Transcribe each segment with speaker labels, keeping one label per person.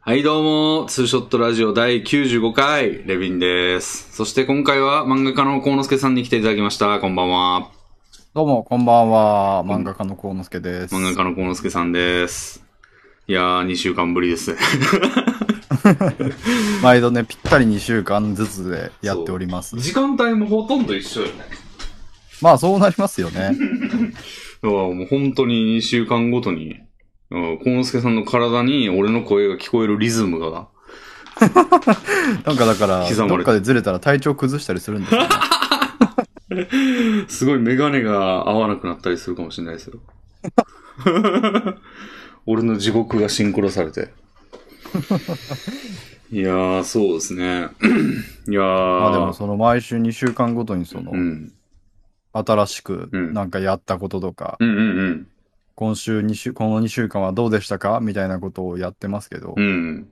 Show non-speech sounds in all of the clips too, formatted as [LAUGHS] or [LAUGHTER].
Speaker 1: はい、どうも、ツーショットラジオ第95回、レビンです。そして今回は漫画家の幸之助さんに来ていただきました。こんばんは。
Speaker 2: どうも、こんばんは。漫画家の幸之助です。
Speaker 1: 漫画家の幸之助さんです。いやー、2週間ぶりですね。
Speaker 2: 毎度ね、ぴったり2週間ずつでやっております。
Speaker 1: [LAUGHS] 時間帯もほとんど一緒よね。
Speaker 2: まあ、そうなりますよ
Speaker 1: [LAUGHS]
Speaker 2: ね。
Speaker 1: だからもう本当に2週間ごとに、うん幸之助さんの体に俺の声が聞こえるリズムが、
Speaker 2: なんかだから、
Speaker 1: 刻まれて
Speaker 2: どっかでずれたら体調崩したりする
Speaker 1: [LAUGHS]
Speaker 2: んですよ、ね。
Speaker 1: すごいメガネが合わなくなったりするかもしれないです
Speaker 2: [LAUGHS]
Speaker 1: よ。俺の地獄がシンクロされ
Speaker 2: [LAUGHS]
Speaker 1: て。いやー、そうです
Speaker 2: [LAUGHS]
Speaker 1: ね。いやー、
Speaker 2: まあでも、その毎週2週間ごとにその、
Speaker 1: うん。
Speaker 2: 新しく
Speaker 1: うん
Speaker 2: なんかやったこととか、
Speaker 1: うんうんうん。
Speaker 2: 今週2週、この2週間はどうでしたかみたいなことをやってますけど、
Speaker 1: うん。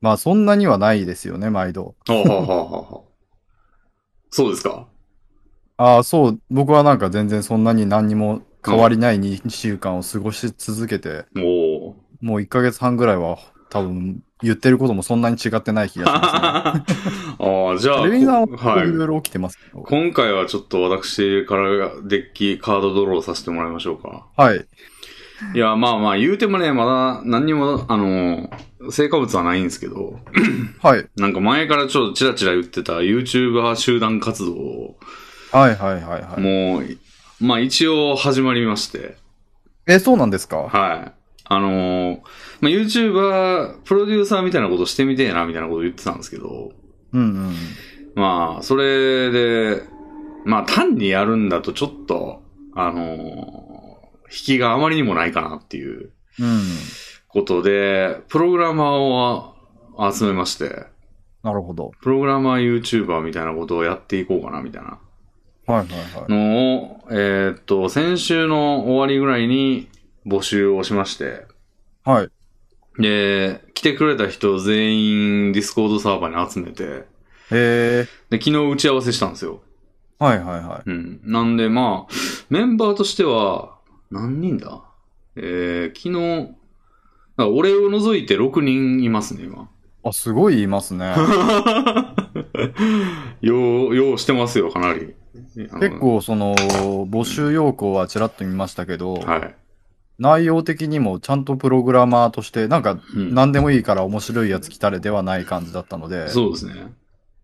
Speaker 2: まあそんなにはないですよね、毎度。
Speaker 1: はあ、はあはあはあ、そうですか
Speaker 2: ああ、そう、僕はなんか全然そんなに何にも変わりない2週間を過ごし続けて、
Speaker 1: おー。 [LAUGHS]
Speaker 2: もう1ヶ月半ぐらいは、多分、言ってることもそんなに違ってない気がしま
Speaker 1: ああ、じゃ
Speaker 2: す、
Speaker 1: あ、 [LAUGHS]
Speaker 2: ね。レイさん
Speaker 1: は
Speaker 2: はこういろ
Speaker 1: い。
Speaker 2: いろ起きてますけど。
Speaker 1: 今回はちょっと私からデッキカードドローさせてもらいましょうか。
Speaker 2: はい。
Speaker 1: いや、まあまあ、言うてもね、まだ何にも、あの、成果物はないんですけど、
Speaker 2: はい。
Speaker 1: なんか前からちょっとチラチラ言ってた YouTuber 集団活動を、
Speaker 2: はいはいはいはい。
Speaker 1: もう、まあ一応始まりまして、
Speaker 2: え、そうなんですか
Speaker 1: はい。あの、まあ、YouTuber、プロデューサーみたいなことしてみてえな、みたいなこと言ってたんですけど、
Speaker 2: うんうん。
Speaker 1: まあ、それで、まあ単にやるんだとちょっと、あの、引きがあまりにもないかなっていう。
Speaker 2: うん。
Speaker 1: ことで、プログラマーを集めまして、
Speaker 2: なるほど。
Speaker 1: プログラマー YouTuber みたいなことをやっていこうかな、みたいな
Speaker 2: はいはいはい。
Speaker 1: のを、えーっと、先週の終わりぐらいに募集をしまして、
Speaker 2: はい。
Speaker 1: で、来てくれた人全員ディスコードサーバーに集めて、
Speaker 2: へえ。
Speaker 1: で、昨日打ち合わせしたんですよ。
Speaker 2: はいはいは
Speaker 1: うん。なんで、まあ、メンバーとしては、何人だえー、昨日、だから俺を除いて6人いますね、今。
Speaker 2: い。あ、すごい言いま
Speaker 1: [LAUGHS]
Speaker 2: すね。
Speaker 1: よう、ようしてますよ、かなり。
Speaker 2: 結構その、募集要項はちらっと見ましたけど
Speaker 1: あの、はい。
Speaker 2: 内容的にもちゃんとプログラマーとして、なんか
Speaker 1: うん
Speaker 2: 何でもいいから面白いやつ来たれではない感じだったので、
Speaker 1: そうですね。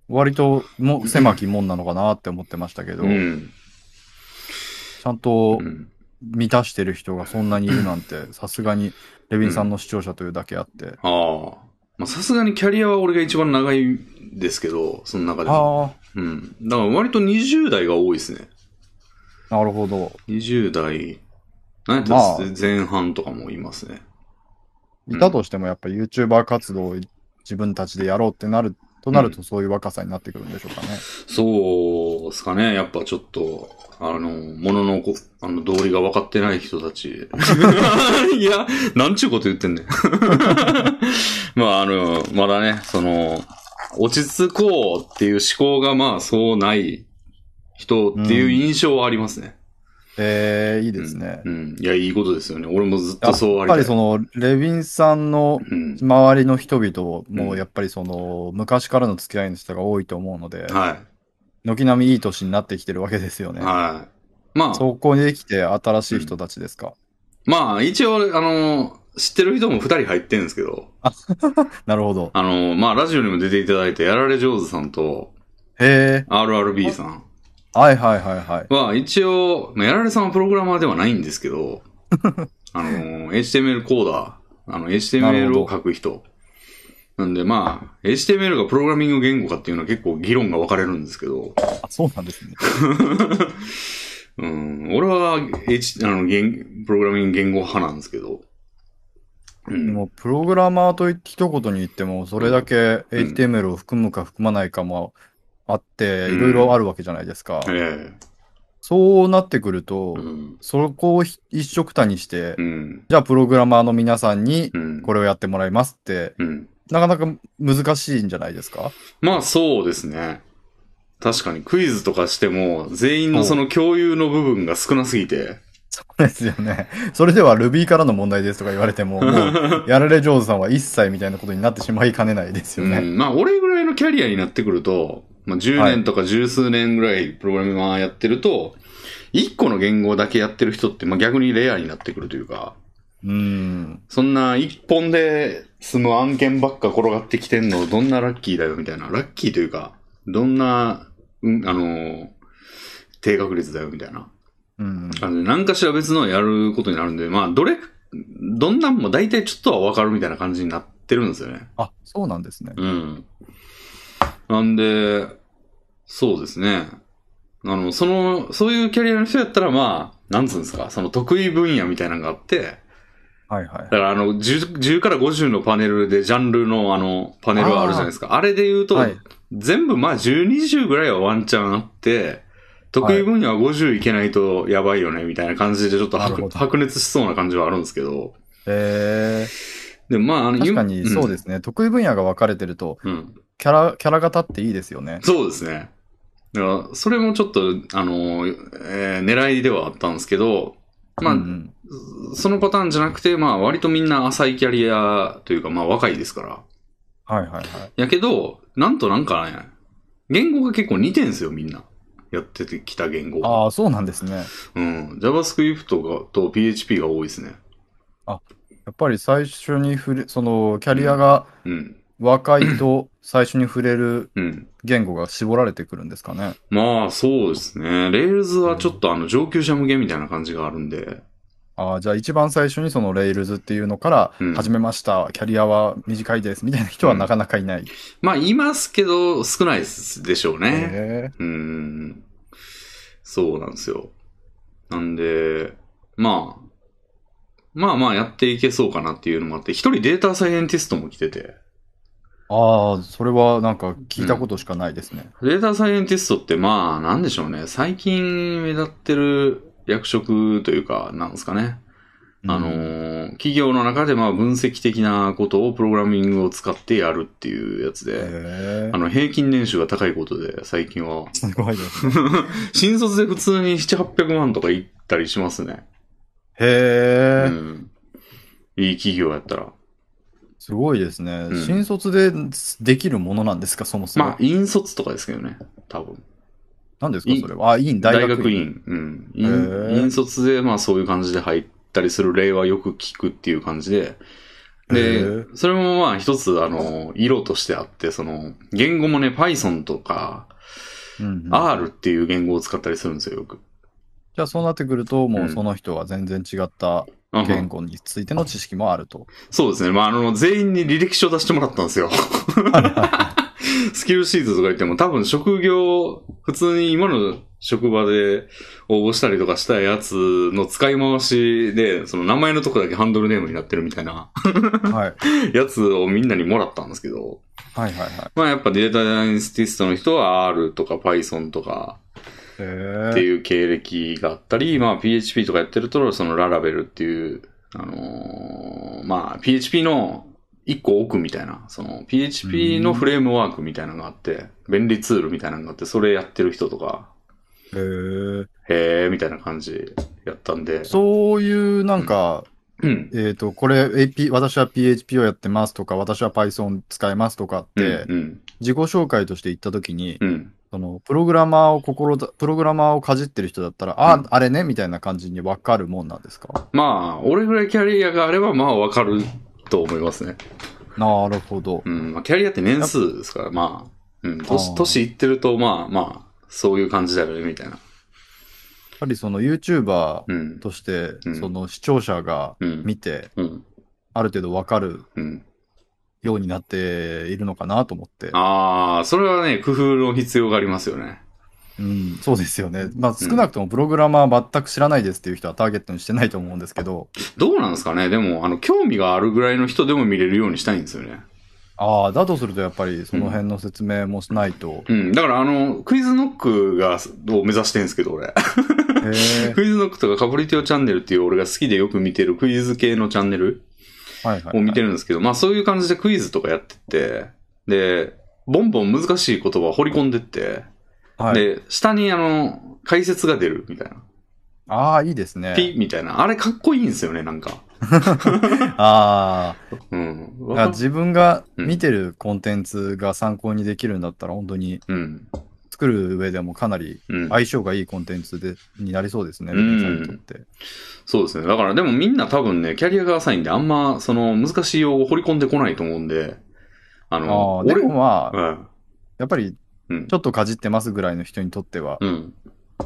Speaker 2: 割とも狭きもんなのかなって思ってましたけど、
Speaker 1: うん。
Speaker 2: ちゃんと
Speaker 1: うん
Speaker 2: 満たしてる人がそんなにいるなんて、さすがにレビンさんの視聴者というだけあって。
Speaker 1: ああ。まあ、さすがにキャリアは俺が一番長いですけど、その中でも。
Speaker 2: あ
Speaker 1: うん。だから割と20代が多いですね。
Speaker 2: あ、なるほど。
Speaker 1: 20代、何やった
Speaker 2: まあ
Speaker 1: ら前半とかもいますね。うん
Speaker 2: いたとしてもやっぱ YouTuber 活動を自分たちでやろうってなるとなるとそういう若さになってくるんでしょうかね。
Speaker 1: そうですかね。やっぱちょっと、あの、もののこ、あの、道理が分かってない人たち。 [LAUGHS] いや、なんちゅうこと言ってん [LAUGHS] ねん。まあ、あの、まだね、その、落ち着こうっていう思考がまあ、そうない人っていう印象はありますね。
Speaker 2: ええいいですね
Speaker 1: う。ん。いや、いいことですよね。俺もずっ
Speaker 2: や
Speaker 1: とそう
Speaker 2: っ
Speaker 1: あり
Speaker 2: ぱ
Speaker 1: たい
Speaker 2: りその、レビンさんの
Speaker 1: うん。
Speaker 2: 周りの人々も
Speaker 1: うん
Speaker 2: やっぱりその、昔からの付き合いの人が多いと思うので、
Speaker 1: は
Speaker 2: 軒並みいい年になってきてるわけですよ
Speaker 1: い。
Speaker 2: ね。
Speaker 1: はい。まあ、
Speaker 2: そこに来て新しい人たちですか。
Speaker 1: まあ、一応、あの、知ってる人も二人入ってるんですけど、
Speaker 2: なるほど。
Speaker 1: あの、まあ、ラジオにも出ていただいたやられ上手さんと
Speaker 2: へえ、
Speaker 1: RRB さん
Speaker 2: はいはいはいはい。
Speaker 1: は一応、まあ、やられさんはプログラマーではないんですけ
Speaker 2: [LAUGHS]
Speaker 1: ど、あの、HTML コーダー、あの、
Speaker 2: なる
Speaker 1: HTML
Speaker 2: ほ
Speaker 1: を
Speaker 2: ど
Speaker 1: 書く人。なんでまあ、HTML がプログラミング言語かっていうのは結構議論が分かれるんですけど、 [LAUGHS]
Speaker 2: あ、そうなんですね。
Speaker 1: うん、俺は、H、あの、言プログラミング言語派なんですけど、うん、
Speaker 2: もうプログラマーと一言に言っても、それだけ HTML を含むか含まないかもあって、
Speaker 1: うん
Speaker 2: いろいろあるわけじゃないですか。
Speaker 1: え
Speaker 2: そうなってくる
Speaker 1: え
Speaker 2: と、
Speaker 1: うん、
Speaker 2: そこをひ一緒くたにして
Speaker 1: う、ん、
Speaker 2: じゃあプログラマーの皆さんに
Speaker 1: うん、
Speaker 2: これをやってもらいますって、
Speaker 1: うん。
Speaker 2: なかなか難しいんじゃないですか
Speaker 1: まあそうですね。確かにクイズとかしても、全員のその共有の部分が少なすぎて、
Speaker 2: そうですよね。それでは Ruby からの問題ですとか言われ
Speaker 1: [LAUGHS]
Speaker 2: ても、もう、やられ上手さんは一切みたいなことになってしまいかねないですよ
Speaker 1: う
Speaker 2: ね。
Speaker 1: ん、まあ、俺ぐらいのキャリアになってくると、まあ、10年とか十数年ぐらいプログラミングはやってると、一個の言語だけやってる人って、まあ、逆にレアになってくるというか、
Speaker 2: うん。
Speaker 1: そんな一本で済む案件ばっか転がってきてんの、どんなラッキーだよみたいな、ラッキーというか、どんな、うん、あのー低確率だよみたいな。
Speaker 2: うん。
Speaker 1: あのね、何かしら別のをやることになるんで、まあ、どれ、どんなんも大体ちょっとはわかるみたいな感じになってるんですよね。
Speaker 2: あ、そうなんですね。
Speaker 1: うん。なんで、そうですね。あの、その、そういうキャリアの人やったら、まあ、なんつうんですか、その得意分野みたいなのがあって、
Speaker 2: はいはい
Speaker 1: だ。からあの、10, 10から50のパネルでジャンルのあの、パネルはあるじゃないですか。あれで言うと、
Speaker 2: はい
Speaker 1: 全部まあ10、20ぐらいはワンチャンあって、得意分野は50いけないとやばいよね、みたいな感じでちょっと
Speaker 2: なる
Speaker 1: 白
Speaker 2: ほど
Speaker 1: 白熱しそうな感じはあるんですけど。
Speaker 2: え
Speaker 1: でもまあ、あの。
Speaker 2: ー、確かにそうですすね。得意分野が分かれてると、
Speaker 1: うんうん
Speaker 2: キャラ、キャラが立っていいですよね。
Speaker 1: そうですね。だから、それもちょっと、あの、えー狙いではあったんですけど、まあ、
Speaker 2: うんうん
Speaker 1: そのパターンじゃなくて、まあ、割とみんな浅いキャリアというか、まあ、若いですから。
Speaker 2: はいはいはい。
Speaker 1: やけど、なんとなんかね、言語が結構似てんすよ、みんな。やっててきた言語が。
Speaker 2: ああ、そうなんですね。
Speaker 1: うん。JavaScript がと PHP が多いですね。
Speaker 2: やっぱり最初に触れ、その、キャリアが
Speaker 1: うん。
Speaker 2: 若
Speaker 1: [CLEARS THROAT]
Speaker 2: いと最初に触れる
Speaker 1: うん。
Speaker 2: 言語が絞られてくるんですかね。
Speaker 1: まあ、そうですね。Rails はちょっとあの、上級者向けみたいな感じがあるんで。
Speaker 2: ああ、じゃあ一番最初にそのレイルズっていうのから
Speaker 1: うん
Speaker 2: 始めました、キャリアは短いですみたいな人はなかなかいない。
Speaker 1: まあ、いますけど、少ないですでしょうね。
Speaker 2: へえ
Speaker 1: うん。そうなんですよ。なんで、まあ、まあまあやっていけそうかなっていうのもあって、一人データサイエンティストも来てて。
Speaker 2: ああ、それはなんか聞いたことしかないですね。
Speaker 1: データサイエンティストってまあ、なんでしょうね。最近目立ってる役職というか、なんですかね。あの
Speaker 2: うん
Speaker 1: ー、企業の中でまあ分析的なことをプログラミングを使ってやるっていうやつ
Speaker 2: へ
Speaker 1: で、
Speaker 2: え
Speaker 1: あの、平均年収が高いことで、最近
Speaker 2: [LAUGHS]
Speaker 1: は。
Speaker 2: すごいですね。
Speaker 1: 新卒で普通に7、800万とかいったりしますね。
Speaker 2: へ
Speaker 1: うん。
Speaker 2: え、
Speaker 1: いい企業やったら。
Speaker 2: すごいですね
Speaker 1: う。ん
Speaker 2: 新卒でできるものなんですか、そもそ
Speaker 1: まあ
Speaker 2: も、。
Speaker 1: 引率とかですけどね。多分。
Speaker 2: 何ですか、それは。あ、いいん大
Speaker 1: 大
Speaker 2: 学
Speaker 1: 学
Speaker 2: 院。
Speaker 1: 院。うん。
Speaker 2: へ
Speaker 1: 引
Speaker 2: ー
Speaker 1: 引率で、まあそういう感じで入ったりする例はよく聞くっていう感じで。で
Speaker 2: へー、
Speaker 1: それもまあ一つ、あの、色としてあって、その、言語もね、Python とか、
Speaker 2: うんうん
Speaker 1: R っていう言語を使ったりするんですよ、よく。
Speaker 2: じゃあそうなってくると、もうんうその人は全然違った
Speaker 1: うん
Speaker 2: 言語についての知識もある
Speaker 1: [LAUGHS]
Speaker 2: と。
Speaker 1: そうですね。まあ、あの、全員に履歴書出してもらったんですよ。スキルシートとか言っても多分職業、普通に今の職場で応募したりとかしたやつの使い回しで、その名前のとこだけハンドルネームになってるみたいな [LAUGHS]
Speaker 2: はい。
Speaker 1: やつをみんなにもらったんですけど、
Speaker 2: はいはいはい。
Speaker 1: まあやっぱデータアナリスティストの人は R とか Python とか
Speaker 2: へ
Speaker 1: っ
Speaker 2: ー
Speaker 1: ていう経歴があったり、まあ PHP とかやってると、そのララベルっていう、あのーまあ PHP の一個奥みたいな、その PHP のフレームワークみたいなのがあって、便利ツールみたいなのがあって、それやってる人とか、
Speaker 2: へー
Speaker 1: へーみたいな感じやったんで。
Speaker 2: そういうなんか、
Speaker 1: うん。
Speaker 2: えっ、と、これ、AP、私は PHP をやってますとか、私は Python 使いますとかっ
Speaker 1: うん。
Speaker 2: て、
Speaker 1: うん。
Speaker 2: 自己紹介として言ったときに、
Speaker 1: うん。
Speaker 2: その、プログラマーを心だ、プログラマーをかじってる人だったら、あ、
Speaker 1: うん
Speaker 2: あれね、みたいな感じにわかるもんなんですか
Speaker 1: まあ、俺ぐらいキャリアがあれば、まあわかると思いますね。
Speaker 2: なるほど。
Speaker 1: うん。まあ、キャリアって年数ですから、まあ、うん。
Speaker 2: あ
Speaker 1: 年、
Speaker 2: ー
Speaker 1: 年いってると、まあまあ、そういう感じだよね、みたいな。
Speaker 2: やっぱりその YouTuber
Speaker 1: うん。
Speaker 2: として、
Speaker 1: うん
Speaker 2: その視聴者が
Speaker 1: うん。
Speaker 2: 見て、
Speaker 1: うん。
Speaker 2: ある程度わかる
Speaker 1: うん。
Speaker 2: ようになっているのかなと思って。
Speaker 1: ああ、それはね、工夫の必要がありますよね。
Speaker 2: うん、そうですよね。まあ、少なくともプログラマー全く知らないですっていう人はターゲットにしてないと思うんですけど、
Speaker 1: どうなんですかねでも、あの、興味があるぐらいの人でも見れるようにしたいんですよね。
Speaker 2: ああ、だとするとやっぱりその辺の説明もしないと。
Speaker 1: うん。だから、あの、クイズノックが、を目指してるんですけど、俺。
Speaker 2: へえ、
Speaker 1: クイズノックとかカプリティオチャンネルっていう俺が好きでよく見てるクイズ系のチャンネル
Speaker 2: はいはいはい。
Speaker 1: を見てるんですけど、まあそういう感じでクイズとかやってって、で、ボンボン難しい言葉を掘り込んでって、
Speaker 2: はい。
Speaker 1: で、下にあの、解説が出るみたいな。
Speaker 2: あああ、いいですね。
Speaker 1: ピッみたいな。あれかっこいいんですよね、なんか。
Speaker 2: あ
Speaker 1: うん。
Speaker 2: ー
Speaker 1: わか
Speaker 2: あ。自分が見てるコンテンツが参考にできるんだったら、本当に
Speaker 1: うん。
Speaker 2: 作る上でもかなり
Speaker 1: うん。
Speaker 2: 相性がいいコンテンツでになりそうですね、
Speaker 1: うん
Speaker 2: ルビーさんにとって。
Speaker 1: そうですね。だからでもみんな多分ね、キャリアが浅いんで、あんま、その、難しい用語掘り込んでこないと思うんで、あの、
Speaker 2: ああ、でもまあ、
Speaker 1: うん。
Speaker 2: やっぱり
Speaker 1: うん
Speaker 2: ちょっとかじってますぐらいの人にとっては、
Speaker 1: うん。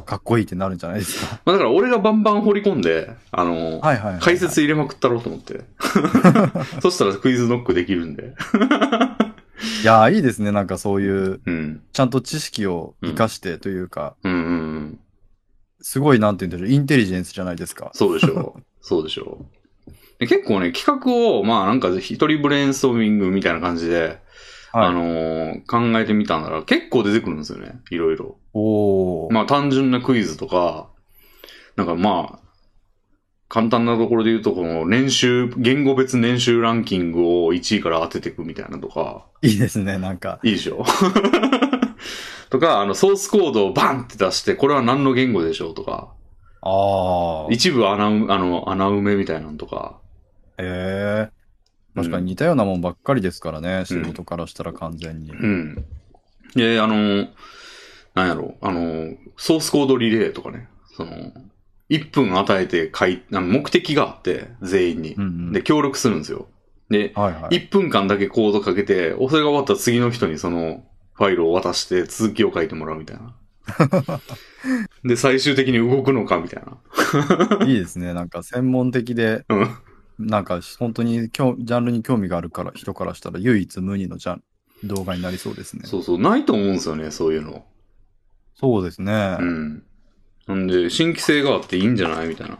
Speaker 2: かっこいいってなるんじゃないですか。
Speaker 1: まあ、だから俺がバンバン掘り込んで、あの、
Speaker 2: はいはいはい。
Speaker 1: [LAUGHS] 解説入れまくったろうと思
Speaker 2: [LAUGHS]
Speaker 1: って。そしたらクイズノックできるんで。
Speaker 2: いやー、いいですね。なんかそういう、
Speaker 1: うん。
Speaker 2: ちゃんと知識を活かしてというか、
Speaker 1: うんうんうん。
Speaker 2: すごい、なんて言うんでしょう、インテリジェンスじゃないですか。
Speaker 1: そうでし
Speaker 2: [LAUGHS]
Speaker 1: ょう。そうでしょう。で結構ね、企画を、まあなんか一人ブレインストーミングみたいな感じで、
Speaker 2: はい
Speaker 1: あのー考えてみたなら結構出てくるんですよね。いろいろ。
Speaker 2: おー。
Speaker 1: まあ単純なクイズとか、なんかまあ、簡単なところで言うと、この年収、言語別年収ランキングを1位から当てていくみたいなとか、
Speaker 2: いいですね、なんか。
Speaker 1: いいでしょ [LAUGHS] とか、あの、ソースコードをバンって出して、これは何の言語でしょうとか、
Speaker 2: あー。
Speaker 1: 一部穴う、あの、穴埋めみたいなのとか、
Speaker 2: えー。確かに似たようなもんばっかりですからね、仕事からしたら完全に。
Speaker 1: うん。で、あの、なんやろう、あの、ソースコードリレーとかね、その、1分与えて書い、あの目的があって、全員に
Speaker 2: うん。うん。
Speaker 1: で、協力するんですよ。で、
Speaker 2: はいはい。
Speaker 1: 1分間だけコードかけて、それが終わったら次の人にそのファイルを渡して続きを書いてもらうみたいな。
Speaker 2: [LAUGHS]
Speaker 1: で、最終的に動くのかみたいな。
Speaker 2: いいですね、なんか専門的で、
Speaker 1: うん。
Speaker 2: なんか本当に興ジャンルに興味があるから人からしたら唯一無二のジャン動画になりそうですね。
Speaker 1: そうそう、ないと思うんですよね、そういうの。
Speaker 2: そうですね
Speaker 1: う。ん。なんで、新規性があっていいんじゃないみたいな
Speaker 2: へ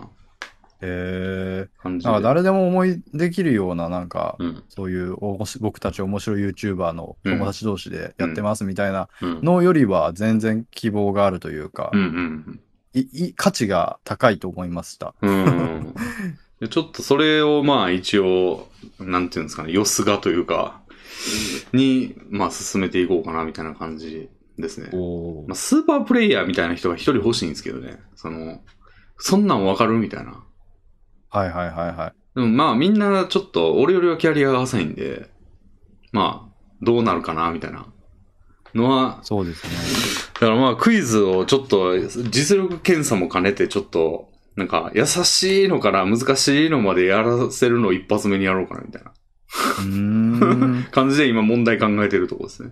Speaker 2: え
Speaker 1: 感じで。
Speaker 2: なんか誰でも思いできるような、なんか、
Speaker 1: うん。
Speaker 2: そういうおもし僕たち面白い YouTuber の友達同士でやってますみたいな
Speaker 1: うん。
Speaker 2: のよりは全然希望があるというか
Speaker 1: う、ん
Speaker 2: いい価値が高いと思いました。
Speaker 1: うんうん。うん。でちょっとそれをまあ一応、なんていうんですかね、よすがというか、に、まあ進めていこうかなみたいな感じですね。
Speaker 2: お
Speaker 1: まあ、スーパープレイヤーみたいな人が一人欲しいんですけどね。その、そんなんわかるみたいな。
Speaker 2: はいはいはいはい。
Speaker 1: でもまあみんなちょっと、俺よりはキャリアが浅いんで、まあ、どうなるかなみたいな。のは、
Speaker 2: そうですね。
Speaker 1: だからまあクイズをちょっと、実力検査も兼ねてちょっと、なんか、優しいのから難しいのまでやらせるのを一発目にやろうかなみたいな
Speaker 2: うーん。
Speaker 1: 感じで今問題考えてるとこですね。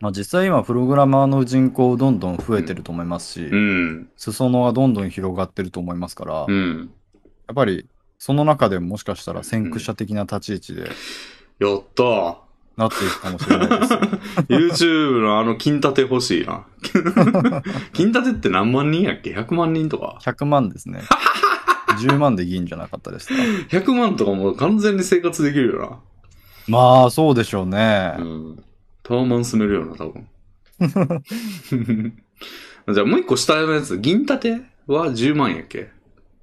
Speaker 2: まあ実際今プログラマーの人口どんどん増えてると思いますし、
Speaker 1: うん。
Speaker 2: 裾野はどんどん広がってると思いますから、
Speaker 1: う
Speaker 2: や
Speaker 1: ん。
Speaker 2: っぱりその中でももしかしたら先駆者的な立ち位置で
Speaker 1: やったー。
Speaker 2: なっていくかもしれないです
Speaker 1: [LAUGHS]
Speaker 2: よ。
Speaker 1: YouTube のあの金立て欲しい [LAUGHS] な。金立てって何万人やっけ ?100 万人とか。
Speaker 2: 100万で
Speaker 1: [LAUGHS]
Speaker 2: すね。10万で銀じゃなかったですか。
Speaker 1: 100万とかもう完全に生活できるよ
Speaker 2: まあそうでしょうね
Speaker 1: な。う。ん。タワマン住めるよな、多分。 [LAUGHS] じゃあもう一個下のやつ、銀立ては10万やっけ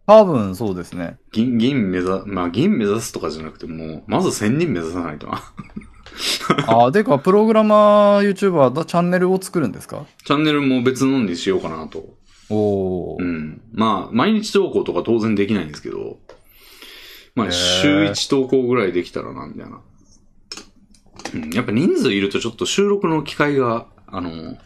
Speaker 2: 多分そうですね。
Speaker 1: 銀、銀目指、まあ銀目指すとかじゃなくてもう、まず1000人目指さないとな。
Speaker 2: ああ、でか、プログラマー YouTuber だチャンネルを作るんですか
Speaker 1: チャンネルも別のにしようかなと。
Speaker 2: おお、
Speaker 1: うん。まあ、毎日投稿とか当然できないんですけど、ま
Speaker 2: へ
Speaker 1: あ、
Speaker 2: ー
Speaker 1: 週1投稿ぐらいできたらな、みたいな。うん、やっぱ人数いるとちょっと収録の機会が、あの、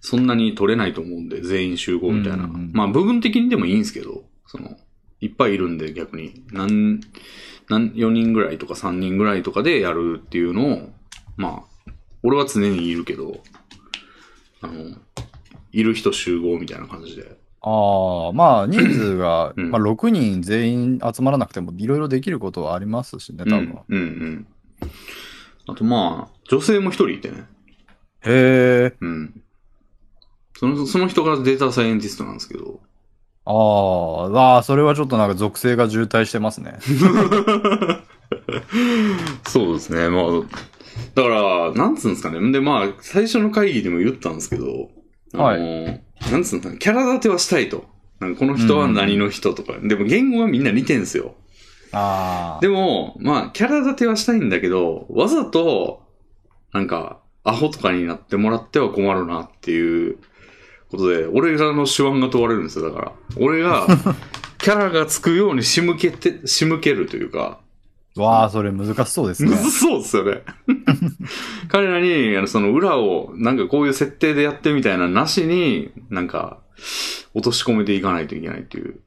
Speaker 1: そんなに取れないと思うんで、全員集合みたいな。
Speaker 2: うんうんうん
Speaker 1: まあ、部分的にでもいいんですけど、その、いっぱいいるんで逆に、何、何、4人ぐらいとか3人ぐらいとかでやるっていうのを、まあ、俺は常にいるけど、あの、いる人集合みたいな感じで。
Speaker 2: ああ、まあ人数が、
Speaker 1: うん
Speaker 2: まあ6人全員集まらなくてもいろいろできることはありますしね、多分。
Speaker 1: うん、うんうん。あとまあ、女性も一人いてね。
Speaker 2: へえ、
Speaker 1: うん。その、その人がデータサイエンティストなんですけど。
Speaker 2: ああ、わあ、それはちょっとなんか属性が渋滞してますね。
Speaker 1: そうですね。まあ、だから、なんつうんですかね。でまあ、最初の会議でも言ったんですけど、あの、
Speaker 2: はい
Speaker 1: なんつうんですかね。キャラ立てはしたいと。なんかこの人は何の人とか。でも言語はみんな似てんすよ。
Speaker 2: あ
Speaker 1: [LAUGHS]
Speaker 2: あ、
Speaker 1: でも、まあ、キャラ立てはしたいんだけど、わざと、なんか、アホとかになってもらっては困るなっていうことで、俺らの手腕が問われるんですよ、だから。俺
Speaker 2: [LAUGHS]
Speaker 1: が、キャラがつくように仕向けて、仕向けるというか、
Speaker 2: わあ、それ難しそうです
Speaker 1: む
Speaker 2: ね。
Speaker 1: ずそうですよね。 [LAUGHS] 彼らに、あの、その裏を、なんかこういう設定でやってみたいなのなしに、なんか、落とし込めていかないといけないっていう。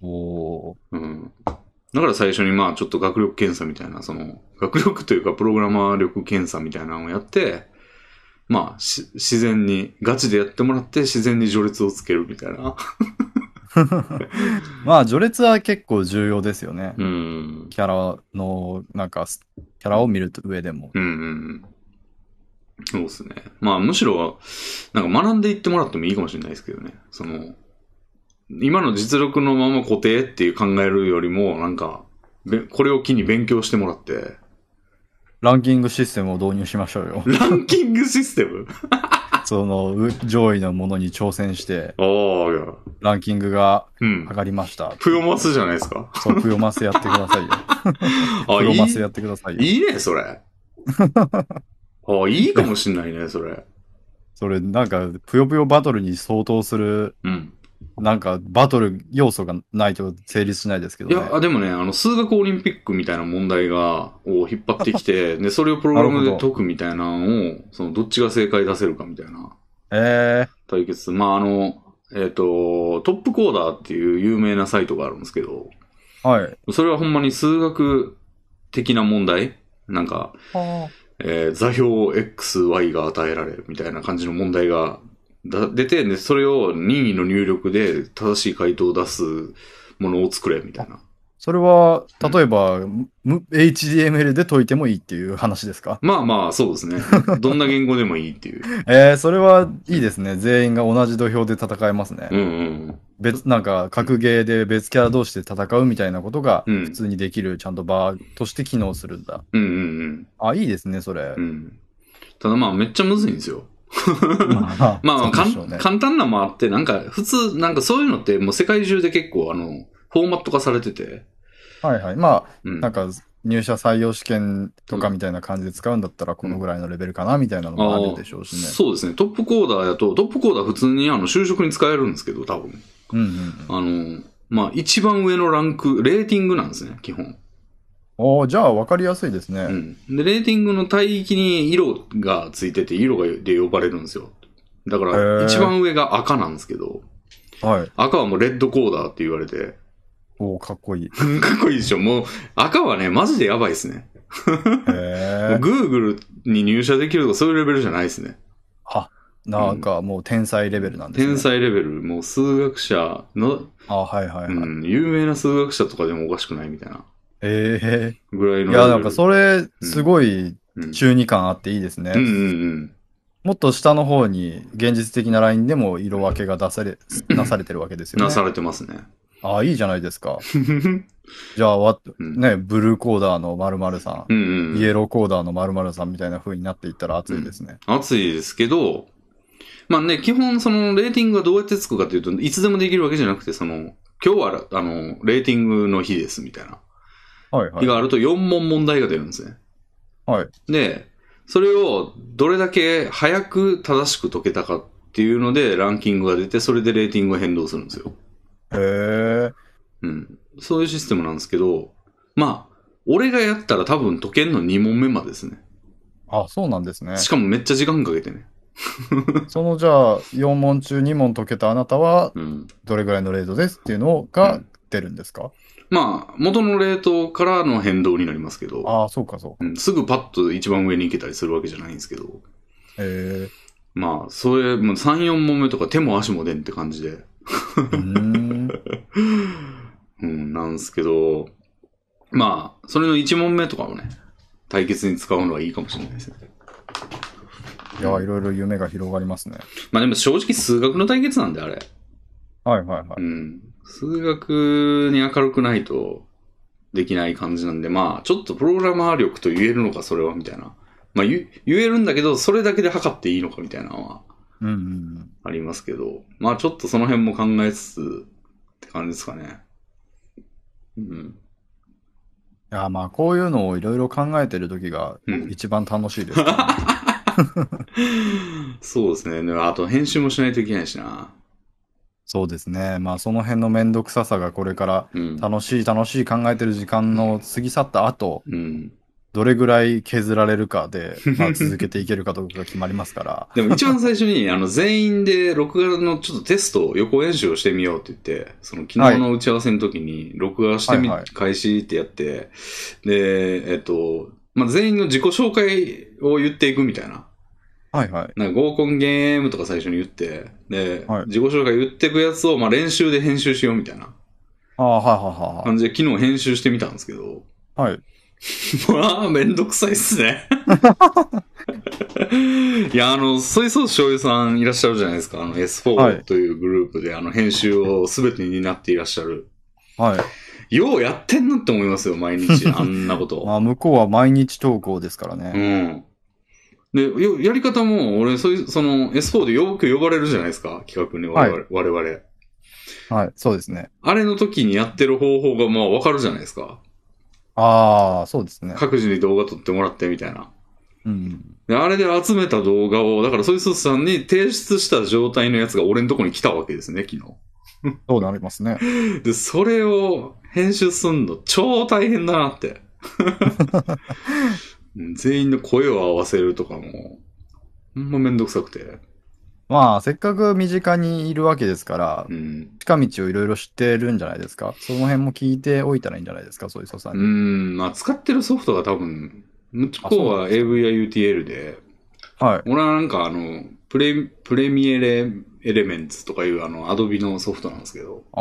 Speaker 2: おー
Speaker 1: うん。だから最初にまあちょっと学力検査みたいな、その、学力というかプログラマー力検査みたいなのをやって、まあし自然に、ガチでやってもらって自然に序列をつけるみたいな。
Speaker 2: まあ、序列は結構重要ですよね。
Speaker 1: うん。
Speaker 2: キャラの、なんか、すキャラを見る上でも。
Speaker 1: うんうんうん。そうですね。まあむしろ、なんか学んでいってもらってもいいかもしれないですけどね。その、今の実力のまま固定っていう考えるよりも、なんか、べこれを機に勉強してもらって、。
Speaker 2: ランキングシステムを導入しましょうよ
Speaker 1: ランキングシステム
Speaker 2: その、う上位のものに挑戦して、
Speaker 1: ああ、いや。
Speaker 2: ランキングが
Speaker 1: うん
Speaker 2: 上。がりました。
Speaker 1: プヨマスじゃないですか。
Speaker 2: そう、 [LAUGHS] プヨマスやってくださいよ。
Speaker 1: あ、
Speaker 2: プ
Speaker 1: い
Speaker 2: ヨ
Speaker 1: い
Speaker 2: マスやってくださいよ。
Speaker 1: いいね、そ
Speaker 2: [LAUGHS]
Speaker 1: れ。あ、いいかもしんないね、それ。
Speaker 2: それ、なんか、ぷよぷよバトルに相当する、
Speaker 1: うん。
Speaker 2: なんか、バトル要素がないと成立しないですけど
Speaker 1: い
Speaker 2: ね。
Speaker 1: や、あでもね、あの、数学オリンピックみたいな問題が、を引っ張ってき
Speaker 2: [LAUGHS]
Speaker 1: て、で、それをプログラム
Speaker 2: な
Speaker 1: で
Speaker 2: るほど
Speaker 1: 解くみたいなのを、その、どっちが正解出せるかみたいな
Speaker 2: え
Speaker 1: 対決。まあ、あの、えっ、と、トップコーダーっていう有名なサイトがあるんですけど、
Speaker 2: ー、はい。
Speaker 1: それはほんまに数学的な問題なんか、えー座標 XY が与えられるみたいな感じの問題がだ出て、で、それを任意の入力で正しい回答を出すものを作れみたいな。
Speaker 2: それは、例えば、む HTML で解いてもいいっていう話ですか
Speaker 1: まあまあ、そうです
Speaker 2: [LAUGHS]
Speaker 1: ね。どんな言語でもいいっていう。
Speaker 2: えー、それはいいですね。全員が同じ土俵で戦えますね。
Speaker 1: うんうん
Speaker 2: 別、なんか、格ゲーで別キャラ同士で戦うみたいなことが、
Speaker 1: うん
Speaker 2: 普通にできる、ちゃんと場として機能するんだ。
Speaker 1: うん。うんうん
Speaker 2: あ、いいですね、それ
Speaker 1: うん。う。ん。ただまあ、めっちゃむずいんですよ。
Speaker 2: まあ
Speaker 1: まあまあ、
Speaker 2: そ
Speaker 1: か
Speaker 2: うで
Speaker 1: ん
Speaker 2: しょうね。
Speaker 1: 簡単なもあって、なんか、普通、なんかそういうのってもう世界中で結構、あの、フォーマット化されてて。
Speaker 2: はいはい。まあ、
Speaker 1: うん。
Speaker 2: なんか入社採用試験とかみたいな感じで使うんだったらこのぐらいのレベルかなみたいなのもあるでしょうしね。
Speaker 1: そうですね。トップコーダーやと、トップコーダー普通にあの就職に使えるんですけど、多分。
Speaker 2: うんうんうん。
Speaker 1: あの、まあ、一番上のランク、レーティングなんですね、基本。
Speaker 2: おーじゃあ分かりやすいですね。
Speaker 1: うん。で、レーティングの帯域に色がついてて、色がで呼ばれるんですよ。だから、
Speaker 2: へー
Speaker 1: 一番上が赤なんですけど、
Speaker 2: はい。
Speaker 1: 赤はもうレッドコーダーって言われて、 [LAUGHS]
Speaker 2: おおかっこいい。
Speaker 1: かっこいいでしょ。もう、赤はね、マジでやばいですね。
Speaker 2: へ
Speaker 1: もう [LAUGHS]
Speaker 2: え。
Speaker 1: Google に入社できるとかそういうレベルじゃないですね。
Speaker 2: なんかもう天才レベルなんですね。
Speaker 1: 天。才レベル、もう数学者の、
Speaker 2: あはいはいは
Speaker 1: う
Speaker 2: い。
Speaker 1: ん、有名な数学者とかでもおかしくないみたいな
Speaker 2: え
Speaker 1: ぐらいのレベ
Speaker 2: え
Speaker 1: ル。
Speaker 2: いやなんかそれすごい
Speaker 1: うん、
Speaker 2: 中二感あっていいですね。
Speaker 1: うんうんうん。
Speaker 2: もっと下の方に現実的なラインでも色分けが出され、なされてるわけですよね。
Speaker 1: なされてますね。
Speaker 2: あいいじゃないで
Speaker 1: [LAUGHS]
Speaker 2: すか。じゃあわ、
Speaker 1: うん
Speaker 2: ね、ブルーコーダーの〇〇さん。
Speaker 1: うんうん
Speaker 2: イエローコーダーの〇〇さんみたいな風になっていったら熱いですね。
Speaker 1: 暑いですけど、まあね、基本そのレーティングがどうやってつくかというと、いつでもできるわけじゃなくて、その、今日は、あの、レーティングの日ですみたいな。
Speaker 2: はいは
Speaker 1: 日
Speaker 2: い。
Speaker 1: があると4問問題が出るんですね。
Speaker 2: はい。
Speaker 1: で、それをどれだけ早く正しく解けたかっていうので、ランキングが出て、それでレーティングが変動するんですよ。
Speaker 2: へえ。
Speaker 1: うん。そういうシステムなんですけど、まあ、俺がやったら多分解けんの2問目までですね。
Speaker 2: あ、そうなんですね。
Speaker 1: しかもめっちゃ時間かけてね。
Speaker 2: そのじゃあ、4問中2問解けたあなたは、
Speaker 1: うん。
Speaker 2: どれぐらいのレートですっていうの
Speaker 1: う
Speaker 2: が
Speaker 1: ん
Speaker 2: 出るんですか、
Speaker 1: まあ、元のレートからの変動になりますけど、
Speaker 2: ああ、そうかそうか。
Speaker 1: うんすぐパッと一番上に行けたりするわけじゃないんですけど、
Speaker 2: へえ。
Speaker 1: まあ、それ、もう3、4問目とか手も足も出んって感じで、
Speaker 2: う
Speaker 1: [LAUGHS]
Speaker 2: ーん。
Speaker 1: うん、なんですけど、まあ、それの1問目とかをね、対決に使うのはいいかもしれないですね。
Speaker 2: いや、いろいろ夢が広がりますね。
Speaker 1: まあでも正直数学の対決なんで、あれ。
Speaker 2: はいはいは
Speaker 1: う
Speaker 2: い。
Speaker 1: ん。数学に明るくないとできない感じなんで、まあ、ちょっとプログラマー力と言えるのか、それは、みたいな。まあ、言言えるんだけど、それだけで測っていいのか、みたいなのは
Speaker 2: うんうんうん。
Speaker 1: ありますけど、まあちょっとその辺も考えつつって感じですかね。うん。
Speaker 2: いや、まあ、こういうのをいろいろ考えてる時が
Speaker 1: うん
Speaker 2: 一番
Speaker 1: [LAUGHS]
Speaker 2: 楽しいですからね、
Speaker 1: そうですね。でもあと編集もしないといけないしな。
Speaker 2: そうですね。まあその辺のめんどくささがこれから
Speaker 1: うん。
Speaker 2: 楽しい楽しい考えてる時間の過ぎ去った後、
Speaker 1: うん。
Speaker 2: どれぐらい削られるか [LAUGHS] で、まあ、続けていけるかどうかが決まりますから。
Speaker 1: でも一番最初
Speaker 2: [LAUGHS]
Speaker 1: に、あの、全員で録画のちょっとテストを予行演習をしてみようって言って、その昨日の打ち合わせの時に、録画してみ、
Speaker 2: はいはい
Speaker 1: 開始ってやって、で、えっと、まあ、全員の自己紹介を言っていくみたいな。
Speaker 2: はいはい。
Speaker 1: なんか合コンゲームとか最初に言って、で、
Speaker 2: はい
Speaker 1: 自己紹介言ってくやつを、まあ、練習で編集しようみたいな
Speaker 2: ああ、はいはいはい
Speaker 1: 感じで昨日編集してみたんですけど、 [LAUGHS]
Speaker 2: はい。はい。
Speaker 1: まあ、めんどくさいっすね。 [LAUGHS] いや、あの、ソイソース醤油さんいらっしゃるじゃないですか。あの、
Speaker 2: は
Speaker 1: S4
Speaker 2: い
Speaker 1: というグループで、あの、編集を全てに担っていらっしゃる。
Speaker 2: はい。
Speaker 1: ようやってんなって思いますよ、毎
Speaker 2: [LAUGHS]
Speaker 1: 日。あんなこ
Speaker 2: ま
Speaker 1: と。
Speaker 2: あ、向こうは毎日投稿ですから
Speaker 1: う
Speaker 2: ね。
Speaker 1: ん。で、よやり方も、俺、そういう、その、S4 でよく呼ばれるじゃないですか、企画に我々。我々
Speaker 2: はい。そうですね。
Speaker 1: あれの時にやってる方法が、まあ、わかるじゃないですか。
Speaker 2: ああ、そうですね。
Speaker 1: 各自に動画撮ってもらってみたいな。
Speaker 2: うん。
Speaker 1: で、あれで集めた動画を、だからソイソースさんに提出した状態のやつが俺のとこに来たわけですね、昨
Speaker 2: そうなりますね。
Speaker 1: 日。で、それを編集すんの超大変だなって。 [LAUGHS] うん全員の声を合わせるとかも、ほんまめんどくさくて。
Speaker 2: まあ、せっかく身近にいるわけですから
Speaker 1: う、ん。
Speaker 2: 近道をいろいろ知ってるんじゃないですか。その辺も聞いておいたらいいんじゃないですか、そういう素さ
Speaker 1: うん
Speaker 2: に。
Speaker 1: ん、まあ使ってるソフトが多分、向こうは AVIUTL で、
Speaker 2: はい。
Speaker 1: 俺はなんかあの、プレ、プレミエレ、エレメンツとかいうあの、アドビのソフトなんですけど、
Speaker 2: あ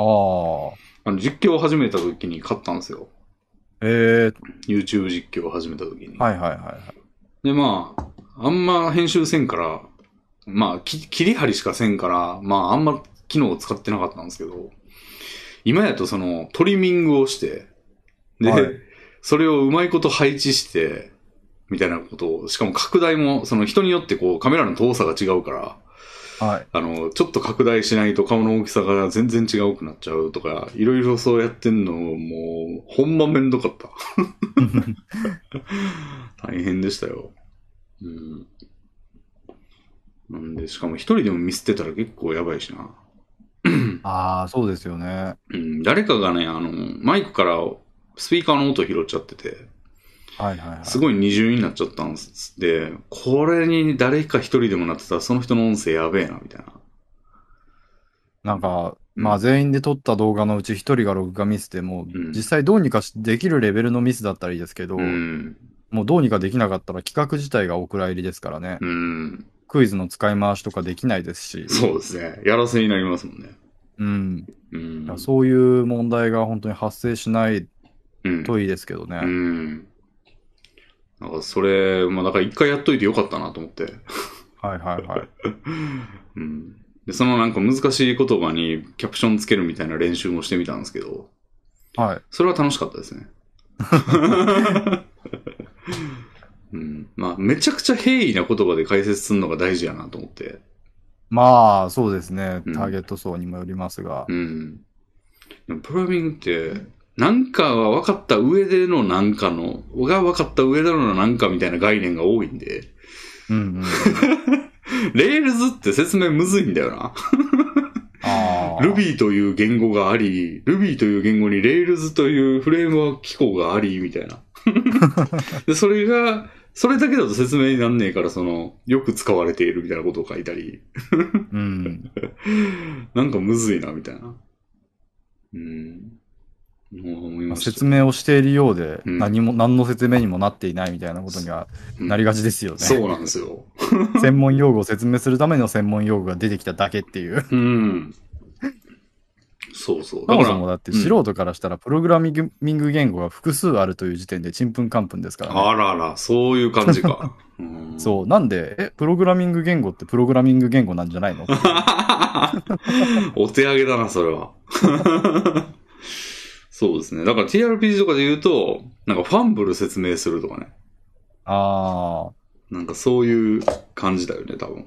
Speaker 2: あ。
Speaker 1: あの、実況を始めた時に買ったんですよ。
Speaker 2: ええ
Speaker 1: YouTube 実況を始めた時に。
Speaker 2: はいはいはいはい。
Speaker 1: で、まあ、あんま編集せんから、まあ、き切り張りしかせんから、まあ、あんま機能を使ってなかったんですけど、今やとその、トリミングをして、で、
Speaker 2: はい
Speaker 1: それをうまいこと配置して、みたいなことを、しかも拡大も、その人によってこう、カメラの動作が違うから、
Speaker 2: はい。
Speaker 1: あの、ちょっと拡大しないと顔の大きさが全然違うくなっちゃうとか、いろいろそうやってんの、もう、ほんまめんどか
Speaker 2: [LAUGHS]
Speaker 1: った。大変でしたよ。うん。なんで、しかも一人でも見捨てたら結構やばいしな。
Speaker 2: ああ、そうですよね。
Speaker 1: うん、誰かがね、あの、マイクからスピーカーの音拾っちゃってて、
Speaker 2: はいはいはい。
Speaker 1: すごい二重になっちゃったんです。で、これに誰か一人でもなってたらその人の音声やべえな、みたいな。
Speaker 2: なん
Speaker 1: う
Speaker 2: か、
Speaker 1: ん
Speaker 2: まあ全員で撮った動画のうち一人が録画ミスでもう
Speaker 1: うん
Speaker 2: 実際どうにかしできるレベルのミスだったらいいですけど、
Speaker 1: うん。
Speaker 2: もうどうにかできなかったら企画自体がお蔵入りですからね、
Speaker 1: うん。
Speaker 2: クイズの使い回しとかできないですし、
Speaker 1: そうですね。やらせになりますもんね。
Speaker 2: うん、
Speaker 1: うん。
Speaker 2: そういう問題が本当に発生しない
Speaker 1: うん。
Speaker 2: といいですけどね。
Speaker 1: うん。なんかそれ、まあだから一回やっといてよかったなと思って。 [LAUGHS]
Speaker 2: はいはいはい。
Speaker 1: うん。で、そのなんか難しい言葉にキャプションつけるみたいな練習もしてみたんですけど、
Speaker 2: はい。
Speaker 1: それは楽しかったですね。うん。まあ、めちゃくちゃ平易な言葉で解説するのが大事やなと思って。
Speaker 2: まあそうですね、
Speaker 1: う
Speaker 2: タ
Speaker 1: ん
Speaker 2: ーゲット層にもよりますが、
Speaker 1: うん。でもプログラミングって、なんかは分かった上でのなんかの、が分かった上でのなんかみたいな概念が多いんで、
Speaker 2: うんうん。
Speaker 1: レールズって説明むずいんだよな。
Speaker 2: ああ。
Speaker 1: Ruby という言語があり、Ruby という言語に Rails というフレームワーク機構があり、みた
Speaker 2: [LAUGHS]
Speaker 1: いな。で、それが、それだけだと説明になんねえから、その、よく使われているみたいなことを書いたり、
Speaker 2: うん。
Speaker 1: なんかむずいな、みたいな。うん。もう思い
Speaker 2: まあ
Speaker 1: ました。
Speaker 2: 説明をしているようで、
Speaker 1: うん
Speaker 2: 何も、何の説明にもなっていないみたいなことには
Speaker 1: うん
Speaker 2: なりがちですよね。
Speaker 1: そうなんですよ。 [LAUGHS]
Speaker 2: 専門用語を説明するための専門用語が出てきただけっ
Speaker 1: [LAUGHS]
Speaker 2: ていう。
Speaker 1: うん。そうそう。
Speaker 2: そ
Speaker 1: だか
Speaker 2: も
Speaker 1: ら、
Speaker 2: そもだって素人からしたら、プログラミング言語が複数あるという時点でちんぷんかんぷんですから、ね。
Speaker 1: あらら、そういう感じ
Speaker 2: [LAUGHS]
Speaker 1: か。うん
Speaker 2: そう。なんで、え、プログラミング言語ってプログラミング言語なんじゃな
Speaker 1: [LAUGHS]
Speaker 2: いの
Speaker 1: [LAUGHS] お手上げだな、それは。 [LAUGHS] そうですね。だから TRPG とかで言うと、なんかファンブル説明するとかね。
Speaker 2: あ
Speaker 1: なんかそういう感じだよね、多分。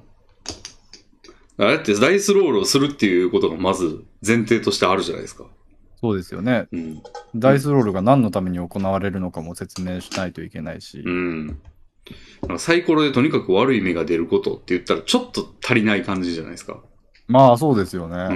Speaker 1: あれってダイスロールをするっていうことがまず前提としてあるじゃないですか。
Speaker 2: ー、そうですよね。
Speaker 1: うん。
Speaker 2: ダイスロールが何のために行われるのかも説明しないといけないし
Speaker 1: う。ん。なんかサイコロでとにかく悪い目が出ることって言ったらちょっと足りない感じじゃないですか。
Speaker 2: まあ、そうですよ
Speaker 1: うん
Speaker 2: ね。
Speaker 1: う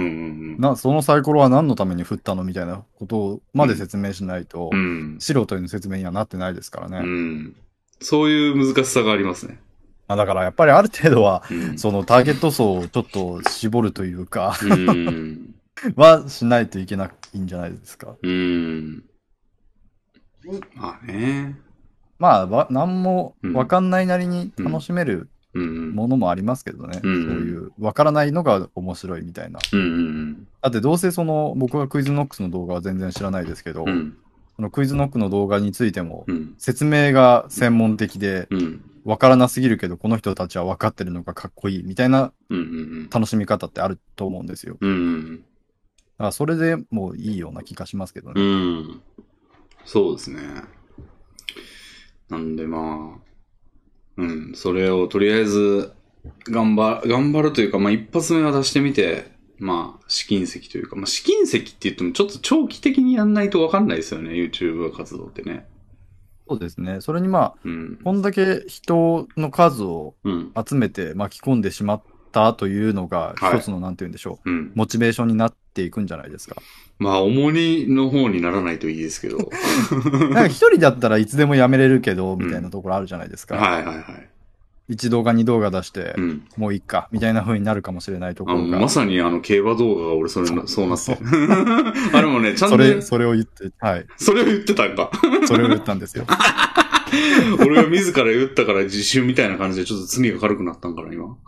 Speaker 1: ん
Speaker 2: な、そのサイコロは何のために振ったのみたいなことまで説明しないと
Speaker 1: う、ん。
Speaker 2: 素人への説明にはなってないですから
Speaker 1: う
Speaker 2: ね。
Speaker 1: ん。そういう難しさがありますね。
Speaker 2: まあ、だからやっぱりある程度は、
Speaker 1: うん。
Speaker 2: そのターゲット層をちょっと絞るというか、 [LAUGHS]
Speaker 1: うん。
Speaker 2: はしないといけないんじゃないですか。
Speaker 1: うん。まあね。
Speaker 2: まあ、わ何もわかんないなりに楽しめる
Speaker 1: うん。
Speaker 2: ものもありますけどね。
Speaker 1: うん
Speaker 2: そういう、わからないのが面白いみたいな。
Speaker 1: うんうん
Speaker 2: だってどうせその、僕はクイズノックスの動画は全然知らないですけど、
Speaker 1: うん。うん。
Speaker 2: そのクイズノックの動画についても、
Speaker 1: うん。
Speaker 2: 説明が専門的で、
Speaker 1: うん。
Speaker 2: わからなすぎるけど、この人たちは分かってるのがかっこいいみたいな
Speaker 1: うん。うん。
Speaker 2: 楽しみ方ってあると思うんですよ。
Speaker 1: うん。
Speaker 2: だからそれでもういいような気がしますけど
Speaker 1: う
Speaker 2: ね。
Speaker 1: ん。そうですね。なんでまあ、うん、それをとりあえず、頑張、頑張るというか、まあ一発目は出してみて、まあ試金石というか、まあ試金石って言ってもちょっと長期的にやんないとわかんないですよね、YouTube 活動ってね。
Speaker 2: そうですね。それにまあ、
Speaker 1: うん。
Speaker 2: こんだけ人の数を
Speaker 1: うん。
Speaker 2: 集めて巻き込んでしまったというのが、
Speaker 1: はい
Speaker 2: 一つのなんて言うんでしょう、
Speaker 1: うん。
Speaker 2: モチベーションになっていくんじゃないですか。
Speaker 1: まあ重荷の方にならないといいですけど。
Speaker 2: なんか一人だったらいつでもやめれるけど、みたいなところあるじゃないですか。
Speaker 1: はいはいはい。
Speaker 2: 一動画二動画出して
Speaker 1: う、ん。
Speaker 2: もういっか、みたいな風になるかもしれないとこ
Speaker 1: あ
Speaker 2: ろが
Speaker 1: ま。さにあの競馬動画が俺それな、そうなってる。 [LAUGHS] あれもね、チャ
Speaker 2: そ
Speaker 1: ンネル
Speaker 2: れ、、それを言って、はい。
Speaker 1: それを言ってたんか。
Speaker 2: それを言ったんで
Speaker 1: [LAUGHS]
Speaker 2: すよ。
Speaker 1: 俺が自ら言ったから自習みたいな感じでちょっと罪が軽くなったんかな、今。 [LAUGHS]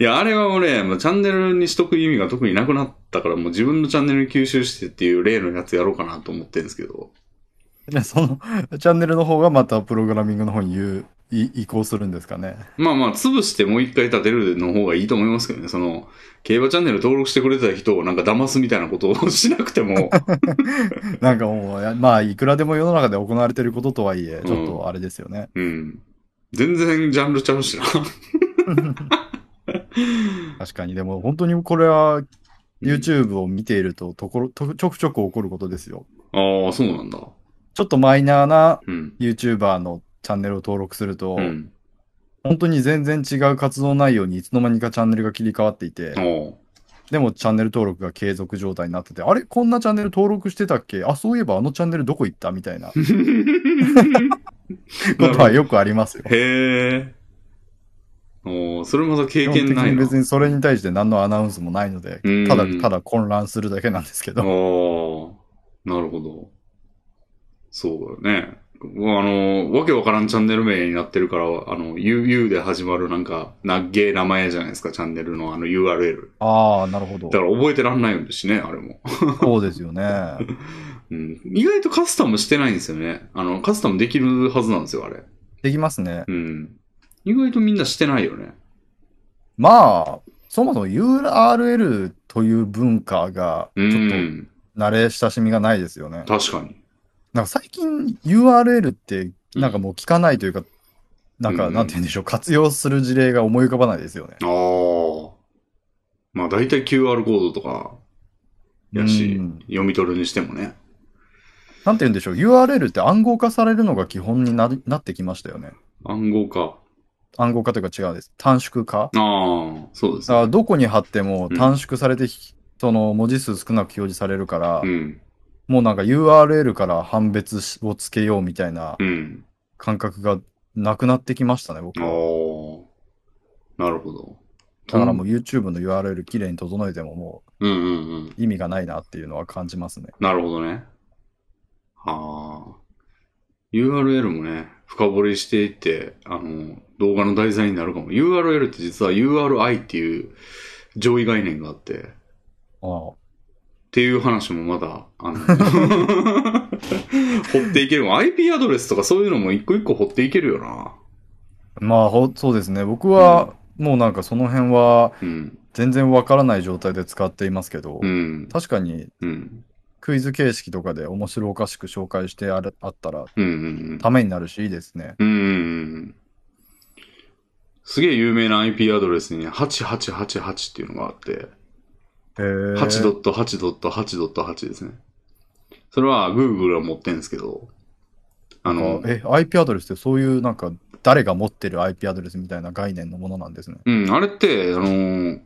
Speaker 1: いや、あれは俺、もうチャンネルにしとく意味が特になくなったから、もう自分のチャンネルに吸収してっていう例のやつやろうかなと思ってるんですけど。
Speaker 2: いやその、チャンネルの方がまたプログラミングの方に言う、い移行するんですかね。
Speaker 1: まあまあ、潰してもう一回立てるの方がいいと思いますけどね。その、競馬チャンネル登録してくれた人をなんか騙すみたいなことをしなくても、
Speaker 2: なんかもうや、まあ、いくらでも世の中で行われてることとはいえ、
Speaker 1: ん
Speaker 2: ちょっとあれですよね。
Speaker 1: うん。全然ジャンルちゃうしな。
Speaker 2: 確かに、でも本当にこれは、YouTube を見ていると、ところ、とちょくちょく起こることですよ。
Speaker 1: ああ、そうなんだ。
Speaker 2: ちょっとマイナーな
Speaker 1: うん。
Speaker 2: YouTuber のチャンネルを登録すると、
Speaker 1: うん。
Speaker 2: 本当に全然違う活動内容にいつの間にかチャンネルが切り替わっていて、
Speaker 1: おう
Speaker 2: でもチャンネル登録が継続状態になってて、あれこんなチャンネル登録してたっけあ、そういえばあのチャンネルどこ行ったみたいなことはよくありますよ。
Speaker 1: へえ。おーそれまだ経
Speaker 2: 基本的
Speaker 1: 験ない
Speaker 2: に
Speaker 1: な。
Speaker 2: 別にそれに対して何のアナウンスもないので
Speaker 1: うん、
Speaker 2: ただただ混乱するだけなんですけ
Speaker 1: ああ
Speaker 2: ど。、
Speaker 1: なるほど。そうだよね。あの、わけわからんチャンネル名になってるから、あの、UU で始まるなんか、なっげえ名前じゃないですか、チャンネルのあの URL。
Speaker 2: ああ、なるほど
Speaker 1: だ。から覚えてらんないんですしね、あれも。
Speaker 2: そうですよね。
Speaker 1: うん。意外とカスタムしてないんですよね。あの、カスタムできるはずなんですよ、あれ。
Speaker 2: できますね。
Speaker 1: うん。意外とみんなしてないよね。
Speaker 2: まあ、そもそも URL という文化が、
Speaker 1: う
Speaker 2: ちょっと
Speaker 1: ん。
Speaker 2: 慣れ親しみがないですよね。
Speaker 1: 確かに。
Speaker 2: なんか最近 URL って、なんかもう聞かないというか、なん
Speaker 1: う
Speaker 2: か、
Speaker 1: ん
Speaker 2: なんて言うんでしょう、活用する事例が思い浮かばないですよね。
Speaker 1: ああ。まあ大体 QR コードとかやし、
Speaker 2: うん
Speaker 1: 読み取るにしてもね。
Speaker 2: なんて言うんでしょう、URL って暗号化されるのが基本になりなってきましたよね。
Speaker 1: 暗号か。
Speaker 2: 暗号化というか違うんです。短縮化
Speaker 1: ああ、そうです
Speaker 2: だか
Speaker 1: ね。
Speaker 2: らどこに貼っても
Speaker 1: うん
Speaker 2: 短縮されて、その文字数少なく表示されるから、
Speaker 1: うん。
Speaker 2: もうなんか URL から判別しをつけようみたいな
Speaker 1: うん。
Speaker 2: 感覚がなくなってきましたね、僕
Speaker 1: ああ
Speaker 2: は。。
Speaker 1: なるほど。
Speaker 2: だからもう YouTube の URL 綺麗に整えてもも
Speaker 1: うんうんうん。
Speaker 2: う意味がないなっていうのは感じますね。
Speaker 1: なるほどね。ああ。URL もね、深掘りしていって、あの、動画の題材になるかも。URL って実は URI っていう上位概念があって、
Speaker 2: ああ
Speaker 1: っていう話もまだ、あ [LAUGHS] の、掘っていけるもん。IP アドレスとかそういうのも一個一個掘っていけるよな。
Speaker 2: まあ、ほそうですね。僕は、もうなんかその辺は
Speaker 1: うん。
Speaker 2: 全然わからない状態で使っていますけど、
Speaker 1: うん。
Speaker 2: 確かに
Speaker 1: うん。
Speaker 2: クイズ形式とかで面白おかしく紹介してあれあったら、
Speaker 1: うん。うん。
Speaker 2: ためになるし、いいですね。
Speaker 1: うんうん。すげえ有名な IP アドレスにね8888っていうのがあって、
Speaker 2: へえ。
Speaker 1: 8.8.8.8ですね。それは Google が持ってんですけど、あ
Speaker 2: なん
Speaker 1: の
Speaker 2: か、え、IP アドレスってそういうなんか誰が持ってる IP アドレスみたいな概念のものなんですね。
Speaker 1: うん、あれって、あのー、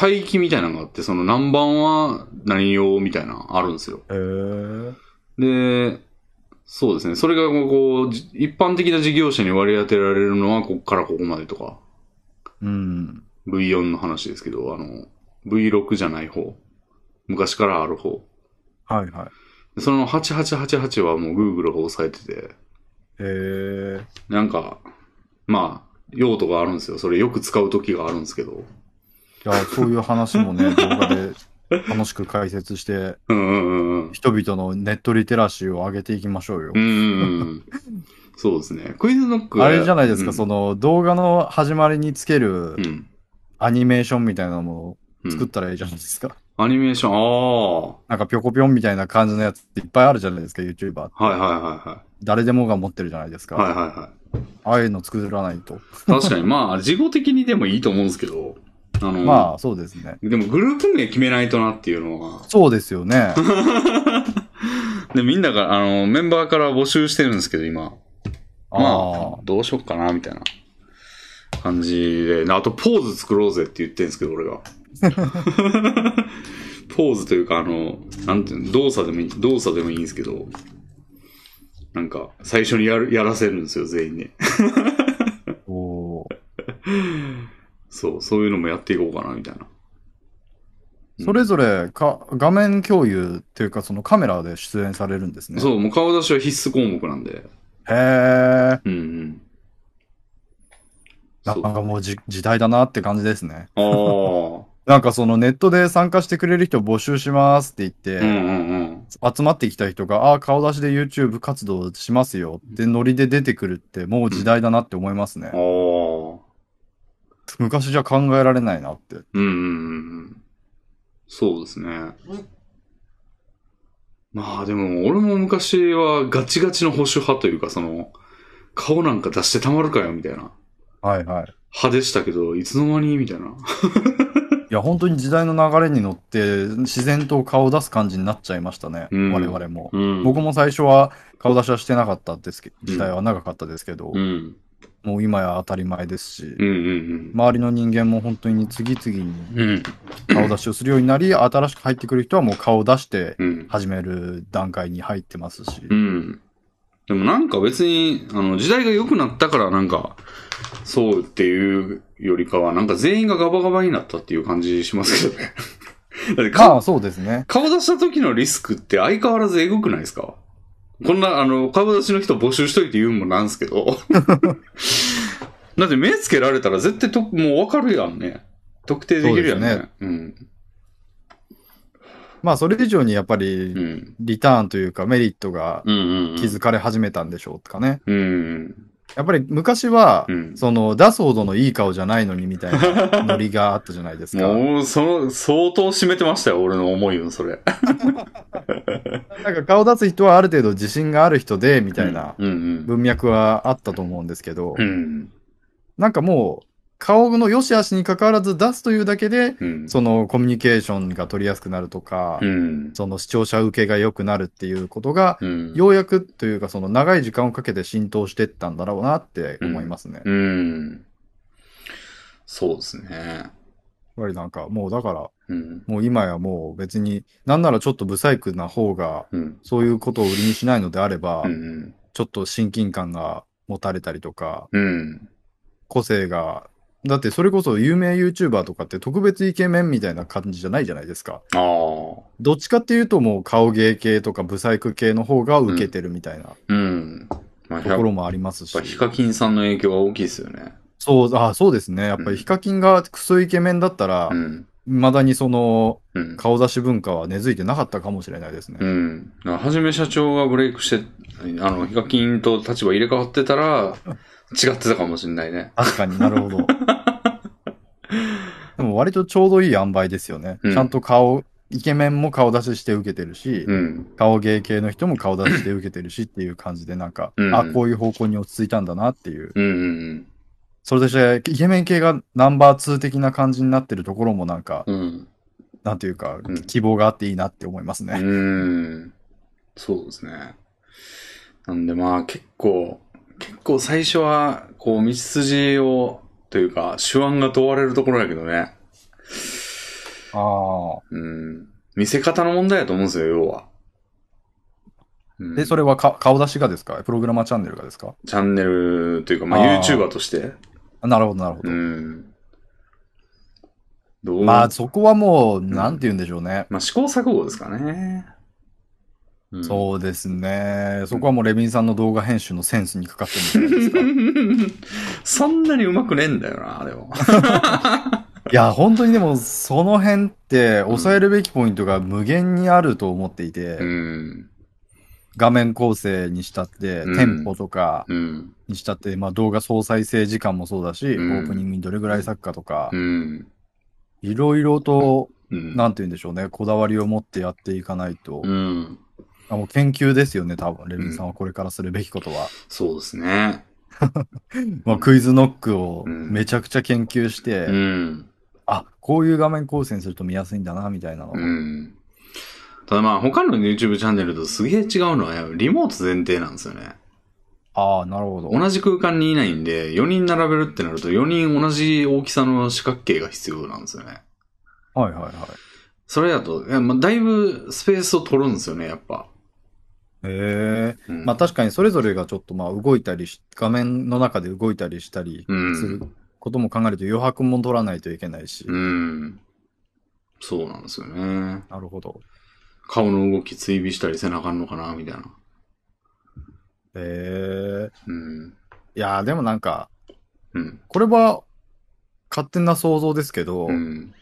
Speaker 1: 待機みたいなのがあって、その何番は何用みたいな、あるんですよ。
Speaker 2: へえ。
Speaker 1: で、そうですね。それがこう、じ一般的な事業者に割り当てられるのは、ここからここまでとか、
Speaker 2: うん。
Speaker 1: V4 の話ですけど、あの、V6 じゃない方。昔からある方。
Speaker 2: はいはい。
Speaker 1: その8888はもう Google が抑えてて、
Speaker 2: へえ。
Speaker 1: なんか、まあ、用途があるんですよ。それよく使う時があるんですけど。
Speaker 2: いや、そういう話も [LAUGHS] ね、動画で楽しく解説して、
Speaker 1: うんうんうんうん。
Speaker 2: 人々のネットリテラシーを上げていきましょうよ
Speaker 1: う。んうんうん。そうですね。クイズノック
Speaker 2: あれじゃないですか、
Speaker 1: そ
Speaker 2: その動画の始まりにつける
Speaker 1: うん。
Speaker 2: アニメーションみたいなものを
Speaker 1: うん
Speaker 2: 作ったらいいじゃないですか。
Speaker 1: アニメーション、あ
Speaker 2: なんかぴょこぴょんみたいな感じのやつっていっぱいあるじゃないですか、YouTuber って。
Speaker 1: あ。はいはいは
Speaker 2: 誰でもが持ってるじゃないですか。
Speaker 1: いはい。はいはいはい。
Speaker 2: ああいうの作らないと。
Speaker 1: 確かに、まあ、事後的にでもいいと思うんですけど、あの、
Speaker 2: まあ、そうですね。
Speaker 1: でもグループ名決めないとなっていうのは、
Speaker 2: そうですよ [LAUGHS] ね。
Speaker 1: で、みんなが、あの、メンバーから募集してるんですけど、今。ま
Speaker 2: あ
Speaker 1: あ、どうしよっかな、みたいな感じで。なあと、ポーズ作ろうぜって言ってるんですけど、俺が。 [LAUGHS] ポーズというか、あの、なんていうの、動作でもいい、動作でもいいんですけど、なんか、最初にやる、やらせるんですよ、全員に。
Speaker 2: あ。おー
Speaker 1: そう、そういうのもやっていこうかな、みたいな。
Speaker 2: それぞれか画面共有っていうか、そのカメラで出演されるんですね。
Speaker 1: そう、もう顔出しは必須項目なんで。
Speaker 2: へ
Speaker 1: う
Speaker 2: え。
Speaker 1: んうん。
Speaker 2: な
Speaker 1: そ
Speaker 2: ん
Speaker 1: う
Speaker 2: かもうじ時代だなって感じですね。
Speaker 1: ああ。
Speaker 2: なんかそのネットで参加してくれる人募集しますって言って、
Speaker 1: うんうんうん。
Speaker 2: 集まってきた人が、ああー、顔出しで YouTube 活動しますよってノリで出てくるって、もう時代だなって思いますね
Speaker 1: あ。あ。
Speaker 2: 昔じゃ考えられないなって。
Speaker 1: うんうんうんうん。そうですね。まあでも、俺も昔はガチガチの保守派というか、その、顔なんか出してたまるかよ、みたいな。
Speaker 2: はいはい。
Speaker 1: 派でしたけど、いつの間にみたいな。
Speaker 2: いや、本当に時代の流れに乗って、自然と顔を出す感じになっちゃいましたね。
Speaker 1: うん
Speaker 2: 我々も。
Speaker 1: うん。
Speaker 2: 僕も最初は顔出しはしてなかったですけど、時代は長かったですけど、
Speaker 1: うん。うん
Speaker 2: もう今や当たり前ですし、
Speaker 1: うんうん。
Speaker 2: 周りの人間も本当に次々に
Speaker 1: うん。
Speaker 2: 顔出しをするようになり、新しく入ってくる人はもう顔を出して
Speaker 1: うん。
Speaker 2: 始める段階に入ってますし。
Speaker 1: うん。でもなんか別に、あの、時代が良くなったからなんか、そうっていうよりかは、なんか全員がガバガバになったっていう感じしますけどね。だって
Speaker 2: ま
Speaker 1: 顔
Speaker 2: あそうですね。
Speaker 1: 顔出した時のリスクって相変わらずエグくないですかこんな、あの、顔出しの人募集しといて言うんもなんですけ
Speaker 2: [LAUGHS]
Speaker 1: ど。だって目つけられたら絶対と、もうわかるやんね。特定できるやん
Speaker 2: そう
Speaker 1: ね。
Speaker 2: で
Speaker 1: うん。
Speaker 2: まあそれ以上にやっぱ
Speaker 1: う
Speaker 2: り
Speaker 1: ん。
Speaker 2: リターンというかメリットが
Speaker 1: うんうんうん。
Speaker 2: 気づかれ始めたんでしょうかね。
Speaker 1: うん。
Speaker 2: やっぱり昔は
Speaker 1: うん、
Speaker 2: その出すほどのいい顔じゃないのにみたい
Speaker 1: [LAUGHS]
Speaker 2: なノリがあったじゃないですか。
Speaker 1: もう、その、相当締めてましたよ、俺の思いを、それ。
Speaker 2: なんか顔出す人はある程度自信がある人で、みたいな
Speaker 1: うんうん。
Speaker 2: 文脈はあったと思うんですけど
Speaker 1: う、ん。
Speaker 2: なんかもう顔の良し悪しに関わらず出すというだけで、
Speaker 1: うん。
Speaker 2: そのコミュニケーションが取りやすくなるとか、
Speaker 1: うん。
Speaker 2: その視聴者受けが良くなるっていうことが、
Speaker 1: うん。
Speaker 2: ようやくというか、その長い時間をかけて浸透してったんだろうなって思いますね。やっ
Speaker 1: うん。そうですね。
Speaker 2: ぱりなんか、もうだから、
Speaker 1: うん。
Speaker 2: もう今やもう別に、なんならちょっと不細工な方が、
Speaker 1: うん。
Speaker 2: そういうことを売りにしないのであれば、
Speaker 1: うん。
Speaker 2: ちょっと親近感が持たれたりとか、
Speaker 1: うん。
Speaker 2: 個性が、だってそれこそ有名 YouTuber とかって特別イケメンみたいな感じじゃないじゃないですか。
Speaker 1: ああ。
Speaker 2: どっちかっていうともう顔芸系とか不細工系の方が受けてるみたいな
Speaker 1: うん。まあ、
Speaker 2: と
Speaker 1: や
Speaker 2: こ
Speaker 1: っ
Speaker 2: ろもありますし。
Speaker 1: ぱヒカキンさんの影響が大きいですよね。
Speaker 2: そう、あ、そうですね。やっぱ
Speaker 1: うん
Speaker 2: りヒカキンがクソイケメンだったら
Speaker 1: う、ん。
Speaker 2: 未だにその
Speaker 1: うん。
Speaker 2: 顔出し文化は根付いてなかったかもしれないです
Speaker 1: う
Speaker 2: ね。
Speaker 1: ん。だからはじめ社長がブレイクして、あの、ヒカキンと立場入れ替わってたら、違ってたかもしれないね。
Speaker 2: 確かになるほ
Speaker 1: [LAUGHS]
Speaker 2: ど。でも割とちょうどいい塩梅ですよね。
Speaker 1: うん
Speaker 2: ちゃんと顔、イケメンも顔出しして受けてるし、
Speaker 1: うん。
Speaker 2: 顔芸系の人も顔出しして受けてるしっていう感じでなんか、
Speaker 1: うん
Speaker 2: あ、こういう方向に落ち着いたんだなっていう。
Speaker 1: うんうん
Speaker 2: それとして、イケメン系がナンバー2的な感じになってるところもなんか、
Speaker 1: うん。うん。
Speaker 2: なんていうか
Speaker 1: うん、
Speaker 2: 希望があっていいなって思います
Speaker 1: う
Speaker 2: ね。
Speaker 1: ーん。そうですね。なんでまあ結構、結構最初は、こう、道筋を、というか、手腕が問われるところだけどね。
Speaker 2: ああ。
Speaker 1: うん。見せ方の問題だと思うんですよ、要は。うん
Speaker 2: で、それはか顔出しがですかプログラマーチャンネルがですか
Speaker 1: チャンネルというか、まあ、
Speaker 2: あー
Speaker 1: YouTuber として。
Speaker 2: あなるほど、なるほど。
Speaker 1: うん。どう
Speaker 2: まあ、そこはもう、なんて言うんでしょうね。
Speaker 1: まあ、試行錯誤ですかね。うん
Speaker 2: そうですね。そこはもうレビンさんの動画編集のセンスにかかってるんじゃないですか。
Speaker 1: [LAUGHS]
Speaker 2: い
Speaker 1: [LAUGHS] そんなにうまくねえんだよな、でも。
Speaker 2: や、本当にでも、その辺って、抑えるべきポイントが無限にあると思っていて、
Speaker 1: うん。
Speaker 2: 画面構成にしたって、
Speaker 1: うん
Speaker 2: テンポとか
Speaker 1: うん。
Speaker 2: にしたって、まあ動画総再生時間もそうだし、
Speaker 1: うん
Speaker 2: オープニングにどれぐらい作かとか
Speaker 1: う、ん。
Speaker 2: いろいろと、
Speaker 1: うん。
Speaker 2: なんて言うんでしょうね、こだわりを持ってやっていかないと、
Speaker 1: うん。
Speaker 2: あもう研究ですよね、多分、レビンさんはこれからするべきことは。
Speaker 1: そうですね。
Speaker 2: まあ、クイズノックを
Speaker 1: うん
Speaker 2: めちゃくちゃ研究して、
Speaker 1: うん。
Speaker 2: あ、こういう画面構成にすると見やすいんだな、みたいなのを。
Speaker 1: うん。ただまあ、他の YouTube チャンネルとすげえ違うのは、リモート前提なんですよね。
Speaker 2: ああ、なるほど。
Speaker 1: 同じ空間にいないんで、4人並べるってなると、4人同じ大きさの四角形が必要なんですよね。
Speaker 2: はいはいはい。
Speaker 1: それだと、いやまあ、だいぶスペースを取るんですよね、やっぱ。
Speaker 2: へえ。
Speaker 1: うん
Speaker 2: まあ確かにそれぞれがちょっとまあ動いたりし、画面の中で動いたりしたり
Speaker 1: うん
Speaker 2: することも考えると余白も取らないといけないし。
Speaker 1: うん。そうなんですよね。
Speaker 2: なるほど。
Speaker 1: 顔の動き追尾したりせなあかんのかな、みたいな。
Speaker 2: へえ。
Speaker 1: うん。
Speaker 2: いやーでもなんか、
Speaker 1: うん。
Speaker 2: これは勝手な想像ですけど、
Speaker 1: うん。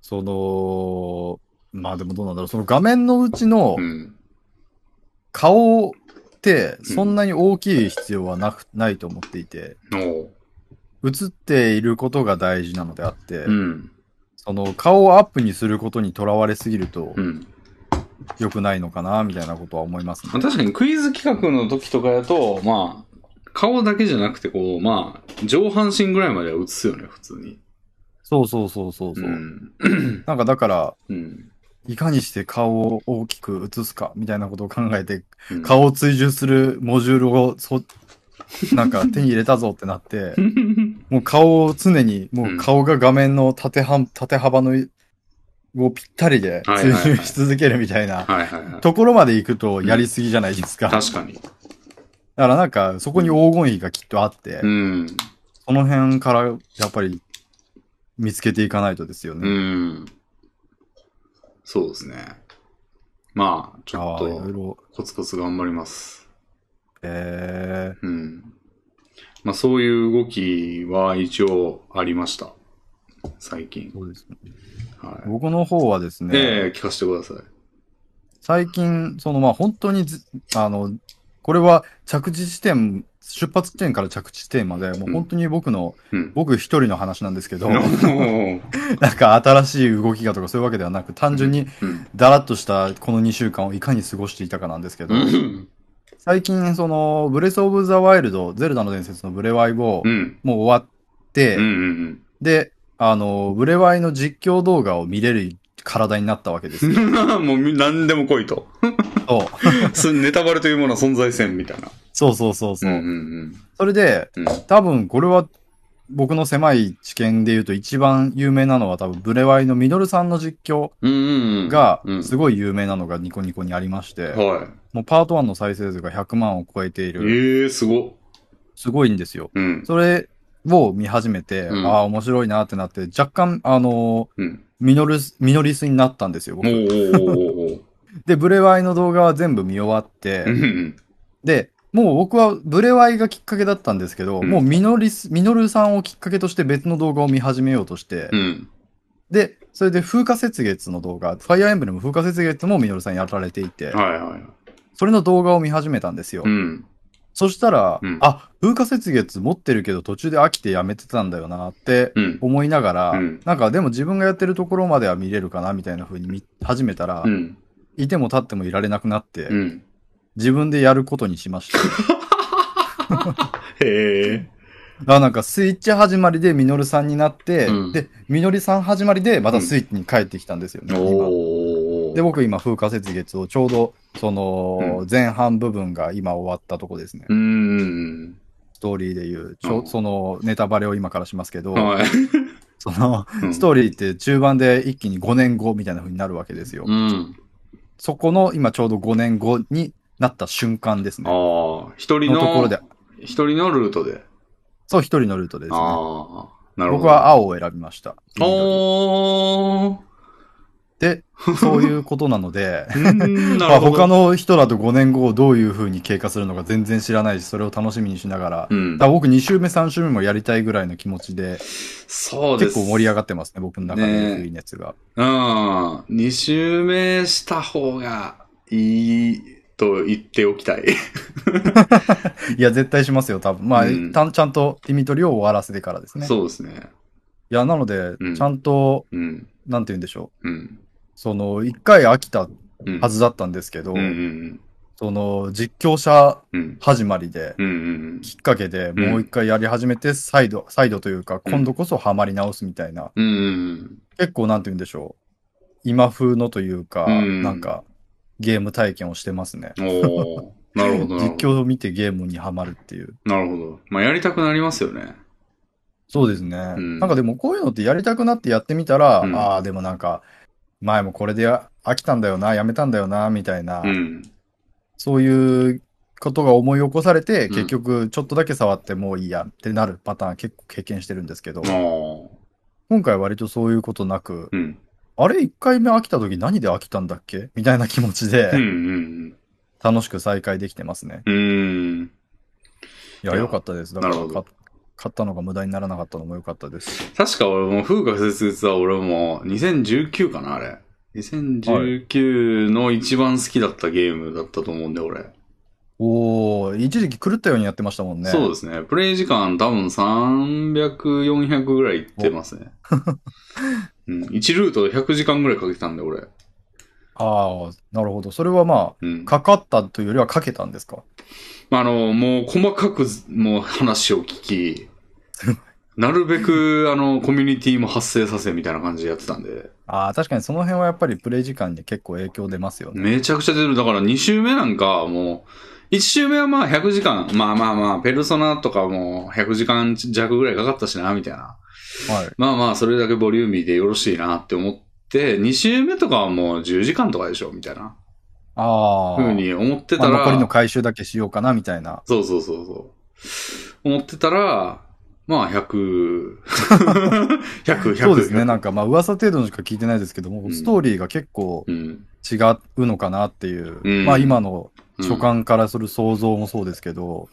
Speaker 2: その、まあでもどうなんだろう、その画面のうちの、
Speaker 1: うん。
Speaker 2: 顔ってそんなに大きい必要はなく、ないと思っていて、
Speaker 1: おう。
Speaker 2: 映っていることが大事なのであって、
Speaker 1: うん。
Speaker 2: その顔をアップにすることにとらわれすぎると
Speaker 1: うん。
Speaker 2: 良くないのかな、みたいなことは思いますね。
Speaker 1: まあ確かにクイズ企画の時とかだと、まあ、顔だけじゃなくて、こう、まあ、上半身ぐらいまでは映すよね、普通に。
Speaker 2: そうそうそうそうそう。
Speaker 1: ん。
Speaker 2: なんかだから、
Speaker 1: うん。
Speaker 2: いかにして顔を大きく映すか、みたいなことを考えて、
Speaker 1: うん
Speaker 2: 顔を追従するモジュールを、そ、なんか手に入れたぞって
Speaker 1: [LAUGHS]
Speaker 2: なって、もう顔を常に、もう顔が画面の縦半、縦幅のい、をぴったりで
Speaker 1: はいはい
Speaker 2: 追
Speaker 1: はい
Speaker 2: 従し続けるみたいな
Speaker 1: はいはいはい。
Speaker 2: [LAUGHS] ところまで行くとやりすぎじゃないですか。だ
Speaker 1: 確かに。
Speaker 2: からなんか、そこに黄金比がきっとあって
Speaker 1: う、ん。
Speaker 2: その辺からやっぱり見つけていかないとですよ
Speaker 1: う
Speaker 2: ね。
Speaker 1: ん。そうですね。まあ、ちょ
Speaker 2: あ
Speaker 1: っ
Speaker 2: あ、いろい
Speaker 1: と、
Speaker 2: ろ。
Speaker 1: コツコツ頑張ります。
Speaker 2: えー、
Speaker 1: うん。まあそういう動きは一応ありました。最近。
Speaker 2: そうですね。
Speaker 1: はい。
Speaker 2: 僕の方はです
Speaker 1: ええ
Speaker 2: ね、
Speaker 1: 聞かせてください。
Speaker 2: 最近、そのまあ本当にず、あの、これは着地地点、出発地点から着地地点まで、もう本当に僕の、
Speaker 1: うん。
Speaker 2: 僕一人の話なんですけど、
Speaker 1: うん
Speaker 2: なんか新しい動きがとかそういうわけではなく、単純に
Speaker 1: うん
Speaker 2: だらっとしたこの2週間をいかに過ごしていたかなんですけ
Speaker 1: [LAUGHS]
Speaker 2: ど
Speaker 1: う、ん。
Speaker 2: 最近その、ブレスオブザワイルド、ゼルダの伝説のブレワイを
Speaker 1: う、ん。
Speaker 2: もう終わって
Speaker 1: うんう、ん
Speaker 2: で、あの、ブレワイの実況動画を見れる体になったわけです
Speaker 1: [LAUGHS]
Speaker 2: よ。
Speaker 1: うん。もうみ何でも来いと。
Speaker 2: そう
Speaker 1: そうネタバレというものは存在せんみたいな。
Speaker 2: そうそうそうそうう。
Speaker 1: んうん
Speaker 2: それで、
Speaker 1: うん。
Speaker 2: 多分これは、僕の狭い知見で言うと一番有名なのは多分ブレワイのミドルさんの実況
Speaker 1: うんうんうん。
Speaker 2: が
Speaker 1: うん、
Speaker 2: すごい有名なのがニコニコにありまして、
Speaker 1: は
Speaker 2: もうパート1の再生数が100万を超えてい
Speaker 1: い。
Speaker 2: る。
Speaker 1: ええすごっ。
Speaker 2: すごいんですよ。
Speaker 1: うん。
Speaker 2: それを見始めて、
Speaker 1: うん
Speaker 2: ああ、面白いなってなって、若干、あの
Speaker 1: うん。
Speaker 2: ー、ミノルス、ミノリスになったんですよ、
Speaker 1: お
Speaker 2: 僕。
Speaker 1: ーおーおーおー
Speaker 2: で、ブレワイの動画は全部見終わって、
Speaker 1: [LAUGHS] うんうん。
Speaker 2: で、もう僕はブレワイがきっかけだったんですけど、
Speaker 1: うん
Speaker 2: もうミノリス、ミノルさんをきっかけとして別の動画を見始めようとして、
Speaker 1: うん。
Speaker 2: で、それで風化雪月の動画、ファイアーエンブレム風化雪月もミノルさんやられていて、
Speaker 1: はいはい。
Speaker 2: それの動画を見始めたんですよ。
Speaker 1: うん。
Speaker 2: そしたら、
Speaker 1: うん
Speaker 2: あ、風化雪月持ってるけど途中で飽きてやめてたんだよなって
Speaker 1: うん。
Speaker 2: 思いながら、
Speaker 1: うん
Speaker 2: なんかでも自分がやってるところまでは見れるかなみたいな風に見始めたら、
Speaker 1: うん。
Speaker 2: いても立ってもいられなくなって、
Speaker 1: うん。
Speaker 2: 自分でやることにしました。だか
Speaker 1: へえ。
Speaker 2: らなんかスイッチ始まりでミノルさんになって、
Speaker 1: うん
Speaker 2: で、ミノリさん始まりでまたスイッチに帰ってきたんですよね、今
Speaker 1: おお。
Speaker 2: で、僕今風化雪月をちょうど、その、前半部分が今終わったとこですね。
Speaker 1: うーん。
Speaker 2: ちトーリーでいう、ち
Speaker 1: う
Speaker 2: ょ
Speaker 1: ん
Speaker 2: そのネタバレを今からしますけど、
Speaker 1: はい。
Speaker 2: その
Speaker 1: うん
Speaker 2: ストーリーって中盤で一気に5年後みたいな風になるわけですよ。
Speaker 1: うん。
Speaker 2: そこの今ちょうど5年後になった瞬間ですね。
Speaker 1: ああ、一人
Speaker 2: のところ
Speaker 1: の
Speaker 2: で、、
Speaker 1: 一人のルートで。
Speaker 2: そう一人のルートですね。
Speaker 1: ああ、なるほど。
Speaker 2: 僕は青を選びました。
Speaker 1: おー。
Speaker 2: で、そういうことなので、
Speaker 1: うーんな
Speaker 2: ま
Speaker 1: る
Speaker 2: あ、
Speaker 1: ほど。
Speaker 2: 他の人だと5年後をどういう風に経過するのか全然知らないし、それを楽しみにしながら、
Speaker 1: うん
Speaker 2: だか。ら僕2週目3週目もやりたいぐらいの気持ちで、
Speaker 1: そうで
Speaker 2: 結
Speaker 1: す。
Speaker 2: 構盛り上
Speaker 1: が
Speaker 2: がってますね、僕の中
Speaker 1: ねえ
Speaker 2: で冬熱が。
Speaker 1: うん。二周目した方がいいと言っておきたい。
Speaker 2: いや、絶対しますよ、多分。まあ、
Speaker 1: うん
Speaker 2: 一旦ちゃんとティミトリを終わらせてからですね。
Speaker 1: そうですね。
Speaker 2: いや、なので
Speaker 1: うん、
Speaker 2: ちゃんと、
Speaker 1: うん。
Speaker 2: なんて言うんでしょう。
Speaker 1: うん。
Speaker 2: その、一回飽きた
Speaker 1: うん。
Speaker 2: はずだったんですけど、
Speaker 1: うんうん
Speaker 2: その、実況者
Speaker 1: うん。うん。
Speaker 2: 始まりで、
Speaker 1: うんうん
Speaker 2: きっかけでもう一回やり始めて、再度、再度というか、
Speaker 1: うん
Speaker 2: 今度こそハマり直すみたいな、
Speaker 1: うん。うん
Speaker 2: 結構なんて言うんでしょう。今風のというか、
Speaker 1: うん
Speaker 2: なんか、ゲーム体験をしてますね。
Speaker 1: うん。お
Speaker 2: [LAUGHS]
Speaker 1: ー。なるほど、なるほ
Speaker 2: 実
Speaker 1: ど。
Speaker 2: 況を見てゲームにはまるっていう。
Speaker 1: なるほど。まあ、やりたくなりますよね。
Speaker 2: そうですね。
Speaker 1: ん
Speaker 2: なんかでもこういうのってやりたくなってやってみたら、
Speaker 1: うん
Speaker 2: ああ、でもなんか、前もこれでや飽きたんだよな、やめたんだよな、みたいな、
Speaker 1: うん。
Speaker 2: そういうことが思い起こされて、
Speaker 1: ん
Speaker 2: 結局ちょっとだけ触ってもういいやってなるパターン結構経験してるんですけど、
Speaker 1: あー。
Speaker 2: 今回割とそういうことなく、
Speaker 1: うん。
Speaker 2: あれ、1回目飽きた時何で飽きたんだっけみたいな気持ち
Speaker 1: うんう
Speaker 2: で、
Speaker 1: ん
Speaker 2: 楽しく再開できてますね。
Speaker 1: うん。うん。
Speaker 2: いや、
Speaker 1: いや
Speaker 2: 良かったです。だ
Speaker 1: な
Speaker 2: か
Speaker 1: る
Speaker 2: ら
Speaker 1: ほど
Speaker 2: か買ったのが無駄にならなかったのも良かったですし。
Speaker 1: 確か俺も、風化節々は俺も、2019かな、あれ。2019の一番好きだったゲームだったと思うんで、俺。
Speaker 2: おー、一時期狂ったようにやってましたもんね。
Speaker 1: そうですね。プレイ時間多分300、400ぐらいいってますね。うん、1ルートで100時間ぐらいかけてたんで、俺。
Speaker 2: ああ、なるほど。それはま
Speaker 1: うん
Speaker 2: あ、。かかったというよりはかけたんですか。
Speaker 1: あの、もう細かく、もう話を聞
Speaker 2: [LAUGHS]
Speaker 1: き、なるべく、あの、コミュニティも発生させみたいな感じでやってたんで、
Speaker 2: ああ、確かにその辺はやっぱりプレイ時間に結構影響出ますよね。
Speaker 1: めちゃくちゃ出る。だから2周目なんか、もう、1周目はまあ100時間、まあまあまあ、ペルソナとかも100時間弱ぐらいかかったしな、みたいな。
Speaker 2: はい。
Speaker 1: まあまあ、それだけボリューミーでよろしいなって思って、2週目とかはもう10時間とかでしょみたいな。
Speaker 2: ああ。
Speaker 1: ふうに思ってた
Speaker 2: まあ
Speaker 1: ら、
Speaker 2: 残りの回収だけしようかな、みたいな。
Speaker 1: そうそうそうそう。思ってたら、まあ100、100、100。
Speaker 2: そうですね。
Speaker 1: 100
Speaker 2: なんかまあ、噂程度のしか聞いてないですけども、
Speaker 1: うん
Speaker 2: ストーリーが結構
Speaker 1: うん。
Speaker 2: 違うのかなっていう。
Speaker 1: うん
Speaker 2: まあ、今の
Speaker 1: うん
Speaker 2: 所感からする想像もそうですけど、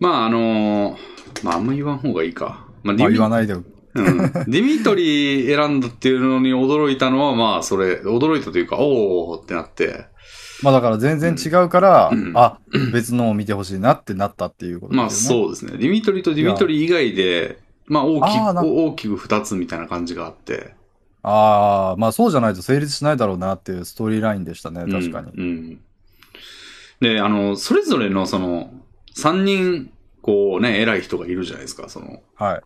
Speaker 1: まああのーまああんま言わん方がいいか。まあディ
Speaker 2: まあ、
Speaker 1: ミ
Speaker 2: 言わないで、
Speaker 1: うん、ディミトリー選んだっていうのに驚いたのは、まあそれ、驚いたというか、おーってなって、
Speaker 2: まあだから全然違うから、
Speaker 1: うん
Speaker 2: あ、別のを見てほしいなってなったっていうことですよね。
Speaker 1: まあそうですね。ディミトリーとディミトリー以外で、まあ大き
Speaker 2: あーな
Speaker 1: く、大きく二つみたいな感じがあって。
Speaker 2: ああ、まあそうじゃないと成立しないだろうなっていうストーリーラインでしたね、確かに。
Speaker 1: うん。うんで、あの、それぞれのその、三人、こうね、偉い人がいるじゃないですか、その。
Speaker 2: はい。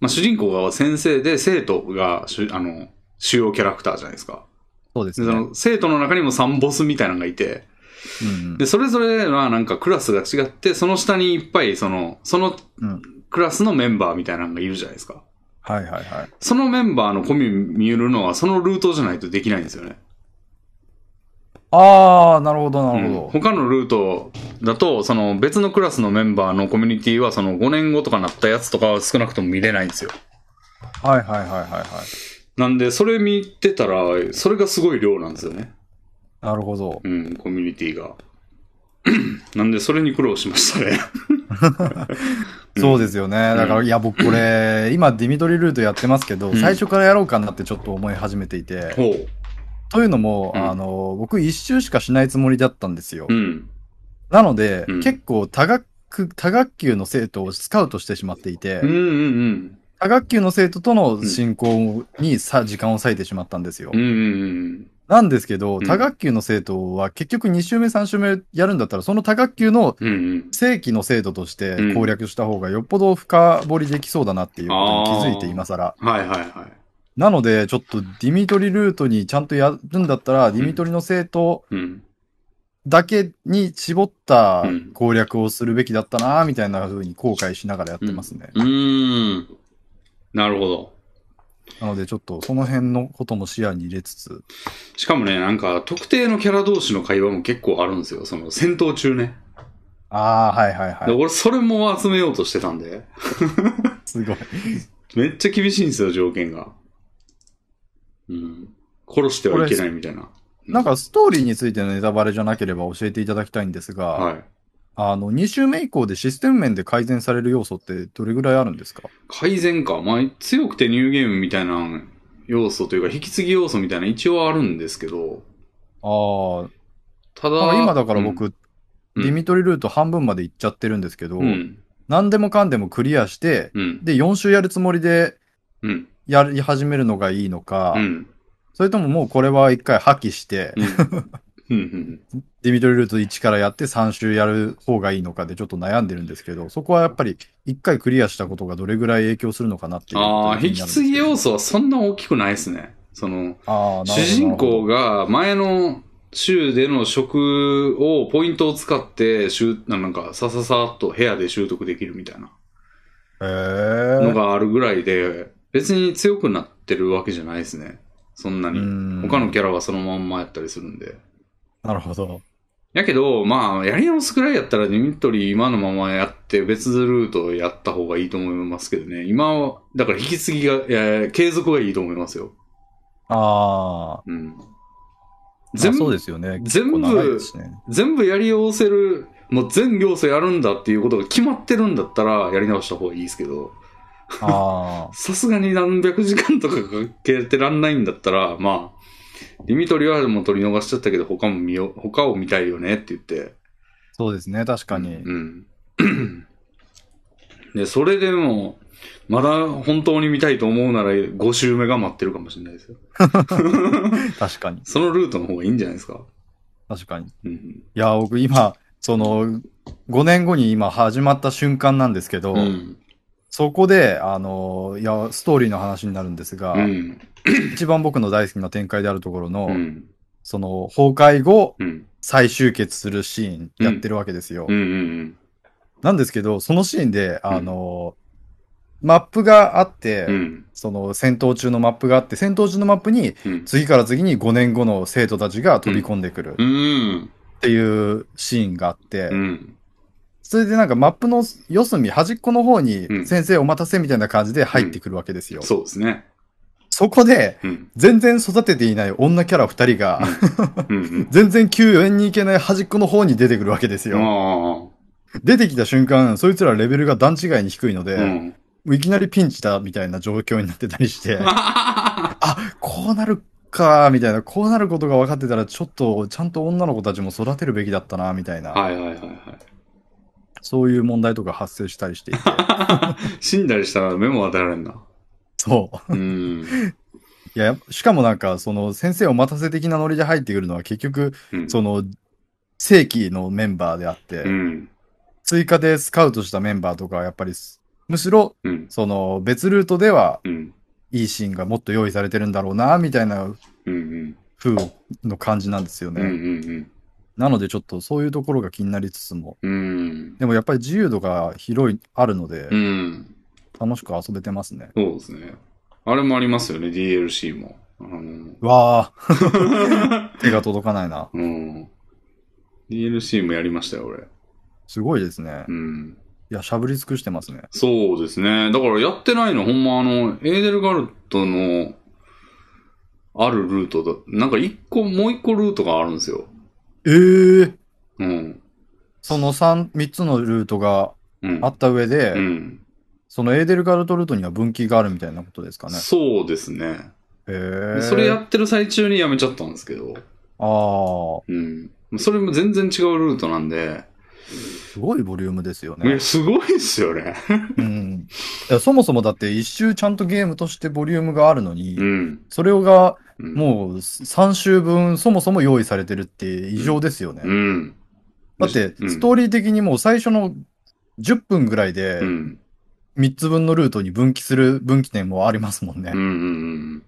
Speaker 1: まあ主人公が先生で、生徒が主、あの、主要キャラクターじゃないですか。
Speaker 2: そうです
Speaker 1: で、
Speaker 2: ね。
Speaker 1: そ
Speaker 2: うん
Speaker 1: の、生徒の中にも三ボスみたいなのがいて、
Speaker 2: うん
Speaker 1: で、それぞれはなんかクラスが違って、その下にいっぱい、その、その
Speaker 2: うん
Speaker 1: クラスのメンバーみたいなのがいるじゃないですか。
Speaker 2: はいはいはい。
Speaker 1: そのメンバーのコミュ見るのは、そのルートじゃないとできないんですよね。
Speaker 2: ああ、なるほどな
Speaker 1: う
Speaker 2: る
Speaker 1: ん
Speaker 2: ほど。
Speaker 1: 他のルートだと、その別のクラスのメンバーのコミュニティは、その5年後とかなったやつとかは少なくとも見れないんですよ。
Speaker 2: はいはいはいはいはい。
Speaker 1: なんで、それ見てたら、それがすごい量なんですよね。
Speaker 2: なるほど。
Speaker 1: うん、コミュニティが。 [CLEARS THROAT] なんで、それに苦労しましたね。
Speaker 2: そうですよね。だから、いや、僕これ、今、ディミトリルートやってますけど、
Speaker 1: うん
Speaker 2: 最初からやろうかなってちょっと思い始めていて、
Speaker 1: ほう。
Speaker 2: というのも、
Speaker 1: うん
Speaker 2: あの、僕一周しかしないつもりだったんですよ
Speaker 1: う。ん。
Speaker 2: なので
Speaker 1: うん、
Speaker 2: 結構多学、多学級の生徒をスカウトしてしまっていて
Speaker 1: うん、うん
Speaker 2: 多学級の生徒との進行にさ、時間を割いてしまったんですよ
Speaker 1: うん。うん。う。ん
Speaker 2: なんですけど、
Speaker 1: うん
Speaker 2: 多学級の生徒は結局2週目3週目やるんだったら、その多学級の
Speaker 1: うん。うんうん。
Speaker 2: 正規の生徒として
Speaker 1: うん
Speaker 2: 攻略した方がよっぽど深掘りできそうだなっていうことに気づい
Speaker 1: あ
Speaker 2: て
Speaker 1: ー
Speaker 2: 今更。
Speaker 1: はいはいは
Speaker 2: なので、ちょっとディミトリルートにちゃんとやるんだったら、ディミトリの生徒
Speaker 1: い。うん。
Speaker 2: だけに絞った
Speaker 1: うん
Speaker 2: 攻略をするべきだったな、みたいな風に後悔しながらやってますね。
Speaker 1: うーん。なるほど。
Speaker 2: なので、ちょっとその辺のことも視野に入れつつ、
Speaker 1: しかもね、なんか、特定のキャラ同士の会話も結構あるんですよ。その、戦闘中ね。
Speaker 2: ああ、はいはい
Speaker 1: で
Speaker 2: はい。
Speaker 1: 俺、それも集めようとしてたんで。
Speaker 2: すごい。
Speaker 1: めっちゃ厳しいんですよ、条件が。うん。殺してはいけないみたいな。
Speaker 2: なんかストーリーについてのネタバレじゃなければ教えていただきたいんですが、
Speaker 1: はい。
Speaker 2: あの、2週目以降でシステム面で改善される要素ってどれぐらいあるんですか
Speaker 1: 改善か。まあ、強くてニューゲームみたいな要素というか、引き継ぎ要素みたいな一応あるんですけど、
Speaker 2: あ
Speaker 1: た
Speaker 2: あ、
Speaker 1: だ
Speaker 2: なんか、今だから僕、
Speaker 1: うん
Speaker 2: ディミトリルート半分まで行っちゃってるんですけど、
Speaker 1: うん、うん、
Speaker 2: 何でもかんでもクリアして、
Speaker 1: うん、
Speaker 2: で、4週やるつもりで
Speaker 1: うん、
Speaker 2: やり始めるのがいいのか、
Speaker 1: うん、
Speaker 2: それとももうこれは一回破棄して、 [LAUGHS]
Speaker 1: うん、うん。
Speaker 2: ディミトリルート1からやって3週やる方がいいのかでちょっと悩んでるんですけど、そこはやっぱり一回クリアしたことがどれぐらい影響するのかなっていうところ
Speaker 1: あ
Speaker 2: が
Speaker 1: あ、
Speaker 2: 気
Speaker 1: 引
Speaker 2: に
Speaker 1: き
Speaker 2: なるんです
Speaker 1: 継
Speaker 2: けど。
Speaker 1: ぎ要素はそんな大きくないですね。その、
Speaker 2: あーなるほど
Speaker 1: 主人公が前の週での職をポイントを使って、しゅなんか、さささっと部屋で習得できるみたいな
Speaker 2: へえ
Speaker 1: のがあるぐらいで、別に強くなってるわけじゃないですね。そんなに。他のキャラはそのまんまやったりするんで。
Speaker 2: なるほど。
Speaker 1: やけど、まあ、やり直すくらいやったら、ディミトリー今のままやって、別ルートをやった方がいいと思いますけどね。今は、だから引き継ぎが、いや継続がいいと思いますよ。
Speaker 2: ああ、
Speaker 1: うん。全
Speaker 2: 全部そう
Speaker 1: 部、
Speaker 2: ですよね。
Speaker 1: 全部
Speaker 2: 結構長いで
Speaker 1: [LAUGHS]
Speaker 2: すね。
Speaker 1: 全部やり直せる、もう全要素やるんだっていうことが決まってるんだったら、やり直した方がいいですけど、
Speaker 2: あ
Speaker 1: さすがに何百時間とかかけてらんないんだったら、まあ、リミトリはもう取り逃しちゃったけど、他も見よ、他を見たいよねって言って、
Speaker 2: あ、そうですね。確かに。
Speaker 1: うん。 [COUGHS] で、それでも、まだ本当に見たいと思うなら5周目が待ってるかもしれない
Speaker 2: [LAUGHS]
Speaker 1: ですよ。
Speaker 2: 確かに。
Speaker 1: そのルートの方がいいんじゃないですか。
Speaker 2: 確かに。い
Speaker 1: うん。
Speaker 2: や、僕今、その、5年後に今始まった瞬間なんですけど、
Speaker 1: うん。
Speaker 2: そこで、あの、いや、ストーリーの話になるんですが、
Speaker 1: うん。
Speaker 2: 一番僕の大好きな展開であるところの、
Speaker 1: うん。
Speaker 2: その、崩壊後、
Speaker 1: うん。
Speaker 2: 再集結するシーンやってるわけですよ。
Speaker 1: うん。うん。
Speaker 2: なんですけど、そのシーンで、あの、マップがあって、
Speaker 1: うん。
Speaker 2: その戦闘中のマップがあって、戦闘中のマップに
Speaker 1: うん。
Speaker 2: 次から次に5年後の生徒たちが飛び込んでくる
Speaker 1: うん。
Speaker 2: っていうシーンがあって
Speaker 1: う、ん。
Speaker 2: それでなんかマップの四隅端っこの方に
Speaker 1: うん
Speaker 2: 先生お待たせみたいな感じで入ってくるわけですよ。
Speaker 1: そうですね。
Speaker 2: そこで
Speaker 1: うん。
Speaker 2: 全然育てていない女キャラ2人が
Speaker 1: うんうん。
Speaker 2: 全然救援に行けない端っこの方に出てくるわけですよ。
Speaker 1: あ
Speaker 2: 出てきた瞬間、そいつらレベルが段違いに低いの
Speaker 1: あ。
Speaker 2: で、
Speaker 1: うん。
Speaker 2: いきなりピンチだみたいな状況になってたりして、あ、こうなるか、みたいな、こうなることが分かってたら、ちょっと、ちゃんと女の子たちも育てるべきだったな、みたいな、
Speaker 1: はいはいはいは
Speaker 2: そういう問題とか発生したりして
Speaker 1: [LAUGHS]
Speaker 2: いて、
Speaker 1: い。死んだりしたら目も当てられんな。
Speaker 2: そう。
Speaker 1: うん。
Speaker 2: いや、しかもなんか、その、先生を待たせ的なノリで入ってくるのは、結局、
Speaker 1: うん。
Speaker 2: その、正規のメンバーであって、
Speaker 1: うん。
Speaker 2: 追加でスカウトしたメンバーとかは、やっぱりす、むしろ、
Speaker 1: うん。
Speaker 2: その、別ルートでは、
Speaker 1: うん。
Speaker 2: いいシーンがもっと用意されてるんだろうな、みたいな
Speaker 1: うん。うん。
Speaker 2: 風の感じなんですよ
Speaker 1: う
Speaker 2: ね。
Speaker 1: ん。
Speaker 2: なので、ちょっと、そういうところが気になりつつも、
Speaker 1: うん。
Speaker 2: でもやっぱり自由度が広い、あるので、
Speaker 1: うん。
Speaker 2: 楽しく遊べてますね。
Speaker 1: そうですね。あれもありますよね、DLC も。あの、
Speaker 2: わ
Speaker 1: [LAUGHS]
Speaker 2: あ手が届かないな。
Speaker 1: うん。DLC もやりましたよ、俺。
Speaker 2: すごいですね
Speaker 1: う。ん。
Speaker 2: いや、しゃぶり尽くしてますね。
Speaker 1: そうですね。だからやってないの、ほんまあの、エーデルガルトの、あるルートだ。なんか一個、もう一個ルートがあるんですよ。
Speaker 2: ええ
Speaker 1: うん。
Speaker 2: その三、三つのルートが
Speaker 1: うん。
Speaker 2: あった上で、
Speaker 1: うん。
Speaker 2: そのエーデルガルトルートには分岐があるみたいなことですかね。
Speaker 1: そうですね。
Speaker 2: へえ
Speaker 1: それやってる最中にやめちゃったんですけど。
Speaker 2: ああ、
Speaker 1: うん。それも全然違うルートなんで。
Speaker 2: すごいボリュームですよ
Speaker 1: いや、
Speaker 2: ね。
Speaker 1: すごいっすよね。
Speaker 2: うん。いやそもそもだって一周ちゃんとゲームとしてボリュームがあるのに、
Speaker 1: うん。
Speaker 2: それが
Speaker 1: うん
Speaker 2: もう3周分そもそも用意されてるって異常ですよね。
Speaker 1: うん。
Speaker 2: だって、
Speaker 1: うん
Speaker 2: ストーリー的にもう最初の10分ぐらいで
Speaker 1: う、ん。
Speaker 2: 3つ分のルートに分岐する分岐点もありますもんね。
Speaker 1: うんうん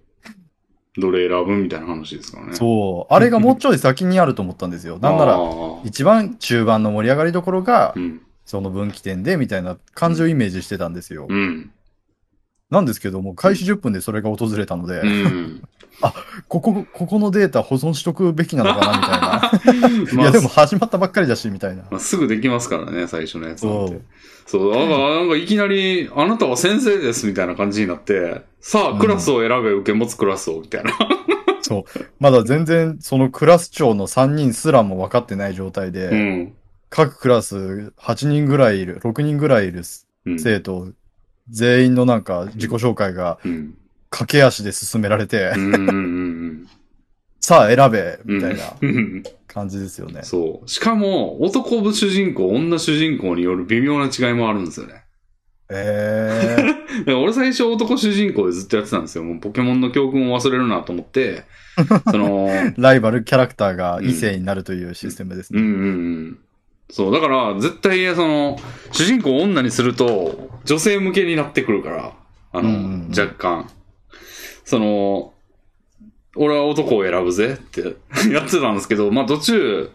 Speaker 1: うん。どれ選ぶみたいな話ですからね。
Speaker 2: そう。あれがもうちょい先にあると思ったんですよ。なんな
Speaker 1: あ
Speaker 2: ら、
Speaker 1: ー
Speaker 2: 一番中盤の盛り上がりどころが
Speaker 1: う、ん。
Speaker 2: その分岐点で、みたいな感じをイメージしてたんですよ。
Speaker 1: うん。
Speaker 2: なんですけども、開始10分でそれが訪れたの [LAUGHS] で、
Speaker 1: うん。
Speaker 2: ここ、ここのデータ保存しとくべきなのか
Speaker 1: [LAUGHS]
Speaker 2: な、みたいな。い
Speaker 1: まあ
Speaker 2: や、でも始まったばっかりだし、みたいな。
Speaker 1: まあ、すぐできますからね、最初のやつなんて
Speaker 2: そう。。
Speaker 1: そう、なんか、なんかいきなり、あなたは先生ですみたいな感じになって、さ
Speaker 2: う
Speaker 1: あ、
Speaker 2: ん
Speaker 1: クラスを選べ、受け持つクラスを、みたいな。
Speaker 2: まだ全然、そのクラス長の3人すらも分かってない状態で、
Speaker 1: うん。
Speaker 2: 各クラス8人ぐらいいる、6人ぐらいいる
Speaker 1: うん。
Speaker 2: 生徒、全員のなんか自己紹介が
Speaker 1: うん。
Speaker 2: 駆け足で進められて、
Speaker 1: うんうんうん
Speaker 2: さあ選べ、
Speaker 1: うん。
Speaker 2: みたいな
Speaker 1: うんうん
Speaker 2: 感じですよね。
Speaker 1: そう。しかも、男部主人公、女主人公による微妙な違いもあるんですよね。
Speaker 2: えー、
Speaker 1: だから俺最初男主人公でずっとやってたんですよ。もうポケモンの教訓を忘れるなと思って、その、
Speaker 2: ライバルキャラクターが異性になるというシステムです
Speaker 1: うんう
Speaker 2: ね。
Speaker 1: んうん。そう、だから絶対その、主人公を女にすると女性向けになってくるから、あの、
Speaker 2: うんうんうん
Speaker 1: 若干。その、俺は男を選ぶぜって [LAUGHS] やってたんですけど、まあ途中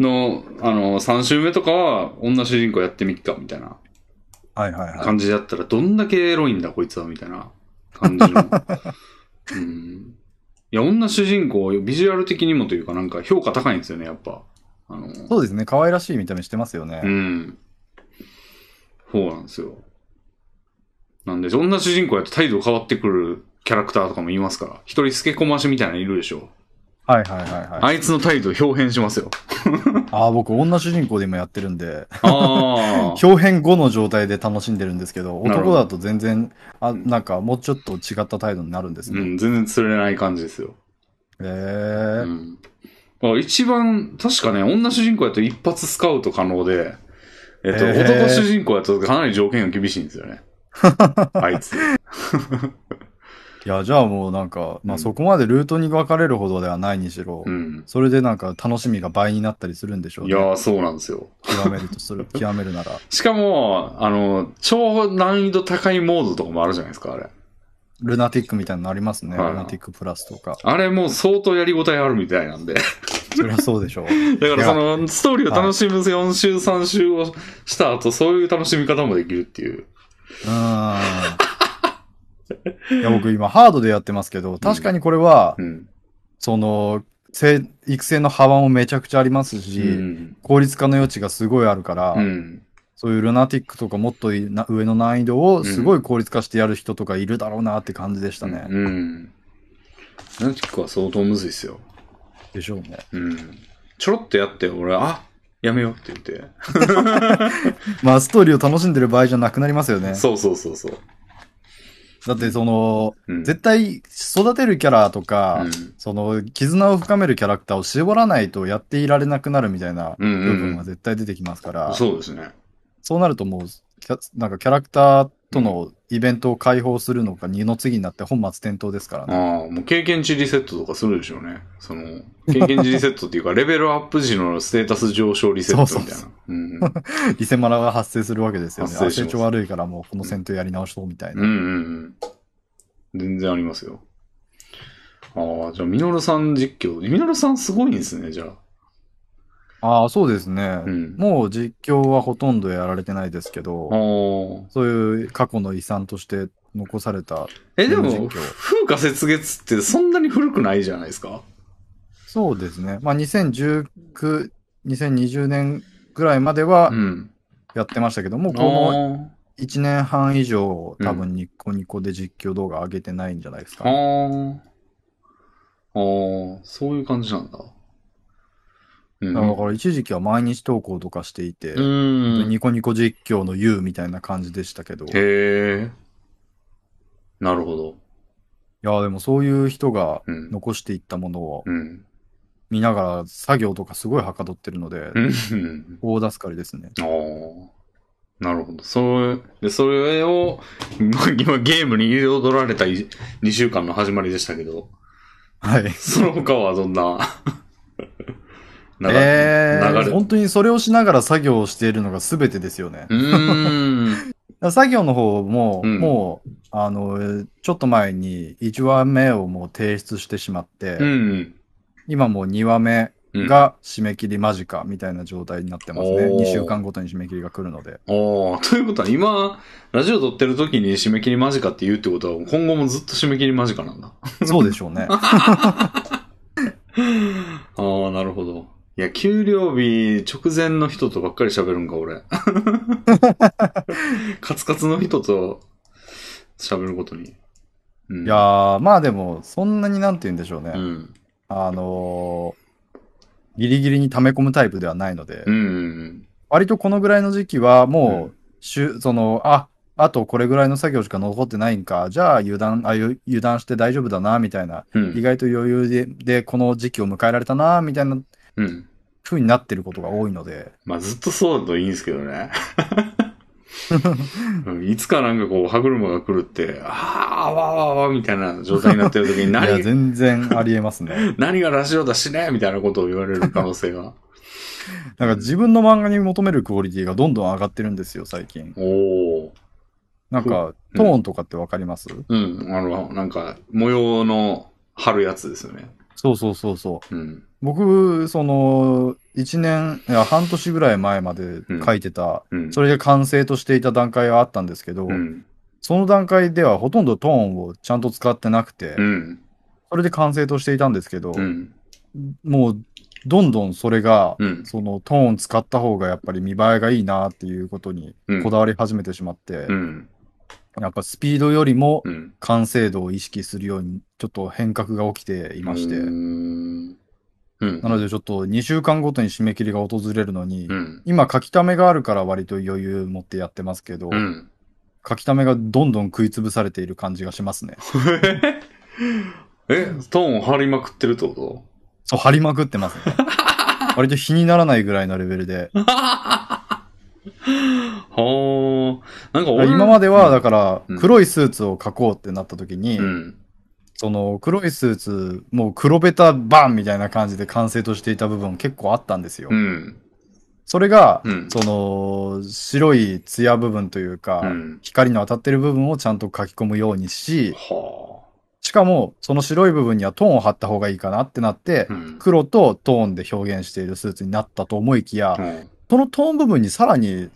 Speaker 1: の、あの、3周目とかは女主人公やってみっかみたいな
Speaker 2: はいはいはい。
Speaker 1: 感じだったら、どんだけエロいんだ、こいつは、みたいな感
Speaker 2: [LAUGHS]
Speaker 1: じの。うん。いや、女主人公、ビジュアル的にもというか、なんか評価高いんですよね、やっぱ。あの、
Speaker 2: そうですね。可愛らしい見た目してますよ
Speaker 1: う
Speaker 2: ね。
Speaker 1: ん。そうなんですよ。なんで、女主人公やと態度変わってくるキャラクターとかもいますから、一人透け込ましみたいなのいるでしょ。
Speaker 2: はいはいはいはい。
Speaker 1: あいつの態度表変します
Speaker 2: [LAUGHS]
Speaker 1: よ。
Speaker 2: ああ、僕、女主人公で今やってるんで、
Speaker 1: ああ。
Speaker 2: 表変後の状態で楽しんでるんですけど、
Speaker 1: なるほど
Speaker 2: 男だと全然、あ、なんかもうちょっと違った態度になるんです
Speaker 1: [LAUGHS] う
Speaker 2: ね。
Speaker 1: ん、全然釣れない感じですよ。
Speaker 2: え
Speaker 1: う
Speaker 2: ー、
Speaker 1: んあ一番、確かね、女主人公やと一発スカウト可能で、えっと、
Speaker 2: へー
Speaker 1: 男主人公やとかなり条件が厳しいんですよ
Speaker 2: [LAUGHS]
Speaker 1: ね。あいつ。
Speaker 2: いや、じゃあもうなんか、
Speaker 1: う
Speaker 2: まあ
Speaker 1: ん
Speaker 2: そこまでルートに分かれるほどではないにしろ、
Speaker 1: うん。
Speaker 2: それでなんか楽しみが倍になったりするんでしょう
Speaker 1: い
Speaker 2: ね
Speaker 1: や。ー、そうなんですよ。
Speaker 2: 極めるとする、極めるなら。
Speaker 1: しかも、あの、超難易度高いモードとかもあるじゃないですか、あれ。
Speaker 2: ルナティックみたいなのありますね。
Speaker 1: はい
Speaker 2: ルナティックプラスとか。
Speaker 1: あれもう相当やりごたえあるみたい
Speaker 2: [LAUGHS]
Speaker 1: なんで。
Speaker 2: そりゃそうでしょう。
Speaker 1: だからその、ストーリーを楽しむ4週3週をした後、そういう楽しみ方もできるっていう。
Speaker 2: うーん。いや、僕今ハードでやってますけど、確かにこれは、
Speaker 1: うん。
Speaker 2: その、せ育成の幅もめちゃくちゃありますし、
Speaker 1: うん。
Speaker 2: 効率化の余地がすごいあるから、
Speaker 1: うん。
Speaker 2: そういうルナティックとかもっといな上の難易度をすごい効率化してやる人とかいるだろうなって感じでしたね。
Speaker 1: うん。ナティックは相当むずいっすよ。
Speaker 2: でしょうね。
Speaker 1: うん。ちょろっとやって、俺、あやめようって言って。
Speaker 2: まあ、ストーリーを楽しんでる場合じゃなくなりますよね。
Speaker 1: そうそうそうそう。
Speaker 2: だって、その、
Speaker 1: うん、
Speaker 2: 絶対育てるキャラとか、
Speaker 1: うん
Speaker 2: その絆を深めるキャラクターを絞らないとやっていられなくなるみたいな
Speaker 1: うん
Speaker 2: 部
Speaker 1: うんうん
Speaker 2: 分は絶対出てきますから、そう
Speaker 1: そうですね。
Speaker 2: なるともうキャなんかキャラクターとのイベントを解放するのか二の次になって本末転倒ですから
Speaker 1: ああ
Speaker 2: ね。、
Speaker 1: もう経験値リセットとかするでしょうね。その、経験値リセットっていうか、レ [LAUGHS] ベルアップ時のステータス上昇リセットみたい
Speaker 2: そうそうそ
Speaker 1: な。うん
Speaker 2: リセマラが発生するわけですよね。
Speaker 1: 発生
Speaker 2: あ
Speaker 1: します
Speaker 2: 成長悪いからもうこの戦闘やり直しとみたい
Speaker 1: うん。う
Speaker 2: な。
Speaker 1: んうんうん。全然ありますよ。ああ、じゃあ、ミノルさん実況。ミノルさんすごいんですね、じゃあ。
Speaker 2: ああ、そうですね、
Speaker 1: うん。
Speaker 2: もう実況はほとんどやられてないですけ
Speaker 1: あ
Speaker 2: ど、
Speaker 1: あ。
Speaker 2: そういう過去の遺産として残された。
Speaker 1: え、で
Speaker 2: 実
Speaker 1: も、
Speaker 2: 況
Speaker 1: 風化雪月ってそんなに古くないじゃないですか。
Speaker 2: そうですね。まあ、2019、2020年ぐらいまでは
Speaker 1: うん。
Speaker 2: やってましたけど、もうこの
Speaker 1: あ
Speaker 2: 1年半以上、
Speaker 1: うん
Speaker 2: 多分ニッコニコで実況動画上げてないんじゃないです
Speaker 1: あ。
Speaker 2: か。
Speaker 1: ああ。そういう感じなんだ。うん。
Speaker 2: だから一時期は毎日投稿とかしていて、
Speaker 1: うん。へ
Speaker 2: ニコニコ実況の U みたいな感じでしたけど、い
Speaker 1: え。なるほど。
Speaker 2: や、でもそういう人が
Speaker 1: うん。
Speaker 2: 残していったものを
Speaker 1: うん。
Speaker 2: 見ながら作業とかすごいはかどってるので
Speaker 1: う、ん。 [LAUGHS]
Speaker 2: 大助かりですね。
Speaker 1: ああ。なるほど。それ、で、それを、 [LAUGHS] 今、今ゲームに彩られた2週間の始まりでしたけど、
Speaker 2: はい。
Speaker 1: その他はどんな、 [LAUGHS] 流
Speaker 2: えー、
Speaker 1: 流れ
Speaker 2: 本当にそれをしながら作業をしているのが全てですよね。
Speaker 1: うーん。
Speaker 2: ら作業の方も、
Speaker 1: うん
Speaker 2: もう、あの、ちょっと前に1話目をもう提出してしまって、
Speaker 1: うん。
Speaker 2: 今もう2話目
Speaker 1: うん、
Speaker 2: が締め切り間近みたいな状態になってますね。
Speaker 1: おー
Speaker 2: 2週間ごとに締め切りが来るので。
Speaker 1: おーということは今、ラジオ撮ってる時に締め切り間近って言うってことは、今後もずっと締め切り間近なんだ。
Speaker 2: そうでしょう
Speaker 1: [LAUGHS]
Speaker 2: ね。
Speaker 1: ああ、なるほど。いや、給料日直前の人とばっかり喋るんか、
Speaker 2: [LAUGHS]
Speaker 1: 俺。カツカツの人と喋ることに。うん、
Speaker 2: いや、ー、まあでも、そんなになんて言うんでしょうね。
Speaker 1: うん。
Speaker 2: あのーギリギリに溜め込むタイプではないので、
Speaker 1: うんうん
Speaker 2: 割とこのぐらいの時期は
Speaker 1: う
Speaker 2: もう、しゅその、あ、あとこれぐらいの作業しか残ってないんか、じゃあ油断、あゆ油断して大丈夫だな、みたいな、
Speaker 1: うん。う
Speaker 2: 意
Speaker 1: ん。
Speaker 2: 外と余裕で、で、この時期を迎えられたな、みたいな
Speaker 1: うん。
Speaker 2: 風になってることが多いので、
Speaker 1: まあ、ずっとそうだといいんですけどね。 [LAUGHS] うんいつかなんかこう、歯車が来るって、ああ、あわあわあわみたいな状態になってる時に
Speaker 2: いや、
Speaker 1: 何が、
Speaker 2: 全然ありえます
Speaker 1: [LAUGHS]
Speaker 2: ね。
Speaker 1: 何がラジオだしねみたいなことを言われる可能性
Speaker 2: [LAUGHS]
Speaker 1: が。
Speaker 2: なんか自分の漫画に求めるクオリティがどんどん上がってるんですよ、最近。
Speaker 1: おお。
Speaker 2: なんか、トーンとかってわかります、
Speaker 1: うん、あの、なんか、模様の貼るやつですよね。
Speaker 2: そうそうそうそう。
Speaker 1: うん。
Speaker 2: 僕、その、1年、いや、半年ぐらい前まで書いてた、
Speaker 1: うん。
Speaker 2: それで完成としていた段階はあったんですけど、
Speaker 1: うん。
Speaker 2: その段階ではほとんどトーンをちゃんと使ってなくて、
Speaker 1: うん。
Speaker 2: それで完成としていたんですけど、
Speaker 1: うん。
Speaker 2: もう、どんどんそれが、
Speaker 1: うん。
Speaker 2: そのトーン使った方がやっぱり見栄えがいいなっていうことに
Speaker 1: うん
Speaker 2: こだわり始めてしまって、
Speaker 1: うん。
Speaker 2: やっぱスピードよりも
Speaker 1: うん。
Speaker 2: 完成度を意識するようにちょっと変革が起きていまして、
Speaker 1: うん。うん
Speaker 2: な。のでちょっと2週間ごとに締め切りが訪れるのに、
Speaker 1: うん。
Speaker 2: 今書き溜めがあるから割と余裕持ってやってますけど、
Speaker 1: うん。
Speaker 2: 書き溜めがどんどん食い潰されている感じがしま
Speaker 1: [LAUGHS]
Speaker 2: すね。
Speaker 1: え、トーン貼りまくってるってこ
Speaker 2: そう、張りまくってます
Speaker 1: [LAUGHS]
Speaker 2: ね。割と比にならないぐらいのレベルで。
Speaker 1: とはあ。なんか俺
Speaker 2: 今までは、だから
Speaker 1: うん、
Speaker 2: 黒いスーツを描こうってなった時に、
Speaker 1: うん。
Speaker 2: その、黒いスーツ、もう黒ベタバンみたいな感じで完成としていた部分結構あったんですよ。
Speaker 1: うん。
Speaker 2: それが、
Speaker 1: うん
Speaker 2: その、白い艶部分というか、
Speaker 1: うん。
Speaker 2: 光の当たってる部分をちゃんと書き込むようにし、
Speaker 1: は
Speaker 2: しかも、その白い部分にはトーンを貼った方がいいかなってなって
Speaker 1: あ。う、ん。
Speaker 2: 黒とトーンで表現しているスーツになったと思いきや、
Speaker 1: うん
Speaker 2: そのトーン部分にさらに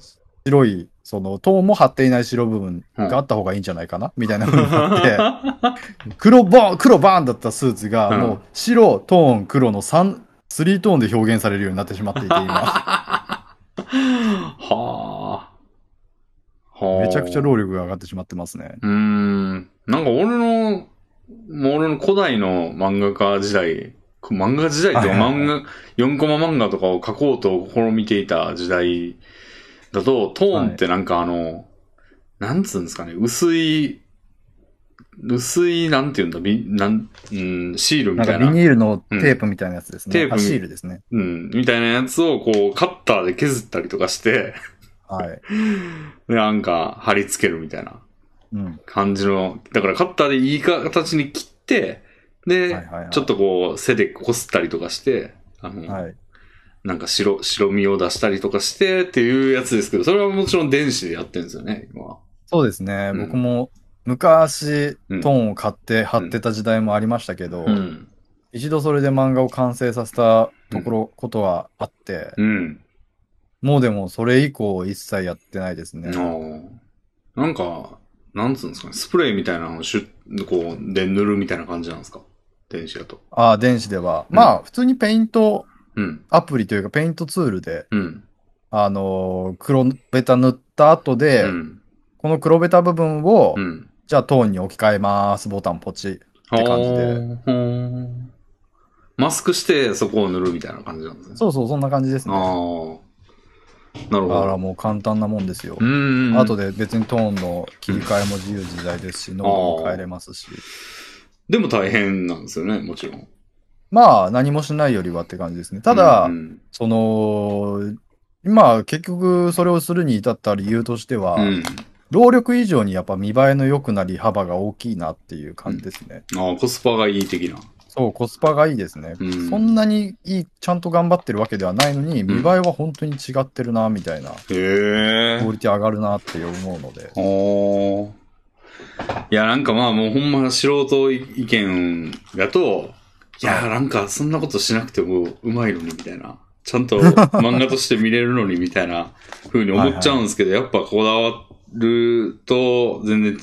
Speaker 2: 白い、そのトーンも貼っていない白部分があった方がいいんじゃないかな、みたいな風になって、 [LAUGHS] 黒ボン、黒バーンだったスーツ
Speaker 1: う
Speaker 2: が、
Speaker 1: ん
Speaker 2: もう白、トーン、黒の3、スリートーンで表現されるようになってしまっていて、今。
Speaker 1: [LAUGHS] はあ。はあ。
Speaker 2: めちゃくちゃ労力が上がってしまってますね。
Speaker 1: うーん。なんか俺の、もう俺の古代の漫画家時代、漫画時代っていうか
Speaker 2: はいはい
Speaker 1: 漫画、4コマ漫画とかを描こうと試みていた時代だと、トーンってなんかあの、なんつうんですかね、薄い、薄い、なんていうんだ、ビなん、うん、シールみ
Speaker 2: なん
Speaker 1: た
Speaker 2: か
Speaker 1: い
Speaker 2: ビ
Speaker 1: な。
Speaker 2: ニールのテープみたいなやつです
Speaker 1: うん。
Speaker 2: ね
Speaker 1: テープ
Speaker 2: あシールですね。
Speaker 1: うん、みたいなやつをこう、カッターで削ったりとかして、
Speaker 2: はい。
Speaker 1: で、なんか貼り付けるみたいな。
Speaker 2: うん。
Speaker 1: 感じの、だからカッターでいい形に切って、で、
Speaker 2: はいはいはい
Speaker 1: ちょっとこう、背でこすったりとかして、あの、
Speaker 2: はい。
Speaker 1: なんか白、白身を出したりとかしてっていうやつですけど、それはもちろん電子でやってるんですよね、今は。
Speaker 2: そうですね。
Speaker 1: うん
Speaker 2: 僕も昔、
Speaker 1: うん
Speaker 2: トーンを買って貼ってた時代もありましたけど、
Speaker 1: うん。
Speaker 2: 一度それで漫画を完成させたところ、ことはあって、
Speaker 1: うん。
Speaker 2: もうでもそれ以降一切やってないです
Speaker 1: あ
Speaker 2: ね。
Speaker 1: ーなんか、なんつうんですかね、スプレーみたいなのをシュッ、こう、で塗るみたいな感じなんですか電子だと。
Speaker 2: ああ、電子では。
Speaker 1: うん
Speaker 2: まあ、普通にペイント
Speaker 1: うん。
Speaker 2: アプリというか、ペイントツールで、
Speaker 1: うん。
Speaker 2: あのー黒ベタ塗った後で、
Speaker 1: うん。
Speaker 2: この黒ベタ部分を、
Speaker 1: うん。
Speaker 2: じゃあトーンに置き換えます、ボタンポチ。って感じで
Speaker 1: ほー。ほーマスクしてそこを塗るみたいな感じなんですね。
Speaker 2: そうそう、そんな感じですね。
Speaker 1: ああ。なるほ
Speaker 2: だから
Speaker 1: ど。
Speaker 2: もう簡単なもんですよ
Speaker 1: う。ん。
Speaker 2: あとで別にトーンの切り替えも自由自在ですし、濃度も変えれますし。
Speaker 1: でも大変なんですよね、もちろん。
Speaker 2: まあ、何もしないよりはって感じですね。ただ、
Speaker 1: うん。
Speaker 2: その、今、結局、それをするに至った理由としては、
Speaker 1: うん
Speaker 2: 労力以上にやっぱ見栄えの良くなり幅が大きいなっていう感じですね。
Speaker 1: ああ、コスパがいい的な。
Speaker 2: そう、コスパがいいですね。
Speaker 1: うん
Speaker 2: そんなにいい、ちゃんと頑張ってるわけではないのに、
Speaker 1: ん
Speaker 2: 見栄えは本当に違ってるな、みたいな、
Speaker 1: へえ
Speaker 2: クオリティ上がるなって思うので。
Speaker 1: おーいや、なんかまあもうほんま素人意見だと、いや、なんかそんなことしなくてもうまいのにみたいな。ちゃ
Speaker 2: [LAUGHS]
Speaker 1: んと漫画として見れるのにみたいな風に思っちゃうんですけど、やっぱこだわると全然、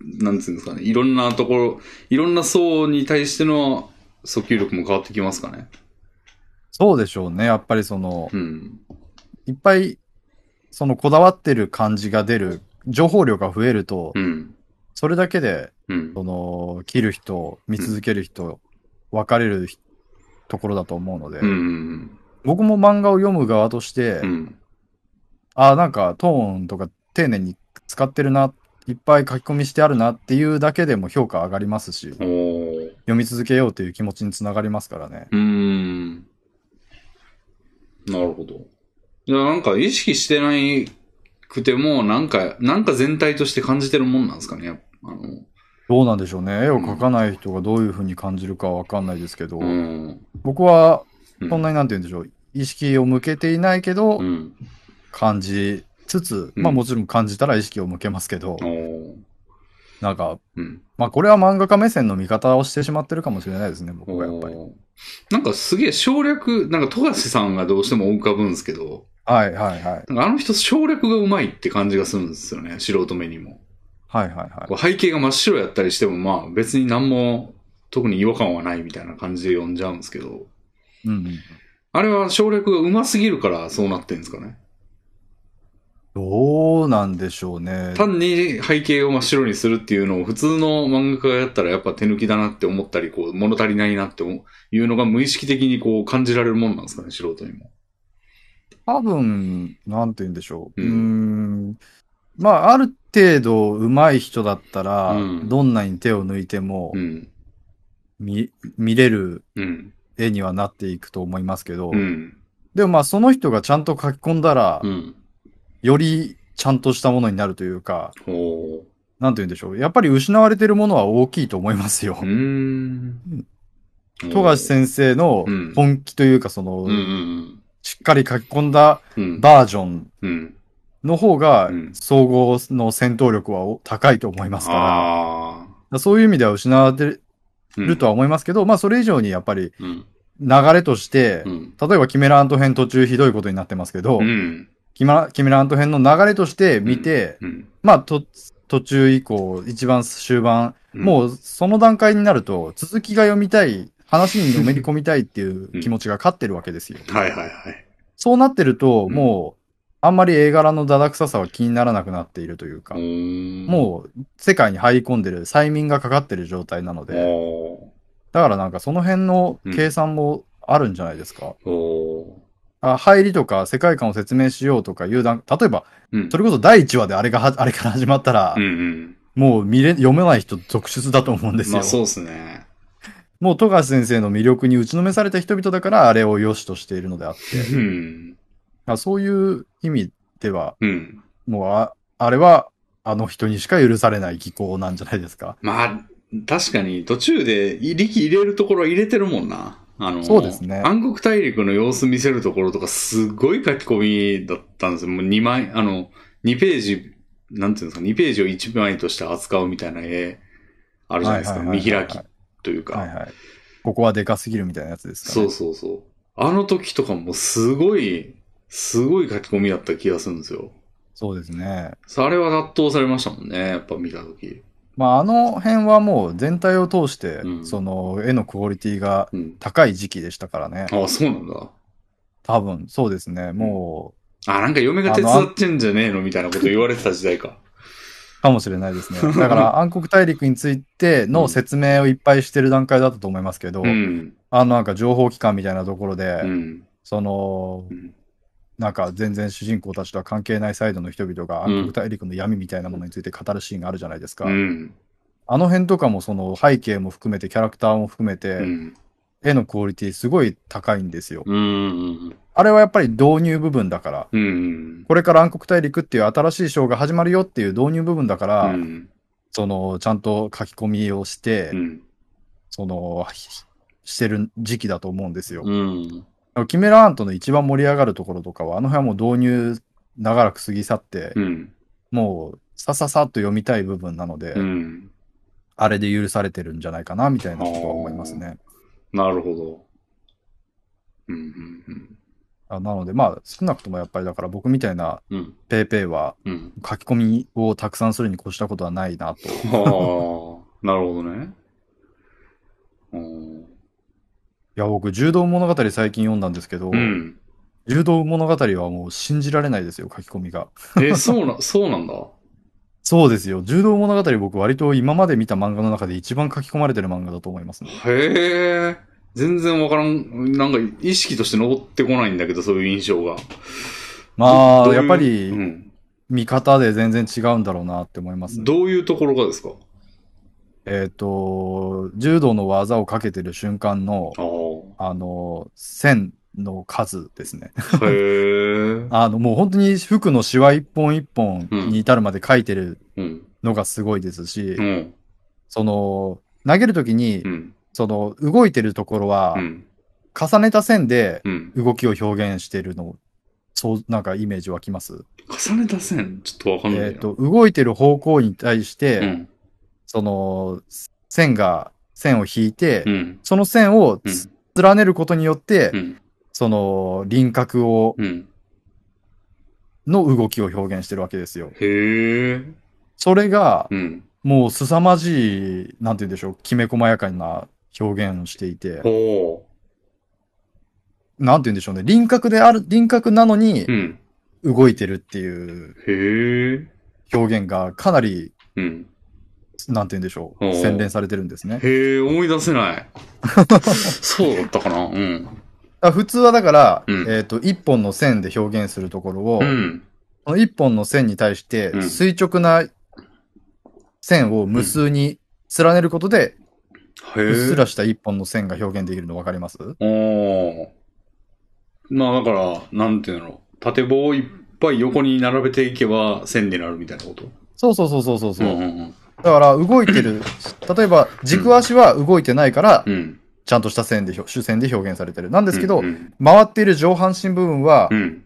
Speaker 1: なんていうんですかね、いろんなところ、いろんな層に対しての訴求力も変わってきますかね。
Speaker 2: そうでしょうね。やっぱりその、
Speaker 1: うん。
Speaker 2: いっぱい、そのこだわってる感じが出る、情報量が増えると、
Speaker 1: うん。
Speaker 2: それだけで、
Speaker 1: うん。
Speaker 2: その、切る人、見続ける人、分かれるひところだと思うので、
Speaker 1: うんうん。
Speaker 2: 僕も漫画を読む側として、
Speaker 1: うん。
Speaker 2: ああ、なんかトーンとか丁寧に使ってるな、いっぱい書き込みしてあるなっていうだけでも評価上がりますし、
Speaker 1: おー。
Speaker 2: 読み続けようという気持ちにつながりますからね。
Speaker 1: うーん。なるほど。いや、なんか意識してないくても、なんか、なんか全体として感じてるもんなんですかね。やっぱあの、
Speaker 2: どうなんでしょうね。絵を描かない人がどういうふうに感じるかはわかんないですけど、
Speaker 1: うん。
Speaker 2: 僕は
Speaker 1: うん
Speaker 2: そんなになんて言うんでしょう、意識を向けていないけど
Speaker 1: う、ん。
Speaker 2: 感じつつ、
Speaker 1: う
Speaker 2: まあ
Speaker 1: ん
Speaker 2: もちろん感じたら意識を向けますけど
Speaker 1: お、ー
Speaker 2: なんか、
Speaker 1: うん。
Speaker 2: まあこれは漫画家目線の見方をしてしまってるかもしれないですね、僕
Speaker 1: お
Speaker 2: はやっぱり。
Speaker 1: ーなんかすげえ省略、なんか富樫さんがどうしても浮かぶんですけど、
Speaker 2: はいはいはい。
Speaker 1: なんかあの人省略がうまいって感じがするんですよね。素人目にも。
Speaker 2: はいはいはい
Speaker 1: こ。う背景が真っ白やったりしても、まあ別に何も特に違和感はないみたいな感じで読んじゃうんですけど、
Speaker 2: うんうん。
Speaker 1: あれは省略がうますぎるからそうなってんですかね。
Speaker 2: どうなんでしょうね。
Speaker 1: 単に背景を真っ白にするっていうのを普通の漫画家がやったらやっぱ手抜きだなって思ったり、こう、物足りないなって思ういうのが無意識的にこう感じられるもんなんですかね、素人にも。
Speaker 2: 多分、なんて言うんでしょう。
Speaker 1: う
Speaker 2: うーん。まあ、ある程度上手い人だったら、
Speaker 1: うん
Speaker 2: どんなに手を抜いても、
Speaker 1: うん。
Speaker 2: 見、見れる
Speaker 1: うん。
Speaker 2: 絵にはなっていくと思いますけど、
Speaker 1: うん。
Speaker 2: でもまあ、その人がちゃんと書き込んだら、
Speaker 1: うん。
Speaker 2: よりちゃんとしたものになるというか、
Speaker 1: おー
Speaker 2: なんて言うんでしょう。やっぱり失われてるものは大きいと思いますよ
Speaker 1: うー。ん。
Speaker 2: 富樫先生の
Speaker 1: うん
Speaker 2: 本気というか、その、
Speaker 1: うんうん
Speaker 2: しっかり書き込んだ
Speaker 1: うん。うん。
Speaker 2: バージョン
Speaker 1: うん。
Speaker 2: の方が
Speaker 1: うん
Speaker 2: 総合の戦闘力はお高いと思いますから、だか
Speaker 1: ああ。
Speaker 2: らそういう意味では失われ
Speaker 1: うん
Speaker 2: ると。は思いますけど、まあそれ以上にやっぱり
Speaker 1: うん。
Speaker 2: 流れとして、
Speaker 1: うん。
Speaker 2: 例えばキメラアント編途中ひどいことになってますけど、
Speaker 1: うん。
Speaker 2: キメラキメラアント編の流れとして見て、
Speaker 1: うん。
Speaker 2: まあと途中以降、一番終盤、
Speaker 1: う
Speaker 2: もうその段階になると続きが読みたい、話にのめり込みたいっていう気持ちが勝ってるわけですよ。
Speaker 1: ん。はいはいはい。
Speaker 2: そうなってると、
Speaker 1: うん
Speaker 2: もう、あんまり絵柄のだだくささは気にならなくなっているというか、
Speaker 1: も
Speaker 2: もう世界に入り込んでる、催眠がかかってる状態なので、
Speaker 1: お
Speaker 2: だからなんかその辺の計算もあるんじゃないですか。
Speaker 1: ーお
Speaker 2: あ入りとか世界観を説明しようとかいう段例えば、
Speaker 1: ーうん
Speaker 2: そ。れこそ第1話であれがは、あれから始まったら、
Speaker 1: うんうん。
Speaker 2: もう見れ、読めない人続出だと思うんですよ。
Speaker 1: まあそうですね。
Speaker 2: もう富樫先生の魅力に打ちのめされた人々だから、あれを良しとしているのであって、
Speaker 1: うん。
Speaker 2: あそういう意味では、
Speaker 1: うん。
Speaker 2: もうあ、あれは、あの人にしか許されない技巧なんじゃないですか。
Speaker 1: まあ、確かに途中で力入れるところは入れてるもんな。あの、
Speaker 2: そうですね
Speaker 1: 暗黒大陸の様子見せるところとかすごい書き込みだったんですよ。もう2枚、あの、2ページ、なんていうんですか、2ページを1枚として扱うみたいな絵、あるじゃないですか。
Speaker 2: はいはい
Speaker 1: 見
Speaker 2: はいは
Speaker 1: 開
Speaker 2: い
Speaker 1: きというか。
Speaker 2: はいはい。ここはでかすぎるみたいなやつですか
Speaker 1: そ
Speaker 2: ね。
Speaker 1: うそうそう。あの時とかもすごい、すごい書き込みだった気がするんですよ。
Speaker 2: そうですね。
Speaker 1: そうあれは圧倒されましたもんね。やっぱ見た時。
Speaker 2: まあ、あの辺はもう全体を通して、
Speaker 1: うん
Speaker 2: その絵のクオリティが
Speaker 1: うん。
Speaker 2: 高い時期でしたからね。
Speaker 1: ああ、そうなんだ。
Speaker 2: 多分、そうですね。も
Speaker 1: あ、なんか嫁が手伝ってんじゃねえのみたいなこと言われてた時代か。
Speaker 2: う、かもしれな
Speaker 1: [LAUGHS]
Speaker 2: いですね。だから、暗黒大陸についての説明をいっぱいしてる段階だったと思いますけど、
Speaker 1: うん。
Speaker 2: あの、なんか情報機関みたいなところで、
Speaker 1: うん。
Speaker 2: その
Speaker 1: う、ん
Speaker 2: なんか全然主人公たちとは関係ないサイドの人々が
Speaker 1: うん
Speaker 2: 暗黒大陸の闇みたいなものについて語るシーンがあるじゃないですか。
Speaker 1: うん。
Speaker 2: あの辺とかもその背景も含めて、キャラクターも含めて、
Speaker 1: うん。
Speaker 2: 絵のクオリティすごい高いんですよ。
Speaker 1: うん。
Speaker 2: あれはやっぱり導入部分だから、
Speaker 1: うん。
Speaker 2: これから暗黒大陸っていう新しい章が始まるよっていう導入部分だから、
Speaker 1: うん。
Speaker 2: その、ちゃんと書き込みをして、
Speaker 1: うん。
Speaker 2: その、ひしてる時期だと思うんですよ。
Speaker 1: うん。
Speaker 2: キメラアントの一番盛り上がるところとかは、あの辺はもう導入長らく過ぎ去って、
Speaker 1: うん。
Speaker 2: もうさささっと読みたい部分なので、
Speaker 1: うん。
Speaker 2: あれで許されてるんじゃないかな、みたいなことは思いますね。
Speaker 1: なるほど。うん。うん。
Speaker 2: あなので、まあ、少なくともやっぱりだから僕みたいな
Speaker 1: うん。
Speaker 2: ペイペイは
Speaker 1: うん。
Speaker 2: 書き込みをたくさんするに越したことはないなと。
Speaker 1: ああ、なるほどね。うん
Speaker 2: いや、僕、柔道物語最近読んだんですけど、
Speaker 1: うん。
Speaker 2: 柔道物語はもう信じられないですよ、書き込みが。
Speaker 1: え、そうな、そうなんだ。
Speaker 2: そうですよ。柔道物語僕割と今まで見た漫画の中で一番書き込まれてる漫画だと思いますね。
Speaker 1: へえ。全然わからん。なんか、意識として残ってこないんだけど、そういう印象が。
Speaker 2: ま
Speaker 1: ど
Speaker 2: あ、
Speaker 1: ういう
Speaker 2: やっぱ
Speaker 1: う
Speaker 2: り
Speaker 1: ん。
Speaker 2: 見方で全然違うんだろうなって思いますね。
Speaker 1: どういうところがですか
Speaker 2: えっ、と、柔道の技をかけてる瞬間の、
Speaker 1: ああ。
Speaker 2: あの、線の数ですね。 [LAUGHS]
Speaker 1: へえ。
Speaker 2: あの、もう本当に服のシワ一本一本に至るまで書いてる
Speaker 1: うん。
Speaker 2: のがすごいですし、
Speaker 1: うん。
Speaker 2: その、投げるときに、
Speaker 1: うん。
Speaker 2: その、動いてるところは
Speaker 1: う、ん。
Speaker 2: 重ねた線で
Speaker 1: うん。
Speaker 2: 動きを表現してるの、そう、なんかイメージ湧きます。
Speaker 1: 重ねた線、ちょっとわか
Speaker 2: えっ、
Speaker 1: んないな。
Speaker 2: と、動いてる方向に対して、
Speaker 1: うん。
Speaker 2: その、線が、線を引いて、
Speaker 1: うん。
Speaker 2: その線を
Speaker 1: うん
Speaker 2: つ連ねることによって、
Speaker 1: うん。
Speaker 2: その、輪郭を、
Speaker 1: うん。
Speaker 2: の動きを表現してるわけですよ。
Speaker 1: へえ。
Speaker 2: それが、
Speaker 1: うん。
Speaker 2: もう凄まじい、なんて言うんでしょう、きめ細やかな表現をしていて、
Speaker 1: ほ
Speaker 2: なんて言うんでしょうね、輪郭である、輪郭なのに
Speaker 1: う。うん。
Speaker 2: 動いてるっていう
Speaker 1: へえ。
Speaker 2: 表現がかなり、
Speaker 1: うん。
Speaker 2: なんて言うんでしょ
Speaker 1: お
Speaker 2: う、
Speaker 1: う
Speaker 2: 洗練されてるんですね。
Speaker 1: へえ、思い出せ
Speaker 2: [LAUGHS]
Speaker 1: ない。そうだったかなうん。
Speaker 2: だから普通はだから、
Speaker 1: うん
Speaker 2: えっ、と、一本の線で表現するところを、
Speaker 1: うん。
Speaker 2: その一本の線に対して
Speaker 1: うん
Speaker 2: 垂直な線を無数に連ねることで、
Speaker 1: へ
Speaker 2: うっす
Speaker 1: え。
Speaker 2: らした一本の線が表現できるの分かります
Speaker 1: おーまあだから、なんていうの。縦棒をいっぱい横に並べていけば線になるみたいなこと。
Speaker 2: そうそうそうそうそうそう。
Speaker 1: んうん
Speaker 2: だから動いてる、例えば軸足は動いてないから
Speaker 1: う、ん。
Speaker 2: ちゃんとした線で表、主線で表現されてる。なん
Speaker 1: で
Speaker 2: ですけど
Speaker 1: う、ん。
Speaker 2: 回っている上半身部分は
Speaker 1: う、ん。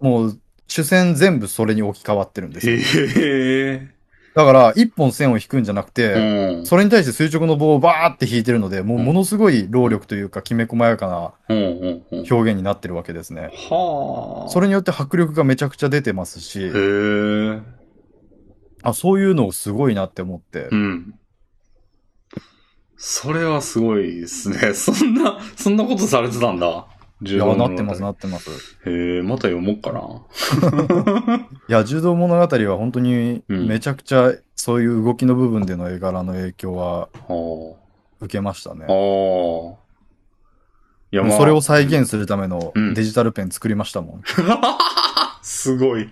Speaker 2: もう主線全部それに置き換わってるんですよ。
Speaker 1: へ
Speaker 2: だから、一本線を引くんじゃな
Speaker 1: え。
Speaker 2: くて、
Speaker 1: うん。
Speaker 2: それに対して垂直の棒をバーって引いてるので、もうものすごい労力というか、きめ細やかな
Speaker 1: うんうんうん。
Speaker 2: 表現になってるわけですね。
Speaker 1: はあ。
Speaker 2: それによって迫力がめちゃくちゃ出てますし、
Speaker 1: へえ。
Speaker 2: あ、そういうのすごいなって思って
Speaker 1: う。ん。それはすごいですね。 [LAUGHS] そんな、そんなことされてたんだ。
Speaker 2: い
Speaker 1: 柔
Speaker 2: や、
Speaker 1: 道
Speaker 2: な
Speaker 1: の
Speaker 2: ってます、なってます。
Speaker 1: へえ、また読もうかな。
Speaker 2: いや、柔道物語は本当に
Speaker 1: うん
Speaker 2: めちゃくちゃそういう動きの部分での絵柄の影響は
Speaker 1: あー
Speaker 2: 受けましたね
Speaker 1: あ。ー。いや、
Speaker 2: もう
Speaker 1: まあ、
Speaker 2: それを再現するための
Speaker 1: うん
Speaker 2: デジタルペン作りまし
Speaker 1: [LAUGHS]
Speaker 2: たもん。
Speaker 1: すごい。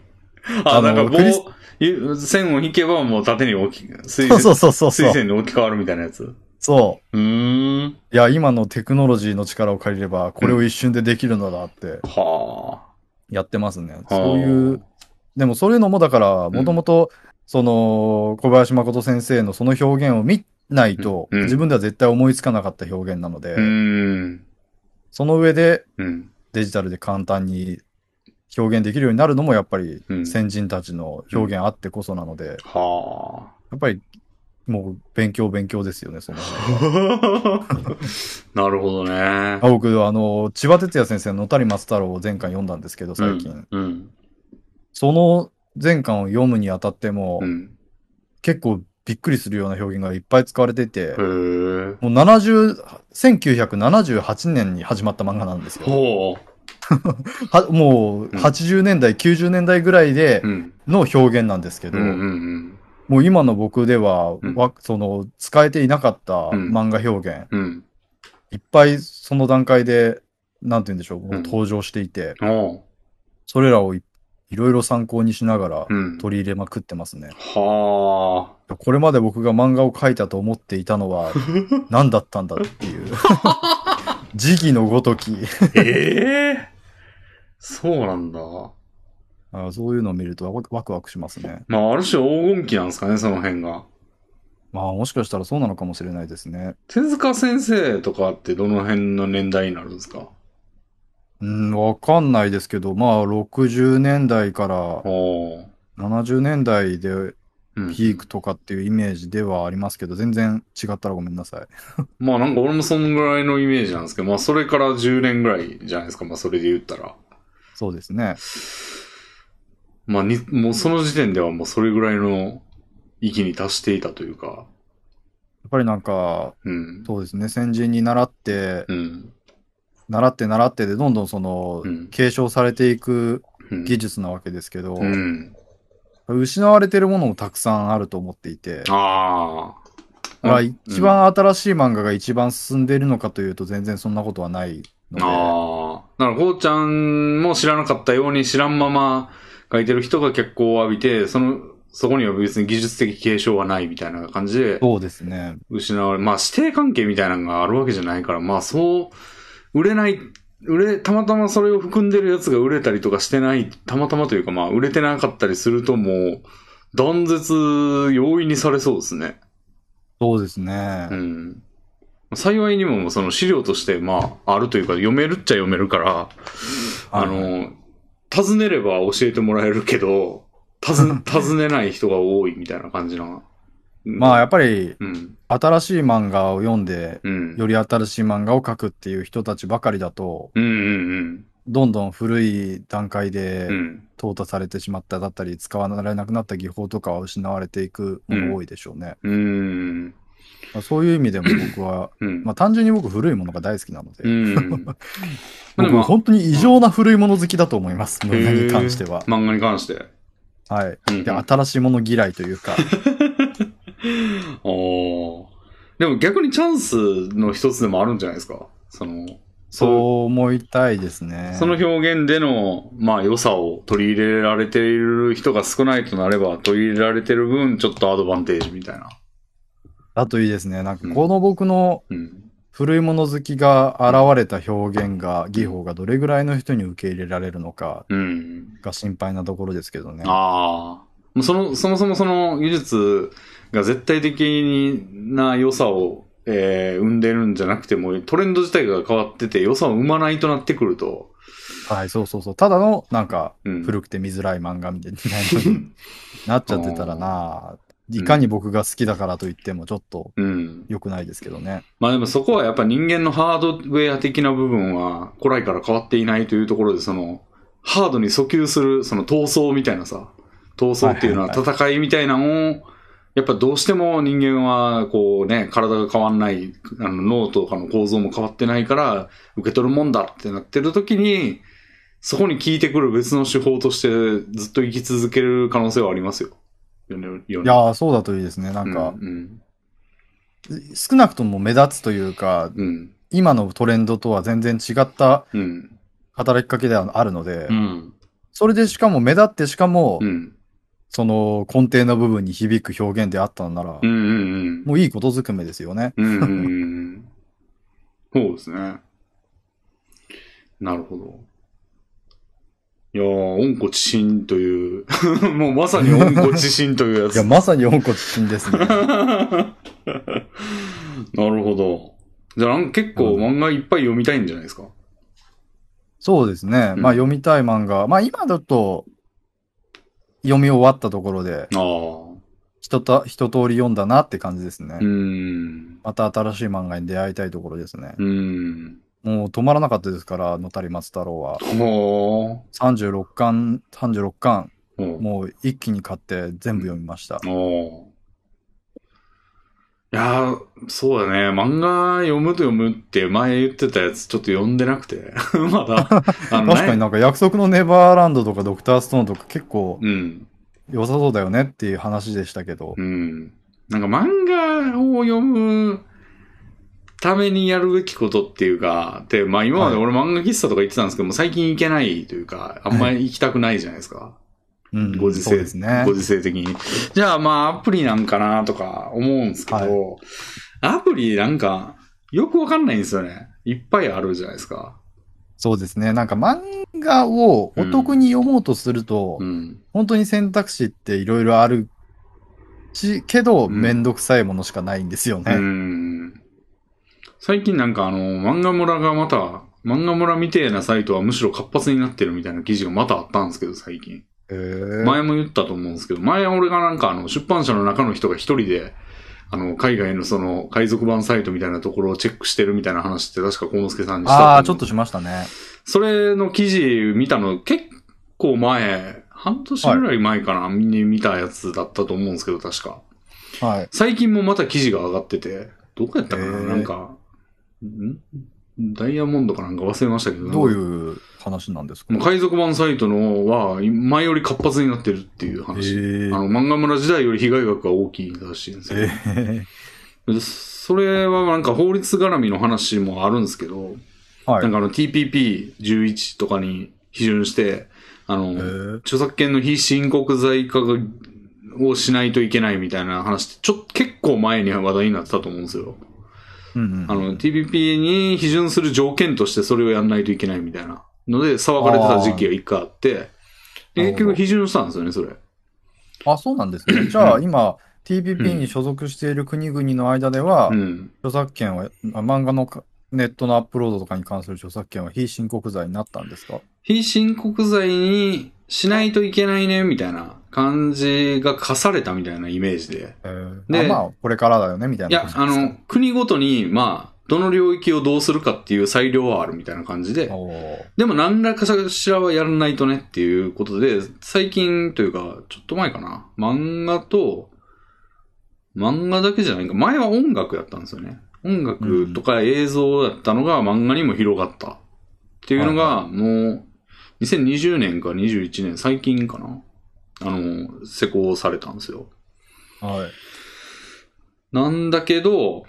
Speaker 1: あ、
Speaker 2: あの
Speaker 1: なんか棒
Speaker 2: クリス、
Speaker 1: ゆ線を引けばもう縦に大きく、水
Speaker 2: そうそうそうそう
Speaker 1: [LAUGHS]
Speaker 2: そ
Speaker 1: 水
Speaker 2: う。
Speaker 1: 線に置き換わるみたいなやつ。
Speaker 2: そう
Speaker 1: ーん。
Speaker 2: う。いや、今のテクノロジーの力を借りれば、これを一瞬でできるのだって
Speaker 1: は
Speaker 2: やってますね。
Speaker 1: あ。
Speaker 2: そうい
Speaker 1: は
Speaker 2: う、でもそういうのもだから、もともと、その、小林誠先生のその表現を見ないと、
Speaker 1: うん
Speaker 2: 自分では絶対思いつかなかった表現なので
Speaker 1: あ。う、ーん。
Speaker 2: その上で
Speaker 1: うん。
Speaker 2: デジタルで簡単に表現できるようになるのもやっぱり
Speaker 1: うん
Speaker 2: 先人たちの表現あってこそなので、や
Speaker 1: はあ。 [LAUGHS]
Speaker 2: っぱりもう勉強勉強ですよね、その辺は
Speaker 1: なるほどね
Speaker 2: あ。僕、あの、千葉哲也先生の野谷松太郎を前巻読んだんですけど、最近。
Speaker 1: うん。
Speaker 2: その前巻を読むにあたっても、
Speaker 1: うん。
Speaker 2: 結構びっくりするような表現がいっぱい使われてて、
Speaker 1: うん、へえ。
Speaker 2: もう70、1978年に始まった漫画なんですよ。
Speaker 1: ほ
Speaker 2: はもう80年代、90年代ぐらいで
Speaker 1: う。うん。
Speaker 2: の表現なんですけ
Speaker 1: う
Speaker 2: ど、
Speaker 1: んうん
Speaker 2: もう今の僕では、
Speaker 1: うん
Speaker 2: わその使えていなかった漫画表現、
Speaker 1: うん。うん。
Speaker 2: いっぱいその段階で、なんて言うんでしょう、もう
Speaker 1: うん
Speaker 2: 登場していて、
Speaker 1: おう。
Speaker 2: それらをいいろいろ参考にしながら
Speaker 1: うん。
Speaker 2: 取り入れまくってますね。
Speaker 1: はあ。
Speaker 2: これまで僕が漫画を描いたと思っていた
Speaker 1: [LAUGHS]
Speaker 2: のは何だったんだっていう。時期のごとき
Speaker 1: ええそうなんだ。
Speaker 2: あ。そういうのを見るとワクワクワクしますね。
Speaker 1: まあ、ある種黄金期なんですかね、その辺が。
Speaker 2: まあもしかしたらそうなのかもしれないですね。
Speaker 1: 手塚先生とかってどの辺の年代になるんですか
Speaker 2: うん、わかんないですけど、まあ60年代から
Speaker 1: おー
Speaker 2: 70年代で
Speaker 1: うん
Speaker 2: ピークとかっていうイメージではありますけど、全然違ったらごめんなさい。
Speaker 1: まあなんか俺もそんぐらいのイメージなんですけど、まあそれから10年ぐらいじゃないですか、まあそれで言ったら。
Speaker 2: そうですね。
Speaker 1: まあに、もうその時点ではもうそれぐらいの域に達していたというか、
Speaker 2: やっぱりなんか、
Speaker 1: うん。
Speaker 2: そうですね、先人に習って、
Speaker 1: うん。
Speaker 2: 習って習ってで、どんどんその、
Speaker 1: うん
Speaker 2: 継承されていく
Speaker 1: うん。
Speaker 2: 技術なわけですけど、
Speaker 1: うん。
Speaker 2: 失われてるものもたくさんあると思っていて、
Speaker 1: ああ。
Speaker 2: まあ、
Speaker 1: うん
Speaker 2: 一、番新しい漫画が一番進んでいるのかというと全然そんなことはないの
Speaker 1: あ
Speaker 2: で、
Speaker 1: あ。だから、こうちゃんも知らなかったように知らんまま書いてる人が脚光を浴びて、その、そこには別に技術的継承はないみたいな感じで、
Speaker 2: そうですね。
Speaker 1: 失われ、まあ指定関係みたいなのがあるわけじゃないから、まあそう、売れない、売れ、たまたまそれを含んでるやつが売れたりとかしてない、たまたまというかまあ売れてなかったりするともう、断絶容易にされそうですね。
Speaker 2: そうですね。
Speaker 1: うん。幸いにもその資料としてまああるというか読めるっちゃ読めるから、あの、尋ねれば教えてもらえるけど、
Speaker 2: [LAUGHS]
Speaker 1: 尋尋ねない人が多いみたいな感じな。
Speaker 2: まあ、や
Speaker 1: っ
Speaker 2: っぱり、
Speaker 1: ぱ。うん。
Speaker 2: 新しい漫画を読んで、
Speaker 1: うん。
Speaker 2: より新しい漫画を描くっていう人たちばかりだと、
Speaker 1: うんうん
Speaker 2: どんどん古い段階で
Speaker 1: うん。うん。
Speaker 2: 淘汰されてしまっただったり、使われなくなった技法とかは失われていくもの多いでしょうね。
Speaker 1: うーん。
Speaker 2: まあ、そういう意味でも僕は、
Speaker 1: うん。
Speaker 2: まあ単純に僕古いものが大好きなので、
Speaker 1: うん。まあで
Speaker 2: 僕
Speaker 1: も、
Speaker 2: 本当に異常な古いもの好きだと思います、
Speaker 1: へえ
Speaker 2: 漫画に関しては。
Speaker 1: 漫画に関して。
Speaker 2: はい。
Speaker 1: うん
Speaker 2: で、新しいもの嫌いとい
Speaker 1: [LAUGHS]
Speaker 2: うか、
Speaker 1: おーでも逆にチャンスの一つでもあるんじゃないですか。その、そう、
Speaker 2: そう思いたいですね。
Speaker 1: その表現での、まあ、良さを取り入れられている人が少ないとなれば、取り入れられてる分、ちょっとアドバンテージみたいな。
Speaker 2: だといいですね。なんか
Speaker 1: うん
Speaker 2: この僕の
Speaker 1: うん。
Speaker 2: 古いもの好きが現れた表現が、技法がどれぐらいの人に受け入れられるのか
Speaker 1: うん。
Speaker 2: が心配なところですけどね。
Speaker 1: ああ。もうその、そもそもその技術が絶対的な良さを、えー生んでるんじゃなくても、トレンド自体が変わってて、良さを生まないとなってくると、
Speaker 2: はい、そうそうそう。ただの、なんか、
Speaker 1: うん。
Speaker 2: 古くて見づらい漫画みたいになっちゃってたら
Speaker 1: ん
Speaker 2: な、いかに僕が好きだからと言ってもちょっと
Speaker 1: うん。
Speaker 2: 良くないですけどね。
Speaker 1: まあでもそこはやっぱ人間のハードウェア的な部分は、古来から変わっていないというところで、その、ハードに訴求する、その闘争みたいなさ、闘争っていうのは
Speaker 2: はいは
Speaker 1: 戦いみたいなのを、やっぱどうしても人間は、こうね、体が変わんない、あの脳とかの構造も変わってないから、受け取るもんだってなってる時に、そこに効いてくる別の手法としてずっと生き続ける可能性はありますよ。い
Speaker 2: いやー、そうだといいですね。なんか、
Speaker 1: うん、
Speaker 2: 少なくとも目立つというか、
Speaker 1: うん、
Speaker 2: 今のトレンドとは全然違った
Speaker 1: うん、
Speaker 2: 働きかけではあるので、
Speaker 1: うん、
Speaker 2: それでしかも目立ってしかも、
Speaker 1: うん。
Speaker 2: その根底の部分に響く表現であったのなら、
Speaker 1: うんうん
Speaker 2: もういいことづくめですよね。
Speaker 1: うん。うんうんうん。そうですね。なるほど。いやー、温故知新という、 [LAUGHS] もうまさに温故知新というや
Speaker 2: い
Speaker 1: つ
Speaker 2: や、。まさに温故知新ですね。
Speaker 1: [LAUGHS] なるほど。じゃあなんか結構漫画いっぱい読みたいんじゃないですか。
Speaker 2: そうですね。
Speaker 1: うん
Speaker 2: まあ読みたい漫画。まあ今だと、読み終わったところで、
Speaker 1: ああ。
Speaker 2: 一た一通り読んだなって感じですね。
Speaker 1: うーん。
Speaker 2: また新しい漫画に出会いたいところですね
Speaker 1: う。ーん。
Speaker 2: もう止まらなかったですから、野谷松太郎は。
Speaker 1: ほ
Speaker 2: 36巻、36巻、
Speaker 1: ー。ほう
Speaker 2: もう一気に買って全部読みました。
Speaker 1: おーいやー、そうだね。漫画読むと読むって前言ってたやつちょっと読んでなくて。 [LAUGHS] まだ。あの
Speaker 2: [LAUGHS] 確かに
Speaker 1: ね。
Speaker 2: なんか約束のネバーランドとかドクターストーンとか結構
Speaker 1: うん。
Speaker 2: 良さそうだよねっていう話でしたけど。
Speaker 1: うん。なんか漫画を読むためにやるべきことっていうか、で、まあ今まで
Speaker 2: はい
Speaker 1: 俺漫画喫茶とか行ってたんですけども、最近行けないというか、あんまり行きたくないじゃないですか。
Speaker 2: うん、
Speaker 1: ご時世、
Speaker 2: そうですね
Speaker 1: ご。時世的に。じゃあまあアプリなんかなとか思うんですけど、
Speaker 2: はい
Speaker 1: アプリなんかよくわかんないんですよね。いっぱいあるじゃないですか。
Speaker 2: そうですね。なんか漫画をお得に読もうとすると、
Speaker 1: うん。
Speaker 2: 本当に選択肢っていろいろあるちけど、
Speaker 1: うん
Speaker 2: めんどくさいものしかないんですよね。
Speaker 1: うん。最近なんかあの、漫画村がまた、漫画村みてえなサイトはむしろ活発になってるみたいな記事がまたあったんですけど、最近。
Speaker 2: へー
Speaker 1: 前も言ったと思うんですけど、前俺がなんかあの、出版社の中の人が一人で、あの、海外のその、海賊版サイトみたいなところをチェックしてるみたいな話って確か幸之助さんにしたと思う
Speaker 2: ああ、ちょっとしましたね。
Speaker 1: それの記事見たの結構前、半年ぐらい前かな、に見たやつだったと思うんですけど、確か。
Speaker 2: はい。
Speaker 1: 最近もまた記事が上がってて、どこやったかな、
Speaker 2: へー
Speaker 1: なんか、んダイヤモンドかなんか忘れましたけど、
Speaker 2: どういう話なんですか
Speaker 1: もう海賊版サイトのは、前より活発になってるっていう
Speaker 2: え
Speaker 1: 話。あ
Speaker 2: ー
Speaker 1: の、漫画村時代より被害額が大きいらしいんですよ。
Speaker 2: えー。
Speaker 1: でそれはなんか法律絡みの話もあるんですけど、
Speaker 2: は
Speaker 1: な
Speaker 2: い。え
Speaker 1: んかあの TPP11 とかに批准して、あの、
Speaker 2: ー
Speaker 1: 著作権の非申告罪化がをしないといけないみたいな話って、ちょっと結構前には話題になってたと思うんですよ。
Speaker 2: うん
Speaker 1: あの、TPP に批准する条件としてそれをやんないといけないみたいなので、騒がれてた時期が一回あって、で
Speaker 2: な
Speaker 1: 結
Speaker 2: るほど
Speaker 1: 局批准したんですよね、それ。
Speaker 2: あ、そうなんですね。じゃあ、今、TPP に所属している国々の間では
Speaker 1: う、ん。
Speaker 2: 著作権は、あ漫画のかネットのアップロードとかに関する著作権は非申告罪になったんですか
Speaker 1: 非申告罪にしないといけないね、みたいな感じが課されたみたいなイメージで。
Speaker 2: えー
Speaker 1: で
Speaker 2: あまあ、これからだよね、みたい
Speaker 1: い
Speaker 2: な
Speaker 1: や
Speaker 2: 感、じ
Speaker 1: あ
Speaker 2: ですか。
Speaker 1: の、国ごとに、まあ、どの領域をどうするかっていう裁量はあるみたいな感じで、
Speaker 2: おー
Speaker 1: でも何らかしらはやらないとねっていうことで、最近というか、ちょっと前かな。漫画と、漫画だけじゃないか。前は音楽やったんですよね。音楽とか映像だったのが漫画にも広がった。っていうのが、もう、2020年か21年、最近かな。あの、施行されたんですよ。
Speaker 2: はい。
Speaker 1: なんだけど、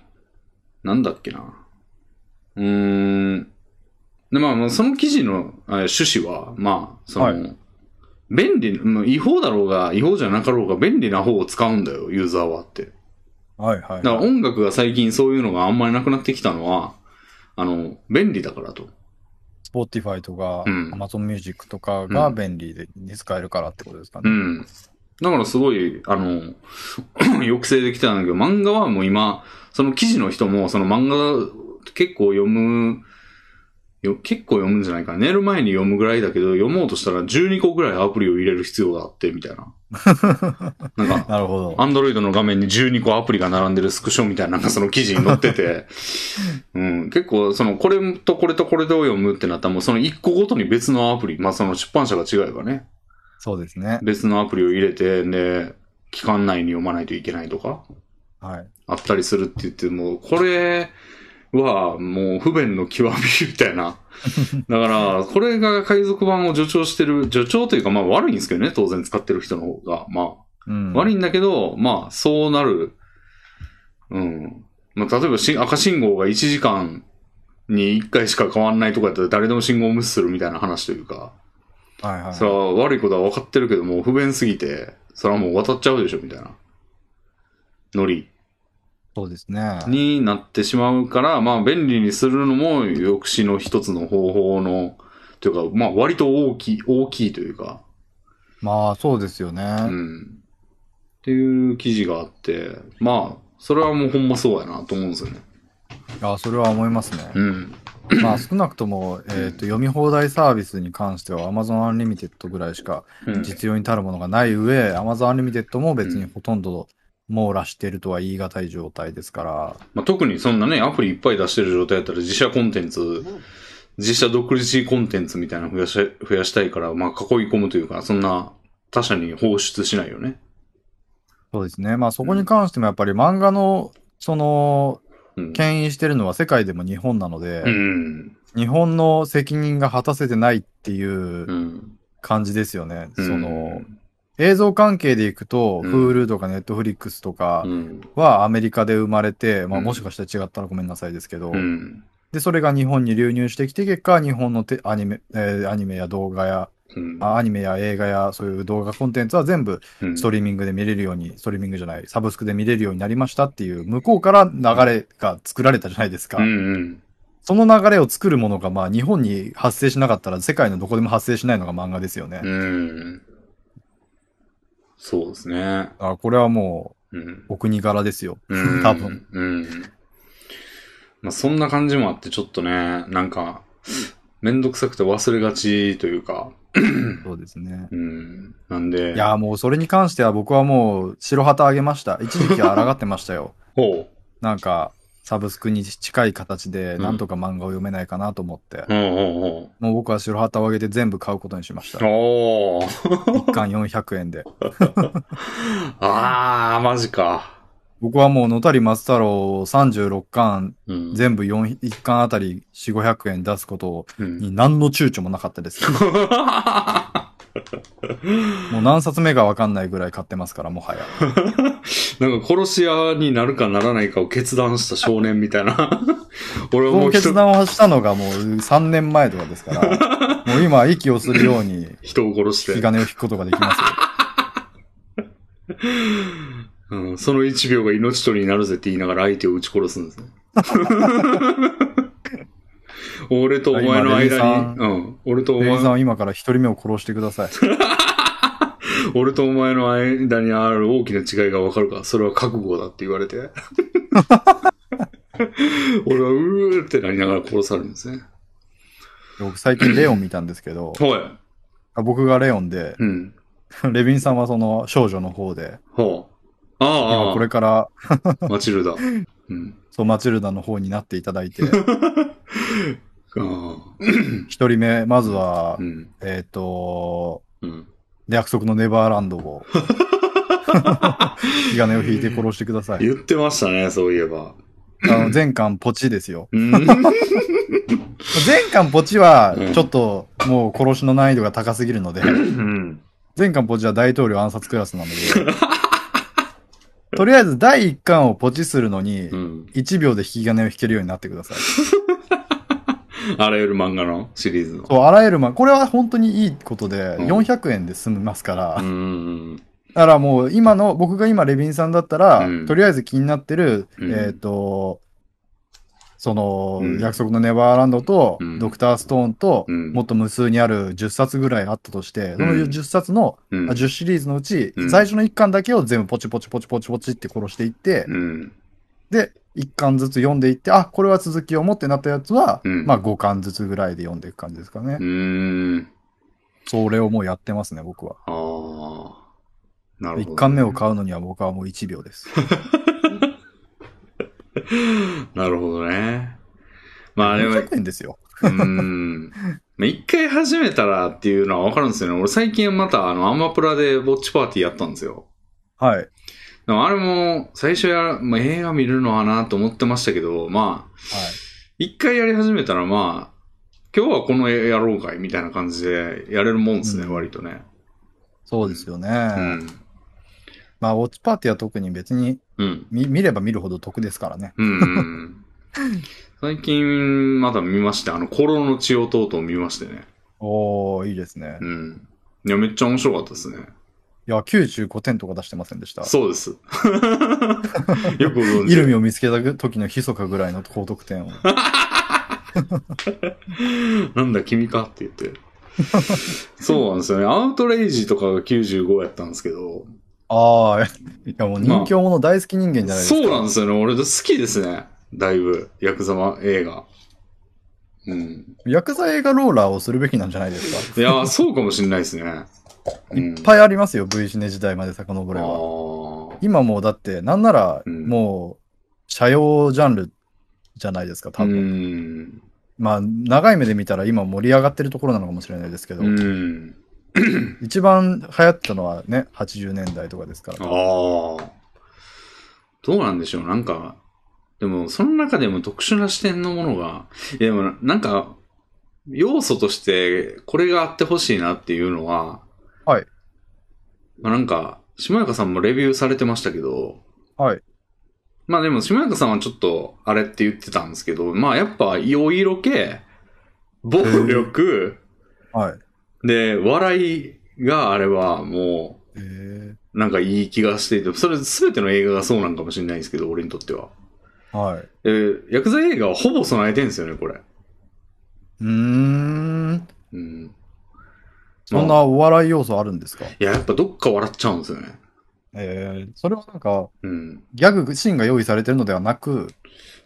Speaker 1: なんだっけな。うーん。で、まあまあ、その記事のあ趣旨は、まあ、その、
Speaker 2: は
Speaker 1: 便利、まあ違法だろうが、違法じゃなかろうが、便利な方を使うんだよ、ユーザーはって。
Speaker 2: はい、はい。
Speaker 1: だから音楽が最近そういうのがあんまりなくなってきたのは、あの、便利だからと。
Speaker 2: Spotify とか、
Speaker 1: うん
Speaker 2: Amazon Music とかが
Speaker 1: うん
Speaker 2: 便利で、に使えるからってことですか
Speaker 1: う
Speaker 2: ね。
Speaker 1: ん。だからすごい、あの、 [CLEARS THROAT] 抑制できてたんだけど、漫画はもう今、その記事の人も、その漫画結構読む、よ結構読むんじゃないかな。寝る前に読むぐらいだけど、読もうとしたら12個ぐらいアプリを入れる必要があって、みたいな。なんか、
Speaker 2: なるほど。
Speaker 1: アンドロイドの画面に12個アプリが並んでるスクショみたいな、なんかその記事に載ってて、うん、結構、その、これとこれとこれとを読むってなったら、もうその1個ごとに別のアプリ、まあその出版社が違えばね、
Speaker 2: そうですね。
Speaker 1: 別のアプリを入れて、で、期間内に読まないといけないとか、
Speaker 2: はい。
Speaker 1: あったりするって言って、もう、これはもう不便の極みみたい
Speaker 2: [LAUGHS]
Speaker 1: な。だから、これが海賊版を助長してる、助長というか、まあ悪いんですけどね、当然使ってる人の方が。ま
Speaker 2: うん。
Speaker 1: あ、悪い
Speaker 2: い。
Speaker 1: んだけど、まあ、そうなる。うん。まあ、例えばし、赤信号が1時間に1回しか変わんないとかやったら、誰でも信号を無視するみたいな話というか。
Speaker 2: はい、はい。
Speaker 1: それは悪いことは分かってるけども、不便すぎて、それはもう渡っちゃうでしょ、みたいな。ノリ
Speaker 2: そうですね。
Speaker 1: になってしまうから、まあ便利にするのも抑止の一つの方法の、というか、まあ割と大きい、大きいというか、
Speaker 2: まあ、そうですよね。
Speaker 1: うん。っていう記事があって、まあ、それはもうほんまそうやなと思うんですよね。
Speaker 2: いや、それは思いますね。
Speaker 1: うん。
Speaker 2: [CLEARS THROAT] まあ、少なくとも、えーと、読み放題サービスに関しては Amazon Unlimited ぐらいしか
Speaker 1: うん
Speaker 2: 実用に足るものがない上、Amazon Unlimited も別にほとんど網羅しているとは言い難い状態ですから、
Speaker 1: まあ、特にそんなね、アプリいっぱい出してる状態だったら自社コンテンツ、自社独立コンテンツみたいなの増やし、増やしたいから、まあ、囲い込むというか、そんな他社に放出しないよね。
Speaker 2: そうですね。まあ、そこに関してもやっぱり漫画の、その、
Speaker 1: うん。
Speaker 2: 牽引してるのは世界でも日本なので、
Speaker 1: うん。
Speaker 2: 日本の責任が果たせてないっていう
Speaker 1: うん。
Speaker 2: 感じですよね。
Speaker 1: うん
Speaker 2: その、映像関係でいくと、
Speaker 1: うん
Speaker 2: Hulu とか Netflix とか
Speaker 1: うん。
Speaker 2: はアメリカで生まれて、まあ
Speaker 1: うん
Speaker 2: もしかしたら違ったらごめんなさいですけど、
Speaker 1: うん。
Speaker 2: で、それが日本に流入してきて、結果日本のテアニメ、えーアニメや動画や、
Speaker 1: うん
Speaker 2: あアニメや映画やそういう動画コンテンツは全部ストリーミングで見れるように、ストリーミングじゃない、サブスクで見れるようになりましたっていう、向こうから流れが作られたじゃないですか。
Speaker 1: うんうん。
Speaker 2: その流れを作るものが、まあ、日本に発生しなかったら、世界のどこでも発生しないのが漫画ですよね。
Speaker 1: うん。そうですね。
Speaker 2: あこれはもう、
Speaker 1: うん。
Speaker 2: お国柄ですよ。
Speaker 1: うん
Speaker 2: [LAUGHS] 多分。
Speaker 1: うん。まあ、そんな感じもあって、ちょっとね、なんか、めんどくさくて忘れがちというか、
Speaker 2: そうですね。
Speaker 1: うん。なんで、
Speaker 2: いやーもうそれに関しては僕はもう白旗あげました。一時期は抗ってましたよ。
Speaker 1: ほ
Speaker 2: なんか、サブスクに近い形で、
Speaker 1: ん
Speaker 2: なんとか漫画を読めないかなと思って
Speaker 1: う。、ほうほうほ
Speaker 2: もう僕は白旗をあげて全部買うことにしました
Speaker 1: う。。お
Speaker 2: [LAUGHS]
Speaker 1: ー。
Speaker 2: 一巻400円で。
Speaker 1: あー、マジか。
Speaker 2: 僕はもう野谷松太郎を36巻、
Speaker 1: うん。
Speaker 2: 全部4、1巻あたり4、500円出すこと
Speaker 1: うん [LAUGHS]
Speaker 2: に何の躊躇もなかったです。もう何冊目かわかんないぐらい買ってますから、もはや。
Speaker 1: なんか殺し屋になるかならないかを決断した少年みたいな。 [LAUGHS] 俺は
Speaker 2: こ
Speaker 1: もう
Speaker 2: の
Speaker 1: 人
Speaker 2: 決断をしたのがもう3年前とかで
Speaker 1: [LAUGHS]
Speaker 2: すから、もう今息をするように
Speaker 1: 人を殺し
Speaker 2: 引き
Speaker 1: て、
Speaker 2: 金を引くことができますよ。
Speaker 1: うん、その一秒が命取りになるぜって言いながら相手を撃ち殺すん
Speaker 2: [LAUGHS]
Speaker 1: ですね。 [LAUGHS] 俺とお前の間
Speaker 2: 今レイ
Speaker 1: に
Speaker 2: さん、
Speaker 1: うん、俺 [LAUGHS] とお
Speaker 2: レイ
Speaker 1: 前
Speaker 2: さんは今から一人目を殺してください。
Speaker 1: 俺とお前の間にある大きな違いがわかるか、それは覚悟だって言われ
Speaker 2: [LAUGHS]
Speaker 1: て。俺はうーってなりながら殺されるんですね。
Speaker 2: 僕最近レオン見たんですけど、
Speaker 1: ほい。
Speaker 2: あ僕がレオンで、
Speaker 1: うん。
Speaker 2: レビンさんはその少女の方で、
Speaker 1: ほう。あ
Speaker 2: 今
Speaker 1: あ、
Speaker 2: これから
Speaker 1: マチ
Speaker 2: [LAUGHS]
Speaker 1: ルダ。うん。
Speaker 2: そうマチルダの方になっていただいて、
Speaker 1: ああ。
Speaker 2: 一人目、まずは
Speaker 1: う、ん。
Speaker 2: えっ、と、
Speaker 1: うん。
Speaker 2: 約束のネバーラン
Speaker 1: [LAUGHS]
Speaker 2: ドを、引き金を引いて殺してください。
Speaker 1: 言ってましたね、そういえば。
Speaker 2: あの、前巻ポチですよ。
Speaker 1: うん。
Speaker 2: 前巻ポチは
Speaker 1: うん、
Speaker 2: ちょっと、もう殺しの難易度が高すぎるので、
Speaker 1: うん。
Speaker 2: 前巻ポチは大統領暗殺クラスなので、とりあえず第1巻をポチするのに
Speaker 1: う、ん
Speaker 2: 1秒で引き金を引けるようになってください。
Speaker 1: あらゆる漫画のシリーズの。
Speaker 2: そう、あらゆるま、これは本当にいいことで、
Speaker 1: うん
Speaker 2: 400円で済みますから、
Speaker 1: うんうん。
Speaker 2: だからもう今の、僕が今レビンさんだったら、
Speaker 1: うん
Speaker 2: とりあえず気になってる、
Speaker 1: うん
Speaker 2: えっ、と、その、
Speaker 1: うん
Speaker 2: 約束のネバーランドと、
Speaker 1: うん
Speaker 2: ドクターストーンと、
Speaker 1: うん
Speaker 2: もっと無数にある10冊ぐらいあったとして、その
Speaker 1: うん
Speaker 2: 10冊の、
Speaker 1: うん
Speaker 2: あ10シリーズのうち、
Speaker 1: うん
Speaker 2: 最初の1巻だけを全部ポチポチポチポチポチって殺していって、
Speaker 1: うん。
Speaker 2: で、1巻ずつ読んでいって、あ、これは続きを持ってなったやつは、
Speaker 1: うん
Speaker 2: まあ5巻ずつぐらいで読んでいく感じですかね。
Speaker 1: うん。
Speaker 2: それをもうやってますね、僕は。
Speaker 1: ああ。なるほど。
Speaker 2: 1巻目を買うのには僕はもう1秒です。
Speaker 1: なるほどね。まあでも、う
Speaker 2: 400円ですよ。
Speaker 1: ーん。まあ一回始めたらっていうのはわかるんですよね。俺最近またあのアマプラでぼっちパーティーやったんですよ。
Speaker 2: はい。
Speaker 1: でもあれも最初や、まあ、映画見るのはなと思ってましたけど、まあ、
Speaker 2: はい。
Speaker 1: 一回やり始めたらまあ、今日はこの絵やろうかいみたいな感じでやれるもんですね、
Speaker 2: うん
Speaker 1: 割とね。
Speaker 2: そうですよね。
Speaker 1: うん。
Speaker 2: まあ、ウォッチパーティーは特に別に
Speaker 1: うん。
Speaker 2: 見見れば見るほど得ですからね。
Speaker 1: うんうんうん。最近まだ見まして、あの、コロの血をとうとう見ましてね。
Speaker 2: おー、いいですね
Speaker 1: う。ん。いや、めっちゃ面白かったですね。
Speaker 2: いや、95点とか出してませんでした。
Speaker 1: そうです。よ [LAUGHS] くご存
Speaker 2: イル
Speaker 1: 知。
Speaker 2: ミを見つけた時の密かぐらいの高得
Speaker 1: [LAUGHS]
Speaker 2: 点を。
Speaker 1: なんだ君かって言って。そうなんですよね。アウトレイジとかが95やったんですけど。
Speaker 2: あー、いやもう人気者大好き人間じゃないですか。
Speaker 1: そうなんですよね。俺好きですね。だいぶ。ヤクザマ映画。うん。
Speaker 2: ヤクザ映画ローラーをするべきなんじゃないですか。
Speaker 1: いやー、そうかもしれないですね。うん
Speaker 2: いっぱいありますよ、V シネ時代まで遡れ
Speaker 1: あ
Speaker 2: ば。
Speaker 1: ー
Speaker 2: 今もうだって、なんなら、
Speaker 1: うん
Speaker 2: もう、社用ジャンルじゃないですか、多
Speaker 1: う
Speaker 2: 分。
Speaker 1: ん。
Speaker 2: まあ、長い目で見たら今盛り上がってるところなのかもしれないですけど。
Speaker 1: うん。
Speaker 2: 一番流行ったのはね、80年代とかですか
Speaker 1: あ
Speaker 2: ら。
Speaker 1: あ。どうなんでしょうなんか、でも、その中でも特殊な視点のものが、いやでもな、なんか、要素として、これがあってほしいなっていうのは、
Speaker 2: はい。
Speaker 1: まあなんか、島中さんもレビューされてましたけど、
Speaker 2: はい。
Speaker 1: まあでも、島中さんはちょっと、あれって言ってたんですけど、まあやっぱ、色色系、暴力、
Speaker 2: はい。
Speaker 1: で、笑いがあれば、もう、
Speaker 2: えー、
Speaker 1: なんかいい気がしていて、それ全ての映画がそうなんかもしれないんですけど、俺にとっては。
Speaker 2: はい。う
Speaker 1: えー、薬剤映画はほぼ備えてんですよね、これ。
Speaker 2: ーん。
Speaker 1: うん。
Speaker 2: そん
Speaker 1: まあ
Speaker 2: なお笑い要素あるんですか
Speaker 1: いや、やっぱどっか笑っちゃうんですよね。
Speaker 2: えー、それはなんか、
Speaker 1: うん。
Speaker 2: ギャグシーンが用意されてるのではなく、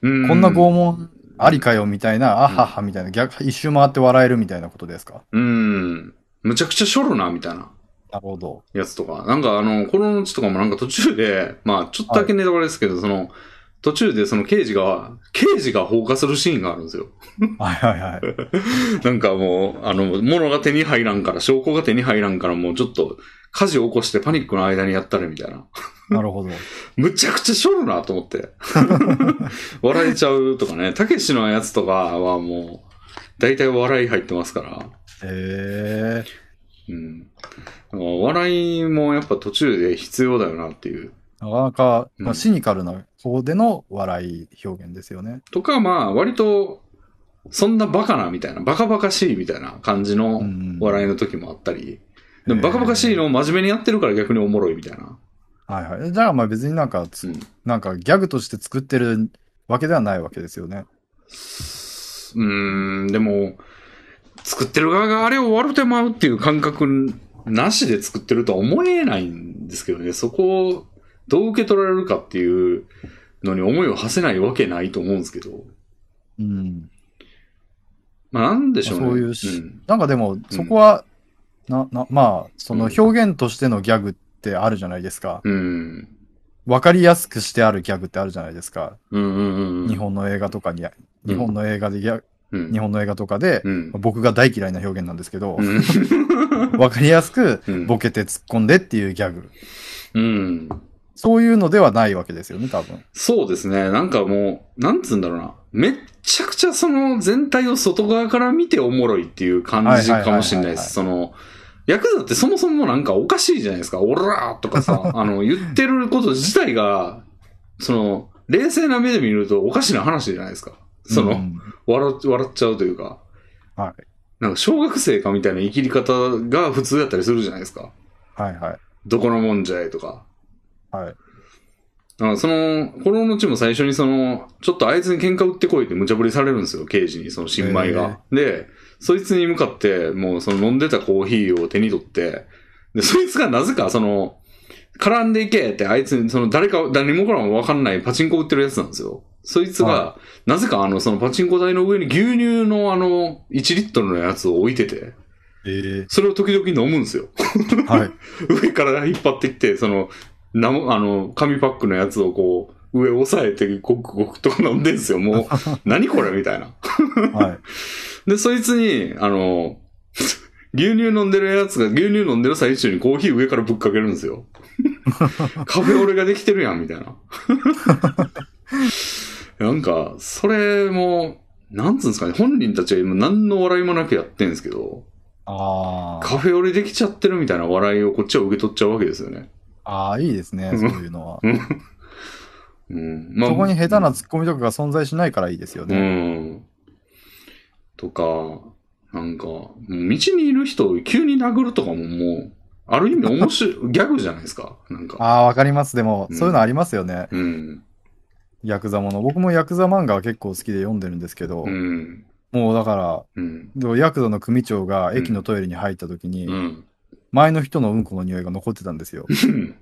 Speaker 1: うん
Speaker 2: こんな拷問ありかよみたいな、あ
Speaker 1: ん
Speaker 2: ははみたいな、逆一周回って笑えるみたいなことですか
Speaker 1: うん。むちゃくちゃしょろな、みたいな
Speaker 2: なるほど。
Speaker 1: やつとか。なんかあの、このうちとかもなんか途中で、まあちょっとだけネタバレですけど、その、途中でその刑事が、刑事が放火するシーンがあるんですよ。
Speaker 2: はいはいはい。
Speaker 1: [LAUGHS] なんかもう、あの、物が手に入らんから、証拠が手に入らんから、もうちょっと、火事を起こしてパニックの間にやったれ、みたいな。 [LAUGHS]
Speaker 2: なるほど。
Speaker 1: むちゃくちゃしょるなと思って。 [LAUGHS] 笑えちゃうとかね。たけしのやつとかはもう、大体笑い入ってますから。
Speaker 2: えー、
Speaker 1: うん。なんか笑いもやっぱ途中で必要だよなっていう。
Speaker 2: なかなか、
Speaker 1: うん
Speaker 2: まあ、シニカルな方での笑い表現ですよね。
Speaker 1: とかまあ、割と、そんなバカなみたいな、バカバカしいみたいな感じの
Speaker 2: うん
Speaker 1: 笑いの時もあったり。で
Speaker 2: へ
Speaker 1: も
Speaker 2: ー
Speaker 1: バカバカしいのを真面目にやってるから逆におもろいみたいな。
Speaker 2: はいはい。じゃあまあ別になんかつ、
Speaker 1: うん
Speaker 2: なんかギャグとして作ってるわけではないわけですよね。
Speaker 1: うーん、でも、作ってる側があれを悪てまうっていう感覚なしで作ってるとは思えないんですけどね、そこをどう受け取られるかっていうのに思いを馳せないわけないと思うんですけど、
Speaker 2: うん。
Speaker 1: まあなんでしょうね。
Speaker 2: そういうし
Speaker 1: ん
Speaker 2: なんかでも、そこは、な、な、まあ、その表現としてのギャグってあるじゃないですか。
Speaker 1: うん。
Speaker 2: わかりやすくしてあるギャグってあるじゃないですか。
Speaker 1: うんうんうんうん。
Speaker 2: 日本の映画とかに、
Speaker 1: ん
Speaker 2: 日本の映画でギャ、
Speaker 1: うん。
Speaker 2: 日本の映画とかで、
Speaker 1: うん。
Speaker 2: 僕が大嫌いな表現なんですけど
Speaker 1: う、ん。
Speaker 2: わかりやすく
Speaker 1: うん
Speaker 2: ボケて突っ込んでっていうギャグ。
Speaker 1: うん。
Speaker 2: そういうのではないわけですよね、多分。
Speaker 1: そうですね。なんかもう、なんつうんだろうな。めっちゃくちゃその全体を外側から見ておもろいっていう感じかもしれないです。その、ヤクザってそもそもなんかおかしいじゃないですか。オラーとか [LAUGHS] さ、あの、言ってること自体が、その、冷静な目で見るとおかしな話じゃないですか。その、
Speaker 2: うん
Speaker 1: 笑っ笑っちゃうというか。
Speaker 2: はい
Speaker 1: なんか小学生かみたいな生きり方が普通だったりするじゃないですか。
Speaker 2: はいはい。
Speaker 1: どこのもんじゃいとか。
Speaker 2: はい。
Speaker 1: あその、この後も最初にその、ちょっとあいつに喧嘩売ってこいって無茶ぶりされるんですよ、刑事に、その新米が。で、そいつに向かって、もうその飲んでたコーヒーを手に取って、で、そいつがなぜかその、絡んでいけってあいつに、その誰か、誰にもこらもわかんないパチンコ売ってるやつなんですよ。そいつが、
Speaker 2: は
Speaker 1: なぜかあの、そのパチンコ台の上に牛乳のあの、1リットルのやつを置いてて、
Speaker 2: え
Speaker 1: それを時々飲むんですよ。
Speaker 2: えはい。
Speaker 1: [LAUGHS] 上から引っ張ってきて、その、なも、あの、紙パックのやつをこう、上押さえて、ごくごくと飲んでんすよ。もう、何これみたいな。
Speaker 2: はい。
Speaker 1: で、そいつに、あの、牛乳飲んでるやつが、牛乳飲んでる最中にコーヒー上からぶっかけるんですよ。カフェオレができてるやん、みたいな。 [LAUGHS] なんか、それも、なんつうんですかね、本人たちは今何の笑いもなくやってんですけど、
Speaker 2: あー
Speaker 1: カフェオレできちゃってるみたいな笑いをこっちは受け取っちゃうわけですよね。
Speaker 2: あー、いいですね、
Speaker 1: うん
Speaker 2: そういうのは。
Speaker 1: うん。ま
Speaker 2: そこに下手なツッコミとかが存在しないからいいですよ
Speaker 1: う
Speaker 2: ね。
Speaker 1: ん。とか、なんか、もう道にいる人を急に殴るとかももう、ある意味面
Speaker 2: [LAUGHS]
Speaker 1: 白い、ギャグじゃないですか。なんか。
Speaker 2: ああ、わかります。でも、
Speaker 1: うん
Speaker 2: そういうのありますよね。
Speaker 1: うん。
Speaker 2: ヤクザもの。僕もヤクザ漫画は結構好きで読んでるんですけど、
Speaker 1: うん。
Speaker 2: もうだから
Speaker 1: うん。
Speaker 2: でも、ヤクザの組長が駅のトイレに入った時に、
Speaker 1: うん。 [LAUGHS]
Speaker 2: 前の人のうんこの匂いが残ってたんですよ。
Speaker 1: うん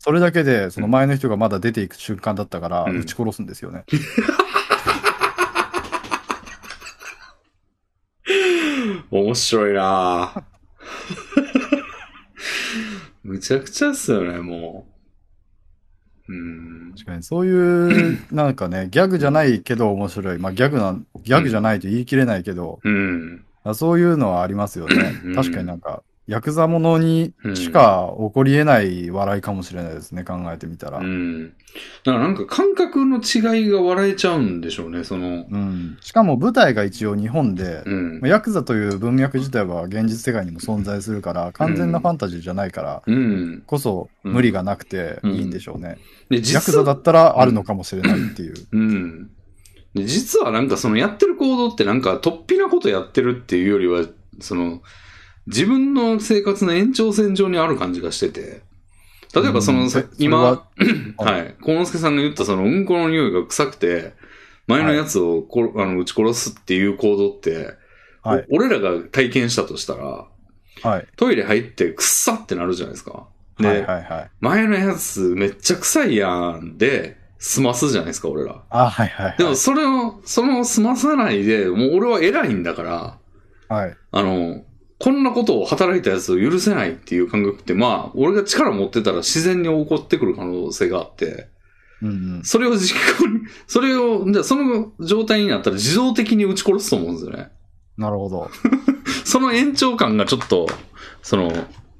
Speaker 2: それだけで、その前の人がまだ出ていく瞬間だったから、
Speaker 1: うん
Speaker 2: 撃ち殺すんですよね。
Speaker 1: 面白いなぁ [LAUGHS] むちゃくちゃっすよね、もう。うん。
Speaker 2: 確かに、そういう、なん
Speaker 1: [CLEARS THROAT]
Speaker 2: かね、ギャグじゃないけど面白い。まあ、ギャグなん、ギャグじゃないと言い切れないけど、
Speaker 1: うん。
Speaker 2: あそういうのはありますよね
Speaker 1: うん。
Speaker 2: 確かになんか、ヤクザものにしか起こり得ない笑いかもしれないですね、考えてみたら。
Speaker 1: う
Speaker 2: うん。
Speaker 1: ん。だからなんか感覚の違いが笑えちゃうんでしょうね、その。
Speaker 2: しかも舞台が一応日本で、
Speaker 1: うん
Speaker 2: まあ。ヤクザという文脈自体は現実世界にも存在するから、完全なファンタジーじゃないから、
Speaker 1: うん。
Speaker 2: こそ無理がなくていいんでしょうね。
Speaker 1: で、
Speaker 2: ヤク
Speaker 1: 実
Speaker 2: ザ
Speaker 1: は
Speaker 2: だったらあるのかもしれないっていう。
Speaker 1: うん。で実はなんかそのやってる行動ってなんか突飛なことやってるっていうよりは、その、自分の生活の延長線上にある感じがしてて。例えばその、
Speaker 2: うん
Speaker 1: さ
Speaker 2: え
Speaker 1: 今、
Speaker 2: そ
Speaker 1: は、
Speaker 2: はい
Speaker 1: 幸之助さんが言ったそのうんこの匂いが臭くて、前のやつをこ、あの撃ち殺すっていう行動って、
Speaker 2: はい。
Speaker 1: お俺らが体験したとしたら、
Speaker 2: はい。
Speaker 1: トイレ入ってくっさってなるじゃないですか。で、
Speaker 2: はいはいはい。
Speaker 1: 前のやつめっちゃ臭いやんで、済ますじゃないですか、俺ら。
Speaker 2: あ、はいはい、はい。
Speaker 1: でも、それを、その済まさないで、もう俺は偉いんだから、
Speaker 2: はい。
Speaker 1: あの、こんなことを働いたやつを許せないっていう感覚って、まあ、俺が力持ってたら自然に起こってくる可能性があって、
Speaker 2: うんうん。
Speaker 1: それを実行に、それを、じゃあその状態になったら自動的に撃ち殺すと思うんですよね。
Speaker 2: なる
Speaker 1: [LAUGHS]
Speaker 2: ほど。
Speaker 1: その延長感がちょっと、その、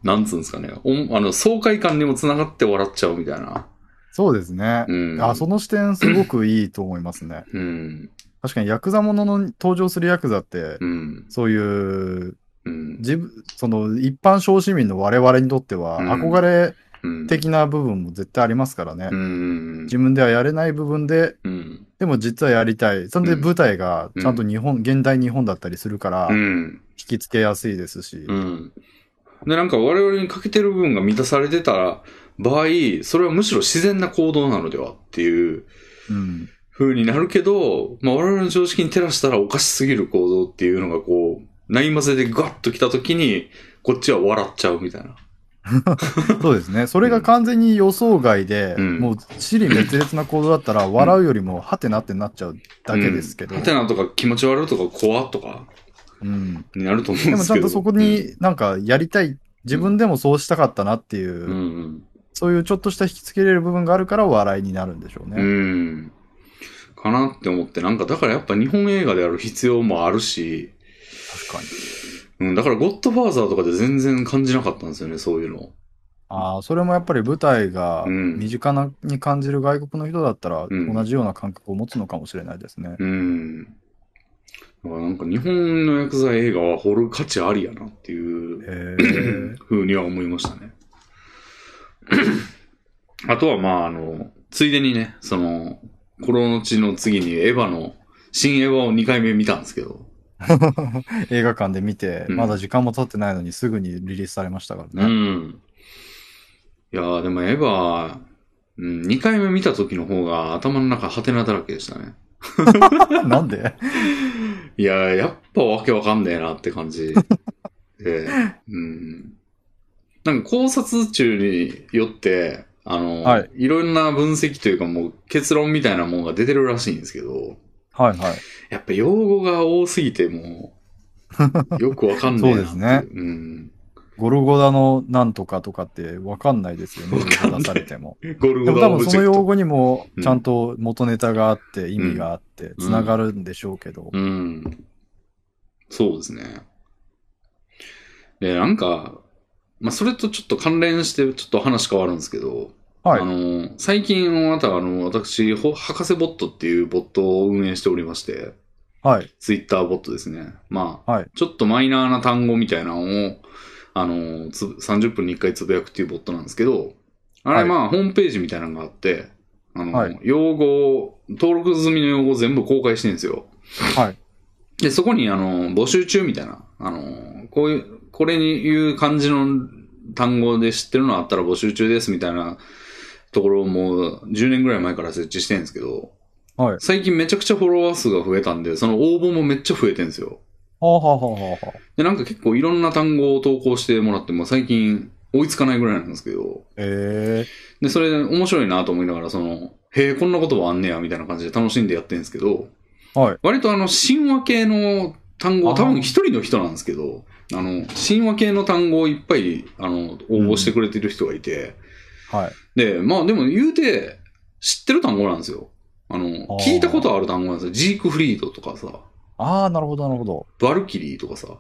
Speaker 1: なんつうんですかね、おんあの、爽快感にもつながって笑っちゃうみたいな。
Speaker 2: そうですね。
Speaker 1: うん。
Speaker 2: あ、その視点すごくいいと思いますね。
Speaker 1: うん。
Speaker 2: 確かに、ヤクザものの登場するヤクザって、
Speaker 1: うん。
Speaker 2: そういう、
Speaker 1: うん。
Speaker 2: 自分、その、一般小市民の我々にとっては、
Speaker 1: うん
Speaker 2: 憧れ
Speaker 1: うん。
Speaker 2: 的な部分も絶対ありますからね。
Speaker 1: うん。
Speaker 2: 自分ではやれない部分で、
Speaker 1: うん。
Speaker 2: でも実はやりたい。それで
Speaker 1: うん
Speaker 2: 舞台がちゃんと日本、現代日本だったりするから
Speaker 1: う、ん。
Speaker 2: 引きつけやすいですし。
Speaker 1: うん。で、なんか我々に欠けてる部分が満たされてた場合、それはむしろ自然な行動なのではっていう
Speaker 2: うん。
Speaker 1: 風になるけど、まあ我々の常識に照らしたらおかしすぎる行動っていうのがこう、ないまぜでガッと来た時に、こっちは笑っちゃうみたいな。
Speaker 2: そうですね。それが完全に予想外で、
Speaker 1: うん
Speaker 2: もう、尻滅裂な行動だったら、笑うよりも、はてなってなっちゃうだけですけど。
Speaker 1: うんハテナとか気持ち悪いとか怖っとか
Speaker 2: うん。
Speaker 1: になると思うん
Speaker 2: で
Speaker 1: で
Speaker 2: もち
Speaker 1: す
Speaker 2: ゃ
Speaker 1: け
Speaker 2: ん
Speaker 1: ど。
Speaker 2: とそこになんかやりたい、自分でもそうしたかったなっていう、
Speaker 1: うん、うん
Speaker 2: そういうちょっとした引きつけれる部分があるから笑いになるんでしょう
Speaker 1: うん。う
Speaker 2: ね。
Speaker 1: ん。かなって思って、なんかだからやっぱ日本映画である必要もあるし、
Speaker 2: 確かに。
Speaker 1: うん、だからゴッドファーザーとかで全然感じなかったんですよね、そういうの。
Speaker 2: ああ、それもやっぱり舞台が
Speaker 1: うん
Speaker 2: 身近なに感じる外国の人だったら、
Speaker 1: うん
Speaker 2: 同じような感覚を持つのかもしれないですね。
Speaker 1: うん。だからなんか日本の薬剤映画は掘る価値ありやなっていう [LAUGHS]
Speaker 2: へえ。
Speaker 1: ふうには思いましたね。 [CLEARS THROAT] あとはまああの、ついでにね、その、コロの地の次にエヴァの、新エヴァを2回目見たんですけど、
Speaker 2: 映画館で見て、
Speaker 1: うん
Speaker 2: まだ時間も経ってないのにすぐにリリースされましたから
Speaker 1: う
Speaker 2: ね。
Speaker 1: ん。いやーでもエヴァ、うん、2回目見た時の方が頭の中ハテナだらけでしたね。
Speaker 2: なんで [LAUGHS]
Speaker 1: いやー、やっぱわけわかんねえなって感
Speaker 2: [LAUGHS]
Speaker 1: じで、うん。なんか考察中によって、あの、、
Speaker 2: はい
Speaker 1: ろんな分析というかもう結論みたいなもんが出てるらしいんですけど、
Speaker 2: はいはい。
Speaker 1: やっぱ用語が多すぎても
Speaker 2: [LAUGHS]
Speaker 1: う、よくわかんねえなってい
Speaker 2: そうですね
Speaker 1: うん。
Speaker 2: ゴルゴダのなんとかとかってわかんないですよね。
Speaker 1: わかんない
Speaker 2: 出されて
Speaker 1: [LAUGHS]
Speaker 2: も。
Speaker 1: ゴル
Speaker 2: で
Speaker 1: ゴ
Speaker 2: も多
Speaker 1: ダオブ
Speaker 2: 分
Speaker 1: ジ
Speaker 2: そ
Speaker 1: ェ
Speaker 2: の
Speaker 1: ク
Speaker 2: 用
Speaker 1: ト。
Speaker 2: 語にもちゃんと元ネタがあって、意味があって、つながるんでしょうけど。
Speaker 1: うん。そうですね。で、なんか、まあ、それとちょっと関連してちょっと話変わるんですけど、
Speaker 2: はい
Speaker 1: あ。の、最近、また、あの、私、ほ博士ボットっていうボットを運営しておりまして、
Speaker 2: はい。
Speaker 1: ツイッターボットですね。まあ、
Speaker 2: はい
Speaker 1: ちょっとマイナーな単語みたいなのを、あの、つ30分に1回つぶやくっていうボットなんですけど、あれ、
Speaker 2: はい
Speaker 1: まあ、ホームページみたいなのがあって、あの、
Speaker 2: はい
Speaker 1: 用語を、登録済みの用語を全部公開してるんですよ。
Speaker 2: はい。
Speaker 1: で、そこに、あの、募集中みたいな、あの、こういう、これにいう感じの単語で知ってるのあったら募集中ですみたいなところをもう10年ぐらい前から設置してるんですけど、
Speaker 2: はい。
Speaker 1: 最近めちゃくちゃフォロワー数が増えたんで、その応募もめっちゃ増えてるんですよ。
Speaker 2: はあ、はあはあはあはあ、
Speaker 1: で、なんか結構いろんな単語を投稿してもらって、もう最近追いつかないぐらいなんですけど、
Speaker 2: え
Speaker 1: で、それで面白いなと思いながら、その、へえ、こんなこともあんねや、みたいな感じで楽しんでやってるんですけど、
Speaker 2: えはい。
Speaker 1: 割とあの、神話系の単語、
Speaker 2: あー
Speaker 1: 多分一人の人なんですけど、あの、神話系の単語をいっぱい、あの、応募してくれてる人がいて、
Speaker 2: はい。
Speaker 1: で、まあでも言うて、知ってる単語なんですよ。あの、
Speaker 2: あー
Speaker 1: 聞いたことある単語なんですよ。ジークフリードとかさ、
Speaker 2: ああ、なるほど、なるほど。
Speaker 1: バルキリーとかさ。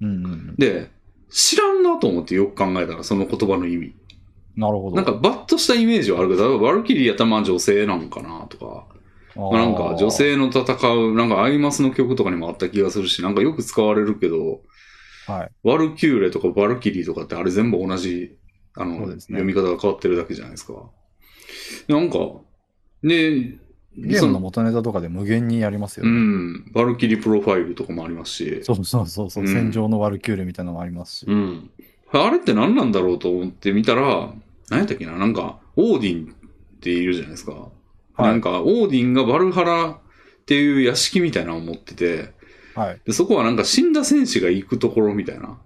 Speaker 2: うんうんうん。
Speaker 1: で、知らんなと思ってよく考えたら、その言葉の意味。
Speaker 2: なるほど。
Speaker 1: なんか、バッとしたイメージはあるけど、例えばバルキリーやったらまあ女性なんかなとか、
Speaker 2: あー
Speaker 1: まあなんか女。性の戦う、なんかアイマスの曲とかにもあった気がするし、なんかよく使われるけど、
Speaker 2: はい。
Speaker 1: ワルキューレとかバルキリーとかってあれ全部同じ、あの、
Speaker 2: そうですね
Speaker 1: 読み方が変わってるだけじゃないですか。なんか、で、
Speaker 2: ゲームの元ネタとかで無限にやりますよ
Speaker 1: う
Speaker 2: ね。
Speaker 1: ん、バルキリープロファイルとかもありますし、
Speaker 2: そうそうそうそう、
Speaker 1: うん
Speaker 2: 戦場のワルキューレみたいなのもありますし。
Speaker 1: うん。あれって何なんだろうと思ってみたら、何やったっけななんか、オーディンっているじゃないですか。
Speaker 2: はい
Speaker 1: なんか、オーディンがバルハラっていう屋敷みたいなのを持ってて、
Speaker 2: はい。
Speaker 1: でそこはなんか死んだ戦士が行くところみたいな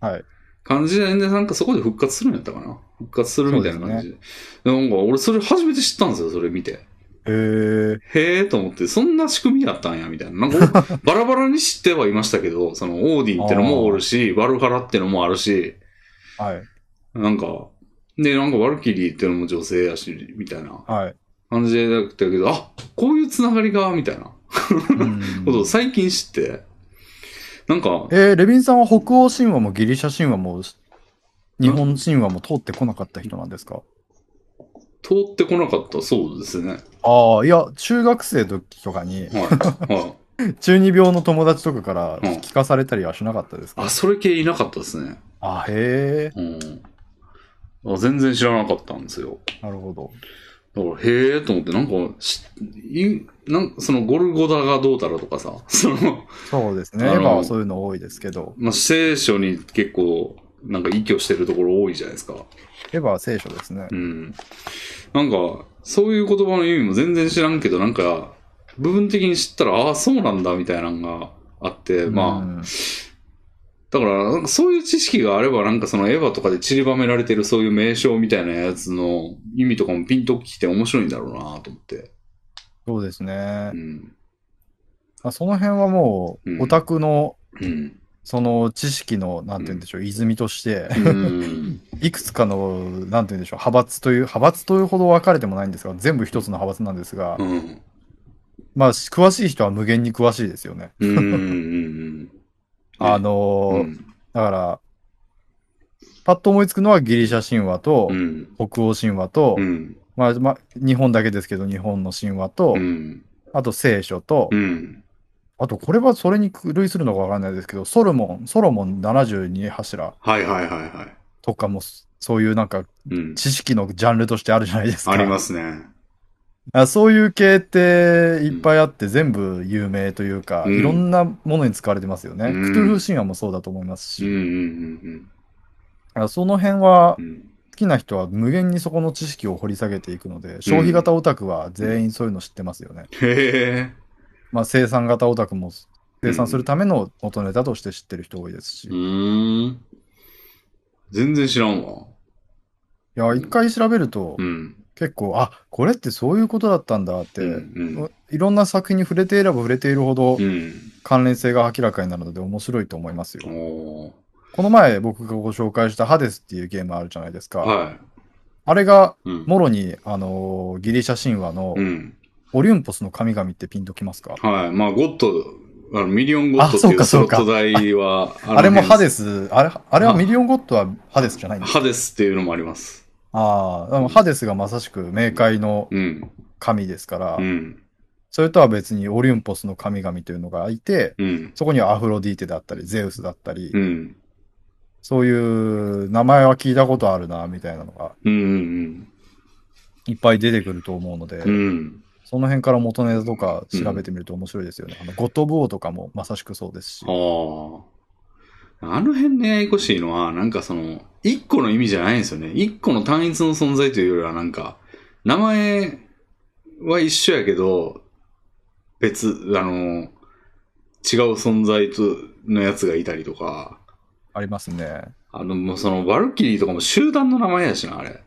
Speaker 2: はい。
Speaker 1: 感じで、で、なんかそこで復活するんやったかな。復活するみたいな感じで。でなんか俺それ初めて知ったんですよ、それ見て。
Speaker 2: へえ。
Speaker 1: へえと思って、そんな仕組みやったんや、みたいな。なんか、 [LAUGHS] バラバラに知ってはいましたけど、その、オーディンってのもおるし、ワルハラってのもあるし、
Speaker 2: はい。
Speaker 1: なんか、で、なんかワルキリーってのも女性やし、みたいな
Speaker 2: はい。
Speaker 1: 感じだったけど、あ、こういうつながりが、みたいな
Speaker 2: うん
Speaker 1: [LAUGHS] ことを最近知って、なんか、
Speaker 2: えー、レビンさんは北欧神話もギリシャ神話も日本神話も通ってこなかった人なんですか
Speaker 1: 通ってこなかったそうですね。
Speaker 2: ああ、いや、中学生の時とかに、 [LAUGHS]
Speaker 1: はい。はい。
Speaker 2: 中二病の友達とかから
Speaker 1: うん
Speaker 2: 聞かされたりはしなかったですか、
Speaker 1: あ、それ系いなかったですね。
Speaker 2: あ、へ
Speaker 1: うん。あ全然知らなかったんですよ。
Speaker 2: え、なるほど。
Speaker 1: だから、へえと思って、なんか、しいなんかそのゴルゴダがどうたらとかさ、その、
Speaker 2: そうですね。
Speaker 1: あ
Speaker 2: エ
Speaker 1: の
Speaker 2: ヴァはそういうの多いですけど、
Speaker 1: まあ、聖書に結構、なんか依拠してるところ多いじゃないですか。
Speaker 2: エヴァは聖書ですね
Speaker 1: う。ん。なんか、そういう言葉の意味も全然知らんけど、なんか、部分的に知ったら、ああ、そうなんだ、みたいなのがあって、まあ、
Speaker 2: うん
Speaker 1: だから、なんかそういう知識があれば、なんかそのエヴァとかで散りばめられてるそういう名称みたいなやつの意味とかもピンときて面白いんだろうなと思って。
Speaker 2: そうですね
Speaker 1: う。ん。
Speaker 2: まあ、その辺はも
Speaker 1: うん
Speaker 2: う、オタクの、
Speaker 1: うん。
Speaker 2: その知識の、なんて言うんでしょう、泉として、
Speaker 1: うん。
Speaker 2: いくつかの、なんて言うんでしょう、派閥という、派閥というほど分かれてもないんですが、全部一つの派閥なんですが、
Speaker 1: うん。
Speaker 2: まあ、し詳しい人は無限に詳しいですよね。
Speaker 1: うん。うん。
Speaker 2: あのー
Speaker 1: うん、
Speaker 2: だから、パッと思いつくのはギリシャ神話と
Speaker 1: う、ん。
Speaker 2: 北欧神話と、
Speaker 1: うん。
Speaker 2: まあ、まあ、日本だけですけど、日本の神話と、
Speaker 1: うん。
Speaker 2: あと聖書と、
Speaker 1: うん。
Speaker 2: あと、これはそれに類するのかわからないですけど、ソロモン、ソロモン72柱
Speaker 1: はいはいはいは
Speaker 2: とかも、そういうなんか、
Speaker 1: い。うん。
Speaker 2: 知識のジャンルとしてあるじゃないですか。
Speaker 1: ありますね。
Speaker 2: あそういう系っていっぱいあって、全部有名というか、
Speaker 1: うん
Speaker 2: いろんなものに使われてますよね。
Speaker 1: うん
Speaker 2: クトゥルフ神話もそうだと思います
Speaker 1: うん
Speaker 2: し、
Speaker 1: うん
Speaker 2: あその辺は
Speaker 1: うんうん。
Speaker 2: 好きな人は無限にそこの知識を掘り下げていくので、消費型オタクは全員そういうの知ってますよね。
Speaker 1: へえ。
Speaker 2: まあ生産型オタクも生産するための元ネタとして知ってる人多いですし、
Speaker 1: う
Speaker 2: い
Speaker 1: ーん。全然知らんわ。
Speaker 2: や、一回調べると
Speaker 1: うん。
Speaker 2: 結構、あ、これってそういうことだったんだって、
Speaker 1: うん。
Speaker 2: いろんな作品に触れていれば触れているほど
Speaker 1: うん。
Speaker 2: 関連性が明らかになるので面白いと思いますよ。
Speaker 1: うん。お
Speaker 2: この前僕がご紹介したハデスっていうゲームあるじゃないですか。
Speaker 1: ーは
Speaker 2: あれが、
Speaker 1: い。うん。
Speaker 2: もろに、あのーギリシャ神話の
Speaker 1: うん。
Speaker 2: オリュンポスの神々ってピンときますか、
Speaker 1: はい。まあ、ゴッド、あの、ミリオンゴッド
Speaker 2: あ
Speaker 1: って
Speaker 2: そう
Speaker 1: いう
Speaker 2: か
Speaker 1: ス
Speaker 2: そ
Speaker 1: ロ
Speaker 2: う
Speaker 1: ッ
Speaker 2: か
Speaker 1: ト台は、
Speaker 2: あれもハデ
Speaker 1: ス。
Speaker 2: ス、あれ、あれはミリオンゴッドはハデスじゃないんです
Speaker 1: ハデスっていうのもあります。
Speaker 2: ああ、でもハデスがまさしく冥界の
Speaker 1: うん。
Speaker 2: 神ですから、
Speaker 1: うん。
Speaker 2: それとは別にオリュンポスの神々というのがいて、
Speaker 1: うん。
Speaker 2: そこにはアフロディーテだったり、ゼウスだったり、
Speaker 1: うん。
Speaker 2: そういう名前は聞いたことあるな、みたいなのが
Speaker 1: うん。うん。
Speaker 2: いっぱい出てくると思うので、
Speaker 1: うん。
Speaker 2: その辺から元ネタとか調べてみると面白いですよね。あのゴッド・ボーとかもまさしくそうですし
Speaker 1: あ。あ。あの辺ね、ややこしいのは、なんかその、一個の意味じゃないんですよね。一個の単一の存在というよりは、なんか、名前は一緒やけど、別、あの、違う存在と、のやつがいたりとか、
Speaker 2: ありますね。
Speaker 1: あの、もうその、バルキリーとかも集団の名前やしな、あれ。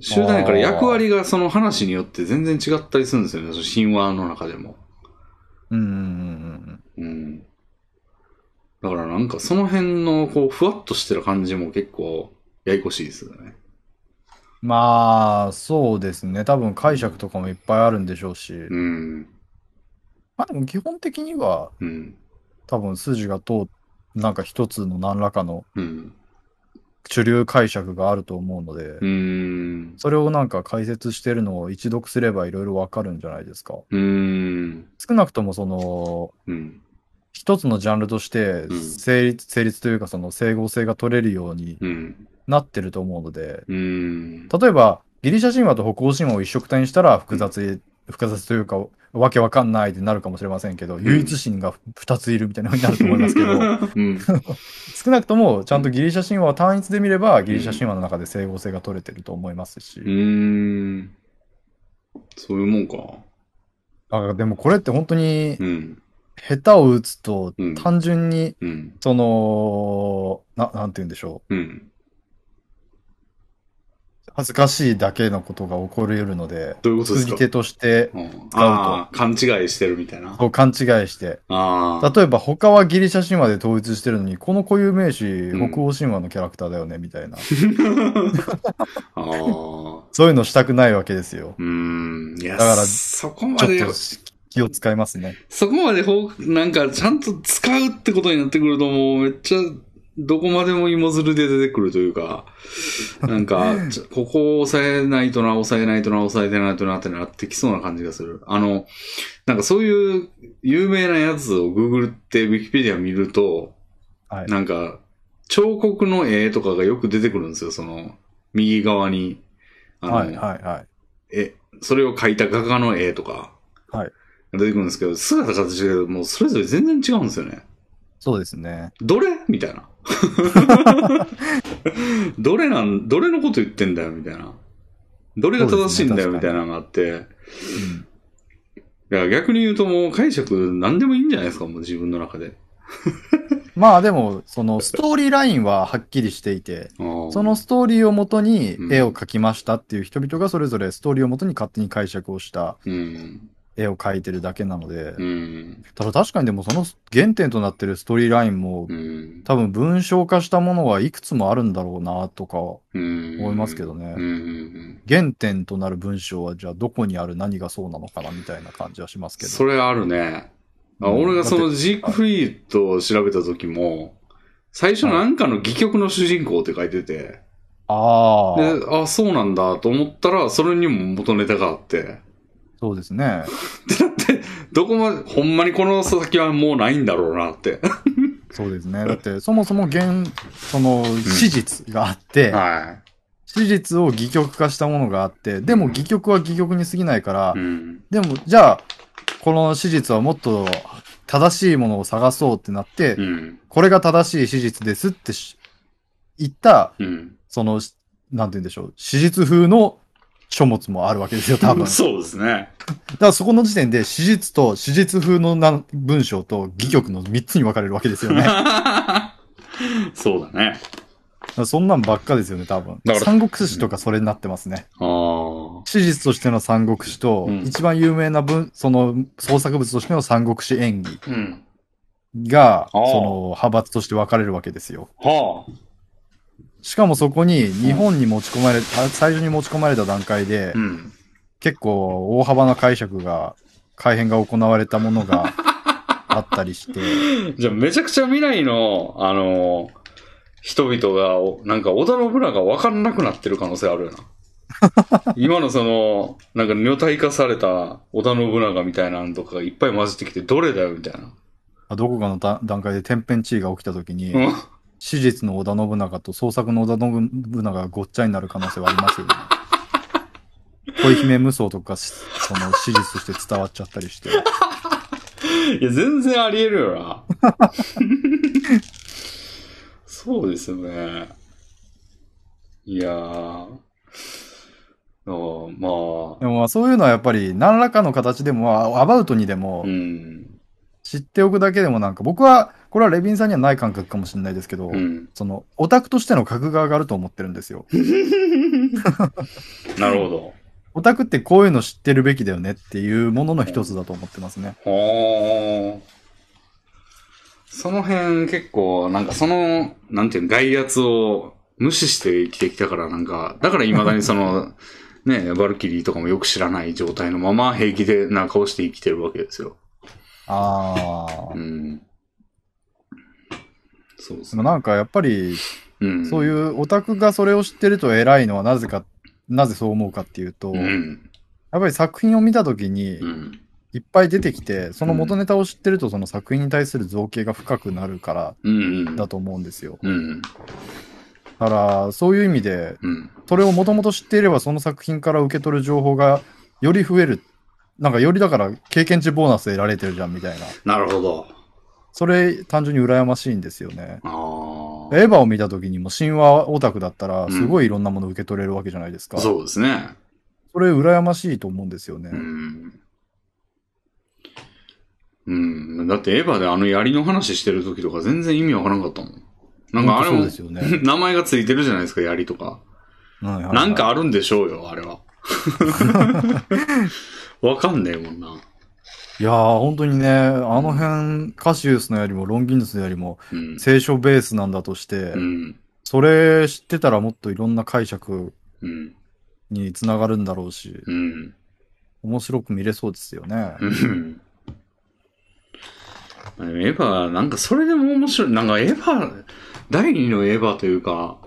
Speaker 1: 集団やから役割がその話によって全然違ったりするんですよね、その神話の中でも。
Speaker 2: うんうんうん
Speaker 1: うん。だからなんかその辺の、こう、ふわっとしてる感じも結構、ややこしいですよね。
Speaker 2: うん。まあ、そうですね。多分解釈とかもいっぱいあるんでしょうし。
Speaker 1: うん。
Speaker 2: まあでも基本的には
Speaker 1: うん。
Speaker 2: 多分筋が通っなんか一つの何らかの
Speaker 1: うん。
Speaker 2: 主流解釈があると思うので、
Speaker 1: うん。
Speaker 2: それをなんか解説してるのを一読すればいろいろわかるんじゃないですか。
Speaker 1: うん。
Speaker 2: 少なくともその、
Speaker 1: うん。
Speaker 2: 一つのジャンルとして
Speaker 1: うん
Speaker 2: 成立、成立というかその整合性が取れるように
Speaker 1: うん。
Speaker 2: なってると思うので、
Speaker 1: うん。
Speaker 2: 例えばギリシャ神話と北欧神話を一色体にしたら複雑、複雑というか、わけわかんないってなるかもしれませんけど、唯一神が二ついるみたいな風になると思いますけど、
Speaker 1: うん。
Speaker 2: 少なくともちゃんとギリシャ神話を単一で見れば、ギリシャ神話の中で整合性が取れてると思いますし、
Speaker 1: うん。そういうもんか。
Speaker 2: あでもこれって本当に
Speaker 1: うん。
Speaker 2: 下手を打つと
Speaker 1: うん、
Speaker 2: 単純に、
Speaker 1: うん、
Speaker 2: その、な、なんて言うんでしょ
Speaker 1: うん。
Speaker 2: う。恥ずかしいだけのことが起こり得るので、
Speaker 1: どういうことで
Speaker 2: 通
Speaker 1: す
Speaker 2: じ
Speaker 1: か
Speaker 2: 手として、
Speaker 1: うんああ、勘違いしてるみたいな。
Speaker 2: こう勘違いして、
Speaker 1: ああ。
Speaker 2: 例えば他はギリシャ神話で統一してるのに、この固有名詞、
Speaker 1: うん
Speaker 2: 北欧神話のキャラクターだよね、みたいな。
Speaker 1: ああ。う
Speaker 2: そういうのしたくないわけですよ。
Speaker 1: ーん。いや、
Speaker 2: だから
Speaker 1: そこま
Speaker 2: ち
Speaker 1: で
Speaker 2: ょっ、と気を使いますね。
Speaker 1: そこまでほう、なんか、ちゃんと使うってことになってくると、もう、めっちゃ、どこまでも芋づるで出てくるというか、なんか、ちょここを抑えないとな、抑えないとな、抑えてないとなってなってきそうな感じがする。あの、なんかそういう有名なやつをググって、ウィキペディア見ると、
Speaker 2: はい。
Speaker 1: なんか、彫刻の絵とかがよく出てくるんですよ、その、右側に。あの、
Speaker 2: はい、はい、はい。
Speaker 1: え、それを描いた画家の絵とか、
Speaker 2: はい
Speaker 1: 出てくるんですけど、姿形がもうそれぞれ全然違うんですよね。
Speaker 2: そうですね。
Speaker 1: どれみたいな。 [LAUGHS] どれなん、どれのこと言ってんだよ、みたいな。どれが正しいんだよ、
Speaker 2: そう
Speaker 1: み
Speaker 2: です
Speaker 1: た
Speaker 2: ね
Speaker 1: いなのがあって。
Speaker 2: うん
Speaker 1: いや、逆に言うともう解釈何でもいいんじゃないですか、もう自分の中で。
Speaker 2: まあでも、そのストーリーラインははっきりしていて、
Speaker 1: そ
Speaker 2: その、ストーリーをもとに
Speaker 1: うん
Speaker 2: 絵を描きましたっていう人々がそれぞれストーリーをもとに勝手に解釈をした
Speaker 1: うん。
Speaker 2: 絵を描いてるだけなので
Speaker 1: う、ん。
Speaker 2: ただ確かにでもその原点となってるストーリーラインも
Speaker 1: うん。
Speaker 2: 多分文章化したものはいくつもあるんだろうなとか思
Speaker 1: うん。
Speaker 2: いますけど
Speaker 1: う
Speaker 2: ね。
Speaker 1: んうんうん。
Speaker 2: 原点となる文章はじゃあどこにある何がそうなのかなみたいな感じはしますけど。
Speaker 1: それあるね。あ
Speaker 2: うん
Speaker 1: 俺がそ
Speaker 2: だ
Speaker 1: の
Speaker 2: って
Speaker 1: ジークフリートを調べた時も、最初なんかの戯曲の主人公って書いてて、
Speaker 2: ああ、
Speaker 1: で、あ、そうなんだと思ったら、それにも元ネタがあって、
Speaker 2: そうですね。
Speaker 1: どこまで、ほんまにこの先はもうないんだろうなって。
Speaker 2: そうですね。だってそもそも原、その史実があって、
Speaker 1: は
Speaker 2: 史実を戯曲化したものがあって、でも戯曲は戯曲に過ぎないから、
Speaker 1: い。うん。
Speaker 2: でもじゃあ、この史実はもっと正しいものを探そうってなって、
Speaker 1: うん。
Speaker 2: これが正しい史実ですってし言った、
Speaker 1: うん。
Speaker 2: その、しなんて言うんでしょう、史実風の書物もあるわけですよ、
Speaker 1: [LAUGHS]
Speaker 2: 多分。だか
Speaker 1: そうですね。
Speaker 2: らそこの時点で史実と史実風のな文章と戯曲の3つに分かれるわけですよね。
Speaker 1: [LAUGHS]
Speaker 2: だか
Speaker 1: そうだね。
Speaker 2: らそんなんばっかですよね、多分
Speaker 1: だか。ら
Speaker 2: 三国志とかそれになってますね。
Speaker 1: ああ。
Speaker 2: 史実としての三国志と、
Speaker 1: うん
Speaker 2: 一番有名な文、その創作物としての三国志演技
Speaker 1: うん。
Speaker 2: が、そ
Speaker 1: あー
Speaker 2: の派閥として分かれるわけですよ。
Speaker 1: はあ。
Speaker 2: しかもそこに日本に持ち込まれ、あ最初に持ち込まれた段階で、
Speaker 1: うん。
Speaker 2: 結構大幅な解釈が、改変が行われたものがあった
Speaker 1: [LAUGHS]
Speaker 2: りして、
Speaker 1: じゃあめちゃくちゃ未来の、あのー人々がお、なんか、織田信長が分かんなくなってる可能性あるよ [LAUGHS] な。今のその、なんか女体化された織田信長みたいなのとかがいっぱい混じってきて、どれだよみたいな。
Speaker 2: あどこかのだ段階で天変地異が起きた時に、
Speaker 1: うん。
Speaker 2: 史実の織田信長と創作の織田信長がごっちゃになる可能性はありますよね。恋姫無双とか、しその史実として伝わっちゃったりして。
Speaker 1: [LAUGHS] いや、全然あり得るよ [LAUGHS] な。そうですよね。いやー。あーま
Speaker 2: でもまあそういうのはやっぱり何らかの形でも、あアバウトにで
Speaker 1: あ、
Speaker 2: も
Speaker 1: うん。
Speaker 2: 知っておくだけでもなんか、僕は、これはレビンさんにはない感覚かもしれないですけど、
Speaker 1: うん。
Speaker 2: そのオタクとしての格が上がると思ってるんですよ。
Speaker 1: なるほど。
Speaker 2: オタクってこういうの知ってるべきだよねっていうものの一つだと思ってますね。
Speaker 1: ほー。その辺結構、なんかその、なんていうの外圧を無視して生きてきたから、なんか、だから未だにそ [LAUGHS] の、ね、バルキリーとかもよく知らない状態のまま平気でな顔して生きてるわけですよ。
Speaker 2: ああ
Speaker 1: う。ん。そうで
Speaker 2: ですも
Speaker 1: ね。
Speaker 2: なんかやっぱり、
Speaker 1: うん。
Speaker 2: そういうオタクがそれを知ってると偉いのはなぜか、なぜそう思うかっていうと、
Speaker 1: う
Speaker 2: やっ
Speaker 1: ん。
Speaker 2: ぱり作品を見た時に
Speaker 1: うん。
Speaker 2: いっぱい出てきて、その元ネタを知ってるとその作品に対する造形が深くなるから
Speaker 1: うん。うん。
Speaker 2: だと思うんですよ。
Speaker 1: うん。
Speaker 2: だから、そういう意味で、
Speaker 1: うん。
Speaker 2: それをもともと知っていればその作品から受け取る情報がより増える。なんかよりだから経験値ボーナス得られてるじゃんみたいな。
Speaker 1: なるほど。
Speaker 2: それ単純に羨ましいんですよね。
Speaker 1: あ
Speaker 2: エヴァを見た時にも神話オタクだったらすごいいろんなもの受け取れるわけじゃないですか。
Speaker 1: あ。そうですね。
Speaker 2: それ羨ましいと思うんですよね。
Speaker 1: うん。うん。だってエヴァであの槍の話してる時とか全然意味わからんかったもん。なんかあれ
Speaker 2: ほんとそう
Speaker 1: も
Speaker 2: で、すよ
Speaker 1: [LAUGHS]
Speaker 2: ね。
Speaker 1: 名前がついてるじゃないですか、槍とか。
Speaker 2: はいはい
Speaker 1: なんかあるんでしょうよ、あれ
Speaker 2: [LAUGHS]
Speaker 1: は。わかんねえもんな。
Speaker 2: いやー、本当にね、あの辺、カシウスのやりも、ロンギヌスのやりも、
Speaker 1: うん。
Speaker 2: 聖書ベースなんだとして、
Speaker 1: うん。
Speaker 2: それ知ってたらもっといろんな解釈
Speaker 1: うん。
Speaker 2: につながるんだろうし、
Speaker 1: うん。
Speaker 2: 面白く見れそうですよね。
Speaker 1: うんでもエヴァ、なんかそれでも面白い。なんかエヴァ、第二のエヴァというか、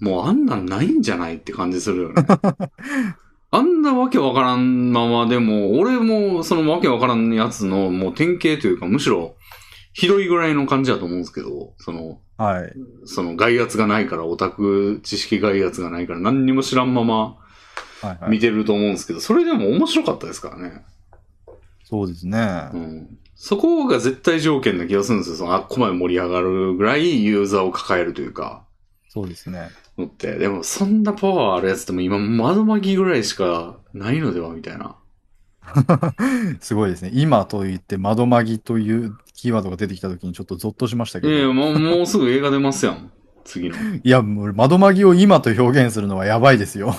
Speaker 1: もうあんなんないんじゃないって感じするよね。あんなわけわからんままでも、俺もそのわけわからんやつのもう典型というか、むしろ、ひどいぐらいの感じだと思うんですけど、その、
Speaker 2: はい。
Speaker 1: その外圧がないから、オタク知識外圧がないから、何にも知らんまま
Speaker 2: はい、はい
Speaker 1: 見。てると思うんですけど、それでも面白かったですからね。
Speaker 2: そうですね
Speaker 1: う。んそこが絶対条件な気がするんですよ。そのあっこまで盛り上がるぐらいユーザーを抱えるというか、
Speaker 2: そうですね。 [LAUGHS]
Speaker 1: のって。でも、そんなパワーあるやつでも今、窓巻きぐらいしかないのではみたいな。
Speaker 2: すごいですね。今と言って、窓まぎというキーワードが出てきたときにちょっとゾッとしましたけ
Speaker 1: い
Speaker 2: ど、
Speaker 1: やいや、もう、もうすぐ映画出ますやん。次の。い
Speaker 2: いや、もう窓まぎを今と表現するのはやばいですよ。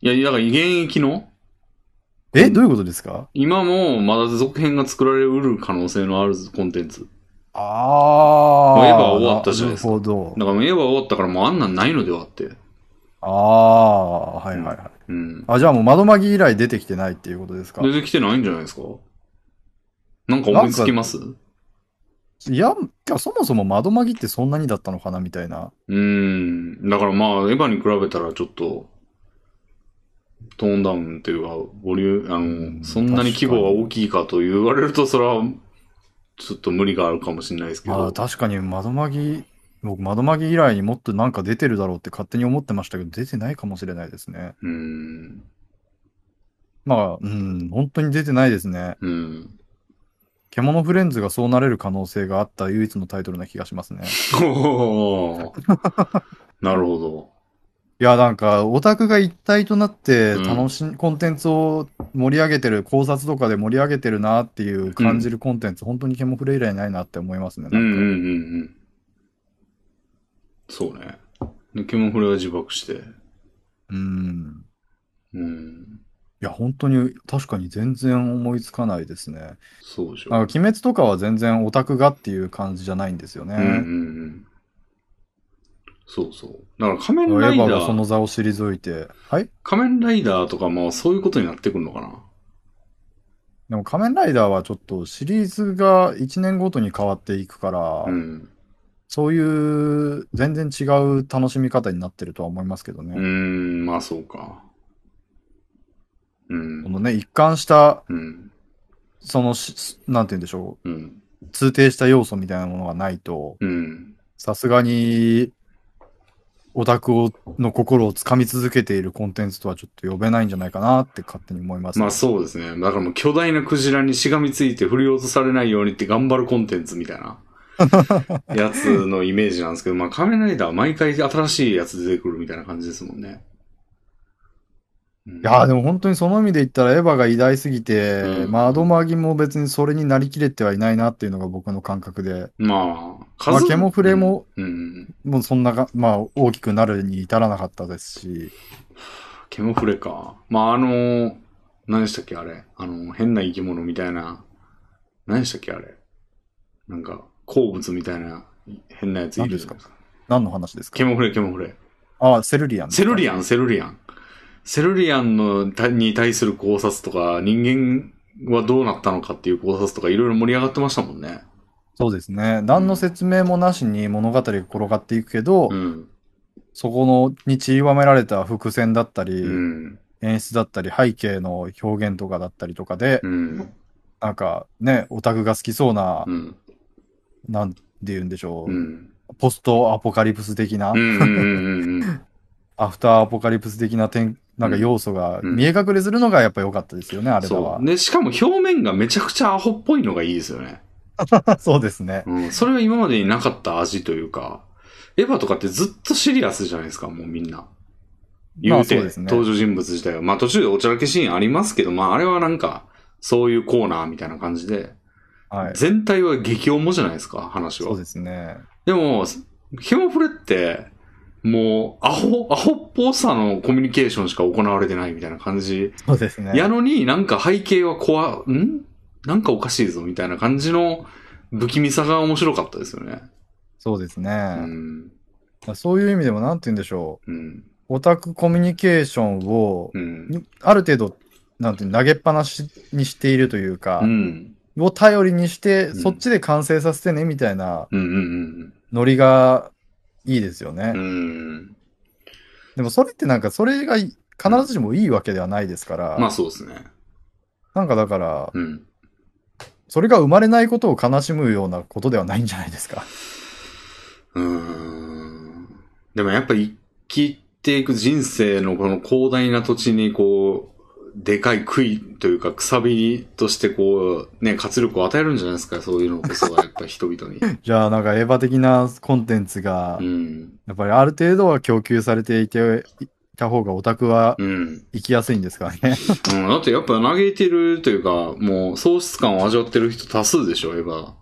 Speaker 1: や、だから現役の、
Speaker 2: え、どういうことですか
Speaker 1: 今もまだ続編が作られうる可能性のあるコンテンツ。
Speaker 2: あ
Speaker 1: もう
Speaker 2: あ。
Speaker 1: エヴァ終わったじゃないですか
Speaker 2: なるほど。
Speaker 1: だからもう映画終わったからもうあんなんないのではって。
Speaker 2: ああ、はいはいはい。
Speaker 1: うん。
Speaker 2: あ、じゃあもう窓まぎ以来出てきてないっていうことですか
Speaker 1: 出てきてないんじゃないですかなんか思いつきますう
Speaker 2: いや、いやそもそも窓まぎってそんなにだったのかなみたいな。
Speaker 1: ーん。だからまあ、エヴァに比べたらちょっと、トーンダウンっていうか、ボリューム、あの、
Speaker 2: うん
Speaker 1: そんなに規模が大きいかと言われると、それは、ちょっと無理があるかもしれないですけ
Speaker 2: あ
Speaker 1: ど
Speaker 2: あ、。確かに窓まぎ、僕窓まぎ以来にもっとなんか出てるだろうって勝手に思ってましたけど、出てないかもしれないですね。
Speaker 1: うーん。
Speaker 2: まあ、うん、本当に出てないですね。 [LAUGHS]
Speaker 1: うん。
Speaker 2: 獣フレンズがそうなれる可能性があった唯一のタイトルな気がしますね。
Speaker 1: おーなるほど。
Speaker 2: いや、なんか、オタクが一体となって楽しん、コンテンツを盛り上げてる、考察とかで盛り上げてるなっていう感じるコンテンツ、本当にケモフレ以来ないなって思いますね。なん
Speaker 1: うんうん
Speaker 2: か
Speaker 1: うんうん。そうね。で、ケモフレは自爆して。
Speaker 2: うん。
Speaker 1: うん。
Speaker 2: いや、本当に、確かに全然思いつかないですね。
Speaker 1: そうでしょ。
Speaker 2: なんか、鬼滅とかは全然オタクがっていう感じじゃないんですよね。
Speaker 1: うんうんうん。そうそう。だから仮面
Speaker 2: エ
Speaker 1: ラ
Speaker 2: ヴ
Speaker 1: イダ
Speaker 2: ァがその
Speaker 1: ー、
Speaker 2: 座を退いて、はい
Speaker 1: 仮面ライダーとかもそういうことになってくるのかな。
Speaker 2: でも仮面ライダーはちょっとシリーズが1年ごとに変わっていくから、
Speaker 1: うん。
Speaker 2: そういう全然違う楽しみ方になってるとは思いますけど
Speaker 1: う
Speaker 2: ね。
Speaker 1: ーん、まあそうか。う
Speaker 2: こ
Speaker 1: ん。
Speaker 2: のね、一貫した、
Speaker 1: うん。
Speaker 2: そのし、なんて言うんでしょ
Speaker 1: うん。
Speaker 2: う、通底した要素みたいなものがないと、
Speaker 1: うん。
Speaker 2: さすがに、オタクをの心をつかみ続けているコンテンツとはちょっと呼べないんじゃないかなって勝手に思います。
Speaker 1: まあそうですね。だからもう巨大なクジラにしがみついて振り落とされないようにって頑張るコンテンツみたい
Speaker 2: [LAUGHS]
Speaker 1: なやつのイメージなんですけど、まあ仮面ライダーは毎回新しいやつ出てくるみたいな感じですもんね。い
Speaker 2: いやーでも本当にその意味で言ったらエヴァが偉大すぎて、
Speaker 1: うん
Speaker 2: 窓マギも別にそれになりきれてはいないなっていうのが僕の感覚で、
Speaker 1: まあ、
Speaker 2: まあ、ケモフレも、
Speaker 1: うん、うん
Speaker 2: もうそんなが、まあ、大きくなるに至らなかったですし、
Speaker 1: ケモフレか。まあ、あの何でしたっけ、あれ。あの変な生き物みたいな。何でしたっけ、あれ。なんか、鉱物みたいな、変なやついるじゃないですか。
Speaker 2: 何の話ですか
Speaker 1: ケモフレ、ケモフレ。
Speaker 2: ああ、セルリアンです
Speaker 1: セ
Speaker 2: か。
Speaker 1: ルリアン、セルリアン。セルリアンのたに対する考察とか、人間はどうなったのかっていう考察とか、いろいろ盛り上がってましたもんね。
Speaker 2: そうですね。何の説明もなしに物語が転がっていくけど、
Speaker 1: うん。
Speaker 2: そこのにちりばめられた伏線だったり、
Speaker 1: うん。
Speaker 2: 演出だったり、背景の表現とかだったりとかで、
Speaker 1: うん。
Speaker 2: なんかね、オタクが好きそうな
Speaker 1: う、ん。
Speaker 2: なんて言うんでしょ
Speaker 1: う
Speaker 2: う、
Speaker 1: ん。
Speaker 2: ポストアポカリプス的な、
Speaker 1: うん。うん。うん。うん。
Speaker 2: アフターアポカリプス的な点、なんか要素が
Speaker 1: うん
Speaker 2: 見え隠れするのがやっぱ良かったですよ [LAUGHS] ね、あれだ
Speaker 1: そ
Speaker 2: は
Speaker 1: う。。で、しかも表面がめちゃくちゃアホっぽいのがいいですよね。
Speaker 2: そうですね。
Speaker 1: うん。それは今までになかった味というか、エヴァとかってずっとシリアスじゃないですか、もうみんな。言
Speaker 2: ま
Speaker 1: う
Speaker 2: あそ
Speaker 1: て、
Speaker 2: うですね。
Speaker 1: 登場人物自体は。まあ途中でおちゃらけシーンありますけど、まああれはなんか、そういうコーナーみたいな感じで、
Speaker 2: はい。
Speaker 1: 全体は激重じゃないですか、話は
Speaker 2: そう。ですね。
Speaker 1: でも、ヘマフレって、もう、アホ、アホっぽさのコミュニケーションしか行われてないみたいな感じ。
Speaker 2: そうですね。
Speaker 1: やのになんか背景は怖、んなんかおかしいぞみたいな感じの不気味さが面白かったですよね。
Speaker 2: そうですね。
Speaker 1: うん。
Speaker 2: そういう意味でも、なんて言うんでしょ
Speaker 1: うん。
Speaker 2: う。オタクコミュニケーションを、
Speaker 1: うん。
Speaker 2: ある程度、なんていうの投げっぱなしにしているというか
Speaker 1: う、ん。
Speaker 2: を頼りにして、
Speaker 1: ん
Speaker 2: そっちで完成させてね、みたいな
Speaker 1: うん。うん。
Speaker 2: ノリがいいですよね。
Speaker 1: うん。うん。
Speaker 2: でもそれってなんか、それがい必ずしもいいわけではないですから、
Speaker 1: まあそうですね。
Speaker 2: なんかだから、
Speaker 1: うん。
Speaker 2: それが生まれないことを悲しむようなことではないんじゃないです
Speaker 1: [LAUGHS]
Speaker 2: か。
Speaker 1: うーん。でもやっぱり生きていく人生のこの広大な土地にこう、でかい杭というか、くさびとしてこう、ね、活力を与えるんじゃないですか、そういうのこそが、やっぱ人々 [LAUGHS] に。
Speaker 2: じゃあ、なんかエヴァ的なコンテンツが
Speaker 1: う、ん。
Speaker 2: やっぱりある程度は供給されていて、いた方がオタクは
Speaker 1: うん。
Speaker 2: 生きやすいんですからね。
Speaker 1: うん、だってやっぱ嘆いてるというか、もう喪失感を味わってる人多数でしょ、エヴァが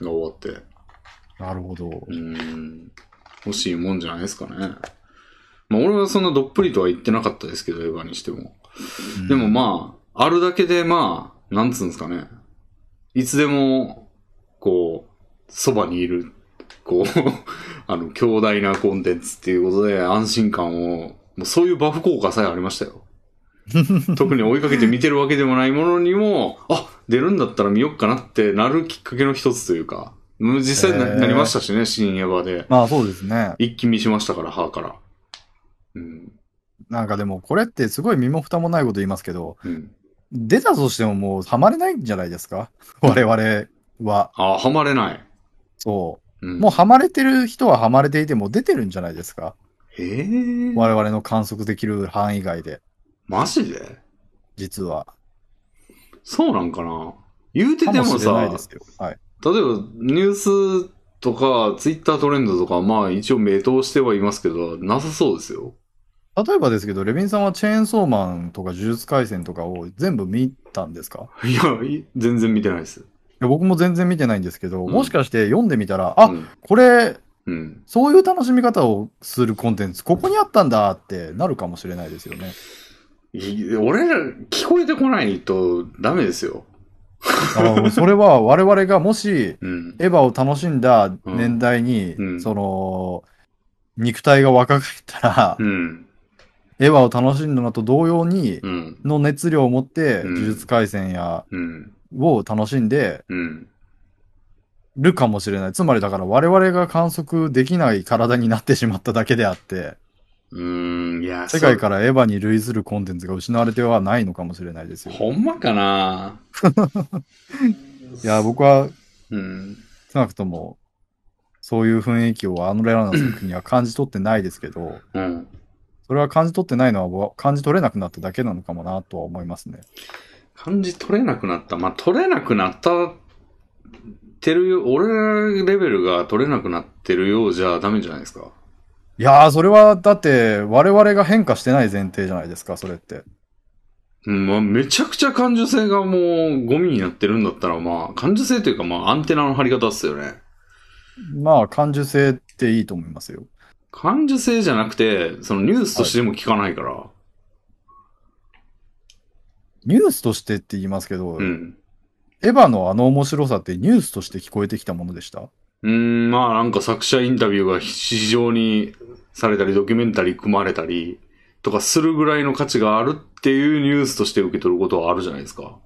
Speaker 1: 終わって。
Speaker 2: [LAUGHS] なるほど。
Speaker 1: うん。欲しいもんじゃないですかね。まあ俺はそんなどっぷりとは言ってなかったですけど、エヴァにしても。でも
Speaker 2: あ、
Speaker 1: まあ、あるだけでまあ、なんつうんですかね。いつでも、こう、そばにいる、こう、 [LAUGHS] あの、強大なコンテンツっていうことで安心感を、もうそういうバフ効果さえありました
Speaker 2: [LAUGHS]
Speaker 1: よ。特に追いかけて見てるわけでもないものにも、あ、出るんだったら見よっかなってなるきっかけの一つというか、もう実際な,、
Speaker 2: へー
Speaker 1: なりましたしね、深夜場で。
Speaker 2: まあそうですね。
Speaker 1: 一気見しましたから、歯から。うん。
Speaker 2: なんかでもこれってすごい身も蓋もないこと言いますけど、
Speaker 1: うん。
Speaker 2: 出たとしてももうハマれないんじゃないですか我々は。
Speaker 1: あ、はまれない。
Speaker 2: そ
Speaker 1: うん
Speaker 2: う。もうハマれてる人はハマれていても出てるんじゃないですか
Speaker 1: ええー、
Speaker 2: 我々の観測できる範囲外で、
Speaker 1: マジで
Speaker 2: 実は。
Speaker 1: そうなんかな言うて
Speaker 2: か
Speaker 1: て
Speaker 2: も
Speaker 1: も
Speaker 2: しれな
Speaker 1: さ
Speaker 2: いですよ。はい。
Speaker 1: 例えばニュースとかツイッタートレンドとかまあ一応目通してはいますけどなさそうですよ
Speaker 2: 例えばですけど、レビンさんはチェーンソーマンとか呪術廻戦とかを全部見たんですか
Speaker 1: いやい全然見てないです
Speaker 2: いや僕も全然見てないんですけど、
Speaker 1: うん
Speaker 2: もしかして読んでみたら、あ、
Speaker 1: うん、
Speaker 2: これ、
Speaker 1: うん
Speaker 2: そういう楽しみ方をするコンテンツ、ここにあったんだってなるかもしれないですよね。
Speaker 1: い俺ら聞こえてこないとダメですよ
Speaker 2: あのそれは我々がもし
Speaker 1: うん
Speaker 2: エヴァを楽しんだ年代に、
Speaker 1: うんうん
Speaker 2: その、肉体が若かったら、
Speaker 1: うん
Speaker 2: エヴァを楽しんだのと同様に、
Speaker 1: うん
Speaker 2: の熱量を持って、
Speaker 1: うん
Speaker 2: 呪術廻戦や、
Speaker 1: うん
Speaker 2: を楽しんで
Speaker 1: うん
Speaker 2: るかもしれない。つまりだから我々が観測できない体になってしまっただけであって、
Speaker 1: うーんいや
Speaker 2: 世界
Speaker 1: そう
Speaker 2: からエヴァに類するコンテンツが失われてはないのかもしれないですよ。
Speaker 1: ほんまかな
Speaker 2: いや、僕は
Speaker 1: うん
Speaker 2: 少なくとも、そういう雰囲気をあのレラの時には感じ取ってないですけど、
Speaker 1: うん
Speaker 2: それは感じ取ってないのはわ感じ取れなくなっただけなのかもなとは思いますね。
Speaker 1: 感じ取れなくなった。まあ、取れなくなったてるよ、俺らレベルが取れなくなってるようじゃダメじゃないですか。
Speaker 2: いやー、それはだって我々が変化してない前提じゃないですか、それって。
Speaker 1: うんまあ、めちゃくちゃ感受性がもうゴミになってるんだったら、まあ、感受性というか、まあ、アンテナの張り方っすよね。
Speaker 2: まあ、感受性っていいと思いますよ。
Speaker 1: 感受性じゃなくて、そのニュースとしても聞かないから。
Speaker 2: ニュースとしてって言いますけど、
Speaker 1: うん。
Speaker 2: エヴァのあの面白さってニュースとして聞こえてきたものでした
Speaker 1: うん、まあ、なんか作者インタビューが非常にされたり、ドキュメンタリー組まれたり、とかするぐらいの価値があるっていうニュースとして受け取ることはあるじゃないですか。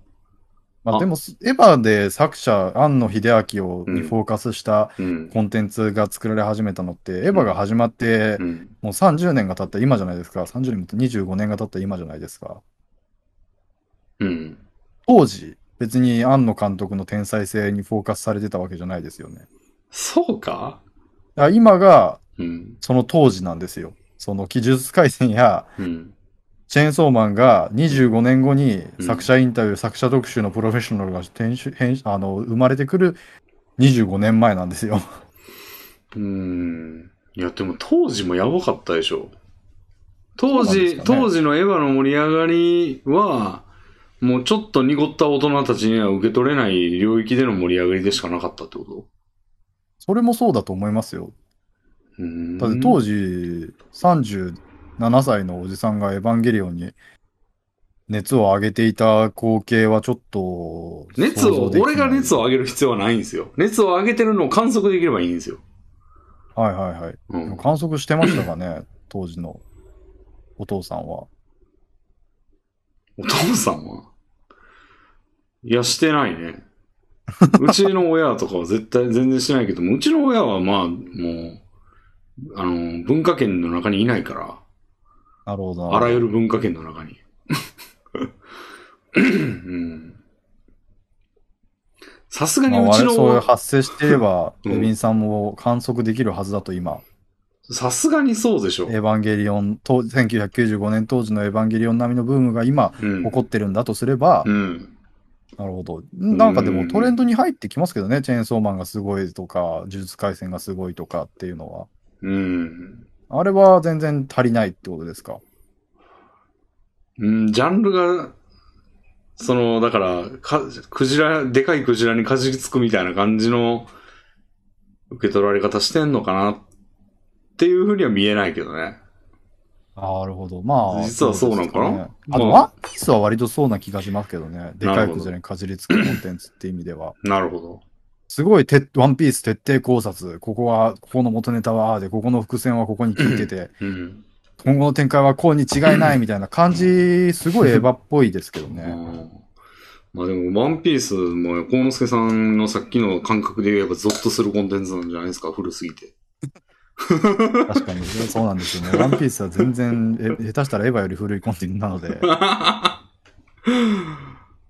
Speaker 2: ま
Speaker 1: あ
Speaker 2: あ、でも、すエヴァで作者、庵野秀明を
Speaker 1: う
Speaker 2: に
Speaker 1: ん
Speaker 2: フォーカスした
Speaker 1: うん。
Speaker 2: コンテンツが作られ始めたのって、エヴァが始まって
Speaker 1: う、ん。
Speaker 2: もう30年が経った今じゃないですか。30年も25年が経った今じゃないですか。
Speaker 1: うん。
Speaker 2: 当時、別に庵野監督の天才性にフォーカスされてたわけじゃないですよね。
Speaker 1: そうか
Speaker 2: だから今が
Speaker 1: うん。
Speaker 2: その当時なんですよ。その技術改戦や
Speaker 1: うん。
Speaker 2: チェーンソーマンが25年後に
Speaker 1: うん
Speaker 2: 作者インタビュー、作者特集のプロフェッショナルが編集編集あの生まれてくる25年前なんですよ。 [LAUGHS]
Speaker 1: うん。いや、でも当時もやばかったでしょ。当
Speaker 2: そうなんで
Speaker 1: 時、
Speaker 2: すかね
Speaker 1: 当時のエヴァの盛り上がりは、もうちょっと濁った大人たちには受け取れない領域での盛り上がりでしかなかったってこと
Speaker 2: それもそうだと思いますよ。
Speaker 1: うーん
Speaker 2: だって当時、37歳のおじさんがエヴァンゲリオンに熱を上げていた光景はちょっと、
Speaker 1: 熱
Speaker 2: 想
Speaker 1: を、
Speaker 2: 像できない
Speaker 1: 俺が熱を上げる必要はないんですよ。熱を上げてるのを観測できればいいんですよ。
Speaker 2: はいはいはい。
Speaker 1: う
Speaker 2: でも
Speaker 1: ん。
Speaker 2: 観測してましたかね、 [CLEARS THROAT] 当時のお父さんは。
Speaker 1: お父さんはいや、してないね。うちの親とかは絶対全然してないけども、うちの親はまあ、もう、あの、文化圏の中にいないから。
Speaker 2: なるほどな。
Speaker 1: あらゆる文化圏の中に。うんさすがに
Speaker 2: まあ、
Speaker 1: う
Speaker 2: 我
Speaker 1: ち
Speaker 2: 々そういう
Speaker 1: の、
Speaker 2: 発生していれば、
Speaker 1: うん
Speaker 2: レビンさんも観測できるはずだと今、
Speaker 1: さすがにそうでしょ。
Speaker 2: エヴァンゲリオン、当1995年当時のエヴァンゲリオン並みのブームが今
Speaker 1: うん
Speaker 2: 起。こってるんだとすれば、
Speaker 1: うん。
Speaker 2: なるほど。なんかでもトレンドに入ってきますけどね、チェーンソーマンがすごいとか、呪術廻戦がすごいとかっていうのは。
Speaker 1: うん。
Speaker 2: あれは全然足りないってことですか。
Speaker 1: うんジャンルが、その、だから、か、クジラ、でかいクジラにかじりつくみたいな感じの受け取られ方してんのかなっていうふうには見えないけどね。
Speaker 2: なるほど。まあ。
Speaker 1: 実はそうなのかな
Speaker 2: そうですねあと、
Speaker 1: まあ
Speaker 2: ワンピースは割とそうな気がしますけどね。でかいクジラにかじりつくコンテンツって意味では。
Speaker 1: なるほど。
Speaker 2: すごいて、ワンピース徹底考察。ここは、ここの元ネタは、ああで、ここの伏線はここに聞いてて、
Speaker 1: うん。
Speaker 2: 今後の展開はこうに違いないみたいな感じ、すごいエヴァっぽいですけどね。
Speaker 1: うんまあでも、ワンピースも、幸之助さんのさっきの感覚で言えば、ゾッとするコンテンツなんじゃないですか、古すぎて。
Speaker 2: 確かに、そうなんですよね。ワンピースは全然、え下手したらエヴァより古いコンテンツなの
Speaker 1: [LAUGHS]
Speaker 2: で、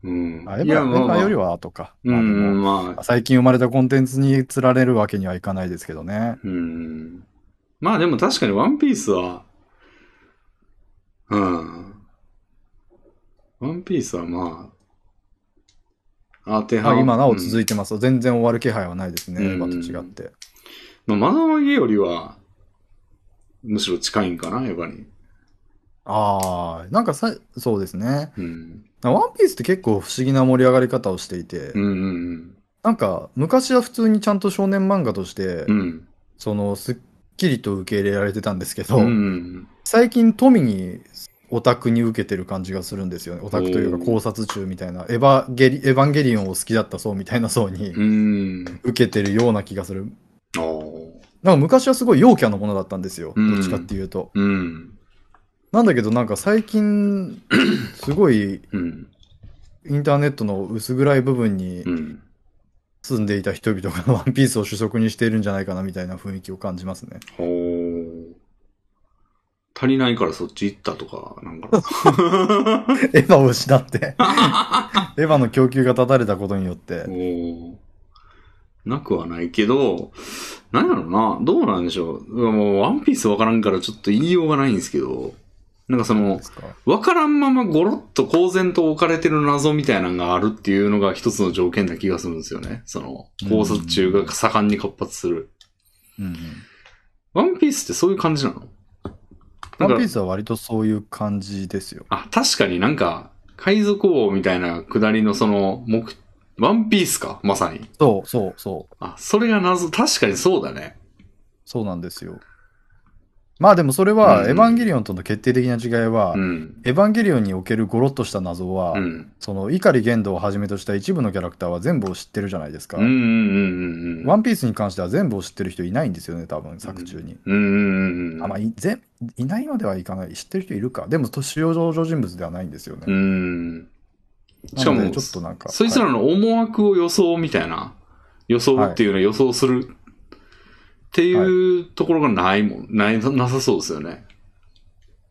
Speaker 1: うん。
Speaker 2: あエヴァ
Speaker 1: いや、まあ
Speaker 2: エヴ
Speaker 1: ま
Speaker 2: ァ
Speaker 1: あ、
Speaker 2: よりは後か。
Speaker 1: う
Speaker 2: まあでも
Speaker 1: ん、まあ、
Speaker 2: 最近生まれたコンテンツに釣られるわけにはいかないですけどね。
Speaker 1: うん。まあでも確かにワンピースは、うん。ワンピースはまあ、あ、手
Speaker 2: まあ、
Speaker 1: 派。
Speaker 2: 今なお続
Speaker 1: い
Speaker 2: いてます。全然終わる気配はないですね、
Speaker 1: うん
Speaker 2: エヴァと違って。
Speaker 1: て、まあ、マダマギよりは、むしろ近いんかな、エヴァに。
Speaker 2: ああ、なんかさ、そうですね。
Speaker 1: うん。
Speaker 2: ワンピースって結構不思議な盛り上がり方をしていて、
Speaker 1: うんうん
Speaker 2: なんか昔は普通にちゃんと少年漫画として、
Speaker 1: うん。うん。
Speaker 2: そのすっきりと受け入れられてたんですけど、
Speaker 1: うんうん
Speaker 2: 最近富にオタクに受けてる感じがするんですよね。オタクという
Speaker 1: おー
Speaker 2: か考察中みたいな、エヴァゲリ、エヴァンゲリオンを好きだった層みたいな層に
Speaker 1: うん。うん。
Speaker 2: 受けてるような気がする。
Speaker 1: ああ。
Speaker 2: なんか昔はすごい陽キャのものだったんですよ。
Speaker 1: うん
Speaker 2: どっちかっていうと。
Speaker 1: うん。
Speaker 2: なんだけどなんか
Speaker 1: [COUGHS]
Speaker 2: 最近、すごい
Speaker 1: うん。
Speaker 2: インターネットの薄暗い部分に
Speaker 1: うん。
Speaker 2: 住んでいた人々が [LAUGHS] ワンピースを主食にしているんじゃないかなみたいな雰囲気を感じますね。
Speaker 1: [LAUGHS] ほー。足りないからそっち行ったとか、なんか。
Speaker 2: エヴァを
Speaker 1: [LAUGHS]
Speaker 2: 失って。エヴァの供給が断たれたことによって
Speaker 1: お。ーなくはないけど、なんやろな、どうなんでしょう。うわもう、ワンピースわからんからちょっと言いようがないんですけど、なんかそ
Speaker 2: そう
Speaker 1: の
Speaker 2: で、すか
Speaker 1: わからんままゴロッと公然と置かれてる謎みたいなのがあるっていうのが一つの条件な気がするんですよね。その、考察中が盛んに活発する。
Speaker 2: うんうん
Speaker 1: ワンピースってそういう感じなのな
Speaker 2: ワ
Speaker 1: んか
Speaker 2: ンピースは割とそういう感じですよ。
Speaker 1: あ、確かになんか、海賊王みたいな下りのその、目、ワンピースか、まさに。
Speaker 2: そうそうそう。
Speaker 1: あ、それが謎、確かにそうだね。
Speaker 2: そうなんですよ。まあでもそれ
Speaker 1: う
Speaker 2: は、
Speaker 1: ん
Speaker 2: エヴァンゲリオンとの決定的な違いは、
Speaker 1: うん。
Speaker 2: エヴァンゲリオンにおけるゴロッとした謎は、
Speaker 1: うん。
Speaker 2: その碇玄度をはじめとした一部のキャラクターは全部を知ってるじゃないですか。
Speaker 1: うんうんうんうんうん。
Speaker 2: ワンピースに関しては全部を知ってる人いないんですよね、多分作中に。
Speaker 1: うんうんうん。
Speaker 2: あまあ、い全いないまではいかない、知ってる人いるか、でもと主要登場人物ではないんですよね。
Speaker 1: うん。しか
Speaker 2: なの
Speaker 1: も
Speaker 2: で、ちょっとなんか、
Speaker 1: そいつらの思惑を予想みたいな。予想っていうのは予想する。っていうところがないもん、ない、なさそうですよね。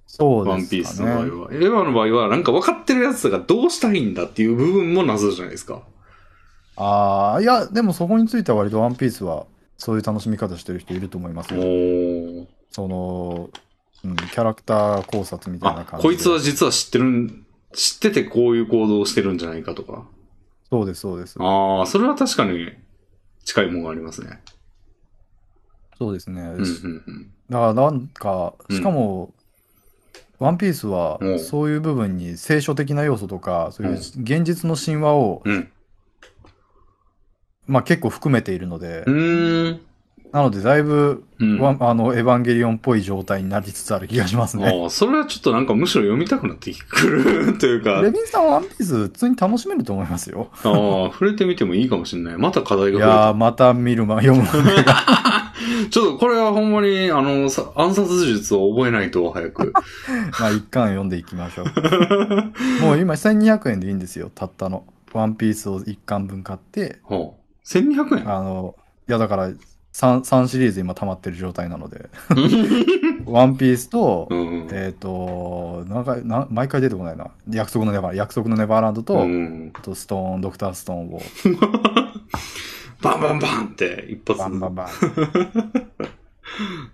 Speaker 2: そうですか、ね、
Speaker 1: ワンピースの場合は。エヴァの場合は、なんか分かってるやつがどうしたいんだっていう部分も謎じゃないですか。
Speaker 2: ああ、いや、でもそこについては割とワンピースは、そういう楽しみ方してる人いると思います
Speaker 1: お
Speaker 2: よ。
Speaker 1: ー。
Speaker 2: その、うん、キャラクター考察みたいな
Speaker 1: あ、
Speaker 2: 感じで。
Speaker 1: こいつは実は知ってるん、知っててこういう行動をしてるんじゃないかとか。
Speaker 2: そうです、そうです。
Speaker 1: ああ、それは確かに近いものがありますね。
Speaker 2: そうですね。
Speaker 1: うんうんうん。
Speaker 2: だからなんか、
Speaker 1: うん
Speaker 2: しかも、ワンピースは
Speaker 1: うん、
Speaker 2: そういう部分に聖書的な要素とか、そうい
Speaker 1: う
Speaker 2: う
Speaker 1: ん
Speaker 2: 現実の神話を、
Speaker 1: うん。
Speaker 2: まあ結構含めているので
Speaker 1: う、ーん。
Speaker 2: なのでだいぶ、
Speaker 1: うん。
Speaker 2: ワンあの、エヴァンゲリオンっぽい状態になりつつある気がしますね。
Speaker 1: ああ、それはちょっとなんかむしろ読みたくなってくるというか、
Speaker 2: レビンさんはワンピース普通に楽しめると思いますよ。
Speaker 1: ああ、触れてみてもいいかもしれない。また課題
Speaker 2: い
Speaker 1: が増えた
Speaker 2: やー、また見るま、読む。 [LAUGHS]
Speaker 1: ちょっとこれはほんまに、あの、さ暗殺術を覚えないと早く。
Speaker 2: まあ一巻読んでい
Speaker 1: [LAUGHS]
Speaker 2: きましょう。もう今1200円でいいんですよ、たったの。ワンピースを一巻分買って、
Speaker 1: はあ、1200円
Speaker 2: あの、いやだから3、3シリーズ今溜まってる状態なので。
Speaker 1: [LAUGHS]
Speaker 2: ワンピースと、
Speaker 1: うん。
Speaker 2: えっ、と、なんか、な毎回出てこないな。約束のネバー、約束のネバーランドと、
Speaker 1: うん
Speaker 2: あとストーン、ドクターストーンを、
Speaker 1: バンバンバンって一発。
Speaker 2: バンバンバン。い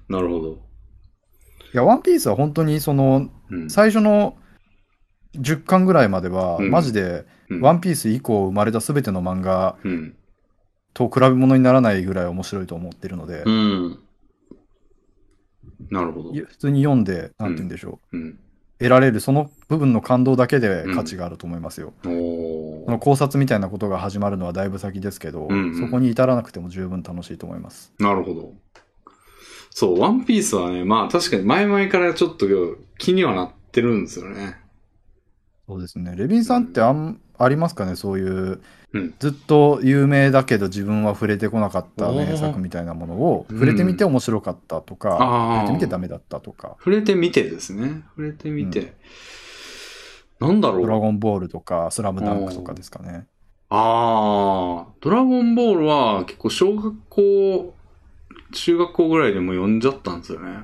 Speaker 1: なるほど。
Speaker 2: や、ワンピースは本当にその、
Speaker 1: うん。
Speaker 2: 最初の10巻ぐらいまでは、
Speaker 1: うん
Speaker 2: マジで、
Speaker 1: うん
Speaker 2: ワンピース以降生まれた全ての漫画
Speaker 1: うん。
Speaker 2: と比べ物にならないぐらい面白いと思ってるので、
Speaker 1: うん。なるほど
Speaker 2: い。や普通に読んで、なんて言うんでしょう、
Speaker 1: うん。
Speaker 2: 得られるその部分の感動だけで価値があると思いますよ。
Speaker 1: お
Speaker 2: そ
Speaker 1: ー
Speaker 2: の考察みたいなことが始まるのはだいぶ先ですけど、
Speaker 1: うんうん
Speaker 2: そこに至らなくても十分楽しいと思います。
Speaker 1: なるほど。そう、ワンピースはね、まあ確かに前々からちょっと気にはなってるんですよね。
Speaker 2: そうですね。レビンさんってあん、ありますかねそういう、
Speaker 1: うん
Speaker 2: ずっと有名だけど自分は触れてこなかった名作みたいなものを、
Speaker 1: うん
Speaker 2: 触れてみて面白かったとか、
Speaker 1: あー
Speaker 2: 触れてみてダメだったとか、
Speaker 1: 触れてみてですね。触れてみて。なんだろ
Speaker 2: ドラ
Speaker 1: う。
Speaker 2: ゴンボールとか、スラムダンクとかですかね。
Speaker 1: ああ、ドラゴンボールは結構小学校、中学校ぐらいでも読んじゃったんですよね。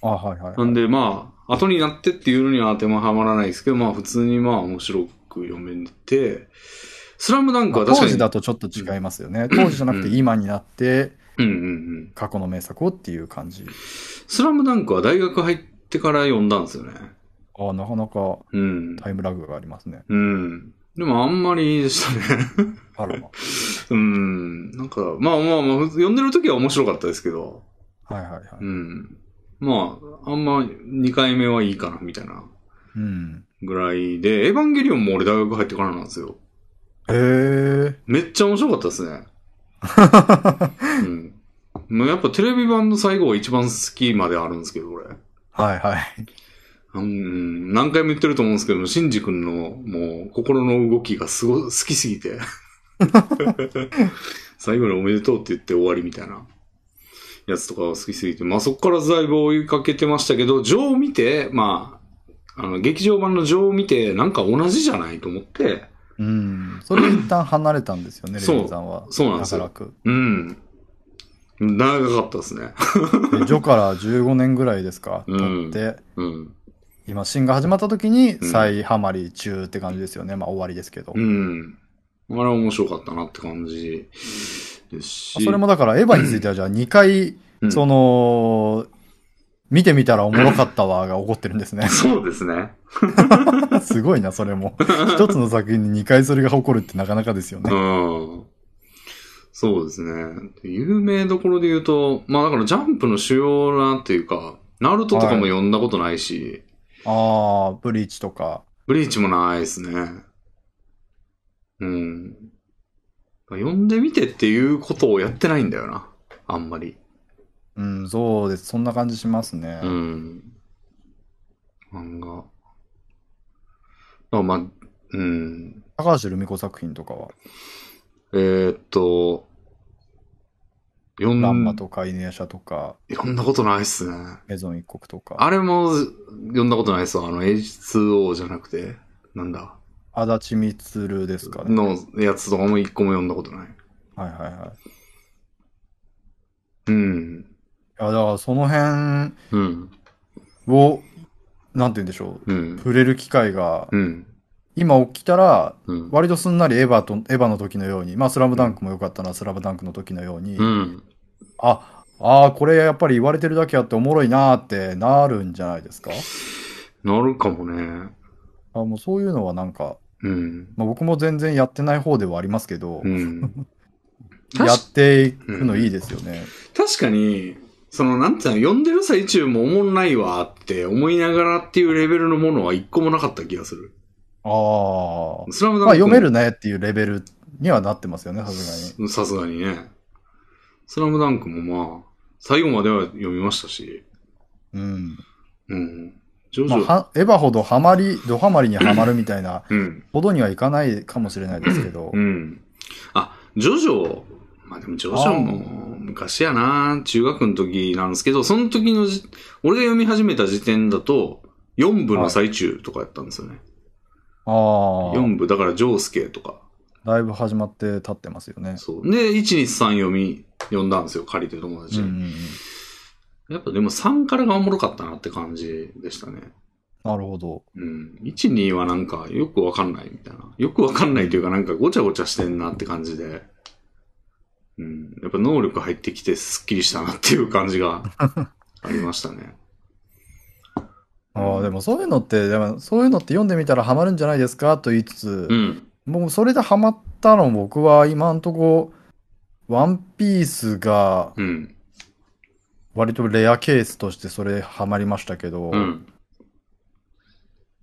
Speaker 2: あ、はいはい、
Speaker 1: なんでまあ、後になってっていうのには当てもはまらないですけど、まあ普通にまあ面白く読めて、スラムダンク
Speaker 2: ま
Speaker 1: は
Speaker 2: あ
Speaker 1: 確か
Speaker 2: 当
Speaker 1: に。
Speaker 2: 時だとちょっと違いますよね。当時じゃなくて今になって、
Speaker 1: うんうんうん。
Speaker 2: 過去の名作をっていう感じ。
Speaker 1: スラムダンクは大学入ってから読んだんですよね。
Speaker 2: ああ、なかなか
Speaker 1: うん。
Speaker 2: タイムラグがありますね。
Speaker 1: うん。でもあんまりでしたね。 [LAUGHS]
Speaker 2: あらま。
Speaker 1: うん。なんか、まあまあまあ、読んでる時は面白かったですけど、
Speaker 2: はいはいはい。
Speaker 1: うん。まあ、あんま2回目はいいかな、みたいな
Speaker 2: うん。
Speaker 1: ぐらいで、エヴァンゲリオンも俺大学入ってからなんですよ。
Speaker 2: へえ。
Speaker 1: めっちゃ面白かったですね。うん。もうやっぱテレビ版の最後が一番好きまであるんですけど、俺。
Speaker 2: はいはい。
Speaker 1: うん、何回も言ってると思うんですけど、シンジ君のもう心の動きがすご、好きすぎ
Speaker 2: [LAUGHS]
Speaker 1: て。最後におめでとうって言って終わりみたいなやつとかが好きすぎて、まあそこからだいぶ追いかけてましたけど、ジョーを見て、まあ、あの、劇場版のジョーを見て、なんか同じじゃないと思って、
Speaker 2: うん。それで一旦離れたんですよね、レ
Speaker 1: そう
Speaker 2: ミさんは。
Speaker 1: そうなんですよ
Speaker 2: 長らく。
Speaker 1: うん。長かったですね。
Speaker 2: でジョから15年ぐらいですか、
Speaker 1: うん
Speaker 2: 経って、
Speaker 1: うん。
Speaker 2: 今、シンが始まった時に
Speaker 1: うん
Speaker 2: 再ハマり中って感じですよね。まあ終わりですけど。
Speaker 1: うん。あれは面白かったなって感じですし。
Speaker 2: それもだから、エヴァについてはじゃあ2回、
Speaker 1: うん、。
Speaker 2: その、見てみたらおもろかったわが起こってるんですね [LAUGHS]
Speaker 1: そうですね。
Speaker 2: すごいな、そ
Speaker 1: [LAUGHS]
Speaker 2: れも。一つの作品に2回それが起こるってなかなかですよね。
Speaker 1: うん。そうですね。有名どころで言うと、まあだからジャンプの主要なっていうか、ナルトとかも読んだことないし、
Speaker 2: ああ、ブリーチとか。
Speaker 1: ブリーチもないですね。うん。読んでみてっていうことをやってないんだよな。あんまり。
Speaker 2: うん、そうです。そんな感じしますね。
Speaker 1: うん。漫画。あまあ、うん。
Speaker 2: 高橋留美子作品とかは、
Speaker 1: えーっと、読ん
Speaker 2: ランマとか犬夜叉とか、
Speaker 1: 読んだことないっすね。
Speaker 2: メゾン一国とか、
Speaker 1: あれも読んだことないですわ。あの、H2O じゃなくて、なんだ、
Speaker 2: 足立光ですかね。
Speaker 1: のやつとかも一個も読んだことない。
Speaker 2: はいはいはい。い
Speaker 1: うん。
Speaker 2: や、だからその辺
Speaker 1: うん。
Speaker 2: を、なんて言うんでしょう。
Speaker 1: うん。
Speaker 2: 触れる機会が、
Speaker 1: うん。
Speaker 2: 今起きたら、
Speaker 1: うん。
Speaker 2: 割とすんなりエヴァと、エヴァの時のように、まあ、スラムダンクも良かったな、スラムダンクの時のように、
Speaker 1: うん。
Speaker 2: あ、ああ、これやっぱり言われてるだけあっておもろいなーってなるんじゃないですか
Speaker 1: なるかもね。
Speaker 2: あもうそういうのはなんか、
Speaker 1: うん。
Speaker 2: まあ、僕も全然やってない方ではありますけど、
Speaker 1: うん。
Speaker 2: [LAUGHS] や
Speaker 1: 確
Speaker 2: っていくのいいですよね。
Speaker 1: 確かに、その、なんていうの、読んでる最中もおもんないわって思いながらっていうレベルのものは一個もなかった気がする。
Speaker 2: ああ。
Speaker 1: スラムダン
Speaker 2: まあ
Speaker 1: ク。
Speaker 2: 読めるねっていうレベルにはなってますよね、さすがに。
Speaker 1: さすがにね。スラムダンクもまあ、最後までは読みましたし。
Speaker 2: うん。
Speaker 1: うん。徐
Speaker 2: まあ、
Speaker 1: 々、
Speaker 2: はエヴァほどハマり、ドハマりにはまるみたいな
Speaker 1: うん。
Speaker 2: ほどにはいかないかもしれないですけど
Speaker 1: う。ん。あ、ジョジョ、まあでもジョジョも昔やな、中学の時なんですけど、その時のじ、俺が読み始めた時点だと、4部の最中とかやったんですよね。
Speaker 2: ああ。
Speaker 1: 4部、だからジョースケとか。
Speaker 2: だいぶ始まって経ってますよね。
Speaker 1: そう。で、1、2、3読み、読んだんですよ、借りて友
Speaker 2: うん
Speaker 1: 達
Speaker 2: う
Speaker 1: に、
Speaker 2: んうん。
Speaker 1: やっぱでも3からがおもろかったなって感じでしたね。
Speaker 2: なるほど。
Speaker 1: うん。1、2はなんかよくわかんないみたいな。よくわかんないというかなんかごちゃごちゃしてんなって感じで。うん。やっぱ能力入ってきてスッキリしたなっていう感じ
Speaker 2: [LAUGHS]
Speaker 1: がありましたね。
Speaker 2: ああ、でもそういうのって、でもそういうのって読んでみたらハマるんじゃないですかと言いつつ
Speaker 1: う、ん。
Speaker 2: もうそれでハマったの僕は今んとこ、ワンピースが
Speaker 1: うん。
Speaker 2: 割とレアケースとしてそれハマりましたけど、
Speaker 1: うん。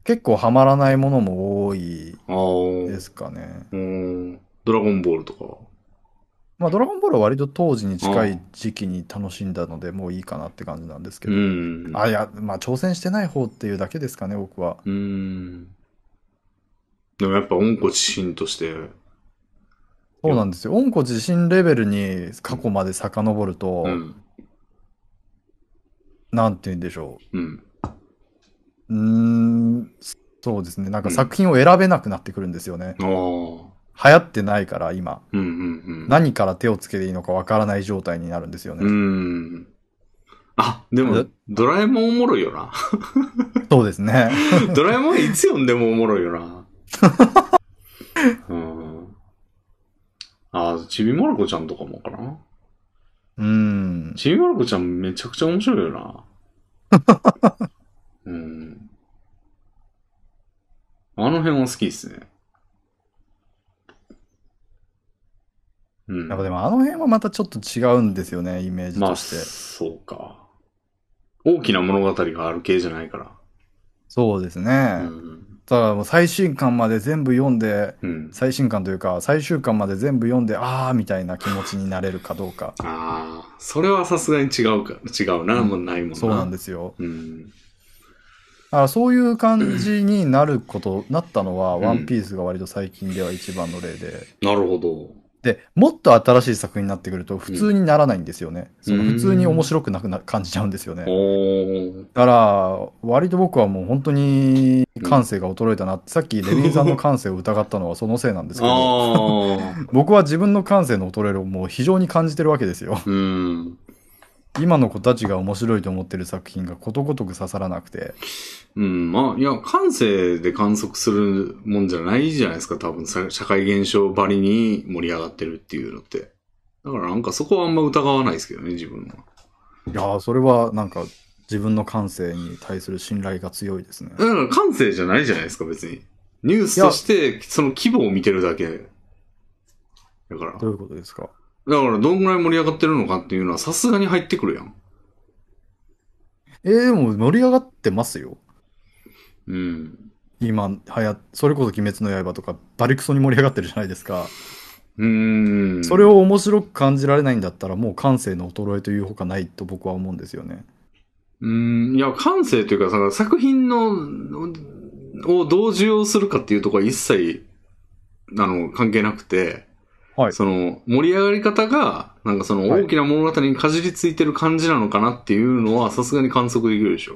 Speaker 2: 結構ハマらないものも多い
Speaker 1: ああ。お
Speaker 2: ですかね。
Speaker 1: ードラゴンボールとか。
Speaker 2: まあドラゴンボールは割と当時に近い時期に楽しんだので、もういいかなって感じなんですけ
Speaker 1: う
Speaker 2: ど。
Speaker 1: ん。
Speaker 2: あ、いや、まあ挑戦してない方っていうだけですかね、僕は。
Speaker 1: うん。でもやっぱ温故知新として。
Speaker 2: そうなんですよ。温故自身レベルに過去まで遡ると、
Speaker 1: うん。
Speaker 2: なんて言うんでしょ
Speaker 1: うん。
Speaker 2: う。うーん、そうですね。なんか作品を選べなくなってくるんですよね。
Speaker 1: ああ。うん
Speaker 2: 流行ってないから今、
Speaker 1: うんうん。
Speaker 2: 何から手をつけていいのかわからない状態になるんですよ
Speaker 1: う
Speaker 2: ね。
Speaker 1: ん。あ、でも
Speaker 2: え、
Speaker 1: ドラえもんおもろいよな。
Speaker 2: そうで
Speaker 1: [LAUGHS]
Speaker 2: すね。
Speaker 1: ドラえもんいつ読んでもおもろいよ
Speaker 2: [LAUGHS]
Speaker 1: な。うん。あ、ちびまる子ちゃんとかもかな。
Speaker 2: うん。
Speaker 1: ちびまる子ちゃんめちゃくちゃ面白いよ
Speaker 2: [LAUGHS]
Speaker 1: な。うん。あの辺は好きですね。うん。
Speaker 2: やっぱでもあの辺はまたちょっと違うんですよね、イメージ
Speaker 1: ま
Speaker 2: と
Speaker 1: あ、
Speaker 2: して。
Speaker 1: そうか。大きな物語がある系じゃないから。
Speaker 2: そうですね。
Speaker 1: うん。
Speaker 2: だからもう最新刊まで全部読んで、
Speaker 1: うん。
Speaker 2: 最新刊というか最終巻まで全部読んで、あーみたいな気持ちになれるかど
Speaker 1: [LAUGHS]
Speaker 2: うか。
Speaker 1: ああ、それはさすがに違うか、違うな、
Speaker 2: うん
Speaker 1: もうないもんな。
Speaker 2: そうなん
Speaker 1: です。
Speaker 2: ですよ。
Speaker 1: うん。
Speaker 2: だからそういう感じになること、なったのは、
Speaker 1: ん
Speaker 2: ワンピースが割と最近では一番の例で。
Speaker 1: なるほど。
Speaker 2: で、もっと新しい作品になってくると、普通にならないんですよね。その普通に面白くなくな感じちゃうんですよね。
Speaker 1: おー。
Speaker 2: だから、割と僕はもう本当に感性が衰えたなって、さっきレビンさんの感性を疑ったのはそのせいなんですけど、
Speaker 1: ああ、
Speaker 2: 僕は自分の感性の衰えをもう非常に感じてるわけですよ。 [LAUGHS]
Speaker 1: うん。
Speaker 2: 今の子たちが面白いと思ってる作品がことごとく刺さらなくて、
Speaker 1: うん、まあ、いや、感性で観測するもんじゃないじゃないですか、多分、さ社会現象ばりに盛り上がってるっていうのって。だからなんかそこはあんま疑わないですけどね、自分は。
Speaker 2: いやー、それはなんか自分の感性に対する信頼が強いですね。
Speaker 1: だから感性じゃないじゃないですか、別に。ニュースとして、その規模を見てるだけ。だから。
Speaker 2: どういうことですか
Speaker 1: だから、どんぐらい盛り上がってるのかっていうのは、さすがに入ってくるやん。
Speaker 2: えー、でも盛り上がってますよ。
Speaker 1: うん。
Speaker 2: 今、はや、それこそ鬼滅の刃とか、バリクソに盛り上がってるじゃないですか。
Speaker 1: うーん。
Speaker 2: それ。を面白く感じられないんだったら、もう感性の衰えというほかないと僕は思うんですよね。
Speaker 1: うーん。いや、感性というか、その作品の、をどう受容するかっていうところは一切、あの、関係なくて、
Speaker 2: はい
Speaker 1: その、盛り上がり方が、なんかその、
Speaker 2: はい
Speaker 1: 大きな物語にかじりついてる感じなのかなっていうのは、さすがに観測できるでしょ。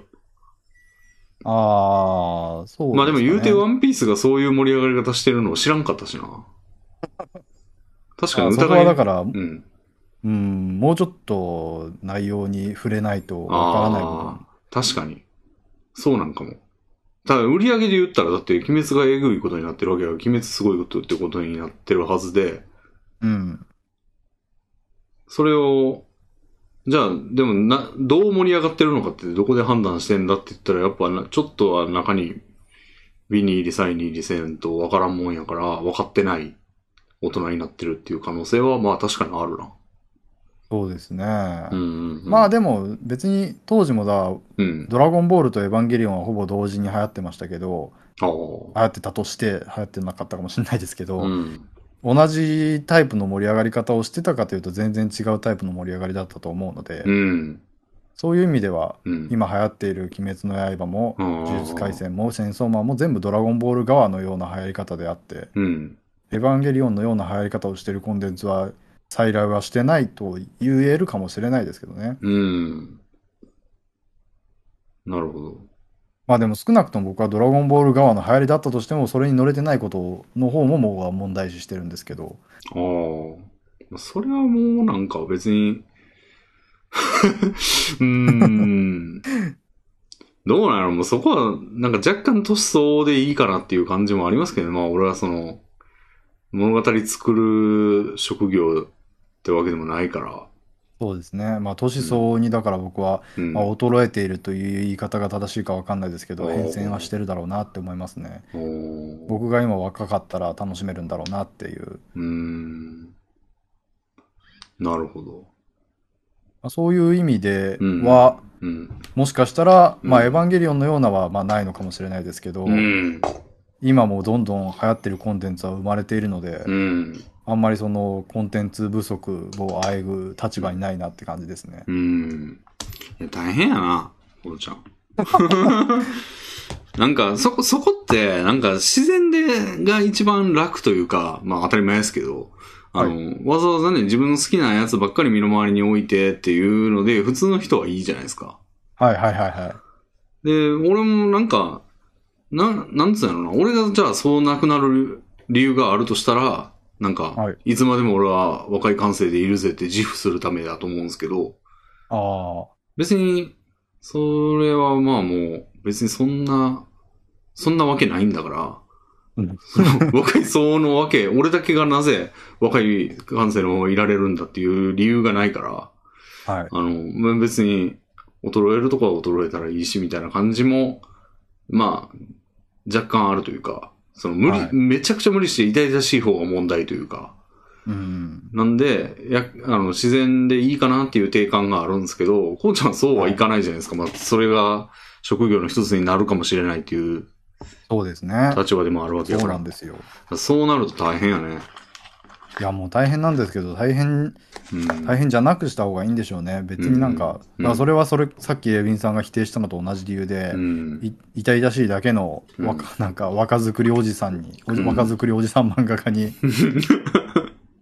Speaker 2: ああ、そう
Speaker 1: まあでも言うて、ワ
Speaker 2: は
Speaker 1: ンピースがそういう盛り上がり方してるのを知らんかったし
Speaker 2: [LAUGHS]
Speaker 1: な。確かに
Speaker 2: そこは
Speaker 1: 疑
Speaker 2: だ
Speaker 1: い。
Speaker 2: から、
Speaker 1: うん。
Speaker 2: うん、もうちょっと内容に触れないとわからない部分。
Speaker 1: あー確かに。そうなんかも。ただ、売り上げで言ったら、だって、鬼滅がえぐいことになってるわけだから、鬼滅すごいことってことになってるはずで、
Speaker 2: うん。
Speaker 1: それを、じゃあ、でもな、どう盛り上がってるのかって、どこで判断してんだって言ったら、やっぱな、ちょっとは中に、ビニーリ、サイニーリせんと分からんもんやから、分かってない大人になってるっていう可能性は、まあ確かにあるな。
Speaker 2: そうですね。
Speaker 1: うんうんうん。
Speaker 2: まあでも別に当時もだ、
Speaker 1: うん。
Speaker 2: ドラゴンボールとエヴァンゲリオンはほぼ同時に流行ってましたけど、
Speaker 1: ああ。
Speaker 2: 流行ってたとして流行ってなかったかもしれないですけど、
Speaker 1: うん。
Speaker 2: 同じタイプの盛り上がり方をしてたかというと全然違うタイプの盛り上がりだったと思うので、
Speaker 1: うん。
Speaker 2: そういう意味では
Speaker 1: うん。
Speaker 2: 今流行っている「鬼滅の刃」も
Speaker 1: ああ
Speaker 2: 「呪術廻。戦」も「戦争マン」も全部「ドラゴンボール」側のような流行り方であって
Speaker 1: うん。
Speaker 2: 「エヴァンゲリオン」のような流行り方をしているコンテンツは再来はしてないと言えるかもしれないですけどね
Speaker 1: うん。なるほど。
Speaker 2: まあでも少なくとも僕は「ドラゴンボール」側の流行りだったとしてもそれに乗れてないことの方も僕は問題視してるんですけど
Speaker 1: ああ。それはもうなんか別に [LAUGHS] うーん。どうなのもうそこは、なんか若干年相応でいいかなっていう感じもありますけどね。まあ俺はその、物語作る職業ってわけでもないから。
Speaker 2: そうですねまあ年相応にだから僕は、
Speaker 1: うん。
Speaker 2: まあ、衰えているという言い方が正しいかわかんないですけど
Speaker 1: おー
Speaker 2: 変遷はしてるだろうなって思いますね
Speaker 1: おー
Speaker 2: 僕が今若かったら楽しめるんだろうなっていう
Speaker 1: うーん。なるほど。
Speaker 2: まあ、そういう意味で
Speaker 1: うん
Speaker 2: は、
Speaker 1: うん。
Speaker 2: もしかしたら、まあ、
Speaker 1: うん
Speaker 2: エヴァンゲリオンのようなは、まあ、ないのかもしれないですけど、
Speaker 1: うん。
Speaker 2: 今もどんどん流行ってるコンテンツは生まれているので、
Speaker 1: うん。
Speaker 2: あんまりそのコンテンツ不足をあえぐ立場にないなって感じですね。
Speaker 1: うん。いや、大変やな、おるちゃ
Speaker 2: [LAUGHS]
Speaker 1: ん。なんか、そこ、そこって、なんか、自然で、が一番楽というか、まあ当たり前ですけど、あの、わざわざね、自分の好きなやつばっかり身の回りに置いてっていうので、普通の人はいいじゃないですか。
Speaker 2: はいはいはいはい。
Speaker 1: で、俺もなんか、なん、なんつうのな、俺がじゃあそうなくなる理由があるとしたら、なんか、、
Speaker 2: はい
Speaker 1: つまでも俺は若い感性でいるぜって自負するためだと思うんですけど、
Speaker 2: ああ、
Speaker 1: 別に、それはまあもう、別にそんな、そんなわけないんだから、 [LAUGHS]
Speaker 2: うん
Speaker 1: その若い相応のわけ、俺だけがなぜ若い感性のままいられるんだっていう理由がないから、
Speaker 2: はい。
Speaker 1: あの、まあ別に、衰えるとこは衰えたらいいし、みたいな感じも、まあ、若干あるというか、その無理、
Speaker 2: はい
Speaker 1: めちゃくちゃ無理して痛々しい方が問題というか、
Speaker 2: うん。
Speaker 1: なんで、や、あの、自然でいいかなっていう定感があるんですけど、こうちゃんはそうはいかないじゃないですか。まあ、それが職業の一つになるかもしれないっていう
Speaker 2: そうですね。
Speaker 1: 立場でもあるわけだ
Speaker 2: そ
Speaker 1: か
Speaker 2: うな
Speaker 1: ら
Speaker 2: ん。ですよ。
Speaker 1: そうなると大変やね。
Speaker 2: いや、もう大変なんですけど、大変、
Speaker 1: うん。
Speaker 2: 大変じゃなくした方がいいんでしょうね。別になんか、
Speaker 1: うん
Speaker 2: まあそれはそれ、さっきエビンさんが否定したのと同じ理由で、
Speaker 1: うん。
Speaker 2: い痛々しいだけの若、なんか [LAUGHS] 若作りおじさんに、おじ
Speaker 1: うん
Speaker 2: 若作りおじさん漫画家
Speaker 1: [LAUGHS]
Speaker 2: に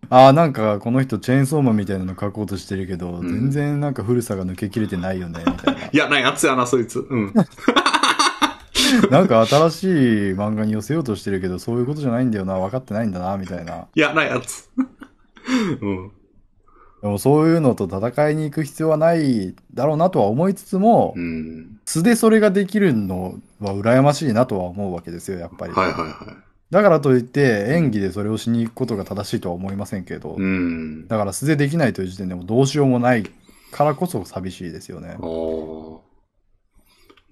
Speaker 2: ああなんかこの人チェーンソーマンみたいなの描こうとしてるけど、
Speaker 1: ん
Speaker 2: 全然なんか古さが抜けきれてない [LAUGHS] よねみたい
Speaker 1: 嫌なやつやな、そいつ。
Speaker 2: [LAUGHS]
Speaker 1: うん。
Speaker 2: ななんか新しい漫画に寄せようとしてるけどそういうことじゃないんだよな分かってないんだなみたいな
Speaker 1: 嫌なやつ。 [LAUGHS] うん。
Speaker 2: でもそういうのと戦いに行く必要はないだろうなとは思いつつも、
Speaker 1: うん。
Speaker 2: 素でそれができるのは羨ましいなとは思うわけですよやっぱり、
Speaker 1: はいはいは
Speaker 2: だからといって演技でそれをしに行くことが正しいとは思いませんけど、
Speaker 1: い。うん。
Speaker 2: だから素でできないという時点でもどうしようもないからこそ寂しいですよね
Speaker 1: あ。あ。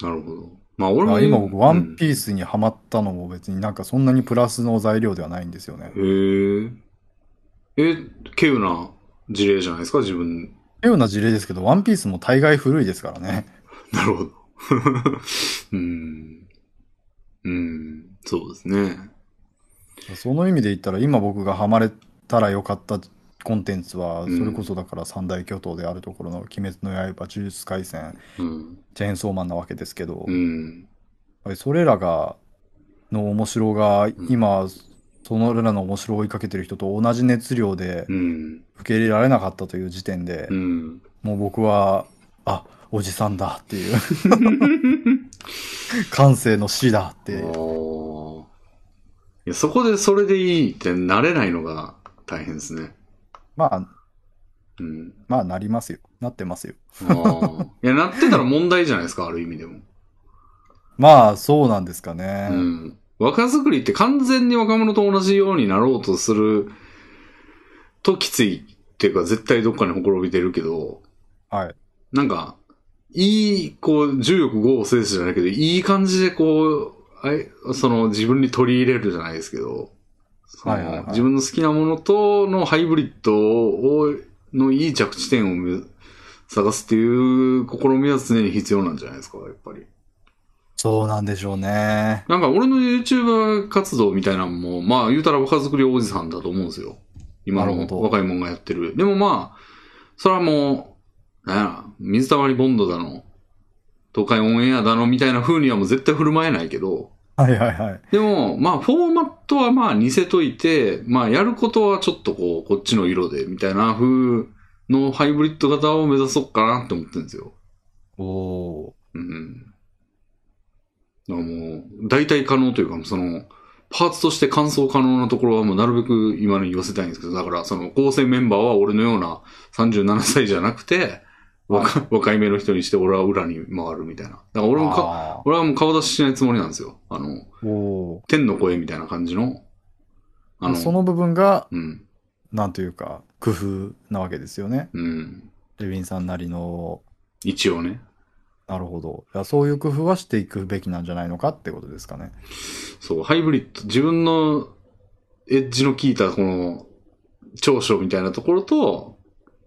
Speaker 1: なるほど。まあ、俺
Speaker 2: ま
Speaker 1: も
Speaker 2: あ今僕、
Speaker 1: うん
Speaker 2: ワンピースにハマったのも別になんかそんなにプラスの材料ではないんですよね。
Speaker 1: へえ。え、稀有な事例じゃないですか、自分。
Speaker 2: ような事例ですけど、ワンピースも大概古いですからね。
Speaker 1: [LAUGHS] なるほど。うん。うん。そうですね。
Speaker 2: その意味で言ったら今僕がハマれたらよかったコンテンツは、それこそだから三大巨頭であるところの鬼滅の刃、呪術廻戦、
Speaker 1: うん。
Speaker 2: チェーンソーマンなわけですけど、
Speaker 1: う
Speaker 2: やっ
Speaker 1: ん。
Speaker 2: ぱりそれらが、の面白が今、そのらの面白を追いかけてる人と同じ熱量で
Speaker 1: うん。
Speaker 2: 受け入れられなかったという時点で
Speaker 1: う、ん。
Speaker 2: もう僕は、あ、おじさんだっていう、 [LAUGHS] 感性の死だっ
Speaker 1: あ
Speaker 2: ていう。
Speaker 1: ーいやそこでそれでいいって慣れないのが大変ですね。
Speaker 2: まあ、
Speaker 1: うん。
Speaker 2: まあなりますよ。なってますよ。
Speaker 1: あーいや、なってたら問題じゃないですか、あ [LAUGHS] る意味でも。
Speaker 2: まあ、そうなんですかね。
Speaker 1: うん。若作りって完全に若者と同じようになろうとするときついっていうか絶対どっかにほころびてるけど、
Speaker 2: はい。
Speaker 1: なんか、いい、こう、重力5を制すじゃないけど、いい感じでこう、あいその自分に取り入れるじゃないですけど、その
Speaker 2: はいはいはい
Speaker 1: 自分の好きなものとのハイブリッドをのいい着地点をめ探すっていう試みは常に必要なんじゃないですか、やっぱり。
Speaker 2: そうなんでしょうね。
Speaker 1: なんか俺の YouTuber 活動みたいなのも、まあ言うたら若作りおじさんだと思うんですよ。今
Speaker 2: なるほ
Speaker 1: の
Speaker 2: ど
Speaker 1: 若いもんがやってる。でもまあ、それはもう、なんやろ水溜りボンドだの、東海オンエアだのみたいな風にはもう絶対振る舞えないけど、
Speaker 2: はいはいはい。
Speaker 1: でも、まあ、フォーマットはまあ、似せといて、まあ、やることはちょっとこう、こっちの色で、みたいな風のハイブリッド型を目指そうかなって思ってるんですよ。
Speaker 2: おお
Speaker 1: うん。だからもう、大体可能というか、その、パーツとして完走可能なところはもうなるべく今に寄せたいんですけど、だからその構成メンバーは俺のような37歳じゃなくて、若若い目の人にして俺は裏に回るみたいな。だから俺もか、
Speaker 2: あ
Speaker 1: 俺はもう顔出ししないつもりなんですよ。あの、
Speaker 2: ーおー
Speaker 1: 天の声みたいな感じの、あの、
Speaker 2: その部分が、
Speaker 1: うん、
Speaker 2: なんというか、工夫なわけですよね。
Speaker 1: うん、
Speaker 2: レヴィンさんなりの、
Speaker 1: 一応ね。
Speaker 2: なるほど。いやそういう工夫はしていくべきなんじゃないのかってことですかね。
Speaker 1: そう、ハイブリッド、自分のエッジの効いたこの長所みたいなところと、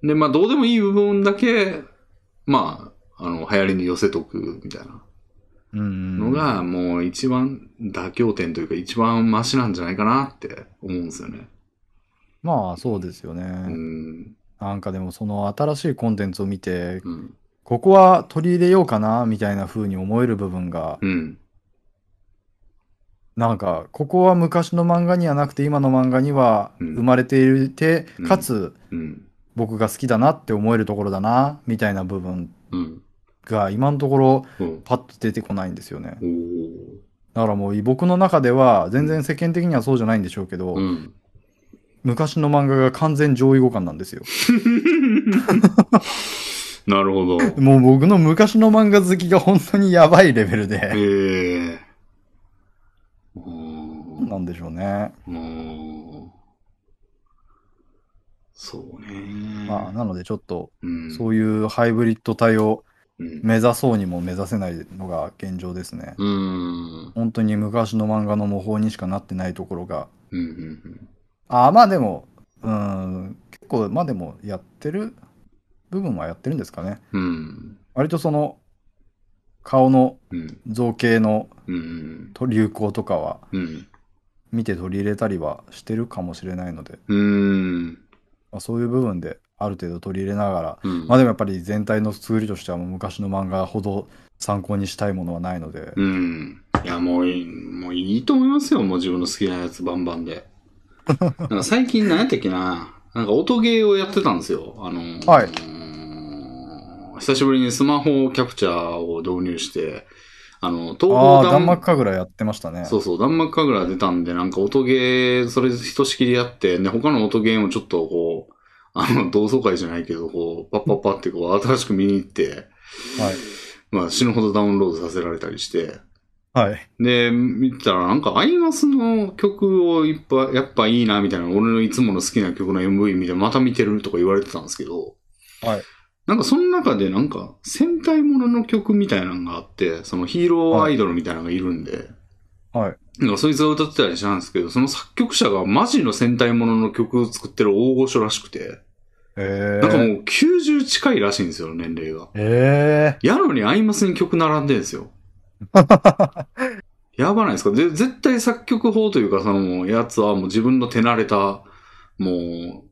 Speaker 1: で、まあどうでもいい部分だけ、まあ、あの、流行りに寄せとくみたいな
Speaker 2: うんうんう
Speaker 1: の
Speaker 2: ん。
Speaker 1: が、もう一番妥協点というか一番マシなんじゃないかなって思うんですよね。
Speaker 2: まあ、そうですよね。
Speaker 1: うん。
Speaker 2: なんかでも、その新しいコンテンツを見て、
Speaker 1: うん。
Speaker 2: ここは取り入れようかな、みたいな風に思える部分が、
Speaker 1: うん。
Speaker 2: なんか、ここは昔の漫画にはなくて、今の漫画には
Speaker 1: うん
Speaker 2: 生まれていて、
Speaker 1: うん
Speaker 2: かつ、
Speaker 1: うん。
Speaker 2: 僕が好きだなって思えるところだな、みたいな部分
Speaker 1: うん。
Speaker 2: が、今のところ、
Speaker 1: うん。
Speaker 2: パッと出てこないんですよね。
Speaker 1: お
Speaker 2: だからもう、僕の中では、全然世間的にはそうじゃないんでしょうけ
Speaker 1: ー
Speaker 2: ど、
Speaker 1: うん。
Speaker 2: 昔の漫画が完全上位互換なんですよ。
Speaker 1: なる
Speaker 2: [LAUGHS]
Speaker 1: ほど。
Speaker 2: もう僕の昔の漫画好きが本当にやばいレベルで、
Speaker 1: ええうーん
Speaker 2: なんでしょうね。
Speaker 1: うーんそうね。
Speaker 2: まあ、なのでちょっと、
Speaker 1: うん、
Speaker 2: そういうハイブリッド体を
Speaker 1: うん。
Speaker 2: 目指そうにも目指せないのが現状ですね。
Speaker 1: うん。うん。
Speaker 2: 本当に昔の漫画の模倣にしかなってないところが。
Speaker 1: うんうん。
Speaker 2: ああ、まあでも、うん、結構、まあでも、やってる部分はやってるんですかね。
Speaker 1: うん。
Speaker 2: 割とその、顔の
Speaker 1: うん。
Speaker 2: 造形の
Speaker 1: うん。
Speaker 2: と流行とかは、
Speaker 1: うん。
Speaker 2: 見て取り入れたりはしてるかもしれないので、
Speaker 1: うん。
Speaker 2: まあ、そういう部分である程度取り入れながら、
Speaker 1: うん
Speaker 2: まあでもやっぱり全体の作りとしてはもう昔の漫画ほど参考にしたいものはないので、
Speaker 1: うん。いや、もういい、もういいと思いますよ。もう自分の好きなやつバンバンで。なんか最近何やったっけな。なんか音ゲーをやってたんですよ。あのー
Speaker 2: はいう
Speaker 1: ーん久しぶりにスマホキャプチャーを導入して、あの、東
Speaker 2: あ
Speaker 1: 方
Speaker 2: あ、
Speaker 1: 弾
Speaker 2: 弾幕神楽やってましたね。
Speaker 1: そうそう、弾幕神楽出たんで、なんか音ゲー、それひとしきりやって、で、他の音ゲーもちょっとこう、あの、同窓会じゃないけど、こう、パッパッパってこう、新しく見に行って、
Speaker 2: はい。
Speaker 1: まあ死ぬほどダウンロードさせられたりして、
Speaker 2: はい。
Speaker 1: で、見たらなんかアイマスの曲をいっぱい、やっぱいいなみたいな、俺のいつもの好きな曲の MV 見てまた見てるとか言われてたんですけど、
Speaker 2: はい。
Speaker 1: なんかその中でなんか戦隊ものの曲みたいなのがあって、そのヒーローアイドルみたいなのがいるんで、
Speaker 2: はい。
Speaker 1: なんかそいつが歌ってたりしたんですけど、その作曲者がマジの戦隊ものの曲を作ってる大御所らしくて、
Speaker 2: え
Speaker 1: なんかも
Speaker 2: ー、
Speaker 1: う90近いらしいんですよ、年齢が。
Speaker 2: え
Speaker 1: やのにアイマスに曲並んでんです
Speaker 2: [LAUGHS]
Speaker 1: よ。やばないですかで、絶対作曲法というか、その、やつはもう自分の手慣れた、もう、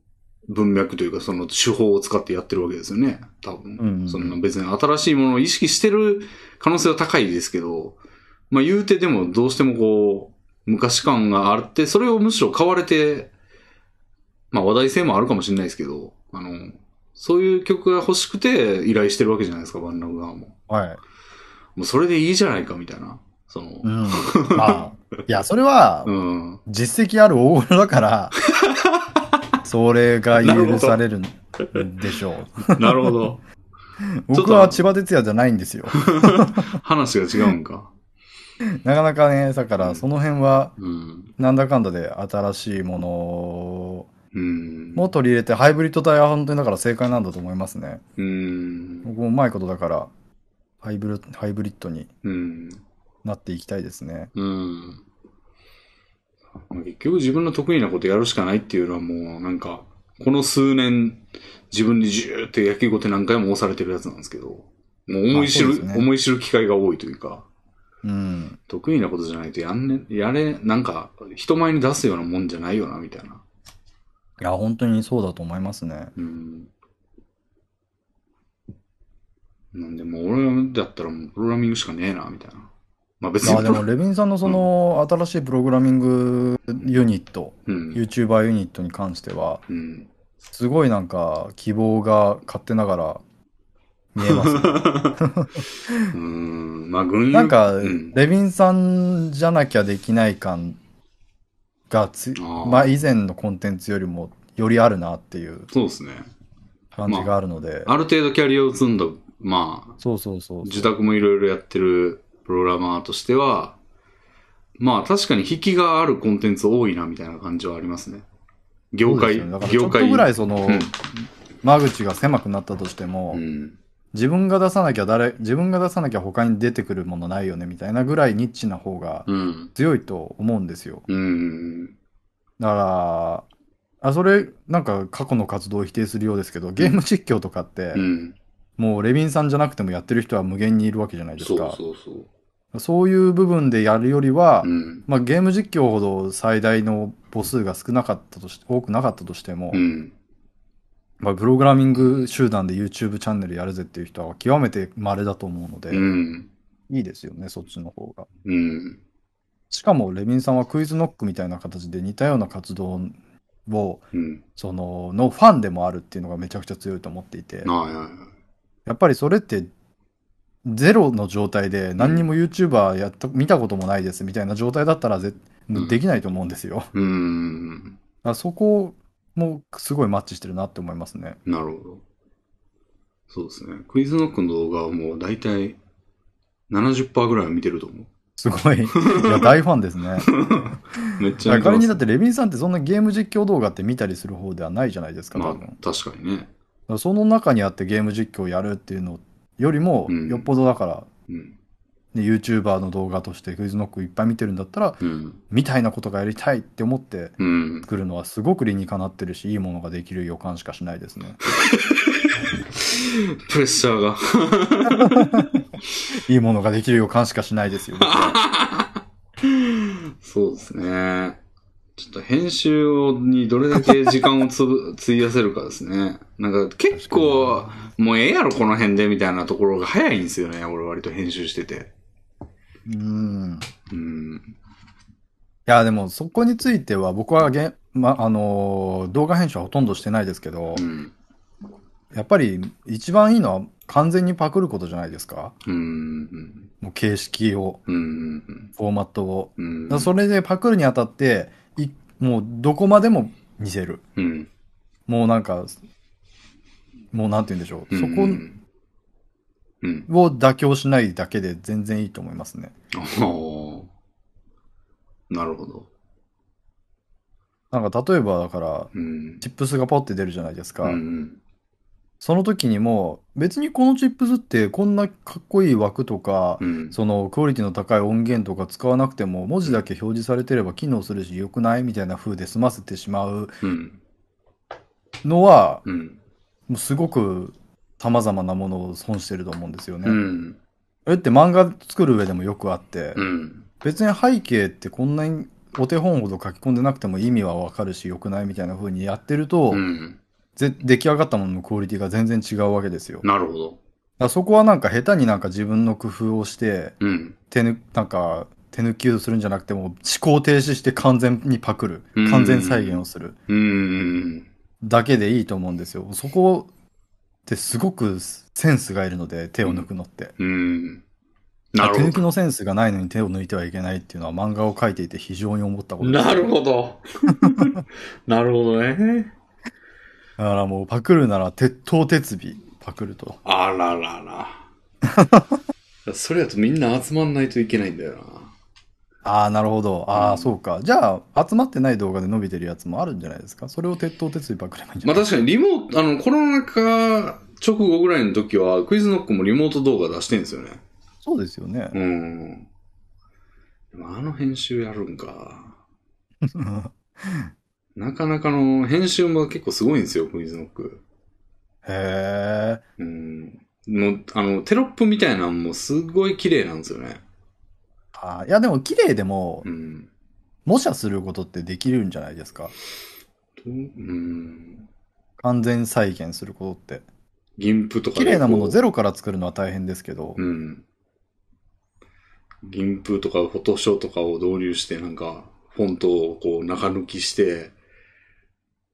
Speaker 1: 文脈というか、その手法を使ってやってるわけですよね。多分。
Speaker 2: うんうん
Speaker 1: そんな別に新しいものを意識してる可能性は高いですけど、まあ言うてでもどうしてもこう、昔感があって、それをむしろ買われて、まあ話題性もあるかもしれないですけど、あの、そういう曲が欲しくて依頼してるわけじゃないですか、バンラグ側も。
Speaker 2: ー、はい。
Speaker 1: もうそれでいいじゃないか、みたいな。その、
Speaker 2: うん。まあ、いや、それは
Speaker 1: う、ん。
Speaker 2: 実績ある大物
Speaker 1: [LAUGHS]
Speaker 2: だから、それが許されるんでしょう。
Speaker 1: なるほど。ちょっ
Speaker 2: [LAUGHS] 僕
Speaker 1: と
Speaker 2: は千葉哲也じゃないんですよ。
Speaker 1: 話が違うんか。
Speaker 2: なかなかね、だからその辺は、
Speaker 1: うん。
Speaker 2: なんだかんだで新しいもの
Speaker 1: うん。
Speaker 2: も取り入れて、ハイブリッド体は本当にだから正解なんだと思いますね。
Speaker 1: うん。
Speaker 2: 僕もうまいことだから、ハイブルハイブリッドに
Speaker 1: うん。
Speaker 2: なっていきたいですね。
Speaker 1: うん。結局自分の得意なことやるしかないっていうのはもうなんか、この数年、自分にジューって野球語って何回も押されてるやつなんですけど、もう思い知
Speaker 2: まあ
Speaker 1: る、
Speaker 2: そうですね
Speaker 1: 思い知る機会が多いというか、
Speaker 2: うん。
Speaker 1: 得意なことじゃないとやんね、やれ、なんか、人前に出すようなもんじゃないよな、みたいな。
Speaker 2: いや、本当にそうだと思いますね。
Speaker 1: うん。なんで、もう俺だったらもうプログラミングしかねえな、みたいな。まあ別
Speaker 2: いや、でも、
Speaker 1: に、
Speaker 2: レビンさんのその、新しいプログラミングユニット、
Speaker 1: うん。
Speaker 2: YouTuber ユニットに関しては、
Speaker 1: うん。
Speaker 2: すごいなんか、希望が勝手ながら見えますね。
Speaker 1: [LAUGHS] うん。まあ軍
Speaker 2: なんか、
Speaker 1: うん
Speaker 2: レビンさんじゃなきゃできない感がつい、
Speaker 1: あー
Speaker 2: まあ、以前のコンテンツよりも、よりあるなっていう
Speaker 1: そうですね。
Speaker 2: 感じがあるので、
Speaker 1: ある程度キャリアを積んだ、まあ、
Speaker 2: そうそうそう
Speaker 1: 自宅もいろいろやってるプログラマーとしては、まあ確かに引きがあるコンテンツ多いなみたいな感じはありますね。業界、
Speaker 2: そうですよねだからちょ
Speaker 1: 業
Speaker 2: っと
Speaker 1: 界。
Speaker 2: ぐらいその、
Speaker 1: うん
Speaker 2: 間口が狭くなったとしても、
Speaker 1: うん。
Speaker 2: 自分が出さなきゃ誰、自分が出さなきゃ他に出てくるものないよねみたいなぐらいニッチな方が
Speaker 1: うん。
Speaker 2: 強いと思うんですよ。
Speaker 1: うん。
Speaker 2: だから、あ、それ、なんか過去の活動を否定するようですけど、ゲーム実況とかって、
Speaker 1: うん。
Speaker 2: もうレビンさんじゃなくてもやってる人は無限にいるわけじゃないです
Speaker 1: そう
Speaker 2: か。
Speaker 1: そうそう。
Speaker 2: そういう部分でやるよりは、
Speaker 1: うん。
Speaker 2: まあゲーム実況ほど最大の母数が少なかったとし、多くなかったとしても、
Speaker 1: うん。
Speaker 2: まあプログラミング集団で YouTube チャンネルやるぜっていう人は極めて稀だと思うので、
Speaker 1: うん。
Speaker 2: いいですよね、そっちの方が。
Speaker 1: うん。
Speaker 2: しかも、レビンさんはクイズノックみたいな形で似たような活動を、
Speaker 1: うん。
Speaker 2: その、のファンでもあるっていうのがめちゃくちゃ強いと思っていて、
Speaker 1: はいはいはい。
Speaker 2: やっぱりそれって、ゼロの状態で何にも YouTuber やった、見たこともないですみたいな状態だったらぜ
Speaker 1: うん
Speaker 2: できないと思うんですよ。だか
Speaker 1: うん。
Speaker 2: らそこもすごいマッチしてるなって思いますね。
Speaker 1: なるほど。そうですね。クイズノックの動画はもう大体70%ぐらいは見てると思
Speaker 2: すごい。いや、大ファンですね。
Speaker 1: う。めっちゃ見て
Speaker 2: 仮
Speaker 1: ま
Speaker 2: に
Speaker 1: す
Speaker 2: だ。ってレビンさんってそんなゲーム実況動画って見たりする方ではないじゃないですか、
Speaker 1: ま
Speaker 2: 多
Speaker 1: あ
Speaker 2: 分。
Speaker 1: 確かにね。
Speaker 2: だからその中にあってゲーム実況をやるっていうのよりも、
Speaker 1: うん
Speaker 2: よっぽどだから、
Speaker 1: うん。
Speaker 2: ね、YouTuber の動画としてクイズノックいっぱい見てるんだったら、
Speaker 1: うん。
Speaker 2: みたいなことがやりたいって思って
Speaker 1: うん。
Speaker 2: 作るのはすごく理にかなってるし、いいものができる予感しかしないです
Speaker 1: [LAUGHS]
Speaker 2: ね。
Speaker 1: プレッシャーが。 [LAUGHS]
Speaker 2: いいものができる予感しかしないですよ。僕は
Speaker 1: そうですね。ちょっと編集にどれだけ時間をつぶ [LAUGHS] 費やせるかですね。なんか結構、もうええやろこの辺でみたいなところが早いんですよね。俺割と編集してて。
Speaker 2: うん。
Speaker 1: うん。
Speaker 2: いや、でもそこについては僕はげん、ま、あのー動画編集はほとんどしてないですけど
Speaker 1: う、ん。
Speaker 2: やっぱり一番いいのは完全にパクることじゃないですか。
Speaker 1: うん。
Speaker 2: もう形式を、
Speaker 1: うん。うん。
Speaker 2: フォーマットを。
Speaker 1: うん。
Speaker 2: だからそれでパクるにあたって、いもうどこまでも似せる。
Speaker 1: うん。
Speaker 2: もうなんか、もうなんて言うんでしょう。そ
Speaker 1: うん
Speaker 2: こ
Speaker 1: うん。
Speaker 2: を妥協しないだけで全然いいと思いますね。
Speaker 1: おーなるほど。
Speaker 2: なんか例えばだから、
Speaker 1: うん。
Speaker 2: チップスがポって出るじゃないですか。
Speaker 1: うん。
Speaker 2: その時にも、別にこのチップスってこんなかっこいい枠とか、
Speaker 1: うん。
Speaker 2: そのクオリティの高い音源とか使わなくても、文字だけ表示されてれば機能するし、良くないみたいな風で済ませてしまう
Speaker 1: うん。
Speaker 2: のは、
Speaker 1: うん。
Speaker 2: もうすごく様々なものを損してると思うんですよね。
Speaker 1: うん。
Speaker 2: えって漫画作る上でもよくあって、
Speaker 1: うん。
Speaker 2: 別に背景ってこんなにお手本ほど書き込んでなくても意味はわかるし良くないみたいな風にやってると、
Speaker 1: うん。
Speaker 2: ぜ出来上がったもののクオリティが全然違うわけですよ。だか
Speaker 1: なるほど。
Speaker 2: らそこはなんか下手になんか自分の工夫をして、
Speaker 1: うん。
Speaker 2: 手ぬ、なんか手抜きをするんじゃなくても思考停止して完全にパクる
Speaker 1: うん。
Speaker 2: 完全再現をする
Speaker 1: うん。
Speaker 2: だけでいいと思うんですよ。そこってすごくセンスがいるので手を抜くのって。
Speaker 1: うん。な
Speaker 2: 手
Speaker 1: る
Speaker 2: 抜
Speaker 1: ほ
Speaker 2: きのセンスがないのに手を抜いてはいけないっていうのは漫画を描いていて非常に思ったこ
Speaker 1: ど。
Speaker 2: とです。
Speaker 1: なるほ
Speaker 2: [LAUGHS]
Speaker 1: ど。なるほどね。
Speaker 2: だからもうパクるなら鉄頭鉄尾パクると。
Speaker 1: あららら。 [LAUGHS] それだとみんな集まんないといけないんだよな。
Speaker 2: ああ、なるほど。ああ、
Speaker 1: うん
Speaker 2: そうか。じゃあ、集まってない動画で伸びてるやつもあるんじゃないですか。それを鉄頭鉄尾パクればいいんじゃ
Speaker 1: まあ
Speaker 2: ない
Speaker 1: 確かにリモート、あの、コロナ禍直後ぐらいの時は、クイズノックもリモート動画出してんですよね。
Speaker 2: そうですよね。
Speaker 1: うん。でもあの編集やるんか。なかなかの、編集も結構すごいんですよ、クイズノック。
Speaker 2: [LAUGHS] へえ。
Speaker 1: うん。もう、あの、テロップみたいなのもすごい綺麗なんですよね。
Speaker 2: あーいや、でも綺麗でも、
Speaker 1: うん。
Speaker 2: 模写することってできるんじゃないですか。
Speaker 1: とうん。
Speaker 2: 完全再現することって。
Speaker 1: 銀プとか
Speaker 2: 綺麗なもの
Speaker 1: 全
Speaker 2: ゼロから作るのは大変ですけど、
Speaker 1: うん。銀プとかフォトショーとかを導入して、なんか、フォントをこう中抜きして、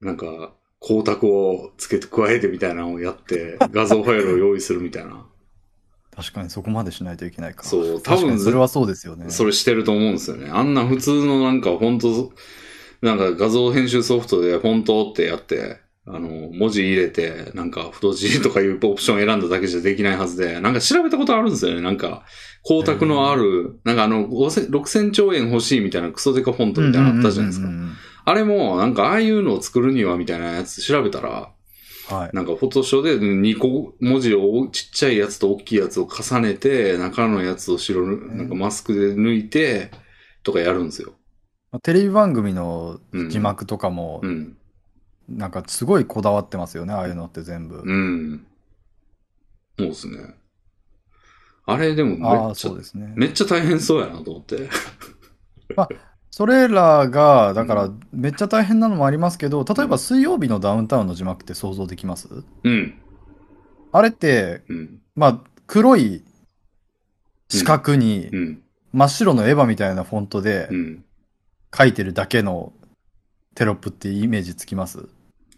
Speaker 1: なんか、光沢をつけて加えてみたいなのをやって、画像ファイルを用意するみたいな。
Speaker 2: 確かにそこまでしないといけないか。
Speaker 1: そう多分
Speaker 2: 確かにそれはそうですよね。
Speaker 1: それしてると思うんですよね。あんな普通のなんかフォント、なんか画像編集ソフトでフォントってやって、あの、文字入れて、なんか太字とかいうオプション選んだだけじゃできないはずで、なんか調べたことあるんですよね。なんか、光沢のある、なんかあの、5000 6000兆円欲しいみたいなクソデカフォントみたいなのあったじゃないです
Speaker 2: うん
Speaker 1: か
Speaker 2: う。んうん
Speaker 1: あれも、なんかああいうのを作るにはみたいなやつ調べたら、
Speaker 2: うんはい。
Speaker 1: なんかフォトショーで2個文字をちっちゃいやつと大きいやつを重ねて、中のやつを白ぬ、
Speaker 2: うん
Speaker 1: なんかマスクで抜いて、とかやるんですよ。
Speaker 2: まあテレビ番組の
Speaker 1: うん。
Speaker 2: 字。幕とかも
Speaker 1: う、ん。
Speaker 2: なんかすごいこだわってますよね、ああいうのって全部。
Speaker 1: うん。そうですね。あれでも
Speaker 2: あ
Speaker 1: め
Speaker 2: あ、
Speaker 1: っちゃ
Speaker 2: そう、ですね。
Speaker 1: めっちゃ大変そうやなと思って。
Speaker 2: それらが、だか
Speaker 1: う
Speaker 2: ら、めっちゃ大変なのもありますけど、例え
Speaker 1: うん
Speaker 2: ば水曜日のダウンタウンの字幕って想像できます
Speaker 1: うん。
Speaker 2: あれって、
Speaker 1: うん。
Speaker 2: まあ、黒い四角に
Speaker 1: うん。
Speaker 2: 真っ白のエヴァみたいなフォントで
Speaker 1: うん。
Speaker 2: 書いてるだけのテロップってイメージつきます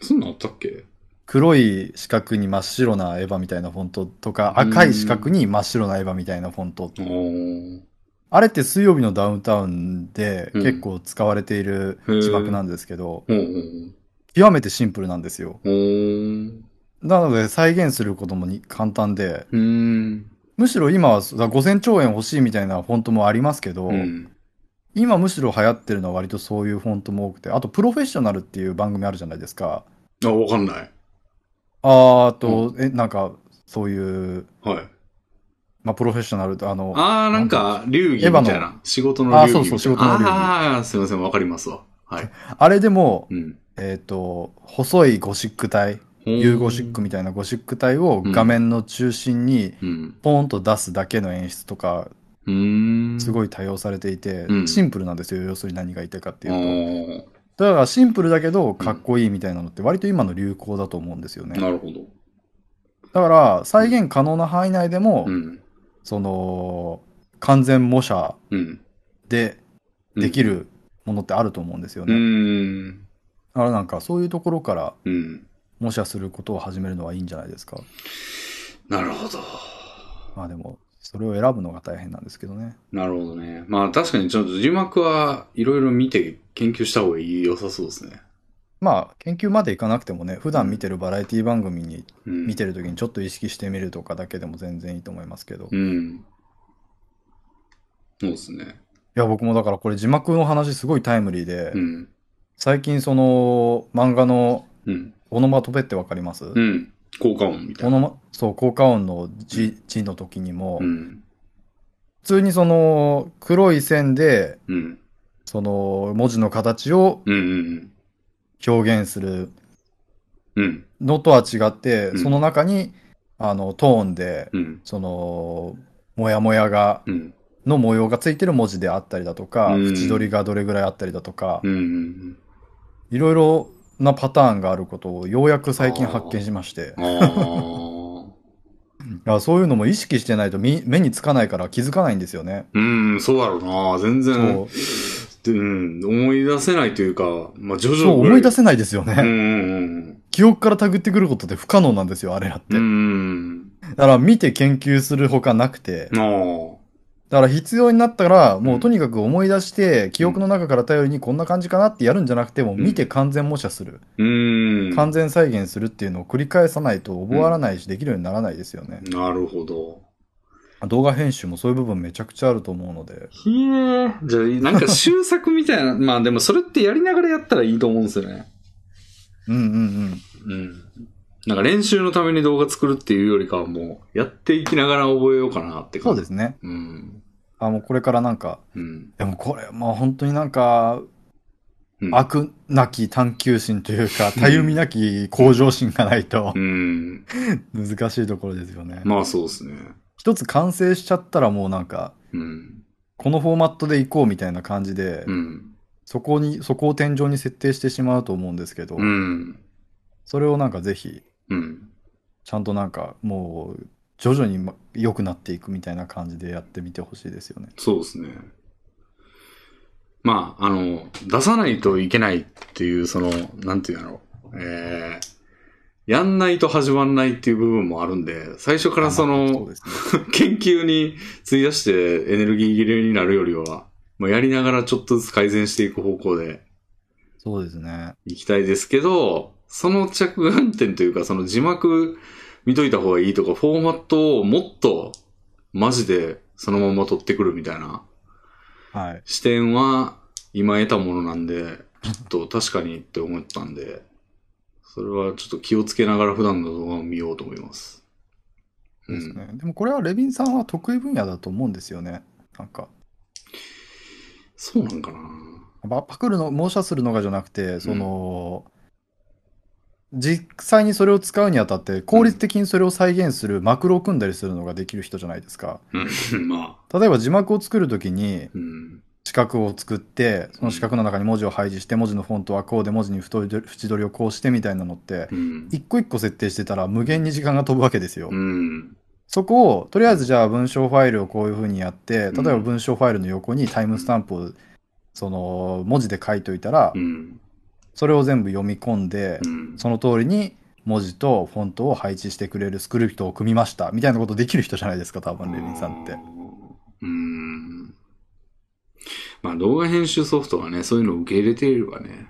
Speaker 1: そんなんあったっけ
Speaker 2: 黒い四角に真っ白なエヴァみたいなフォントとか、
Speaker 1: うん
Speaker 2: 赤い四角に真っ白なエヴァみたいなフォント。
Speaker 1: おー。
Speaker 2: あれって水曜日のダウンタウンで
Speaker 1: うん
Speaker 2: 結構使われている字幕なんですけど、
Speaker 1: おー。
Speaker 2: 極めてシンプルなんですよ。
Speaker 1: おー。
Speaker 2: なので再現することもに簡単で、
Speaker 1: うーん。
Speaker 2: むしろ今はさ5000兆円欲しいみたいなフォントもありますけど、
Speaker 1: うん。
Speaker 2: 今むしろ流行ってるのは割とそういうフォントも多くて、あとプロフェッショナルっていう番組あるじゃないですか。
Speaker 1: あ、わかんない。
Speaker 2: あーあと、え、なんかそういう、
Speaker 1: はい。
Speaker 2: まあ、プロフェッショナルとあの、
Speaker 1: ああ、なんか、流儀みたい
Speaker 2: エヴァ
Speaker 1: な。仕事の流儀みたいな。
Speaker 2: あーそうそう仕事の流儀
Speaker 1: ああ、すいません、わかりますわ。はい。
Speaker 2: あれでも、
Speaker 1: うん。
Speaker 2: えっ、と、細いゴシック体、U ゴシック。みたいなゴシック体を
Speaker 1: うん
Speaker 2: 画面の中心に
Speaker 1: うん。
Speaker 2: ポンと出すだけの演出とか、
Speaker 1: うーん。
Speaker 2: す
Speaker 1: いっ
Speaker 2: ごい多用されていて
Speaker 1: う、ん
Speaker 2: シンプルなんですよ、要するに何が言いたいかって
Speaker 1: て
Speaker 2: いう
Speaker 1: いう
Speaker 2: と。だからシンプルだけど、かっこいいみたいなのって割と今の流行だと思うんですよね。
Speaker 1: なるほど。
Speaker 2: だから、再現可能な範囲内でも
Speaker 1: う、ん。
Speaker 2: その、完全模写
Speaker 1: うん。
Speaker 2: ででき
Speaker 1: る
Speaker 2: るものってあると思うんですよ
Speaker 1: う
Speaker 2: ね。
Speaker 1: ーん。
Speaker 2: だからなんか、そういうところから
Speaker 1: うん。
Speaker 2: 模写することを始めるのはいいんじゃないですか。
Speaker 1: なるほど。
Speaker 2: まあでも、それを選ぶのが大変なんですけどね。
Speaker 1: なるほどね。まあ確かにちょっと字幕はいろいろ見て研究した方がいい良さそうですね。
Speaker 2: まあ、研究までいかなくてもね、普段見てるバラエティ番組に
Speaker 1: うん。
Speaker 2: 見てるときにちょっと意識してみるとかだけでも全然いいと思いますけど。い
Speaker 1: うん。そうですね。
Speaker 2: や、僕もだからこれ字幕の話すごいタイムリーで
Speaker 1: う、ん。
Speaker 2: 最近その漫画の
Speaker 1: うん。
Speaker 2: オノマトペってわかります
Speaker 1: うん。効果音みた
Speaker 2: オ
Speaker 1: いな。
Speaker 2: ノマ、そう、効果音の字、字の時にも
Speaker 1: う、ん。
Speaker 2: 普通にその黒い線で、
Speaker 1: うん。
Speaker 2: その文字の形を
Speaker 1: うん。うん。
Speaker 2: 表現する
Speaker 1: うん。
Speaker 2: のとは違って
Speaker 1: う、ん
Speaker 2: その中に、あの、トーンで、
Speaker 1: うん。
Speaker 2: その、もやもやが、
Speaker 1: うん。
Speaker 2: の模様がついてる文字であったりだとか、
Speaker 1: うん
Speaker 2: 縁取りがどれぐらいあったりだとか
Speaker 1: う、ん。
Speaker 2: いろいろなパターンがあることをようやく最近発見しまして
Speaker 1: あ、あ。
Speaker 2: あそういうのも意識してないとみ目につかないから気づかないんですよね。
Speaker 1: うん、そうだろうな。全然
Speaker 2: そ、
Speaker 1: うん、思い出せないというか、まあ、徐
Speaker 2: う
Speaker 1: 々
Speaker 2: そう思い出
Speaker 1: せ
Speaker 2: せないですよね。
Speaker 1: うんうん
Speaker 2: 記憶から手繰ってくることって不可能なんですよ、あれらって。
Speaker 1: うん。うん。
Speaker 2: だから見て研究するほかなくて、
Speaker 1: ああ。
Speaker 2: だから必要になったら、もうんうとにかく思い出して、記憶の中から頼りにこんな感じかなってやるんじゃなくて、もう見て完全模写する。
Speaker 1: うん。
Speaker 2: 完全再現するっていうのを繰り返さないと覚わらないし、できるようにならないですよね。
Speaker 1: なるほど。
Speaker 2: 動画編集もそういう部分めちゃくちゃあると思うので。
Speaker 1: ひえ。じゃあ、なんか終作みたいな、 [LAUGHS] まあでもそれってやりながらやったらいいと思うんですよね。
Speaker 2: うんうんうん。
Speaker 1: うん。なんか練習のために動画作るっていうよりかはもう、やっていきながら覚えようかなって
Speaker 2: そ
Speaker 1: 感
Speaker 2: う
Speaker 1: じ。
Speaker 2: ですね。
Speaker 1: す。うん。
Speaker 2: あ、もうこれからなんか、
Speaker 1: うん。
Speaker 2: でもこれ、まあ本当になんか、
Speaker 1: うん
Speaker 2: 悪なき探求心というか、たゆみなき向上心がないと [LAUGHS]
Speaker 1: う、ん。
Speaker 2: 難しいところですよね。
Speaker 1: まあそうですね。
Speaker 2: 一つ完成しちゃったらもうなんか、
Speaker 1: うん。
Speaker 2: このフォーマットでいこうみたいな感じで、
Speaker 1: うん。
Speaker 2: そこに、そこを天井に設定してしまうと思うんですけど、
Speaker 1: うん。
Speaker 2: それをなんかぜひ、
Speaker 1: うん。
Speaker 2: ちゃんとなんかもう、徐々にま良くなっていくみたいな感じでやってみてほしいですよね。
Speaker 1: そうですね。まあ、あの、出さないといけないっていう、その、なんていうんだろう。えー、やんないと始まんないっていう部分もあるんで、最初からそ
Speaker 2: あまあ
Speaker 1: の
Speaker 2: う、ですね
Speaker 1: 研究に費やしてエネルギー切れになるよりは、もうやりながらちょっとずつ改善していく方向で
Speaker 2: そうですね。
Speaker 1: いきたいですけど、その着眼点というか、その字幕見といた方がいいとか、フォーマットをもっとマジでそのまま取ってくるみたいな
Speaker 2: はい。
Speaker 1: 視点は今得たものなんで、ちょっと確かにって思ったんで、それはちょっと気をつけながら普段の動画を見ようと思います。う
Speaker 2: です
Speaker 1: ん。
Speaker 2: ね。でもこれはレビンさんは得意分野だと思うんですよね。なんか、
Speaker 1: そうなんか [LAUGHS] な
Speaker 2: パパクるの、模写するのがじゃなくて、その、実際にそれを使うにあたって、効率的にそれを再現するマクロを組んだりするのができる人じゃないですか。
Speaker 1: うん、まあ。
Speaker 2: 例えば字幕を作るときに、
Speaker 1: うん。
Speaker 2: 四角を作って、その四角の中に文字を配置して、文字のフォントはこうで、文字に太い縁取りをこうしてみたいなのって、
Speaker 1: うん。
Speaker 2: 一個一個設定してたら無限に時間が飛ぶわけですよ。
Speaker 1: うん。
Speaker 2: そこを、とりあえずじゃあ文章ファイルをこういう風にやって、例え
Speaker 1: ん
Speaker 2: ば文章ファイルの横にタイムスタンプを、その、文字で書いといたら
Speaker 1: う、ん。
Speaker 2: それを全部読み込んで
Speaker 1: う、ん。
Speaker 2: その通りに文字とフォントを配置してくれるスクリプトを組みました、みたいなことできる人じゃないですか、多分、レビンさんって
Speaker 1: あー。。うん。まあ動画編集ソフトはね、そういうのを受け入れていればね。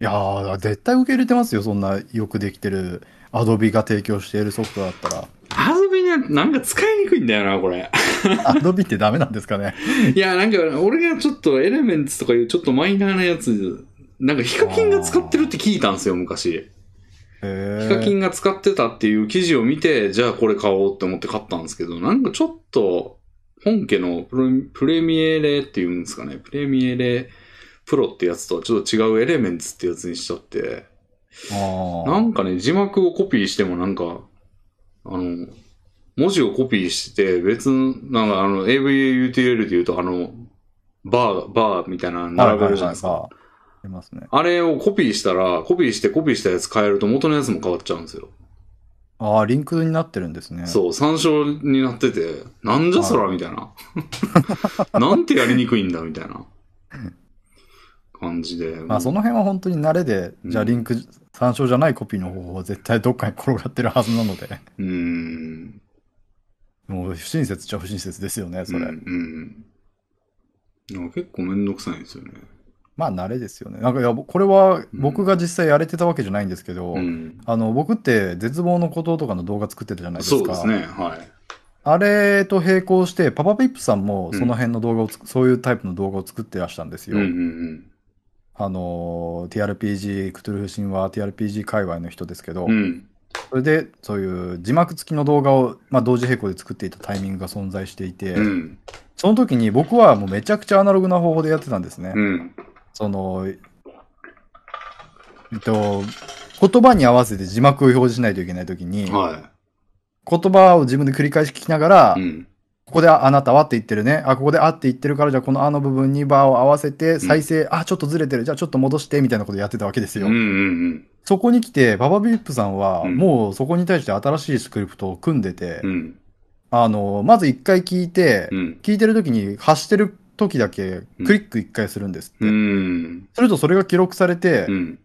Speaker 2: いやー、絶対受け入れてますよ、そんなよくできてる、アドビが提供しているソフトだった
Speaker 1: [LAUGHS]
Speaker 2: ら。
Speaker 1: 遊びにはなんか使いにくいんだよな、これ。 [LAUGHS]
Speaker 2: アドビってダメなんですかね。
Speaker 1: いや、なんか、俺がちょっとエレメンツとかいうちょっとマイナーなやつ、なんかヒカキンが使ってるって聞いたんですよ、昔。
Speaker 2: へ
Speaker 1: ヒカキ
Speaker 2: ー。
Speaker 1: ンが使ってたっていう記事を見て、じゃあこれ買おうって思って買ったんですけど、なんかちょっと、本家のプレプレミエレっていうんですかね、プレミエレプロってやつとはちょっと違うエレメンツってやつにしちゃって、
Speaker 2: あー
Speaker 1: なんかね、字幕をコピーしてもなんか、あの、文字をコピーして、別の、なんかあの、AVUTL で言うと、あの、バー、バーみたいなの並べるじゃないです
Speaker 2: は
Speaker 1: か。
Speaker 2: ははありますね。
Speaker 1: あれをコピーしたら、コピーしてコピーしたやつ変えると元のやつも変わっちゃうんですよ。
Speaker 2: ああ、リンクになってるんですね。
Speaker 1: そう、参照になってて、なんじゃそらみたいな。 [LAUGHS] なんてやりにくいんだみたいな感じで。
Speaker 2: まあ、その辺は本当に慣れで、
Speaker 1: うん
Speaker 2: じゃあリンク参照じゃないコピーの方法は [LAUGHS] 絶対どっかに転がってるはずなので、 [LAUGHS]
Speaker 1: うーん。
Speaker 2: もう不親切っちゃ不親切ですよね、それ。
Speaker 1: うん、うん。なんか結構めんどくさいんですよね。
Speaker 2: まあ、慣れですよね。なんか、いや、これは僕が実際やれてたわけじゃないんですけど、
Speaker 1: うん。
Speaker 2: あの、僕って絶望の孤島とかの動画作ってたじゃないです
Speaker 1: そ
Speaker 2: か。
Speaker 1: うですね。はい。
Speaker 2: あれと並行して、パパピップさんも
Speaker 1: うん
Speaker 2: その辺の動画をつく、そういうタイプの動画を作ってらしたんです
Speaker 1: う
Speaker 2: よ。
Speaker 1: んうん
Speaker 2: あのー、TRPG、クトゥルフ神話、TRPG 界隈の人ですけど、
Speaker 1: うん。うん。
Speaker 2: それで、そういう字幕付きの動画を、まあ、同時並行で作っていたタイミングが存在していて、
Speaker 1: うん。
Speaker 2: その時に僕はもうめちゃくちゃアナログな方法でやってたんですね。
Speaker 1: うん。
Speaker 2: その、えっと、言葉に合わせて字幕を表示しないといけない時に、
Speaker 1: は
Speaker 2: 言葉を自分で繰り返し聞きながら、
Speaker 1: い。うん。
Speaker 2: ここでああなたはって言ってるね。あ、ここであって言ってるから、じゃあこのあの部分にバーを合わせて、再生、あ、ちょっとずれてる。じゃあちょっと戻して、みたいなことやってたわけです
Speaker 1: うん
Speaker 2: よ。
Speaker 1: うん
Speaker 2: そこに来て、ババビップさんは、
Speaker 1: うん
Speaker 2: もうそこに対して新しいスクリプトを組んでて、
Speaker 1: うん。うん。
Speaker 2: あの、まず一回聞いて、
Speaker 1: うん。
Speaker 2: 聞いてる時に発してる時だけクリック一回するんですって。
Speaker 1: うん。
Speaker 2: するとそれが記録されて、
Speaker 1: うん。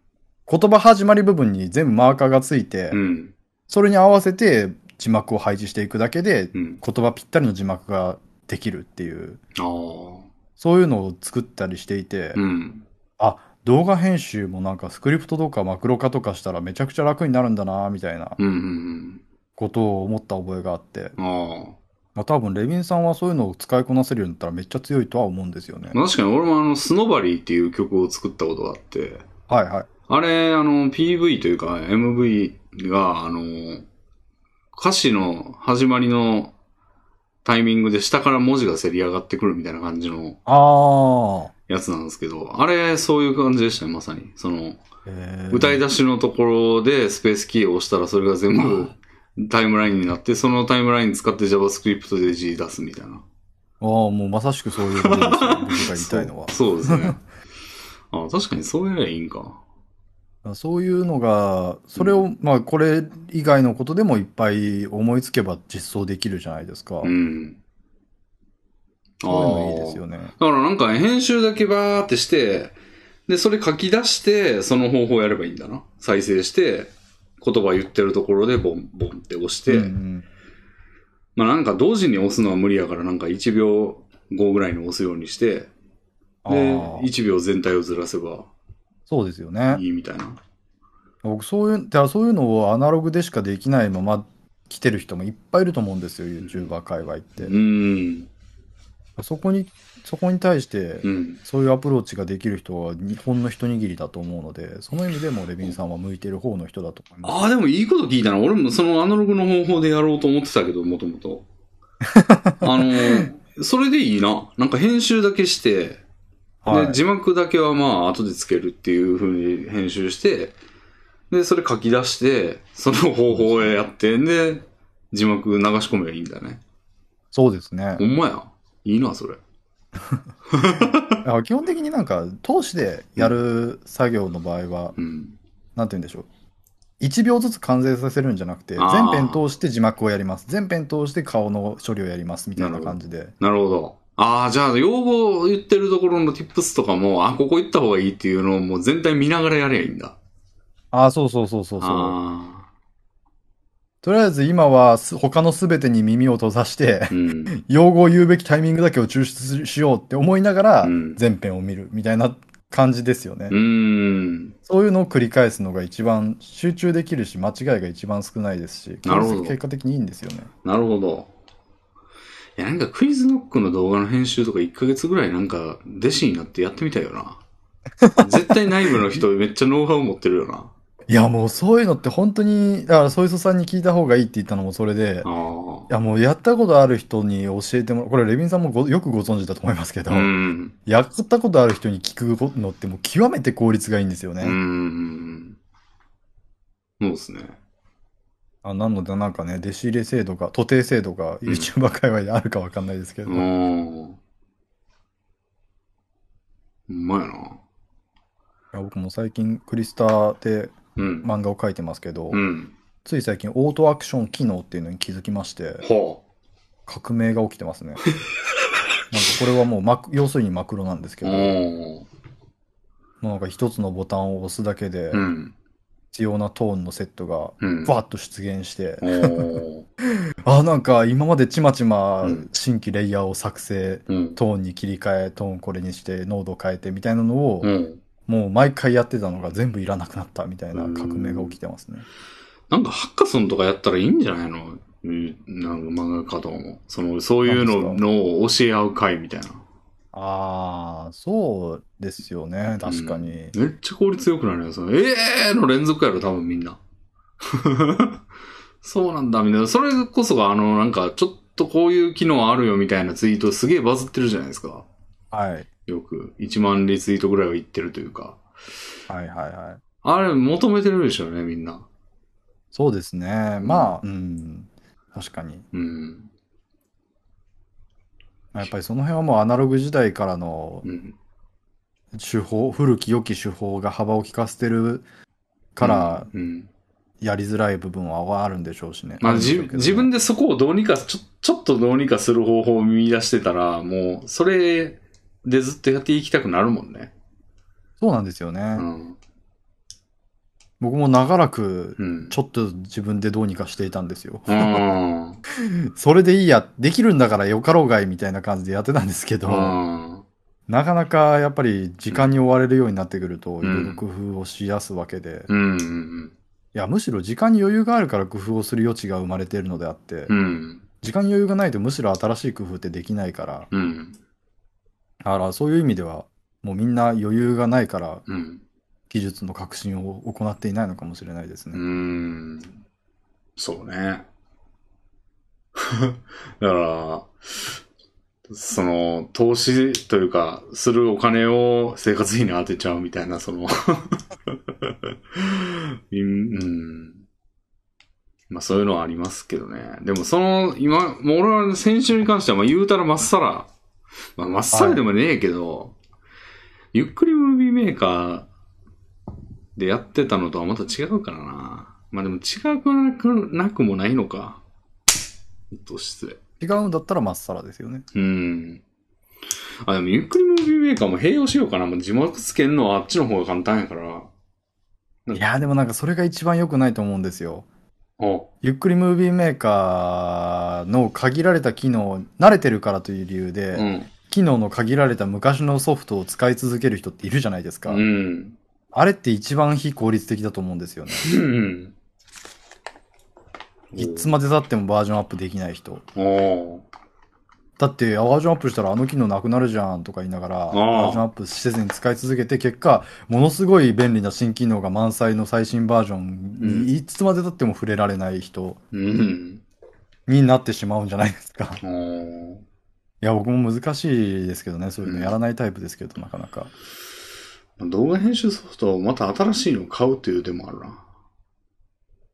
Speaker 2: 言葉始まり部分に全部マーカーがついて、
Speaker 1: うん。
Speaker 2: それに合わせて字幕を配置していくだけで、
Speaker 1: うん。
Speaker 2: 言葉ぴったりの字幕ができるっていう、
Speaker 1: ああ。
Speaker 2: そういうのを作ったりしていて、
Speaker 1: うん。
Speaker 2: 動画編集もなんかスクリプトとかマクロ化とかしたらめちゃくちゃ楽になるんだなみたいな
Speaker 1: うんうん
Speaker 2: ことを思った覚えがあって、
Speaker 1: うん。ああ。
Speaker 2: まあ、多分レビンさんはそういうのを使いこなせるようになったらめっちゃ強いとは思うんですよね。
Speaker 1: 確かに俺もあの、スノバリーっていう曲を作ったことがあって、
Speaker 2: はいはい。
Speaker 1: あれ、あの、PV というか MV が、あの、歌詞の始まりのタイミングで下から文字がせり上がってくるみたいな感じの
Speaker 2: あ
Speaker 1: やつなんですけど、あれ、そういう感じでしたね、まさに。その、
Speaker 2: えー
Speaker 1: 歌い出しのところでスペースキーを押したらそれが全部タイムラインになって、そのタイムライン使って JavaScript で G 出すみたいな。
Speaker 2: ああ、もうまさしくそういうことですよ。僕が言いたいのは。
Speaker 1: そうそう
Speaker 2: [LAUGHS]
Speaker 1: ですね。あ確かにそうやりゃいいんか。
Speaker 2: そういうのが、それを、まあ、これ以外のことでもいっぱい思いつけば実装できるじゃないですか。
Speaker 1: うん。
Speaker 2: そういうのいいです
Speaker 1: あ
Speaker 2: よね。
Speaker 1: ーだからなんか編集だけバーってして、で、それ書き出して、その方法やればいいんだな。再生して、言葉言ってるところでボンボンって押して、
Speaker 2: うん
Speaker 1: まあなんか同時に押すのは無理やから、なんか1秒後ぐらいに押すようにして、
Speaker 2: うん、
Speaker 1: で、
Speaker 2: ああ
Speaker 1: 1秒全体をずらせば
Speaker 2: そうですよね。
Speaker 1: いいみたいな。
Speaker 2: 僕、そういう、だからそういうのをアナログでしかできないまま来てる人もいっぱいいると思うんですよ、YouTuber 界隈って
Speaker 1: う。ーん。
Speaker 2: そこに、そこに対して
Speaker 1: う、ん。
Speaker 2: そういうアプローチができる人は日本の一握りだと思うので、その意味でもレビンさんは向いてる方の人だと思います。
Speaker 1: ああ、でもいいこと聞いたな。俺もそのアナログの方法でやろうと思ってたけど、もとも
Speaker 2: [LAUGHS]
Speaker 1: と。あのー、それでいいな。なんか編集だけして、
Speaker 2: はい
Speaker 1: で、字幕だけはまあ、後でつけるっていう風に編集して、で、それ書き出して、その方法へやって、で、字幕流し込めばいいんだね。
Speaker 2: そうですね
Speaker 1: ほ。んまや。いいな、それ。
Speaker 2: あ基本的になんか、投資でやる作業の場合は、
Speaker 1: うん。
Speaker 2: なんて言うんでしょう。1秒ずつ完成させるんじゃなくて、
Speaker 1: あ
Speaker 2: 全
Speaker 1: ー
Speaker 2: 編通して字幕をやります。全編通して顔の処理をやります。みたいな感じで。
Speaker 1: なるほど。ああ、じゃあ、要望言ってるところの tips とかも、あ、ここ行った方がいいっていうのをもう全体見ながらやればいいんだ。
Speaker 2: ああ、そうそうそうそうそう。
Speaker 1: あ
Speaker 2: とりあえず今はす他のすべてに耳を閉ざして
Speaker 1: [LAUGHS] あ、、うん。
Speaker 2: 用語を言うべきタイミングだけを抽出しようって思いながら
Speaker 1: うん、
Speaker 2: 全編を見るみたいな感じですよね
Speaker 1: う。ーん。
Speaker 2: そういうのを繰り返すのが一番集中できるし、間違いが一番少ないですし、
Speaker 1: なるほど
Speaker 2: 結果的にいいんですよね。
Speaker 1: なるほど。いや、なんかクイズノックの動画の編集とか1ヶ月ぐらいなんか、弟子になってやってみたいよ
Speaker 2: [LAUGHS]
Speaker 1: な。絶対内部の人めっちゃノウハウ持ってるよな。
Speaker 2: いや、もうそういうのって本当に、だから、ソイソさんに聞いた方がいいって言ったのもそれで、
Speaker 1: あ
Speaker 2: いや、もうやったことある人に教えてもらう。これ、レビンさんもごよくご存知だと思いますけど、
Speaker 1: あ。うん。
Speaker 2: やったことある人に聞くのってもう極めて効率がいいんですよね。
Speaker 1: うん。そうですね。
Speaker 2: あなので、なんかね、弟子入れ制度か、徒弟制度が YouTuber 界隈であるかわかんないですけど、
Speaker 1: うん。うまいな。
Speaker 2: いや僕も最近クリスタで
Speaker 1: うん。
Speaker 2: 漫画を描いてますけど、
Speaker 1: うん。
Speaker 2: つい最近オートアクション機能っていうのに気づきまして、
Speaker 1: ほ
Speaker 2: 革命が起き
Speaker 1: [LAUGHS]
Speaker 2: てますね。なんかこれはもうマク、要するにマクロなんですけ
Speaker 1: う。
Speaker 2: ど、
Speaker 1: お
Speaker 2: もうなんか一つのボタンを押すだけで
Speaker 1: う、ん。
Speaker 2: 必要なトーンのセットが、
Speaker 1: うん。
Speaker 2: バーッと出現して、
Speaker 1: おー
Speaker 2: あ、なんか今までちまちま
Speaker 1: うん
Speaker 2: 新規レイヤーを作成、
Speaker 1: うん。
Speaker 2: トーンに切り替え、トーンこれにして、濃度変えてみたいなのを、
Speaker 1: うん。
Speaker 2: もう毎回やってたのが全部いらなくなったみたいな革命が起きてますね。
Speaker 1: なんかハッカソンとかやったらいいんじゃないのうんなんか漫画家とかも。その、そういうの
Speaker 2: なんですか
Speaker 1: のを教え合う会みたいな。
Speaker 2: ああ、そうですよね。確かに。
Speaker 1: めっちゃ効率よくなるよ。その、ええーの連続やろ、多分みんな。 [LAUGHS] そうなんだ、みたいな。それこそが、あの、なんか、ちょっとこういう機能あるよみたいなツイートすげえバズってるじゃないですか。
Speaker 2: はい。
Speaker 1: よく。1万リツイートぐらいはいってるというか。
Speaker 2: はいはいはい。
Speaker 1: あれ、求めてるでしょうね、みんな。
Speaker 2: そうですね。まあ、うん。確かに。
Speaker 1: うん。
Speaker 2: まあやっぱりその辺はもうアナログ時代からの
Speaker 1: うん。
Speaker 2: 手法、古き良き手法が幅を利かせてるから、
Speaker 1: うん。
Speaker 2: やりづらい部分はあるんでしょうしね。
Speaker 1: まあ、
Speaker 2: るんでし
Speaker 1: じ
Speaker 2: ょうけどね
Speaker 1: 自分でそこをどうにか、ちょ、ちょっとどうにかする方法を見出してたら、もう、それでずっとやっていきたくなるもんね。
Speaker 2: そうなんですよね。
Speaker 1: うん。
Speaker 2: 僕も長らく、
Speaker 1: うん。
Speaker 2: ちょっと自分でどうにかしていたんですよ。 [LAUGHS]
Speaker 1: うん。
Speaker 2: それでいいや、できるんだからよかろうがいみたいな感じでやってたんですけど、
Speaker 1: うん。
Speaker 2: なかなかやっぱり時間に追われるようになってくると、
Speaker 1: ん
Speaker 2: いろいろ工夫をしやすわけで、い
Speaker 1: うんうん
Speaker 2: や、むしろ時間に余裕があるから工夫をする余地が生まれているのであって、
Speaker 1: うん。
Speaker 2: 時間に余裕がないとむしろ新しい工夫ってできないから、
Speaker 1: うん。うん。
Speaker 2: だからそういう意味では、もうみんな余裕がないから
Speaker 1: うん。
Speaker 2: 技術の革新を行っていないのかもしれないです
Speaker 1: う
Speaker 2: ね。
Speaker 1: ん。 [LAUGHS] そうね。だから、その、投資というか、するお金を生活費に当てちゃうみたいな、そのうん、うん。まあそういうのはありますけどね。でもその、今、もう俺は先週に関しては、まあ言うたらまっさら、まあまっさらでもねえけど、ゆっくりムービーメーカーでやってたのとはまた違うからな。まあでも違くなくなくもないのか。ちょっと失礼。
Speaker 2: 違うんだったらまっさらですよね。
Speaker 1: うん。あ、でも、ゆっくりムービーメーカーも併用しようかな。もう字幕つけんのはあっちの方が簡単やから。うん
Speaker 2: いや、でもなんかそれが一番良くないと思うんですよ。
Speaker 1: お
Speaker 2: ゆっくりムービーメーカーの限られた機能、慣れてるからという理由で、
Speaker 1: うん。
Speaker 2: 機能の限られた昔のソフトを使い続ける人っているじゃないですか。
Speaker 1: うん。
Speaker 2: あれって一番非効率的だと思うんですよね。
Speaker 1: うん。
Speaker 2: いつまで経ってもバージョンアップできない人。
Speaker 1: おお
Speaker 2: だって、バージョンアップしたらあの機能なくなるじゃんとか言いながら、
Speaker 1: あ
Speaker 2: バージョンアップせずに使い続けて、結果、ものすごい便利な新機能が満載の最新バージョンにいつまで経っても触れられない人
Speaker 1: うん。
Speaker 2: になってしまうんじゃないですか。 [LAUGHS]
Speaker 1: おー
Speaker 2: いや、僕も難しいですけどね、そういうのやらないタイプですけど、なかなか。
Speaker 1: 動画編集ソフトをまた新しいの買うっていう手もあるな。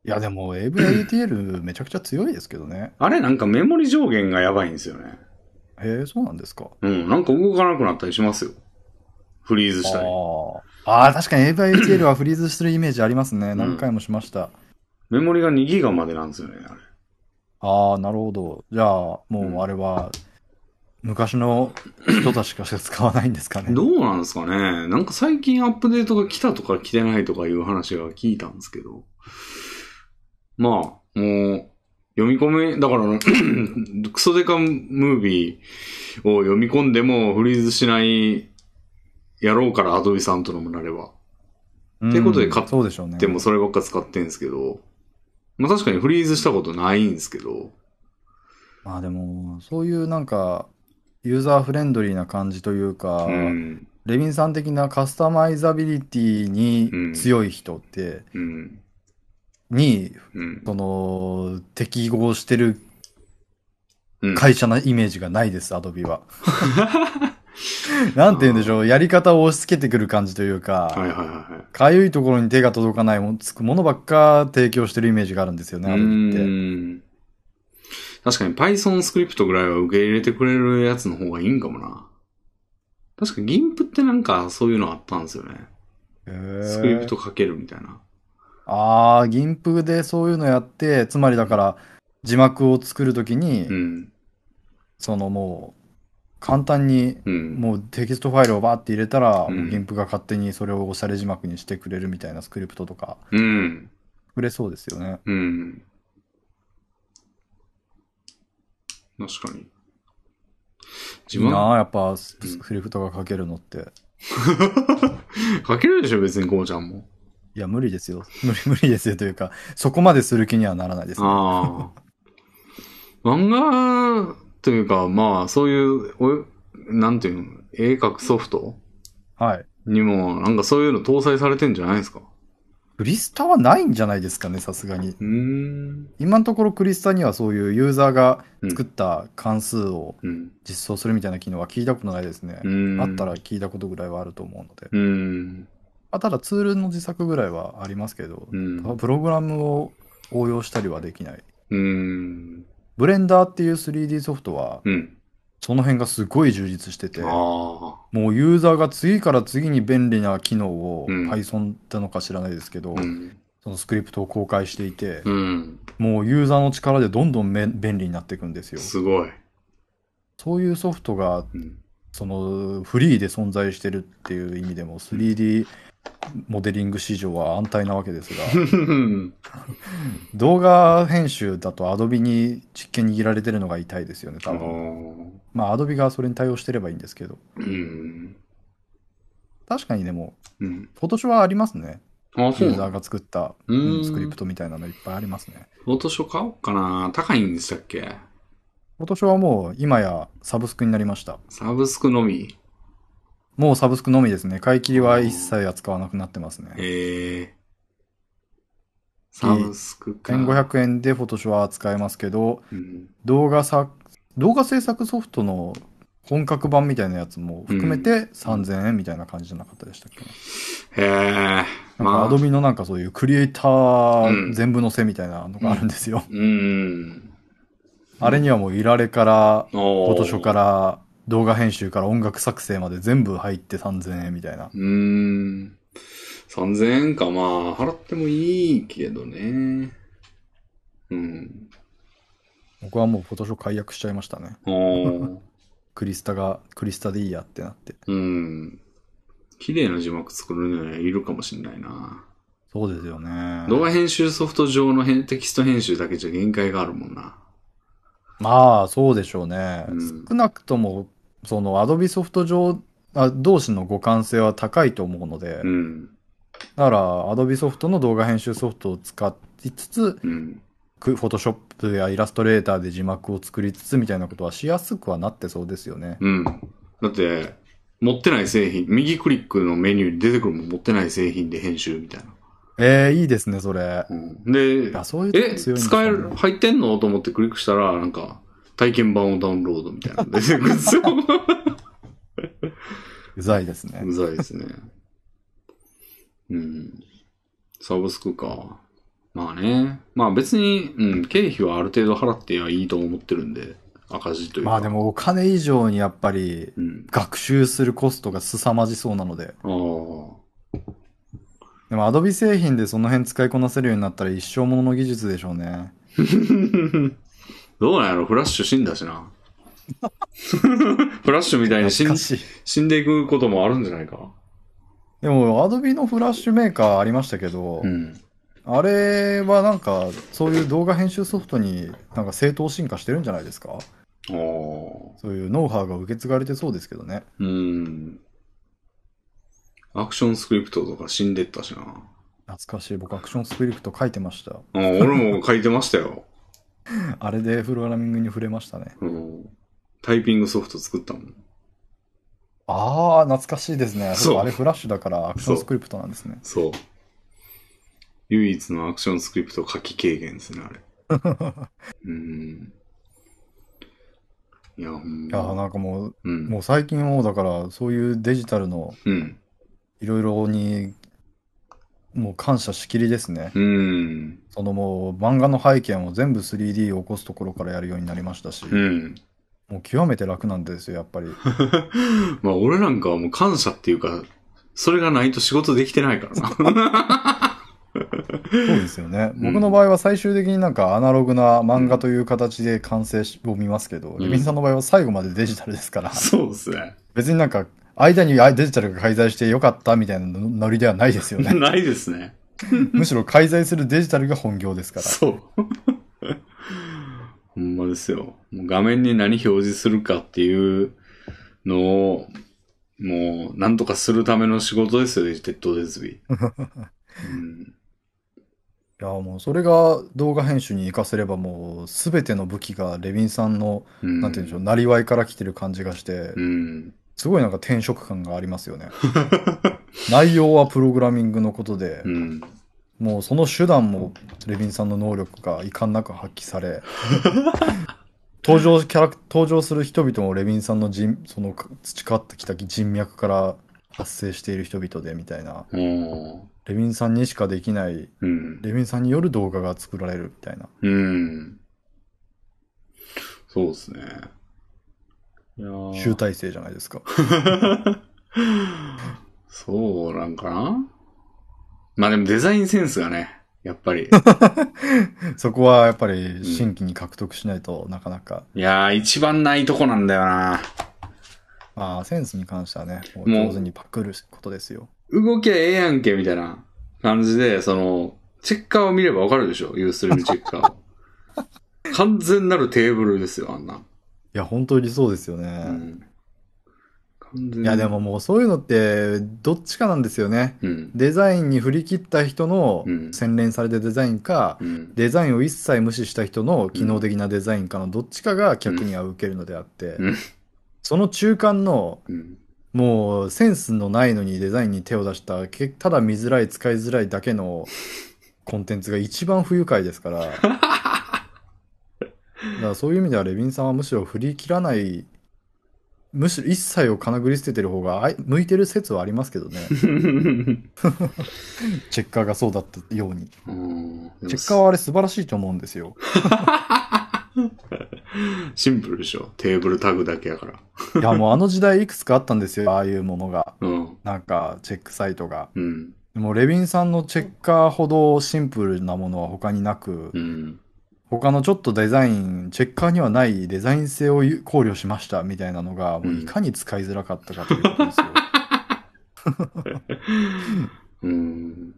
Speaker 2: いや、でも AVATL めちゃくちゃ強いですけどね。
Speaker 1: あれなんかメモリ上限がやばいんですよね。
Speaker 2: へえ、そうなんですか。
Speaker 1: うん。なんか動かなくなったりしますよ。フリーズ
Speaker 2: あ
Speaker 1: したり。
Speaker 2: ーあー、確かに AVATL はフリーズしてるイメージありますね。
Speaker 1: ん
Speaker 2: 何回もしました。
Speaker 1: メモリが2ギガまでなんですよね、あれ。
Speaker 2: ああ、なるほど。じゃあ、も
Speaker 1: うん
Speaker 2: うあれは、昔の人たちしか使わないんですかね。
Speaker 1: どうなんですかねなんか最近アップデートが来たとか来てないとかいう話が聞いたんですけど。まあ、もう、読み込め、だから、 [CLEARS THROAT] クソデカムービーを読み込んでもフリーズしないやろうから、アドビさんとのもなれば。
Speaker 2: うん
Speaker 1: ってことで買っ
Speaker 2: そうでしょうね。
Speaker 1: でもそればっか使ってんですけど。まあ確かにフリーズしたことないんですけど。
Speaker 2: まあでも、そういうなんか、ユーザーフレンドリーな感じというか、
Speaker 1: うん。
Speaker 2: レビンさん的なカスタマイザビリティに強い人って、
Speaker 1: うん。
Speaker 2: に、
Speaker 1: うん。
Speaker 2: その、適合してる
Speaker 1: うん
Speaker 2: 会社のイメージがないです、アドビは。
Speaker 1: [LAUGHS]
Speaker 2: なんて言うんでしょう、やり方を押し付けてくる感じという
Speaker 1: はいはい
Speaker 2: か、
Speaker 1: はいはい。
Speaker 2: かゆいところに手が届かないものつくものばっか提供してるイメージがあるんですよね、アドビ
Speaker 1: う
Speaker 2: って。
Speaker 1: ーん確かに Python スクリプトぐらいは受け入れてくれるやつの方がいいんかもな。確か GIMP ってなんかそういうのあったんですよね。スクリプ
Speaker 2: へー
Speaker 1: トかけるみたいな。
Speaker 2: ああ、銀プでそういうのやって、つまりだから、字幕を作るときに、
Speaker 1: うん。
Speaker 2: そのもう、簡単に
Speaker 1: うん。
Speaker 2: もうテキストファイルをバーって入れたら、
Speaker 1: うん
Speaker 2: もう銀プが勝手にそれをおしゃれ字幕にしてくれるみたいなスクリプトとか
Speaker 1: うん。
Speaker 2: 作れそうですよね。
Speaker 1: うん。確かに。
Speaker 2: い
Speaker 1: 自
Speaker 2: い
Speaker 1: 分
Speaker 2: なあやっぱススクリプトが書けるのって。
Speaker 1: [LAUGHS] かけるでしょ別にこうちゃんも。
Speaker 2: いや、無理ですよ。無理、無理ですよというか、そこまでする気にはならないですね。
Speaker 1: ああ。漫画というか、まあ、そういう、おなんていうの、絵描くソフト
Speaker 2: はい。
Speaker 1: にも、なんかそういうの搭載されてんじゃないですか。
Speaker 2: クリスタはないんじゃないですかね、さすがに。
Speaker 1: うーん。
Speaker 2: 今のところクリスタにはそういうユーザーが
Speaker 1: うん
Speaker 2: 作った関数を
Speaker 1: うん。
Speaker 2: 実装するみたいな機能は聞いたことないですね
Speaker 1: う。ーん
Speaker 2: あったら。聞いたことぐらいはあると思うので。
Speaker 1: うーん。
Speaker 2: まあ、ただツールの自作ぐらいはありますけど、
Speaker 1: うん。
Speaker 2: プログラムを応用したりはできない。
Speaker 1: うーん。
Speaker 2: ブレンダーっていう 3D ソフトは、
Speaker 1: うん。
Speaker 2: その辺がすごい充実してて、
Speaker 1: ああ。
Speaker 2: もうユーザーが次から次に便利な機能を
Speaker 1: うん
Speaker 2: Python ってのか知らないですけど、
Speaker 1: うん。
Speaker 2: そのスクリプトを公開していて、
Speaker 1: うん。
Speaker 2: もうユーザーの力でどんどんめ便利になっていくんですよ。
Speaker 1: すごい。
Speaker 2: そういうソフトが
Speaker 1: うん。
Speaker 2: そのフリーで存在してるっていう意味でも 3D モデリング市場は安泰なわけですが、
Speaker 1: [LAUGHS]
Speaker 2: 動画編集だと Adobe に実験握られてるのが痛いですよね、
Speaker 1: あ
Speaker 2: 多
Speaker 1: あ。
Speaker 2: 分。まあ Adobe がそれに対応してればいいんですけど、
Speaker 1: うん。
Speaker 2: 確かにでも、
Speaker 1: うん。
Speaker 2: 今年はありますね。
Speaker 1: ああ、そ
Speaker 2: ユ
Speaker 1: う
Speaker 2: ー
Speaker 1: な
Speaker 2: ザ
Speaker 1: ん
Speaker 2: ーが作った
Speaker 1: うーん
Speaker 2: うんスクリプトみたいなのいっぱいありますね。
Speaker 1: フォトショー買おうかな。高いんでしたっけ
Speaker 2: 今年はもう今やサブスクになりました。
Speaker 1: サブスクのみ。
Speaker 2: もうサブスクのみですね。買い切りは一切扱わなくなってますね。
Speaker 1: ええサブスクか。
Speaker 2: 1500円でフォトショーは扱えますけど、
Speaker 1: うん。
Speaker 2: 動画さ、動画制作ソフトの本格版みたいなやつも含めて3000円みたいな感じじゃなかったでしたっけ、
Speaker 1: へえ。
Speaker 2: なんか
Speaker 1: ま
Speaker 2: ア
Speaker 1: あ
Speaker 2: ド、ビのなんかそういうクリエイタ
Speaker 1: う
Speaker 2: ー
Speaker 1: ん
Speaker 2: 全部のせみたいなのがあるんですよ。
Speaker 1: うん。
Speaker 2: あれにはもういられから、
Speaker 1: お
Speaker 2: フォ
Speaker 1: ー
Speaker 2: トショから、動画編集から音楽作成まで全部入って3000円みたいな。
Speaker 1: うーん。3000円か、まあ、払ってもいいけどね。うん。
Speaker 2: 僕はもうフォトショ解約しちゃいましたね。
Speaker 1: お
Speaker 2: [LAUGHS]
Speaker 1: ー。
Speaker 2: クリスタが、クリスタでいいやってなって。
Speaker 1: うん。綺麗な字幕作るのはいるかもしれないな。
Speaker 2: そうですよね。
Speaker 1: 動画編集ソフト上のへテキスト編集だけじゃ限界があるもんな。
Speaker 2: まあ、そうでしょうね。
Speaker 1: うん
Speaker 2: 少なくとも、そのアドビソフト上、あ同士の互換性は高いと思うので、
Speaker 1: うん。
Speaker 2: だから、アドビソフトの動画編集ソフトを使いつつ、
Speaker 1: うん。
Speaker 2: フォトショップやイラストレーターで字幕を作りつつみたいなことはしやすくはなってそうですよね。
Speaker 1: うん。だって、持ってない製品、右クリックのメニューに出てくるもん持ってない製品で編集みたいな。
Speaker 2: えー、いいですね、それ。
Speaker 1: うん、で、
Speaker 2: あそういうと
Speaker 1: え、
Speaker 2: こ強いんです
Speaker 1: 使
Speaker 2: かね
Speaker 1: える、入ってんのと思ってクリックしたら、なんか、体験版をダウンロードみたいなの出てくるんですよ。 [LAUGHS]
Speaker 2: うざいですね。
Speaker 1: うざいですね。うん。サブスクか。まあね。まあ別に、うん、経費はある程度払ってはいいと思ってるんで、赤字というか。
Speaker 2: まあでもお金以上にやっぱり
Speaker 1: うん。
Speaker 2: 学習するコストが凄まじそうなので。
Speaker 1: ああ。
Speaker 2: でも Adobe 製品でその辺使いこなせるようになったら一生ものの技術でしょうね。
Speaker 1: どうなんやろフラッシュ死んだしな。 [LAUGHS] フラッシュみたいに死ん
Speaker 2: 懐かしい。
Speaker 1: 死んでいくこともあるんじゃないか。
Speaker 2: でも Adobe のフラッシュメーカーありましたけど、
Speaker 1: うん。
Speaker 2: あれはなんかそういう動画編集ソフトになんか正当進化してるんじゃないですか
Speaker 1: ああ。
Speaker 2: そういうノウハウが受け継がれてそうですけどね。
Speaker 1: うん。アクションスクリプトとか死んでったしな。
Speaker 2: 懐かしい。僕アクションスクリプト書いてました。
Speaker 1: あ俺も書いてましたよ、 [LAUGHS]
Speaker 2: あれでプログラミングに触れましたね。
Speaker 1: うん。タイピングソフト作ったもん。
Speaker 2: ああ、懐かしいです
Speaker 1: そ
Speaker 2: ね。
Speaker 1: う
Speaker 2: そうかあれフラッシュだからアクションスクリプトなんですね。
Speaker 1: そう。唯一のアクションスクリプト書き軽減ですね、あ
Speaker 2: [LAUGHS]
Speaker 1: れ。うん。いや、ほん
Speaker 2: いやー
Speaker 1: ま。
Speaker 2: なんかもう、
Speaker 1: うん。
Speaker 2: もう最近もうだからそういうデジタルの
Speaker 1: うん。
Speaker 2: いろいろにもう感謝しきりですね。
Speaker 1: うん。
Speaker 2: そのもう漫画の背景も全部 3D を起こすところからやるようになりましたし、
Speaker 1: うん。
Speaker 2: もう極めて楽なんですよ、や
Speaker 1: [LAUGHS]
Speaker 2: っぱり。
Speaker 1: まあ、俺なんかはもう感謝っていうか、それがないと仕事できてないから
Speaker 2: [LAUGHS]
Speaker 1: な。
Speaker 2: そうですよね。
Speaker 1: うん
Speaker 2: 僕の場合は最終的になんかアナログな漫画という形で完成しを見ますけど、
Speaker 1: ん
Speaker 2: レビンさんの場合は最後までデジタルですから、 [LAUGHS]
Speaker 1: そうですね。
Speaker 2: 別になんか間にあデジタルが介在してよかったみたいなノリではないですよ
Speaker 1: [LAUGHS]
Speaker 2: ね。
Speaker 1: ないですね。
Speaker 2: むしろ介在するデジタルが本業ですから。
Speaker 1: そう。 [LAUGHS] ほんまですよ。もう画面に何表示するかっていうのを、もう、なんとかするための仕事ですよね、鉄道デズ
Speaker 2: [LAUGHS]
Speaker 1: ビー。うん、
Speaker 2: いや、もうそれが動画編集に活かせればもう全ての武器がレビンさんの、
Speaker 1: うん。
Speaker 2: なんて言うんでしょう、なりわいから来てる感じがして
Speaker 1: う、ん。
Speaker 2: すごいなんか転職感がありますよね。 [LAUGHS] 内容はプログラミングのことで
Speaker 1: う、ん。
Speaker 2: もうその手段もレビンさんの能力が遺憾なく発揮され [LAUGHS] 登場キャラク登場する人々もレビンさんの人その培ってきた人脈から発生している人々でみたいな
Speaker 1: お
Speaker 2: レビンさんにしかできない
Speaker 1: ーうん。
Speaker 2: レビンさんによる動画が作られるみたいな
Speaker 1: うん。そうですね。いやー
Speaker 2: 集大成じゃないですか [LAUGHS]
Speaker 1: そうなんかなまあでもデザインセンスがね、やっぱ
Speaker 2: [LAUGHS]
Speaker 1: り。
Speaker 2: そこはやっぱり新規に獲得しないとなかなか、
Speaker 1: いやー、一番ないとこなんだよな。
Speaker 2: まあセンスに関してはねもう
Speaker 1: もう
Speaker 2: 上手にパクることですよ
Speaker 1: 動きゃええやんけ、みたいな感じで、その、チェッカーを見ればわかるでしょユーストリームチェッカーを。
Speaker 2: [LAUGHS]
Speaker 1: 完全なるテーブルですよ、あんな。
Speaker 2: いや本当に理想ですよね、
Speaker 1: うん。完全
Speaker 2: いやで。ももうそういうのってどっちかなんですよね
Speaker 1: うん。
Speaker 2: デザインに振り切った人の
Speaker 1: うん
Speaker 2: 洗練されたデザインか、
Speaker 1: うん。
Speaker 2: デザインを一切無視した人の機能的なデザインかのどっちかが客には受けるのであって、
Speaker 1: うん
Speaker 2: その中間の [LAUGHS]
Speaker 1: うん。
Speaker 2: もうセンスのないのにデザインに手を出したけただ見づらい使いづらいだけのコンテンツが一番不愉快ですからだからそういう意味ではレビンさんはむしろ振り切らないむしろ一切をかなぐり捨ててる方があい向いてる説はありますけどね。結果がそうだったように。結果
Speaker 1: は
Speaker 2: はあれ素晴らしいと思うんですよ。
Speaker 1: シンプルでしょ。テーブルタグだけやから。
Speaker 2: いや、もうあの時代いくつかあったんですよ。ああいうものが。
Speaker 1: うん。
Speaker 2: なんか、チェックサイトが。
Speaker 1: うん。
Speaker 2: もうレビンさんのチェッカーほどシンプルなものは他になく、
Speaker 1: うん。
Speaker 2: 他のちょっとデザイン、チェッカーにはないデザイン性を考慮しましたみたいなのが、もういかに使いづらかったかというこ
Speaker 1: [LAUGHS]
Speaker 2: とですよ。
Speaker 1: うん。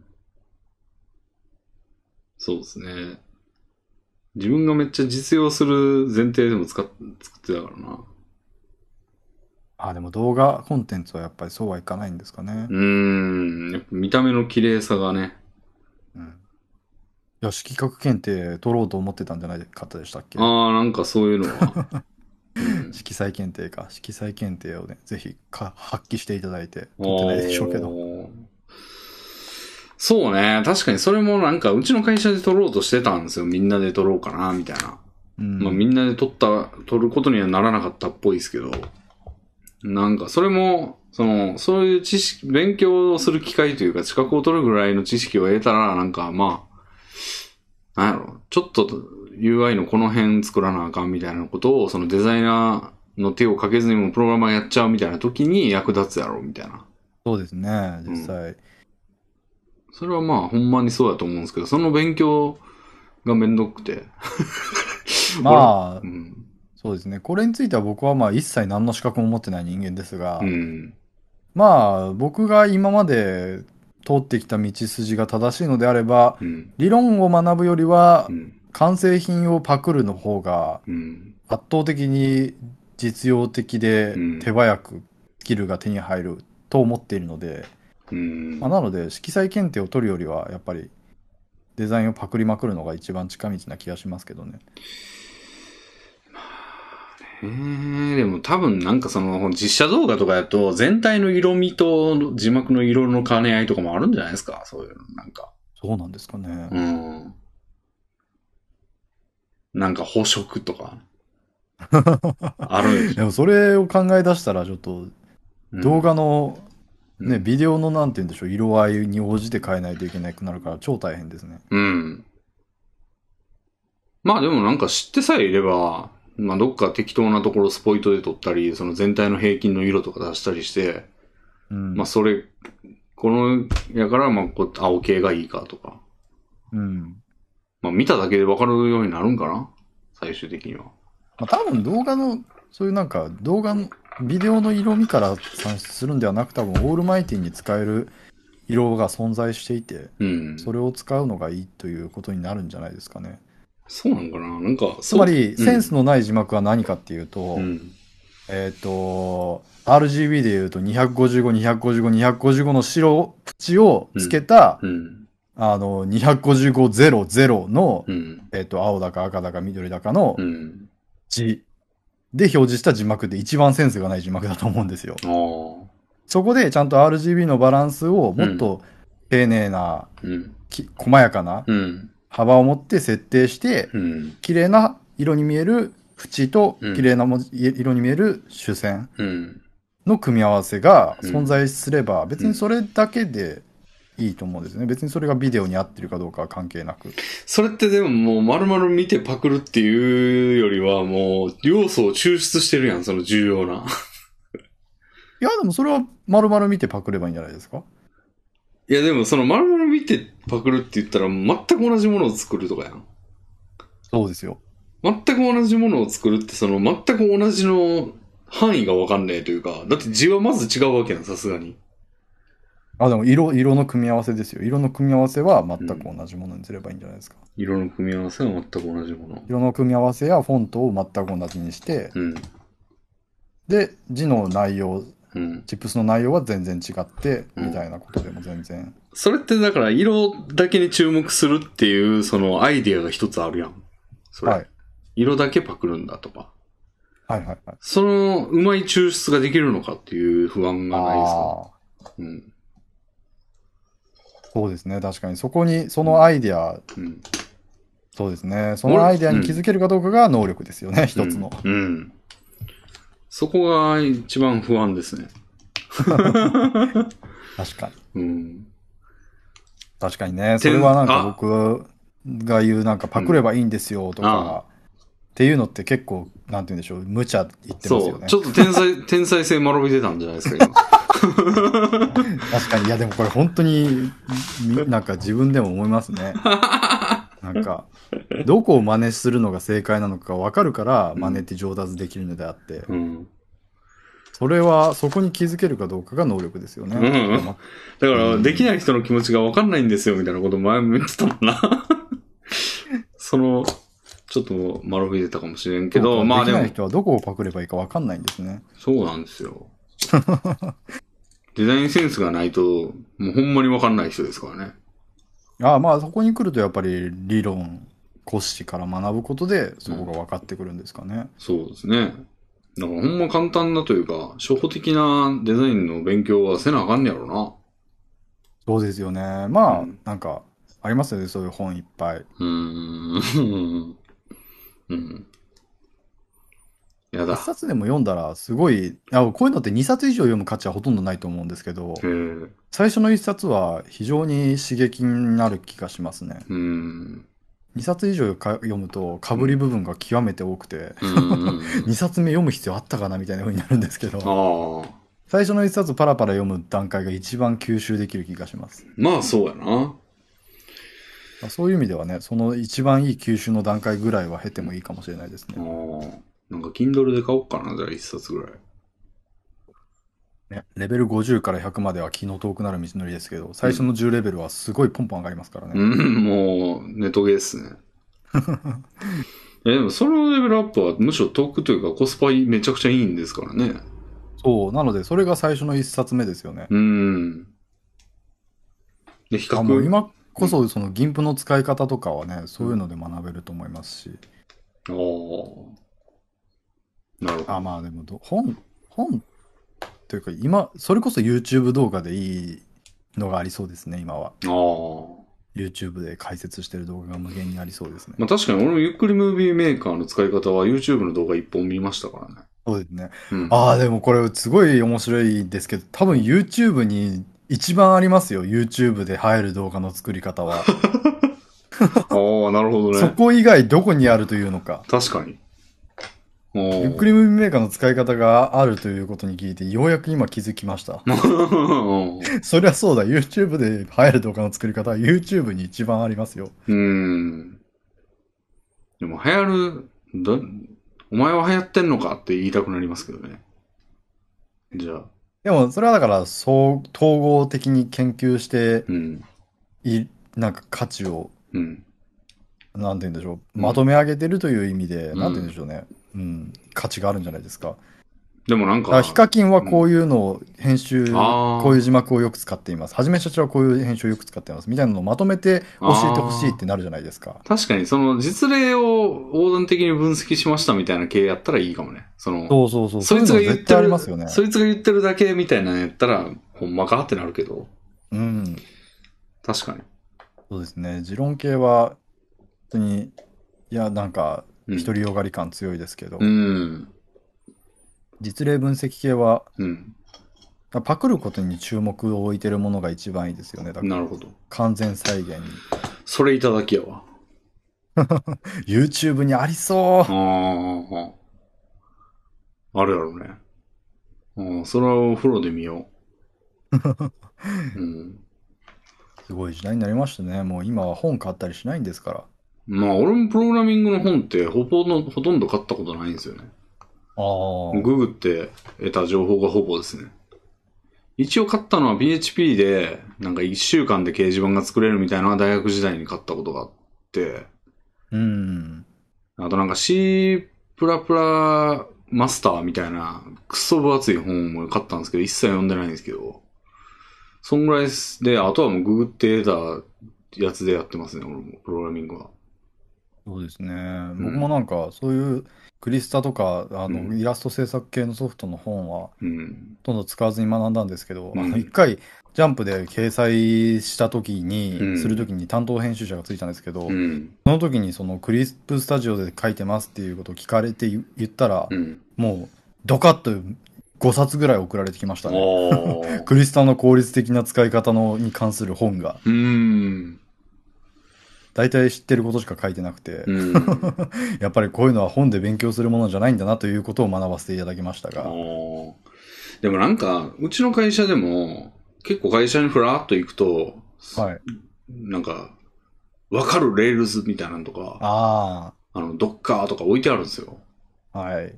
Speaker 1: そうですね。自分がめっちゃ実用する前提でも使っ作ってたからな。
Speaker 2: あ、でも動画コンテンツはやっぱりそうはいかないんですかね
Speaker 1: う。ーん。やっぱ見た目の綺麗さがね。
Speaker 2: うん。よし、企画検定取ろうと思ってたんじゃない方でしたっけ
Speaker 1: ああ、なんかそういうの
Speaker 2: [LAUGHS]
Speaker 1: は。うん
Speaker 2: 色彩検定か。色彩検定をね、ぜひか発揮していただいて、取ってないでしょうけど。
Speaker 1: おーそうね。確かにそれもなんか、うちの会社で取ろうとしてたんですよ。みんなで取ろうかな、みたいな。
Speaker 2: うん
Speaker 1: まあみんなで取った、取ることにはならなかったっぽいですけど。なんかそれも、その、そういう知識、勉強をする機会というか、資格を取るぐらいの知識を得たら、なんかまあ、なんやろ、ちょっと UI のこの辺作らなあかんみたいなことを、そのデザイナーの手をかけずにもプログラマーやっちゃうみたいな時に役立つやろ、みたいな。
Speaker 2: そうですね、実際。
Speaker 1: それはまあ、ほんまにそうだと思うんですけど、その勉強がめんどくて。
Speaker 2: まあ
Speaker 1: う、ん。
Speaker 2: そうですね。これについては僕はまあ一切何の資格も持ってない人間ですが、
Speaker 1: うん。
Speaker 2: まあ僕が今まで通ってきた道筋が正しいのであれば、
Speaker 1: うん。
Speaker 2: 理論を学ぶよりは
Speaker 1: うん。
Speaker 2: 完成品をパクるの方が
Speaker 1: うん。
Speaker 2: 圧倒的に実用的で
Speaker 1: うん
Speaker 2: 手早くスキルが手に入ると思っているので、
Speaker 1: うん
Speaker 2: まあ、なので色彩検定を取るよりはやっぱりデザインをパクりまくるのが一番近道な気がしますけどね。
Speaker 1: えー、でも多分なんかその実写動画とかだと全体の色味と字幕の色の兼ね合いとかもあるんじゃないですかそういうのなんか。
Speaker 2: そうなんですかね。
Speaker 1: うん。なんか補色と
Speaker 2: [LAUGHS]
Speaker 1: か。あるんでし
Speaker 2: でもそれを考え出したらちょっと
Speaker 1: ょ
Speaker 2: 動画の
Speaker 1: うん
Speaker 2: ね、ビデオのなんて言うんでしょう、色合いに応じて変えないといけなくなるから超大変ですね。
Speaker 1: うん。まあでもなんか知ってさえいれば、まあどっか適当なところスポイトで撮ったり、その全体の平均の色とか出したりして、
Speaker 2: うん。
Speaker 1: まあそれ、この、やからまあこう青系がいいかとか。
Speaker 2: うん。
Speaker 1: まあ見ただけでわかるようになるんかな最終的には。
Speaker 2: まあ多分動画の、そういうなんか動画の、ビデオの色味から算出するんではなく多分オールマイティに使える色が存在していて、
Speaker 1: うん。
Speaker 2: それを使うのがいいということになるんじゃないですかね。
Speaker 1: そうなんかななんか、
Speaker 2: つ
Speaker 1: つ
Speaker 2: まり、センス
Speaker 1: の。
Speaker 2: のない字幕は何かっていうと
Speaker 1: う、ん。
Speaker 2: えっと、RGB で言うと255、255、255の白縁をつけた、
Speaker 1: うん。
Speaker 2: あの、25500の、
Speaker 1: うん。
Speaker 2: えっと、青だか赤だか緑だかの
Speaker 1: うん。
Speaker 2: 字で表示した字幕で一番センスがない字幕だと思うんですよ。
Speaker 1: ああ。
Speaker 2: そこでちゃんと RGB のバランスをもっと丁寧な、
Speaker 1: うん。
Speaker 2: き細やかな
Speaker 1: うん。
Speaker 2: 幅を持って設定して、
Speaker 1: うん。
Speaker 2: 綺麗な色に見える縁と
Speaker 1: うん
Speaker 2: 綺麗な文字色に見える主線
Speaker 1: うん。
Speaker 2: の組み合わせが
Speaker 1: うん
Speaker 2: 存在すれば、別にそれだけでいいと思うんですね。別にそれがビデオに合ってるかどうかは関係なく。
Speaker 1: それってでももう丸々見てパクるっていうよりはもう要素を抽出してるやん、その重要な。
Speaker 2: いや、でもそれは丸々見てパクればいいんじゃないですか
Speaker 1: いやでもその丸々見てパクるって言ったら全く同じものを作るとかやん。
Speaker 2: そうですよ。
Speaker 1: 全く同じものを作るってその全く同じの範囲がわかんないというか、だって字はまず違うわけやん、さすがに。
Speaker 2: あ、でも色、色の組み合わせですよ。色の組み合わせは全く同じものにすればいいんじゃないですか。
Speaker 1: 色の組み合わせは全く同じもの。
Speaker 2: 色の組み合わせやフォントを全く同じにして、
Speaker 1: うん。
Speaker 2: で、字の内容、
Speaker 1: うん。
Speaker 2: チップスの内容は全然違って、
Speaker 1: うん
Speaker 2: みたいなことでも全然。
Speaker 1: それってだから色だけに注目するっていうそのアイディアが一つあるやん。それ。
Speaker 2: はい
Speaker 1: 色だけパクるんだとか。
Speaker 2: はいはいはい。
Speaker 1: その、うまい抽出ができるのかっていう不安がないですか
Speaker 2: あ
Speaker 1: うん。
Speaker 2: ーそうですね。確かに。そこに、そのアイディア、
Speaker 1: うん。
Speaker 2: そうですね。そのアイディアに気づけるかどうかが能力ですよね、一つの。
Speaker 1: うん。うん。そこが一番不安ですね。
Speaker 2: 確かに。
Speaker 1: うん。
Speaker 2: 確かにね。そ
Speaker 1: てん
Speaker 2: れはなんか
Speaker 1: あ
Speaker 2: 僕が言うなんかパクればいいんですよと
Speaker 1: うん
Speaker 2: か、っていうのって結構、なんて言うんでしょう、無茶言ってます
Speaker 1: そ
Speaker 2: よ
Speaker 1: う。
Speaker 2: ね
Speaker 1: ち。ょっと天才、 [LAUGHS] 天才性丸び出たんじゃないですか、今。
Speaker 2: 確かに。いやでもこれ本当に、みなんか自分でも思いま
Speaker 1: [LAUGHS]
Speaker 2: すね。なんか、どこを真似するのが正解なのかわかるから、
Speaker 1: うん
Speaker 2: 真似って上達できるのであって、
Speaker 1: うん。
Speaker 2: それはそこに気づけるかどうかが能力ですよね。
Speaker 1: うんだから、できない人の気持ちが分かんないんですよ、みたいなこと前も言ってたも [LAUGHS] んな。その、ちょっと丸び出たかもしれんけど、まあ
Speaker 2: で
Speaker 1: で
Speaker 2: きな
Speaker 1: も
Speaker 2: い、人はどこをパクればいいかわかんないんですね。
Speaker 1: そうなんですよ。デザインセンスがないと、もうほんまに分かんない人ですからね。
Speaker 2: ああまあそこに来るとやっぱり理論骨子から学ぶことでそこが分かってくるんですかね。
Speaker 1: そうですね。だからほんま簡単なというか、初歩的なデザインの勉強はせなあかんねやろな。
Speaker 2: そうですよね。まあ、
Speaker 1: うん
Speaker 2: なんかありますよねそういう本いっぱい。
Speaker 1: うーん。 [LAUGHS] うん。や
Speaker 2: 一
Speaker 1: だ。
Speaker 2: 冊でも読んだらすごいあこういうのって2冊以上読む価値はほとんどないと思うんですけど
Speaker 1: へえ。う
Speaker 2: 最初の1冊は非常に刺激になる気がしますね。
Speaker 1: ーん。
Speaker 2: 2冊以上か読むとかぶり部分が極めて多くて。
Speaker 1: うーん [LAUGHS]
Speaker 2: 2冊目読む必要あったかなみたいな風になるんですけど、
Speaker 1: ああ。
Speaker 2: 最初の1冊パラパラ読む段階が一番吸収できる気がします。
Speaker 1: まあそうやな。
Speaker 2: まあそういう意味ではね、その一番いい吸収の段階ぐらいは経てもいいかもしれないです
Speaker 1: ああ
Speaker 2: ね。。
Speaker 1: なんか Kindle で買おうかな、じゃあ一冊ぐらい。
Speaker 2: ねレベル50から100までは気の遠くなる道のりですけど、最初の10レベルはすごいポンポン上がりますからね。
Speaker 1: うん、もう、ネトゲーっすね。 [LAUGHS] え、でもそのレベルアップはむしろ遠くというかコスパめちゃくちゃいいんですからね。
Speaker 2: そう、なのでそれが最初の1冊目ですよね。
Speaker 1: うん。で、比
Speaker 2: あもう
Speaker 1: 較。あ
Speaker 2: 今こそその銀プの使い方とかはね、そういうので学べると思いますし、
Speaker 1: あー。なるほど。
Speaker 2: あ、まあでもど、本、本というか今、それこそ YouTube 動画でいいのがありそうですね、今は。
Speaker 1: ああ。
Speaker 2: YouTube で解説してる動画が無限にありそうですね。
Speaker 1: まあ確かに俺もゆっくりムービーメーカーの使い方は YouTube の動画一本見ましたからね。
Speaker 2: そうですね。
Speaker 1: うん。
Speaker 2: ああ、でもこれすごい面白いですけど、多分 YouTube に一番ありますよ。YouTube で入る動画の作り方は。
Speaker 1: ああ、なるほど [LAUGHS]
Speaker 2: そ
Speaker 1: ね。
Speaker 2: こ以外どこにあるというのか。
Speaker 1: 確かに。お
Speaker 2: ゆっくりムービーメーカーの使い方があるということに聞いて、ようやく今気づきました。
Speaker 1: り。
Speaker 2: [LAUGHS] そりゃそうだ。YouTube で入る動画の作り方は YouTube に一番ありますよ。
Speaker 1: [LAUGHS] うーん。でも流行る、だ、お前は流行ってんのかって言いたくなりますけどね。じゃあ、
Speaker 2: でもそれはだから、そう、統合的に研究して
Speaker 1: うん、
Speaker 2: い、なんか価値を
Speaker 1: うん。
Speaker 2: なんて言うんでしょう、
Speaker 1: うん
Speaker 2: まとめ上げてるという意味で、
Speaker 1: うん
Speaker 2: なんて言うんでしょうね、うん、価値があるんじゃないですか。
Speaker 1: でもなん
Speaker 2: だから
Speaker 1: か、
Speaker 2: ヒカキンはこういうのを編集、
Speaker 1: あー
Speaker 2: こういう字幕をよく使っています。はじめしゃちはこういう編集をよく使っています。みたいなのをまとめて教えてほしいってなるじゃないですか。
Speaker 1: 確かにその実例を横断的に分析しましたみたいな系やったらいいかもね。その、
Speaker 2: そうそうそう。
Speaker 1: そいつ
Speaker 2: そ
Speaker 1: が
Speaker 2: ういう
Speaker 1: 言
Speaker 2: の
Speaker 1: っ
Speaker 2: 絶
Speaker 1: て
Speaker 2: 対あり
Speaker 1: る、
Speaker 2: ますよね。
Speaker 1: そいつが言ってるだけみたいなのやったら、ほんまかってなるけど、
Speaker 2: うん。
Speaker 1: 確かに。
Speaker 2: そうですね。持論系は、本当に、いや、なんか、
Speaker 1: うん、
Speaker 2: 独りよがり感強いですけど、
Speaker 1: うん、
Speaker 2: 実例分析系は、
Speaker 1: うん。
Speaker 2: パクることに注目を置いてるものが一番いいですよね。だから
Speaker 1: なるほど。
Speaker 2: 完全再現に。
Speaker 1: それいただきやわ。
Speaker 2: YouTube にありそ
Speaker 1: ああ、あるやろね。うん、それはお風呂で見よ
Speaker 2: [LAUGHS]
Speaker 1: う。うん、
Speaker 2: うすごい時代になりましたね。もう今は本買ったりしないんですから。
Speaker 1: まあ、俺もプログラミングの本ってほぼの、ほとんど買ったことないんですよね。
Speaker 2: ああ。
Speaker 1: ググって得た情報がほぼですね。一応買ったのは PHP で、なんか1週間で掲示板が作れるみたいなのは大学時代に買ったことがあって、
Speaker 2: うん。
Speaker 1: あとなんか C++ マスターみたいなクソ分厚い本も買ったんですけど、一切読んでないんですけど、そんぐらいですで、あとはもうググって得たやつでやってますね、俺も、プログラミングは。
Speaker 2: そうですね。僕もなんかそういうクリスタとか、あ
Speaker 1: う
Speaker 2: の、
Speaker 1: ん
Speaker 2: イラスト制作系のソフトの本は、
Speaker 1: うん。
Speaker 2: ほとんど使わずに学んだんですけど、
Speaker 1: うん
Speaker 2: あの、一回、ジャンプで掲載した時に、
Speaker 1: うん
Speaker 2: する時に担当編集者がついたんですけど、
Speaker 1: うん。
Speaker 2: その時にそのクリスプスタジオで書いてますっていうことを聞かれて言言ったら、
Speaker 1: うん。
Speaker 2: もうドカッと5冊ぐらい送られてきましたね。
Speaker 1: おー。
Speaker 2: クリスタの効率的な使い方のに関する本が、
Speaker 1: [LAUGHS] うーん。
Speaker 2: 大体知ってることしか書いてなくて、 [LAUGHS]
Speaker 1: うん。
Speaker 2: やっぱりこういうのは本で勉強するものじゃないんだなということを学ばせていただきました
Speaker 1: あ
Speaker 2: が、
Speaker 1: ーでもなんか、うちの会社でも、結構会社にふらっと行くと、
Speaker 2: はい。
Speaker 1: なんか、わかるレールズみたいなのとか、
Speaker 2: あ
Speaker 1: あの、ドッカーとか置いてあるんですよ。
Speaker 2: あ、はい。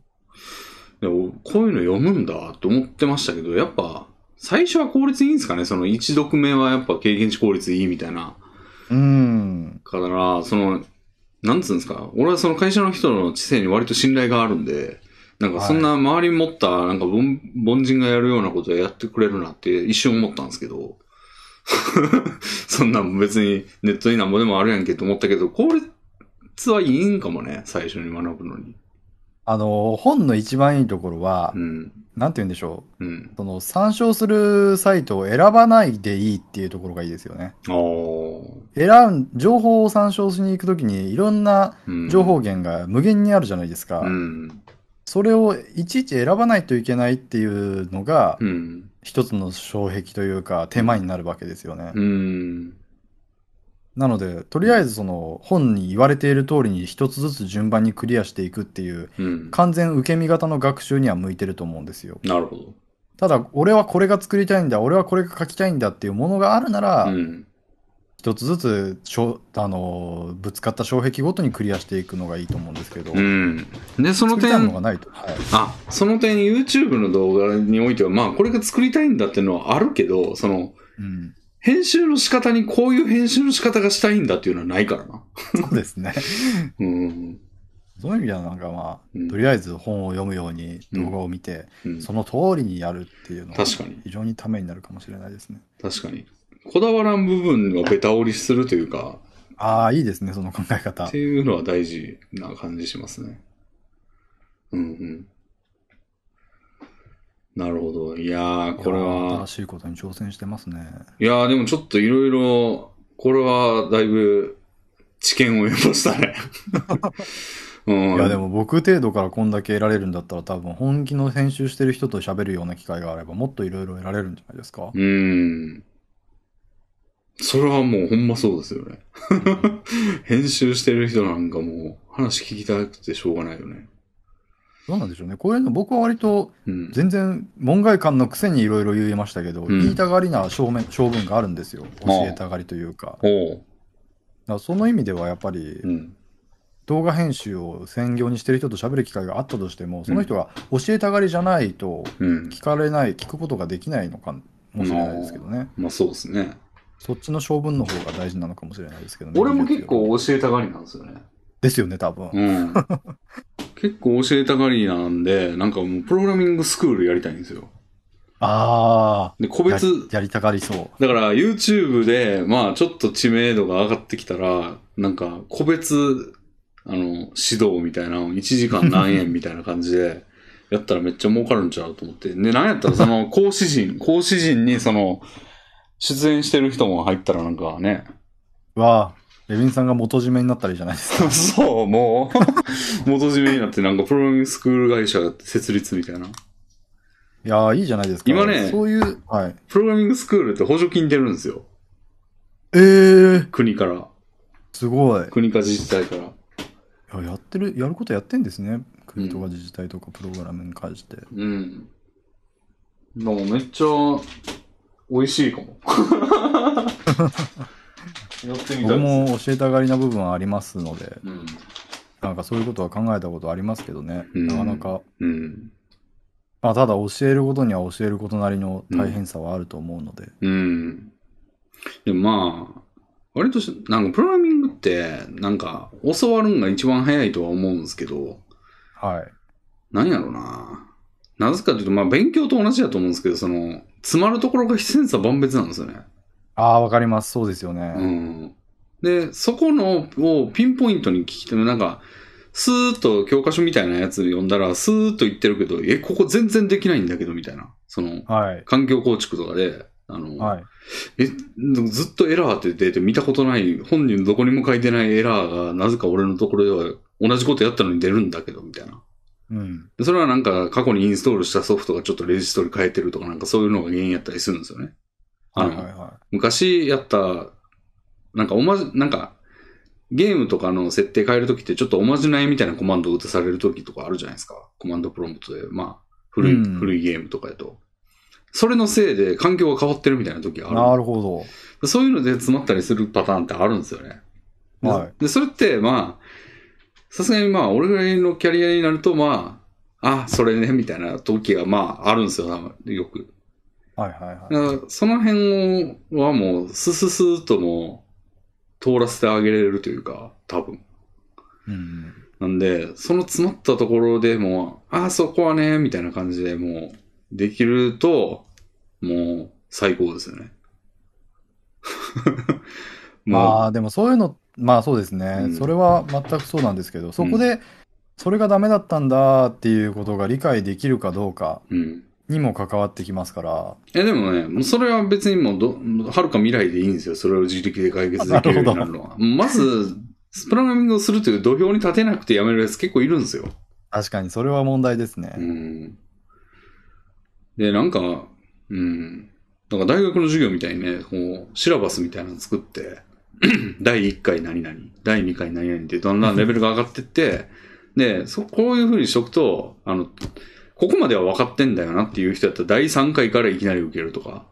Speaker 1: でおこういうの読むんだって思ってましたけど、やっぱ、最初は効率いいんですかねその一読目はやっぱ経験値効率いいみたいな。
Speaker 2: うーん。
Speaker 1: だから、その、なんつうんですか、俺はその会社の人の知性に割と信頼があるんで、なんかそんな周りに持った、なんか凡凡人がやるようなことをやってくれるなって一瞬思ったんですけど、 [LAUGHS] そんなん別にネットになんぼでもあるやんけと思ったけど、効率はいいんかもね、最初に学ぶのに。
Speaker 2: あの、本の一番いいところは
Speaker 1: う、ん。
Speaker 2: なんて言うんでしょ
Speaker 1: うん
Speaker 2: う。。その、参照するサイトを選ばないでいいっていうところがいいですよね。
Speaker 1: ああ。
Speaker 2: 選ん、情報を参照しに行くときに、いろんな
Speaker 1: うん
Speaker 2: 情報源が無限にあるじゃないですか。
Speaker 1: うん。
Speaker 2: それをいちいち選ばないといけないっていうのが、
Speaker 1: うん。
Speaker 2: 一つの障壁というか、手間になるわけですよね。
Speaker 1: うん。
Speaker 2: なので、とりあえずその、本に言われている通りに一つずつ順番にクリアしていくっていう、
Speaker 1: うん。
Speaker 2: 完全受け身型の学習には向いてると思うんですよ。
Speaker 1: なるほど。
Speaker 2: ただ、俺はこれが作りたいんだ、俺はこれが書きたいんだっていうものがあるなら、
Speaker 1: うん。
Speaker 2: 一つずつしょ、あのー、ぶつかった障壁ごとにクリアしていくのがいいと思うんですけど、
Speaker 1: うん。で、その
Speaker 2: 作りたいもの
Speaker 1: 点、
Speaker 2: がないと。はい。
Speaker 1: あ、その点 YouTube の動画においては、まあこれが作りたいんだっていうのはあるけど、その、
Speaker 2: うん。
Speaker 1: 編集の仕方にこういう編集の仕方がしたいんだっていうのはないからな。
Speaker 2: そうですね。
Speaker 1: うん。
Speaker 2: そういう意味ではなんかまあ、
Speaker 1: うん
Speaker 2: とりあえず本を読むように動画を見て、
Speaker 1: うん
Speaker 2: その通りにやるっていうのは
Speaker 1: 確かに
Speaker 2: 非常にためになるかもしれないですね。
Speaker 1: 確かに。こだわらん部分はベタ折りするというか、
Speaker 2: ああ、いいですね、その考え方
Speaker 1: って。いうのは大事な感じしますね。うんうん。なるほど。いやー、これ
Speaker 2: いや
Speaker 1: は
Speaker 2: 新。しいことに挑戦してますね。
Speaker 1: いやー、でもちょっといろいろ、これはだいぶ知見を得ました
Speaker 2: [LAUGHS]
Speaker 1: ね。うん、
Speaker 2: いや、でも僕程度からこんだけ得られるんだったら、多分本気の編集してる人と喋るような機会があれば、もっといろいろ得られるんじゃないですか。
Speaker 1: うん。それはもうほんまそうですよね。 [LAUGHS] 編集してる人なんかもう話聞きたくてしょうがないよね。
Speaker 2: どうなんでしょうね。こういうの僕は割と
Speaker 1: うん。
Speaker 2: 全然門外漢のくせにいろいろ言えましたけ
Speaker 1: う
Speaker 2: ど、
Speaker 1: ん
Speaker 2: 言いたがりな正面性分があるんですよ。教えたがりというか。だか
Speaker 1: おう。
Speaker 2: らその意味ではやっぱり
Speaker 1: うん。
Speaker 2: 動画編集を専業にしてる人と喋る機会があったとしても、その人が教えたがりじゃないと
Speaker 1: うん。
Speaker 2: 聞かれない、聞くことができないのかもしれないですけどね。
Speaker 1: まあそうですね。
Speaker 2: そっちの性分の方が大事なのかもしれないですけどね。
Speaker 1: 俺も結構。教えたがりなんですよね。
Speaker 2: ですよね、多分。 [LAUGHS]
Speaker 1: うん。結構教えたがりなんで、なんかもうプログラミングスクールやりたいんですよ。
Speaker 2: あ
Speaker 1: で、個
Speaker 2: あ、や
Speaker 1: 別、
Speaker 2: やりたがりそう。
Speaker 1: だから YouTube で、まあちょっと知名度が上がってきたら、なんか個別、あの、指導みたいなのを1時間何円みたいな感じ [LAUGHS] で、やったらめっちゃ儲かるんちゃうと思って。で、なんやったらそ [LAUGHS] の講師陣、講師陣にその、出演してる人も入ったらなんかね、
Speaker 2: わあ、レビンさんが元締めになったらいいじゃないですか。
Speaker 1: [LAUGHS] そう、もう、 [LAUGHS] 元締めになってなんかプログラミングスクール会社設立みたいな。
Speaker 2: いやあ、いいじゃないですか。
Speaker 1: 今ね
Speaker 2: そういう、はい。
Speaker 1: プログラミングスクールって補助金出るんですよ。
Speaker 2: ええー、
Speaker 1: 国から。
Speaker 2: すごい。
Speaker 1: 国か自治体から。
Speaker 2: いややってる、やることやってんですね。国とか自治体とかプログラムに関して。
Speaker 1: うん。でもめっちゃ美味しいかも。やってみた
Speaker 2: 僕
Speaker 1: いです。
Speaker 2: も教えたがりな部分はありますので、
Speaker 1: うん。
Speaker 2: なんかそういうことは考えたことありますけどね。
Speaker 1: うん
Speaker 2: なかなか。
Speaker 1: うん。
Speaker 2: まあ、ただ教えることには教えることなりの大変さはあると思うので。
Speaker 1: うん。でもまあ、割とし、なんかプログラミングって、なんか教わるんが一番早いとは思うんですけど、
Speaker 2: はい。
Speaker 1: なんやろな。なぜかというと、まあ勉強と同じだと思うんですけど、その、詰まるところが千差万別なんですよね。
Speaker 2: ああ、わかります。そうですよね。
Speaker 1: うんで、そこのをピンポイントに聞きても、なんか、スーッと教科書みたいなやつ読んだら、スーッと言ってるけど、え、ここ全然できないんだけど、みたいな。その、
Speaker 2: はい。
Speaker 1: 環境構築とかで、あの、
Speaker 2: はい。
Speaker 1: え、ずっとエラーって出て見たことない、本人どこにも書いてないエラーが、なぜか俺のところでは同じことやったのに出るんだけど、みたいな。
Speaker 2: うん。
Speaker 1: でそれはなんか過去にインストールしたソフトがちょっとレジストに変えてるとかなんかそういうのが原因やったりするんですよね。あ
Speaker 2: はい
Speaker 1: の
Speaker 2: はいは
Speaker 1: 昔やった、なんかおまじ、なんか、ゲームとかの設定変えるときってちょっとおまじないみたいなコマンドを打たされるときとかあるじゃないですか。コマンドプロンプトで、まあ、古い、
Speaker 2: うん
Speaker 1: 古いゲームとかやと。それのせいで環境が変わってるみたいな時が
Speaker 2: い。
Speaker 1: あ
Speaker 2: な
Speaker 1: る。
Speaker 2: るほ
Speaker 1: そういうので詰まったりするパターンってあるんですよね。
Speaker 2: ど。はい。
Speaker 1: で、それって、まあ、さすがにまあ、俺ぐらいのキャリアになると、まあ、あ、それね、みたいな時がまあ、あるんですよ、多分よく。
Speaker 2: はいはいはい。
Speaker 1: だからその辺はもう、スススーっともう、通らせてあげれるというか、多分。
Speaker 2: うん。
Speaker 1: なんで、その詰まったところでもう、あ、そこはね、みたいな感じでもう、できると、もう、最高ですよね。 [LAUGHS] も
Speaker 2: まあでもそういうの、まあそうですね、
Speaker 1: うん
Speaker 2: それは全くそうなんですけど、そこでそれがダメだったんだっていうことが理解できるかどうか
Speaker 1: う、うん。
Speaker 2: にも関わってきますから、
Speaker 1: え、でもね、もうそれは別にもうど、はるか未来でいいんですよ。それを自力で解決できるように [LAUGHS] なるのは。まず、プログラミングをするという土俵に立てなくてやめるやつ結構いるんですよ。
Speaker 2: 確かにそれは問題ですね。
Speaker 1: うん。で、なんか、うん。なんか大学の授業みたいにね、こう、シラバスみたいなの作って、 [CLEARS THROAT] 第1回何々、第2回何々ってだんだんレベルが上がってって、
Speaker 2: [LAUGHS]
Speaker 1: で、そ、こういう風にしとくと、あの、ここまでは分かってんだよなっていう人だったら第3回からいきなり受けるとか、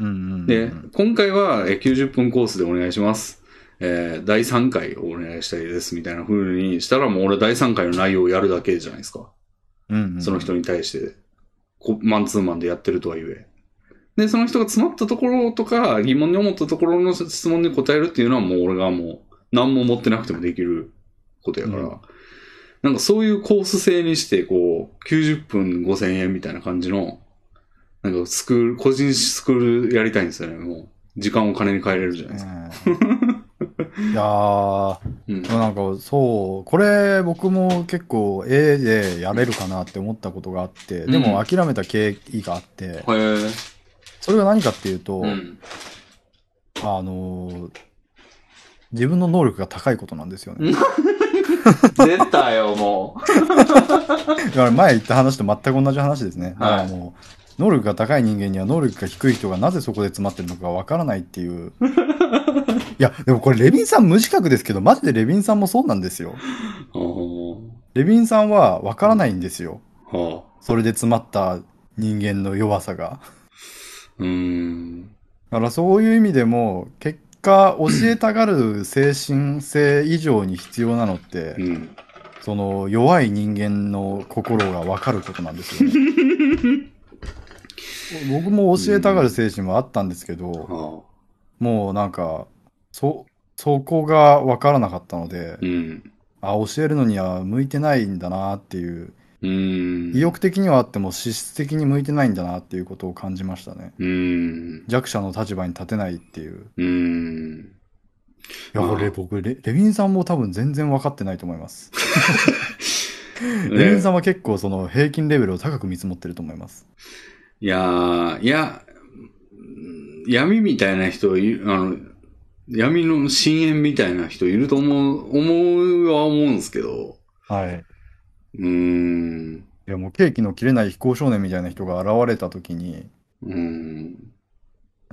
Speaker 2: うんうんうん
Speaker 1: で、今回はえー90分コースでお願いします。えー第3回をお願いしたいですみたいな風にしたらもう俺第3回の内容をやるだけじゃないですか。
Speaker 2: うんうん
Speaker 1: その人に対して、こマンツーマンでやってるとはいえ。で、その人が詰まったところとか疑問に思ったところの質問に答えるっていうのはもう俺がもう何も持ってなくてもできることやから、
Speaker 2: うん
Speaker 1: なんかそういうコース制にしてこう90分5000円みたいな感じのなんかスクール、個人スクールやりたいんですよね、もう。時間を金に変えれるじゃないですか。
Speaker 2: うんいやー、
Speaker 1: うん
Speaker 2: でもなんかそう、これ僕も結構絵でやれるかなって思ったことがあって、で
Speaker 1: う
Speaker 2: も
Speaker 1: ん
Speaker 2: 諦めた経緯があって、
Speaker 1: へえ。
Speaker 2: それが何かっていうと、
Speaker 1: うん。
Speaker 2: あのー自分の能力が高いことなんですよね。
Speaker 1: 出たよ、も [LAUGHS]
Speaker 2: だから前言った話と全く同じ話ですね。だからもう、能力が高い人間には能力が低い人がなぜそこで詰まってるのかわからないっていう。いや、でもこれレビンさん無自覚ですけど、マジでレビンさんもそうなんですよ。
Speaker 1: う。あ
Speaker 2: レビンさんはわからないんですよ。
Speaker 1: ーはあ。
Speaker 2: それで詰まった人間の弱さが。
Speaker 1: うーん。
Speaker 2: だからそういう意味でも、結果教えたがる精神性以上に必要なのって
Speaker 1: う、ん。
Speaker 2: その弱い人間の心がわかることなんですよね。 [LAUGHS] 僕も教えたがる精神はあったんですけど、
Speaker 1: はあ。
Speaker 2: もうなんか、そ、そこがわからなかったので、
Speaker 1: うん。
Speaker 2: あ、教えるのには向いてないんだなっていう、
Speaker 1: うーん。
Speaker 2: 意欲的にはあっても資質的に向いてないんだなっていうことを感じましたね。
Speaker 1: うーん。
Speaker 2: 弱者の立場に立てないっていう。
Speaker 1: うーん。
Speaker 2: いや、
Speaker 1: まあ
Speaker 2: これ僕レ、レビンさんも多分全然わかってないと思い [LAUGHS] ます。レビン
Speaker 1: ね
Speaker 2: さんは結構その平均レベルを高く見積もってると思います。
Speaker 1: いやー、いや、うん闇みたいな人いる、あの、闇の深淵みたいな人いると思う、思うは思うんですけど、
Speaker 2: はい。
Speaker 1: うーん、
Speaker 2: いやもうケーキの切れない非行少年みたいな人が現れた時に
Speaker 1: うーん、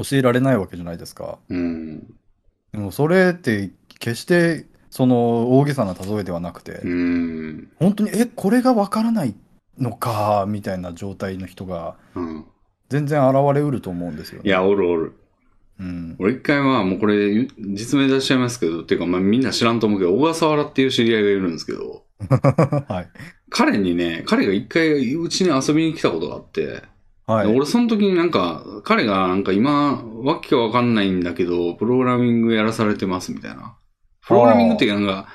Speaker 2: 教えられないわけじゃないですか。
Speaker 1: うん、
Speaker 2: でもそれって決してその大げさな例えではなくて、
Speaker 1: うん、
Speaker 2: 本当にえ、これがわからないのか、みたいな状態の人が
Speaker 1: うん。
Speaker 2: 全然現れうると思うんですよ
Speaker 1: い
Speaker 2: ね。
Speaker 1: や、おるおる。
Speaker 2: うん。
Speaker 1: 俺一回は、もうこれ、ゆ実名出しちゃいますけど、っていうか、まあみんな知らんと思うけど、小笠原っていう知り合いがいるんですけど、
Speaker 2: はい。
Speaker 1: 彼にね、彼が一回、うちに遊びに来たことがあって、
Speaker 2: はい。
Speaker 1: で俺その時になんか、彼がなんか今、わけわかんないんだけど、プログラミングやらされてますみたいな。プログラミングっていうかなんか、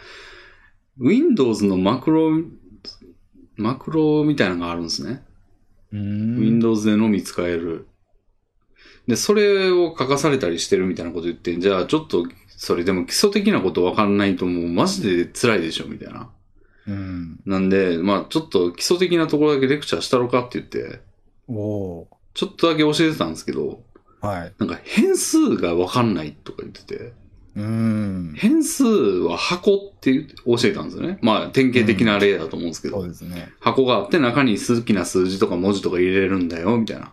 Speaker 1: Windows のマクロ、マクロみたいなのがあるんですね。
Speaker 2: うーん。
Speaker 1: Windows でのみ使える。で、それを書かされたりしてるみたいなこと言って、じゃあちょっと、それでも基礎的なことわかんないともうマジで辛いでしょみたいな。
Speaker 2: うん。
Speaker 1: なんで、まあちょっと基礎的なところだけレクチャーしたろかって言って、
Speaker 2: おお
Speaker 1: ちょっとだけ教えてたんですけど、
Speaker 2: ー。はい。
Speaker 1: なんか変数がわかんないとか言ってて、
Speaker 2: うん。
Speaker 1: 変数は箱って言って教えたんですよね。まあ、典型的な例だと思うんですけど、
Speaker 2: そうですね。
Speaker 1: 箱があって中に好きな数字とか文字とか入れれるんだよ、みたいな。
Speaker 2: う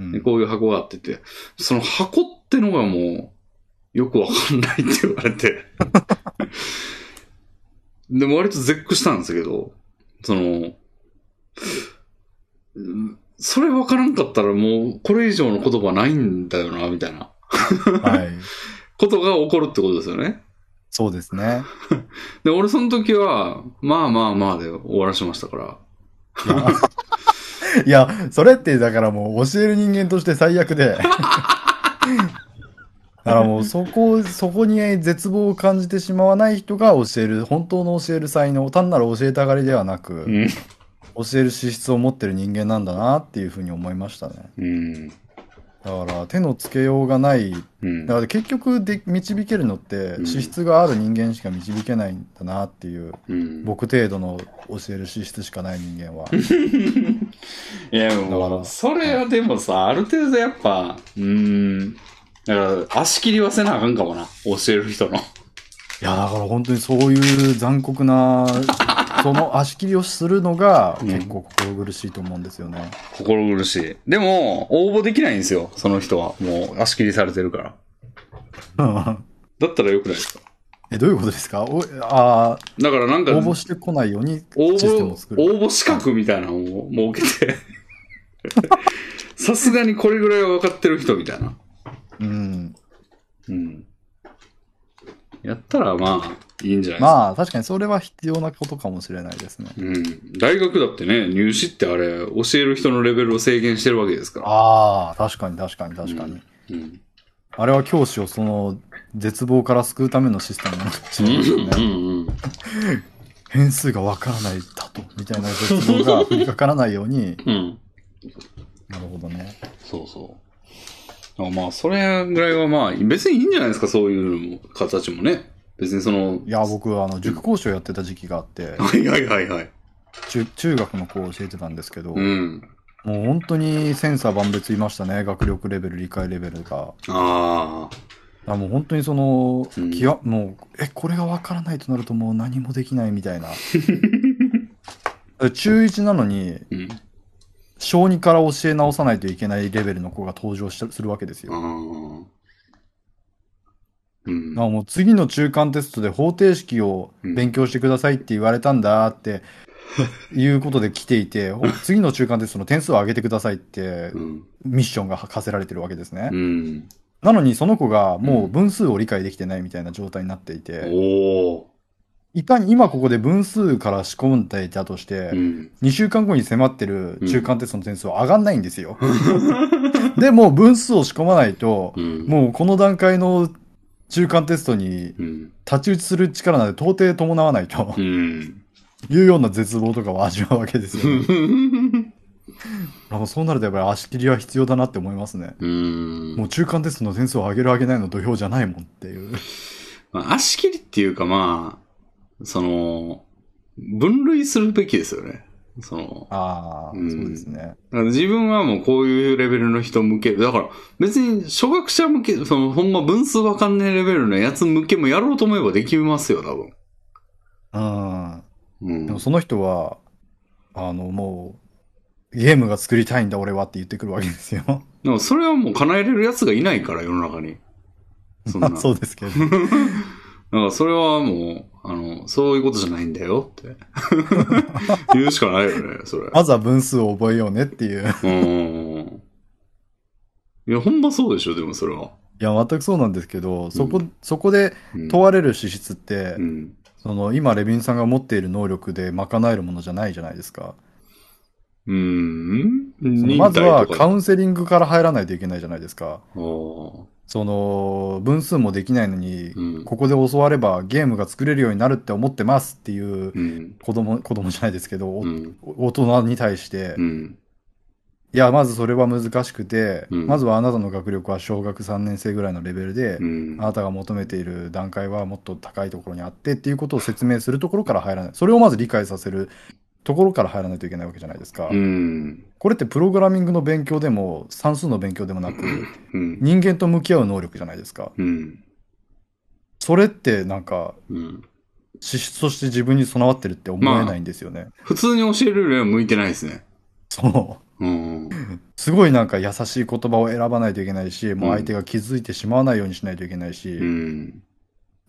Speaker 2: ん
Speaker 1: でこういう箱があってて、その箱ってのがもう、よくわかんないって言われて。 [LAUGHS] でも割と絶句したんですけど、その、うんそれわからんかったらもう、これ以上の言葉ないんだよな、みたいな
Speaker 2: はい。
Speaker 1: ことが起こるってことですよね。
Speaker 2: そうですね。
Speaker 1: で、俺その時は、まあまあまあで終わらしましたから。
Speaker 2: [LAUGHS] いや、それってだからもう教える人間として最悪
Speaker 1: [LAUGHS]
Speaker 2: で。だからもうそこ、そこに絶望を感じてしまわない人が教える、本当の教える才能、単なる教えたがりではなく、
Speaker 1: うん
Speaker 2: 教える資質を持ってる人間なんだなっていうふうに思いましたね。
Speaker 1: うん。
Speaker 2: だから手のつけようがない。
Speaker 1: うん
Speaker 2: だから結局で導けるのって
Speaker 1: う、ん
Speaker 2: 資質がある人間しか導けないんだなっていう、
Speaker 1: うん。
Speaker 2: 僕程度の教える資質しかない人間は。
Speaker 1: いや、
Speaker 2: だか
Speaker 1: もう、
Speaker 2: ら
Speaker 1: それはでもさ、ある程度やっぱ、うーん、だから、足切りはせなあかんかもな、教える人の。
Speaker 2: いやだから本当にそういう残酷な [LAUGHS] その足切りをするのが
Speaker 1: うん
Speaker 2: 結構心苦しいと思うんですよね。 [LAUGHS]
Speaker 1: 心苦しい。でも、応募できないんですよ、その人は。もう、足切りされてるから。だったらよくないですか
Speaker 2: えどういうことですかおあー
Speaker 1: だからなんか、
Speaker 2: 応募してこないように
Speaker 1: 応
Speaker 2: システムを
Speaker 1: 募
Speaker 2: 作、る。
Speaker 1: 応募資格みたいなのを設けて、 [LAUGHS] さすがにこれぐらいは分かってる人みたいな。
Speaker 2: うん、
Speaker 1: うん。やったら、まあ、いいんじゃないですか。
Speaker 2: まあ確かにそれは必要なことかもしれないですね。
Speaker 1: うん、大学だってね、入試ってあれ、教える人のレベルを制限してるわけですから。
Speaker 2: ああ確かに確かに確かに。
Speaker 1: うんうん。
Speaker 2: あれは教師をその絶望から救うためのシステムなのかもし
Speaker 1: うん
Speaker 2: れないですよ
Speaker 1: う
Speaker 2: ね。
Speaker 1: んうん。。
Speaker 2: [LAUGHS] 変数がわからないだとみたいな絶望が降りかからないように
Speaker 1: [LAUGHS] うん。
Speaker 2: なるほどね。
Speaker 1: そうそう。だからまあ、それぐらいはまあ、別にいいんじゃないですか、そういうのも、形もね。別にその
Speaker 2: い、や僕はあの塾講師をやってた時期があって。
Speaker 1: はいはいはいはい。
Speaker 2: 中中学の子を教えてたんですけど、
Speaker 1: うん。
Speaker 2: もう本当にセンサー万別いましたね学力レベル理解レベルが
Speaker 1: ああ。
Speaker 2: あもう本当にその、
Speaker 1: うん
Speaker 2: きわもうえこれが分からないとなるともう何もできないみたいな中1なのに
Speaker 1: うん。
Speaker 2: 小2から教え直さないといけないレベルの子が登場したするわけですよ、
Speaker 1: ああ。うん。
Speaker 2: あもう次の中間テストで方程式を勉強してくださいって言われたんだ
Speaker 1: [LAUGHS]
Speaker 2: って、いうことで来ていて、ほ次の中間テストの点数を上げてくださいって
Speaker 1: うん。
Speaker 2: ミッションが課せられてるわけですね
Speaker 1: う。ん。
Speaker 2: なのにその子がもう分数を理解できてないみたいな状態になっていて、
Speaker 1: おお。
Speaker 2: いかに今ここで分数から仕込んでいたとして、
Speaker 1: うん。
Speaker 2: 2週間後に迫ってる中間テストの点数は上がんないんで
Speaker 1: [LAUGHS]
Speaker 2: すよ。でもう分数を仕込まないと、
Speaker 1: うん。
Speaker 2: もうこの段階の中間テストに
Speaker 1: うん。
Speaker 2: 太刀打ちする力なんて到底伴わない
Speaker 1: [LAUGHS]
Speaker 2: と
Speaker 1: うん。
Speaker 2: いうような絶望とかを味わうわけですよね、なんかそうなるとやっぱり足切りは必要だなって思いますね。
Speaker 1: うん
Speaker 2: も。う中間テストの点数を上げる上げないの土俵じゃないもんって
Speaker 1: [LAUGHS]
Speaker 2: いう。
Speaker 1: まあ、足切りっていうかまあ、その、分類するべきですよね。その、
Speaker 2: ああ、
Speaker 1: うん
Speaker 2: そうですね。
Speaker 1: だから自分はもうこういうレベルの人向け、だから別に初学者向け、そのほんま分数わかんないレベルのやつ向けもやろうと思えばできますよ、多
Speaker 2: うん。
Speaker 1: 分。
Speaker 2: で
Speaker 1: う
Speaker 2: も
Speaker 1: ん。
Speaker 2: その人は、あの、もう、ゲームが作りたいんだ俺はって言ってくるわけですよ。
Speaker 1: でもそれはもう叶えれるやつがいないから、世の中に。そんな。。
Speaker 2: [LAUGHS] まあそううですけど。
Speaker 1: だからそれはもう、あの、そういうことじゃないんだよ
Speaker 2: [LAUGHS]
Speaker 1: って。言うしかないよね、それ。
Speaker 2: まずは分数を覚えようねっていう。
Speaker 1: うん。いや、ほんまそうでしょ、でもそれは。
Speaker 2: いや、全くそうなんですけど、そこ、そこで
Speaker 1: うん
Speaker 2: 問われる資質って、
Speaker 1: うん。
Speaker 2: その、今、レビンさんが持っている能力で賄えるものじゃないじゃないですか。
Speaker 1: うん。
Speaker 2: その
Speaker 1: 忍
Speaker 2: まずは
Speaker 1: 耐と
Speaker 2: カ
Speaker 1: か。
Speaker 2: ウンセリングから入らないといけないじゃないですか。
Speaker 1: あー
Speaker 2: その、分数もできないのに、
Speaker 1: うん
Speaker 2: ここで教わればゲームが作れるようになるって思ってますっていう
Speaker 1: うん。
Speaker 2: 子供、子供じゃないですけど、お
Speaker 1: うん。
Speaker 2: 大人に対して、
Speaker 1: う
Speaker 2: い
Speaker 1: ん。
Speaker 2: や、まずそれは難しくて、
Speaker 1: うん
Speaker 2: まずはあなたの学力は小学3年生ぐらいのレベルで、
Speaker 1: うん
Speaker 2: あ。なたが求めている段階はもっと高いところにあってっていうことを説明するところから入らない。それをまず理解させるところから入らないといけないわけじゃないですか。
Speaker 1: うん。
Speaker 2: これってプログラミングの勉強でも算数の勉強でもなく、
Speaker 1: うん。
Speaker 2: 人間と向き合う能力じゃないですか。
Speaker 1: うん。
Speaker 2: それってなんか、
Speaker 1: うん。
Speaker 2: 資質として自分に備わってるって思えないんですよね。
Speaker 1: 普通に教えるよりは向いてないですね。
Speaker 2: そう。
Speaker 1: うん。
Speaker 2: すごいなんか優しい言葉を選ばないといけないし、もう
Speaker 1: うん
Speaker 2: 相手が気づいてしまわないようにしないといけないし、
Speaker 1: うん。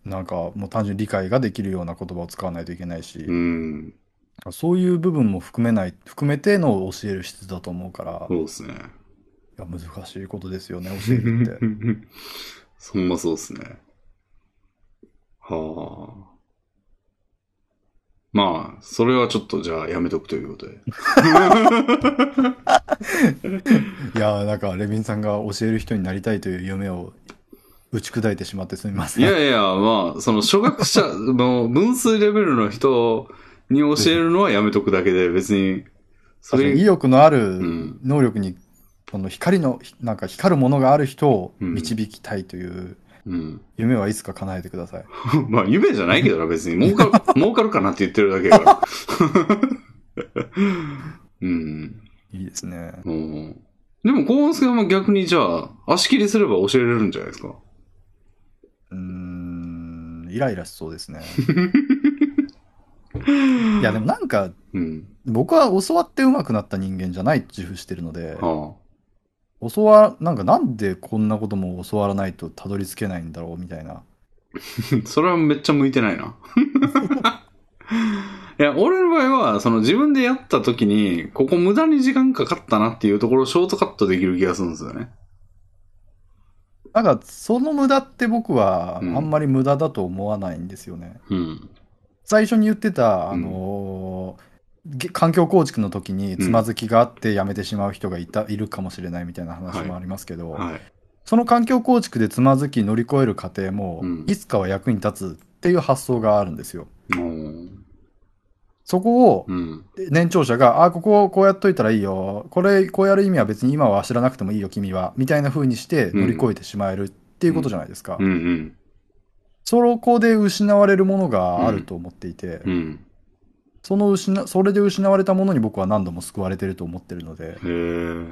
Speaker 2: なんかもう単純に理解ができるような言葉を使わないといけないし、
Speaker 1: うん。
Speaker 2: そういう部分も含めない、含めての教える質だと思うから、
Speaker 1: そうですね。
Speaker 2: いや難しいことですよね、教えるって。
Speaker 1: そんまそうですね。はあ。まあ、それはちょっとじゃあやめとくということで。 [LAUGHS]
Speaker 2: いやーなんかレビンさんが教える人になりたいという夢を打ち砕いてしまってすみませ
Speaker 1: い
Speaker 2: ん。
Speaker 1: やいや、まあ、その初学者の分数レベルの人に教えるのはやめとくだけで、別に、そ
Speaker 2: 確かに
Speaker 1: れ、
Speaker 2: 意欲のあ
Speaker 1: う
Speaker 2: る
Speaker 1: ん。
Speaker 2: 能力に、この光の、ひなんか光るものがある人を
Speaker 1: うん
Speaker 2: 導きたいという
Speaker 1: うん。
Speaker 2: 夢はいつか叶えてください。
Speaker 1: まあ、夢じゃないけどな、別に。儲かる、儲かるかなって言ってるだけやから。うん。
Speaker 2: いいですね。
Speaker 1: うんでも、幸之助も逆にじゃあ、足切りすれば教えれるんじゃないですか。
Speaker 2: うーん、イライラしそうで
Speaker 1: [LAUGHS]
Speaker 2: すね。いや、でもなんか、
Speaker 1: うん。
Speaker 2: 僕は教わって上手くなった人間じゃないって自負してるので、
Speaker 1: は
Speaker 2: 教わ、なんかなんでこんなことも教わらないとたどり着けないんだろうみたいな。
Speaker 1: あ、 [LAUGHS] それはめっちゃ向いてないな。 [LAUGHS] いや、俺の場合は、その自分でやった時に、ここ無駄に時間かかったなっていうところをショートカットできる気がするんですよね。
Speaker 2: なんか、その無駄って僕はあ
Speaker 1: うん
Speaker 2: んまり無駄だと思わないんですよね。
Speaker 1: うん。
Speaker 2: 最初に言ってた、
Speaker 1: ん
Speaker 2: あのーげ環境構築の時につまずきがあって辞めてしまう人がいた、いるかもしれないみたいな話もありますけど、
Speaker 1: はい。
Speaker 2: その環境構築でつまずき乗り越える過程も、
Speaker 1: うん
Speaker 2: いつかは役に立つっていう発想があるんですよ。
Speaker 1: うん。
Speaker 2: そこを
Speaker 1: うん。
Speaker 2: 年長者が、あ、ここをこうやっといたらいいよ。これ、こうやる意味は別に今は知らなくてもいいよ、君は。みたいな風にして乗り越えてしまえるっていうことじゃないですか
Speaker 1: う。ん。
Speaker 2: そこで失われるものがあると思っていて、
Speaker 1: うん。
Speaker 2: その失、それで失われたものに僕は何度も救われてると思ってるので、
Speaker 1: へえ。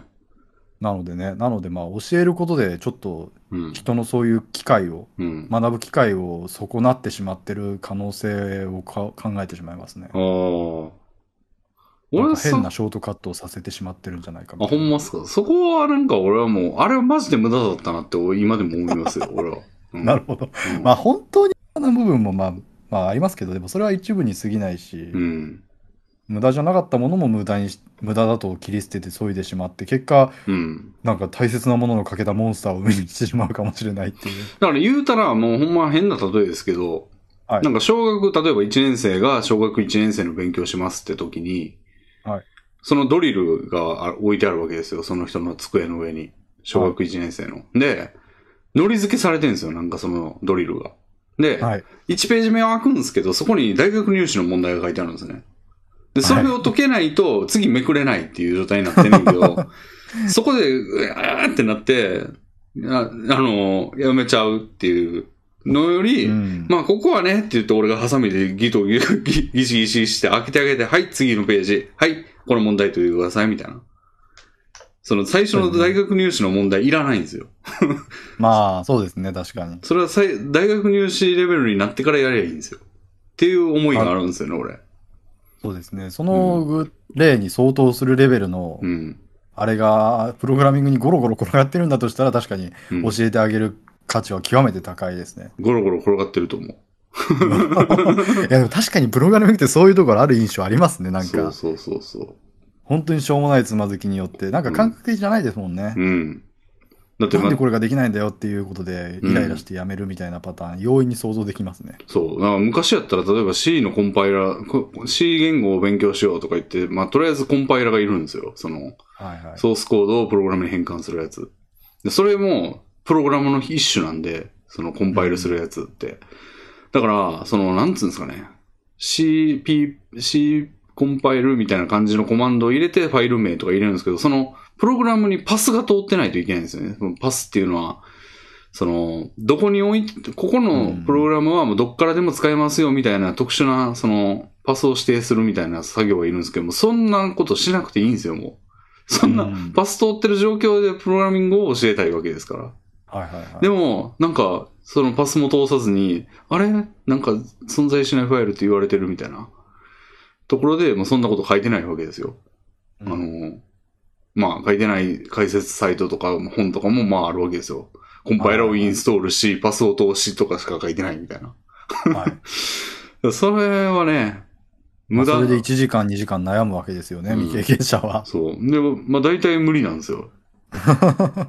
Speaker 2: なのでね、なのでまあ教えることでちょっと
Speaker 1: うん。
Speaker 2: 人のそういう機会を、
Speaker 1: うん。
Speaker 2: 学ぶ機会を損なってしまってる可能性をか考えてしまいますね
Speaker 1: あ。あ。
Speaker 2: なん
Speaker 1: 俺
Speaker 2: か
Speaker 1: さ、
Speaker 2: 変なショートカットをさせてしまってるんじゃないかみ
Speaker 1: あ、
Speaker 2: たい
Speaker 1: ほ
Speaker 2: なん
Speaker 1: まっすか。そこはなんか俺はもう、あれはマジで無駄だったなって俺今でも思います
Speaker 2: [LAUGHS]
Speaker 1: よ、俺は。うん
Speaker 2: なるほど。
Speaker 1: うん
Speaker 2: まあ本当に無駄な部分もまあ、まあありますけど、でもそれは一部に過ぎないし、
Speaker 1: うん。
Speaker 2: 無駄じゃなかったものも無駄にし、無駄だと切り捨てて削いでしまって、結果、
Speaker 1: うん。
Speaker 2: なんか大切なものの欠けたモンスターを生みにしてしまうかもしれないっていう。
Speaker 1: だから言うたらもうほんま変な例えですけど、
Speaker 2: はい
Speaker 1: なんか小学、例えば1年生が小学1年生の勉強しますって時に、
Speaker 2: はい
Speaker 1: そのドリルがあ置いてあるわけですよ、その人の机の上に。小学1年生の。で、ノリ付けされてるんですよ、なんかそのドリルが。で、
Speaker 2: はい。
Speaker 1: 1ページ目を開くんですけど、そこに大学入試の問題が書いてあるんですね。で、それを解けないと、次めくれないっていう状態になってんねんけ
Speaker 2: [LAUGHS]
Speaker 1: ど、そこで、うわーってなって、ああの、やめちゃうっていうのより、
Speaker 2: うん
Speaker 1: まあ、ここはねって言って、俺がハサミでギトギギギシギシして開けてあげて、はい、次のページ、はい、この問題と言ってください、みたいな。その最初の大学入試の問題いらないんですよ。
Speaker 2: まあ、そうですね、確かに。
Speaker 1: それはさい大学入試レベルになってからやればいいんですよ。っていう思いがあるんですよね、俺。
Speaker 2: そうですね。その例に相当するレベルの
Speaker 1: う、ん。
Speaker 2: あれが、プログラミングにゴロゴロ転がってるんだとしたら、確かに
Speaker 1: うん
Speaker 2: 教えてあげる価値は極めて高いですね。
Speaker 1: ゴロゴロ転がってると思う。
Speaker 2: いや、でも確かにプログラミングってそういうところある印象ありますね、なん
Speaker 1: そう
Speaker 2: か。
Speaker 1: そうそうそ
Speaker 2: 本当にしょうもないつまずきによって、なんか感覚的じゃないですもんね
Speaker 1: う。。うん。だって、
Speaker 2: なん
Speaker 1: ま
Speaker 2: で、これができないんだよっていうことで、
Speaker 1: うん
Speaker 2: イライラしてやめるみたいなパターン、容易に想像できますね。
Speaker 1: そう。だから昔やったら、例えば C のコンパイラーこ、C 言語を勉強しようとか言って、まあ、とりあえずコンパイラーがいるんですよ。その、
Speaker 2: はいはい。
Speaker 1: ソースコードをプログラムに変換するやつ。で、それも、プログラムの一種なんで、そのコンパイルするやつって。だから、その、なんつうんですかね。CP、C コンパイルみたいな感じのコマンドを入れてファイル名とか入れるんですけど、その、プログラムにパスが通ってないといけないんですよね。そのパスっていうのは、その、どこに置いて、ここのプログラムはもうどっからでも使えますよみたいな特殊な、その、パスを指定するみたいな作業がいるんですけども、そんなことしなくていいんですよ、もう。そんな
Speaker 2: うん、
Speaker 1: パス通ってる状況でプログラミングを教えたいわけですから。
Speaker 2: はいはいはい。
Speaker 1: でも、なんか、そのパスも通さずに、あれなんか存在しないファイルって言われてるみたいな。ところで、もうそんなこと書いてないわけですよ。
Speaker 2: うん
Speaker 1: あの、まあ書いてない解説サイトとか本とかもまああるわけですよ。コンパイラーをインストールし、パスを通しとかしか書いてないみたいな。 [LAUGHS]
Speaker 2: はい。
Speaker 1: それはね、
Speaker 2: まあ
Speaker 1: 無駄。
Speaker 2: それで1時間、2時間悩むわけですよね、
Speaker 1: うん
Speaker 2: 未経験者
Speaker 1: [LAUGHS]
Speaker 2: は。
Speaker 1: そう。でも、まあ大体無理なんです
Speaker 2: [LAUGHS]
Speaker 1: よ。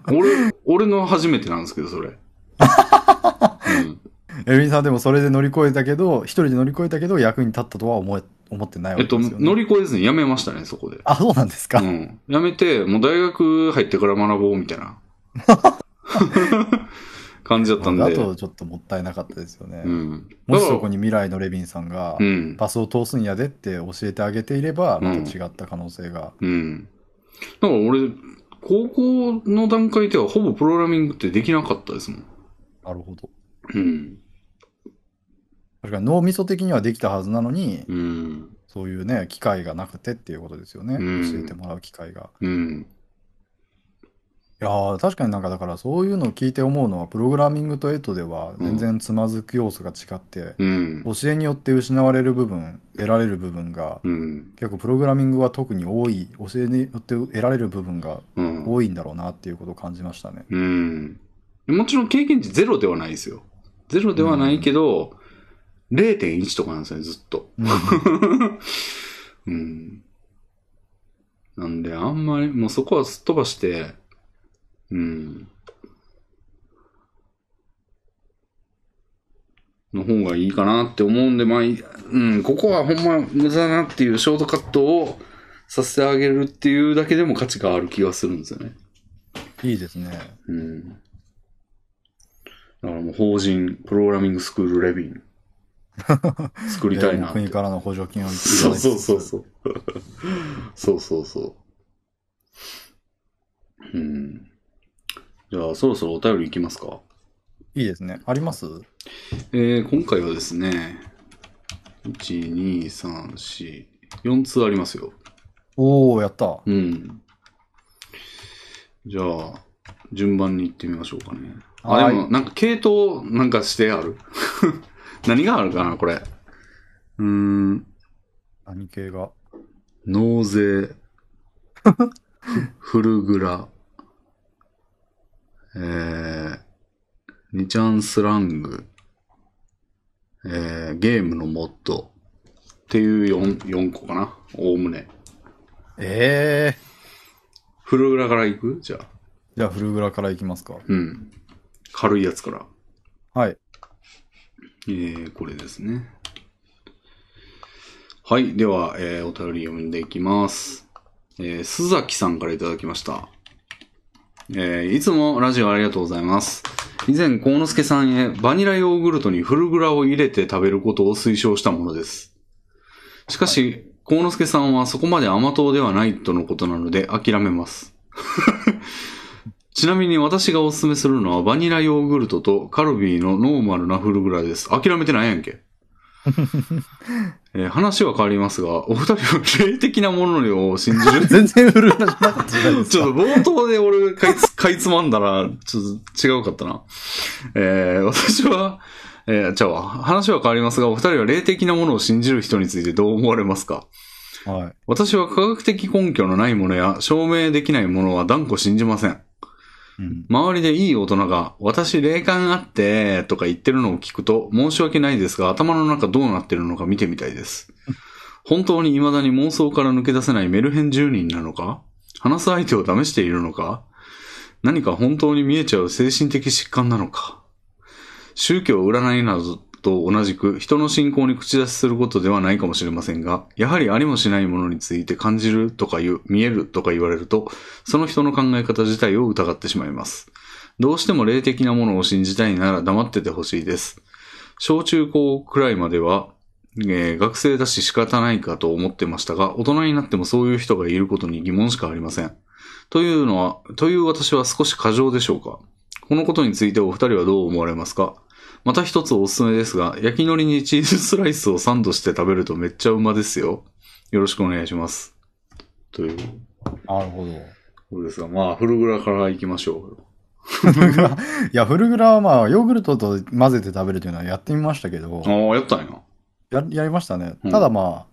Speaker 1: 俺、俺の初めてなんですけど、それ。
Speaker 2: [LAUGHS]
Speaker 1: うん
Speaker 2: エビンさんでもそれで乗り越えたけど、一人で乗り越えたけど、役に立ったとは思え思ってないわ
Speaker 1: え
Speaker 2: け
Speaker 1: っ
Speaker 2: です
Speaker 1: と、
Speaker 2: よね。
Speaker 1: 乗り越えずに辞めましたね、そこで。
Speaker 2: あ、そうなんですか。
Speaker 1: うん。辞めて、もう大学入ってから学ぼうみたい
Speaker 2: [LAUGHS]
Speaker 1: な感じだったんで。
Speaker 2: だとちょっともったいなかったですよね。
Speaker 1: うん。
Speaker 2: もしそこ
Speaker 1: に。
Speaker 2: に未来のレビンさんが
Speaker 1: う、ん。
Speaker 2: パスを通すんやでって教えてあげていれば、また
Speaker 1: うん
Speaker 2: 違った可能性が。
Speaker 1: うん。だから俺、高校の段階ではほぼプログラミングってできなかったですもん。
Speaker 2: なるほど。
Speaker 1: うん。
Speaker 2: 確かに脳みそ的にはできたはずなのに、
Speaker 1: うん。
Speaker 2: そういうね、機会がなくてっていうことですよね。
Speaker 1: うん
Speaker 2: 教えてもらう機会が。
Speaker 1: うん。
Speaker 2: いやー確かになんかだからそういうのを聞いて思うのは、プログラミングとエイトでは全然つまずく要素が違って、
Speaker 1: うん。
Speaker 2: 教えによって失われる部分、得られる部分が、
Speaker 1: うん。
Speaker 2: 結構プログラミングは特に多い、教えによって得られる部分が
Speaker 1: うん。
Speaker 2: 多いんだろうなっていうことを感じましたね。
Speaker 1: うん。もちろん経験値ゼロではないですよ。ゼロではないけど、0.1とかなんですよね、ずっと。うん。なんで、あんまり、もうそこはすっ飛ばして、うん。の方がいいかなって思うんで、まあ、いうん、ここはほんま無駄だなっていうショートカットをさせてあげるっていうだけでも価値がある気がするんですよね。
Speaker 2: いいですね。
Speaker 1: うん。だからもう法人、プログラミングスクールレビン。作りたいなって
Speaker 2: で [LAUGHS] 国。からの補助金をいただきつつ
Speaker 1: そうそうそうそう。そうそうそう。うん。じゃあ、そろそろお便り行きますか。
Speaker 2: いいですね。あります
Speaker 1: えー、今回はですね、1、2、3、4、4通ありますよ。
Speaker 2: おおやった。
Speaker 1: うん。じゃあ、順番に行ってみましょうかね。あ、
Speaker 2: は
Speaker 1: で
Speaker 2: い
Speaker 1: も、なんか系統なんかしてある [LAUGHS] 何があるかな、これ。うーん、
Speaker 2: 何系が。
Speaker 1: 納税。 [LAUGHS] フルグラ。えー、ニチャンスラング。えー、ゲームのモッド。っていう 4, 4個かな。おおむね。
Speaker 2: ええ
Speaker 1: フルグラから行くじゃあ。
Speaker 2: じゃあ、フルグラからいきますか。
Speaker 1: うん。軽いやつから。
Speaker 2: はい。
Speaker 1: えー、これですね。はい。では、えーお便り読んでいきます。えー、須崎さんからいただきました。えーいつもラジオありがとうございます。以前、幸之助さんへバニラヨーグルトにフルグラを入れて食べることを推奨したものです。しかし、幸之助さんはそこまで甘党ではないとのことなので諦めます。 [LAUGHS] ちなみに私がおすすめするのはバニラヨーグルトとカルビーのノーマルなフルグラです。諦めてないやんけ。えー話は変わりますが、お二人は霊的なもの量を信じる
Speaker 2: 全然フルグラじゃなかったじゃないです
Speaker 1: ちょっと冒頭で俺かいつ、かいつまんだら、ちょっと違うかったな。えー、私は、えー、じゃあ、話は変わりますが、お二人は霊的なものを信じる人についてどう思われますか
Speaker 2: か。はい。
Speaker 1: 私は科学的根拠のないものや証明できないものは断固信じません。
Speaker 2: うん。
Speaker 1: 周りでいい大人が、私霊感あって、とか言ってるのを聞くと、申し訳ないですが、頭の中どうなってるのか見てみたい
Speaker 2: [LAUGHS]
Speaker 1: です。本当に未だに妄想から抜け出せないメルヘン住人なのか話す相手を試しているのか何か本当に見えちゃう精神的疾患なのか宗教占いなどと同じく人の信仰に口出しすることではないかもしれませんが、やはりありもしないものについて感じるとかいう、見えるとか言われると、その人の考え方自体を疑ってしまいます。どうしても霊的なものを信じたいなら黙っててほしいです。小中高くらいまでは、えー学生だし仕方ないかと思ってましたが、大人になってもそういう人がいることに疑問しかありません。というのは、という私は少し過剰でしょうかこのことについてお二人はどう思われますかまた一つおすすめですが、焼き海苔にチーズスライスをサンドして食べるとめっちゃうまですよ。よろしくお願いします。という
Speaker 2: なるほど。
Speaker 1: そうですが、まあ、フルグラから行きましょう。
Speaker 2: いや、フルグラはまあ、ヨーグルトと混ぜて食べるというのはやってみましたけど
Speaker 1: あ、あ、やったんや。
Speaker 2: ややりましたね
Speaker 1: う。ん
Speaker 2: ただまあ、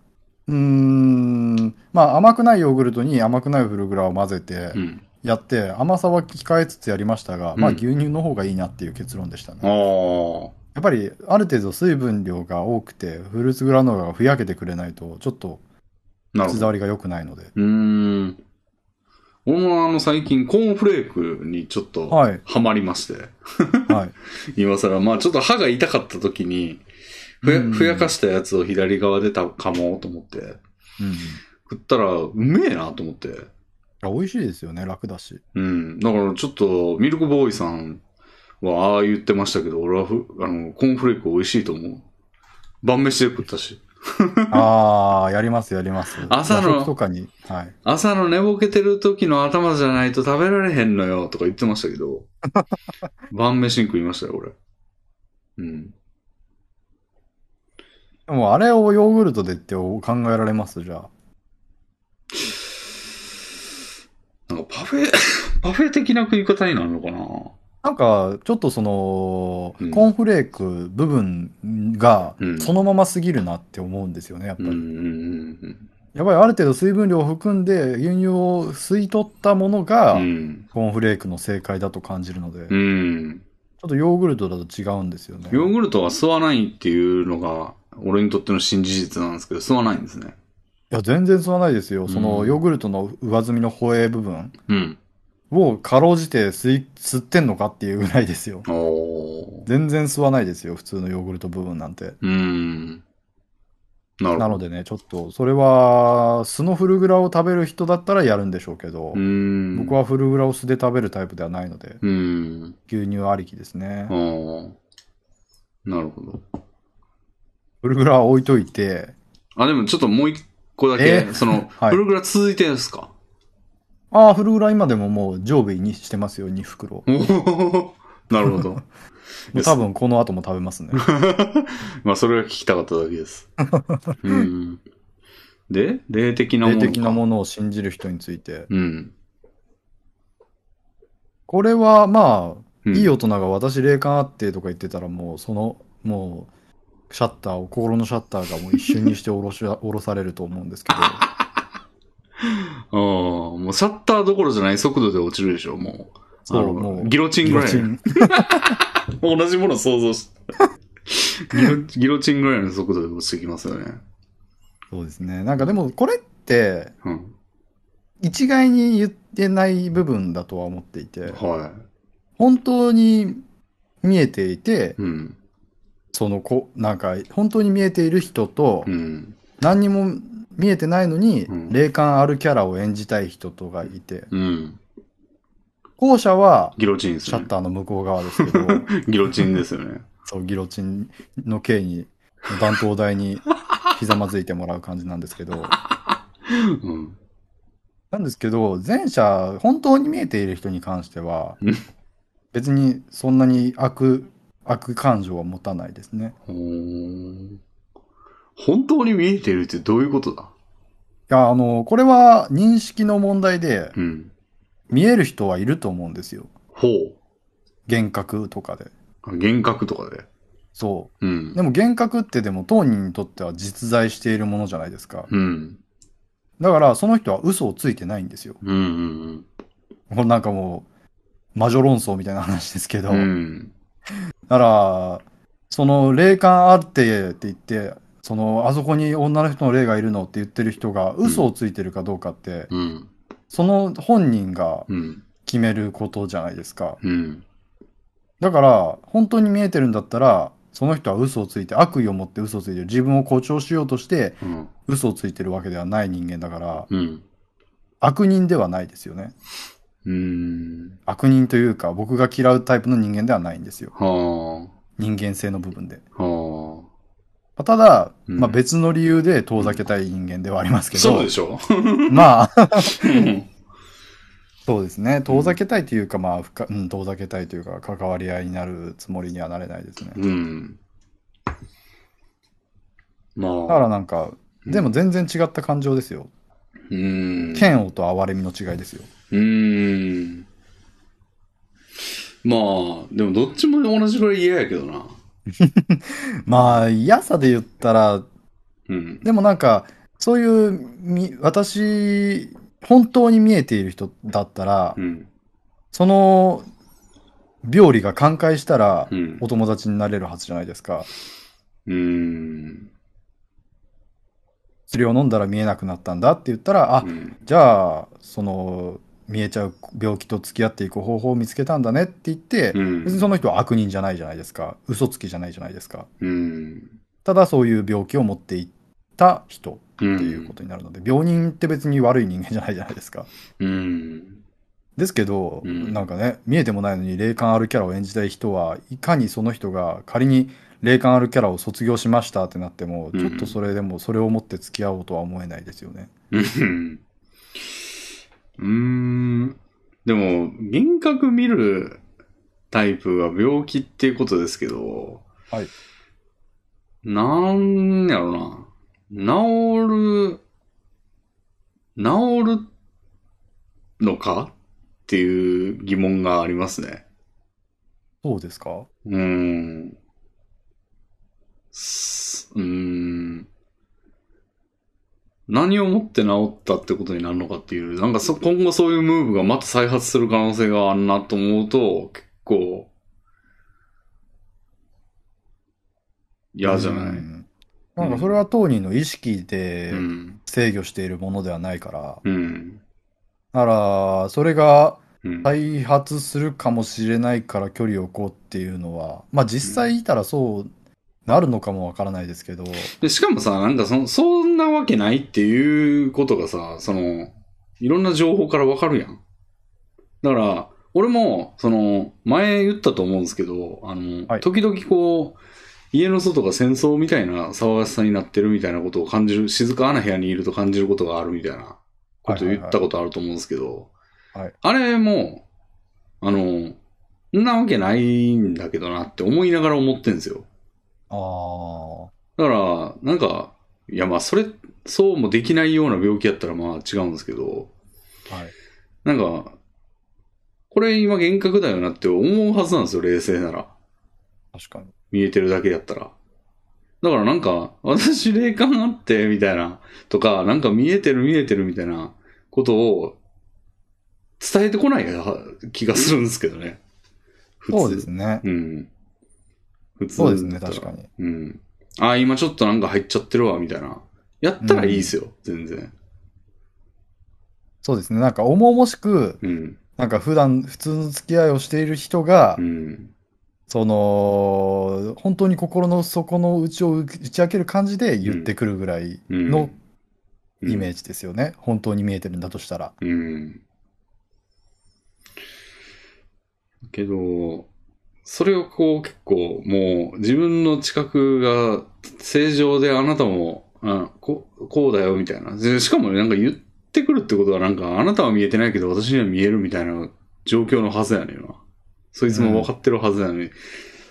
Speaker 2: うーん、まあ甘くないヨーグルトに甘くないフルグラを混ぜて
Speaker 1: うん。
Speaker 2: やって、甘さは控えつつやりましたが、まあ
Speaker 1: うん
Speaker 2: 牛乳の方がいいなっていう結論でしたね。
Speaker 1: ああ。
Speaker 2: やっぱりある程度水分量が多くて、フルーツグラノーラがふやけてくれないと、ちょっと
Speaker 1: なるほど。
Speaker 2: 口触りが良くないので。
Speaker 1: うーん。俺もあの最近コーンフレークにちょっと
Speaker 2: はい、
Speaker 1: ハマりまして、
Speaker 2: はい。
Speaker 1: 今更、まあちょっと歯が痛かった時に、ふや
Speaker 2: うん
Speaker 1: ふやかしたやつを左側でたかもと思って、
Speaker 2: うん。い
Speaker 1: 食ったらうめえなと思って。
Speaker 2: や美味しいですよね、楽だ
Speaker 1: [LAUGHS]
Speaker 2: し。
Speaker 1: うん。だからちょっとミルクボーイさんはああ言ってましたけど、俺はふあのコーンフレーク美味しいと思う。晩飯で食ったし。
Speaker 2: ああ、やります、やります。
Speaker 1: [LAUGHS] 朝の
Speaker 2: 夜食とかに。はい。
Speaker 1: 朝の寝ぼけてる時の頭じゃないと食べられへんのよとか言ってましたけ [LAUGHS] ど、晩飯に食いましたよ、俺。うん。
Speaker 2: でもあれをヨーグルトでって考えられますじゃあ。
Speaker 1: なんかパフェ、 [LAUGHS] パフェ的な食い方になるのかな
Speaker 2: なんか、ちょっとその、
Speaker 1: うん
Speaker 2: コーンフレーク部分が
Speaker 1: うん
Speaker 2: そのまますぎるなって思うんですよね、やっぱ
Speaker 1: うん
Speaker 2: り。
Speaker 1: うんうん
Speaker 2: やっぱりある程度水分量を含んで牛乳を吸い取ったもの
Speaker 1: う
Speaker 2: が、
Speaker 1: ん。
Speaker 2: コーンフレークの正解だと感じるので、
Speaker 1: う
Speaker 2: ち
Speaker 1: ん。
Speaker 2: ょっとヨーグルトだと違うんですよね。
Speaker 1: ヨーグルトは吸わないっていうのが、俺にとっての新事実なんですけど、吸わないんですね。
Speaker 2: いや、全然吸わないですよ。その
Speaker 1: うん
Speaker 2: ヨーグルトの上積みのホエー部分
Speaker 1: うん。
Speaker 2: をかろうじて吸い吸ってんのかっていうぐらいですよ。
Speaker 1: おー。
Speaker 2: 全然吸わないですよ、普通のヨーグルト部分なんて。
Speaker 1: うん。なるほど。
Speaker 2: なのでね、ちょっと、それは、素のフルグラを食べる人だったらやるんでしょうけど
Speaker 1: う、ん。
Speaker 2: 僕。はフルグラを素で食べるタイプではないので、
Speaker 1: うん。
Speaker 2: 牛乳ありきですね
Speaker 1: あ。ーなるほど。
Speaker 2: フルグラは置いといて、
Speaker 1: あ、でもちょっともう一個だけ、
Speaker 2: え
Speaker 1: その、
Speaker 2: [LAUGHS] はい
Speaker 1: フルグラ続いてるんですか
Speaker 2: ああ、フルグラ今でももう常備にしてますよ、2袋。
Speaker 1: おー [LAUGHS] なるほど。です
Speaker 2: 多分この後も食
Speaker 1: [LAUGHS]
Speaker 2: べますね。
Speaker 1: まあ、それが聞きたかっただけ
Speaker 2: [LAUGHS]
Speaker 1: です。うん、で、霊的なも
Speaker 2: 霊
Speaker 1: のか。
Speaker 2: 的なものを信じる人について。
Speaker 1: うん。
Speaker 2: これはまあ、
Speaker 1: うん
Speaker 2: いい大人が私霊感あってとか言ってたらもうその、もう、シャッターを、心のシャッターがもう一瞬にして下ろし、下ろされると思うんです
Speaker 1: [LAUGHS]
Speaker 2: けど。
Speaker 1: ああ、もうシャッターどころじゃない速度で落ちるでしょ、もう。
Speaker 2: そ
Speaker 1: あ
Speaker 2: う、
Speaker 1: の
Speaker 2: もう。
Speaker 1: ギロチン
Speaker 2: ギ
Speaker 1: ぐ
Speaker 2: ロ
Speaker 1: らい
Speaker 2: チ。ン
Speaker 1: 同じものを想像
Speaker 2: [LAUGHS]
Speaker 1: しギロギロチンぐらいの速度で落ちてきますよね。
Speaker 2: そうですね。なんかでもこれって、
Speaker 1: うん。
Speaker 2: 一概に言ってない部分だとは思っていて、
Speaker 1: は
Speaker 2: 本当に見えていて
Speaker 1: い。、うん。
Speaker 2: そのこ、なんか、本当に見えている人と
Speaker 1: う、ん。
Speaker 2: 何にも見えてないのに
Speaker 1: う、ん
Speaker 2: 霊感あるキャラを演じたい人とがいて、
Speaker 1: うん。
Speaker 2: 後者は、
Speaker 1: ギロチンです
Speaker 2: シ
Speaker 1: ね
Speaker 2: ャッ。ターの向こう側ですけど、
Speaker 1: [LAUGHS] ギロチンですよね。
Speaker 2: そう、ギロチンの刑に、断頭台にひざまずいてもらう感じなんですけど、
Speaker 1: うん。
Speaker 2: なんですけど、前者、本当に見えている人に関しては
Speaker 1: うん、
Speaker 2: 別にそんなに悪、悪感情は持たないですね。
Speaker 1: ほー本当に見えてるってどういうことだ
Speaker 2: いや、あの、これは認識の問題で、
Speaker 1: うん。
Speaker 2: 見える人はいると思うんですよ。
Speaker 1: ほ
Speaker 2: 幻覚とかで。
Speaker 1: う。幻覚とかで。
Speaker 2: そうう。
Speaker 1: ん
Speaker 2: で。も幻覚ってでも当人にとっては実在しているものじゃないですか。
Speaker 1: うん。
Speaker 2: だからその人は嘘をついてないんですよ。
Speaker 1: うん。うん。
Speaker 2: これなんかもう、魔女論争みたいな話ですけど。
Speaker 1: う
Speaker 2: だ
Speaker 1: ん。
Speaker 2: から、その霊感あってって言って、そのあそこに女の人の霊がいるのって言ってる人が嘘をついてるかどうかって、
Speaker 1: うん。
Speaker 2: その本人が
Speaker 1: うん。
Speaker 2: 決めることじゃないですか。
Speaker 1: うん。
Speaker 2: だから、本当に見えてるんだったら、その人は嘘をついて、悪意を持って嘘をついてる。自分を誇張しようとして、
Speaker 1: うん。
Speaker 2: 嘘をついてるわけではない人間だから、
Speaker 1: うん。
Speaker 2: 悪人ではないですよね。
Speaker 1: うん。
Speaker 2: 悪人というか、僕が嫌うタイプの人間ではないんですよ。
Speaker 1: は
Speaker 2: 人間性の部分で。
Speaker 1: あ。はあ。
Speaker 2: まあただ、
Speaker 1: うん
Speaker 2: まあ別の理由で遠ざけたい人間ではありますけど、
Speaker 1: しょ
Speaker 2: ま
Speaker 1: [LAUGHS]
Speaker 2: あ、[LAUGHS]
Speaker 1: うん。
Speaker 2: そうですね。遠ざけたいというか、まあ、ふかうん、遠ざけたいというか、関わり合いになるつもりにはなれないですね。
Speaker 1: うん。ま
Speaker 2: だか
Speaker 1: あ。
Speaker 2: らなんか、
Speaker 1: うん
Speaker 2: でも全然違った感情ですよ。
Speaker 1: うん。
Speaker 2: 嫌悪と哀れみの違いですよ。
Speaker 1: うーん。まあ、でもどっちも同じぐらい嫌やけどな。
Speaker 2: まあ、嫌さで言ったら、
Speaker 1: うん。
Speaker 2: でもなんか、そういうみ、私、本当に見えている人だったら
Speaker 1: う、ん。
Speaker 2: その、病理が寛解したら
Speaker 1: う、ん
Speaker 2: お。友達になれるはずじゃないですか。
Speaker 1: うん。
Speaker 2: 薬を飲んだら見えなくなったんだって言ったら、あ
Speaker 1: う、ん
Speaker 2: じゃあ、その、見えちゃう病気と付き合っていく方法を見つけたんだねって言って、
Speaker 1: うん
Speaker 2: 別にその人は悪人じゃないじゃないですか。嘘つきじゃないじゃないですか。
Speaker 1: うん。
Speaker 2: ただそういう病気を持っていった人
Speaker 1: う
Speaker 2: ってい
Speaker 1: ん
Speaker 2: うことになるので、病人って別に悪い人間じゃないじゃないですか。
Speaker 1: うん。
Speaker 2: ですけど、
Speaker 1: うん
Speaker 2: なんかね、見えてもないのに霊感あるキャラを演じたい人は、いかにその人が仮に霊感あるキャラを卒業しましたってなっても、
Speaker 1: うん
Speaker 2: ちょっとそれでもそれを持って付き合おうとは思えないですよね。
Speaker 1: うん。うーん。でも、幻覚見るタイプは病気っていうことですけど、
Speaker 2: はい。
Speaker 1: なんやろな。治る、治るのかっていう疑問がありますね。
Speaker 2: そうですか
Speaker 1: うーん。すうーん。何をもって治ったってことになるのかっていう、なんかそ、今後そういうムーブがまた再発する可能性があるなと思うと、結構、嫌じゃな
Speaker 2: う
Speaker 1: い。
Speaker 2: んなんかそれは当人の意識で
Speaker 1: うん。
Speaker 2: 制御しているものではないから、
Speaker 1: うん。
Speaker 2: なら、それが
Speaker 1: うん。
Speaker 2: 再発するかもしれないから距離を置こうっていうのは、まあ実際いたらそうなるのかもわからないですけど、
Speaker 1: で、しかもさ、なんかその、そんなわけないっていうことがさ、その、いろんな情報からわかるやん。だから、俺も、その、前言ったと思うんですけど、あの、
Speaker 2: はい
Speaker 1: 時々こう、家の外が戦争みたいな騒がしさになってるみたいなことを感じる、静かな部屋にいると感じることがあるみたいなことを言ったことあると思うんですけど、
Speaker 2: はい
Speaker 1: あれも、あの、そんなわけないんだけどなって思いながら思ってんですよ。
Speaker 2: ああ、
Speaker 1: だから、なんか、いやまあ、それ、そうもできないような病気やったらまあ違うんですけど、
Speaker 2: はい。
Speaker 1: なんか、これ今幻覚だよなって思うはずなんですよ、冷静なら。
Speaker 2: 確かに。
Speaker 1: 見えてるだけやったら。だからなんか、私霊感あって、みたいな、とか、なんか見えてる見えてるみたいなことを伝えてこない気がするんですけどね。普
Speaker 2: そうですね。
Speaker 1: うん。普通
Speaker 2: そうです
Speaker 1: だ
Speaker 2: ね、
Speaker 1: ったら
Speaker 2: 確かに。
Speaker 1: うん。あー、今ちょっとなんか入っちゃってるわ、みたいな。やったらいいですよ、全然。
Speaker 2: そうですね。なんか重々しく、
Speaker 1: うん。
Speaker 2: なんか普段普通の付き合いをしている人が
Speaker 1: う、ん。
Speaker 2: その、本当に心の底の内を打ち明ける感じで言ってくるぐらい
Speaker 1: うん。
Speaker 2: のイメ
Speaker 1: ージ。
Speaker 2: ージですよね。本当に見えてるんだとしたら。
Speaker 1: うん。けど、それをこう結構もう自分の知覚が正常であなたもあここうだよみたいな。でしかもなんか言ってくるってことはなんかあなたは見えてないけど私には見えるみたいな状況のはずやねんな。そいつも分かってるはずやのに。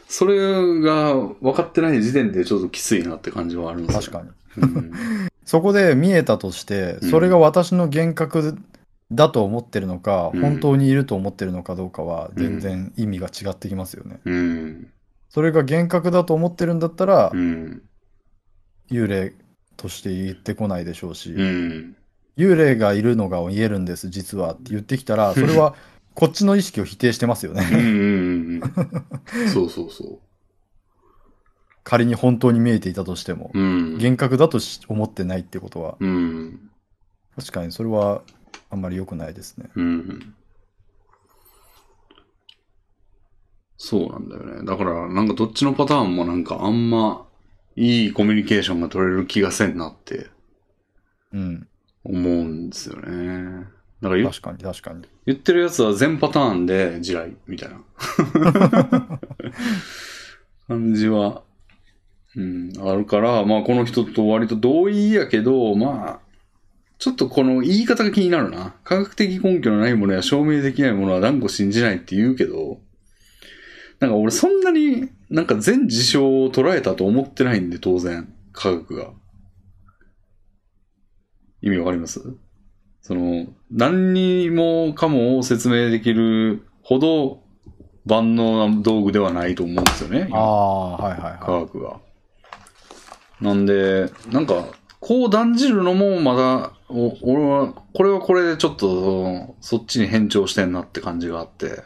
Speaker 1: それが分かってない時点でちょっときついなって感じはあるんです
Speaker 2: 確
Speaker 1: よ。
Speaker 2: かに。
Speaker 1: 確か
Speaker 2: そこで見えたとして、
Speaker 1: うん
Speaker 2: それが私の幻覚だと思ってるのか、
Speaker 1: うん
Speaker 2: 本当にいると思ってるのかどうかは、全然意味が違ってきますよね。
Speaker 1: に。うん。
Speaker 2: それが幻覚だと思ってるんだったら
Speaker 1: う、ん。
Speaker 2: 幽霊として言ってこないでしょうし、
Speaker 1: うん。
Speaker 2: 幽霊がいるのが言えるんです、実はって言ってきたら、それはこっちの意識を否定してますよ
Speaker 1: うん
Speaker 2: ね。
Speaker 1: うんうん
Speaker 2: [LAUGHS]
Speaker 1: うん。そうそうそ
Speaker 2: 仮に本当に見えていたとしても。
Speaker 1: う。うん。
Speaker 2: 幻覚だとし思ってないってことは、
Speaker 1: うん。
Speaker 2: 確かにそれはあんまり良くないですね。
Speaker 1: うん。そうなんだよね。だから、なんかどっちのパターンもなんかあんまいいコミュニケーションが取れる気がせんなって
Speaker 2: うん。
Speaker 1: 思うんですよね。だから言
Speaker 2: 確かに確かに。
Speaker 1: 言ってるやつは全パターンで地雷みたいな感じは、うん、あるから、まあこの人と割と同意やけど、まあ、ちょっとこの言い方が気になるな。科学的根拠のないものや証明できないものは断固信じないって言うけど、なんか俺そんなになんか全事象を捉えたと思ってないんで当然、科学が。意味わかりますその、何にもかもを説明できるほど万能な道具ではないと思うんですよね、
Speaker 2: あ
Speaker 1: 今
Speaker 2: あ、はいはい
Speaker 1: 科
Speaker 2: はい。
Speaker 1: 学が。なんで、なんか、こう断じるのもまだ、お俺は、これはこれでちょっとその、そっちに偏重してんなって感じがあって。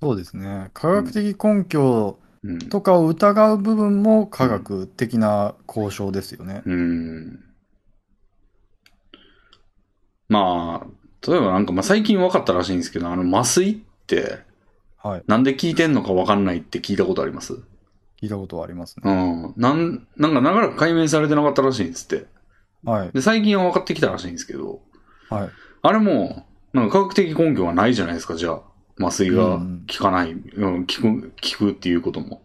Speaker 2: そうですね。科学的根拠
Speaker 1: うん。
Speaker 2: とかを疑う部分も科学的な交渉ですよね。
Speaker 1: うん。まあ、例えばなんか、まあ最近分かったらしいんですけど、あの、麻酔って、
Speaker 2: はい。
Speaker 1: なんで効いてんのか分かんないって聞いたことあります
Speaker 2: 聞いたことはあります
Speaker 1: う
Speaker 2: ね。
Speaker 1: ん。なん、なんか長らく解明されてなかったらしいんですって。
Speaker 2: はい。
Speaker 1: で、最近は分かってきたらしいんですけど、
Speaker 2: はい。
Speaker 1: あれも、なんか科学的根拠はないじゃないですか、じゃあ。麻酔が効かない、うん、効く、効くっていうことも。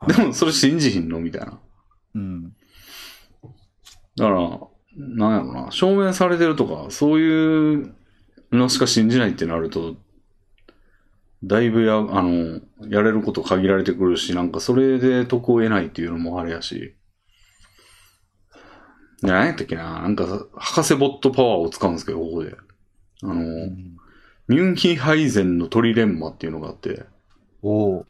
Speaker 2: はい
Speaker 1: でも、それ信じひんのみたいな。
Speaker 2: うん。
Speaker 1: だから、なんやろな、証明されてるとか、そういうのしか信じないってなると、だいぶや、あの、やれること限られてくるし、なんかそれで得を得ないっていうのもあれやし。で何やったっけな、なんか、博士ボットパワーを使うんですけど、ここで。あ
Speaker 2: う
Speaker 1: の、
Speaker 2: ん
Speaker 1: ミュンヒハイゼンのトリレンマっていうのがあって、
Speaker 2: おお。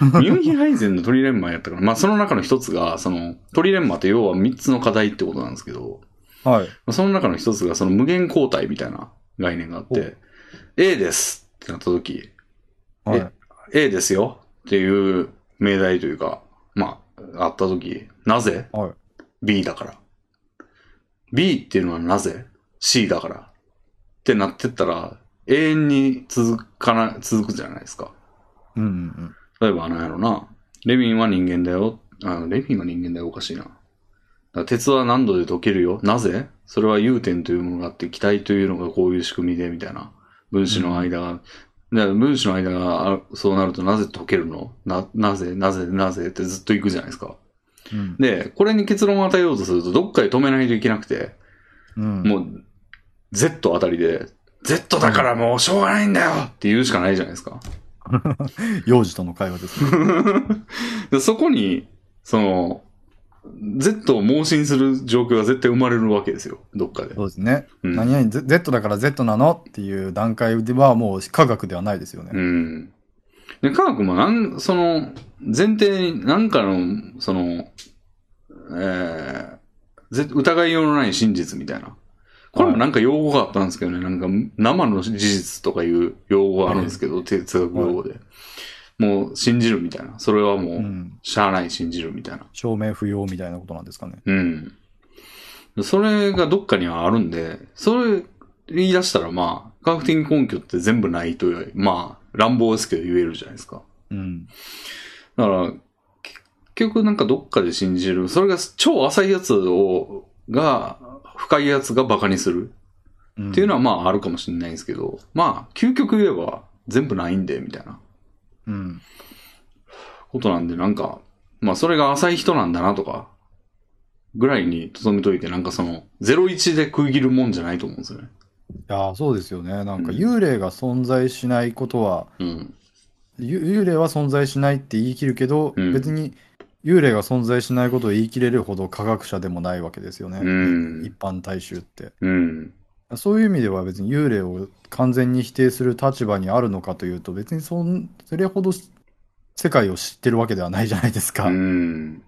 Speaker 1: ミュンヒハイゼンのトリレンマやったから、まあその中の一つが、その、トリレンマって要は3つの課題ってことなんですけど、
Speaker 2: はい。
Speaker 1: その中の一つがその無限交代みたいな概念があって、A ですってなった時、
Speaker 2: はい。
Speaker 1: A ですよっていう命題というか、まあ、あった時、なぜ
Speaker 2: はい。
Speaker 1: ?B だから。B っていうのはなぜ ?C だから。ってなってったら、永遠に続かな、続くじゃないですか。
Speaker 2: うんうん
Speaker 1: 例えばなんやろな、レビンは人間だよ。あレビンは人間だよ、おかしいな。だから鉄は何度で溶けるよ。なぜそれは融点というものがあって、気体というのがこういう仕組みで、みたいな。分子の間が、だから分子の間があそうなるとなぜ溶けるのな、なぜ、なぜ、なぜってずっと行くじゃないですか。
Speaker 2: うん。
Speaker 1: で、これに結論を与えようとすると、どっかで止めないといけなくて、
Speaker 2: うん。
Speaker 1: もう、Z あたりで、Z だからもうしょうがないんだよって言うしかないじゃないですか。
Speaker 2: 幼児との会
Speaker 1: [LAUGHS]
Speaker 2: 話ですね。
Speaker 1: でそこに、その、Z を盲信する状況が絶対生まれるわけですよ、どっかで。
Speaker 2: そうですね。
Speaker 1: うん
Speaker 2: 何々、Z- Z だから Z なのっていう段階ではもう科学ではないですよね。
Speaker 1: うん。で、科学もなん、その、前提に、なんかの、その、えー、ぜ疑いようのない真実みたいな。これもなんか用語があったんですけどね、なんか生の事実とかいう用語があるんですけど、哲学用語で。もう信じるみたいな。それは
Speaker 2: う
Speaker 1: もう、
Speaker 2: ん。
Speaker 1: しゃあない信じるみたいな。
Speaker 2: 証明不要みたいなことなんですかね。
Speaker 1: うん。それがどっかにはあるんで、それ言い出したらまあ、科学的根拠って全部ないという、まあ、乱暴ですけど言えるじゃないですか。
Speaker 2: うん。
Speaker 1: だから、結局なんかどっかで信じる。それが超浅いやつを、が、深いやつが馬鹿にする
Speaker 2: っ
Speaker 1: っていうの
Speaker 2: は、
Speaker 1: はまああるかもしれないんですけど、まあ、究極言えば全部ないんで、みたいな
Speaker 2: うん。
Speaker 1: ことなんで、なんか、まあそれが浅い人なんだなとか、ぐらいに留めといて、なんかその、01で食い切るもんじゃないと思うんですよね。
Speaker 2: いやー、そうですよね。なんか
Speaker 1: うん
Speaker 2: 幽霊が存在しないことは、
Speaker 1: うん。
Speaker 2: ゆ幽霊は存在しないって言い切るけど、
Speaker 1: うん
Speaker 2: 別に幽霊が存在しないことを言い切れるほど科学者でもないわけですよね。
Speaker 1: うん
Speaker 2: 一般大衆って。
Speaker 1: うん。
Speaker 2: そういう意味では別に幽霊を完全に否定する立場にあるのかというと別にそんそれほどし世界を知ってるわけではないじゃないですか。
Speaker 1: うん。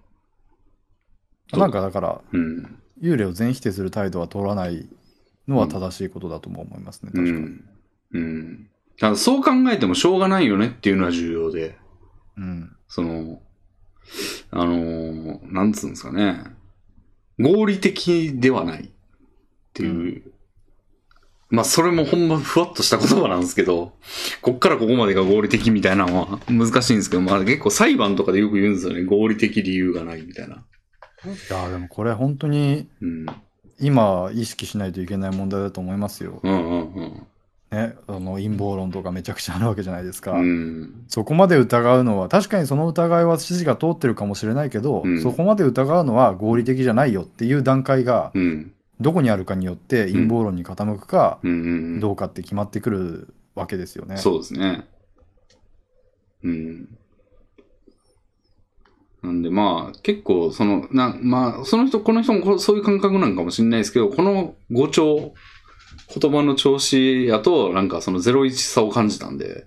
Speaker 2: なんかだから
Speaker 1: うん。
Speaker 2: 幽霊を全否定する態度は取らないのは正しいことだとも思いますね。
Speaker 1: う
Speaker 2: 確かに。
Speaker 1: ん。うん。だからそう考えてもしょうがないよねっていうのは重要で、
Speaker 2: うん。
Speaker 1: その、あのーなんつうんですかね、合理的ではないっていう、まあそれもほんまふわっとした言葉なんですけど、こっからここまでが合理的みたいなのは難しいんですけど、まあ結構裁判とかでよく言うんですよね、合理的理由がないみたいな。
Speaker 2: いやーでもこれ本当に
Speaker 1: うん。
Speaker 2: 今意識しないといけない問題だと思いますよ。
Speaker 1: うんうんうん。
Speaker 2: ね。あの陰謀論とかめちゃくちゃあるわけじゃないですか。
Speaker 1: うん。
Speaker 2: そこまで疑うのは確かにその疑いは筋が通ってるかもしれないけど、
Speaker 1: うん
Speaker 2: そこまで疑うのは合理的じゃないよっていう段階が、
Speaker 1: うん。
Speaker 2: どこにあるかによって陰謀論に傾くか
Speaker 1: うんうん。
Speaker 2: どうかって決まってくるわけですよね。
Speaker 1: そうですね。うん。なんでまあ、結構、その、な、まあ、その人、この人もこそういう感覚なんかもしれないですけど、この語調、言葉の調子やと、なんかその01差を感じたんで、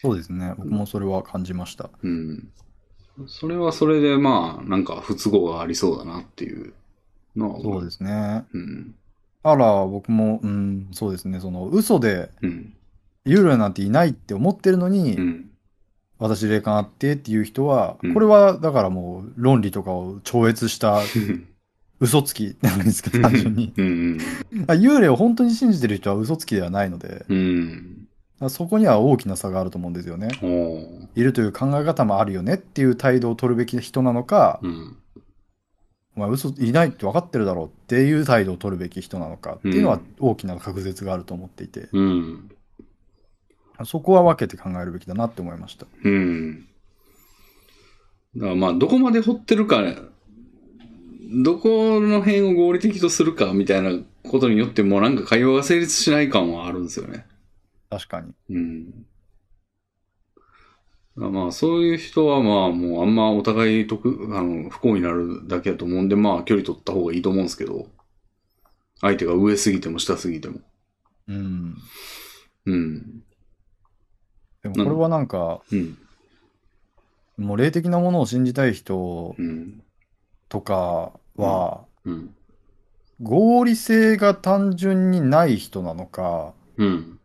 Speaker 2: そうですね。僕もそれは感じました。
Speaker 1: うん。それはそれで、まあ、なんか不都合がありそうだなっていうのは。
Speaker 2: そうですすね。
Speaker 1: うん。
Speaker 2: あら、僕も、うん、そうですね。その、嘘で
Speaker 1: うん。
Speaker 2: 幽霊なんていないって思ってるのに、
Speaker 1: うん。
Speaker 2: 私霊感あってっていう人は、
Speaker 1: うん
Speaker 2: これはだからもう論理とかを超越した嘘つき [LAUGHS] なんですけど、単純に。
Speaker 1: うん。
Speaker 2: あ幽霊を本当に信じてる人は嘘つきではないので、
Speaker 1: うん。
Speaker 2: あそこには大きな差があると思うんですよね。
Speaker 1: おー
Speaker 2: いるという考え方もあるよねっていう態度を取るべき人なのか、
Speaker 1: うん。
Speaker 2: お前嘘いないって分かってるだろうっていう態度を取るべき人なのかっていうの
Speaker 1: う
Speaker 2: は
Speaker 1: ん
Speaker 2: 大きな確絶があると思っていて、
Speaker 1: うん。
Speaker 2: そこは分けて考えるべきだなって思いました。
Speaker 1: うん。だからまあ、どこまで掘ってるか、どこの辺を合理的とするかみたいなことによってもうなんか会話が成立しない感はあるんですよね。
Speaker 2: 確かに。
Speaker 1: うん。まあ、そういう人はまあ、もうあんまお互い得、あの、不幸になるだけだと思うんで、まあ、距離取った方がいいと思うんですけど、相手が上すぎても下すぎても。
Speaker 2: うん。
Speaker 1: うん。
Speaker 2: でもこれはなんか、
Speaker 1: うん。
Speaker 2: もう霊的なものを信じたい人
Speaker 1: うん。
Speaker 2: とかは、
Speaker 1: うん。
Speaker 2: 合理性が単純にない人なのか、
Speaker 1: うん。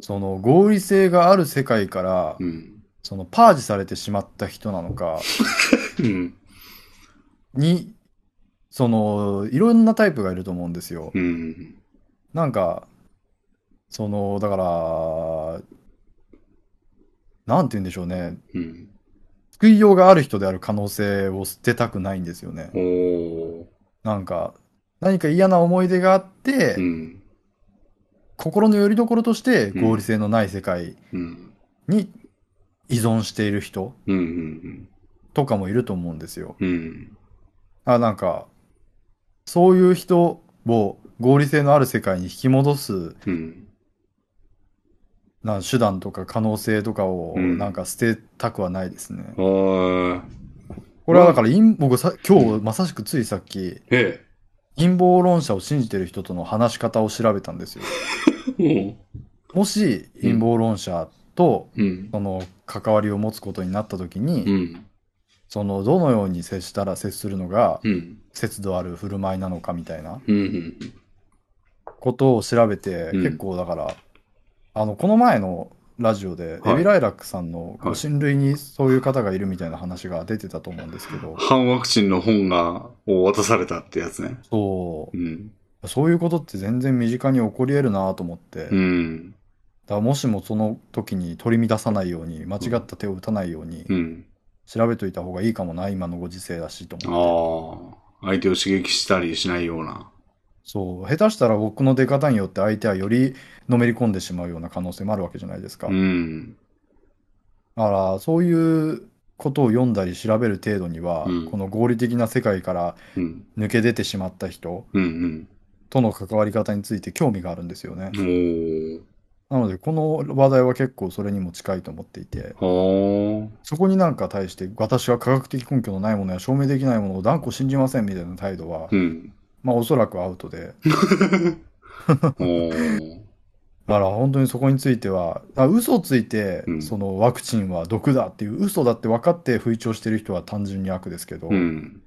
Speaker 2: その合理性がある世界から、
Speaker 1: うん。
Speaker 2: そのパージされてしまった人なのか
Speaker 1: うん。
Speaker 2: に、その、いろんなタイプがいると思うんですよ。
Speaker 1: うん。
Speaker 2: なんか、その、だから、なんて言うんでしょうね。
Speaker 1: うん。
Speaker 2: 救いようがある人である可能性を捨てたくないんですよね。
Speaker 1: おー。
Speaker 2: なんか、何か嫌な思い出があって、
Speaker 1: うん。
Speaker 2: 心の拠り所として合理性のない世界
Speaker 1: うん。
Speaker 2: に依存している人
Speaker 1: うん。うん。
Speaker 2: とかもいると思うんですよ。
Speaker 1: うん。
Speaker 2: あなんかそういう人を合理性のある世界に引き戻す
Speaker 1: うん。
Speaker 2: な手段とか可能性とかを
Speaker 1: うん
Speaker 2: なんか捨てたくはないですね。
Speaker 1: おー。
Speaker 2: これはだから陰僕さ今日まさしくついさっき
Speaker 1: え
Speaker 2: 陰謀論者を信じてる人との話し方を調べたんですよ。
Speaker 1: え。
Speaker 2: もし陰謀論者と
Speaker 1: うん。
Speaker 2: その関わりを持つことになった時に、
Speaker 1: うん。
Speaker 2: そのどのように接したら接するのが
Speaker 1: うん。
Speaker 2: 節度ある振る舞いなのかみたいな
Speaker 1: うん。
Speaker 2: ことを調べて、
Speaker 1: うん
Speaker 2: 結構だからあのこの前のラジオで、
Speaker 1: はい
Speaker 2: エビライラックさんの
Speaker 1: はい
Speaker 2: ご親類にそういう方がいるみたいな話が出てたと思うんですけど、
Speaker 1: 反ワクチンの本が、を渡されたってやつね。
Speaker 2: そ
Speaker 1: うん。
Speaker 2: うそういうことって全然身近に起こり得るなと思っ
Speaker 1: う
Speaker 2: て、だ
Speaker 1: ん。
Speaker 2: からもしもその時に取り乱さないように間違った手を打たないように
Speaker 1: うん。
Speaker 2: 調べといた方がいいかもな今のご時世だしと
Speaker 1: あ
Speaker 2: 思って
Speaker 1: あ。相手を刺激したりしないような。
Speaker 2: そう下手したら僕の出方によって相手はよりのめり込んでしまうような可能性もあるわけじゃないですか。
Speaker 1: うん。
Speaker 2: だからそういうことを読んだり調べる程度には、
Speaker 1: うん
Speaker 2: この合理的な世界から
Speaker 1: うん。
Speaker 2: 抜け出てしまった人
Speaker 1: うん。
Speaker 2: との関わり方について興味があるんですよね
Speaker 1: う。ん。
Speaker 2: なのでこの話題は結構それにも近いと思っていて
Speaker 1: おー。は
Speaker 2: そこになんか対して私は科学的根拠のないものや証明できないものを断固信じませんみたいな態度は
Speaker 1: あ。うん。 [LAUGHS]
Speaker 2: まあおそらくアウトで
Speaker 1: おー。
Speaker 2: だから本当にそこについてはあ嘘をついて
Speaker 1: うん
Speaker 2: そのワクチンは毒だっていう嘘だって分かって吹聴してる人は単純に悪ですけど。
Speaker 1: うん。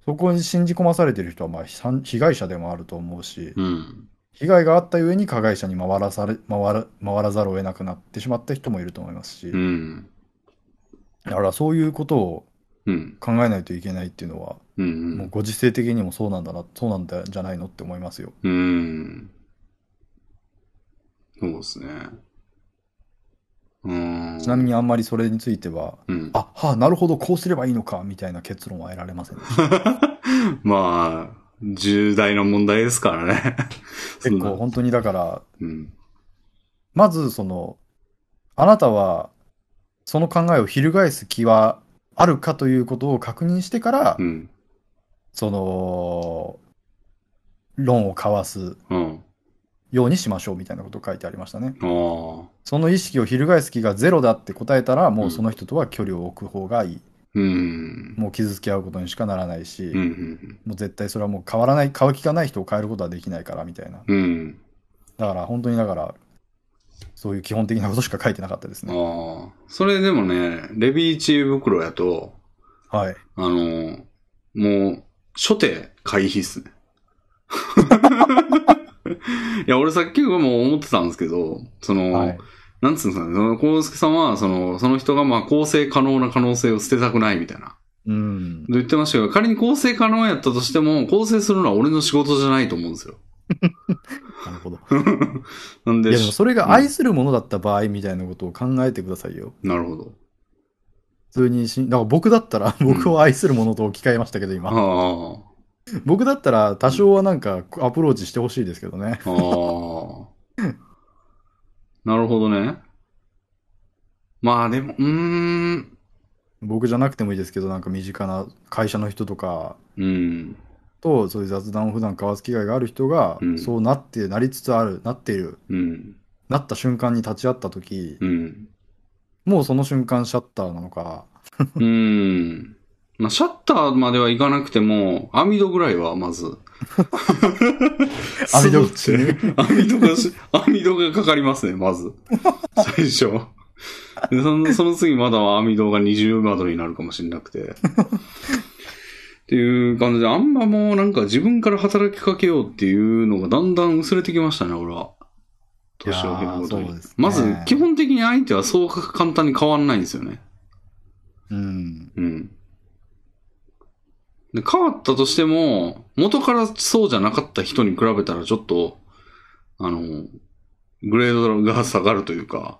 Speaker 1: そ
Speaker 2: そこに信じ込まされている人はまあ被害被害者でもあると思うし、
Speaker 1: うん。
Speaker 2: 被害があったゆえに加害者に回らされ回ら回らざるを得なくなってしまった人もいると思いますし、
Speaker 1: うん。
Speaker 2: だからそういうことを
Speaker 1: うん。
Speaker 2: 考えないといけないっていうのは、
Speaker 1: う。
Speaker 2: もうんご時世的にもそうなんだな、そうなんだじゃないのって思いますよ。
Speaker 1: うん。そうですね。うん。
Speaker 2: ちなみにあんまりそれについては、
Speaker 1: うん。
Speaker 2: あはあ、なるほど、こうすればいいのかみたいな結論は得られませんでした。
Speaker 1: まあ、重大な問題ですからね。
Speaker 2: [LAUGHS] 結構本当にだから、
Speaker 1: うん。
Speaker 2: まずその、あなたはその考えを翻す気はあるかということを確認してから
Speaker 1: う、ん。
Speaker 2: その、論を交わす
Speaker 1: うん。
Speaker 2: ようにしましょうみたいなこと書いてありましたね。
Speaker 1: ああ。
Speaker 2: その意識を翻す気がゼロだって答えたら、もうんうその人とは距離を置く方がいい。
Speaker 1: うん。
Speaker 2: もう傷つき合うことにしかならないし、
Speaker 1: うんうん。
Speaker 2: もう絶対それはもう変わらない、変わる気がない人を変えることはできないからみたいな。
Speaker 1: うん。
Speaker 2: だから本当にだから、そういう基本的なことしか書いてなかったですね。
Speaker 1: ああ。それでもね、レビーチ袋やと、
Speaker 2: はい。
Speaker 1: あのーもう、初手回避っ
Speaker 2: [LAUGHS]
Speaker 1: すね。いや、俺さっきはもう思ってたんですけど、その、
Speaker 2: はい。
Speaker 1: なんつうんですかね、その、コウスケさんは、その、その人がまあ構成可能な可能性を捨てたくないみたいな。
Speaker 2: うん。
Speaker 1: 言ってましたけど、仮に構成可能やったとしても、構成するのは俺の仕事じゃないと思うんですよ。 [LAUGHS]
Speaker 2: なるほど。
Speaker 1: なん
Speaker 2: い
Speaker 1: で
Speaker 2: や、でもそれが愛するものだった場合みたいなことを考えてくださいよ。
Speaker 1: なるほど。
Speaker 2: 普通にし、だから僕だったら、僕を愛するものと置き換えましたけど、今。
Speaker 1: ああ。
Speaker 2: 僕だったら、多少はなんかアプローチしてほしいですけどね。
Speaker 1: ああ。なるほどね。まあでも、うーん。
Speaker 2: 僕じゃなくてもいいですけど、なんか身近な会社の人とか
Speaker 1: うん。
Speaker 2: と、そういう雑談を普段交わす機会がある人が、
Speaker 1: うん
Speaker 2: そうなって、なりつつある、なっている、
Speaker 1: うん。
Speaker 2: なった瞬間に立ち会った時、
Speaker 1: うん。
Speaker 2: もうその瞬間シャッターなのか、
Speaker 1: うん。まあ、シャッターまではいかなくても、網戸ぐらいは、ま
Speaker 2: [LAUGHS]
Speaker 1: ず。 [LAUGHS]
Speaker 2: 網戸
Speaker 1: っ [LAUGHS] 網戸がし、網戸がかかりますね、まず。
Speaker 2: [LAUGHS]
Speaker 1: 最初。でそのその次まだ網戸が20マドルになるかもしれなくて。っていう感じで、あんまもうなんか自分から働きかけようっていうのがだんだん薄れてきましたね、俺は。年を経るごと
Speaker 2: いやーそ
Speaker 1: に
Speaker 2: うですね。
Speaker 1: まず、基本的に相手はそう簡単に変わんないんですよね。
Speaker 2: うん。
Speaker 1: うん。で、変わったとしても、元からそうじゃなかった人に比べたらちょっと、あの、グレードが下がるというか、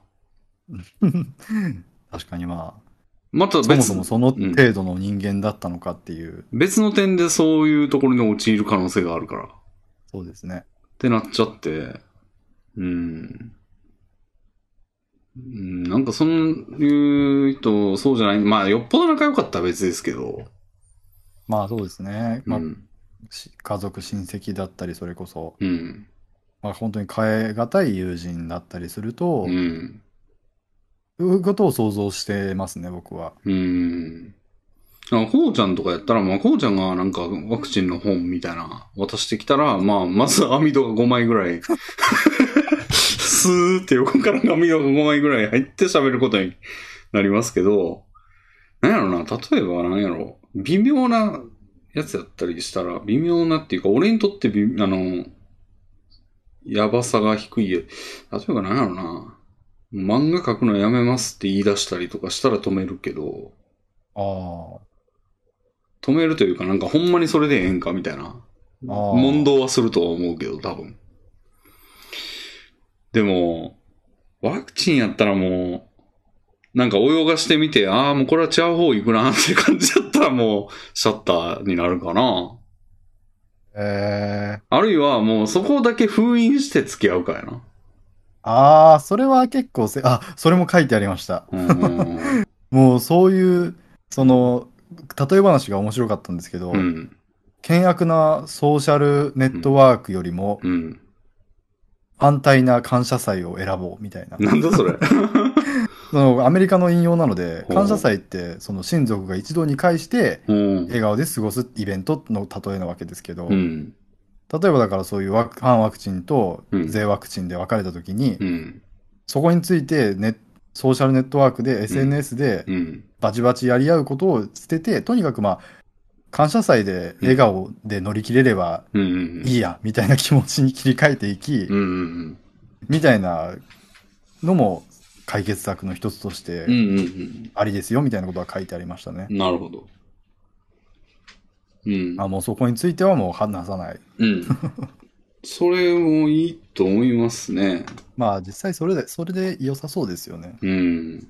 Speaker 2: 確かにま
Speaker 1: また
Speaker 2: あ、そも
Speaker 1: 別
Speaker 2: そもその程度の人間だったのかっていう、
Speaker 1: 別の点でそういうところに陥る可能性があるから、っ
Speaker 2: そうですね。
Speaker 1: てなっちゃって、うん。うん、なんかそういう人、そうじゃない、まあよっぽど仲良かったら別ですけど、
Speaker 2: まあそうですね。
Speaker 1: う
Speaker 2: まあ、
Speaker 1: ん。
Speaker 2: し家族、親戚だったり、それこそ、
Speaker 1: うん。
Speaker 2: まあ本当に変え難い友人だったりすると
Speaker 1: う、ん。
Speaker 2: そういうことを想像してますね、僕は。
Speaker 1: うーん。あ、こうちゃんとかやったら、まあ、こうちゃんがなんかワクチンの本みたいな渡してきたら、まあ、まず網戸が5枚ぐらい、スーって横から網戸が5枚ぐらい入って喋ることになりますけど、なんやろな、例えばなんやろ、微妙なやつやったりしたら、微妙なっていうか、俺にとってび、あの、やばさが低い。例えばなんやろな、漫画描くのやめますって言い出したりとかしたら止めるけど、
Speaker 2: ああ。
Speaker 1: 止めるというか、なんかほんまにそれでええんかみたいな。
Speaker 2: あー
Speaker 1: 問答はするとは思うけど、多分。でも、ワクチンやったらもう、なんか泳がしてみて、ああ、もうこれは違う方行くなって感じだったらもう、シャッターになるかな。
Speaker 2: ええ
Speaker 1: あるいはもうそこだけ封印して付き合うかやな。
Speaker 2: ああ、それは結構せ、あ、それも書いてありました。
Speaker 1: うーん。
Speaker 2: もうそういう、その、例え話が面白かったんですけど、
Speaker 1: うん。
Speaker 2: 険悪なソーシャルネットワークよりも、
Speaker 1: うん。
Speaker 2: 安泰な感謝祭を選ぼうみたいな。
Speaker 1: なんだそれ。
Speaker 2: そのアメリカの引用なので
Speaker 1: ほ、う
Speaker 2: 感謝祭って、その親族が一堂に会して、
Speaker 1: うん。
Speaker 2: 笑顔で過ごすイベントの例えなわけですけど、
Speaker 1: う
Speaker 2: 例
Speaker 1: ん。
Speaker 2: えばだからそういうワク反ワクチンと
Speaker 1: うん
Speaker 2: 税ワクチンで分かれた時に、
Speaker 1: うん。
Speaker 2: そこについてネソーシャルネットワークで SNS で
Speaker 1: うん。
Speaker 2: バチバチやり合うことを捨てて、とにかくまあ、感謝祭で笑顔で乗り切れれば
Speaker 1: うん。うん。
Speaker 2: いいや、みたいな気持ちに切り替えていき
Speaker 1: う、んうん
Speaker 2: みたいなのも解決策の一つとし
Speaker 1: うん。うんうん
Speaker 2: て
Speaker 1: うん。
Speaker 2: ありですよ、みたいなことは書いてありましたね。
Speaker 1: なるほど。うん。
Speaker 2: あもうそこについてはもう話さない。
Speaker 1: うん。それもいいと思いますね。
Speaker 2: まあ実際それで、それで良さそうですよね。
Speaker 1: うん。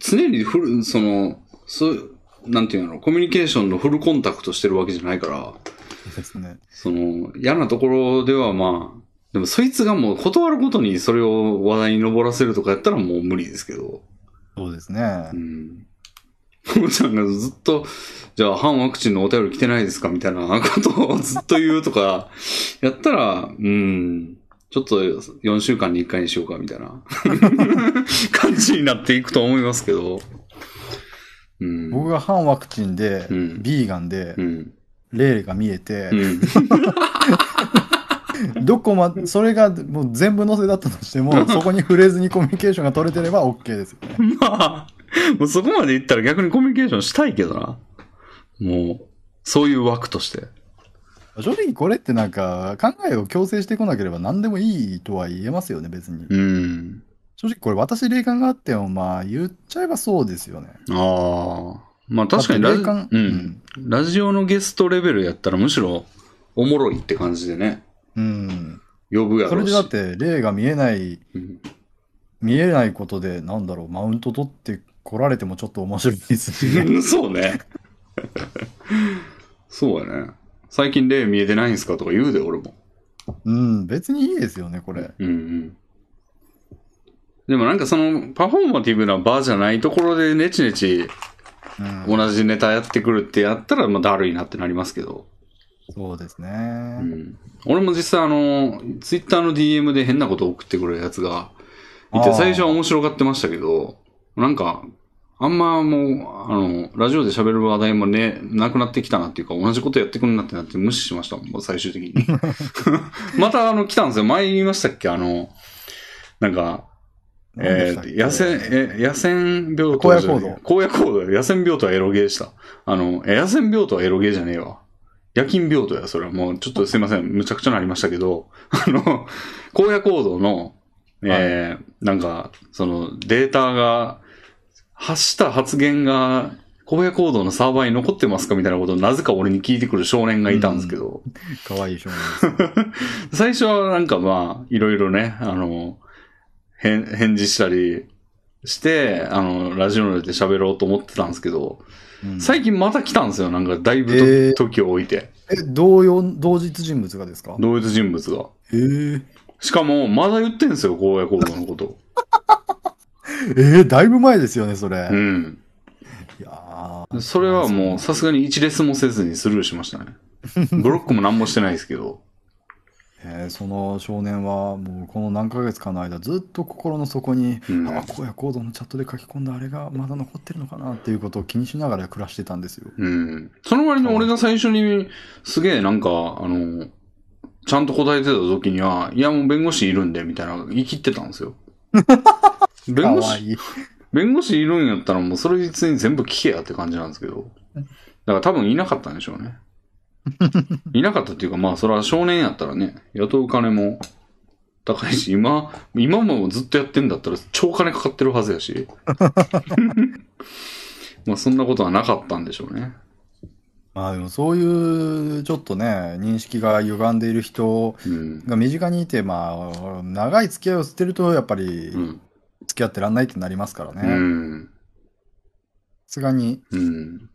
Speaker 1: 常にフル、その、そう、なんていうの、コミュニケーションのフルコンタクトしてるわけじゃないから、
Speaker 2: ですね。
Speaker 1: その、嫌なところではまあ、でもそいつがもう断ることにそれを話題に上らせるとかやったらもう無理ですけど。
Speaker 2: そうですね
Speaker 1: う。ん。ふもちゃんがずっと、じゃあ反ワクチンのお便り来てないですかみたいなことをずっと言うとか、やったら、うん、ちょっと4週間に1回にしようかみたいな感じになっていくと思いますけど。うん。
Speaker 2: 僕が反ワクチンで、
Speaker 1: うん
Speaker 2: ビーガンで
Speaker 1: う、ん。
Speaker 2: 霊が見えて
Speaker 1: う、ん。
Speaker 2: どこま、それがもう全部載せだったとしても、そこに触れずにコミュニケーションが取れてれば OK ですよね。
Speaker 1: まあ、もうそこまで行ったら逆にコミュニケーションしたいけどな。もう、そういう枠として。
Speaker 2: 正直これってなんか、考えを強制してこなければ何でもいいとは言えますよね、別に。
Speaker 1: うん。
Speaker 2: 正直これ私霊感があっても、まあ言っちゃえばそうですよね。
Speaker 1: ああ。まあ確かにラジ,、
Speaker 2: だって霊感
Speaker 1: う
Speaker 2: うん
Speaker 1: ん、ラジオのゲストレベルやったらむしろおもろいって感じでね。
Speaker 2: うん。
Speaker 1: 呼ぶや
Speaker 2: そ
Speaker 1: ろう
Speaker 2: れで
Speaker 1: し。
Speaker 2: だって霊が見えない、
Speaker 1: うん
Speaker 2: 見えないことで、なんだろう、マウント取って来られてもちょっと面白いですし
Speaker 1: [LAUGHS]
Speaker 2: ね。
Speaker 1: そうね。そうやね。最近霊見えてないんすかとか言うで、俺も。
Speaker 2: うん、別にいいですよね、これ。
Speaker 1: うんうん。でもなんかそのパフォーマティブな場じゃないところでネチネチ
Speaker 2: うん、
Speaker 1: 同じネタやってくるってやったらまあだるいなってなりますけど。
Speaker 2: そうですね。
Speaker 1: うん。俺も実際あの、ツイッターの DM で変なこと送ってくるやつがいて
Speaker 2: あー
Speaker 1: 最初は面白がってましたけど、なんか、あんまもう、あの、ラジオで喋る話題もね、なくなってきたなっていうか、同じことやってくるなってなって無視しましたもん、もう最終的に。
Speaker 2: [LAUGHS]
Speaker 1: またあの、来たんですよ。前言いましたっけあの、なんか、
Speaker 2: 何で
Speaker 1: え
Speaker 2: したっけ
Speaker 1: ー、野戦、え、野戦病棟
Speaker 2: 荒野
Speaker 1: じゃねえ
Speaker 2: 行動
Speaker 1: 荒野行動よ野戦病棟はエロゲーした。あの、え野戦病棟はエロゲーじゃねえわ。夜勤病棟や、それは。もう、ちょっとすいません。むちゃくちゃなりましたけど、 [LAUGHS] あの、荒野行動の、えーなんか、その、データが、発した発言が、荒野行動のサーバーに残ってますかみたいなことをなぜか俺に聞いてくる少年がいたんですけど、
Speaker 2: かわいい少年
Speaker 1: 最初はなんかまあ、いろいろね、あの、返返事したりして、あの、ラジオで喋ろうと思ってたんですけど、
Speaker 2: です。うん
Speaker 1: 最近また来たんですよ、なんかだいぶと、
Speaker 2: えー
Speaker 1: 時を置いて、
Speaker 2: え、同様、同日人物がですか
Speaker 1: 同一人物が。
Speaker 2: えー、
Speaker 1: しかも、まだ言ってんですよ、荒野行動のこと。
Speaker 2: えー、だいぶ前ですよね、それ。
Speaker 1: うん。
Speaker 2: いやー
Speaker 1: それはもう、さすがに一レスもせずにスルーしましたね。ブロックも何もしてないですけど。
Speaker 2: えーその少年はもうこの何ヶ月かの間ずっと心の底に、
Speaker 1: うん
Speaker 2: あ荒野行動のチャットで書き込んだあれがまだ残ってるのかなっていうことを気にしながら暮らしてたんですよ。
Speaker 1: うん。その割に俺が最初に、すげえなんか、あの、ちゃんと答えてた時には、いやもう弁護士いるんで、みたいな、言い切ってたんですよ。
Speaker 2: [LAUGHS] か
Speaker 1: 弁護
Speaker 2: わ
Speaker 1: 士、
Speaker 2: いい。
Speaker 1: 弁護士いるんやったらもうそれ実に全部聞けやって感じなんですけど。だから多分いなかったんでしょう
Speaker 2: [LAUGHS]
Speaker 1: ね。いなかったっていうか、まあそれは少年やったらね、雇う金も高いし、今、今もずっとやってんだったら超金かかってるはずや
Speaker 2: [LAUGHS]
Speaker 1: し。まあそんなことはなかったんでしょうね。
Speaker 2: まあでもそういうちょっとね、認識が歪んでいる人
Speaker 1: うん。
Speaker 2: が身近にいて、まあ、長い付き合いをしてるとやっぱり
Speaker 1: うん。
Speaker 2: 付き合ってらんないってなりますからね。
Speaker 1: う
Speaker 2: さ
Speaker 1: ん。
Speaker 2: すがに、
Speaker 1: うん。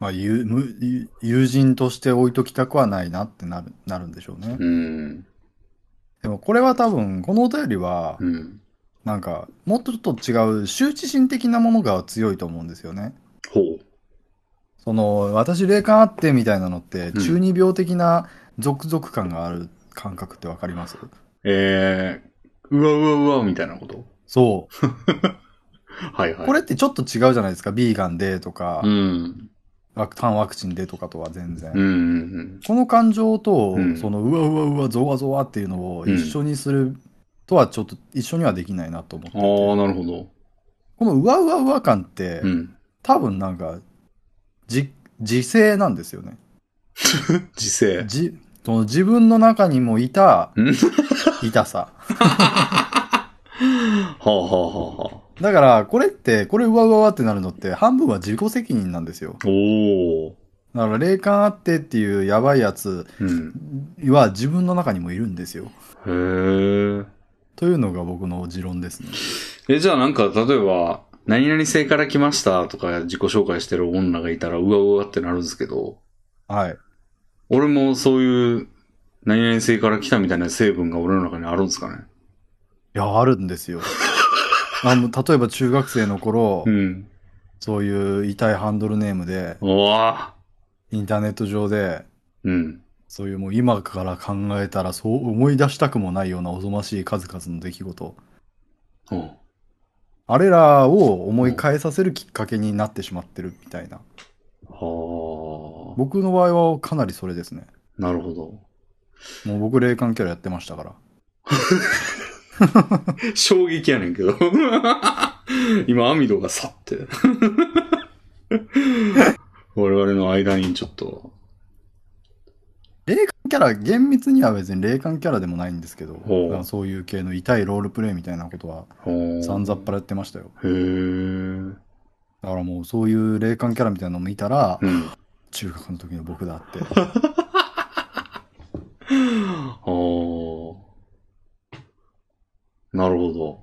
Speaker 2: まあ、友む友友人として置いときたくはないなってなるなるんでしょうね。
Speaker 1: うん。
Speaker 2: でもこれは多分、このお便りは、
Speaker 1: うん。
Speaker 2: なんか、もっとちょっと違う羞恥心的なものが強いと思うんですよね。
Speaker 1: ほ
Speaker 2: その、私霊感あってみたいなのって、
Speaker 1: うん
Speaker 2: 中二病的な続々感がある感覚ってわかります
Speaker 1: う。えー、うわうわうわみたいなこと
Speaker 2: そう。
Speaker 1: はいはい。
Speaker 2: これってちょっと違うじゃないですか。ビーガンでとか
Speaker 1: う、ん。
Speaker 2: ワクタンワクチンでとかとは全然。
Speaker 1: うんうん
Speaker 2: この感情と、
Speaker 1: うん
Speaker 2: そのうわうわうわゾワゾワっていうのを一緒にするとはちょっと一緒にはできないなと思って
Speaker 1: う
Speaker 2: て、
Speaker 1: ん。ああ、なるほど。
Speaker 2: このうわうわうわ感って、
Speaker 1: うん。
Speaker 2: 多分なんかじ自制なんですよね
Speaker 1: 時勢。
Speaker 2: じその自分の中にもいた
Speaker 1: うん
Speaker 2: 痛さ
Speaker 1: はあはあはあはあ。
Speaker 2: だからこれってこれうわうわうわってなるのって半分は自己責任なんですよ
Speaker 1: おお。
Speaker 2: だから霊感あってっていうやばいやつ
Speaker 1: うん。
Speaker 2: は自分の中にもいるんですよ
Speaker 1: へ
Speaker 2: というのが僕の持論ですね
Speaker 1: え。え、じゃあなんか、例えば、何々性から来ましたとか自己紹介してる女がいたら、うわうわってなるんですけど、
Speaker 2: はい
Speaker 1: 俺もそういう、何々性から来たみたいな成分が俺の中にあるんですかね。
Speaker 2: いや、ある
Speaker 1: [LAUGHS]
Speaker 2: んですよ。あの例えば中学生の頃、
Speaker 1: うん。
Speaker 2: そういう痛いハンドルネームで、
Speaker 1: うわあ。
Speaker 2: インターネット上で、
Speaker 1: うん。
Speaker 2: そういうもう今から考えたらそう思い出したくもないようなおぞましい数々の出来事、
Speaker 1: うん
Speaker 2: あれらを思い返させるきっかけになってしまってるみたいな。
Speaker 1: は
Speaker 2: 僕の場合はかなりそれですね。
Speaker 1: あ、なるほど。
Speaker 2: もう僕霊感キャラやってましたから。
Speaker 1: 衝撃やねんけど。 [LAUGHS] 今、網戸が去って。 [LAUGHS] 我々の間にちょっと。
Speaker 2: 霊感キャラ、厳密には別に霊感キャラでもないんですけど、
Speaker 1: ほう
Speaker 2: だからそういう系の痛いロールプレイみたいなことは、
Speaker 1: ほう
Speaker 2: さんざっぱらやってましたよ。
Speaker 1: へえ。うん。
Speaker 2: だからもうそういう霊感キャラみたいなの見たら、中学の時の僕だって。 [LAUGHS]
Speaker 1: あーなるほど。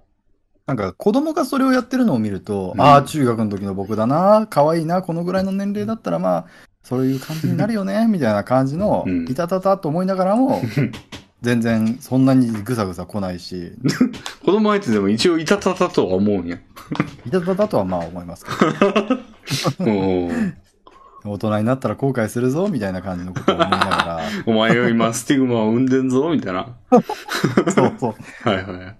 Speaker 2: なんか子供がそれをやってるのを見ると、
Speaker 1: うん
Speaker 2: ああ、中学の時の僕だな、可愛いな、このぐらいの年齢だったらまあ、そういう感じになるよね、みたいな感じの
Speaker 1: う、ん
Speaker 2: いたたたと思いながらも、全然そんなにぐさぐさ来ないし、
Speaker 1: 子供相手でも一応いたたたとは思うんや。 [LAUGHS]
Speaker 2: いたたたとはまあ思いますけ
Speaker 1: うん
Speaker 2: ど、大人になったら後悔するぞ、みたいな感じのことを思いなが
Speaker 1: [LAUGHS] お前よ今スティグマを生んでんぞ、みたいな。
Speaker 2: ら、そうそう。
Speaker 1: はいはい。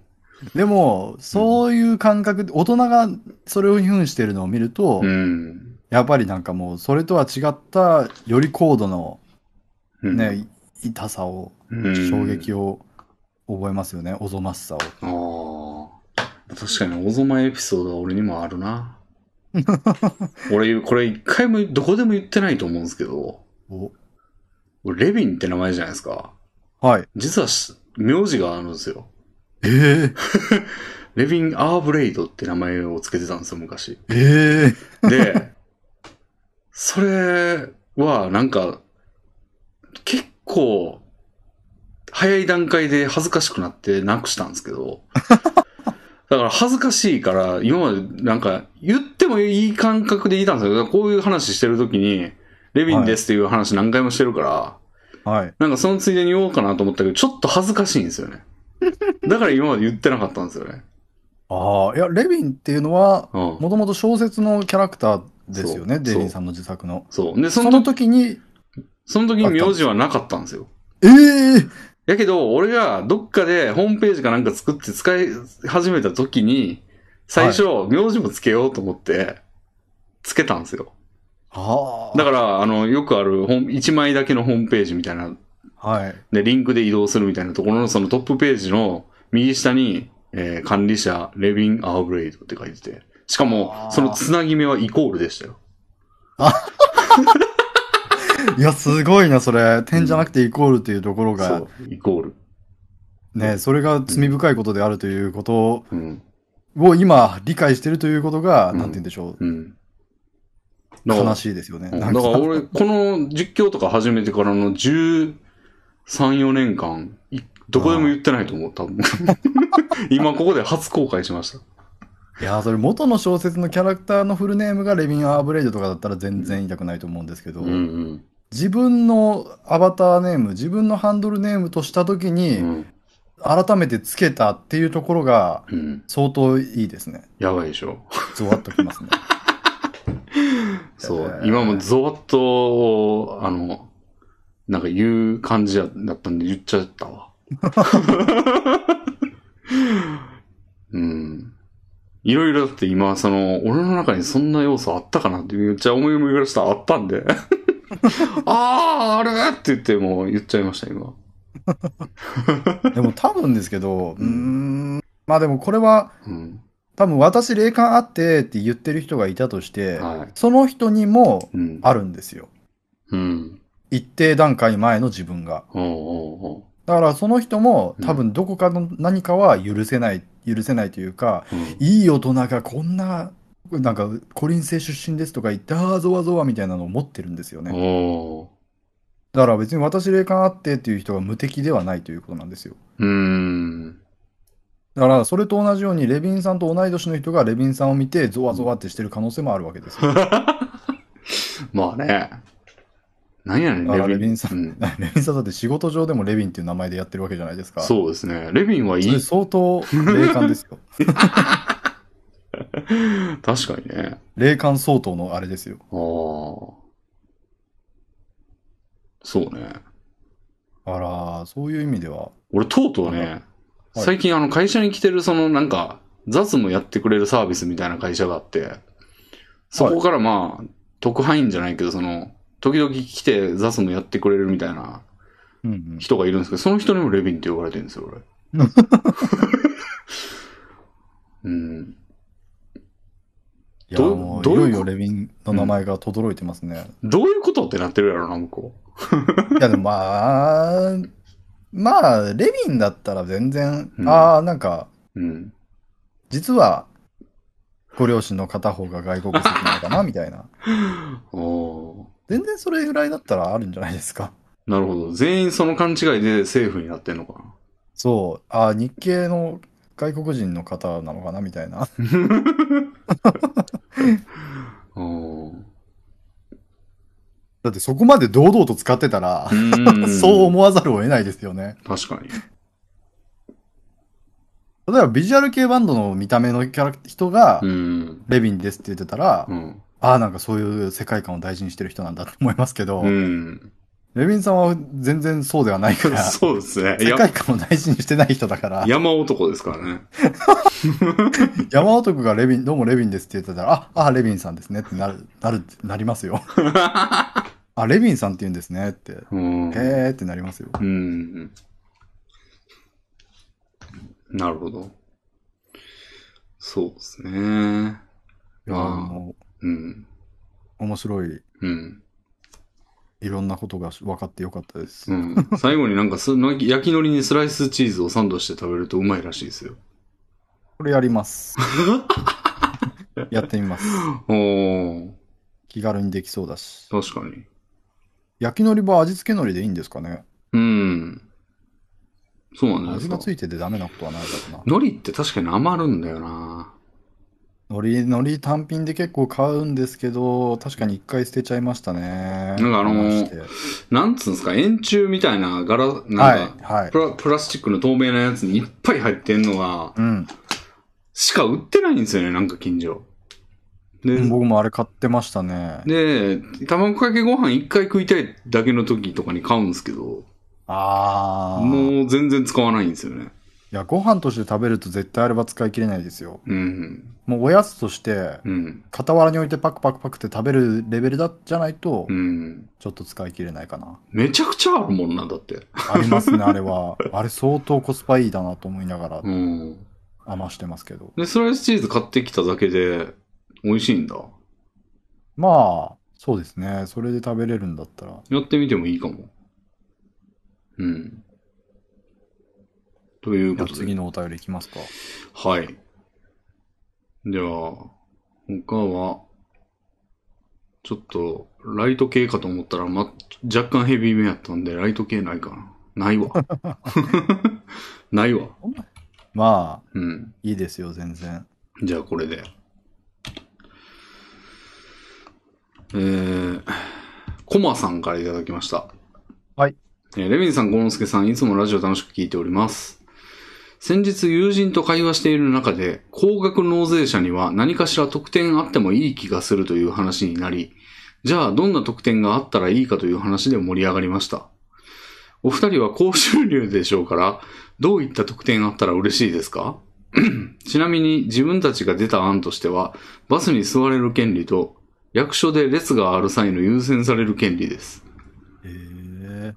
Speaker 2: でも、そういう感覚で、大人がそれを扮してるのを見ると、
Speaker 1: うん。
Speaker 2: やっぱりなんかもう、それとは違った、より高度の
Speaker 1: うん、
Speaker 2: ね、痛さを、
Speaker 1: うん
Speaker 2: 衝撃を覚えますよね、おぞましさを。
Speaker 1: ああ。確かに、おぞまエピソードは俺にもあるな。俺、これ一回もどこでも言ってないと思うんですけど、
Speaker 2: お
Speaker 1: 俺レビンって名前じゃないですか。
Speaker 2: はい。
Speaker 1: 実はし、名字があるんですよ。
Speaker 2: えー、
Speaker 1: レビン・アーブレイドって名前をつけてたんですよ、昔。
Speaker 2: えー、
Speaker 1: [LAUGHS] で、それはなんか、結構、早い段階で恥ずかしくなってなくしたんですけ [LAUGHS] ど、だから恥ずかしいから、今までなんか言ってもいい感覚でいたんですけど、こういう話してるときに、レビンですっていう話何回もしてるから、
Speaker 2: はい。
Speaker 1: なんかそのついでに言おうかなと思ったけど、ちょっと恥ずかしいんですよ [LAUGHS] ね。だから今まで言ってなかったんですよね。
Speaker 2: ああ、いや、レヴィンっていうのは、
Speaker 1: うん。
Speaker 2: もともと小説のキャラクターですよね、
Speaker 1: そう
Speaker 2: デイリーさんの自作の。
Speaker 1: そう。で、そ
Speaker 2: そ
Speaker 1: の
Speaker 2: の
Speaker 1: 時、
Speaker 2: 時に、
Speaker 1: その時に名字はなかったんですよ。
Speaker 2: えー、
Speaker 1: やけど、俺がどっかでホームページかなんか作って使い始めた時に、最初、名字もつけようと思って、つけたんですよ。
Speaker 2: はあ。
Speaker 1: だから、あの、よくある、ほん1枚だけのホームページみたいな、
Speaker 2: はい。
Speaker 1: で、リンクで移動するみたいなところの、そのトップページの右下に、えー管理者、レビン・アーブレイドって書いてて、しか
Speaker 2: あ
Speaker 1: も、
Speaker 2: ー
Speaker 1: そのつなぎ目はイコールでしたよ。
Speaker 2: いや、すごいな、それ。点じゃなくてイコールっていうところ
Speaker 1: そ
Speaker 2: が
Speaker 1: う、、イコール。
Speaker 2: ね、それが罪深いことであるということ
Speaker 1: うん。
Speaker 2: を今、理解してるということが、
Speaker 1: うん
Speaker 2: なんて言うんでしょう。
Speaker 1: うん。だから
Speaker 2: 悲しいですよね。
Speaker 1: うんだ
Speaker 2: なん
Speaker 1: から
Speaker 2: [LAUGHS]
Speaker 1: 俺、この実況とか始めてからの13、4年間、いどこでも言ってないと思う、多 [LAUGHS] 分。今ここで初公開しました。
Speaker 2: いやーそれ元の小説のキャラクターのフルネームがレビン・アーブレイドとかだったら全然痛くないと思うんですけど、
Speaker 1: うんうん
Speaker 2: 自分のアバターネーム自分のハンドルネームとした時
Speaker 1: う
Speaker 2: に
Speaker 1: ん。
Speaker 2: 改めてつけたっていうところが
Speaker 1: うん。
Speaker 2: 相当いいですね
Speaker 1: やばいでしょ。
Speaker 2: ゾワッときますね
Speaker 1: [LAUGHS] そう
Speaker 2: え。ー
Speaker 1: 今もゾワッと、あの、なんか言う感じやだったんで言っちゃったわ。うん。いろいろだって今、その、俺の中にそんな要素あったかなってめっちゃ思い巡らしたらあったんで。ああ、あれって言ってもう言っちゃいました、今。
Speaker 2: でも多分ですけどうー
Speaker 1: うん
Speaker 2: まあでもこれは
Speaker 1: うん。
Speaker 2: 多分私霊感あってって言ってる人がいたとして、
Speaker 1: はい。
Speaker 2: その人にも
Speaker 1: うん。
Speaker 2: あるんですよ
Speaker 1: うん。
Speaker 2: 一定段階前の自分が
Speaker 1: おうおうおう
Speaker 2: だからその人も
Speaker 1: うん
Speaker 2: 多分どこかの何かは許せない、許せないというか、
Speaker 1: うん
Speaker 2: いい大人がこんな、なんか、コリン星出身ですとか言って、ああ、ゾワゾワみたいなのを持ってるんですよね。
Speaker 1: おう
Speaker 2: だから別に私霊感あってっていう人が無敵ではないということなんですよ。
Speaker 1: うーん。
Speaker 2: だからそれと同じように、レビンさんと同い年の人がレビンさんを見て、ゾワゾワってしてる可能性もあるわけですよ。
Speaker 1: まあね。なんやねん、
Speaker 2: あら
Speaker 1: レ
Speaker 2: レ
Speaker 1: ビ
Speaker 2: ビ
Speaker 1: ン。
Speaker 2: ンさ
Speaker 1: うんん
Speaker 2: レビンさんだって仕事上でもレビンっていう名前でやってるわけじゃないですか。
Speaker 1: そうですね。レビンはい
Speaker 2: それ
Speaker 1: い。
Speaker 2: 相当霊感ですよ。
Speaker 1: 確かにね。
Speaker 2: 霊感相当のあれですよ。
Speaker 1: ああ。そうね。
Speaker 2: あら、そういう意味では。
Speaker 1: 俺、とうとうね、
Speaker 2: い
Speaker 1: 最近あの会社に来てる、そのなんか、雑務やってくれるサービスみたいな会社があって、そこからまあ、特派員じゃないけど、その、時々来て雑務やってくれるみたいな
Speaker 2: うんうん。
Speaker 1: 人がいるんですけど、その人にもレヴィンって呼ばれてるんですよ、 [LAUGHS] 俺。うん。
Speaker 2: いや、
Speaker 1: どう
Speaker 2: もう、い
Speaker 1: どういう
Speaker 2: よいよレヴィンの名前が轟いてますね。
Speaker 1: どういうことってなってるやろな、向こ
Speaker 2: いや、でもまあ、 [LAUGHS] まあ、レヴィンだったら全然、
Speaker 1: うん
Speaker 2: ああ、なんか、
Speaker 1: う。うん。
Speaker 2: 実は、ご両親の片方が外国籍なのかな、みたい [LAUGHS] な。
Speaker 1: おー
Speaker 2: 全然それぐらいだったらあるんじゃないですか。
Speaker 1: なるほど。全員その勘違いでセーフになってんのかな。
Speaker 2: そう、ああ、日系の外国人の方なのかな、みたいな。
Speaker 1: おー
Speaker 2: [LAUGHS] だってそこまで堂々と使ってたら
Speaker 1: う、ーん
Speaker 2: [LAUGHS] そう思わざるを得ないですよね。
Speaker 1: 確かに。
Speaker 2: 例えばビジュアル系バンドの見た目のキャラ人が
Speaker 1: う、ん。
Speaker 2: レヴィンですって言ってたら、
Speaker 1: うん。
Speaker 2: ああ、なんかそういう世界観を大事にしてる人なんだと思いますけど、
Speaker 1: うん。
Speaker 2: レヴィンさんは全然そうではないから、
Speaker 1: そうですね。
Speaker 2: 世
Speaker 1: や
Speaker 2: 界観を大事にしてない人だから、
Speaker 1: 山男ですからね。
Speaker 2: 山男がレヴィン、どうもレヴィンですって言ってたら、あ、あ、レヴィンさんですねってなる、なる、なりま
Speaker 1: [LAUGHS]
Speaker 2: すよ。あ、レヴィンさんって言うんですねって、へ
Speaker 1: うん。
Speaker 2: ーってなりますよ。
Speaker 1: うん。なるほど。そうですね。
Speaker 2: い
Speaker 1: あ
Speaker 2: や
Speaker 1: ー
Speaker 2: もう
Speaker 1: うん。
Speaker 2: 面白い、
Speaker 1: うん。
Speaker 2: いろんなことが分かってよかったです。 [LAUGHS]
Speaker 1: うん、最後になんかす、な焼き海苔にスライスチーズをサンドして食べるとうまいらしいですよ。
Speaker 2: これやり
Speaker 1: [LAUGHS]
Speaker 2: ます。やってみます。
Speaker 1: おー、
Speaker 2: 気軽にできそうだし。
Speaker 1: 確かに。
Speaker 2: 焼き海苔は味付け海苔でいいんですかね
Speaker 1: うん。そうなんじ
Speaker 2: 味
Speaker 1: ゃな
Speaker 2: が
Speaker 1: いです
Speaker 2: つ
Speaker 1: か。
Speaker 2: いててダメなことはないからな。
Speaker 1: 海苔って確かに余るんだよな。
Speaker 2: 海苔、海苔単品で結構買うんですけど、確かに一回捨てちゃいましたね。
Speaker 1: なんかあのー
Speaker 2: 話して
Speaker 1: なんつうんですか、円柱みたいな柄、なんか、
Speaker 2: はい、はい
Speaker 1: プ。ラプラスチックの透明なやつにいっぱい入ってんのが、
Speaker 2: うん。
Speaker 1: しか売ってないんですよね、なんか近所。で、
Speaker 2: 僕もあれ買ってましたね。
Speaker 1: で、卵かけご飯一回食いたいだけの時とかに買うんですけど、
Speaker 2: ああ。い
Speaker 1: もう全然使わないんですよね。
Speaker 2: や、ご飯として食べると絶対あれば使い切れないですよ。
Speaker 1: うん。
Speaker 2: もうおやつとして、
Speaker 1: うん。
Speaker 2: 傍らに置いてパクパクパクって食べるレベルだじゃないと
Speaker 1: う、ん。
Speaker 2: ちょっと使い切れないかな。
Speaker 1: めちゃくちゃあるもんなんだって。
Speaker 2: ありますね、あれは。あれ相当コスパいいだなと思いながら
Speaker 1: うん。
Speaker 2: 余してますけど。
Speaker 1: で、スライスチーズ買ってきただけで、美味しいんだ。
Speaker 2: まあ、そうですね。それで食べれるんだったら。
Speaker 1: やってみてもいいかも。うん。という
Speaker 2: じ
Speaker 1: こ
Speaker 2: ゃあ
Speaker 1: とで
Speaker 2: 次。のお便りいきますか。
Speaker 1: はい。では、他は、ちょっと、ライト系かと思ったら、ま、若干ヘビーめやったんで、ライト系ないかな。
Speaker 2: [LAUGHS]
Speaker 1: ないわ。ないわ。
Speaker 2: まあ、
Speaker 1: うん。
Speaker 2: いいですよ、全然。
Speaker 1: じゃあ、これで。えー、コマさんからいただきました。
Speaker 2: はい。
Speaker 1: えーレミンさん、ゴノスケさん、いつもラジオ楽しく聞いております。先日友人と会話している中で、高額納税者には何かしら特典あってもいい気がするという話になり、じゃあどんな特典があったらいいかという話で盛り上がりました。お二人は高収入でしょうから、どういった特典あったら嬉しいですかちなみに自分たちが出た案としては、バスに座れる権利と、役所で列がある際の優先される権利です。
Speaker 2: ええ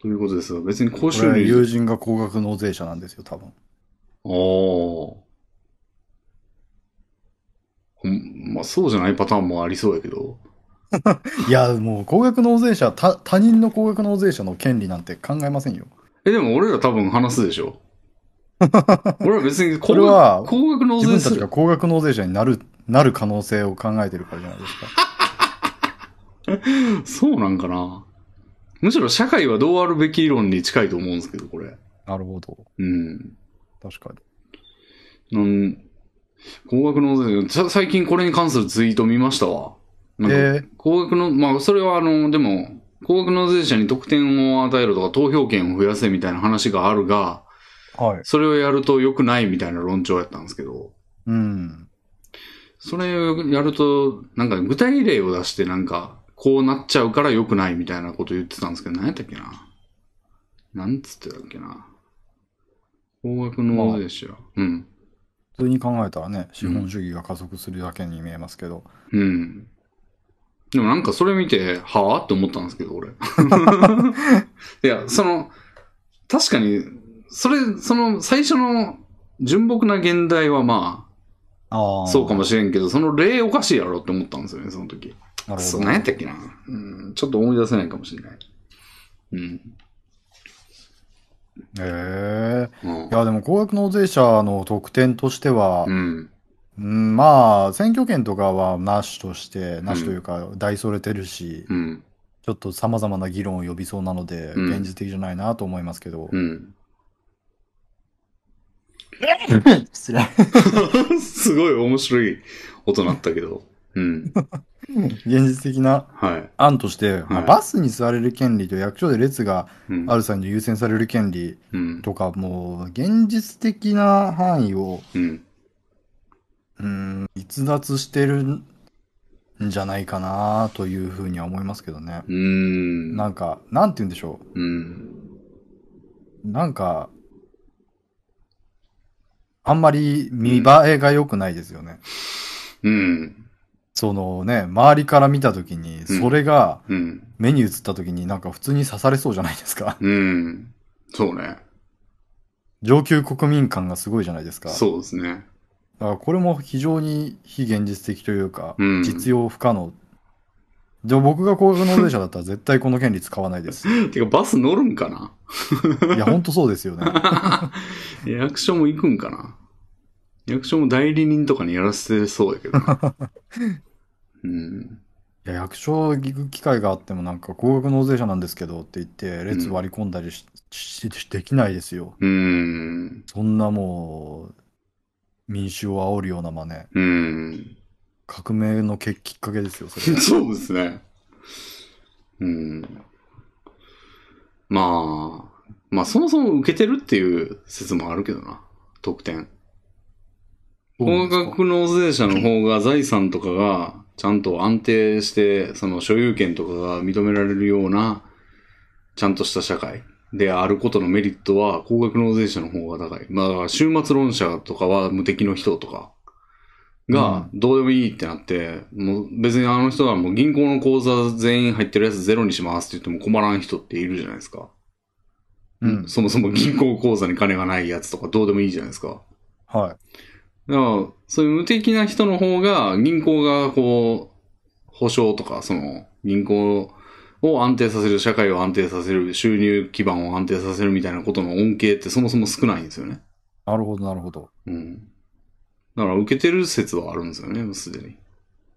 Speaker 1: ということですが、別に高
Speaker 2: これ
Speaker 1: 収
Speaker 2: は
Speaker 1: 入
Speaker 2: 友人が高額納税者なんですよ、多分。
Speaker 1: ああ。ほんまあ、そうじゃないパターンもありそうやけど。
Speaker 2: いや、もう高額納税者、他他人の高額納税者の権利なんて考えませんよ。
Speaker 1: え、でも俺ら多分話すでし
Speaker 2: [LAUGHS]
Speaker 1: ょ俺ら別に高
Speaker 2: これは
Speaker 1: 額高額納
Speaker 2: 自
Speaker 1: 税
Speaker 2: 分
Speaker 1: す
Speaker 2: たち
Speaker 1: る
Speaker 2: が。高額納税者になる、なる可能性を考えてるからじゃないです
Speaker 1: [LAUGHS]
Speaker 2: か。
Speaker 1: そうなんかな。むしろ社会はどうあるべき論に近いと思うんですけど、これ。
Speaker 2: なるほど。
Speaker 1: うん。
Speaker 2: 確かに。
Speaker 1: なん高額納税さ最近これに関するツイート見ましたわ。なんか
Speaker 2: え
Speaker 1: 高額の、まあ、それはあの、でも、高額納税者に特典を与えるとか投票権を増やせみたいな話があるが、
Speaker 2: ー、はい。
Speaker 1: それをやると良くないみたいな論調やったんですけど、
Speaker 2: うん。
Speaker 1: それをやると、なんか具体例を出してなんか、こうなっちゃうから良くないみたいなこと言ってたんですけど、何やったっけななんつってたっけな高額納税者。うん。
Speaker 2: 普通に考えたらね、資本主義が加速するだけに見えますけど、
Speaker 1: うん。でもなんかそれ見て、はぁって思ったんですけど、
Speaker 2: [LAUGHS]
Speaker 1: 俺。いや、その、確かに、それ、その、最初の純朴な現代はま
Speaker 2: あ
Speaker 1: あ、
Speaker 2: あ。
Speaker 1: そうかもしれんけど、その例おかしいやろって思ったんですよね、その時。
Speaker 2: なるほ
Speaker 1: そう、
Speaker 2: ど。
Speaker 1: 何やったっけな。うん、ちょっと思い出せないかもしれない。うん。
Speaker 2: へえ。
Speaker 1: うん
Speaker 2: いや、でも、高額納税者の特典としては
Speaker 1: う、ん。
Speaker 2: うん、まあ、選挙権とかはなしとして、なしというか、大それてるし、
Speaker 1: うん。
Speaker 2: ちょっと様々な議論を呼びそうなので、
Speaker 1: うん
Speaker 2: 現実的じゃないなと思いますけど
Speaker 1: う。ん。 [LAUGHS]
Speaker 2: 失礼。
Speaker 1: すごい面白い音なったけど。うん。
Speaker 2: 現実的な
Speaker 1: はい。
Speaker 2: 案として、まあ
Speaker 1: はい
Speaker 2: バスに座れる権利と役所で列が
Speaker 1: うん
Speaker 2: あ。る際に優先される権利
Speaker 1: うん。
Speaker 2: とか、もう、現実的な範囲を、
Speaker 1: うん。
Speaker 2: うん、逸脱してるんじゃないかなというふうには思いますけどね。
Speaker 1: うん。
Speaker 2: なんか、なんて言うんでしょう。
Speaker 1: うん。
Speaker 2: なんか、あんまり見栄えが良くないですよね。
Speaker 1: うん。
Speaker 2: そのね、周りから見たときに、
Speaker 1: うん
Speaker 2: それが
Speaker 1: うん。
Speaker 2: 目に映ったときになんか普通に刺されそうじゃないですか。 [LAUGHS]
Speaker 1: うん。そうね。
Speaker 2: 上級国民感がすごいじゃないですか。
Speaker 1: そうですね。
Speaker 2: だからこれも非常に非現実的というか、
Speaker 1: うん
Speaker 2: 実用不可能。でも僕が高額納税者だったら絶対この権利使わな
Speaker 1: [LAUGHS]
Speaker 2: いです。い
Speaker 1: てか、バス乗るんかな [LAUGHS]
Speaker 2: や、ほんとそうですよね。
Speaker 1: 役所も行くんかな役所も代理人とかにやらせてそうやけどな。うん。
Speaker 2: いや役所行く機会があってもなんか高額納税者なんですけどって言って列割り込んだりし,し、しできないですよ。
Speaker 1: うん。
Speaker 2: そんなもう民衆を煽るような真似。
Speaker 1: うん。
Speaker 2: 革命のけきっかけですよ、それは。
Speaker 1: そうですね。うん。まあ、まあそもそも受けてるっていう説もあるけどな。特典。 [LAUGHS] 高額納税者の方が財産とかがちゃんと安定して、その所有権とかが認められるような、ちゃんとした社会であることのメリットは高額納税者の方が高い。まあだから、終末論者とかは無敵の人とかがどうでもいいってなって、もう別にあの人はもう銀行の口座全員入ってるやつゼロにしますって言っても困らん人っているじゃないですか。
Speaker 2: うん。
Speaker 1: そもそも銀行口座に金がないやつとかどうでもいいじゃないですか。
Speaker 2: は
Speaker 1: だから、そういう無敵な人の方が、銀行がこう、保証とか、その、銀行を安定させる、社会を安定させる、収入基盤を安定させるみたいなことの恩恵ってそもそも少ないんですよね。
Speaker 2: い。なるほど、なるほど。
Speaker 1: うん。だから、受けてる説はあるんですよね、もうすでに。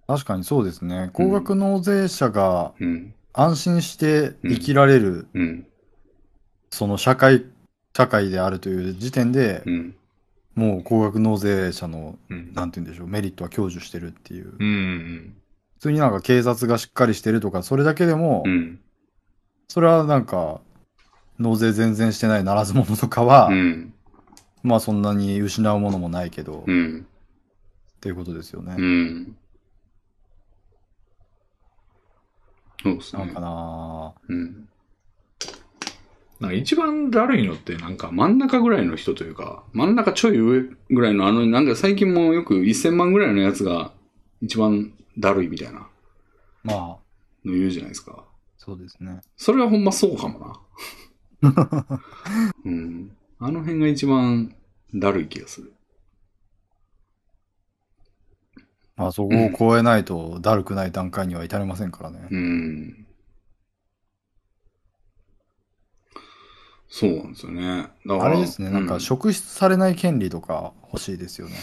Speaker 2: 確かにそうですね。高額納税者が
Speaker 1: うん。
Speaker 2: 安心して生きられる、
Speaker 1: うん。
Speaker 2: その社会、社会であるという時点で、
Speaker 1: うん。
Speaker 2: もう高額納税者の、
Speaker 1: うん。
Speaker 2: なんて言うんでしょう、メリットは享受してるっていう。
Speaker 1: うん。
Speaker 2: 普通になんか警察がしっかりしてるとか、それだけでも、
Speaker 1: うん。
Speaker 2: それはなんか、納税全然してないならず者とかは、
Speaker 1: うん。
Speaker 2: まあそんなに失うものもないけど、
Speaker 1: う
Speaker 2: っ
Speaker 1: ん。
Speaker 2: ていうことですよね。
Speaker 1: うん。そうです
Speaker 2: なん
Speaker 1: ね
Speaker 2: か。な
Speaker 1: うん。
Speaker 3: なんか一番だるいのってなんか、
Speaker 1: 真ん中ぐらいの人というか、真ん中ちょい上ぐらいの、あの、なんか最近もよく1000万ぐらいのやつが一番だるいみたいな
Speaker 2: まあ、
Speaker 1: の言うじゃないですか。
Speaker 2: そうですね。
Speaker 1: それはほんまそうかもな。
Speaker 2: [LAUGHS]
Speaker 1: うん。あの辺が一番だるい気がする。
Speaker 2: まあそこを超えないと、だるくない段階には至れませんからね。
Speaker 1: うん。そうなんですよね。だから。
Speaker 2: あれですね、なん
Speaker 1: う
Speaker 2: か、職質されない権利とか欲しいですよね。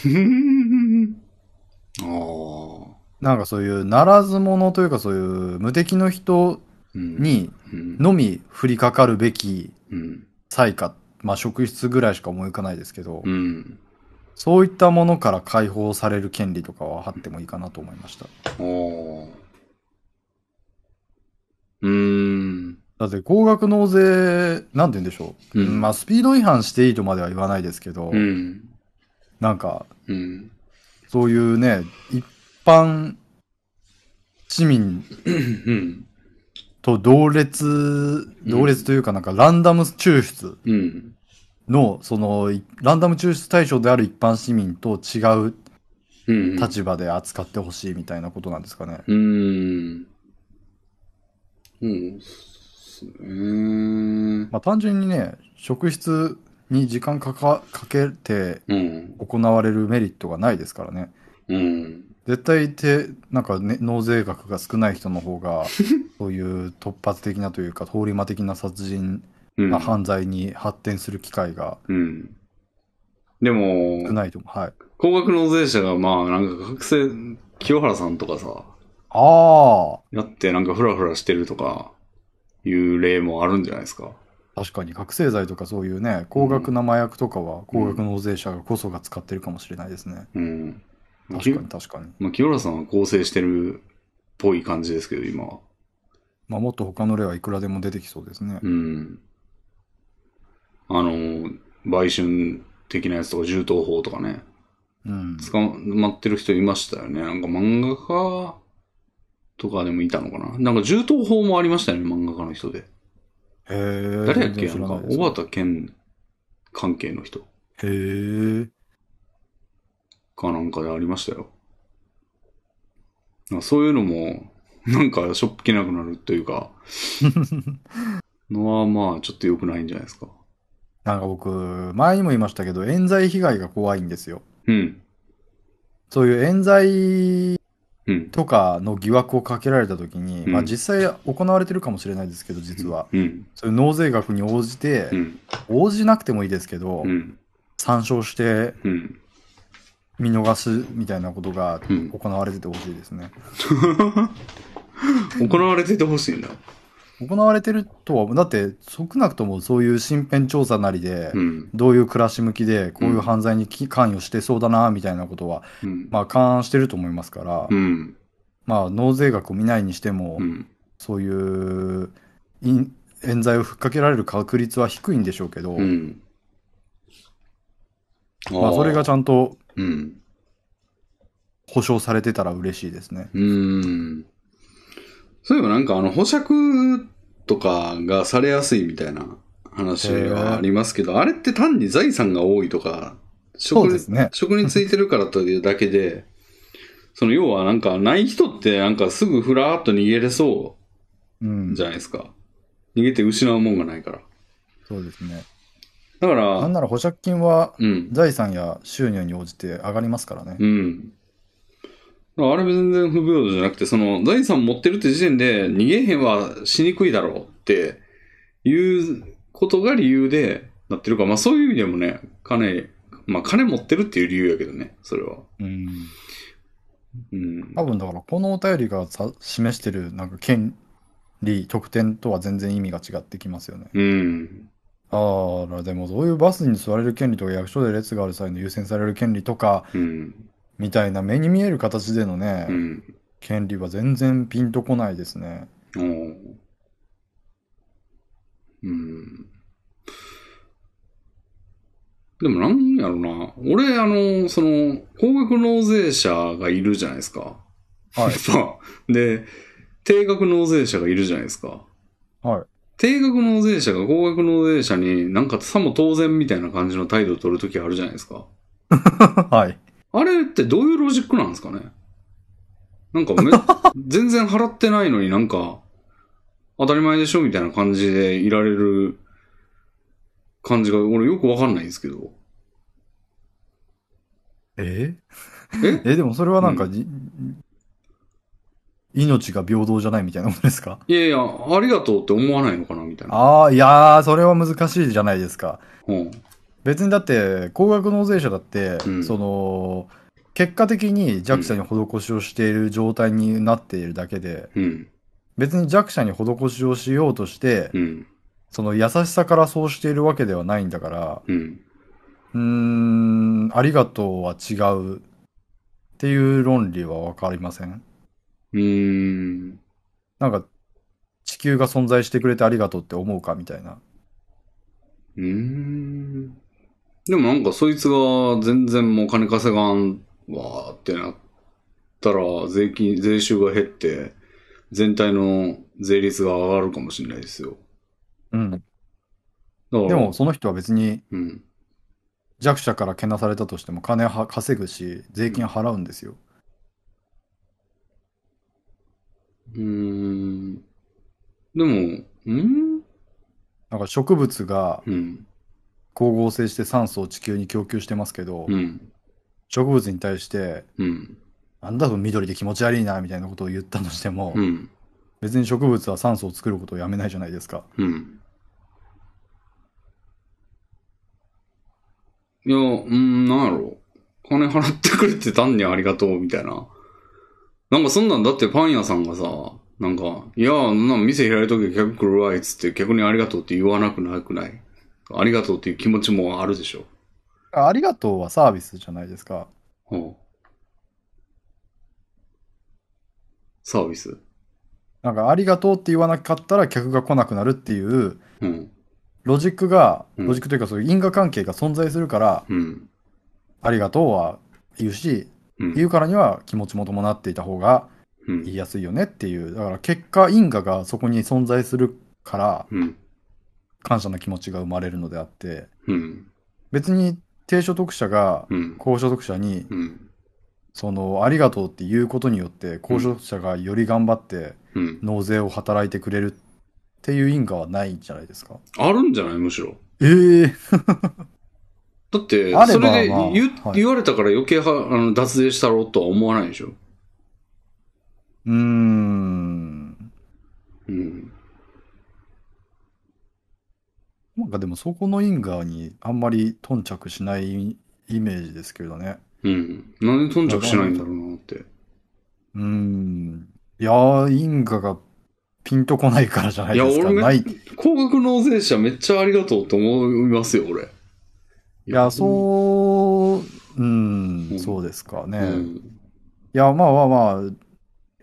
Speaker 1: [LAUGHS] ああ。
Speaker 2: なんかそういう、ならず者というかそういう、無敵の人
Speaker 1: うん、
Speaker 2: に
Speaker 1: うん、
Speaker 2: のみ降りかかるべき
Speaker 1: うん。
Speaker 2: 才か、まあ職質ぐらいしか思い浮かないですけど、
Speaker 1: うん。
Speaker 2: そういったものから解放される権利とかはあってもいいかなと思いました。
Speaker 1: おーうーん。
Speaker 2: だって高額納税、なんて言うんでしょう。
Speaker 1: うん
Speaker 2: まあスピード違反していいとまでは言わないですけど、
Speaker 1: うん。
Speaker 2: なんか
Speaker 1: うん。
Speaker 2: そういうね、一般市民
Speaker 1: うん。
Speaker 2: と同列、同列というかなんかランダム抽出
Speaker 1: うん。
Speaker 2: の、その、いランダム抽出対象である一般市民と違う
Speaker 1: うん。
Speaker 2: 立場で扱ってほしいみたいなことなんですかね。
Speaker 1: うーん。うん。っすね。
Speaker 2: まあ単純にね、職質に時間かかかけて
Speaker 1: うん。
Speaker 2: 行われるメリットがないですからね。
Speaker 1: うん。
Speaker 2: 絶対て、なんか、ね、納税額が少ない人の方
Speaker 1: [LAUGHS]
Speaker 2: が、そういう突発的なというか、通り魔的な殺人、
Speaker 1: うん
Speaker 2: まあ、犯罪に発展する機会が
Speaker 1: うん。でも
Speaker 2: 少、ないと思う。はい。
Speaker 1: 高額納税者が、まあ、なんか学生、清原さんとかさ、
Speaker 2: あ
Speaker 1: やってなんかフラフラしてるとか、いう例もあるんじゃないですか。
Speaker 2: あ、確かに覚醒剤とかそういうね、高額な麻薬とかは、高額納税者こそが使ってるかもしれないですね。
Speaker 1: うん。
Speaker 2: 確かに確かに。
Speaker 1: まあ、清原さんは構成してるっぽい感じですけど、今は。
Speaker 2: まあ、もっと他の例はいくらでも出てきそうですね。
Speaker 1: うん。あの、売春的なやつとか、銃刀法とかね、
Speaker 2: うん。
Speaker 1: 捕まってる人いましたよね。なんか漫画家とかでもいたのかな。なんか銃刀法もありましたよね、漫画家の人で。
Speaker 2: へえ。
Speaker 1: 誰やっけ
Speaker 2: 全然
Speaker 1: な
Speaker 2: 知
Speaker 1: ん
Speaker 2: ら
Speaker 1: か
Speaker 2: い、です
Speaker 1: 小畑健関係の人
Speaker 2: へえ。
Speaker 1: かなんかでありましたよ。なんかそういうのも、なんか、しょっぴけなくなるというか、のは、まあ、ちょっと良くないんじゃないですか。
Speaker 2: なんか僕、前にも言いましたけど、冤罪被害が怖いんですよ。
Speaker 1: うん。
Speaker 2: そういう冤罪
Speaker 1: うん。
Speaker 2: とかの疑惑をかけられたときに、
Speaker 1: うん
Speaker 2: まあ実際行われてるかもしれないですけど、実は。
Speaker 1: うん。
Speaker 2: そういう納税額に応じて、
Speaker 1: うん。
Speaker 2: 応じなくてもいいですけど、
Speaker 1: うん。
Speaker 2: 参照して
Speaker 1: うん。
Speaker 2: 見逃すみたいなことが
Speaker 1: うん
Speaker 2: 行われててほしいですね。
Speaker 1: 行われててほしいんだ。
Speaker 2: 行われてるとは、だって少なくともそういう身辺調査なりで、
Speaker 1: うん。
Speaker 2: どういう暮らし向きで、こういう犯罪にき関与してそうだな、みたいなことは、
Speaker 1: うん。
Speaker 2: まあ、勘案してると思いますから、
Speaker 1: うん。
Speaker 2: まあ、納税額を見ないにしても、
Speaker 1: うん。
Speaker 2: そういうい冤罪をふっかけられる確率は低いんでしょうけど、
Speaker 1: うん。
Speaker 2: まあ、それが
Speaker 1: ー、
Speaker 2: ちゃんと
Speaker 1: うん。
Speaker 2: 保証されてたら嬉しいですね。
Speaker 1: うーん。そういえばなんかあの、保釈とかがされやすいみたいな話がありますけど、あれって単に財産が多いとか、職
Speaker 2: そう
Speaker 1: に
Speaker 2: ですね。
Speaker 1: 職についてるからというだけで、その要はなんかない人ってなんかすぐふらーっと逃げれそううんじ。ゃないですか。逃げて失うもんがないから。
Speaker 2: そうですね。
Speaker 1: だか
Speaker 2: な
Speaker 1: ら
Speaker 2: ん、なら保釈金は
Speaker 1: うん。
Speaker 2: 財産や収入に応じて上がりますからね。
Speaker 1: うん。だからあれは全然不平等じゃなくて、その財産持ってるって時点で逃げへんはしにくいだろうっていうことが理由でなってるから、まあそういう意味でもね、金、まあ金持ってるっていう理由やけどね、それは。
Speaker 2: うん。
Speaker 1: うん。
Speaker 2: 多分だから、このお便りがさ示してるなんか権利、特典とは全然意味が違ってきますよね。
Speaker 1: うん。
Speaker 2: あら、でもそういうバスに座れる権利とか役所で列がある際の優先される権利とか
Speaker 1: うん。
Speaker 2: みたいな目に見える形でのね、
Speaker 1: うん。
Speaker 2: 権利は全然ピンとこないです [LAUGHS] ね。
Speaker 1: おーうん。でもなんやろな。俺、あの、その、高額納税者がいるじゃないですか。。
Speaker 2: はい
Speaker 1: さあ、で、定額納税者がいるじゃないですか。
Speaker 2: はい。
Speaker 1: 定額納税者が高額納税者になんかさも当然みたいな感じの態度を取るときあるじゃないですか。
Speaker 2: はい。
Speaker 1: あれってどういうロジックなんですかねなんかめ、全然払ってないのになんか、当たり前でしょみたいな感じでいられる感じが俺よくわかんないんですけど。
Speaker 2: え
Speaker 1: え
Speaker 2: え、でもそれはなんかじ、命が平等じゃないみたいなことですか
Speaker 1: いやいや、ありがとうって思わないのかなみたいな。
Speaker 2: ああ、いやー、それは難しいじゃないですか。
Speaker 1: うん。
Speaker 2: 別にだって、高額納税者だって、
Speaker 1: うん
Speaker 2: その、結果的に弱者に施しをしている状態になっているだけで、
Speaker 1: うん。
Speaker 2: 別に弱者に施しをしようとして、
Speaker 1: うん。
Speaker 2: その優しさからそうしているわけではないんだから、
Speaker 1: うん。
Speaker 2: うーん、ありがとうは違うっていう論理はわかりません
Speaker 1: うーん。
Speaker 2: なんか、地球が存在してくれてありがとうって思うかみたいな。
Speaker 1: うーん。でもなんかそいつが全然もう金稼がんわーってなったら税金、税収が減って全体の税率が上がるかもしれないですよ。
Speaker 2: うん。
Speaker 1: だから、
Speaker 2: でも、その人は別に
Speaker 1: うん。
Speaker 2: 弱者からけなされたとしても金は稼ぐし、税金払うんですよ。
Speaker 1: うーん。でも、うん
Speaker 2: なんか植物が
Speaker 1: うん。
Speaker 2: 光合成して酸素を地球に供給してますけど、
Speaker 1: うん。
Speaker 2: 植物に対して、
Speaker 1: うん。
Speaker 2: なんだろう緑で気持ち悪いなみたいなことを言ったとしても、
Speaker 1: うん。
Speaker 2: 別に植物は酸素を作ることをやめないじゃないですか。
Speaker 1: うん。いや、うん、なんやろ。金払ってくれてたんにありがとう、みたいな。なんかそんなんだってパン屋さんがさ、なんか、いや、そんなん店開いとき客来るわ、いっつって逆にありがとうって言わなくなくないありがとうっていう気持ちもあるでしょ。
Speaker 2: あありがとうはサービスじゃないですか。
Speaker 1: うんサービス。
Speaker 2: なんかありがとうって言わなかったら客が来なくなるっていう
Speaker 1: うん。
Speaker 2: ロジックが、
Speaker 1: うん
Speaker 2: ロジックというかそういう因果関係が存在するから、
Speaker 1: うん。
Speaker 2: ありがとうは言うし、
Speaker 1: うん。
Speaker 2: 言うからには気持ちも伴っていた方が
Speaker 1: うん
Speaker 2: 言いやすいよねっていう。だから結果因果がそこに存在するから
Speaker 1: うん。
Speaker 2: 感謝の気持ちが生まれるのであって、
Speaker 1: うん。
Speaker 2: 別に低所得者が
Speaker 1: うん。
Speaker 2: 高所得者に
Speaker 1: うん。
Speaker 2: そのありがとうっていうことによって高所得者がより頑張って
Speaker 1: うん。
Speaker 2: 納税を働いてくれるっていう因果はないんじゃないですか
Speaker 1: あるんじゃないむしろ。
Speaker 2: ええ
Speaker 1: だって
Speaker 2: あ、れば
Speaker 1: それで
Speaker 2: まあ
Speaker 1: 言,、
Speaker 2: はい
Speaker 1: 言われたから余計はあの脱税したろうとは思わないでしょ。
Speaker 2: うーん
Speaker 1: うん。
Speaker 2: なんかでもそこの因果にあんまり頓着しないイメージですけどね
Speaker 1: うん。なんで頓着しないんだろうなって。
Speaker 2: うーんいやー因果がピンとこないからじゃないです
Speaker 1: いや
Speaker 2: か
Speaker 1: 俺め
Speaker 2: ないい
Speaker 1: 高額納税者めっちゃありがとうと思いますよ、俺。い
Speaker 2: やそううー
Speaker 1: うんん
Speaker 2: そうですかね、
Speaker 1: う
Speaker 2: い
Speaker 1: ん。
Speaker 2: やまあまあまあ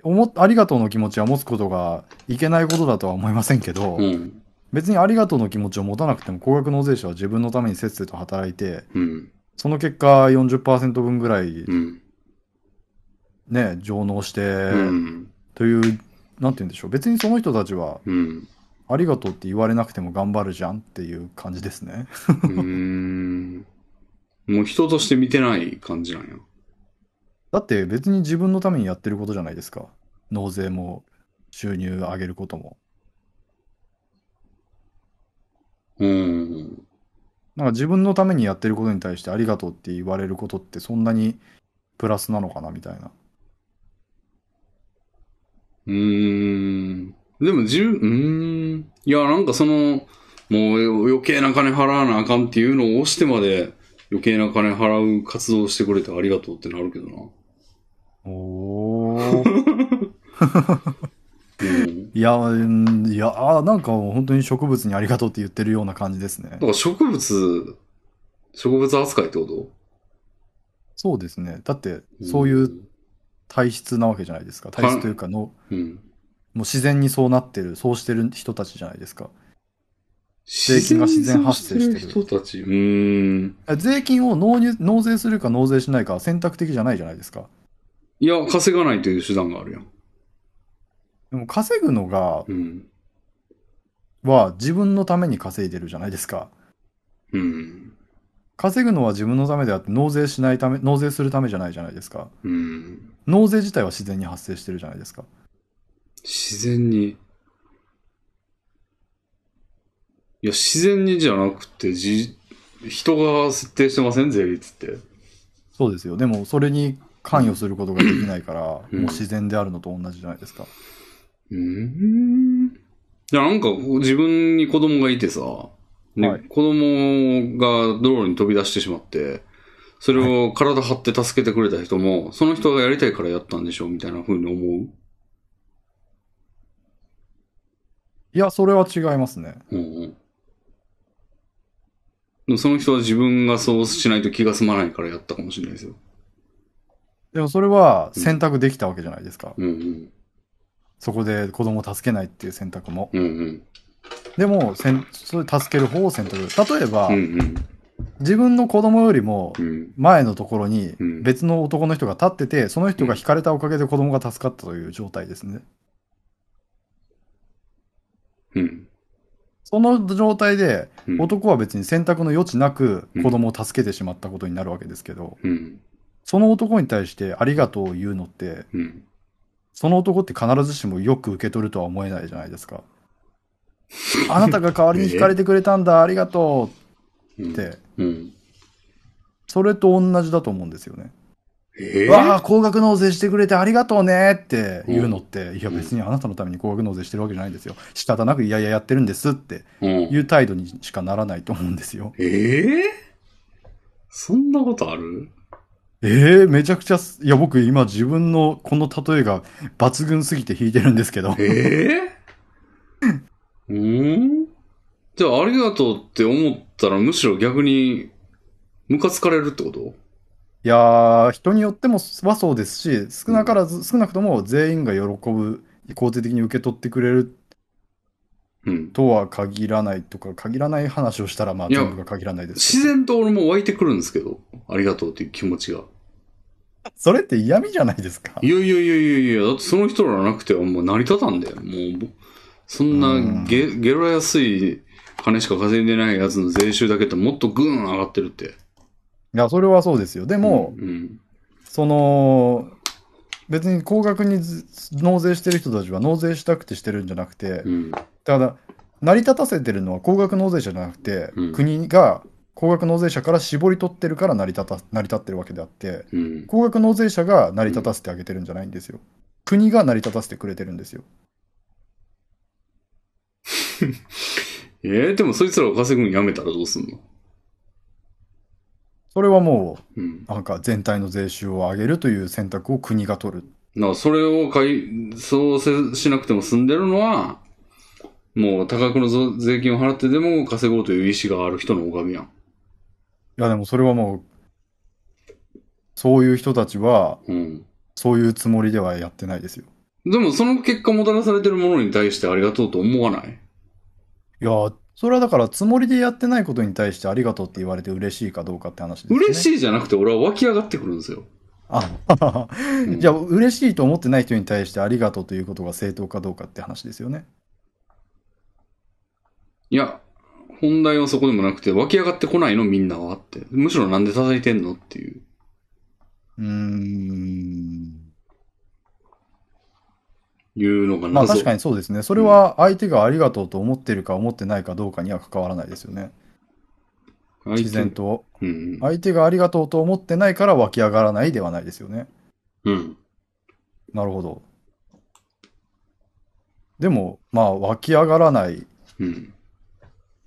Speaker 2: 思っありがとうの気持ちは持つことがいけないことだとは思いませんけど、
Speaker 1: うん。
Speaker 2: 別にありがとうの気持ちを持たなくても高額納税者は自分のためにせっせと働いて
Speaker 1: うん。
Speaker 2: その結果40%分ぐらい
Speaker 1: うん。
Speaker 2: ね上納して、
Speaker 1: うん。
Speaker 2: というなんて言うんでしょう別にその人たちは
Speaker 1: うん。
Speaker 2: ありがとうって言われなくても頑張るじゃんっていう感じですね
Speaker 1: うーん。もう人として見てない感じなんや。
Speaker 2: だって別に自分のためにやってることじゃないですか納税も収入上げることも
Speaker 1: うん。
Speaker 2: なんか自分のためにやってることに対してありがとうって言われることってそんなにプラスなのかなみたいな
Speaker 1: うーん。でも自分、うーん。いや、なんかその、もう余計な金払わなあかんっていうのを押してまで余計な金払う活動をしてくれてありがとうってなるけどな。
Speaker 2: おー
Speaker 1: うん。
Speaker 2: いや、うんいや、あーなんかもう本当に植物にありがとうって言ってるような感じですね
Speaker 1: だか。ら植物、植物扱いってこと
Speaker 2: そうですね。だって、そういう。体質なわけじゃないですか。体質というかの、も
Speaker 1: うん。
Speaker 2: う自然にそうなってる、そうしてる人たちじゃないですか。
Speaker 1: 税
Speaker 2: 金が自然発生してる
Speaker 1: 人たち。うーん。
Speaker 2: 税金を納入納税するか納税しないかは選択的じゃないじゃないですか。
Speaker 1: いや、稼がないという手段があるやん。
Speaker 2: でも稼ぐのが、
Speaker 1: うん。
Speaker 2: は自分のために稼いでるじゃないですか。
Speaker 1: うん。
Speaker 2: 稼ぐのは自分のためであって、納税しないため、納税するためじゃないじゃないですか。
Speaker 1: うん。
Speaker 2: 納税自体は自然に発生してるじゃないですか。
Speaker 1: 自然に。いや、自然にじゃなくて、じ、人が設定してません税率って。
Speaker 2: そうですよ。でも、それに関与することができないから、も
Speaker 1: う
Speaker 2: うん自然であるのと同じじゃないですか。
Speaker 1: うーん。いや、なんか、自分に子供がいてさ、ね
Speaker 2: はい
Speaker 1: 子供が道路に飛び出してしまって、それを体張って助けてくれた人も、その人がやりたいからやったんでしょみたいな風に思
Speaker 2: いや、それは違いますね。
Speaker 1: う。うんうん。でもその人は自分がそうしないと気が済まないからやったかもしれないですよ。
Speaker 2: でも、それは選択できたわけじゃないですか。
Speaker 1: うんうん。
Speaker 2: そこで子供を助けないっていう選択も。
Speaker 1: うんうん。
Speaker 2: でも、せんそれ助ける方を選択。例えば、
Speaker 1: うん
Speaker 2: 自分の子供よりも
Speaker 1: うん。うん。
Speaker 2: 前のところに
Speaker 1: うん
Speaker 2: 別の男の人が立ってて、その人が惹かれたおかげで子供が助かったという状態ですね。
Speaker 1: うん。
Speaker 2: その状態で
Speaker 1: うん
Speaker 2: 男は別に選択の余地なく子供を助けてしまったことになるわけですけど、
Speaker 1: うん。
Speaker 2: その男に対してありがとうを言うのって、
Speaker 1: うん。 [LAUGHS]
Speaker 2: その男って必ずしもよく受け取るとは思えないじゃないですか。あなたが代わりに惹かれてくれたんだ、ありがと
Speaker 1: うん
Speaker 2: うって、
Speaker 1: うん。
Speaker 2: それと同じだと思うんですよね。
Speaker 1: ええ
Speaker 2: わあ、高額納税してくれてありがとうねって言うのって、いや別にあなたのために高額納税してるわけじゃないんですよ。仕方なくいやいややってるんですって
Speaker 1: うん
Speaker 2: いう態度にしかならないと思うんですよ。
Speaker 1: ええそんなことある
Speaker 2: ええめちゃくちゃす、いや僕今自分のこの例えが抜群すぎて引いてるんですけど。
Speaker 1: ええうんじゃあ、ありがとうって思ったら、むしろ逆に、ムカつかれるってこと
Speaker 2: いやー、人によってもはそうですし、少なからず、少なくとも全員が喜ぶ、肯定的に受け取ってくれる
Speaker 1: うん。
Speaker 2: とは限らないとか、限らない話をしたら、まあ
Speaker 1: いや
Speaker 2: 全部が限らないですけ
Speaker 1: 自
Speaker 2: ど。
Speaker 1: 然と俺も湧いてくるんですけど、ありがとうっていう気持ちが。
Speaker 2: それって嫌味じゃないですか。
Speaker 1: いやいやいやいやいや、だってその人らなくてはもう成り立たんだよ。もうぼ、そん
Speaker 2: うん
Speaker 1: なゲゲロ安い金しか稼いでないやつの税収だけってもっとグーン上がってるって。
Speaker 2: いや、それはそうですよ。でも、
Speaker 1: うん。
Speaker 2: その、別に高額にず納税してる人たちは納税したくてしてるんじゃなくて
Speaker 1: う、ん。
Speaker 2: ただ、成り立たせてるのは高額納税者じゃなくて
Speaker 1: う、ん
Speaker 2: 国が高額納税者から絞り取ってるから成り立た、成り立ってるわけであって、
Speaker 1: うん。
Speaker 2: 高額納税者が成り立たせてあげてるんじゃないんですよ。国が成り立たせてくれてるんですよ。
Speaker 1: えー、でもそいつらを稼ぐのやめたらどうすんの
Speaker 2: それはも
Speaker 1: うん。
Speaker 2: う、なんか全体の税収を上げるという選択を国が取る。
Speaker 1: なそれをかい、そうせしなくても済んでるのは、もう多額のぞ税金を払ってでも稼ごうという意思がある人のおかげやん。
Speaker 2: いや、でもそれはもう、そういう人たちは、
Speaker 1: うん。
Speaker 2: そういうつもりではやってないですよ。
Speaker 1: でもその結果もたらされてるものに対してありがとうと思わない
Speaker 2: いやー、それはだから、つもりでやってないことに対してありがとうって言われて嬉しいかどうかって話ですね。
Speaker 1: 嬉し
Speaker 2: い
Speaker 1: いじゃなくて俺は湧き上がってくるんですよ。
Speaker 2: あ、
Speaker 1: うん
Speaker 2: [LAUGHS] じゃあ、嬉しいと思ってない人に対してありがとうということが正当かどうかって話ですよね。
Speaker 1: いや、本題はそこでもなくて、湧き上がってこないのみんなはって。むしろなんで叩いてんのっていう。
Speaker 2: うーん。
Speaker 1: いうのが
Speaker 2: まあ
Speaker 1: 謎。
Speaker 2: 確かにそうですね。それは相手がありがとうと思ってるか思ってないかどうかには関わらないですよね。
Speaker 1: 相手
Speaker 2: 自然。と。
Speaker 1: うん。
Speaker 2: 相手がありがとうと思ってないから湧き上がらないではないですよね。
Speaker 1: うん。
Speaker 2: なるほど。でも、まあ湧き上がらない。
Speaker 1: うん。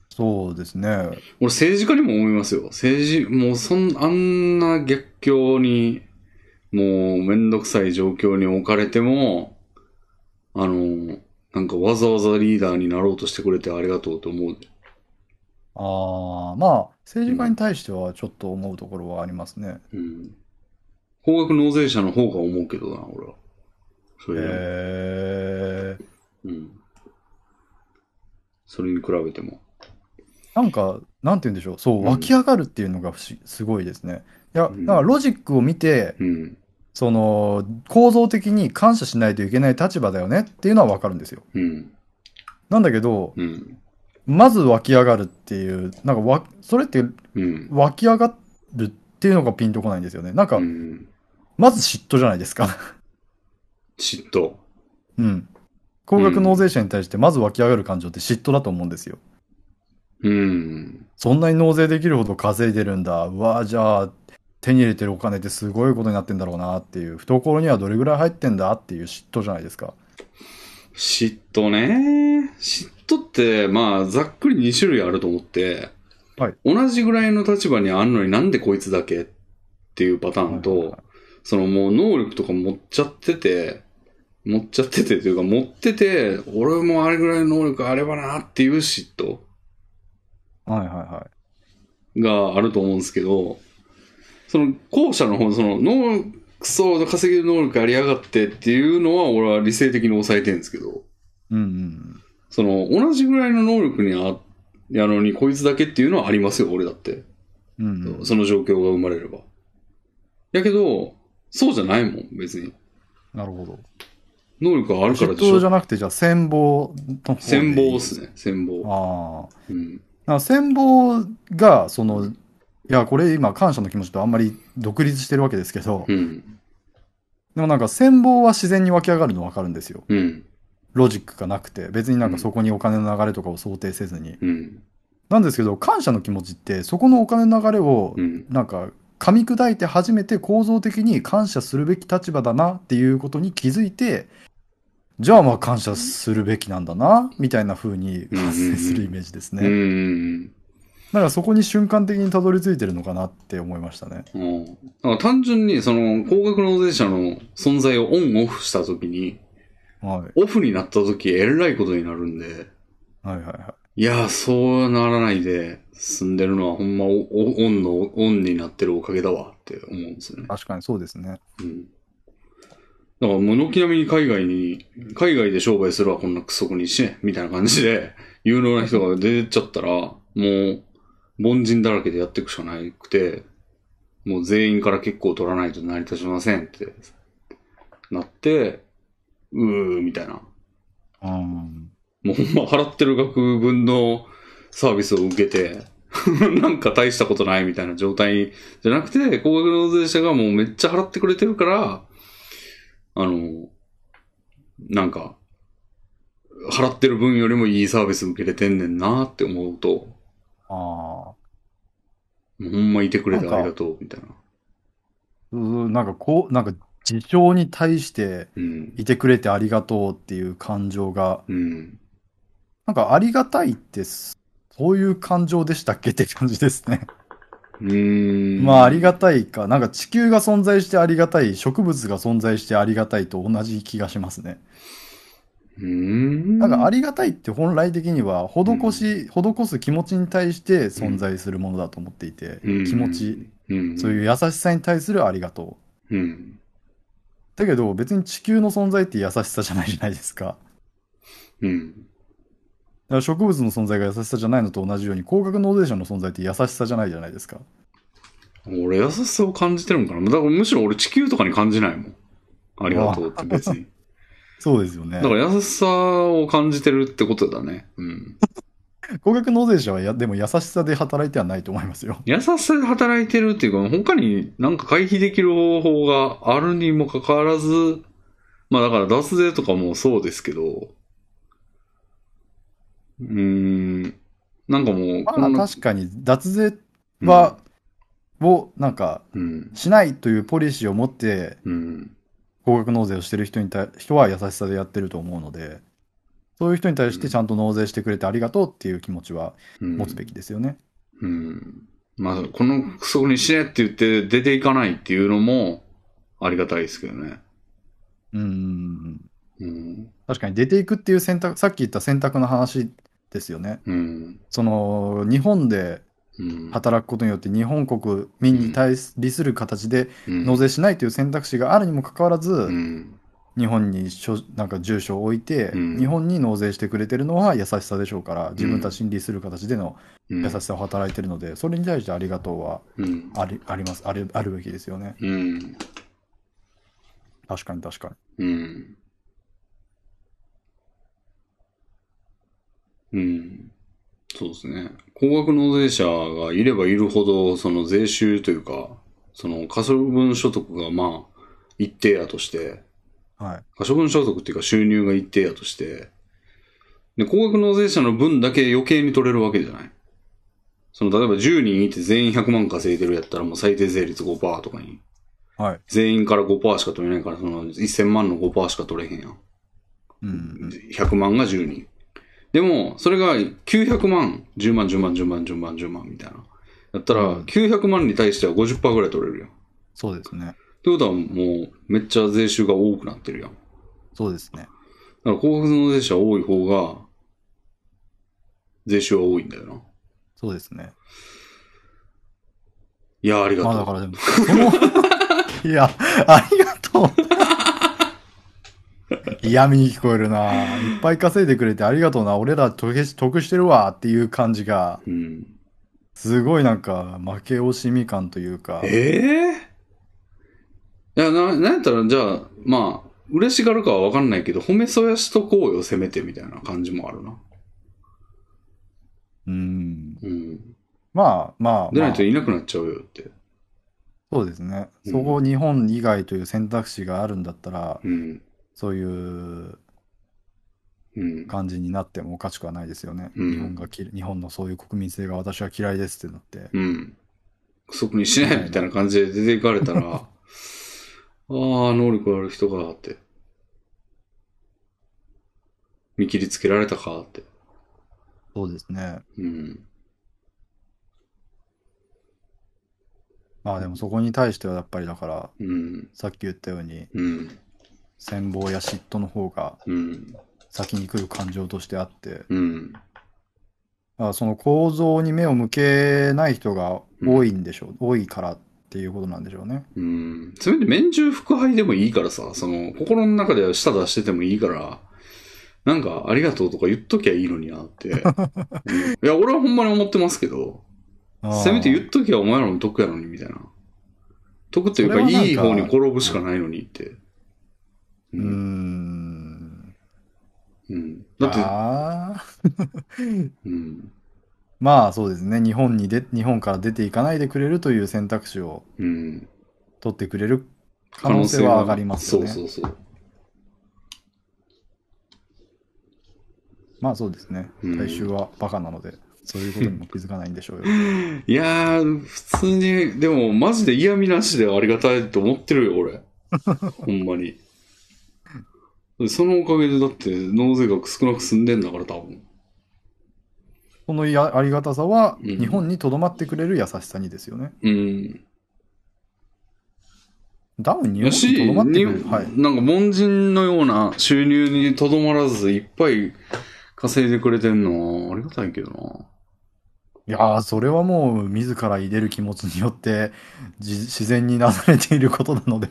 Speaker 2: そうですね。
Speaker 1: 俺政治家にも思いますよ。政治、もうそん、あんな逆境に、もうめんどくさい状況に置かれても、あの、なんかわざわざリーダーになろうとしてくれてありがとうと思う。
Speaker 2: ああ、まあ政治家に対してはちょっと思うところはありますね。
Speaker 1: うん。高額納税者の方が思うけどな、俺は。そ
Speaker 2: へ
Speaker 1: れでも
Speaker 2: えー。
Speaker 1: うん。それに比べても。
Speaker 2: なんか、なんて言うんでしょう。そうう、
Speaker 1: ん
Speaker 2: 湧き上がるっていうのが不思すごいですね。いや、
Speaker 1: うん
Speaker 2: だからロジックを見て、
Speaker 1: うん。
Speaker 2: その構造的に感謝しないといけない立場だよねっていうのはわかるんですよ。
Speaker 1: うん。
Speaker 2: なんだけど、
Speaker 1: うん。
Speaker 2: まず湧き上がるっていう、なんかわ、それって
Speaker 1: うん。
Speaker 2: 湧き上がるっていうのがピンとこないんですよね。なんか
Speaker 1: う、ん。
Speaker 2: まず嫉妬じゃないですか。 [LAUGHS]
Speaker 1: 嫉妬。
Speaker 2: うん。高額納税者に対してまず湧き上がる感情って嫉妬だと思うんですよ。
Speaker 1: うん。
Speaker 2: そんなに納税できるほど稼いでるんだ。うわじゃあ、手に入れてるお金ってすごいことになってんだろうなっていう、懐にはどれぐらい入ってんだっていう嫉妬じゃないですか。
Speaker 1: 嫉妬ね。嫉妬って、まあ、ざっくり2種類あると思って、
Speaker 2: はい
Speaker 1: 同じぐらいの立場にあんのになんでこいつだけっていうパターンと、
Speaker 2: はいはいはい
Speaker 1: そのもう能力とか持っちゃってて、持っちゃっててというか持ってて、俺もあれぐらいの能力あればなっていう嫉妬。
Speaker 2: はいはいはい。
Speaker 1: があると思うんですけど、その後者の方、その能クソ稼げる能力ありやがってっていうのは俺は理性的に抑えてるんですけど、
Speaker 2: うんうん
Speaker 1: その同じぐらいの能力にあ、やのにこいつだけっていうのはありますよ、俺だって。
Speaker 2: うん。うんうん
Speaker 1: その状況が生まれれば。やけど、そうじゃないもん、別に。
Speaker 2: なるほど。
Speaker 1: 能力があるから
Speaker 2: 嫉
Speaker 1: でし
Speaker 2: 妬じゃ
Speaker 1: ょ。
Speaker 2: なくて、じゃあ、戦望の方で
Speaker 1: 戦望っすね、戦望。
Speaker 2: ああ。
Speaker 1: うん。
Speaker 2: なんか戦望が、その、いや、これ今、感謝の気持ちとあんまり独立してるわけですけど、
Speaker 1: うん。
Speaker 2: でもなんか、戦望は自然に湧き上がるの分かるんですよ。
Speaker 1: うん。
Speaker 2: ロジックがなくて、別になんかそこにお金の流れとかを想定せずに。
Speaker 1: うん。
Speaker 2: なんですけど、感謝の気持ちって、そこのお金の流れを
Speaker 1: う、ん。
Speaker 2: なんか、噛み砕いて初めて構造的に感謝するべき立場だなっていうことに気づいて、じゃあまあ感謝するべきなんだな、みたいな風に完成するイメージです
Speaker 1: う
Speaker 2: ね。
Speaker 1: ん。
Speaker 2: だからそこに瞬間的にたどり着いてるのかなって思いましたね。
Speaker 1: うんだから単純に、その、高額納税者の存在をオンオフしたときに、
Speaker 2: は
Speaker 1: オフになったとき、えらいことになるんで、
Speaker 2: い。はいはいはい
Speaker 1: やー、そうならないで、住んでるのはほんまおおオンの、オンになってるおかげだわって思うんですよね
Speaker 2: い。。確かにそうですね。
Speaker 1: うん。だからもう軒並みに海外に、海外で商売するわ、こんなクソ国にしね、みたいな感じで、有能な人が出てっちゃったら、もう、凡人だらけでやっていくしかなくて、もう全員から結構取らないと成り立ちませんって、なって、うー、みたいな。
Speaker 2: うん。
Speaker 1: もうほんま払ってる額分のサービスを受けて、 [LAUGHS] なんか大したことないみたいな状態じゃなくて、高額納税者がもうめっちゃ払ってくれてるから、あの、なんか、払ってる分よりもいいサービス受けれてんねんなって思うと、
Speaker 2: ああ。
Speaker 1: ほんまいてくれてありがとう、みたいな。
Speaker 2: うんなんかこう、なんか事象に対して
Speaker 1: うん。
Speaker 2: いてくれてありがとうっていう感情が、
Speaker 1: うん。
Speaker 2: なんかありがたいってす、そういう感情でしたっけって感じですね。
Speaker 1: うーん。
Speaker 2: まあありがたいか、なんか地球が存在してありがたい、植物が存在してありがたいと同じ気がしますね。
Speaker 1: うーん。
Speaker 2: なんかありがたいって本来的には、施し、施す気持ちに対して存在するものだと思っていて、
Speaker 1: うん
Speaker 2: 気持ち、、
Speaker 1: うん。
Speaker 2: そういう優しさに対するありがとう。
Speaker 1: うん。
Speaker 2: だけど別に地球の存在って優しさじゃないじゃないですか。
Speaker 1: うん。
Speaker 2: だから植物の存在が優しさじゃないのと同じように、高額納税者の存在って優しさじゃないじゃないですか。
Speaker 1: 俺優しさを感じてるんかなだからむしろ俺地球とかに感じないもん。ありがとうって別に。
Speaker 2: そうですよね
Speaker 1: だ。から優しさを感じてるってことだね。うん。
Speaker 2: 高額納税者はや、でも優しさで働いてはないと思いますよ。
Speaker 1: 優しさで働いてるっていうか、他になんか回避できる方法があるにもかかわらず、まあだから脱税とかもそうですけど、うーん、なんかもう、
Speaker 2: ま
Speaker 1: こ
Speaker 2: あ
Speaker 1: んな
Speaker 2: 確かに脱税は、をなんか
Speaker 1: うん、
Speaker 2: しないというポリシーを持って
Speaker 1: うん、
Speaker 2: 高額納税をしてる人に対人は優しさでやってると思うので、そういう人に対してちゃんと納税してくれてありがとうっていう気持ちは
Speaker 1: うん。
Speaker 2: 持つべきですよね。
Speaker 1: うん。まあ、このクソに死ねって言って出ていかないっていうのもありがたいですけどね。
Speaker 2: うん。
Speaker 1: う
Speaker 2: うん
Speaker 1: ん。
Speaker 2: 確かに出ていくっていう選択、さっき言った選択の話ですよね。
Speaker 1: うん。
Speaker 2: その、日本で
Speaker 1: うん。
Speaker 2: 働くことによって日本国民に対す利する形で納税しないという選択肢があるにもかかわらず、
Speaker 1: うん。
Speaker 2: 日本に所なんか住所を置いて、
Speaker 1: うん
Speaker 2: 日本に納税してくれてるのは優しさでしょうから、自分たちに利する形での
Speaker 1: うん。
Speaker 2: 優しさを働いてるので、それに対してありがとうは
Speaker 1: うん。
Speaker 2: ありありますあり、あるべきですよね。
Speaker 1: うん。
Speaker 2: 確かに確かに。
Speaker 1: うん。うん。そうですね。高額納税者がいればいるほど、その税収というか、その可処分所得がまあ、一定やとして、
Speaker 2: はい。
Speaker 1: 可処分所得っていうか収入が一定やとして、で、高額納税者の分だけ余計に取れるわけじゃない。その、例えば10人いて全員100万稼いでるやったらもう最低税率5%とかに。
Speaker 2: はい。
Speaker 1: 全員から5%しか取れないから、その1000万の5%しか取れへんやん。
Speaker 2: うん。
Speaker 1: 100万が10人。でも、それが900万、10万、10万、10万、10万、10万みたいな。やったら、900万に対しては50%ぐらい取れるやん。っ
Speaker 2: そうですね。
Speaker 1: てことはもう、めっちゃ税収が多くなってるやん。
Speaker 2: そうですね。
Speaker 1: だから、高額納税者多い方が、税収は多いんだよな。
Speaker 2: そうですね。
Speaker 1: いや、ありが
Speaker 2: ま
Speaker 1: と
Speaker 2: あ
Speaker 1: う。
Speaker 2: だからでも、そ
Speaker 1: [LAUGHS]
Speaker 2: の、いや、ありがとう。嫌味に聞こえるな。いっぱい稼いでくれてありがとうな。俺ら得し得してるわっていう感じが、
Speaker 1: うん。
Speaker 2: すごいなんか負け惜しみ感というか、
Speaker 1: ええいや、な、なんやったら、じゃあ、まあ、嬉しがるかはわかんないけど、褒めそやしとこうよ、せめて、みたいな感じもあるな。
Speaker 2: うん。
Speaker 1: うん。
Speaker 2: まあまあ、
Speaker 1: で
Speaker 2: ま
Speaker 1: ない
Speaker 2: あ
Speaker 1: と、いなくなっちゃうよって。
Speaker 2: そうですね。
Speaker 1: うん
Speaker 2: そこ日本以外という選択肢があるんだったら、
Speaker 1: うん。
Speaker 2: そういう、
Speaker 1: うん。
Speaker 2: 感じになってもおかしくはないですよね。
Speaker 1: うん
Speaker 2: 日本がき日本のそういう国民性が私は嫌いですってなって。
Speaker 1: うん。不足にしないみたいな感じで出ていかれたら、あ [LAUGHS] あ、能力ある人が、って。見切りつけられたか、って。
Speaker 2: そうですね。
Speaker 1: うん。
Speaker 2: まあでもそこに対してはやっぱりだから、
Speaker 1: うん。
Speaker 2: さっき言ったように、
Speaker 1: うん。
Speaker 2: 戦望や嫉妬の方が
Speaker 1: うん。
Speaker 2: 先に来る感情としてあって、
Speaker 1: うん。
Speaker 2: あその構造に目を向けない人が多いんでしょう、多いからっていうことなんでしょうね。
Speaker 1: うん。せめて、面中腹配でもいいからさ、その、心の中では舌出しててもいいから、なんか、ありがとうとか言っときゃいいのになって。うんいや、俺はほんまに思ってますけど、
Speaker 2: あー
Speaker 1: せめて言っときゃお前らの得やのに、みたいな。得というか、
Speaker 2: それはなんか
Speaker 1: いい方に転ぶしかないのにって。う
Speaker 2: うー。ん。
Speaker 1: うん。だって、
Speaker 2: あー
Speaker 1: うん。
Speaker 2: まあそうですね。日本にで、日本から出ていかないでくれるという選択肢を
Speaker 1: うん。
Speaker 2: 取ってくれる可能性は上がりますよね。
Speaker 1: そうそうそう。
Speaker 2: まあそうですね。
Speaker 1: うん
Speaker 2: 大衆はバカなので、そういうことにも気づかないんでしょうよ。 [LAUGHS]
Speaker 1: いやー、普通に、でも、マジで嫌味なしでありがたいと思ってるよ、
Speaker 2: [LAUGHS]
Speaker 1: 俺。ほんまに。そのおかげで、だって、納税額少なく済んでんだから、多分。
Speaker 2: このやありがたさは、
Speaker 1: うん
Speaker 2: 日本にとどまってくれる優しさにですよね。
Speaker 1: うん。
Speaker 2: ダウン日
Speaker 1: や
Speaker 2: 本にと
Speaker 1: し、
Speaker 2: どまってくれ
Speaker 1: に
Speaker 2: る。はい。
Speaker 1: なんか、凡人のような収入にとどまらず、いっぱい稼いでくれてんのはありがたいけどな。
Speaker 2: いやー、それはもう自ら入れる気持ちによってじ自然になされていることなので。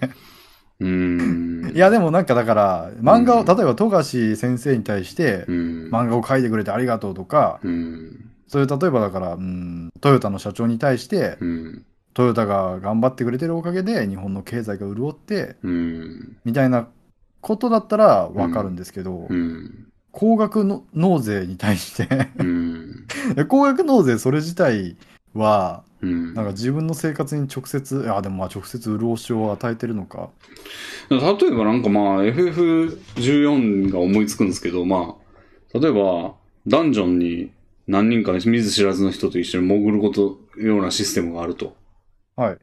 Speaker 1: うーん。
Speaker 2: いや、でもなんかだから、漫画を、
Speaker 1: うん
Speaker 2: 例えば富樫先生に対して、
Speaker 1: うん。
Speaker 2: 漫画を描いてくれてありがとうとか、
Speaker 1: うん。
Speaker 2: そういう例えばだから、うん、トヨタの社長に対して、
Speaker 1: うん。
Speaker 2: トヨタが頑張ってくれてるおかげで日本の経済が潤って、
Speaker 1: うん。
Speaker 2: みたいなことだったらわかるんですけど、
Speaker 1: うん。
Speaker 2: 高額の納税に対して、 [LAUGHS]
Speaker 1: うん。
Speaker 2: 高額納税それ自体は、
Speaker 1: うん。
Speaker 2: なんか自分の生活に直接、あ、でもまあ直接潤しを与えてるのか。
Speaker 1: 例えばなんかまあ FF14 が思いつくんですけど、まあ、例えばダンジョンに何人か見ず知らずの人と一緒に潜ることようなシステムがあると。
Speaker 2: はい。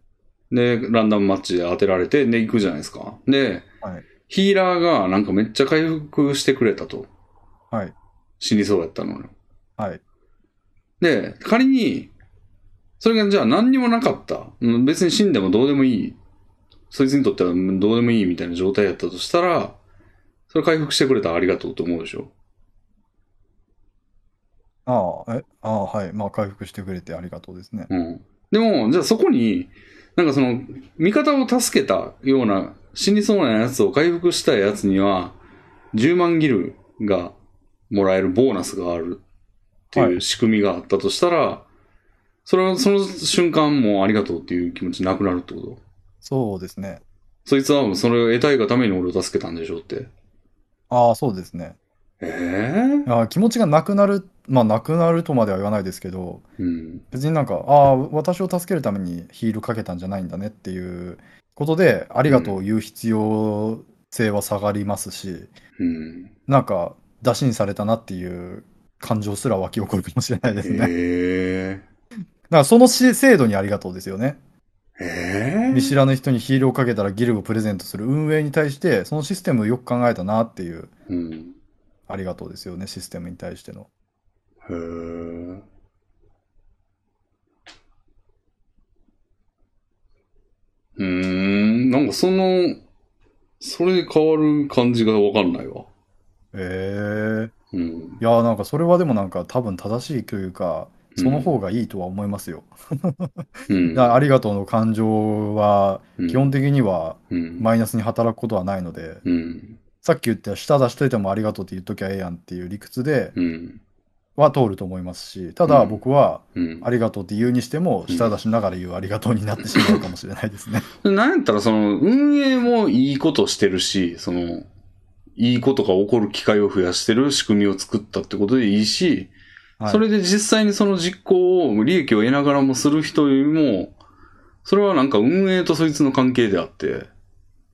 Speaker 1: で、ランダムマッチで当てられて、で、行くじゃないですか。で、
Speaker 2: はい
Speaker 1: ヒーラーがなんかめっちゃ回復してくれたと。
Speaker 2: はい。
Speaker 1: 死にそうやったのよ。
Speaker 2: はい。
Speaker 1: で、仮に、それがじゃあ何にもなかった。うん別に死んでもどうでもいい。そいつにとってはうんどうでもいいみたいな状態やったとしたら、それ回復してくれたらありがとうと思うでしょ。
Speaker 2: ああ、え、ああ、はい。まあ回復してくれてありがとうですね。
Speaker 1: うん。でも、じゃあそこに、なんかその、味方を助けたような、死にそうなやつを回復したやつには、10万ギルがもらえるボーナスがあるって
Speaker 2: は
Speaker 1: いう仕組みがあったとしたら、それはその瞬間もうありがとうっていう気持ちなくなるってこと
Speaker 2: そうですね。
Speaker 1: そいつはもうそれを得たいがために俺を助けたんでしょうって。
Speaker 2: ああ、そうですね。
Speaker 1: ええ
Speaker 2: ああ気持ちがなくなる、まあなくなるとまでは言わないですけど、
Speaker 1: うん。
Speaker 2: 別になんか、ああ、私を助けるためにヒールかけたんじゃないんだねっていうことで、ありがとうを言う必要性は下がりますし、
Speaker 1: うん。
Speaker 2: なんか、打診されたなっていう感情すら湧き起こるかもしれないですね。だか
Speaker 1: え
Speaker 2: らそのし制度にありがとうですよね。
Speaker 1: ええ
Speaker 2: 見知らぬ人にヒールをかけたらギルをプレゼントする運営に対して、そのシステムをよく考えたなっていう、
Speaker 1: うん。
Speaker 2: ありがとうですよね、システムに対しての。
Speaker 1: へえ。うーん、なんかその、それで変わる感じがわかんないわ。
Speaker 2: ええ
Speaker 1: うん。
Speaker 2: いやーなんかそれはでもなんか多分正しいというか、その方がいいとは思いますよ。
Speaker 1: うん、
Speaker 2: だからありがとうの感情は、
Speaker 1: うん、
Speaker 2: 基本的には
Speaker 1: うん、
Speaker 2: マイナスに働くことはないので、
Speaker 1: うん、
Speaker 2: さっき言った舌出しといてもありがとうって言っときゃええやんっていう理屈で
Speaker 1: うん、
Speaker 2: は通ると思いますし、ただ
Speaker 1: うん
Speaker 2: 僕は
Speaker 1: うん。
Speaker 2: ありがとうって言うにしても、
Speaker 1: うん
Speaker 2: 舌出しながら言うありがとうになってしまうかもしれないですね。
Speaker 1: なんやったらその、運営もいいことしてるし、その、いいことが起こる機会を増やしてる仕組みを作ったってことでいいし、
Speaker 2: はい
Speaker 1: [LAUGHS] それで実際にその実行を、利益を得ながらもする人よりも、それはなんか運営とそいつの関係であって、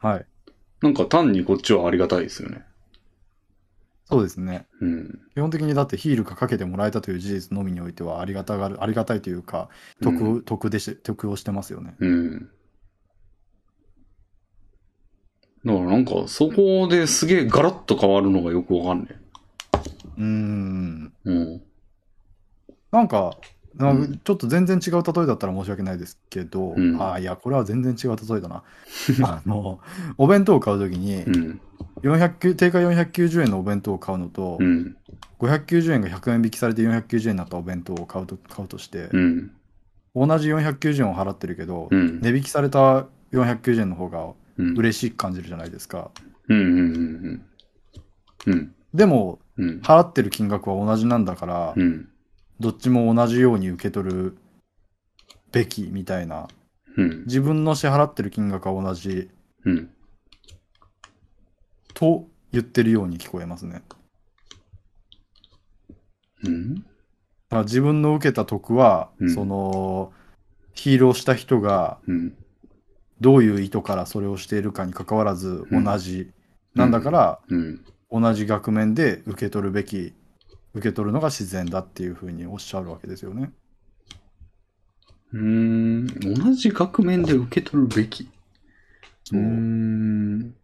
Speaker 2: はい。
Speaker 1: なんか単にこっちはありがたいですよね。
Speaker 2: そうですね。
Speaker 1: うん。
Speaker 2: 基本的にだってヒールがかけてもらえたという事実のみにおいてはありがたがる、ありがたいというか、得、得でし、得をしてますよね。
Speaker 1: うん。だからなんか、そこですげえガラッと変わるのがよくわかんね
Speaker 2: うーん。
Speaker 1: え。うん。
Speaker 2: なんか、な
Speaker 1: うん
Speaker 2: かちょっと全然違う例えだったら申し訳ないですけど、
Speaker 1: うん
Speaker 2: ああ、いや、これは全然違う例えだ
Speaker 1: [LAUGHS]
Speaker 2: な。あの、お弁当を買うときに
Speaker 1: う、ん。
Speaker 2: 400定価490円のお弁当を買うのと、
Speaker 1: うん。
Speaker 2: 590円が100円引きされて490円になったお弁当を買うと買うとして、
Speaker 1: うん。
Speaker 2: 同じ490円を払ってるけど、
Speaker 1: うん。
Speaker 2: 値引きされた490円の方が
Speaker 1: うん。
Speaker 2: 嬉しく感じるじゃないですか。
Speaker 1: うん。うん。うん。
Speaker 2: でも、
Speaker 1: うん。
Speaker 2: 払ってる金額は同じなんだから、
Speaker 1: うん。
Speaker 2: どっちも同じように受け取るべきみたいな、
Speaker 1: うん。
Speaker 2: 自分の支払ってる金額は同じ
Speaker 1: うん。
Speaker 2: と言ってるように聞こえますね。
Speaker 1: うん。
Speaker 2: だから自分の受けた得は、
Speaker 1: うん
Speaker 2: その、ヒーローした人が
Speaker 1: うん。
Speaker 2: どういう意図からそれをしているかにかかわらず
Speaker 1: うん
Speaker 2: 同じ、なんだから
Speaker 1: うん。
Speaker 2: 同じ額面で受け取るべき受け取るのが自然だっていうふうにおっしゃるわけですよね。
Speaker 1: うん。同じ額面で受け取るべき。
Speaker 2: そう
Speaker 1: ーん。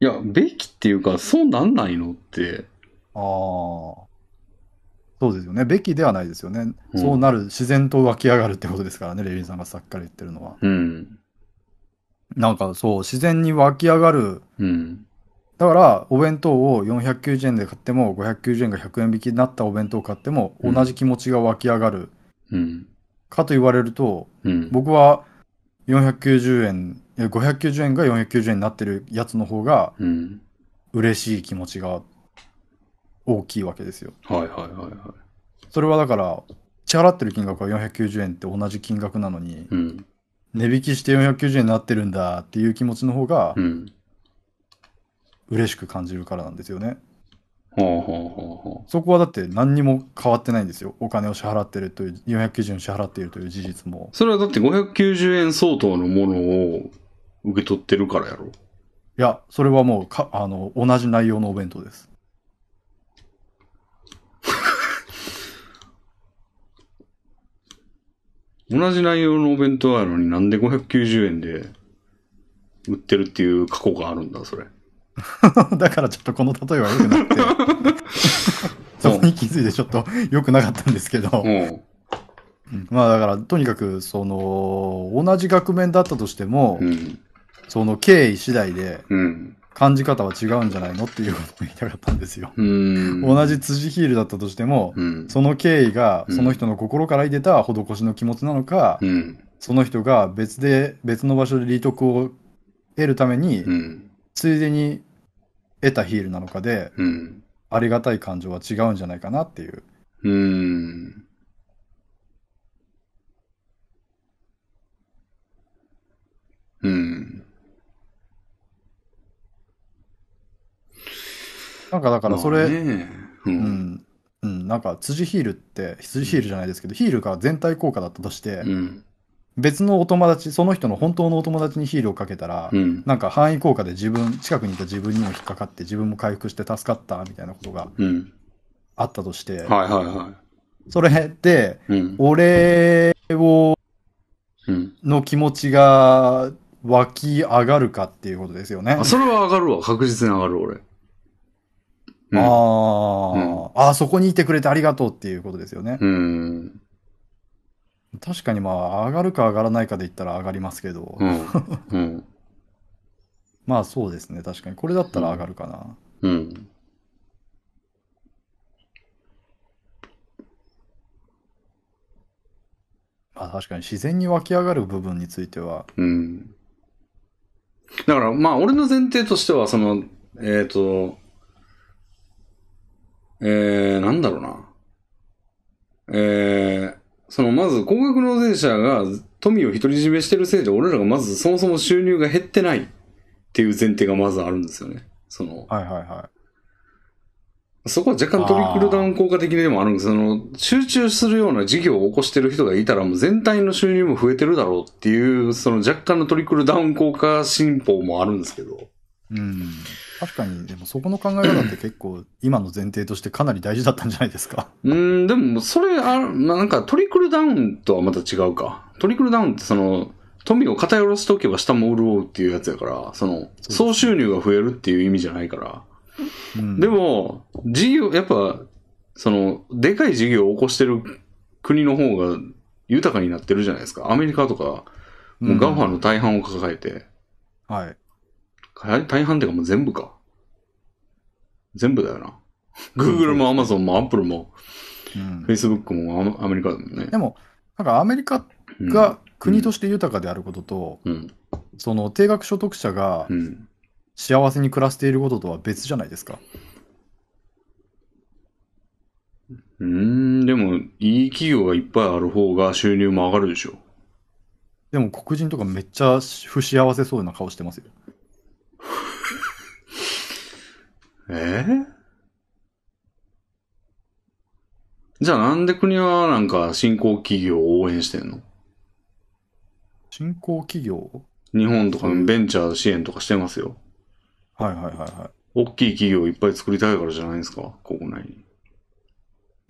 Speaker 1: いや、べきっていうか、そうなんないのって。
Speaker 2: ああ。そうですよね。べきではないですよね。
Speaker 1: うん
Speaker 2: そうなる、自然と湧き上がるってことですからね、レイリンさんがさっきから言ってるのは。
Speaker 1: うん。
Speaker 2: なんかそう、自然に湧き上がる。
Speaker 1: うん。
Speaker 2: だから、お弁当を490円で買っても、590円が100円引きになったお弁当を買っても、
Speaker 1: うん
Speaker 2: 同じ気持ちが湧き上がる。
Speaker 1: うん。
Speaker 2: かと言われると、
Speaker 1: うん。
Speaker 2: 僕は490円、いや590円が490円になってるやつの方が、
Speaker 1: うん。
Speaker 2: 嬉しい気持ちが大きいわけですよ。
Speaker 1: はいはいはいは
Speaker 2: それはだから、支払ってる金額は490円って同じ金額なのに、
Speaker 1: い。うん。
Speaker 2: 値引きして490円になってるんだっていう気持ちの方が
Speaker 1: うん。
Speaker 2: 嬉しく感じるからなんですよね。
Speaker 1: はあはあはあはあ。
Speaker 2: そこはだって何にも変わってないんですよ。お金を支払ってるという、490円を支払っているという事実も。
Speaker 1: それはだって590円相当のものを受け取ってるからやろ。
Speaker 2: いや、それはもうか、あの、同じ内容のお弁当です。 [LAUGHS]
Speaker 1: 同じ内容のお弁当やのになんで590円で売ってるっていう過去があるんだ、それ。
Speaker 2: だからちょっとこの例えは良くなくて、
Speaker 1: [LAUGHS]
Speaker 2: そこに気づいてちょっと良くなかったんですけど。
Speaker 1: うん。
Speaker 2: まあだから、とにかく、その、同じ額面だったとしても、
Speaker 1: うん。
Speaker 2: その経緯次第で
Speaker 1: うん。
Speaker 2: 感じ方は違うんじゃないのっていうことを言いたかったんですよ。
Speaker 1: うん。
Speaker 2: 同じ辻ヒールだったとしても、
Speaker 1: うん。
Speaker 2: その経緯が
Speaker 1: うん
Speaker 2: その人の心から出た施しの気持ちなのか、
Speaker 1: うん。
Speaker 2: その人が別で、別の場所で利得を得るために
Speaker 1: う、ん。
Speaker 2: ついでに得たヒールなのかで、
Speaker 1: うん。
Speaker 2: ありがたい感情は違うんじゃないかなっていう。
Speaker 1: うん。うん。
Speaker 2: なんかだからそれ、
Speaker 1: まあねう。
Speaker 2: うんん、うん、なんか辻ヒールって、辻ヒールじゃないですけど、ヒールが全体効果だったとして、
Speaker 1: うん。
Speaker 2: 別のお友達、その人の本当のお友達にヒールをかけたら、
Speaker 1: うん。
Speaker 2: なんか範囲効果で自分、近くにいた自分にも引っかかって、自分も回復して助かったみたいなことが
Speaker 1: うん。
Speaker 2: あったとして、
Speaker 1: はいはいは
Speaker 2: それって、
Speaker 1: い。うん。
Speaker 2: 俺を
Speaker 1: うん。
Speaker 2: の気持ちが湧き上がるかっていうことですよね。
Speaker 1: あ、それは上がるわ。確実に上がる、俺。うん
Speaker 2: あーあー、そこにいてくれてありがとうっていうことですよね。
Speaker 1: うん。
Speaker 2: 確かにまあ、上がるか上がらないかで言ったら上がりますけど、
Speaker 1: うん。うん。
Speaker 2: まあそうですね、確かに。これだったら上がるかな。
Speaker 1: うん。
Speaker 2: まあ確かに自然に湧き上がる部分については。
Speaker 1: うん。だから、まあ、俺の前提としては、その、えっ、と、えー、なんだろうな。えー、その、まず、高額納税者が富を独り占めしてるせいで、俺らがまずそもそも収入が減ってないっていう前提がまずあるんですよね。その、
Speaker 2: はいはいは
Speaker 1: そこは若干トリクルダウン効果的にでもあるんですけど、その集中するような事業を起こしてる人がいたら、もう全体の収入も増えてるだろうっていう、その若干のトリクルダウン効果進歩もあるんですけど、
Speaker 2: うん。確かに、でもそこの考え方って結構、今の前提としてかなり大事だったんじゃないですか。
Speaker 1: うーん、でも、それ、あまあ、なんかトリクルダウンとはまた違うか。トリクルダウンってその、富を偏らせておけば下も潤うっていうやつやから、その、総収入が増えるっていう意味じゃないから。
Speaker 2: うん、
Speaker 1: でも、事業、やっぱ、その、でかい事業を起こしてる国の方が豊かになってるじゃないですか。アメリカとか、もうガファの大半を抱えて、
Speaker 2: うんはい。
Speaker 1: か大半っていうかもう全部か。全部だよな。Google も Amazon も Apple も
Speaker 2: うん、
Speaker 1: Facebook もアメアメリカだもんね
Speaker 2: で。も、なんかアメリカ
Speaker 1: うん、
Speaker 2: が国として豊かであることと、
Speaker 1: うん、
Speaker 2: その定額所得者が
Speaker 1: うん。
Speaker 2: 幸せに暮らしていることとは別じゃないですか。
Speaker 1: うーん、でも、いい企業がいっぱいある方が収入も上がるでしょ。
Speaker 2: でも黒人とかめっちゃ不幸せそうな顔してますよ。
Speaker 1: えーじゃあなんで国はなんか新興企業を応援してんの
Speaker 2: 新興企業
Speaker 1: 日本とかベンチャー支援とかしてますよ。
Speaker 2: はいはいはいは
Speaker 1: 大きい企業をいっぱい作りたいからじゃないですか、国内に。
Speaker 2: い。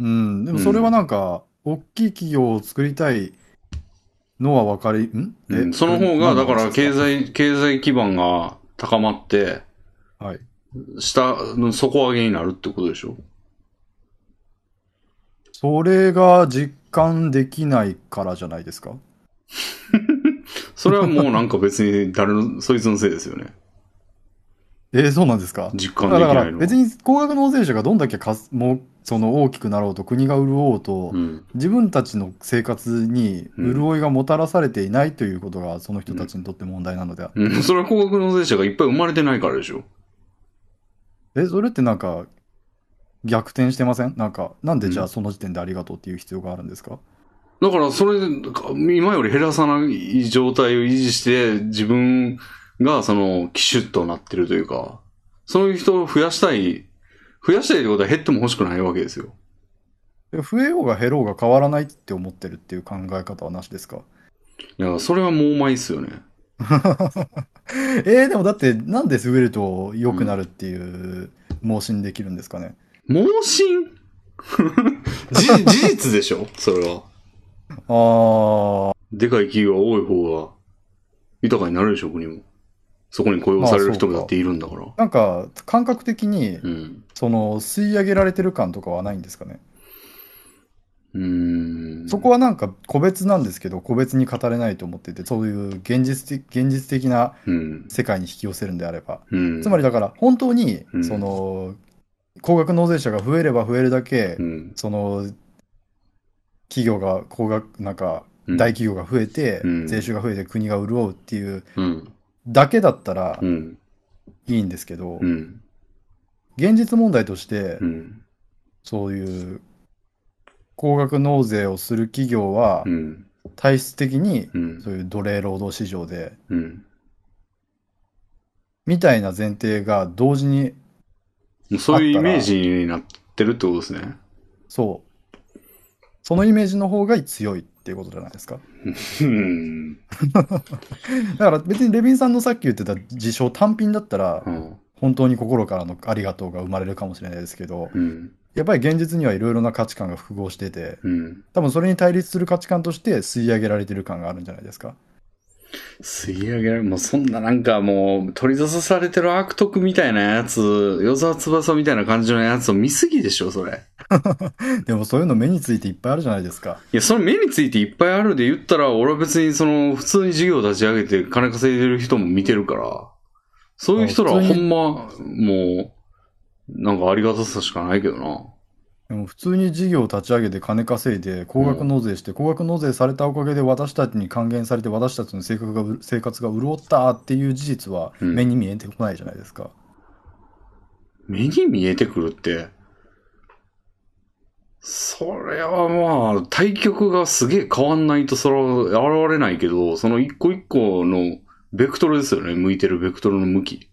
Speaker 2: うん、でもそれはなんか、大きい企業を作りたいのは分かり、んえ
Speaker 1: うんその方が、
Speaker 2: 何
Speaker 1: だから
Speaker 2: 話で
Speaker 1: 経
Speaker 2: す
Speaker 1: 済、経済基盤が高まって、
Speaker 2: はい。
Speaker 1: 下の底上げになるってことでしょ
Speaker 2: それが実感できないからじゃないですか。
Speaker 1: それはもうなんか別に誰の、 [LAUGHS] そいつのせいですよね。
Speaker 2: えーそうなんですか
Speaker 1: 実
Speaker 2: だ
Speaker 1: 感
Speaker 2: か
Speaker 1: でき
Speaker 2: らだか
Speaker 1: ない
Speaker 2: ら
Speaker 1: のは。
Speaker 2: 別に高額納税者がどんだけかすもうその大きくなろうと国が潤おうと、
Speaker 1: うん。
Speaker 2: 自分たちの生活に潤いがもたらされていないということがその人たちにとって問題なのである、
Speaker 1: うん。それは高額納税者がいっぱい生まれてないからでしょ。
Speaker 2: えそれってなんか逆転してませんなんかなんでじゃ
Speaker 1: う
Speaker 2: あその時点でありがとうっていう必要があるんですか、
Speaker 1: だから、それ、今より減らさない状態を維持して、自分が、その、キシュッとなってるというか、そういう人を増やしたい、増やしたいってことは減っても欲しくないわけですよ。
Speaker 2: で増えようが減ろうが変わらないって思ってるっていう考え方はなしですか
Speaker 1: いや、それはもうまいっすよね。
Speaker 2: えー、でもだってなんで増えると良くなるっていう盲信できるんですかね、
Speaker 1: 盲信 [LAUGHS] 事事実でしょそれは。
Speaker 2: ああ
Speaker 1: でかい企業が多い方が、豊かになるでしょ国も。そこに雇用される人もだっているんだから。
Speaker 2: なんか感覚的に
Speaker 1: うん。
Speaker 2: その吸い上げられてる感とかはないんですかね
Speaker 1: うーん。
Speaker 2: そこはなんか個別なんですけど、個別に語れないと思ってて、そういう現実的現実的な
Speaker 1: うん。
Speaker 2: 世界に引き寄せるんであれば。
Speaker 1: うん。
Speaker 2: つまりだから、本当に
Speaker 1: う、ん
Speaker 2: その、高額納税者が増えれば増えるだけ
Speaker 1: う、ん、
Speaker 2: その、企業が、高額、なんか、
Speaker 1: うん。
Speaker 2: 大企業が増えて
Speaker 1: うん、
Speaker 2: 税収が増えて国が潤うっていう
Speaker 1: うん。
Speaker 2: だけだったら
Speaker 1: うん。
Speaker 2: いいんですけど
Speaker 1: う、ん。
Speaker 2: 現実問題として
Speaker 1: う、ん。
Speaker 2: そういう、高額納税をする企業は
Speaker 1: う、ん。
Speaker 2: 体質的に、
Speaker 1: うん。
Speaker 2: そういう奴隷労働市場で、
Speaker 1: うん。
Speaker 2: みたいな前提が同時に、
Speaker 1: もうそういうイメージになってるってことですね。
Speaker 2: そう、そのイメージの方が強いっていうことじゃないですか。
Speaker 1: うん。
Speaker 2: だから別にレビンさんのさっき言ってた事象単品だったら
Speaker 1: う、ん。
Speaker 2: 本当に心からのありがとうが生まれるかもしれないですけど、
Speaker 1: うん。
Speaker 2: やっぱり現実にはいろいろな価値観が複合してて、
Speaker 1: うん。
Speaker 2: 多分それに対立する価値観として吸い上げられてる感があるんじゃないですか。
Speaker 1: 吸い上げられ、もうそんななんかもう取り沙汰されてる悪徳みたいなやつ、与沢翼みたいな感じのやつを見すぎでしょ、それ。
Speaker 2: でもそういうの目についていっぱいあるじゃないですか。
Speaker 1: いや、その目についていっぱいあるで言ったら、俺は別にその、普通に事業立ち上げて金稼いでる人も見てるから、そういう人らは
Speaker 2: 普
Speaker 1: ほ
Speaker 2: 通
Speaker 1: んま、もう、なんかありがたさしかないけどな。
Speaker 2: でも普通に事業を立ち上げて金稼いで高額納税して、高額納税されたおかげで私たちに還元されて私たちの生活がう生活が潤ったっていう事実は
Speaker 1: うん
Speaker 2: 目に見えてこないじゃないですか。
Speaker 1: 目に見えてくるって、それはまあ、対局がすげえ変わんないとそれは現れないけど、その一個一個のベクトルですよね。向いてるベクトルの向き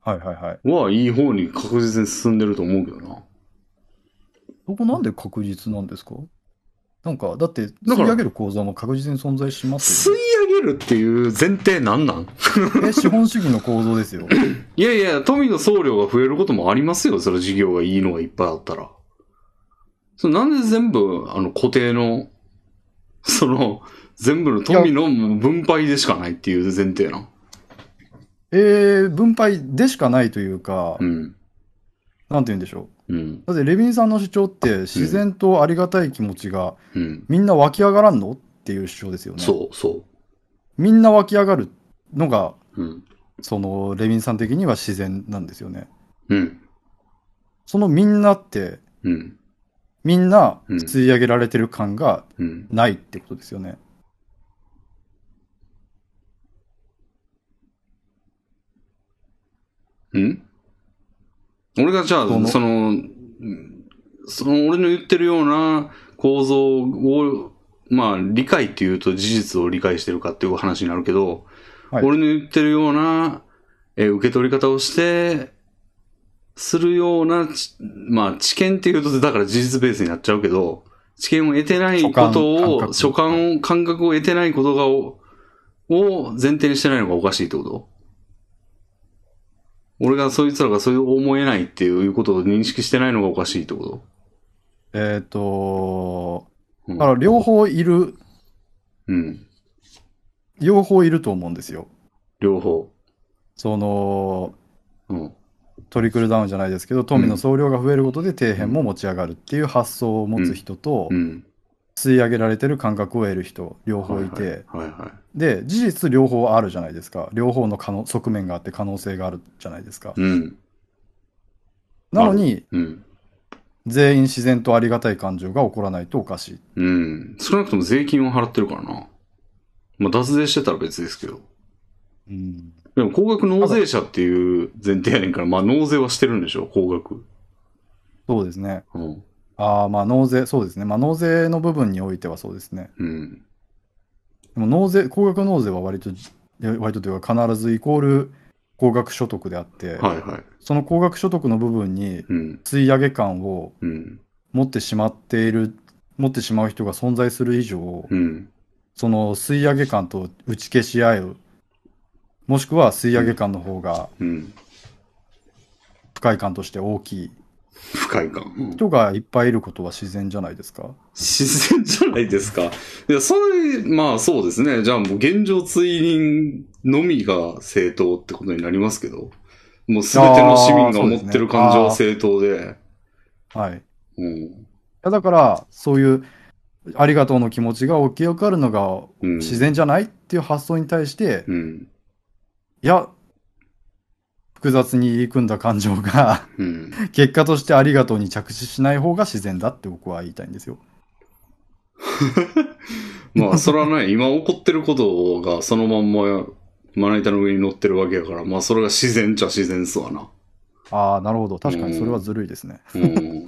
Speaker 2: はいはいはい。
Speaker 1: は、いい方に確実に進んでると思うけどな。
Speaker 2: そこなんで確実なんですかなんか、だって、
Speaker 1: だか
Speaker 2: 吸い
Speaker 1: ら
Speaker 2: 上げる構造も確実に存在します
Speaker 1: 吸い
Speaker 2: よ、
Speaker 1: 上げるっていう前提なんなん
Speaker 2: ね。え、資本主義の構造ですよ。
Speaker 1: いやいや、富の総量が増えることもありますよ。それ事業がいいのがいっぱいあったら。それなんで全部、あの、固定の、 [LAUGHS] その、全部の富の分配でしかないっていう前提なん。
Speaker 2: えー、分配でしかないというか、
Speaker 1: うん。
Speaker 2: なんて言うんでしょ
Speaker 1: うん。
Speaker 2: う。だって、レビンさんの主張って、自然とありがたい気持ちが、
Speaker 1: うん。
Speaker 2: みんな湧き上がらんのっていう主張ですよね。
Speaker 1: そう、そ
Speaker 2: みんな湧き上がるのが、
Speaker 1: う。うん。
Speaker 2: その、レビンさん的には自然なんですよね。
Speaker 1: うん。
Speaker 2: そのみんなって、
Speaker 1: うん。
Speaker 2: みんな
Speaker 1: うん
Speaker 2: 吸い上げられてる感が
Speaker 1: うん。
Speaker 2: ないってことですよね。
Speaker 1: うん俺がじゃあ、
Speaker 2: その
Speaker 1: その、うんその俺の言ってるような構造を、まあ理解っていうと事実を理解してるかっていう話になるけど、
Speaker 2: はい
Speaker 1: 俺の言ってるような、えー受け取り方をして、するようなち、まあ知見っていうと、だから事実ベースになっちゃうけど、知見を得てないことを、所
Speaker 2: 所
Speaker 1: 感を、感覚を得てないことがを、を前提にしてないのがおかしいってこと俺がそいつらがそういう思えないっていうことを認識してないのがおかしいってこと
Speaker 2: えっ、と、
Speaker 1: うん
Speaker 2: だから両方いる、
Speaker 1: うん。
Speaker 2: 両方いると思うんですよ。
Speaker 1: 両方。
Speaker 2: その、
Speaker 1: うん。
Speaker 2: トリクルダウンじゃないですけど、富の総量が増えることで底辺も持ち上がるっていう発想を持つ人と、
Speaker 1: うん。
Speaker 2: 吸い上げられてる感覚を得る人、両方いて、
Speaker 1: はいは
Speaker 2: で、事実両方あるじゃないですか。両方の可能側面があって可能性があるじゃないですか。
Speaker 1: い。うん。
Speaker 2: なのに、
Speaker 1: うん。
Speaker 2: 全員自然とありがたい感情が起こらないとおかしい。
Speaker 1: うん。少なくとも税金を払ってるからな。まあ、脱税してたら別ですけど。
Speaker 2: うん、
Speaker 1: でも、高額納税者っていう前提やねんから、まあ、納税はしてるんでしょ、高額。
Speaker 2: そうですね。
Speaker 1: うん。
Speaker 2: ああ、まあ納税、そうですね。まあ納税の部分においてはそうですね。
Speaker 1: うん。
Speaker 2: でも納税、高額納税は割と、いや割とというか必ずイコール高額所得であって、
Speaker 1: はいはい。
Speaker 2: その高額所得の部分に
Speaker 1: うん。
Speaker 2: 吸い上げ感を
Speaker 1: うん。
Speaker 2: 持ってしまっている、持ってしまう人が存在する以上、
Speaker 1: うん。
Speaker 2: その吸い上げ感と打ち消し合う、もしくは吸い上げ感の方が
Speaker 1: うん。
Speaker 2: 不快感として大きい
Speaker 1: 不快感。うん
Speaker 2: 人がいっぱいいることは自然じゃないですか。
Speaker 1: 自然じゃないですか。いや、それ、まあそうですね。じゃあもう現状追認のみが正当ってことになりますけど。もう全ての市民が持ってる感情は正当で。
Speaker 2: はい。
Speaker 1: うん。
Speaker 2: いやだから、そういう、ありがとうの気持ちが起き上がるのが
Speaker 1: うん。
Speaker 2: 自然じゃないっていう発想に対して、
Speaker 1: うん。
Speaker 2: いや、複雑に入り組んだ感情が、 [LAUGHS]
Speaker 1: うん。
Speaker 2: 結果としてありがとうに着地しない方が自然だって僕は言いたいんですよ。
Speaker 1: まあ、それはね、今起こってることがそのまんま、まな板の上に乗ってるわけやから、まあ、それが自然っちゃ自然っすわな。
Speaker 2: ああ、なるほど。確かにそれはずるいですね。
Speaker 1: うん。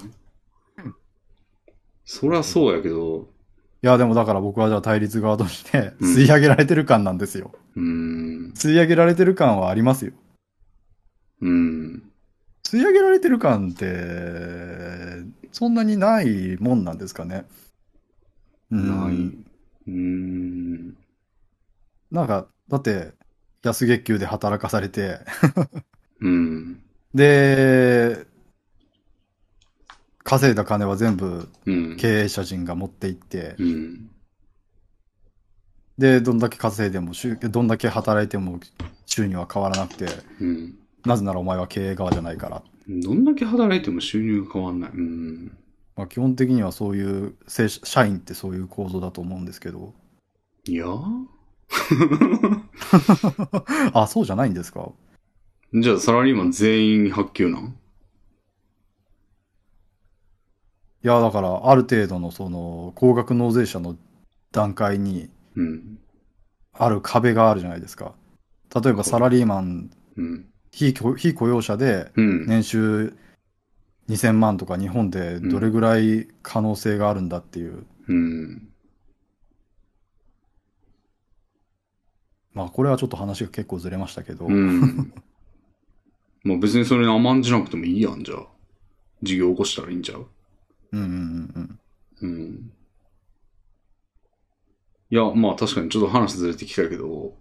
Speaker 1: そりゃそうやけど、
Speaker 2: いや、でもだから僕はじゃあ対立側として、
Speaker 1: うん
Speaker 2: 吸い上げられてる感なんですよ。
Speaker 1: うん。
Speaker 2: 吸い上げられてる感はありますよ。
Speaker 1: うん。
Speaker 2: 吸い上げられてる感って、そんなにないもんなんですかね。うん
Speaker 1: ない。うん。
Speaker 2: なんか、だって、安月給で働かされて、
Speaker 1: うん。
Speaker 2: で、稼いだ金は全部
Speaker 1: うん。
Speaker 2: 経営者陣が持っていって、
Speaker 1: うん。
Speaker 2: で、どんだけ稼いでも、収どんだけ働いても収入は変わらなくて、
Speaker 1: うん。
Speaker 2: なぜならお前は経営側じゃないから。
Speaker 1: どんだけ働いても収入が変わんない。うん。
Speaker 2: まあ、基本的にはそういう、正社社員ってそういう構造だと思うんですけど、
Speaker 1: いや
Speaker 2: あ、そうじゃないんですか
Speaker 1: じゃあサラリーマン全員発給なん
Speaker 2: いや、だから、ある程度のその、高額納税者の段階に、
Speaker 1: うん。
Speaker 2: ある壁があるじゃないですか。例えば、サラリーマン、
Speaker 1: うん。
Speaker 2: 非雇非雇用者で、
Speaker 1: うん。
Speaker 2: 年収2000万とか日本でどれぐらい可能性があるんだっていう、
Speaker 1: うん。
Speaker 2: まあ、これはちょっと話が結構ずれましたけど、
Speaker 1: うん。まあ別にそれに甘んじなくてもいいやん、じゃあ。事業起こしたらいいんちゃう
Speaker 2: うんうんうんうん
Speaker 1: うん。いや、まあ確かにちょっと話ずれてきたけど、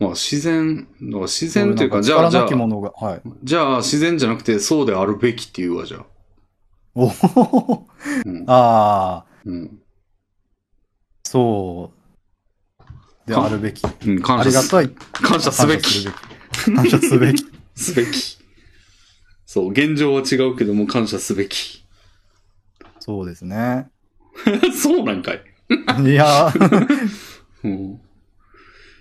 Speaker 1: まあ自然、だから自然というか、じゃあ、じ
Speaker 2: 力
Speaker 1: ゃ
Speaker 2: な
Speaker 1: あ
Speaker 2: き、ものが、はい。
Speaker 1: じゃあ自然じゃなくてそうであるべきっていうわ、じゃあ。
Speaker 2: おお
Speaker 1: うん。
Speaker 2: [LAUGHS] ああ、
Speaker 1: うん。
Speaker 2: そう。であるべき。
Speaker 1: うん、
Speaker 2: あ
Speaker 1: 感謝
Speaker 2: りが
Speaker 1: す
Speaker 2: たい。
Speaker 1: 感謝すべき。
Speaker 2: 感謝すべき。
Speaker 1: すべき。そう、現状は違うけども感謝すべき。 [LAUGHS]
Speaker 2: そうですね。
Speaker 1: そうなんかい。
Speaker 2: [LAUGHS] いやー、
Speaker 1: うん。い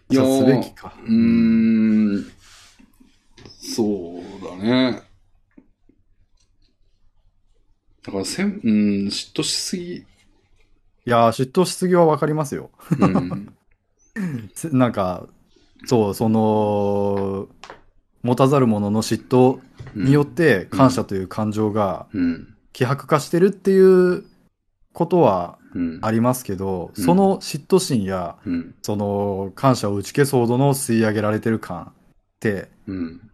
Speaker 2: じ
Speaker 1: や
Speaker 2: ゃあ
Speaker 1: ー
Speaker 2: すべきか。
Speaker 1: うーん。そうだね。だからせん、うん、嫉妬しすぎ。
Speaker 2: いやー、嫉妬しすぎはわかりますよ。
Speaker 1: うん。
Speaker 2: せなんか、そう、その、持たざる者の嫉妬によって感謝という感情が
Speaker 1: うん。
Speaker 2: 希薄化してるっていうことは
Speaker 1: うん。
Speaker 2: ありますけど、
Speaker 1: うん
Speaker 2: その嫉妬心や、
Speaker 1: うん。
Speaker 2: その感謝を打ち消すほどの吸い上げられてる感って、
Speaker 1: うん。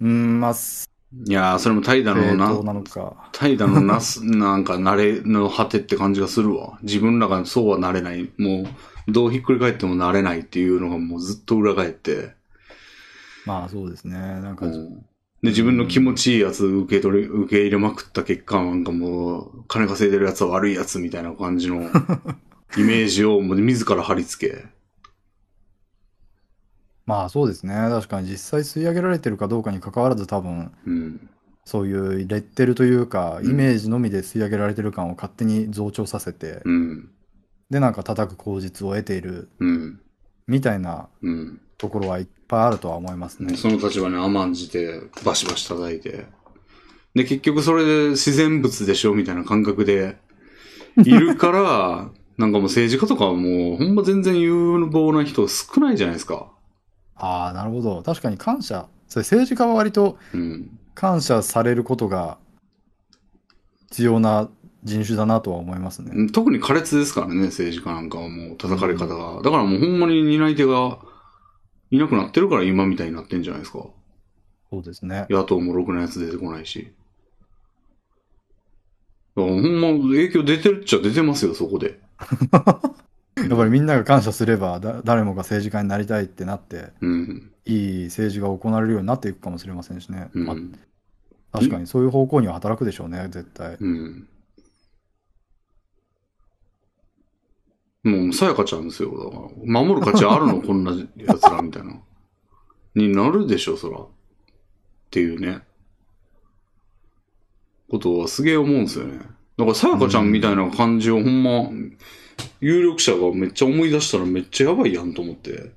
Speaker 2: うーん、まあ、正
Speaker 1: いやー、それも怠惰の
Speaker 2: 当
Speaker 1: な、
Speaker 2: なのか。
Speaker 1: 怠惰のな [LAUGHS] す、なんか慣れの果てって感じがするわ。自分らがそうはなれない。もう、どうひっくり返ってもなれないっていうのがもうずっと裏返って。
Speaker 2: まあそうですね。なんか、
Speaker 1: うんで、自分の気持ちいいやつ受け取り、受け入れまくった結果、なんかもう、金稼いでるやつは悪いやつみたいな感じの [LAUGHS] イメージをもう自ら貼り付け。
Speaker 2: まあそうですね。確かに実際吸い上げられてるかどうかに関わらず多分、
Speaker 1: うん。
Speaker 2: そういうレッテルというか、
Speaker 1: うん
Speaker 2: イメージのみで吸い上げられてる感を勝手に増長させて、
Speaker 1: うん。
Speaker 2: で、なんか叩く口実を得ている
Speaker 1: うん。
Speaker 2: みたいな
Speaker 1: うん。
Speaker 2: ところはいっぱいあるとは思いますね。
Speaker 1: その立場に甘んじて、バシバシ叩いて。で、結局それで自然物でしょみたいな感覚で、いるから、なんかもう政治家とかはもう、ほんま全然有望な人少ないじゃないですか。
Speaker 2: ああ、なるほど。確かに感謝。それ政治家は割と
Speaker 1: うん。
Speaker 2: 感謝されることが必要な人種だなとは思いますね。
Speaker 1: 特に苛烈ですからね、政治家なんかはもう叩かれ方が。だからもうほんまに担い手がいなくなってるから今みたいになってんじゃないですか。
Speaker 2: そうですね。
Speaker 1: 野党もろくなやつ出てこないし。だからほんま影響出てるっちゃ出てますよ、そこで。
Speaker 2: やっぱりみんなが感謝すれば、だ誰もが政治家になりたいってなって、
Speaker 1: うん。
Speaker 2: いい政治が行われるようになっていくかもしれませんしね。
Speaker 1: うん。
Speaker 2: まあ確かにそういう方向には働くでしょうね、絶対。
Speaker 1: うん。もう、さやかちゃんですよ。だから、守る価値あるのこんなやつら、みたいな。になるでしょ、そら。っていうね。ことはすげえ思うんですよね。だから、さやかちゃんみたいな感じを、ほんま、有力者がめっちゃ思い出したらめっちゃやばいやんと思って。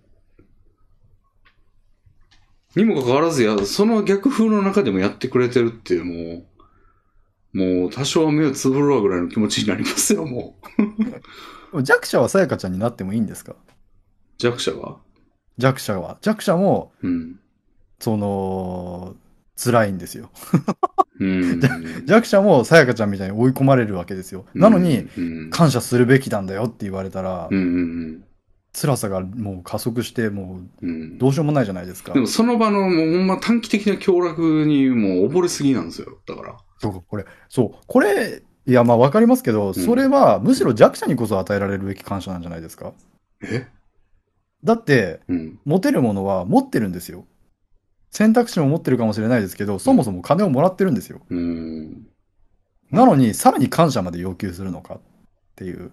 Speaker 1: にもかかわらずや、その逆風の中でもやってくれてるっていう、もう、もう多少は目をつぶるわぐらいの気持ちになりますよ、もう。
Speaker 2: 弱者はさやかちゃんになってもいいんですか
Speaker 1: 弱者が。
Speaker 2: 弱者は。弱者も、
Speaker 1: うん。
Speaker 2: その、辛いんですよ。
Speaker 1: うん。
Speaker 2: 弱者もさやかちゃんみたいに追い込まれるわけですよ。なのに、
Speaker 1: うん、
Speaker 2: 感謝するべきなんだよって言われたら
Speaker 1: うん、うん
Speaker 2: 辛さがもう加速して、もう
Speaker 1: うんうん。
Speaker 2: どうしようもないじゃないですか
Speaker 1: で。もその場のもうほんま短期的な協楽にもう溺れすぎなんですよ。だから。
Speaker 2: そうか、これ。そう、これ、いや、まあわかりますけど、それはむしろ弱者にこそ与えられるべき感謝なんじゃないですか。
Speaker 1: え
Speaker 2: だって、
Speaker 1: うん。
Speaker 2: 持てるものは持ってるんですよ。選択肢も持ってるかもしれないですけど、そもそも金をもらってるんですよ。
Speaker 1: うん。
Speaker 2: なのに、さらに感謝まで要求するのかっていう。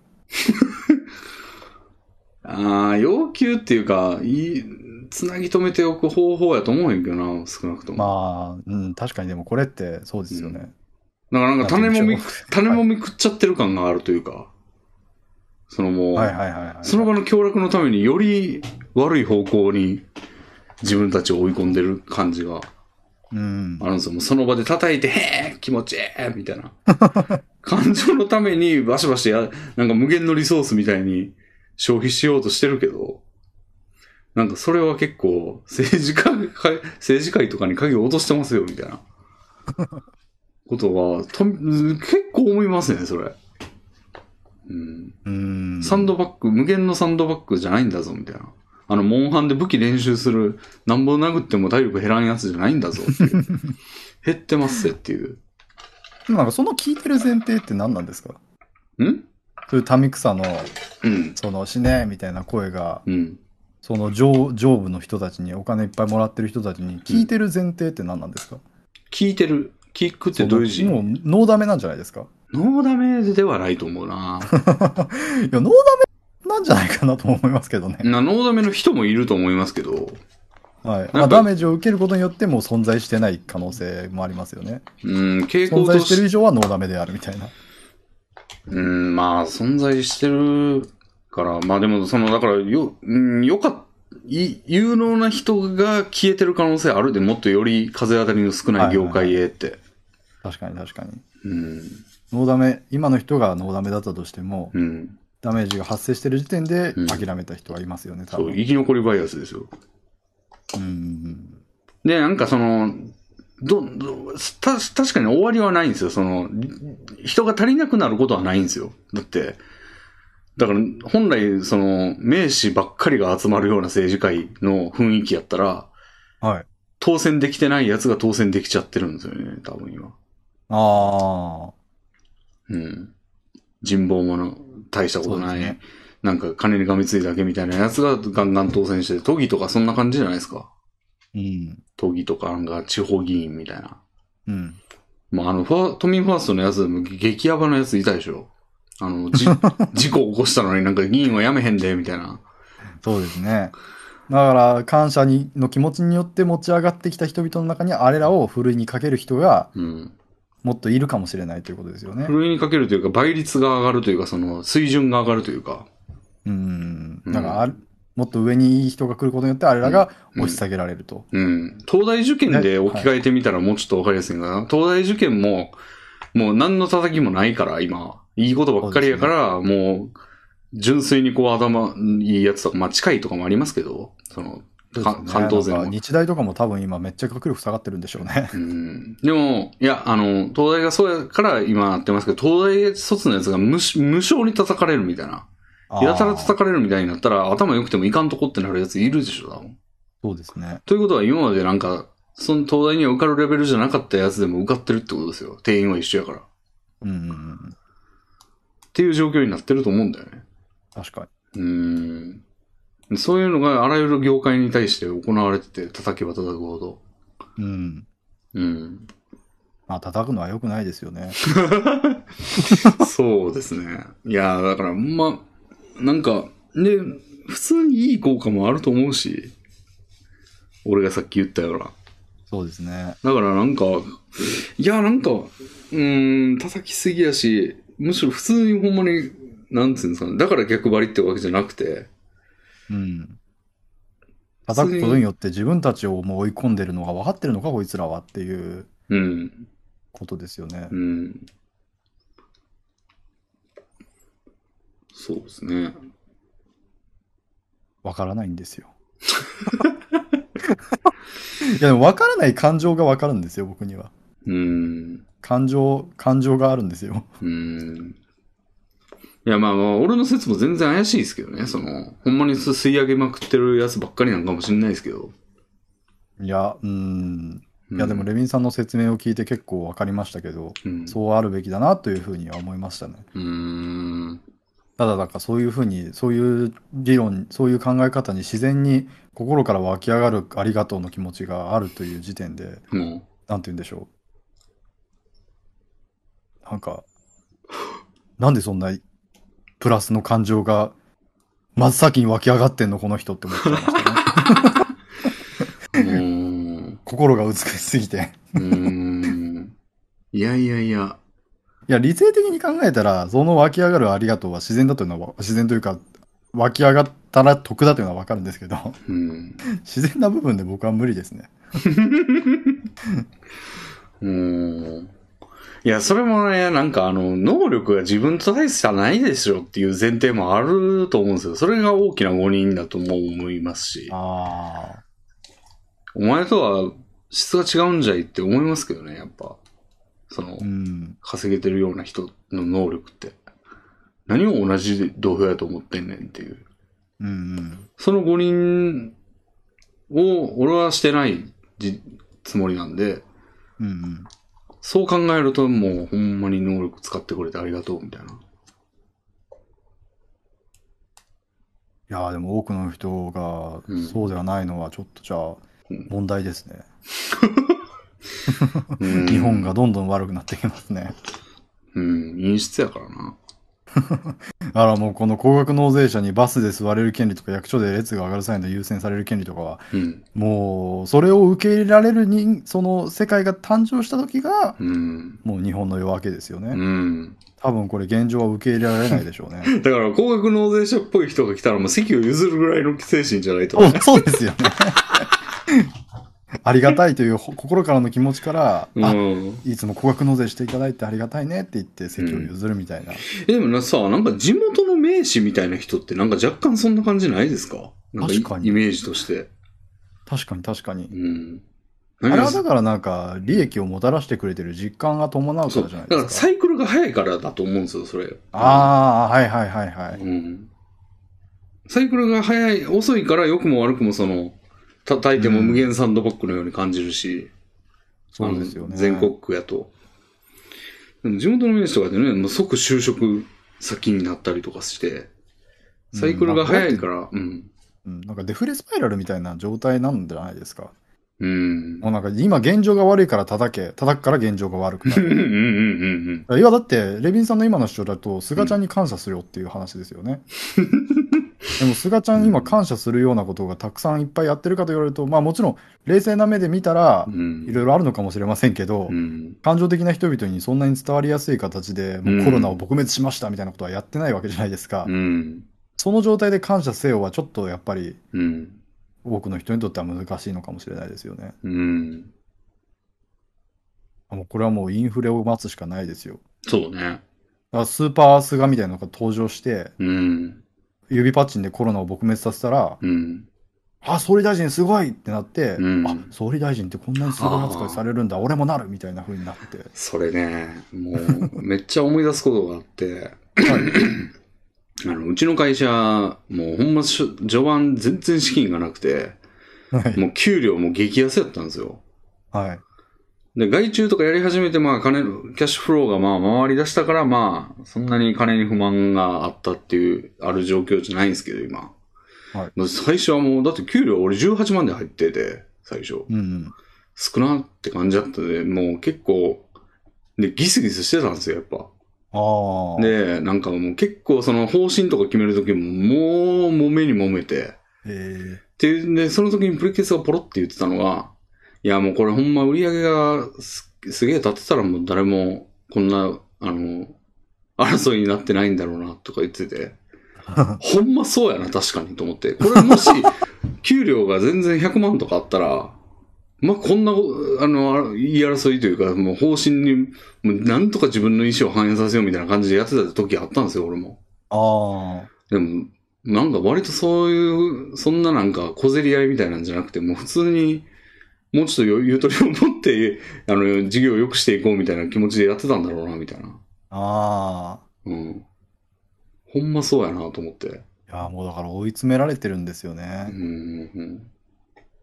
Speaker 1: ああ、要求っていうか、いい、つなぎ止めておく方法やと思うんやけどな、少なくとも。
Speaker 2: まあ、うん、確かにでもこれってそうですよね。
Speaker 1: だからなんか種もみ、種
Speaker 2: は
Speaker 1: もみ食っちゃってる感があるというか、そのもう、
Speaker 2: はいはいはいはい。
Speaker 1: その場の協力のためにより悪い方向に自分たちを追い込んでる感じが
Speaker 2: うん
Speaker 1: あ。るんですよ。もうその場で叩いて、へえ気持ちいいみたいな。 [LAUGHS] 感情のためにバシバシや、なんか無限のリソースみたいに消費しようとしてるけど、なんかそれは結構政治家、か政治界とかに鍵を落としてますよ、みたいな。ことは、と結構思いますね、それ。うん。
Speaker 2: うん。
Speaker 1: サンドバッグ、無限のサンドバッグじゃないんだぞ、みたいな。あの、モンハンで武器練習する、なんぼ殴っても体力減らんやつじゃないんだぞって
Speaker 2: [LAUGHS]
Speaker 1: いう。減ってますぜっていう。
Speaker 2: なんかその聞いてる前提って何なんですか
Speaker 1: ん
Speaker 2: そういう民草の
Speaker 1: うん。
Speaker 2: その死ねみたいな声が、
Speaker 1: うん。
Speaker 2: その上上部の人たちに、お金いっぱいもらってる人たちに聞いてる前提って何なんですか、
Speaker 1: 聞いてる。聞くってどういう字
Speaker 2: もう、ノーダメなんじゃないですか
Speaker 1: ノーダメではないと思う
Speaker 2: [LAUGHS]
Speaker 1: な。
Speaker 2: いや、ノーダメなんじゃないかなと思いますけどね。
Speaker 1: なノーダメの人もいると思いますけど、
Speaker 2: はい。
Speaker 1: な
Speaker 2: ま
Speaker 1: んか
Speaker 2: あ、ダメージを受けることによってもう存在してない可能性もありますよね。
Speaker 1: うん、傾向
Speaker 2: 存在
Speaker 1: と
Speaker 2: して
Speaker 1: し
Speaker 2: る
Speaker 1: て、
Speaker 2: 以上はノーダメであるみたいな。
Speaker 1: うん、まあ、存在してるから、まあでも、その、だから、よ、うん、よかっい有能な人が消えてる可能性あるで、もっとより風当たりの少ない業界へって。
Speaker 2: 確かに確かに。
Speaker 1: うん、
Speaker 2: ノーダメ、今の人がノーダメだったとしても、
Speaker 1: うん。
Speaker 2: ダメージが発生してる時点で
Speaker 1: うん
Speaker 2: 諦めた人はいますよね、多
Speaker 1: そう、
Speaker 2: 分。
Speaker 1: 生き残りバイアスですよ。
Speaker 2: うんうん
Speaker 1: で、なんかその、ど、ど、た、確かに終わりはないんですよ。その、人が足りなくなることはないんですよ。だって、だから、本来、その、名士ばっかりが集まるような政治界の雰囲気やったら、
Speaker 2: うん。はい。
Speaker 1: 当選できてないやつが当選できちゃってるんですよね、多分今。
Speaker 2: あ
Speaker 1: うん。人望もの、大したことな
Speaker 2: そう
Speaker 1: い、
Speaker 2: ですね
Speaker 1: なんか金にがみついだけみたいなやつがガンガン当選して、都議とかそんな感じじゃないですか。
Speaker 2: ー。うん。
Speaker 1: 都議とか、なんか地方議員みたいな。
Speaker 2: うん。
Speaker 1: まあ、あの、ファー、都民ファーストのやつでも激ヤバなやついたでしょ。あの、 [LAUGHS] じ、事故起こしたのになんか議員は辞めへんで、みたいな。
Speaker 2: そうですね。だから、感謝にの気持ちによって持ち上がってきた人々の中に、あれらをふるいにかける人が
Speaker 1: うん。
Speaker 2: もっといるかもしれないということですよね
Speaker 1: ふ。るいにかけるというか、倍率が上がるというか、その、水準が上がるというか。
Speaker 2: うん。
Speaker 1: うん
Speaker 2: だからある、もっと上にいい人が来ることによって、あれらが押し下げられると。
Speaker 1: うん。東大受験で置き換えてみたらもうちょっとわかりやすいかな。東大受験も、もう何の叩きもないから、今。いいことばっかりやから、もう、純粋にこう頭いいやつとか、まあ近いとかもありますけど、その、か
Speaker 2: そうですね
Speaker 1: 関東勢
Speaker 2: なん
Speaker 1: も
Speaker 2: か。日大とかも多分今めっちゃ学力下がってるんでしょう
Speaker 1: [LAUGHS]
Speaker 2: ね。
Speaker 1: うんでも、いや、あの、東大がそうやから今なってますけど、東大卒のやつが無し無償に叩かれるみたいな。やたら
Speaker 2: あー
Speaker 1: 叩かれるみたいになったら、頭良くてもいかんとこってなるやついるでしょ、多分。
Speaker 2: そうですね。
Speaker 1: ということは今までなんか、その東大には受かるレベルじゃなかったやつでも受かってるってことですよ。定員は一緒やから。っ
Speaker 2: うんうんうん。
Speaker 1: ていう状況になってると思うんだよね。
Speaker 2: 確かに。
Speaker 1: うん。そういうのがあらゆる業界に対して行われてて、叩けば叩くほど。
Speaker 2: うん。
Speaker 1: うん。
Speaker 2: まあ、叩くのは良くないですよね。 [LAUGHS]
Speaker 1: そうですね。いやー、だから、ほんま、なんか、で、普通にいい効果もあると思うし、俺がさっき言ったような。
Speaker 2: そうですね。
Speaker 1: だからなんか、いや、なんか、うーん、叩きすぎやし、むしろ普通にほんまに、なんつうんですかね、だから逆張りってわけじゃなくて、
Speaker 2: うん。叩くことによって自分たちをもう追い込んでるのが分かってるのか、こいつらはっていう
Speaker 1: うん、
Speaker 2: ことですよね
Speaker 1: う。ん。そうですね。
Speaker 2: 分からないんですよ。 [LAUGHS] いや、でも分からない感情が分かるんですよ、僕には。
Speaker 1: うん、
Speaker 2: 感情、感情があるんですよ。
Speaker 1: うん。いや、まあまあ、俺の説も全然怪しいですけどね、その、ほんまにす吸い上げまくってるやつばっかりなんかもしれないですけど。
Speaker 2: いや、うん。
Speaker 1: うん
Speaker 2: いや、でも、レビンさんの説明を聞いて結構分かりましたけど、
Speaker 1: うん、
Speaker 2: そうあるべきだなというふうには思いましたね。
Speaker 1: うーん。
Speaker 2: ただ、なんかそういうふうに、そういう理論、そういう考え方に自然に心から湧き上がるありがとうの気持ちがあるという時点で、
Speaker 1: もう、
Speaker 2: なんて言うんでしょう。なんか、なんでそんなプラスの感情が真っ先に湧き上がってんの、この人って思っちゃい
Speaker 1: [LAUGHS]
Speaker 2: ました
Speaker 1: う
Speaker 2: ね。
Speaker 1: ーん。
Speaker 2: 心が美しすぎて。
Speaker 1: うーんいやいやいや。
Speaker 2: いや、理性的に考えたら、その湧き上がるありがとうは自然だというのは、自然というか、湧き上がったら得だというのはわかるんですけど、 [LAUGHS]
Speaker 1: うん。
Speaker 2: 自然な部分で僕は無理ですね。
Speaker 1: うーん。いや、それもね、なんかあの、能力が自分と大差ないでしょっていう前提もあると思うんですよ。それが大きな誤認だとも思いますし、
Speaker 2: ああ。
Speaker 1: お前とは質が違うんじゃいって思いますけどね、やっぱ。その
Speaker 2: う、ん。
Speaker 1: 稼げてるような人の能力って。何を同じ土俵やと思ってんねんっていう。
Speaker 2: うんうん。
Speaker 1: その誤認を俺はしてないじつもりなんで、
Speaker 2: うんうん。
Speaker 1: そう考えるともうほんまに能力使ってくれてありがとうみたいな。
Speaker 2: いやーでも多くの人が
Speaker 1: うん
Speaker 2: そうではないのはちょっとじゃあ
Speaker 1: うん
Speaker 2: 問題ですね。
Speaker 1: うん
Speaker 2: [LAUGHS] 日本。がどんどん悪くなってきますね。
Speaker 1: うん、陰湿やからな。
Speaker 2: あらもうこの高額納税者にバスで座れる権利とか役所で列が上がる際の優先される権利とかは
Speaker 1: うん。
Speaker 2: もうそれを受け入れられる人その世界が誕生した時が
Speaker 1: うん。
Speaker 2: もう日本の夜明けですよ
Speaker 1: う
Speaker 2: ね。
Speaker 1: ん。
Speaker 2: 多分これ現状は受け入れられないでしょうね。
Speaker 1: [LAUGHS] だから、高額納税者っぽい人が来たらもう席を譲るぐらいの精神じゃないと。
Speaker 2: そうそうですよね。 [LAUGHS] ありがたいというほ心からの気持ちから、
Speaker 1: う
Speaker 2: あ
Speaker 1: ん。
Speaker 2: いつも高額納税していただいてありがたいねって言って席を譲るみたいな。
Speaker 1: えでもなさ、なんか地元の名士みたいな人ってなんか若干そんな感じないですかなん
Speaker 2: 確かに
Speaker 1: イメージとして。
Speaker 2: 確かに確かに
Speaker 1: う。ん。
Speaker 2: あれは
Speaker 1: そ
Speaker 2: だからなんか利益をもたらしてくれてる実感が伴うか
Speaker 1: う
Speaker 2: らじゃ
Speaker 1: だ
Speaker 2: ない
Speaker 1: か
Speaker 2: で
Speaker 1: ら
Speaker 2: すか。
Speaker 1: サイクルが早いからだと思うんですよ、それ。
Speaker 2: ああ、はいはいはいはい。
Speaker 1: うん。サイクルが早い、遅いから良くも悪くもその、叩いても無限サンドバッグのように感じるし、
Speaker 2: そうですよ
Speaker 1: あ
Speaker 2: ね。
Speaker 1: の全国区やと。でも地元の名士とかでね、もう即就職先になったりとかして、サイクルが早いから、うん。
Speaker 2: うん。なんかデフレスパイラルみたいな状態なんじゃないですか。
Speaker 1: うん。
Speaker 2: もうなんか今現状が悪いから叩け、叩くから現状が悪くな
Speaker 1: うんう
Speaker 2: る。
Speaker 1: んうんうんうん。
Speaker 2: いやだって、レビンさんの今の主張だと、菅ちゃんに感謝するよっていう話です
Speaker 1: [LAUGHS]
Speaker 2: よね。でも、菅ちゃん今感謝するようなことがたくさんいっぱいやってるかと言われると、まあもちろん、冷静な目で見たら
Speaker 1: う、
Speaker 2: い
Speaker 1: ん。
Speaker 2: ろいろあるのかもしれませんけど、
Speaker 1: うん。
Speaker 2: 感情的な人々にそんなに伝わりやすい形で、もうコロナを撲滅しましたみたいなことはやってないわけじゃないですか。
Speaker 1: うん。
Speaker 2: その状態で感謝せよはちょっとやっぱり、
Speaker 1: うん。
Speaker 2: 多くの人にとっては難しいのかもしれないですよね。
Speaker 1: うん。
Speaker 2: もうこれはもうインフレを待つしかないですよ。
Speaker 1: そうね。
Speaker 2: だからスーパー菅みたいなのが登場して、
Speaker 1: うん。
Speaker 2: 指パッチンでコロナを撲滅させたら、
Speaker 1: うん。
Speaker 2: あ、総理大臣すごいってなって、
Speaker 1: うん
Speaker 2: あ、総理大臣ってこんなにすごい扱いされるんだ、俺もなるみたいな風に
Speaker 1: [LAUGHS]
Speaker 2: なって。
Speaker 1: それね、もう、めっちゃ思い出すことがあって、あの、うちの会社、もうほんましょ、序盤全然資金がなくて、
Speaker 2: はい。
Speaker 1: もう給料も激安やったんですよ。
Speaker 2: はい。
Speaker 1: で、外注とかやり始めて、まあ、金の、キャッシュフローがまあ、回り出したから、まあ、そんなに金に不満があったっていう、ある状況じゃないんですけど、今。
Speaker 2: はい
Speaker 1: もう最初はもう、だって給料俺18万で入ってて、最初。
Speaker 2: うんうん。
Speaker 1: 少なって感じだったんで、もう結構、で、ギスギスしてたんですよ、やっぱ。
Speaker 2: ああ。
Speaker 1: で、なんかもう結構その方針とか決めるときも、もう揉めに揉めて。
Speaker 2: えー
Speaker 1: っていうんで、その時にプリケツがポロって言ってたのが、いやもうこれほんま売り上げがすすげえ立ってたらもう誰もこんな、あの、争いになってないんだろうなとか言ってて、ほんまそうやな確かにと思って、これもし [LAUGHS] 給料が全然100万とかあったら、まあ、こんな、あの、言い争いというか、もう方針に、もうなんとか自分の意思を反映させようみたいな感じでやってた時あったんですよ、俺も。
Speaker 2: あ
Speaker 1: でも、なんか割とそういう、そんななんか小競り合いみたいなんじゃなくて、もう普通に、もうちょっとゆゆとりを持って、あの、事業を良くしていこうみたいな気持ちでやってたんだろうな、みたいな。
Speaker 2: あ。あ
Speaker 1: うん。ほんまそうやなと思って。
Speaker 2: あ。いや、もうだから追い詰められてるんですよ
Speaker 1: う
Speaker 2: ね。
Speaker 1: ん、うん、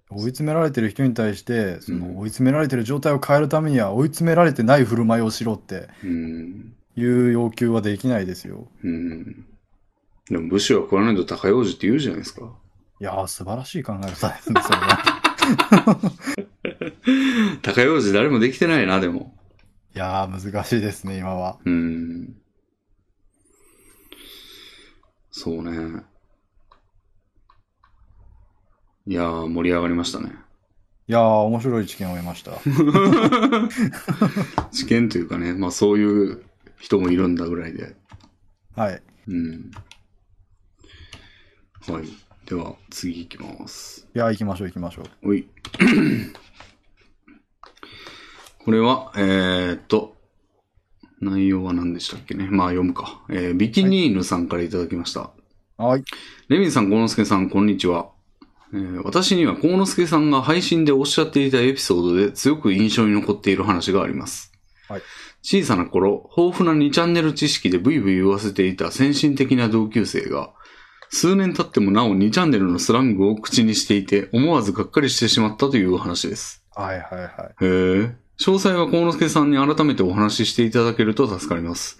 Speaker 2: 追い詰められてる人に対して、そ
Speaker 1: うん
Speaker 2: の追い詰められてる状態を変えるためには、追い詰められてない振る舞いをしろって
Speaker 1: うん。
Speaker 2: いう要求はできないですよ。
Speaker 1: うん。でも武士は食わないと高用事って言うじゃないですか。
Speaker 2: いやー、素晴らしい考え方ですね、それ [LAUGHS] は。
Speaker 1: 高用事誰もできてないな、でも。
Speaker 2: いやー、難しいですね、今は。
Speaker 1: うん。そうね。いやー、盛り上がりましたね。
Speaker 2: いやー、面白い知見を得
Speaker 1: [LAUGHS]
Speaker 2: ました。
Speaker 1: 知見というかね、まあそういう人もいるんだぐらいで。
Speaker 2: はい。
Speaker 1: うん。はい。では、次行きます。
Speaker 2: いやー、行きましょう、行きましょう。
Speaker 1: おい。 [CLEARS THROAT] これは、えー、っと、内容は何でしたっけね。まあ読むか。えー、ビキニーヌさんからいただきました。
Speaker 2: はい。
Speaker 1: レミンさん、コ之助さん、こんにちは。えー私にはコ之助さんが配信でおっしゃっていたエピソードで強く印象に残っている話があります。
Speaker 2: はい
Speaker 1: 小さな頃、豊富な2チャンネル知識でブイブイ言わせていた先進的な同級生が、数年経ってもなお2チャンネルのスラングを口にしていて、思わずがっかりしてしまったというお話です。
Speaker 2: はいはいはい。
Speaker 1: へえ。詳細は幸之助さんに改めてお話ししていただけると助かります。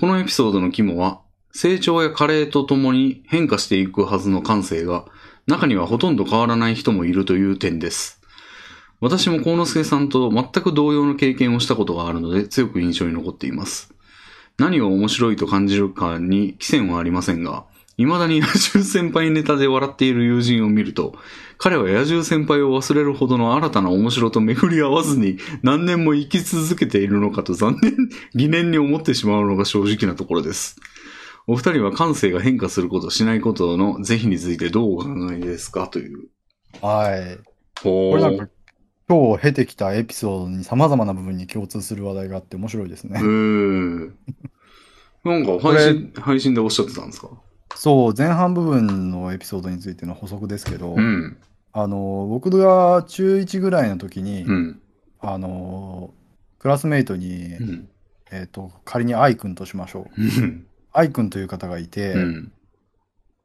Speaker 1: このエピソードの肝は、成長や加齢とともに変化していくはずの感性が、中にはほとんど変わらない人もいるという点です。私も幸之助さんと全く同様の経験をしたことがあるので、強く印象に残っています。何を面白いと感じるかに奇跡はありませんが、未だに野獣先輩ネタで笑っている友人を見ると、彼は野獣先輩を忘れるほどの新たな面白と巡り合わずに何年も生き続けているのかと残念、疑念に思ってしまうのが正直なところです。お二人は感性が変化すること、しないことの是非についてどうお考えですかという。
Speaker 2: はい。
Speaker 1: ほ
Speaker 2: こ
Speaker 1: ー
Speaker 2: れなんか、今日を経てきたエピソードに様々な部分に共通する話題があって面白いですね。
Speaker 1: うーん。なんか配信、配信でおっしゃってたんですか
Speaker 2: そう、前半部分のエピソードについての補足ですけど、
Speaker 1: うん。
Speaker 2: あの、僕が中1ぐらいの時に、
Speaker 1: うん。
Speaker 2: あの、クラスメイトに、
Speaker 1: うん。
Speaker 2: えっと、仮に愛くんとしましょう。
Speaker 1: うん。
Speaker 2: 愛くんという方がいて、
Speaker 1: うん。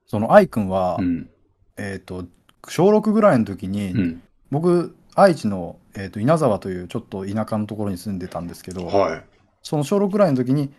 Speaker 2: その愛くんは
Speaker 1: う、ん。
Speaker 2: えっと、小6ぐらいの時に、
Speaker 1: うん。
Speaker 2: 僕、愛知の、えーと稲沢というちょっと田舎のところに住んでたんですけど、
Speaker 1: は
Speaker 2: その小6ぐらいの時に、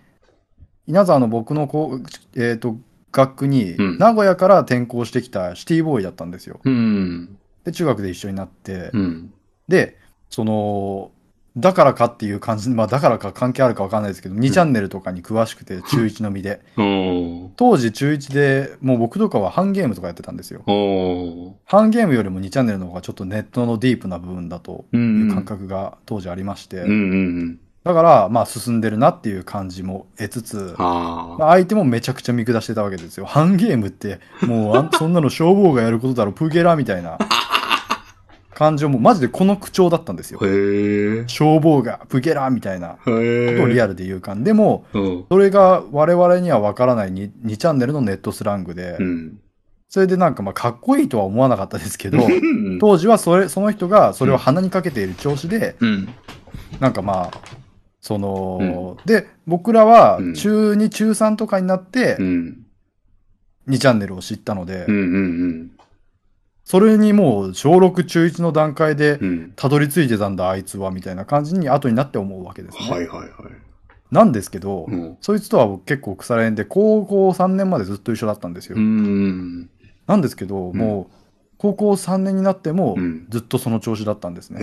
Speaker 2: 稲沢の僕のこう、えー、と学区に、
Speaker 1: うん
Speaker 2: 名古屋から転校してきたシティボーイだったんですよ。
Speaker 1: い。うん。
Speaker 2: で、中学で一緒になって、
Speaker 1: うん。
Speaker 2: で、その、だからかっていう感じ、まあだからか関係あるかわかんないですけど、2チャンネルとかに詳しくて、中1のみで。
Speaker 1: おー。
Speaker 2: 当時中1で、もう僕とかはハンゲームとかやってたんですよ。
Speaker 1: おー。
Speaker 2: ハンゲームよりも2チャンネルの方がちょっとネットのディープな部分だと
Speaker 1: う
Speaker 2: い
Speaker 1: ん。
Speaker 2: う感覚が当時ありまして、
Speaker 1: うんうんうん。
Speaker 2: だから、まあ、進んでるなっていう感じも得つつ、
Speaker 1: ああ。
Speaker 2: まあ相手もめちゃくちゃ見下してたわけですよ。ハンゲームって、もう
Speaker 1: [LAUGHS]
Speaker 2: あん、そんなの消防がやることだろ、プーゲラーみたいな感情も、マジでこの口調だったんですよ
Speaker 1: へ。え。
Speaker 2: 消防が、プーゲラーみたいなこ
Speaker 1: へえ。
Speaker 2: とをリアルで言う感じでも、
Speaker 1: うん。
Speaker 2: それが我々にはわからない 2, 2チャンネルのネットスラングで
Speaker 1: う、ん。
Speaker 2: それでなんかまあ、かっこいいとは思わなかったで
Speaker 1: [LAUGHS]
Speaker 2: すけど、
Speaker 1: うん。
Speaker 2: 当時はそれ、その人がそれを鼻にかけている調子で、
Speaker 1: うん。
Speaker 2: なんかまあ、その、で、僕らは
Speaker 1: うん
Speaker 2: 中2、中3とかになって
Speaker 1: う、ん。
Speaker 2: 2チャンネルを知ったので、
Speaker 1: うん。うん。
Speaker 2: それにもう小6、中1の段階で
Speaker 1: う、ん。
Speaker 2: たどり着いてたんだ、あいつは、みたいな感じに後になって思うわけですね。
Speaker 1: はいはいはい。
Speaker 2: なんですけど、
Speaker 1: うん。
Speaker 2: そいつとは僕結構腐れ縁で、高校3年までずっと一緒だったんですよ。
Speaker 1: うん。
Speaker 2: なんですけど、
Speaker 1: ん
Speaker 2: もう、高校3年になっても
Speaker 1: う、ん。
Speaker 2: ずっとその調子だったんですね。
Speaker 1: へ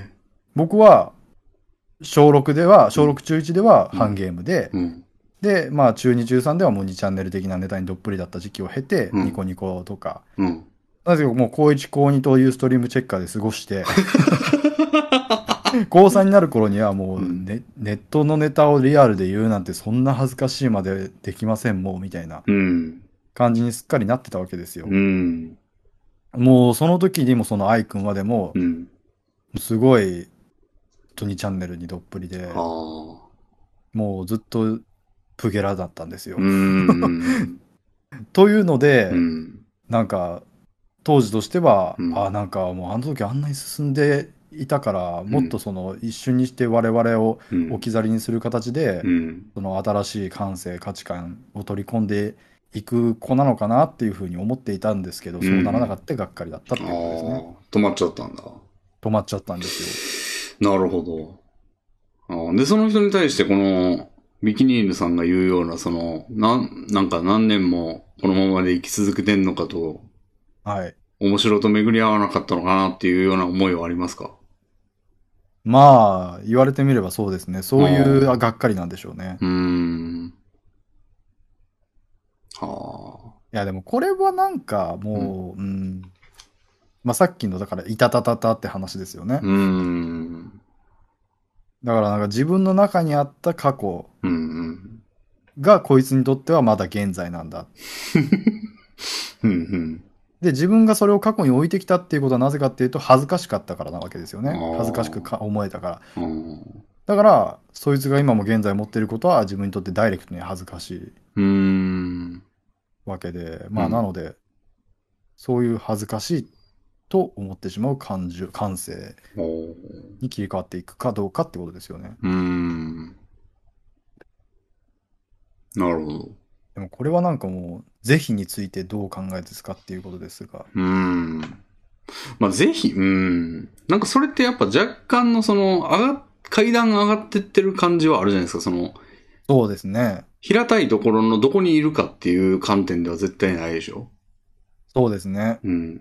Speaker 1: え。
Speaker 2: 僕は、小6では、小6中1では、ハンゲームで、
Speaker 1: うん。
Speaker 2: で、まあ、中2、中3ではもう2チャンネル的なネタにどっぷりだった時期を経て、
Speaker 1: うん
Speaker 2: ニコニコとか、
Speaker 1: うん。
Speaker 2: なぜかもう、高1、高2というストリームチェッカーで過ごして、 [LAUGHS] 高3になる頃にはもう
Speaker 1: うん
Speaker 2: ネ、ネットのネタをリアルで言うなんて、そんな恥ずかしいまでできません、もう、みたいな
Speaker 1: うん。
Speaker 2: 感じにすっかりなってたわけですよ
Speaker 1: う。ん。
Speaker 2: もう、その時にもその愛くんはでも
Speaker 1: う、ん。
Speaker 2: すごい、トニチャンネルにどっぷりで
Speaker 1: あ、あ。
Speaker 2: もうずっと、プゲラだったんですよ。
Speaker 1: うん。
Speaker 2: というので、
Speaker 1: うん。
Speaker 2: なんか、当時としては、
Speaker 1: うん
Speaker 2: あなんかもうあの時あんなに進んでいたから、
Speaker 1: ん
Speaker 2: もっとその一瞬にして我々を
Speaker 1: うん。
Speaker 2: 置き去りにする形で、
Speaker 1: うん。
Speaker 2: その新しい感性、価値観を取り込んでいく子なのかなっていうふうに思っていたんですけど、
Speaker 1: うん
Speaker 2: そうならなかったがっかりだったって
Speaker 1: あ
Speaker 2: い
Speaker 1: あ
Speaker 2: うことですね。。
Speaker 1: 止まっちゃったんだ。
Speaker 2: 止まっちゃったんですよ。
Speaker 1: なるほど。ああで、その人に対して、この、ビキニールさんが言うような、その、なん、なんか何年もこのままで生き続けてんのかと、
Speaker 2: はい。
Speaker 1: 面白と巡り合わなかったのかなっていうような思いはありますか
Speaker 2: まあ、言われてみればそうですね。そういう
Speaker 1: う
Speaker 2: がっかりなんでしょうね。
Speaker 1: うーん。はあ。
Speaker 2: いや、でもこれはなんかもう、うん。まあさっきの、だから、いたたたたって話ですよね。
Speaker 1: うーん。
Speaker 2: だからなんか自分の中にあった過去
Speaker 1: うんうん。
Speaker 2: がこいつにとってはまだ現在なんだ。
Speaker 1: うんうん。
Speaker 2: で、自分がそれを過去に置いてきたっていうことはなぜかっていうと恥ずかしかったからなわけですよね
Speaker 1: あー。
Speaker 2: 恥ずかしくか思えたから。
Speaker 1: うん
Speaker 2: だから、そいつが今も現在持ってることは自分にとってダイレクトに恥ずかしいう
Speaker 1: ーん。
Speaker 2: わけで、まあ
Speaker 1: うん
Speaker 2: なので、そういう恥ずかしいと思ってしまう感情、感性
Speaker 1: おー
Speaker 2: に切り替わっていくかどうかってことですよね。
Speaker 1: うーん。なるほど。
Speaker 2: でもこれはなんかもう、是非についてどう考えですかっていうことですが。
Speaker 1: うーん。まあ、ぜひ、うーん。なんかそれってやっぱ若干のその、上が、階段上がってってる感じはあるじゃないですか。その、
Speaker 2: そうですね。
Speaker 1: 平たいところのどこにいるかっていう観点では絶対ないでしょ
Speaker 2: そうですね。
Speaker 1: うん。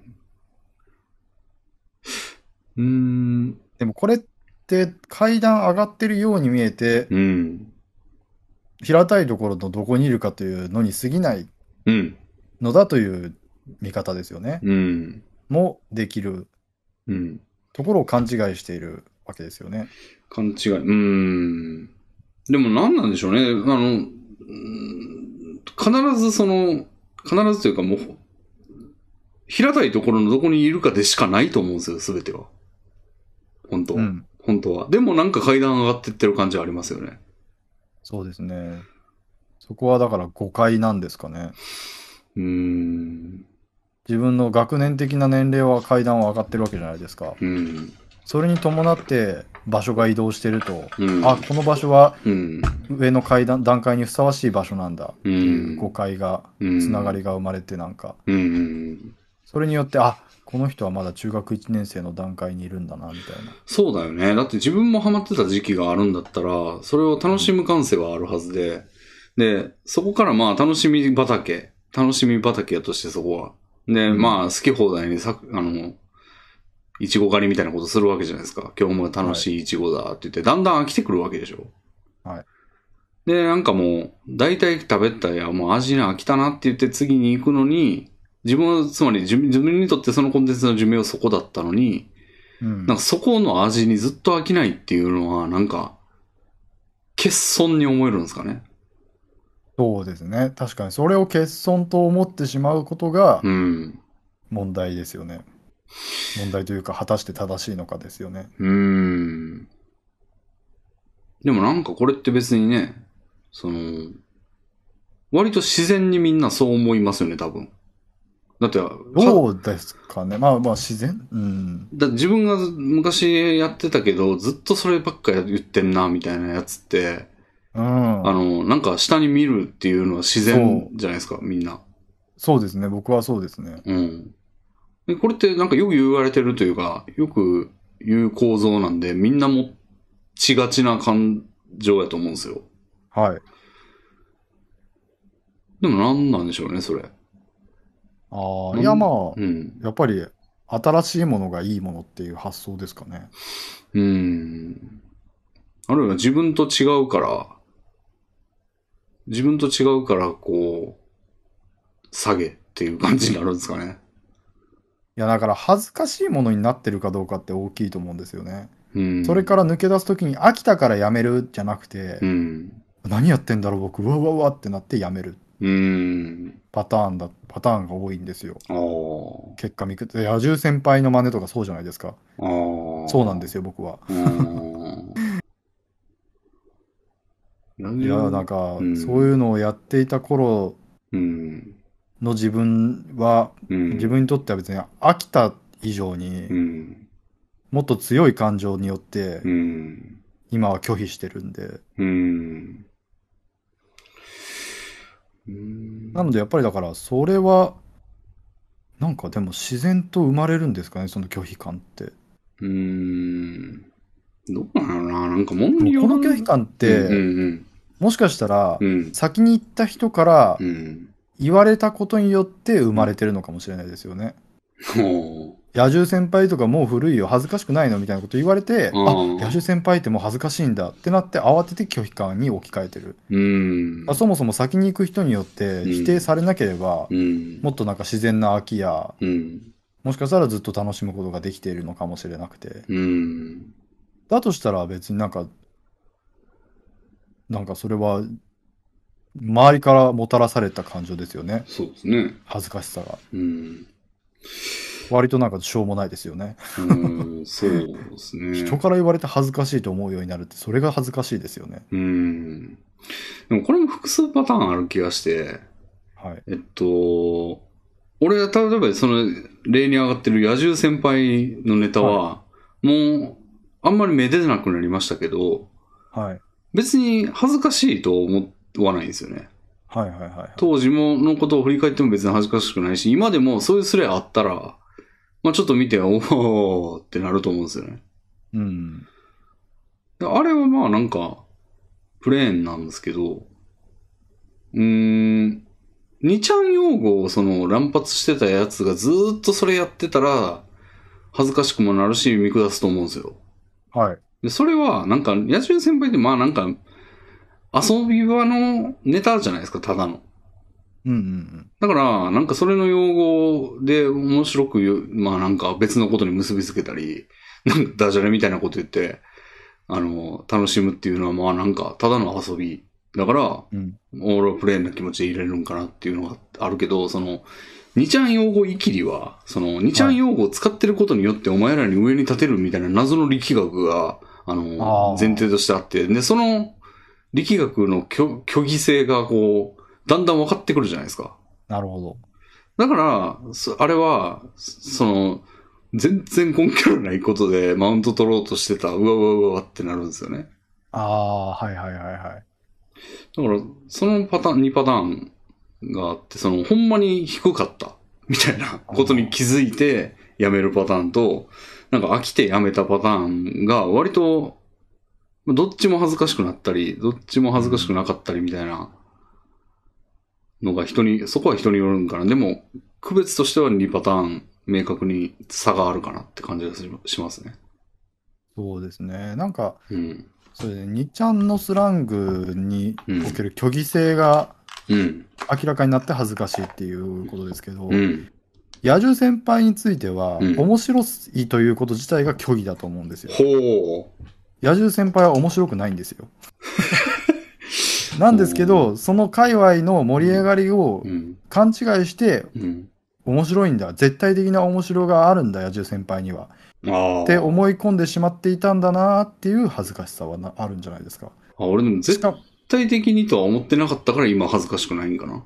Speaker 1: うーん。
Speaker 2: でもこれって階段上がってるように見えて、
Speaker 1: うん。
Speaker 2: 平たいところのどこにいるかというのに過ぎない
Speaker 1: うん。
Speaker 2: のだという見方ですよね。
Speaker 1: うん。
Speaker 2: もできる
Speaker 1: うん。
Speaker 2: ところを勘違いしているわけですよね。
Speaker 1: 勘違い。うーん。でも何なんでしょうね。あの、うーん必ずその、必ずというかもう、平たいところのどこにいるかでしかないと思うんですよ、すべては。本当は、
Speaker 2: うん。
Speaker 1: 本当は。でもなんか階段上がってってる感じはありますよね。
Speaker 2: そうですね。そこはだから誤解なんですかね。
Speaker 1: うーん。
Speaker 2: 自分の学年的な年齢は階段を上がってるわけじゃないですか。
Speaker 1: うん。
Speaker 2: それに伴って場所が移動してると、
Speaker 1: うん。
Speaker 2: あ、この場所は
Speaker 1: うん。
Speaker 2: 上の階段、段階にふさわしい場所なんだ
Speaker 1: う。
Speaker 2: っていうん誤解が、
Speaker 1: うん
Speaker 2: つながり。が生まれてなんか、
Speaker 1: うん。
Speaker 2: それによって、あ、この人はまだ中学1年生の段階にいるんだな、みたいな。
Speaker 1: そうだよね。だって自分もハマってた時期があるんだったら、それを楽しむ感性はあるはずで、で、そこからまあ楽しみ畑、楽しみ畑やとしてそこは。で、
Speaker 2: うん
Speaker 1: まあ好き放題にさ、あの、いちご狩りみたいなことするわけじゃないですか。今日も楽しいいちごだって言って、だんだん飽きてくるわけでしょ。
Speaker 2: はい。
Speaker 1: で、なんかもう、大体食べたや、もう味に飽きたなって言って次に行くのに、自分は、つまり自分自分にとってそのコンテンツの寿命はそこだったのに、
Speaker 2: うん。
Speaker 1: なんかそこの味にずっと飽きないっていうのは、なんか、欠損に思えるんですかね。
Speaker 2: そうですね。確かに、それを欠損と思ってしまうことが
Speaker 1: うん。
Speaker 2: 問題ですよね。問題というか、果たして正しいのかですよね。
Speaker 1: うーん。でもなんかこれって別にね、その、割と自然にみんなそう思いますよね、多分。だって、か
Speaker 2: どうですかね。まあまあ、自然うん。
Speaker 1: だ自分が昔やってたけど、ずっとそればっか言ってんな、みたいなやつって、
Speaker 2: うん
Speaker 1: あ。の、なんか下に見るっていうのは自然じゃないですか、みんな。
Speaker 2: そうですね。僕はそうですね。
Speaker 1: うん。で、これってなんかよく言われてるというか、よく言う構造なんで、みんな持ちがちな感情やと思うんですよ。
Speaker 2: はい。
Speaker 1: でもなんなんでしょうね、それ。
Speaker 2: あ
Speaker 1: うん
Speaker 2: あ、いやまあ、
Speaker 1: うん。
Speaker 2: やっぱり、新しいものがいいものっていう発想ですかね。
Speaker 1: うん。あるいは自分と違うから、自分と違うから、こう、下げっていう感じになるんですかね。
Speaker 2: いや、だから、恥ずかしいものになってるかどうかって大きいと思うんですよね。
Speaker 1: うん。
Speaker 2: それから抜け出すときに、飽きたからやめるじゃなくて
Speaker 1: う、ん。
Speaker 2: 何やってんだろう、僕、うわうわうわってなってやめる
Speaker 1: うん。
Speaker 2: パターンだ、パターンが多いんですよ。
Speaker 1: ああ。
Speaker 2: 結果見く、野獣先輩の真似とかそうじゃないですか。
Speaker 1: ああ。
Speaker 2: そうなんですよ、僕は。
Speaker 1: うーん
Speaker 2: いや、なんか、
Speaker 1: ん
Speaker 2: そういうのをやっていた頃
Speaker 1: うん。
Speaker 2: の自分は、
Speaker 1: うん。
Speaker 2: 自分にとっては別に飽きた以上に
Speaker 1: う、ん。
Speaker 2: もっと強い感情によって
Speaker 1: う、ん。
Speaker 2: 今は拒否してるんで。
Speaker 1: うん。うん。
Speaker 2: なので、やっぱりだから、それは、なんかでも自然と生まれるんですかね、その拒否感って。
Speaker 1: うん。どうなんやろな。なんか物に
Speaker 2: で
Speaker 1: よ
Speaker 2: も
Speaker 1: る
Speaker 2: この拒否感
Speaker 1: う
Speaker 2: っ
Speaker 1: ん
Speaker 2: て、もしかしたら
Speaker 1: うんう、ん。
Speaker 2: 先に行った人から
Speaker 1: うん。うん。
Speaker 2: 言われたことによって生まれてるのかもしれないですよね。
Speaker 1: ほう
Speaker 2: 野獣先輩とかもう古いよ、恥ずかしくないのみたいなこと言われて、あ、
Speaker 1: うん
Speaker 2: 野獣先輩ってもう恥ずかしいんだってなって慌てて拒否感に置き換えてる。
Speaker 1: うん。
Speaker 2: まあ、そもそも先に行く人によって
Speaker 1: うん
Speaker 2: 否定されなければ、
Speaker 1: うん。
Speaker 2: もっとなんか自然な飽きや、
Speaker 1: うん。
Speaker 2: もしかしたらずっと楽しむことができているのかもしれなくて。
Speaker 1: うん。
Speaker 2: だとしたら別になんか、なんかそれは、周りからもたらされた感情ですよね。
Speaker 1: そうですね。
Speaker 2: 恥ずかしさが。
Speaker 1: うん。
Speaker 2: 割となんかしょうもないですよね。
Speaker 1: うん。そうですね。
Speaker 2: [LAUGHS] 人から言われて恥ずかしいと思うようになるって、それが恥ずかしいですよね。
Speaker 1: うん。でもこれも複数パターンある気がして、
Speaker 2: はい。
Speaker 1: えっと、俺、例えばその例に上がってる野獣先輩のネタは、もう、あんまりめでてなくなりましたけど、
Speaker 2: はい。
Speaker 1: 別に恥ずかしいと思わないんですよね。
Speaker 2: はいはいはいはい。
Speaker 1: 当時ものことを振り返っても別に恥ずかしくないし、今でもそういうスレあったら、まあちょっと見て、おーってなると思うんですよね。
Speaker 2: うん。
Speaker 1: であれはまあなんか、プレーンなんですけど、うーん、2ちゃん用語をその乱発してたやつがずーっとそれやってたら、恥ずかしくもなるし見下すと思うんですよ。
Speaker 2: はい。
Speaker 1: で、それは、なんか、野獣先輩って、まあなんか、遊び場のネタじゃないですか、ただの。
Speaker 2: うんうん
Speaker 1: だから、なんかそれの用語で面白く言う、まあなんか別のことに結びつけたり、なんかダジャレみたいなこと言って、あの、楽しむっていうのはまあなんかただの遊び。だから、オ
Speaker 2: うん。うん。
Speaker 1: ールプレイな気持ちで入れるんかなっていうのがあるけど、その、二ちゃん用語いきりは、その、二ちゃん用語を使ってることによってお前らに上に立てるみたいな謎の力学が、あの、
Speaker 2: あー
Speaker 1: 前提としてあって、で、その力学の虚虚偽性がこう、だんだん分かってくるじゃないですか。
Speaker 2: なるほど。
Speaker 1: だから、そあれは、そその、全然根拠のないことでマウント取ろうとしてた、うわうわうわってなるんですよね。
Speaker 2: ああ、はいはいはいはい。
Speaker 1: だから、そのパターン、2パターンがあって、その、ほんまに低かった、みたいなことに気づいてやめるパターンと、なんか飽きてやめたパターンが、割と、まあどっちも恥ずかしくなったり、どっちも恥ずかしくなかったりみたいなのが人に、そこは人によるんかな。でも、区別としては2パターン、明確に差があるかなって感じがししますね。
Speaker 2: そうですね。なんか、
Speaker 1: うん。
Speaker 2: それで、にちゃんのスラングに
Speaker 1: うん
Speaker 2: おける虚偽性が
Speaker 1: うん。
Speaker 2: 明らかになって恥ずかしいっていうことですけど、
Speaker 1: うん。
Speaker 2: 野獣先輩については、
Speaker 1: うん
Speaker 2: 面白いということ自体が虚偽だと思うんですよ。
Speaker 1: ほ
Speaker 2: 野獣先輩は面白くないんですよ。なんですけど、その界隈の盛り上がりを
Speaker 1: う。うん。
Speaker 2: 勘違いして、
Speaker 1: うん。
Speaker 2: 面白いんだ、絶対的な面白があるんだ、野獣先輩には。
Speaker 1: ああ。
Speaker 2: って思い込んでしまっていたんだなっていう恥ずかしさはなあるんじゃないですか。
Speaker 1: あ、俺でも
Speaker 2: し
Speaker 1: 絶
Speaker 2: か
Speaker 1: 対的にとは思ってなかったから今恥ずかしくないんかな。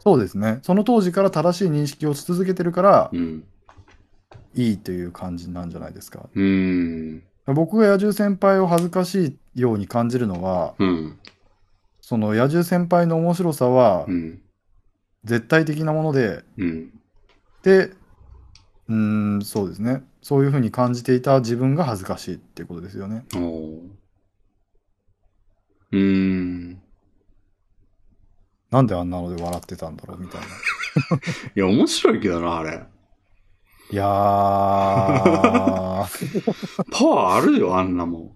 Speaker 2: そうですね。その当時から正しい認識をし続けてるから
Speaker 1: う、ん。
Speaker 2: いいという感じなんじゃないですか。
Speaker 1: うーん。
Speaker 2: 僕が野獣先輩を恥ずかしいように感じるのは、
Speaker 1: うん。
Speaker 2: その野獣先輩の面白さは
Speaker 1: うん。
Speaker 2: 絶対的なもので、
Speaker 1: うん。
Speaker 2: で、うーん、そうですね。そういうふうに感じていた自分が恥ずかしいっていうことですよね。
Speaker 1: おーうーん。
Speaker 2: なんであんなので笑ってたんだろうみたいな。
Speaker 1: いや、面白いけどな、あれ。
Speaker 2: いやー。
Speaker 1: [LAUGHS] パワーあるよ、あんなもん。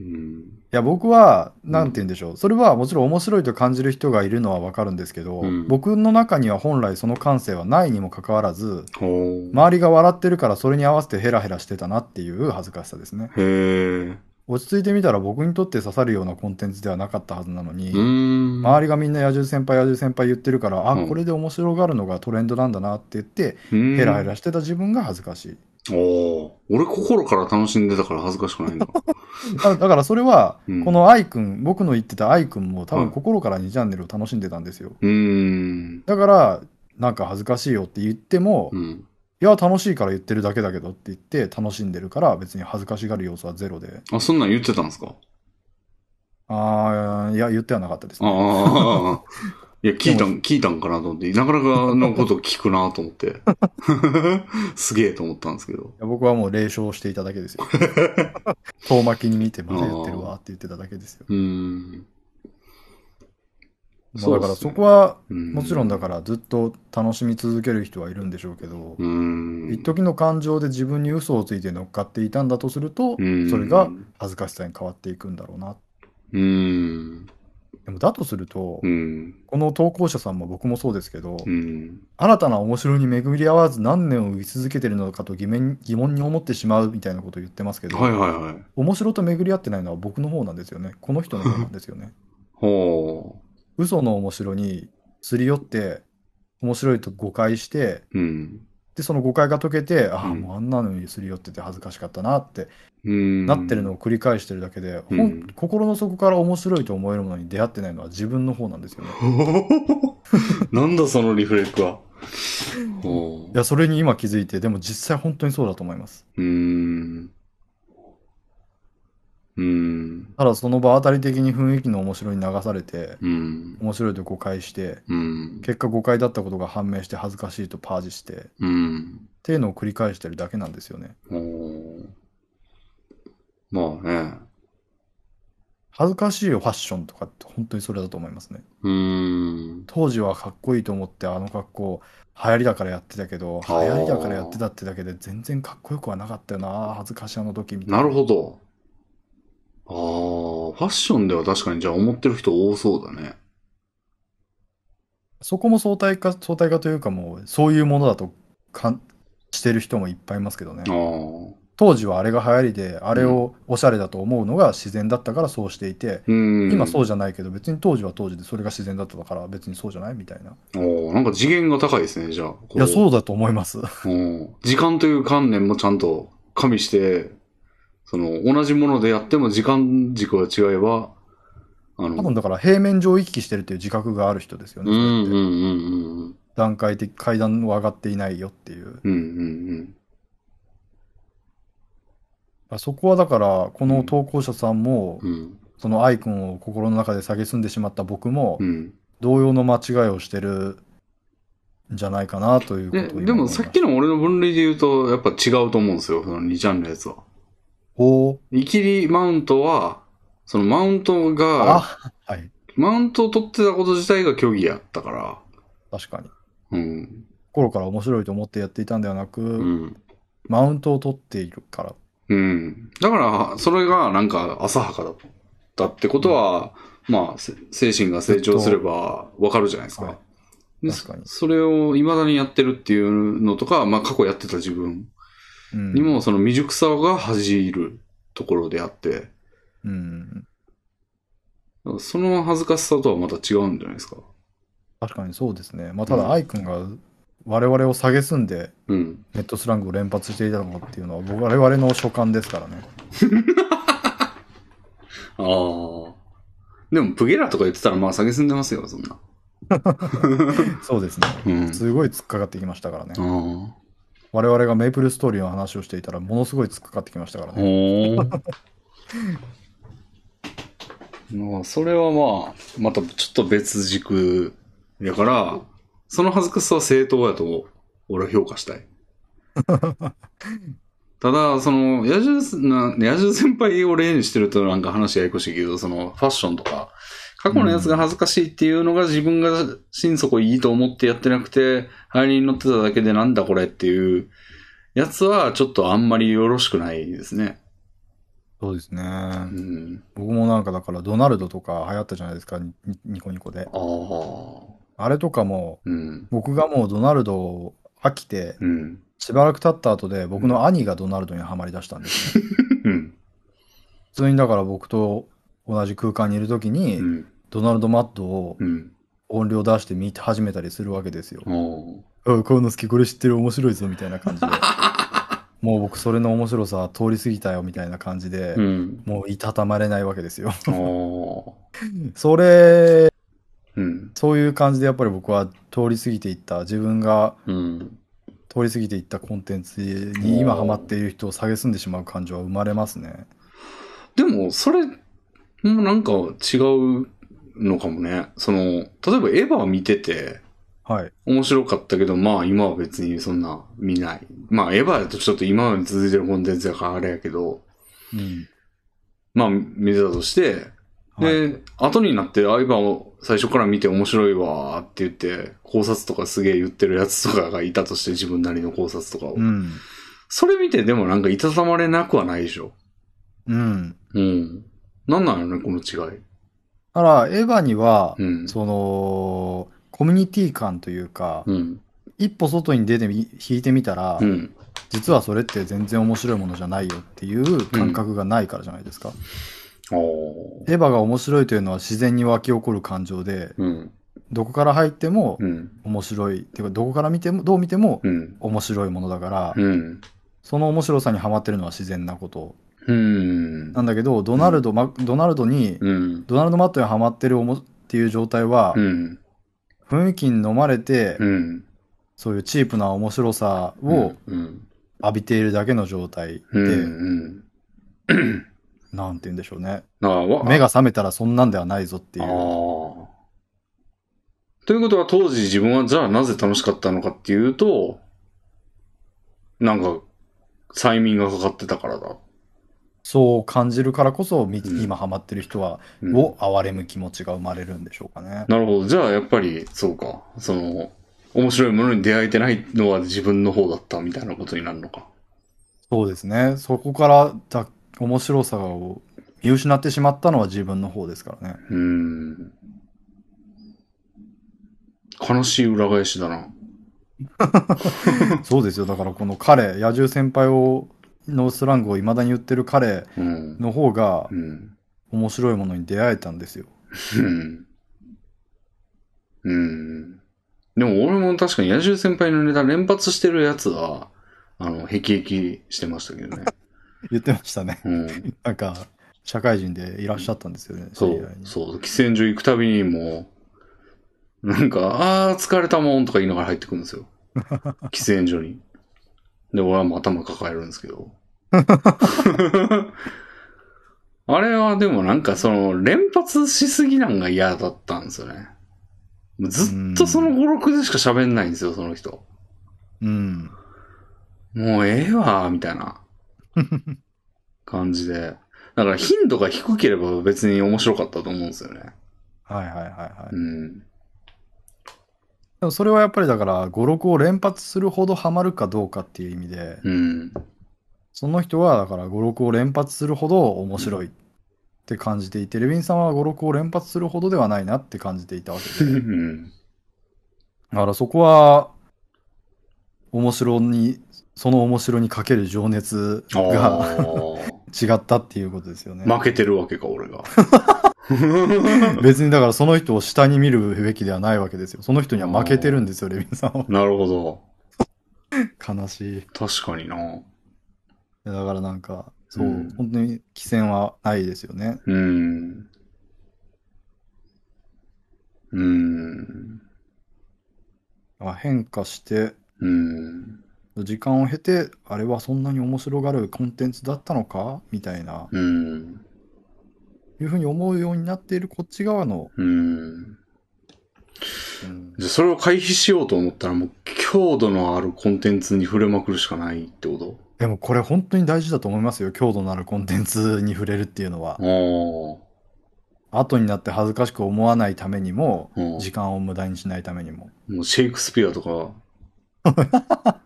Speaker 1: うん。
Speaker 2: いや、僕は、なんて言うんでしょう。それはもちろん面白いと感じる人がいるのはわかるんですけど、
Speaker 1: うん
Speaker 2: 僕の中には本来その感性はないにもかかわらず、
Speaker 1: おー
Speaker 2: 周りが笑ってるからそれに合わせてヘラヘラしてたなっていう恥ずかしさですね。
Speaker 1: へー
Speaker 2: 落ち着いてみたら僕にとって刺さるようなコンテンツではなかったはずなのに、
Speaker 1: うーん。
Speaker 2: 周りがみんな野獣先輩野獣先輩言ってるから、あ、
Speaker 1: うん
Speaker 2: これで面白がるのがトレンドなんだなって言って、
Speaker 1: り
Speaker 2: ヘラヘラしてた自分が恥ずかしい。
Speaker 1: おー俺心から楽しんでたから恥ずかしくないんだ。
Speaker 2: [LAUGHS] あだからそれは、
Speaker 1: うん
Speaker 2: この愛くん、僕の言ってた愛くんも多
Speaker 1: うん
Speaker 2: 分心から2チャンネルを楽しんでたんですよ。
Speaker 1: うーん。
Speaker 2: だから、なんか恥ずかしいよって言っても、
Speaker 1: う
Speaker 2: い
Speaker 1: ん。
Speaker 2: や、楽しいから言ってるだけだけどって言って、楽しんでるから別に恥ずかしがる要素はゼロで。
Speaker 1: あ、そんなん言ってたんですか
Speaker 2: あー、いや、言ってはなかったです
Speaker 1: ああ
Speaker 2: ね。
Speaker 1: ああ、ああ。いや、聞いたん、聞いたんかなと思って、なかなかのことを聞くなと思って。 [LAUGHS] すげえと思ったんですけど。
Speaker 2: いや僕はもう霊障していただけで
Speaker 1: [LAUGHS]
Speaker 2: すよ。遠巻きに見て、また言ってるわって言ってただけですよ。
Speaker 1: うーん。
Speaker 2: まあだか
Speaker 1: そう
Speaker 2: ら
Speaker 1: っすね
Speaker 2: そこは、
Speaker 1: も
Speaker 2: もちろんだからずっと楽しみ続ける人はいるんでしょうけど、
Speaker 1: うーん。
Speaker 2: 一時の感情で自分に嘘をついて乗っかっていたんだとすると、
Speaker 1: うん
Speaker 2: それが恥ずかしさに変わっていくんだろうな。
Speaker 1: うーん。
Speaker 2: でもだとすると、
Speaker 1: うん。
Speaker 2: この投稿者さんも僕もそうですけど、
Speaker 1: うん。
Speaker 2: 新たな面白いに巡り合わず何年を生き続けてるのかと疑問疑問に思ってしまうみたいなことを言ってますけど、
Speaker 1: はいはいはい。
Speaker 2: 面白と巡り合ってないのは僕の方なんですよね。この人の方なんですよね。
Speaker 1: ほ
Speaker 2: 嘘の面白にすり寄って、面白いと誤解して、
Speaker 1: う。うん。
Speaker 2: で、その誤解が解けて、ああ、
Speaker 1: うん
Speaker 2: もうあんなのにすり寄ってて恥ずかしかったなって
Speaker 1: うーん。
Speaker 2: なってるのを繰り返してるだけで、
Speaker 1: うん
Speaker 2: ほん心の底から面白いと思えるものに出会ってないのは自分の方なんですよね。
Speaker 1: ほほほほ。 [LAUGHS] なんだそのリフレックは。ほ
Speaker 2: いや、それに今気づいて、でも実際本当にそうだと思います。
Speaker 1: う。うーん。うーん。
Speaker 2: ただその場当たり的に雰囲気の面白いに流されて、
Speaker 1: うん。
Speaker 2: 面白いと誤解して、
Speaker 1: うん。
Speaker 2: 結果誤解だったことが判明して恥ずかしいとパージして、っ
Speaker 1: うん。
Speaker 2: ていうのを繰り返してるだけなんですよね。
Speaker 1: おーまあね。
Speaker 2: 恥ずかしいファッションとかって本当にそれだと思いますね。
Speaker 1: うーん。
Speaker 2: 当時はかっこいいと思ってあの格好流行りだからやってたけど流
Speaker 1: あー
Speaker 2: 行りだからやってたってだけで全然かっこよくはなかったよな恥ずかしいあの時みたいな
Speaker 1: なるほど。あー、ファッションでは確かにじゃあ思ってる人多そうだね。
Speaker 2: そこも相対化相対化というかもうそういうものだとかんしてる人もいっぱいいますけどね
Speaker 1: あー。
Speaker 2: 当時はあれが流行りであれをおしゃれだと思うのが自然だったからそうしていて、
Speaker 1: うん。
Speaker 2: 今そうじゃないけど別に当時は当時でそれが自然だったから別にそうじゃないみたいな
Speaker 1: おーなんか次元が高いですね、じゃあ。こ
Speaker 2: いやそうだと思います
Speaker 1: うん時間という観念もちゃんと加味して、その、同じものでやっても時間軸が違えば、あ
Speaker 2: 多
Speaker 1: の、
Speaker 2: 分だから平面上を行き来してるっていう自覚がある人ですよ
Speaker 1: う
Speaker 2: ね
Speaker 1: ん
Speaker 2: それ
Speaker 1: うん
Speaker 2: って
Speaker 1: うんうん
Speaker 2: 段階的階段を上がっていないよっていう
Speaker 1: うん。うんうん
Speaker 2: あそこはだからこの投稿者さんも、
Speaker 1: うん。うん
Speaker 2: そのアイコンを心の中で蔑んでしまった僕も、
Speaker 1: うん。
Speaker 2: 同様の間違いをしてるんじゃないかなということを
Speaker 1: で、
Speaker 2: 今
Speaker 1: でもさっきの俺の分類で言うと、やっぱ違うと思うんですよ、その2ちゃんのやつは。
Speaker 2: 思いまし
Speaker 1: イキリマウントは、そのマウント
Speaker 2: たおー
Speaker 1: が、
Speaker 2: あはい
Speaker 1: マウントを取ってたこと自体が虚偽やったから、
Speaker 2: 確かに
Speaker 1: うん。
Speaker 2: 心から面白いと思ってやっていたんではなく、
Speaker 1: うん。
Speaker 2: マウントを取っているから
Speaker 1: うん。だから、それがなんか浅はかだったってことは、まあ、せ精神が成長すればわかるじゃないですか。
Speaker 2: は
Speaker 1: で
Speaker 2: 確かに
Speaker 1: それを未だにやってるっていうのとか、まあ過去やってた自分
Speaker 2: うん
Speaker 1: にもその未熟さが恥じるところであって、
Speaker 2: うん、
Speaker 1: その恥ずかしさとはまた違うんじゃないですか。
Speaker 2: 確かにそうですねまあた
Speaker 1: う
Speaker 2: だ
Speaker 1: ん
Speaker 2: アイ君が我々を蔑んで
Speaker 1: うん。
Speaker 2: ネットスラングを連発していたのっていうのは僕我々の所感ですか
Speaker 1: [LAUGHS]
Speaker 2: らね
Speaker 1: ああ。でも、プゲラとか言ってたら、まあ、下げすんでますよ、そんな。
Speaker 2: そうですね
Speaker 1: うん。
Speaker 2: すごい突っかかってきましたからね
Speaker 1: ああ。
Speaker 2: 我々がメイプルストーリーの話をしていたらものすごい突っかかってきましたからね
Speaker 1: おお。 [LAUGHS] まあ、それはまあ、またちょっと別軸やから、その恥ずかしさは正当やと、俺は評価したい。ただ、その、野獣す、な、野獣先輩を例にしてるとなんか話ややこしいけど、その、ファッションとか、過去のやつが恥ずかしいっていうのが自分が心底いいと思ってやってなくて、流行りに乗ってただけでなんだこれっていうやつは、ちょっとあんまりよろしくないですね。
Speaker 2: そうですね
Speaker 1: うん。
Speaker 2: 僕もなんかだからドナルドとか流行ったじゃないですかににニコニコで
Speaker 1: ああ。
Speaker 2: あれとかも
Speaker 1: うん。
Speaker 2: 僕がもうドナルドを飽きて
Speaker 1: うん。
Speaker 2: しばらく経った後で僕の兄がドナルドにはまりだしたんですね、
Speaker 1: うん。
Speaker 2: 普通にだから僕と同じ空間にいる時に、
Speaker 1: うん。
Speaker 2: ドナルドマッドを
Speaker 1: うん。
Speaker 2: 音量出して見て始めたりするわけですよ、
Speaker 1: お
Speaker 2: うん、こういうの好きこれ知ってる面白いぞみたいな感じでもう僕それの面白さ通り過ぎたよみたいな感じで、
Speaker 1: うん。
Speaker 2: もういたたまれないわけですよ [LAUGHS]
Speaker 1: お
Speaker 2: それ
Speaker 1: うん。
Speaker 2: そういう感じでやっぱり僕は通り過ぎていった自分が
Speaker 1: うん。
Speaker 2: 通り過ぎていったコンテンツに今ハマっている人を蔑んでしまう感情は生まれますね
Speaker 1: でも、それもなんか違うのかもね。その、例えばエヴァ見てて、
Speaker 2: はい
Speaker 1: 面白かったけど、まあ今は別にそんな見ない。まあエヴァだとちょっと今まで続いてるコンテンツだからあれやけど、
Speaker 2: うん
Speaker 1: まあ見てたとして、
Speaker 2: はい、
Speaker 1: で、後になって、あ、今を最初から見て面白いわーって言って、考察とかすげえ言ってるやつとかがいたとして、自分なりの考察とかを。
Speaker 2: うん
Speaker 1: それ見てでもなんかいたたまれなくはないでしょ。
Speaker 2: うん
Speaker 1: うん。なんなんやろね、この違い。
Speaker 2: だからエヴァには、
Speaker 1: うん。
Speaker 2: そのコミュニティ感というか、
Speaker 1: うん。
Speaker 2: 一歩外に出てみ引いてみたら、
Speaker 1: うん。
Speaker 2: 実はそれって全然面白いものじゃないよっていう感覚がないからじゃないですか、
Speaker 1: あー
Speaker 2: エヴァが面白いというのは自然に湧き起こる感情で
Speaker 1: うん。
Speaker 2: どこから入っても
Speaker 1: うん。
Speaker 2: 面白いっていうかどこから見てもどう見ても
Speaker 1: うん。
Speaker 2: 面白いものだから、
Speaker 1: うん。
Speaker 2: その面白さにハマってるのは自然なこと
Speaker 1: うん。
Speaker 2: なんだけどドナルド,、マドナルドに、
Speaker 1: うん。
Speaker 2: ドナルド・マットにハマってるおもっていう状態は、
Speaker 1: うん。
Speaker 2: 雰囲気に飲まれて、
Speaker 1: うん。
Speaker 2: そういうチープな面白さを
Speaker 1: うん。
Speaker 2: 浴びているだけの状態で、
Speaker 1: うん。うん。
Speaker 2: なんて言うんでしょうね。
Speaker 1: だからわ
Speaker 2: 目が覚めたらそんなんではないぞってい
Speaker 1: あ
Speaker 2: う。
Speaker 1: あ。ということは当時自分はじゃあなぜ楽しかったのかっていうと、なんか、催眠がかかってたからだっ
Speaker 2: そう感じるからこそ、み
Speaker 1: うん
Speaker 2: 今ハマってる人は、
Speaker 1: うん
Speaker 2: を憐れむ気持ちが生まれるんでしょうかね。
Speaker 1: なるほど。じゃあ、やっぱり、そうか。その、面白いものに出会えてないのは自分の方だったみたいなことになるのか。
Speaker 2: そうですね。そこからだ面白さを見失ってしまったのは自分の方ですからね。
Speaker 1: [LAUGHS] うーん。悲しい裏返しだな。
Speaker 2: そうですよ。だからこの彼、野獣先輩を、のスラングを未だに言ってる彼
Speaker 1: うん。
Speaker 2: の方が
Speaker 1: うん。
Speaker 2: 面白いものに出会えたんですよ。
Speaker 1: うん。うん。でも俺も確かに野獣先輩のネタ連発してるやつは、あの、ヘキヘキしてましたけどね。
Speaker 2: 言ってましたね。 [LAUGHS]
Speaker 1: うん。
Speaker 2: なんか、社会人でいらっしゃったんですよね。
Speaker 1: そ
Speaker 2: 知り合
Speaker 1: う
Speaker 2: い、に
Speaker 1: そう。喫煙所行くたびにもう、なんか、あー疲れたもんとか言いながら入ってくるんですよ。喫煙所に。で、俺はもう頭抱えるんですけど。あれはでもなんかその、連発しすぎなんが嫌だったんですよね。もうずっとその5、6でしか喋んないんですよ、その人。
Speaker 2: うん。
Speaker 1: もうええわ、みたいな感じで。だから頻度が低ければ別に面白かったと思うんですよね。
Speaker 2: はいはいはいはい。
Speaker 1: うん。
Speaker 2: でもそれはやっぱりだから、語録を連発するほどハマるかどうかっていう意味で、
Speaker 1: うん。
Speaker 2: その人はだから語録を連発するほど面白いって感じていて、レヴィンさんは語録を連発するほどではないなって感じていたわけ
Speaker 1: う
Speaker 2: で。
Speaker 1: ん。
Speaker 2: だからそこは、面白に、その面白にかける情熱
Speaker 1: あ
Speaker 2: が
Speaker 1: あ。
Speaker 2: 違ったっていうことですよね。
Speaker 1: 負けてるわけか、俺 [LAUGHS] が。
Speaker 2: 別にだからその人を下に見るべきではないわけですよ。その人には負けてるんですよ、レヴィンさんは。
Speaker 1: なるほど。
Speaker 2: 悲しい。
Speaker 1: 確かにな。
Speaker 2: だからなんか、そう、
Speaker 1: うん
Speaker 2: 本当に規制はないですよね。
Speaker 1: うん。うん。
Speaker 2: まあ変化して、
Speaker 1: うん。
Speaker 2: 時間を経て、あれはそんなに面白がるコンテンツだったのかみたいな、
Speaker 1: うん。
Speaker 2: いうふうに思うようになっているこっち側の、
Speaker 1: うん。
Speaker 2: うん
Speaker 1: じゃあそれを回避しようと思ったらもう強度のあるコンテンツに触れまくるしかないってこと
Speaker 2: でもこれ本当に大事だと思いますよ。強度のあるコンテンツに触れるっていうのは。
Speaker 1: あ
Speaker 2: 後になって恥ずかしく思わないためにも、
Speaker 1: あ。うん
Speaker 2: 時間を無駄にしないためにも。
Speaker 1: もうシェイクスピアとか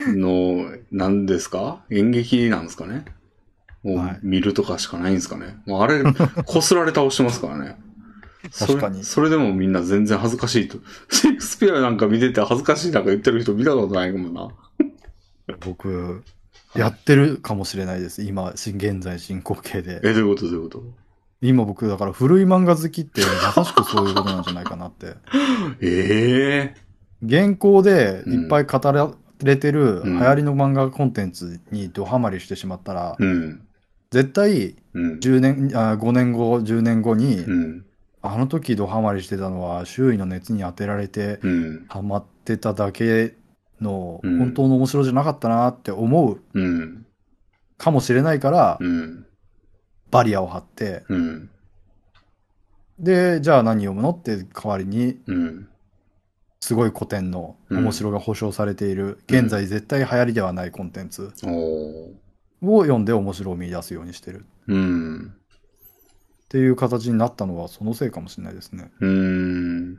Speaker 1: の、何ですか演劇なんですかねも
Speaker 2: はいう
Speaker 1: 見るとかしかないんですかね、もうあれ、こすられ倒してますから
Speaker 2: [LAUGHS]
Speaker 1: ね。
Speaker 2: 確かに
Speaker 1: それ。それでもみんな全然恥ずかしいと。 [LAUGHS] シェイクスピアなんか見てて恥ずかしいなんか言ってる人見たことないもんな。
Speaker 2: 僕、やってるかもしれないです。今、し現在進行形で。
Speaker 1: え、どういうことどういうこと
Speaker 2: 今僕だから古い漫画好きってまさしくそういうことなんじゃないかなって。
Speaker 1: ええ
Speaker 2: 原稿でいっぱい語られてる
Speaker 1: う
Speaker 2: 流
Speaker 1: ん
Speaker 2: 行りの漫画コンテンツにドハマりしてしまったら、
Speaker 1: うん。
Speaker 2: 絶対
Speaker 1: うん。
Speaker 2: 10年、あ5年後、10年後に、
Speaker 1: うん。
Speaker 2: あの時ドハマりしてたのは周囲の熱に当てられて
Speaker 1: うん。
Speaker 2: ハマってただけの
Speaker 1: うん
Speaker 2: 本当の面白じゃなかったなって思う
Speaker 1: うん。
Speaker 2: かもしれないから、
Speaker 1: うん。
Speaker 2: バリアを張って、
Speaker 1: うん。
Speaker 2: で、じゃあ何読むのって代わりに
Speaker 1: うん。
Speaker 2: すごい古典の
Speaker 1: うん
Speaker 2: 面白が保証されている、
Speaker 1: うん
Speaker 2: 現在絶対流行りではないコンテンツ
Speaker 1: おー。
Speaker 2: を読んで面白を見出すようにしてる
Speaker 1: うん。
Speaker 2: っていう形になったのはそのせいかもしれないですね。
Speaker 1: うーん。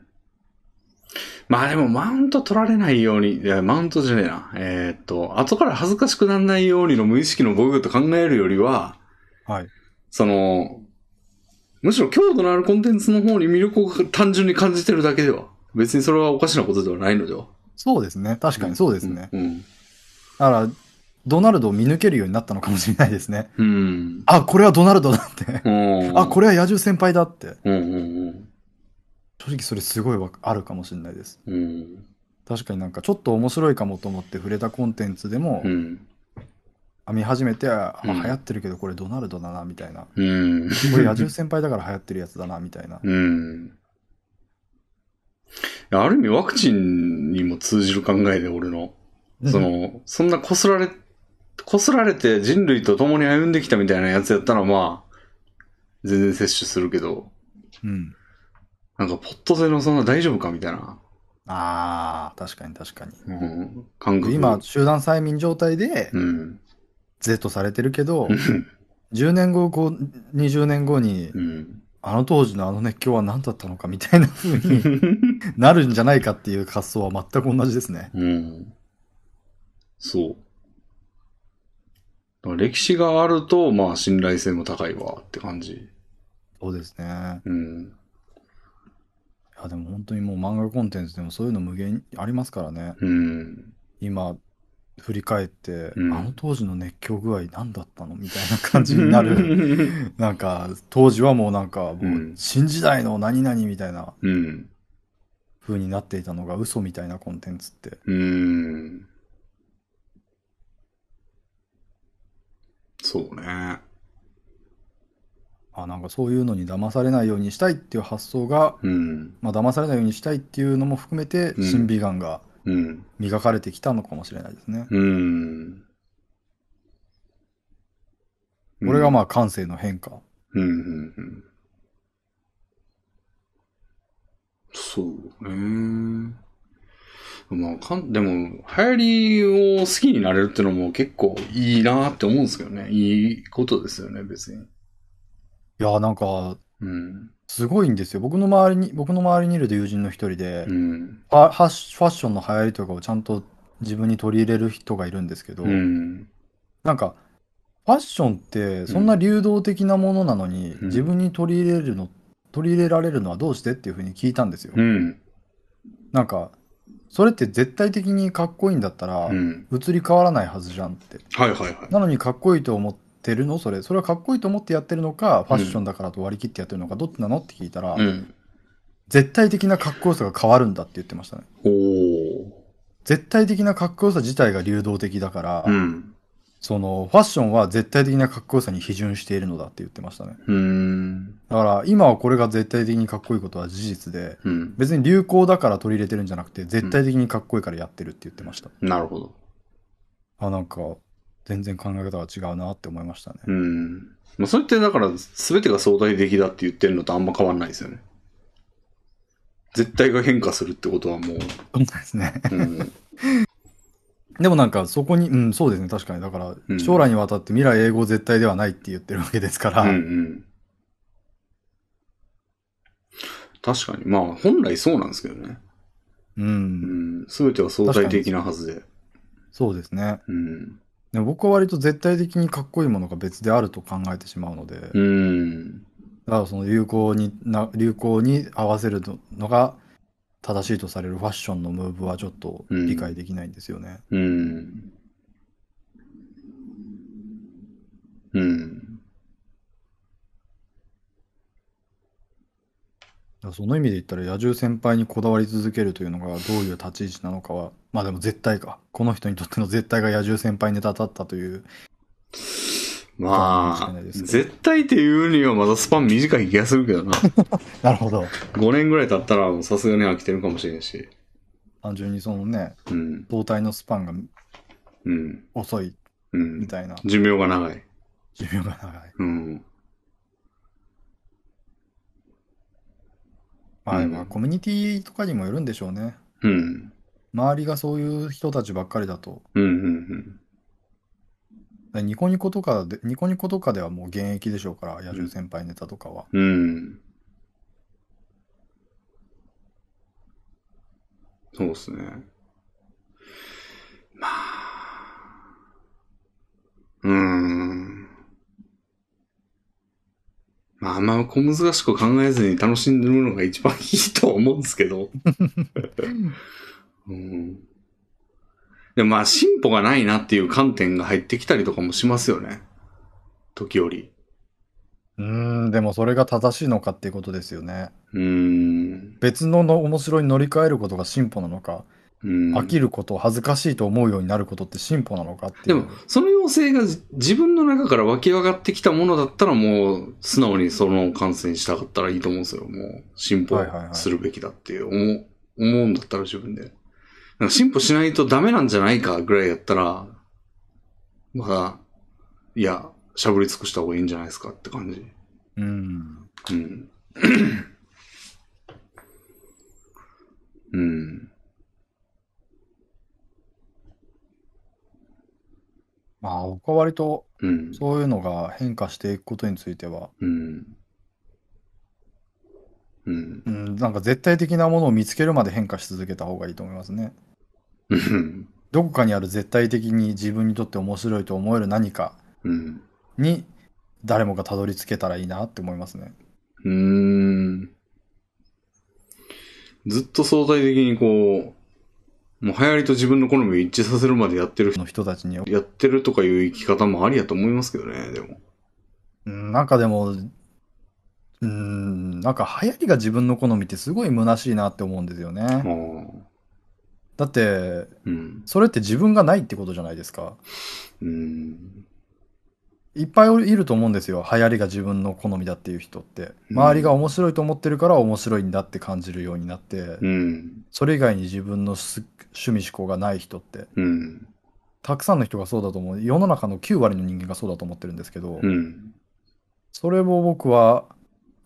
Speaker 1: まあでもマウント取られないように、いや、マウントじゃねえな。えーっと、後から恥ずかしくならないようにの無意識の防御と考えるよりは、
Speaker 2: はい。
Speaker 1: その、むしろ強度のあるコンテンツの方に魅力を単純に感じてるだけでは、別にそれはおかしなことではないのでは。
Speaker 2: そうですね。確かにそうですね。
Speaker 1: うん。
Speaker 2: だから、ドナルドを見抜けるようになったのかもしれないです [LAUGHS] ね。
Speaker 1: うん。
Speaker 2: あ、これはドナルドだって。
Speaker 1: うん。
Speaker 2: [LAUGHS] あ、これは野獣先輩だって。
Speaker 1: れ。うんうん
Speaker 2: 正直それすごいわあるかもしれないです。
Speaker 1: うん。うん。
Speaker 2: 確かになんかちょっと面白いかもと思って触れたコンテンツでも、
Speaker 1: うん。
Speaker 2: あ見始めて、あ、
Speaker 1: うん
Speaker 2: 流行ってるけどこれドナルドだな、み [LAUGHS] たいな。こ
Speaker 1: うん。
Speaker 2: れ野獣先輩だから流行ってるやつだな、みた [LAUGHS] いな。
Speaker 1: うん。いやある意味ワクチンにも通じる考えで、俺の。その、そんなこすられ、こすられて人類と共に歩んできたみたいなやつやったら、まあ、全然摂取するけど、
Speaker 2: うん。
Speaker 1: なんか、ポットでのそんな大丈夫かみたいな、
Speaker 2: ああ、確かに確かに。
Speaker 1: うん、感覚。
Speaker 2: 今、集団催眠状態で、
Speaker 1: うん。
Speaker 2: ゼットされてるけど、 10年後、こう、20年後に、
Speaker 1: うん。
Speaker 2: あの当時のあの熱狂は何だったのかみたいな風になるんじゃないかっていう発想は全く同じですね。
Speaker 1: うん。そう。だから歴史があると、まあ信頼性も高いわって感じ。
Speaker 2: そうですね。
Speaker 1: うん。
Speaker 2: いや、でも本当にもう漫画コンテンツでもそういうの無限にありますからね。
Speaker 1: うん。
Speaker 2: 今、振り返って、
Speaker 1: うん
Speaker 2: あの当時の熱狂具合何だったのみたいな感じにな
Speaker 1: [LAUGHS]
Speaker 2: る。。なんか、当時はもうなんか、もううん新時代の何々みたいな
Speaker 1: うん。
Speaker 2: 風になっていたのが嘘みたいなコンテンツって。
Speaker 1: うん。そうね。
Speaker 2: あ、なんかそういうのに騙されないようにしたいっていう発想が、
Speaker 1: うん。
Speaker 2: まあ騙されないようにしたいっていうのも含めて、
Speaker 1: うん
Speaker 2: 審美眼が
Speaker 1: うん。
Speaker 2: 磨かれてきたのかもしれないですね。
Speaker 1: うん。
Speaker 2: これがまあ感性の変化。
Speaker 1: うんうんうん。そうね。まあ、かん、でも、流行りを好きになれるってのも結構いいなって思うんですけどね。いいことですよね、別に。
Speaker 2: いや、なんか、
Speaker 1: うん。
Speaker 2: すごいんですよ。僕の周りに、僕の周りにいる友人の一人で
Speaker 1: う、ん。
Speaker 2: ファファッシファッションの流行りとかをちゃんと自分に取り入れる人がいるんですけど、
Speaker 1: うん。
Speaker 2: なんか、ファッションってそんな流動的なものなのに、
Speaker 1: うん
Speaker 2: 自分に取り入れるの、取り入れられるのはどうしてっていうふうに聞いたんですよ。
Speaker 1: うん。
Speaker 2: なんか、それって絶対的にかっこいいんだったら、
Speaker 1: うん。
Speaker 2: 移り変わらないはずじゃんって。
Speaker 1: はいはいはい。
Speaker 2: なのにかっこいいと思ってるのそれ。それはかっこいいと思ってやってるのか、ファッションだからと割り切ってやってるのか、どっちなのって聞いたら、
Speaker 1: うん。
Speaker 2: 絶対的なかっこよさが変わるんだって言ってましたね。
Speaker 1: おー。
Speaker 2: 絶対的なかっこよさ自体が流動的だから、
Speaker 1: うん。
Speaker 2: そのファッションは絶対的なかっこよさに批准しているのだって言ってましたね。
Speaker 1: うん。
Speaker 2: だから今はこれが絶対的にかっこいいことは事実で、
Speaker 1: うん。
Speaker 2: 別に流行だから取り入れてるんじゃなくて、絶対的にかっこいいからやってるって言ってました。
Speaker 1: なるほど。
Speaker 2: あ、なんか、全然考え方が違うなって思いましたね。
Speaker 1: うん。まあ、それってだから、すべてが相対的だって言ってるのとあんま変わんないですよね。絶対が変化するってことはもう、
Speaker 2: そうですね。
Speaker 1: うん。
Speaker 2: でもなんかそこに、うん、そうですね、確かに。だか
Speaker 1: うん
Speaker 2: ら、将来にわたって未来英語絶対ではないって言ってるわけですから、
Speaker 1: うんうん。確かに。まあ、本来そうなんですけどね。
Speaker 2: う、
Speaker 1: うんん。すべては相対的なはずで。
Speaker 2: そうですね。
Speaker 1: うん。
Speaker 2: でも僕は割と絶対的にかっこいいものが別であると考えてしまうので、
Speaker 1: うん。
Speaker 2: だからその流行にな流行に合わせるののが正しいとされるファッションのムーブはちょっと理解できないんですよね。
Speaker 1: うん。うん。
Speaker 2: だからその意味で言ったら野獣先輩にこだわり続けるというのがどういう立ち位置なのかはまあでも絶対かこの人にとっての絶対が野獣先輩ネタだったという
Speaker 1: ま
Speaker 2: か
Speaker 1: あ
Speaker 2: もしれない、ですけど
Speaker 1: 絶対っていうにはまだスパン短い気がするけどな。 [LAUGHS]
Speaker 2: なるほど
Speaker 1: 5年ぐらい経ったらもうさすがに飽きてるかもしれんし。
Speaker 2: 単純にそのね
Speaker 1: うん。
Speaker 2: 胴体のスパンが
Speaker 1: うん。
Speaker 2: 遅いうみ
Speaker 1: ん。
Speaker 2: たいな
Speaker 1: 寿命が長い。
Speaker 2: 寿命が長い
Speaker 1: うん。
Speaker 2: まあ
Speaker 1: うん
Speaker 2: まあコミュニティとかにもよるんでしょうね
Speaker 1: うん。
Speaker 2: 周りがそういう人たちばっかりだと
Speaker 1: うん、うん、
Speaker 2: でニコニコとかで、ニコニコとかではもう現役でしょうから、野獣先輩ネタとかは。
Speaker 1: うん。うん。そうですね。まあ。うーん。まあ、あんま小難しく考えずに楽しんでるのが一番いいとは思うんですけ
Speaker 2: [LAUGHS]
Speaker 1: ど。うん。でもまあ進歩がないなっていう観点が入ってきたりとかもしますよね。時折。
Speaker 2: うーん、でもそれが正しいのかっていうことですよね。
Speaker 1: うーん。
Speaker 2: 別のの面白いに乗り換えることが進歩なのか、
Speaker 1: うん、
Speaker 2: 飽きることを恥ずかしいと思うようになることって進歩なのかってい
Speaker 1: で
Speaker 2: う。
Speaker 1: も、その要請がじ自分の中から湧き上がってきたものだったらもう素直にその感染したかったらいいと思うんですよ。もう進歩
Speaker 2: はいはいはい
Speaker 1: するべきだっていう思う思うんだったら自分で。なんか進歩しないとダメなんじゃないかぐらいやったら、まだ、いや、しゃぶり尽くした方がいいんじゃないですかって感じ。
Speaker 2: うん。
Speaker 1: うん。うん。
Speaker 2: まあ、僕は割と
Speaker 1: うん。
Speaker 2: そういうのが変化していくことについては、
Speaker 1: うん。うん。
Speaker 2: うん、なんか絶対的なものを見つけるまで変化し続けた方がいいと思いますね。
Speaker 1: うん。
Speaker 2: どこかにある絶対的に自分にとって面白いと思える何か
Speaker 1: うん。
Speaker 2: に誰もがたどり着けたらいいなって思いますね。
Speaker 1: うーん。ずっと相対的にこう、もう流行りと自分の好みを一致させるまでやってる、
Speaker 2: の人たちに。
Speaker 1: やってるとかいう生き方もありやと思いますけどね、でも。
Speaker 2: うんなんかでも、うん、なんか流行りが自分の好みってすごい虚しいなって思うんですよ
Speaker 1: あ
Speaker 2: ね。
Speaker 1: あ。
Speaker 2: だって、
Speaker 1: うん。
Speaker 2: それって自分がないってことじゃないですか。
Speaker 1: うん。
Speaker 2: いっぱいいると思うんですよ。流行りが自分の好みだっていう人って。周りが面白いと思ってるから面白いんだって感じるようになって、
Speaker 1: うん。
Speaker 2: それ以外に自分のす趣味思考がない人って、
Speaker 1: うん。
Speaker 2: たくさんの人がそうだと思う。世の中の9割の人間がそうだと思ってるんですけど、
Speaker 1: うん。
Speaker 2: それを僕は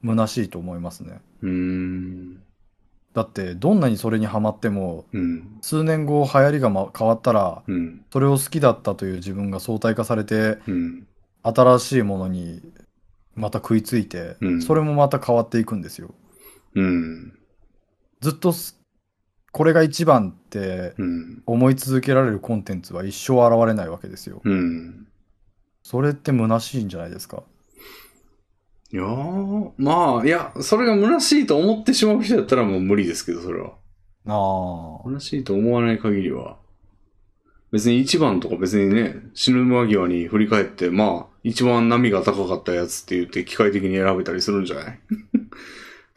Speaker 2: 虚しいと思いますね。
Speaker 1: うん。
Speaker 2: だって、どんなにそれにはまっても、
Speaker 1: うん。
Speaker 2: 数年後流行りが、ま、変わったら、
Speaker 1: うん。
Speaker 2: それを好きだったという自分が相対化されて、
Speaker 1: うん。
Speaker 2: 新しいものにまた食いついて、
Speaker 1: うん
Speaker 2: それもまた変わっていくんですよ。
Speaker 1: うん。
Speaker 2: ずっとすこれが一番って
Speaker 1: うん。
Speaker 2: 思い続けられるコンテンツは一生現れないわけですよ。
Speaker 1: うん。
Speaker 2: それって虚しいんじゃないですか。
Speaker 1: いやー、まあ、いや、それが虚しいと思ってしまう人だったらもう無理ですけど、それは。
Speaker 2: ああ。
Speaker 1: 悲しいと思わない限りは、別に一番とか別にね、死ぬ間際に振り返って、まあ、一番波が高かったやつって言って機械的に選べたりするんじゃない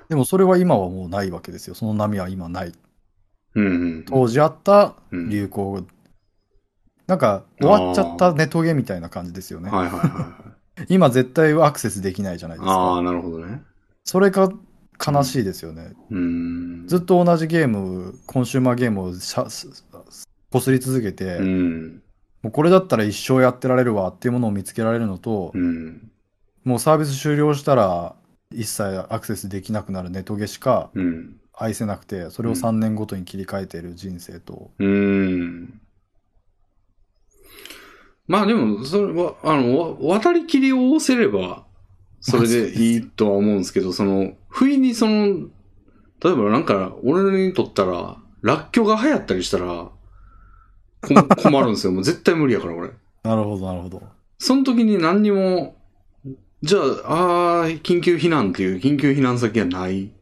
Speaker 2: でもそれは今はもうないわけですよ。その波は今ない。
Speaker 1: うんうん。
Speaker 2: 当時あった
Speaker 1: うん
Speaker 2: 流行。なんか終わっちゃったネトゲみたいな感じ [LAUGHS] ですよね。
Speaker 1: はいはいはいはい。
Speaker 2: 今絶対アクセスできないじゃないです
Speaker 1: あ
Speaker 2: か。
Speaker 1: あ、なるほどね。
Speaker 2: それが悲しいですよね。
Speaker 1: うーん。
Speaker 2: ずっと同じゲーム、コンシューマーゲームをしゃすこすり続けて、
Speaker 1: うん。
Speaker 2: もうこれだったら一生やってられるわっていうものを見つけられるのと
Speaker 1: う、ん。
Speaker 2: もうサービス終了したら一切アクセスできなくなるネトゲしか
Speaker 1: うん。
Speaker 2: 愛せなくて、それを3年ごとに切り替えている人生と、
Speaker 1: うーん。まあでも、それは、あの、わ渡り切りを仰せれば、それでいいとは思うんですけど、その、不意にその、例えばなんか、俺にとったら、らっきょうが流行ったりしたら、 [LAUGHS] こ困るんですよ。もう絶対無理やから、俺。
Speaker 2: なるほど、なるほど。
Speaker 1: その時に何にも、じゃあ、あー緊急避難っていう緊急避難先がない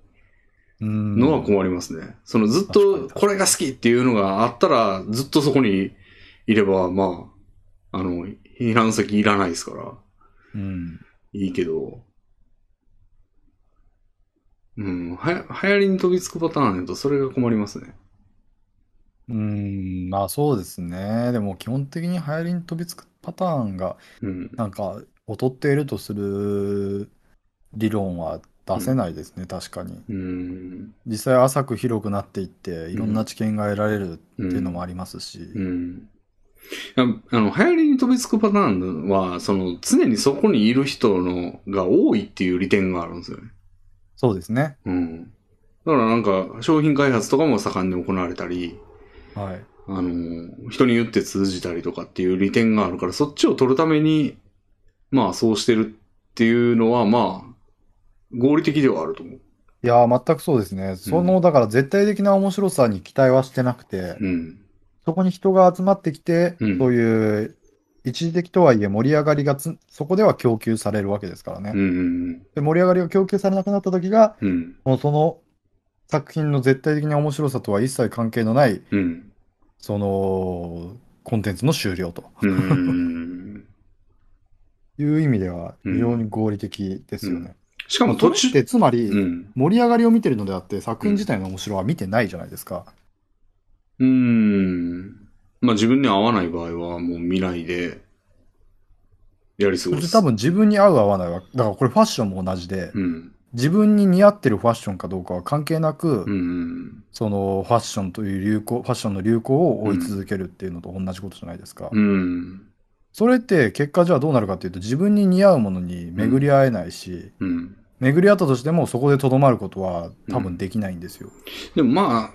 Speaker 2: うん。
Speaker 1: のは困りますね。そのずっとこれが好きっていうのがあったら、ずっとそこにいれば、まあ、あの、避難先いらないですから、
Speaker 2: うん。
Speaker 1: いいけど、うん、はや、流行りに飛びつくパターンだとそれが困りますね。
Speaker 2: うん、まあそうですね。でも基本的に流行りに飛びつくパターンが、
Speaker 1: うん。
Speaker 2: なんか劣っているとする理論は出せないですね、確かに。
Speaker 1: うん。
Speaker 2: 実際浅く広くなっていっていろんな知見が得られるっていうのもありますし、
Speaker 1: うん。いやあの、流行りに飛びつくパターンは、その、常にそこにいる人の、が多いっていう利点があるんですよね。
Speaker 2: そうですね
Speaker 1: うん。だからなんか、商品開発とかも盛んに行われたり、
Speaker 2: はい
Speaker 1: あの、人に言って通じたりとかっていう利点があるから、そっちを取るために、まあそうしてるっていうのは、まあ、合理的ではあると思う。
Speaker 2: いやー全くそうですねその、だから絶対的な面白さに期待はしてなくて
Speaker 1: うん。
Speaker 2: そこに人が集まってきて、
Speaker 1: うん
Speaker 2: そういう一時的とはいえ盛り上がりがつそこでは供給されるわけですからね、
Speaker 1: うんうん
Speaker 2: で盛り上がりが供給されなくなった時が
Speaker 1: うん。うん。
Speaker 2: もうその作品の絶対的な面白さとは一切関係のない
Speaker 1: うん。
Speaker 2: そのコンテンツの終了と
Speaker 1: うんうんうん。
Speaker 2: いう意味では
Speaker 1: うん
Speaker 2: 非常に合理的ですよね、
Speaker 1: し
Speaker 2: [LAUGHS]
Speaker 1: かも途
Speaker 2: それっ
Speaker 1: 中、
Speaker 2: てつまり、
Speaker 1: うん。
Speaker 2: 盛り上がりを見てるのであって、作品自体の面白は見てないじゃないですか。
Speaker 1: うん。まあ自分に合わない場合はもう見ないで、やり過
Speaker 2: そ
Speaker 1: ご
Speaker 2: れ
Speaker 1: す。
Speaker 2: 多分自分に合う合わないは、だからこれファッションも同じで、
Speaker 1: うん。
Speaker 2: 自分に似合ってるファッションかどうかは関係なく、
Speaker 1: うんうん。
Speaker 2: そのファッションという流行、ファッションの流行を追い続けるっていうのと同じことじゃないですか。
Speaker 1: うん。
Speaker 2: それって結果じゃあどうなるかっていうと、自分に似合うものに巡り合えないし、
Speaker 1: うん。
Speaker 2: 巡り合ったとしてもそこでとどまることは多分できないんですよ。
Speaker 1: でもまあ、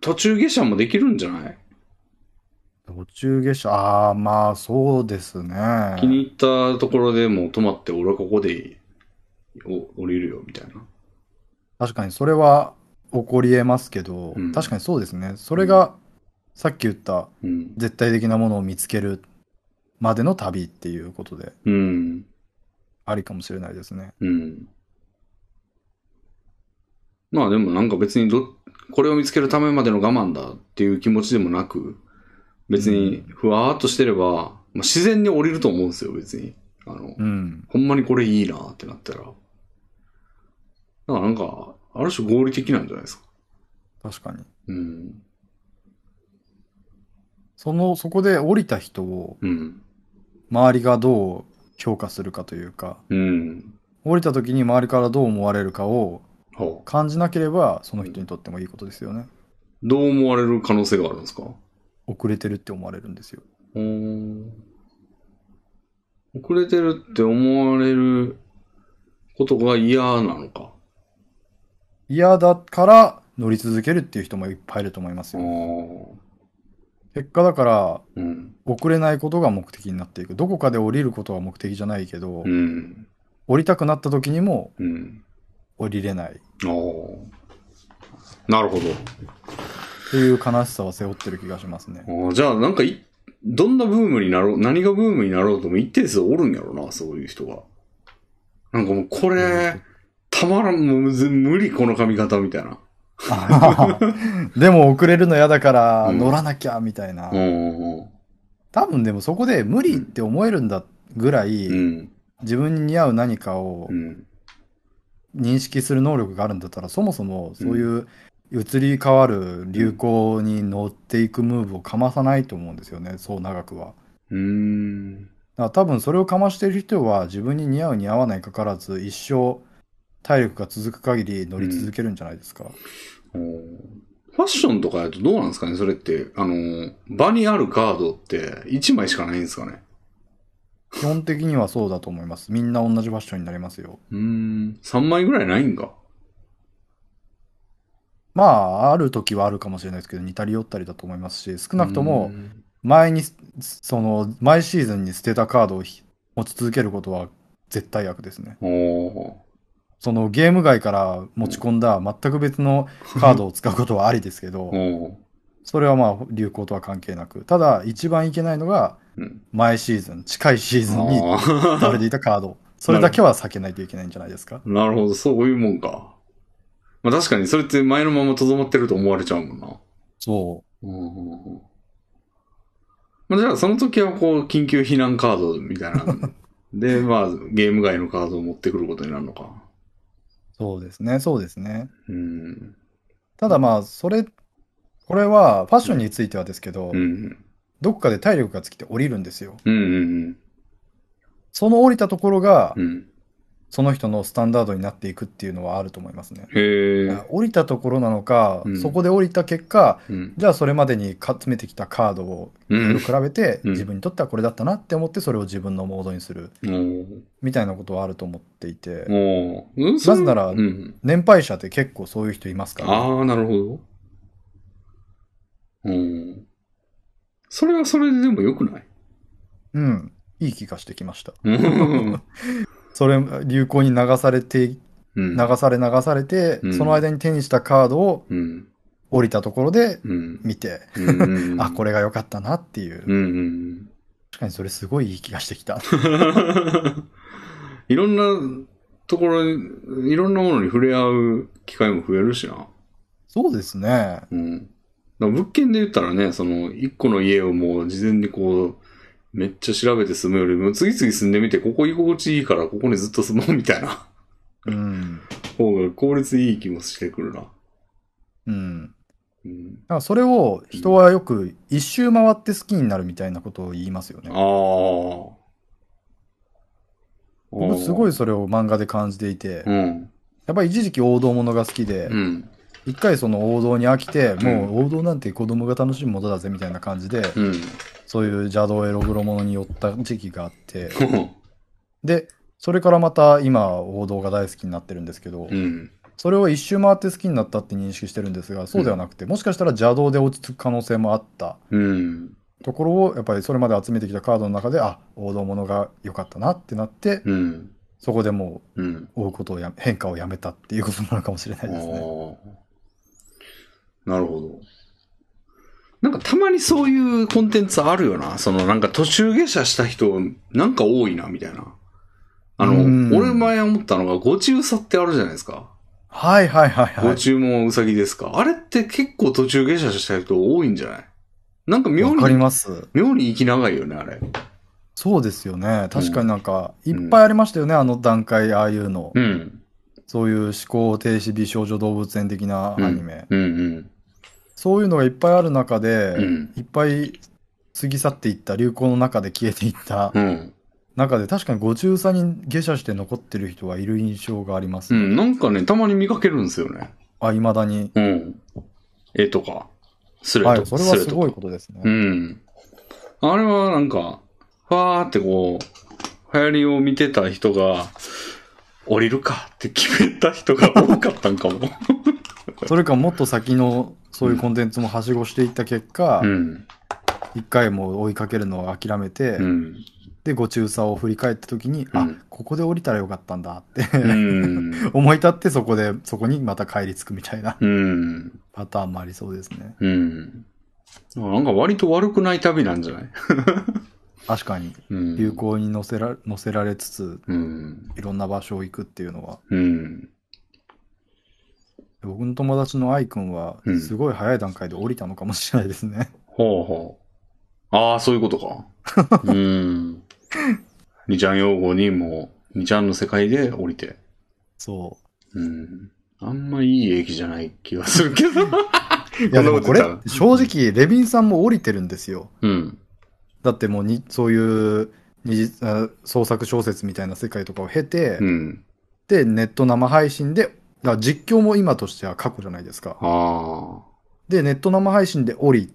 Speaker 1: 途中下車もできるんじゃない
Speaker 2: どう途中下車、ああ、まあそうですね。
Speaker 1: 気に入ったところでもう止まって、俺はここでお降りるよ、みたいな。
Speaker 2: 確かにそれは起こり得ますけど、
Speaker 1: うん
Speaker 2: 確かにそうですね。それが、さっき言った
Speaker 1: うん。
Speaker 2: 絶対的なものを見つけるまでの旅っていうことで、
Speaker 1: うん。
Speaker 2: ありかもしれないですね。
Speaker 1: うん。まあでもなんか別にど、これを見つけるためまでの我慢だっていう気持ちでもなく、別にふわーっとしてれば、まあ、自然に降りると思うんですよ、別に。あの、
Speaker 2: うん。
Speaker 1: ほんまにこれいいなってなったら。だからなんか、ある種合理的なんじゃないですか。
Speaker 2: 確かに。
Speaker 1: うん。
Speaker 2: その、そこで降りた人を、
Speaker 1: うん。
Speaker 2: 周りがどう評価するかというか、
Speaker 1: うん。
Speaker 2: 降りた時に周りからどう思われるかを
Speaker 1: はあ、
Speaker 2: 感じなければ、その人にとってもいいことですよね。
Speaker 1: どう思われる可能性があるんですか
Speaker 2: 遅れてるって思われるんですよ。
Speaker 1: うーん遅れてるって思われることが嫌なのか。
Speaker 2: 嫌だから乗り続けるっていう人もいっぱいいると思います
Speaker 1: ああ。
Speaker 2: よ。結果だから、
Speaker 1: うん。
Speaker 2: 遅れないことが目的になっていく。どこかで降りることは目的じゃないけど、
Speaker 1: うん。
Speaker 2: 降りたくなった時にも
Speaker 1: うん。
Speaker 2: 降りれないっ
Speaker 1: ああ。なるほ
Speaker 2: ていう悲しさは背負ってる気がします
Speaker 1: [LAUGHS]
Speaker 2: ね。 [LAUGHS]
Speaker 1: ど。あーじゃあ、なんかい、どんなブームになろう、何がブームになろうとも一定数おるんやろな、そういう人が。なんかもう、これ、たまらん、もう全無理、この髪型みたいな。
Speaker 2: でも遅れるの嫌だから
Speaker 1: うん
Speaker 2: 乗らなきゃみたいな。
Speaker 1: うん。
Speaker 2: 多分でもそこで無理って思えるんだぐらい、
Speaker 1: うん。
Speaker 2: 自分に似合う何かを
Speaker 1: うん。
Speaker 2: 認識する能力があるんだったら、そもそもそういう移り変わる流行に乗っていくムーブをかまさないと思うんですよね。そう長くは。
Speaker 1: うーん。
Speaker 2: だから多分それをかましている人は自分に似合う似合わないかかわらず一生体力が続く限り乗り続けるんじゃないですか。
Speaker 1: おーファッションとかやとどうなんですかねそれって、あのー、場にあるカードって1枚しかないんですかね
Speaker 2: 基本的にはそうだと思います。みんな同じファッションになりますよ。
Speaker 1: うーん、3枚ぐらいないんか。
Speaker 2: まあ、ある時はあるかもしれないですけど、似たり寄ったりだと思いますし、少なくとも
Speaker 1: うーん。
Speaker 2: 前に、その、毎シーズンに捨てたカードをひ持ち続けることは絶対悪ですね。
Speaker 1: おー
Speaker 2: そのゲーム外から持ち込んだ全く別のカードを使うことはありですけど、
Speaker 1: おー
Speaker 2: それはまあ流行とは関係なく。ただ、一番いけないのが、
Speaker 1: うん。
Speaker 2: 前シーズン、近いシーズンに
Speaker 1: あー [LAUGHS]
Speaker 2: 使われていたカード、それだけは避けないといけないんじゃないですか。
Speaker 1: なるほど、そういうもんか。まあ確かにそれって前のままとどまってると思われちゃうもんな。
Speaker 2: そ
Speaker 1: うんうんうんまあ、じゃあその時はこう、緊急避難カードみたいな。
Speaker 2: [LAUGHS]
Speaker 1: で、まあ、ゲーム外のカードを持ってくることになるのか。
Speaker 2: う。そうですね、そうですね。
Speaker 1: うん。
Speaker 2: ただまあ、それ、これはファッションについてはですけど、
Speaker 1: うん。
Speaker 2: どっかで体力が尽きて降りるんですよ。
Speaker 1: うんうん
Speaker 2: その降りたところが
Speaker 1: うん。う、ん。
Speaker 2: その人のスタンダードになっていくっていうのはあると思いますね。
Speaker 1: へえ。
Speaker 2: 降りたところなのか
Speaker 1: う、ん
Speaker 2: そこで降りた結果、
Speaker 1: うん。
Speaker 2: じゃあそれまでにか詰めてきたカードを
Speaker 1: うん。
Speaker 2: 比べて、
Speaker 1: うん
Speaker 2: 自分にとってはこれだったなって思って、それを自分のモードにするみたいなことはあると思っていて、
Speaker 1: おお。な
Speaker 2: なぜなら
Speaker 1: うん。
Speaker 2: 年配者って結構そういう人いますから、
Speaker 1: ああ、なるほど。うん。それはそれででもよくない
Speaker 2: うん、いい気がしてきました。
Speaker 1: うん。
Speaker 2: それ、流行に流されて、
Speaker 1: うん
Speaker 2: 流され流されて、
Speaker 1: うん
Speaker 2: その間に手にしたカードを
Speaker 1: うん。
Speaker 2: 降りたところで
Speaker 1: うん。
Speaker 2: 見て、
Speaker 1: うん
Speaker 2: あ、これが良かったなっていう、
Speaker 1: うんうん。
Speaker 2: 確かにそれすごいいい気がしてきた。
Speaker 1: いろんなところに、いろんなものに触れ合う機会も増えるしな。
Speaker 2: そうですね。
Speaker 1: うん。だから物件で言ったらね、その、一個の家をもう事前にこう、めっちゃ調べて住むよりも、次々住んでみて、ここ居心地いいから、ここにずっと住もうみたいな [LAUGHS]
Speaker 2: うん。
Speaker 1: 方が効率いい気もしてくるな。
Speaker 2: うん。だ
Speaker 1: うん。
Speaker 2: からそれを人はよく一周回って好きになるみたいなことを言いますよ
Speaker 1: あ
Speaker 2: ね。
Speaker 1: あ。
Speaker 2: 僕すご
Speaker 1: い。
Speaker 2: いそれを漫画で感じていて、
Speaker 1: うん。
Speaker 2: やっぱり一時期王道ものが好きで
Speaker 1: う、ん。
Speaker 2: 一回その王道に飽きて、
Speaker 1: ん
Speaker 2: もう王道なんて子供が楽しむものだぜみたいな感じで、
Speaker 1: うん。 [LAUGHS]
Speaker 2: そういう邪道エログロものに寄った時期があって、で、それからまた今王道が大好きになってるんですけど
Speaker 1: う、ん。
Speaker 2: それを一周回って好きになったって認識してるんですが、そうではなくて、もしかしたら邪道で落ち着く可能性もあった
Speaker 1: うん。
Speaker 2: ところを、やっぱりそれまで集めてきたカードの中で、あ、王道物が良かったなってなって、
Speaker 1: うん。
Speaker 2: そこでも
Speaker 1: うん。
Speaker 2: う追うことをや、変化をやめたっていうことなのかもしれないですね。
Speaker 1: あーなるほど。なんかたまにそういうコンテンツあるよな。そのなんか途中下車した人、なんか多いな、みたいな。あの
Speaker 2: うん、
Speaker 1: 俺前思ったのが、ごちうさってあるじゃないですか。
Speaker 2: はいはいはいは
Speaker 1: ご
Speaker 2: い。
Speaker 1: 注文はうさぎですか。あれって結構途中下車した人多いんじゃないなんか妙
Speaker 2: わかり
Speaker 1: に、
Speaker 2: ます。
Speaker 1: 妙に息長いよね、あれ。
Speaker 2: そうですよね。確かになんか、い
Speaker 1: ん
Speaker 2: っぱいありましたよね、あの段階、ああいうの。
Speaker 1: うん。
Speaker 2: そういう思考停止美少女動物園的なアニメ。
Speaker 1: うんうん。
Speaker 2: そういうのがいっぱいある中で、
Speaker 1: うん
Speaker 2: いっぱい過ぎ去っていった、流行の中で消えていった
Speaker 1: うん。
Speaker 2: 中で、確かに五中さに下車して残ってる人はいる印象がありま
Speaker 1: う
Speaker 2: す。
Speaker 1: ん。なんかね、たまに見かけるんですよね。
Speaker 2: あ、いまだに。
Speaker 1: うん。絵とか、スレと
Speaker 2: は
Speaker 1: か。
Speaker 2: い、それは
Speaker 1: スレ
Speaker 2: す
Speaker 1: とか
Speaker 2: ごいことですね。
Speaker 1: うん。あれはなんか、ファーってこう、流行りを見てた人が、降りるかって決めた人が [LAUGHS] 多かったんかも。
Speaker 2: それかもっと先のそういうコンテンツもはしごしていった結果
Speaker 1: う、ん。
Speaker 2: 一、回もう追いかけるのを諦めて、
Speaker 1: うん。
Speaker 2: で、ご中さを振り返った時に、
Speaker 1: う
Speaker 2: あ
Speaker 1: ん、
Speaker 2: ここで降りたらよかったんだって、 [LAUGHS]
Speaker 1: うん。
Speaker 2: 思い立ってそこで、そこにまた帰り着くみたいな [LAUGHS]
Speaker 1: うん。
Speaker 2: パターンもありそうですね。
Speaker 1: うん。なんか割と悪くない旅なんじゃない
Speaker 2: 確かに、
Speaker 1: うん。
Speaker 2: 流行に乗せら乗せられつつ、
Speaker 1: うん。
Speaker 2: いろんな場所を行くっていうのは、
Speaker 1: うん。
Speaker 2: 僕の友達の愛くんは
Speaker 1: うん、
Speaker 2: すごい早い段階で降りたのかもしれないですね。
Speaker 1: ほうほう。ああ、そういうことか。 [LAUGHS] うん。二ちゃん用語にも、二ちゃんの世界で降りて。
Speaker 2: そ
Speaker 1: うん。あんまいい駅じゃない気がするけど。 [LAUGHS]
Speaker 2: う。 [LAUGHS] いや、でもこれ
Speaker 1: こんなこ、と
Speaker 2: 正直、レビンさんも降りてるんですよ。
Speaker 1: うん。
Speaker 2: だってもうに、そういう二次あ創作小説みたいな世界とかを経て、
Speaker 1: うん。
Speaker 2: で、ネット生配信で、だから実況も今としては過去じゃないですか。
Speaker 1: ああ。
Speaker 2: で、ネット生配信で降り、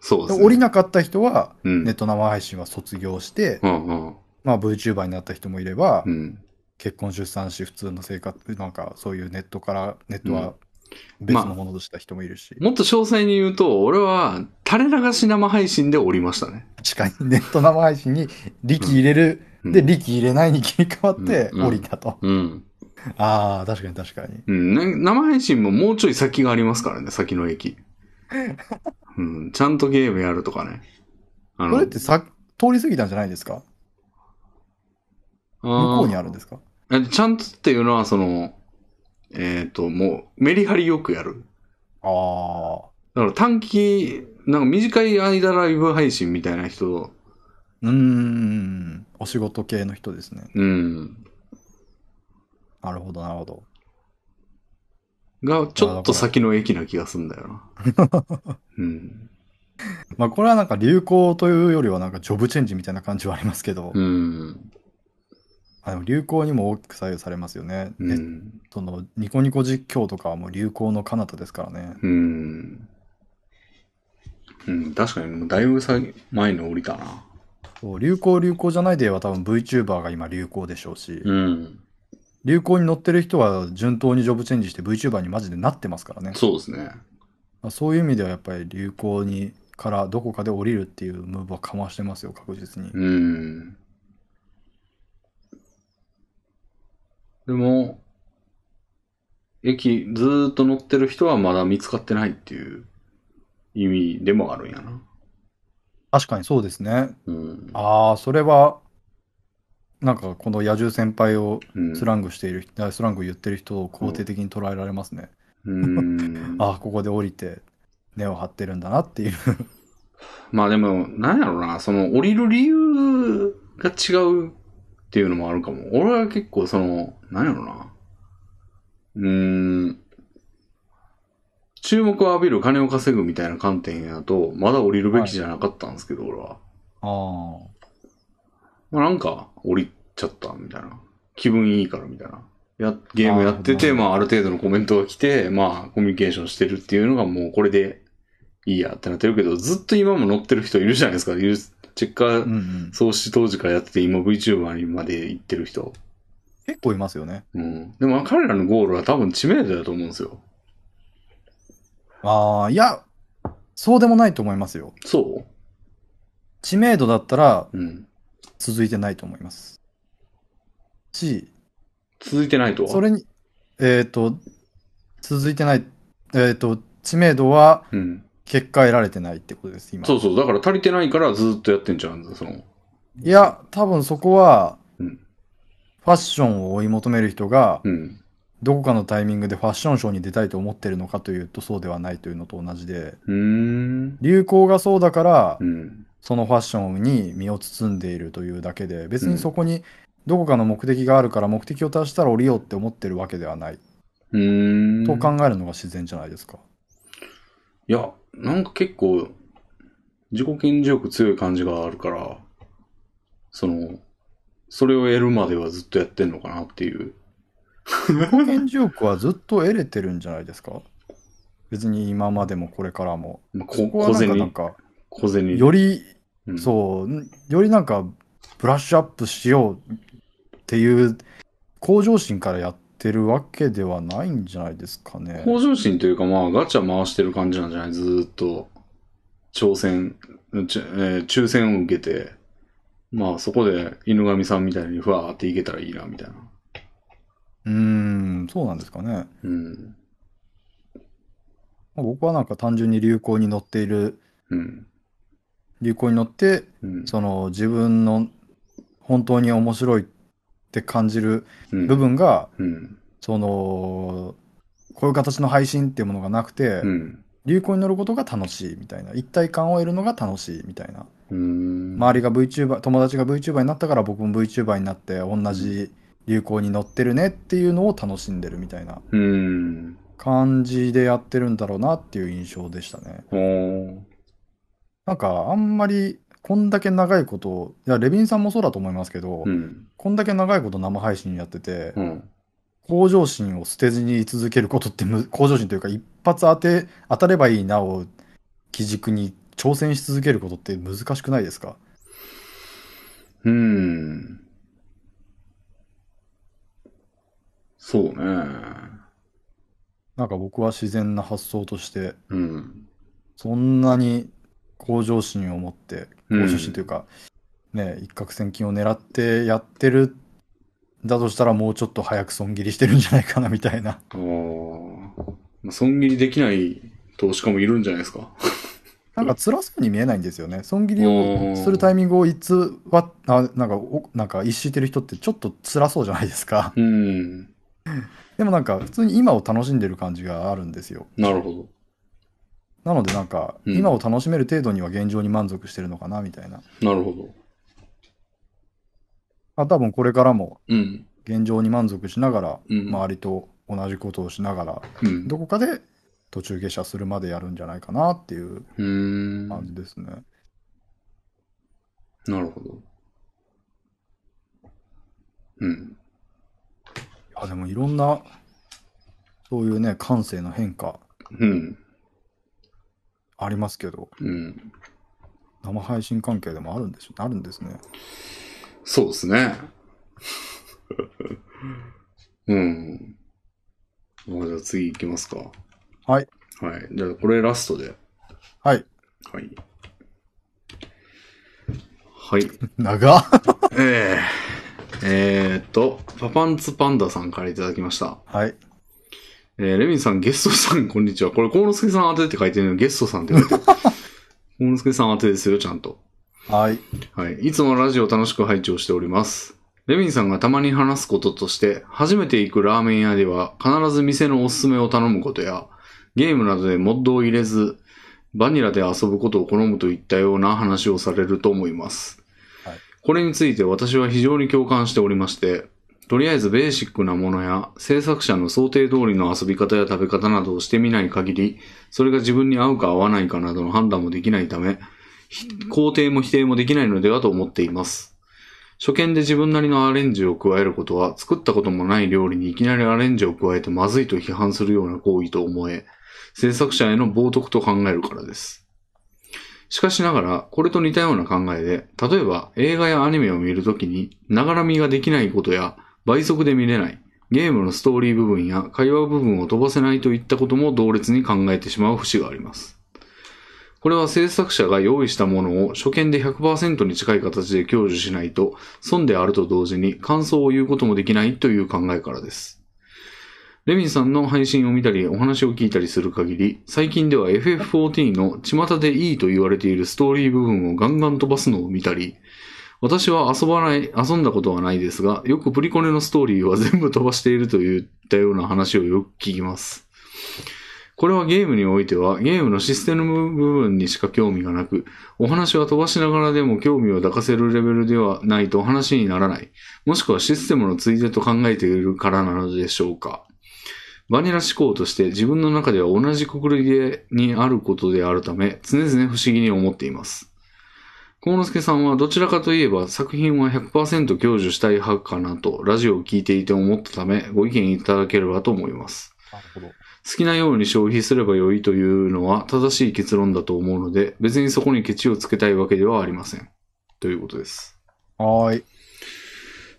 Speaker 1: そうですね。
Speaker 2: 降りなかった人は、
Speaker 1: うん。
Speaker 2: ネット生配信は卒業して、
Speaker 1: うんうん。
Speaker 2: まあ VTuber になった人もいれば、
Speaker 1: うん。
Speaker 2: 結婚出産し普通の生活なんかそういうネットからネット
Speaker 1: うん
Speaker 2: は別のものとした人もいるし、
Speaker 1: もっと詳細に言うと、俺は垂れ流し生配信で降りましたね。
Speaker 2: 確 [LAUGHS] かにネット生配信に力入れる、
Speaker 1: うん
Speaker 2: で力入れないに切り替わって
Speaker 1: うん
Speaker 2: 降りたと、
Speaker 1: うん。
Speaker 2: ああ確かに確かに
Speaker 1: うん、ね生配信ももうちょい先がありますからね、先の駅。うん、ちゃんとゲームやるとかね。あ
Speaker 2: これってさ通り過ぎたんじゃないですか向こうにあるんですか
Speaker 1: あーえちゃんとっていうのは、その、えっ、と、もう、メリハリよくやる。
Speaker 2: ああ
Speaker 1: だから短期、なんか短い間ライブ配信みたいな人、
Speaker 2: うーんお仕事系の人ですね
Speaker 1: うん、
Speaker 2: なるほどなるほど
Speaker 1: がちょっと先の駅な気がすんだよな。うん。
Speaker 2: まあこれはなんか流行というよりはなんかジョブチェンジみたいな感じはありますけど、
Speaker 1: うん。
Speaker 2: あの流行にも大きく左右されますよね、
Speaker 1: う
Speaker 2: ネッ
Speaker 1: ん。
Speaker 2: そのニコニコ実況とかはもう流行の彼方ですからね。
Speaker 1: うん。うん、確かに、もうだいぶ先前に降りたな。
Speaker 2: そう流行流行じゃないでは多分 VTuber が今流行でしょうし、
Speaker 1: うん。
Speaker 2: 流行に乗ってる人は順当にジョブチェンジして VTuber にマジでなってますからね。
Speaker 1: そうですね。
Speaker 2: まあ、そういう意味ではやっぱり流行にからどこかで降りるっていうムーブはかましてますよ、確実に。
Speaker 1: うん。でも、駅ずーっと乗ってる人はまだ見つかってないっていう意味でもあるんやな。
Speaker 2: 確かにそうですね。
Speaker 1: うん。
Speaker 2: ああ、それは、なんかこの野獣先輩を
Speaker 1: うん、
Speaker 2: スラングしている、あスラング言ってる人を肯定的に捉えられますね。
Speaker 1: うん。
Speaker 2: [LAUGHS] ああ、ここで降りて根を張ってるんだなって
Speaker 1: [LAUGHS]
Speaker 2: いう。
Speaker 1: まあでも、なんやろうな、その降りる理由が違うっていうのもあるかも。俺は結構その、なんやろうな。うーん。注目を浴びる金を稼ぐみたいな観点やと、まだ降りるべきじゃなかったんですけど、俺は。
Speaker 2: ああ。
Speaker 1: まあなんか、降りちゃったみたいな。気分いいからみたいな。や、ゲームやってて、
Speaker 2: あー
Speaker 1: まあある程度のコメントが来て、まあコミュニケーションしてるっていうのがもうこれでいいやってなってるけど、ずっと今も乗ってる人いるじゃないですか。ユースチェッカー、
Speaker 2: うんうん。
Speaker 1: 創始当時からやってて、今 VTuber にまで行ってる人。
Speaker 2: 結構いますよね。
Speaker 1: うん。でも彼らのゴールは多分知名度だと思うんですよ。
Speaker 2: ああ、いや、そうでもないと思いますよ。
Speaker 1: そ
Speaker 2: 知名度だったら
Speaker 1: うん。
Speaker 2: 続いてないと思います。し、
Speaker 1: 続いてないとは
Speaker 2: それに、えっ、と、続いてない、えっ、と、知名度は
Speaker 1: うん。
Speaker 2: 結果得られてないってことです、今。
Speaker 1: そうそう。だから足りてないからずっとやってんじゃん。その、
Speaker 2: いや、多分そこは、
Speaker 1: うん
Speaker 2: ファッションを追い求める人が、
Speaker 1: うん。
Speaker 2: どこかのタイミングでファッションショーに出たいと思ってるのかというとそうではないというのと同じで、
Speaker 1: うーん。
Speaker 2: 流行がそうだから
Speaker 1: う、ん。
Speaker 2: そのファッションに身を包んでいるというだけで、別にそこにどこかの目的があるから目的を達したら降りようって思ってるわけではない。
Speaker 1: うーん。
Speaker 2: と考えるのが自然じゃないですか。
Speaker 1: いや、なんか結構、自己顕示欲強い感じがあるから、その、それを得るまではずっとやってんのかなっていう。
Speaker 2: 自己顕示欲はずっと得れてるんじゃないですか。別に今までもこれからも。
Speaker 1: まあ、こ
Speaker 2: そこは
Speaker 1: 小
Speaker 2: なんかな
Speaker 1: 銭、
Speaker 2: んか、
Speaker 1: 小銭。
Speaker 2: より
Speaker 1: うん
Speaker 2: そう、んよりなんか、ブラッシュアップしようっていう、向上心からやってるわけではないんじゃないですかね。
Speaker 1: 向上心というか、まあ、ガチャ回してる感じなんじゃないずーっと、挑戦、ちえー抽選を受けて、まあ、そこで犬神さんみたいにふわーっていけたらいいな、みたいな。
Speaker 2: うーん、そうなんですかね。
Speaker 1: うん。
Speaker 2: 僕はなんか単純に流行に乗っている、
Speaker 1: うん。
Speaker 2: 流行に乗って、
Speaker 1: うん。
Speaker 2: その自分の本当に面白いって感じる
Speaker 1: うん
Speaker 2: 部分が、
Speaker 1: うん。
Speaker 2: その、こういう形の配信っていうものがなくて、
Speaker 1: うん。
Speaker 2: 流行に乗ることが楽しいみたいな、一体感を得るのが楽しいみたいな。
Speaker 1: うーん。
Speaker 2: 周りが VTuber、友達が VTuber になったから僕も VTuber になって同じ流行に乗ってるねっていうのを楽しんでるみたいな
Speaker 1: うん。
Speaker 2: 感じでやってるんだろうなっていう印象でしたね。
Speaker 1: おー。
Speaker 2: なんかあんまりこんだけ長いこと、いや、レビンさんもそうだと思いますけど、
Speaker 1: うん。
Speaker 2: こんだけ長いこと生配信やってて、
Speaker 1: うん。
Speaker 2: 向上心を捨てずに居続けることってむ、 [LAUGHS] 向上心というか一発当て、当たればいいなを基軸に挑戦し続けることって難しくないですか
Speaker 1: うん。そうね。
Speaker 2: なんか僕は自然な発想として、
Speaker 1: うん。
Speaker 2: そんなに向上心を持って、
Speaker 1: うん
Speaker 2: 向上心というか、ね、一攫千金を狙ってやってるんだとしたら、もうちょっと早く損切りしてるんじゃないかな、みたいな。
Speaker 1: あーまあ。損切りできない投資家もいるんじゃないですか。
Speaker 2: なんか辛そうに見えないんですよね。損切りをするタイミングを偽わ、あなんか、おなんか、逸してる人ってちょっと辛そうじゃないですか。 [LAUGHS]
Speaker 1: うん。
Speaker 2: でもなんか、普通に今を楽しんでる感じがあるんですよ。
Speaker 1: なるほど。
Speaker 2: なのでなんか、
Speaker 1: うん
Speaker 2: 今を楽しめる程度には現状に満足してるのかな、みたいな。
Speaker 1: なるほど。
Speaker 2: まあ多分これからも
Speaker 1: うん。
Speaker 2: 現状に満足しながら、
Speaker 1: うん。
Speaker 2: 周りと同じことをしながら、
Speaker 1: うん。
Speaker 2: どこかで途中下車するまでやるんじゃないかなっていう
Speaker 1: うーん。な
Speaker 2: 感じですね。
Speaker 1: るほど。うん。
Speaker 2: いやでもいろんな、そういうね、感性の変化
Speaker 1: うん。
Speaker 2: ありますけど、
Speaker 1: うん。
Speaker 2: 生配信関係でもあるんでしょ、あるんですね。
Speaker 1: そうですね。 [LAUGHS] うん。まあ、じゃあ次行きますか。
Speaker 2: はい。
Speaker 1: はい。じゃあ、これラストで。
Speaker 2: はい。
Speaker 1: はい。はい。 [LAUGHS]
Speaker 2: 長っ
Speaker 1: えー、えーっと、パパンツパンダさんからいただきました。
Speaker 2: はい。
Speaker 1: えーレミンさん、ゲストさん、こんにちは。これ、コウノスケさん当てって書いてるのにゲストさんって書い
Speaker 2: [LAUGHS]
Speaker 1: てる。コウノスケさん当てですよ、ちゃんと。
Speaker 2: はい。
Speaker 1: はい。いつもラジオ楽しく拝聴しております。レミンさんがたまに話すこととして、初めて行くラーメン屋では必ず店のおすすめを頼むことや、ゲームなどでモッドを入れず、バニラで遊ぶことを好むといったような話をされると思います。
Speaker 2: はい
Speaker 1: これについて私は非常に共感しておりまして、とりあえずベーシックなものや制作者の想定通りの遊び方や食べ方などをしてみない限り、それが自分に合うか合わないかなどの判断もできないため、肯定も否定もできないのではと思っています。初見で自分なりのアレンジを加えることは、作ったこともない料理にいきなりアレンジを加えてまずいと批判するような行為と思え、制作者への冒涜と考えるからです。しかしながら、これと似たような考えで、例えば映画やアニメを見るときに、ながら見ができないことや、倍速で見れない、ゲームのストーリー部分や会話部分を飛ばせないといったことも同列に考えてしまう節があります。これは制作者が用意したものを初見で100%に近い形で享受しないと、損であると同時に感想を言うこともできないという考えからです。レミンさんの配信を見たり、お話を聞いたりする限り、最近では FF14 の巷でいいと言われているストーリー部分をガンガン飛ばすのを見たり、私は遊ばない、遊んだことはないですが、よくプリコネのストーリーは全部飛ばしているといったような話をよく聞きます。これはゲームにおいては、ゲームのシステム部分にしか興味がなく、お話は飛ばしながらでも興味を抱かせるレベルではないと話にならない。もしくはシステムのついでと考えているからなのでしょうか。バニラ思考として自分の中では同じくくりでにあることであるため、常々不思議に思っています。幸之助さんはどちらかといえば作品は100%享受したい派かなとラジオを聞いていて思ったためご意見いただければと思います。
Speaker 2: なるほど。
Speaker 1: 好きなように消費すれば良いというのは正しい結論だと思うので、別にそこにケチをつけたいわけではありません。ということです。
Speaker 2: はーい。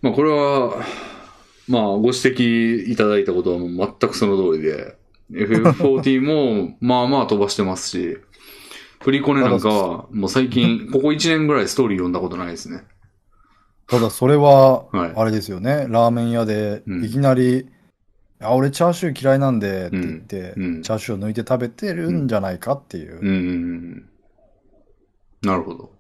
Speaker 1: まあこれは、まあご指摘いただいたことはもう全くその通りで、FF14 もまあまあ飛ばしてますし、プリコネなんかはもう最近、ここ1年ぐらいストーリー読んだことないですね。
Speaker 2: ただそれは、
Speaker 1: はい
Speaker 2: あれですよね。ラーメン屋で
Speaker 1: う、ん
Speaker 2: いきなり、あ、俺チャーシュー嫌いなんで、って言って、
Speaker 1: うん。
Speaker 2: チャーシューを抜いて食べてるんじゃないかっていう。
Speaker 1: うんうんうん。なるほど。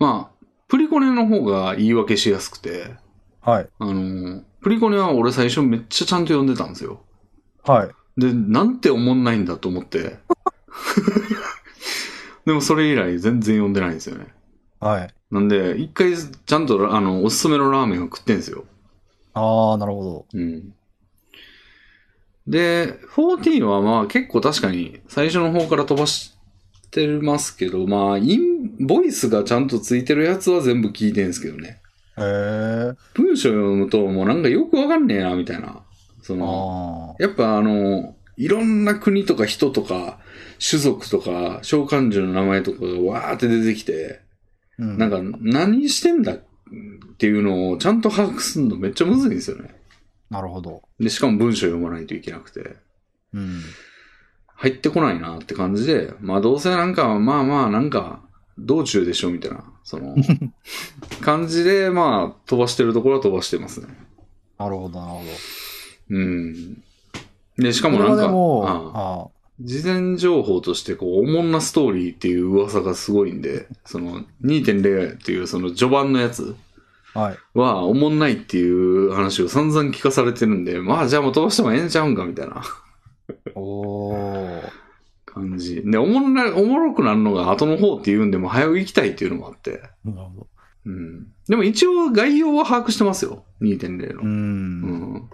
Speaker 1: まあ、プリコネの方が言い訳しやすくて、
Speaker 2: はい。
Speaker 1: あのー、プリコネは俺最初めっちゃちゃんと読んでたんですよ。
Speaker 2: はい。
Speaker 1: で、なんて思んないんだと思って。 [LAUGHS] でもそれ以来全然読んでないんですよね。
Speaker 2: はい。
Speaker 1: なんで、一回ちゃんとあの、おすすめのラーメンを食ってんですよ。
Speaker 2: ああ、なるほ
Speaker 1: うん。で、14はまあ結構確かに最初の方から飛ばしてますけど、まあ、イン、ボイスがちゃんとついてるやつは全部聞いてんですけどね。
Speaker 2: ど。へえ。
Speaker 1: 文章読むともうなんかよくわかんねえな、みたいな。その、
Speaker 2: あ
Speaker 1: やっぱあの、いろんな国とか人とか、種族とか、召喚獣の名前とかがわーって出てきて、
Speaker 2: あ。な
Speaker 1: なんか何してんだっていうのをちゃんと把握するのめっちゃむずいんですよね。
Speaker 2: なるほど。
Speaker 1: で、しかも文章読まないといけなくて、
Speaker 2: うん。
Speaker 1: 入ってこないなって感じで、まあどうせなんか、まあまあなんか、道中でしょみたいな、そ
Speaker 2: [LAUGHS]
Speaker 1: の、感じで、まあ飛ばしてるところは飛ばしてますね。
Speaker 2: なるほど、なるほど。
Speaker 1: うん。で、しか
Speaker 2: で
Speaker 1: もなんか、
Speaker 2: でも、
Speaker 1: ああ
Speaker 2: あ
Speaker 1: 事前情報として、こう、おもんなストーリーっていう噂がすごいんで、その2.0っていうその序盤のやつ
Speaker 2: あはい。
Speaker 1: は、おもんないっていう話を散々聞かされてるんで、まあじゃあもう飛ばしてもええんちゃうんか、みたいな [LAUGHS]
Speaker 2: おー。
Speaker 1: 感じ。で、おもんな、おもろくなるのが後の方っていうんで、もう早く行きたいっていうのもあって。
Speaker 2: なるほど。
Speaker 1: うん。でも一応概要は把握してますよ。2.0の。
Speaker 2: う。
Speaker 1: うんん。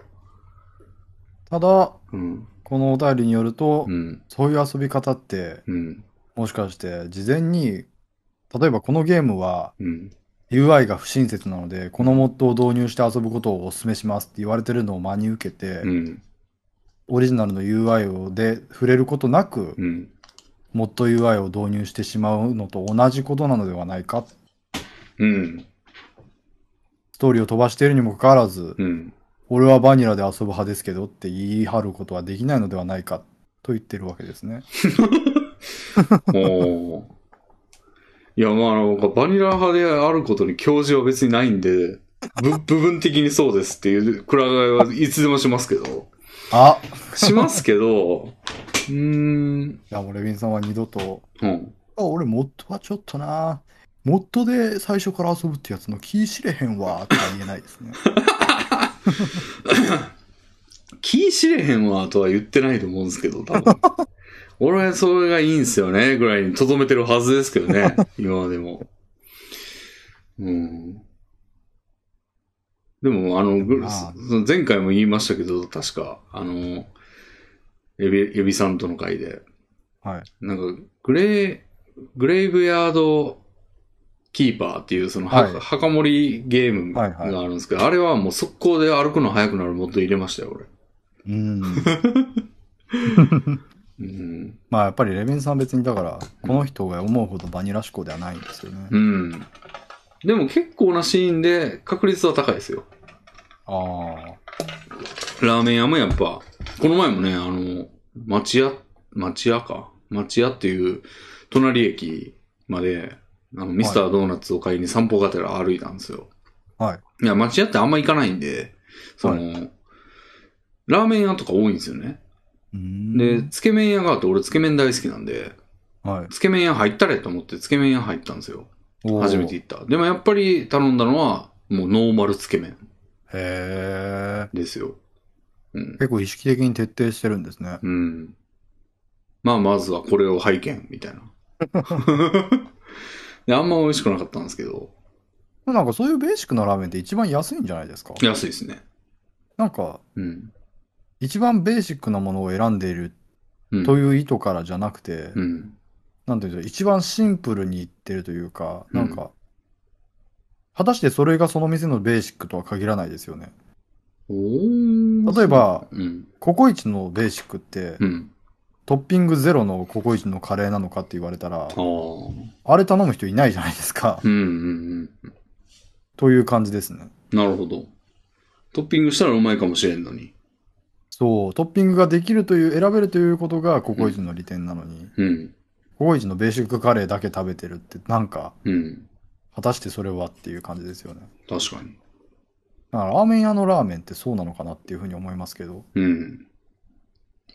Speaker 2: ただ、
Speaker 1: うん。
Speaker 2: このお便りによると
Speaker 1: う、ん。
Speaker 2: そういう遊び方って、
Speaker 1: うん。
Speaker 2: もしかして、事前に、例えばこのゲームは
Speaker 1: うん。
Speaker 2: UI が不親切なので、このモッドを導入して遊ぶことをお勧めしますって言われてるのを真に受けて、
Speaker 1: うん。
Speaker 2: オリジナルの UI をで触れることなく、
Speaker 1: うん。
Speaker 2: モッド UI を導入してしまうのと同じことなのではないか。
Speaker 1: うん。
Speaker 2: ストーリーを飛ばしているにもかかわらず、
Speaker 1: うん。
Speaker 2: 俺はバニラで遊ぶ派ですけどって言い張ることはできないのではないかと言ってるわけですね。
Speaker 1: おーいや、まあ、なんかバニラ派であることに教授は別にないんで、ぶ [LAUGHS] 部分的にそうですっていうくら替えはいつでもしますけど。
Speaker 2: あ
Speaker 1: しますけど、うーん、
Speaker 2: いやもうレヴィンさんは二度と、
Speaker 1: うん。
Speaker 2: あ、俺モッドはちょっとな、モッドで最初から遊ぶってやつの気知れへんわとは言えな
Speaker 1: [LAUGHS]
Speaker 2: いですね。
Speaker 1: 気知れへんわとは言ってないと思うんですけど、多
Speaker 2: [LAUGHS]
Speaker 1: 分。俺はそれがいいんすよね、ぐらいにとどめてるはずですけど
Speaker 2: [LAUGHS]
Speaker 1: ね、今までも。うん。でも、あの、ぐ
Speaker 2: まあ
Speaker 1: その前回も言いましたけど、確か、あの、エビ、エビさんとの会で、
Speaker 2: はい。
Speaker 1: なんか、グレー、グレイブヤードキーパーっていう、その、は、
Speaker 2: はい
Speaker 1: 墓守りゲームがあるんですけど、あれはもう速攻で歩くの速くなるモッド入れましたよ、俺。
Speaker 2: うん。
Speaker 1: うん。
Speaker 2: まあやっぱりレヴィンさんは別にだから、この人が思うほどバニラ思考ではないんですよね。
Speaker 1: うん。でも結構なシーンで確率は高いですよ。
Speaker 2: あ
Speaker 1: ラーメン屋もやっぱ、この前もね、あの、町屋、町屋か。町屋っていう隣駅まで、あの、ミスタードーナツを買いに散歩がてら歩いたんですよ。。
Speaker 2: はい
Speaker 1: いや、町屋ってあんま行かないんで、その、ラーメン屋とか多いんですよね。
Speaker 2: うん
Speaker 1: で、、つけ麺屋があって、俺つけ麺大好きなんで、
Speaker 2: はい。
Speaker 1: つけ麺屋入ったれと思ってつけ麺屋入ったんですよ。
Speaker 2: おー
Speaker 1: 初めて。
Speaker 2: へ
Speaker 1: 行った。でもやっぱり頼んだのは、もうノーマルつけ麺
Speaker 2: え。
Speaker 1: ですよ。うん。
Speaker 2: 結構意識的に徹底してるんですね。
Speaker 1: うん。まあ、まずはこれを拝見、みた
Speaker 2: [LAUGHS]
Speaker 1: いな。であんま美味しくなかったんですけど、
Speaker 2: なんかそういうベーシックなラーメンって一番安いんじゃないですか
Speaker 1: 安いですね。
Speaker 2: なんか、
Speaker 1: うん。
Speaker 2: 一番ベーシックなものを選んでいる
Speaker 1: うん。
Speaker 2: という意図からじゃなくて、
Speaker 1: うん。
Speaker 2: なんていうんですか、一番シンプルにいってるというか、
Speaker 1: うん
Speaker 2: なんか、果たしてそれがその店のベーシックとは限らないですよね。
Speaker 1: おー
Speaker 2: 例え、ば、
Speaker 1: うん。
Speaker 2: ココイチのベーシックって、
Speaker 1: うん。
Speaker 2: トッピングゼロのココイチのカレーなのかって言われた
Speaker 1: あ、
Speaker 2: ら
Speaker 1: あ。うん
Speaker 2: あれ頼む人いないじゃないですか。 [LAUGHS]
Speaker 1: うんうん。
Speaker 2: という感じですね。
Speaker 1: なるほど。トッピングしたらうまいかもしれんのに。
Speaker 2: そう、トッピングができるという、選べるということがココイチの利点なのに、
Speaker 1: うん。
Speaker 2: ココイチのベーシックカレーだけ食べてるって、なんか、
Speaker 1: うん。
Speaker 2: 果たしてそれはっていう感じですよね。
Speaker 1: 確かに。
Speaker 2: だからラーメン屋のラーメンってそうなのかなっていうふうに思いますけど。
Speaker 1: うん。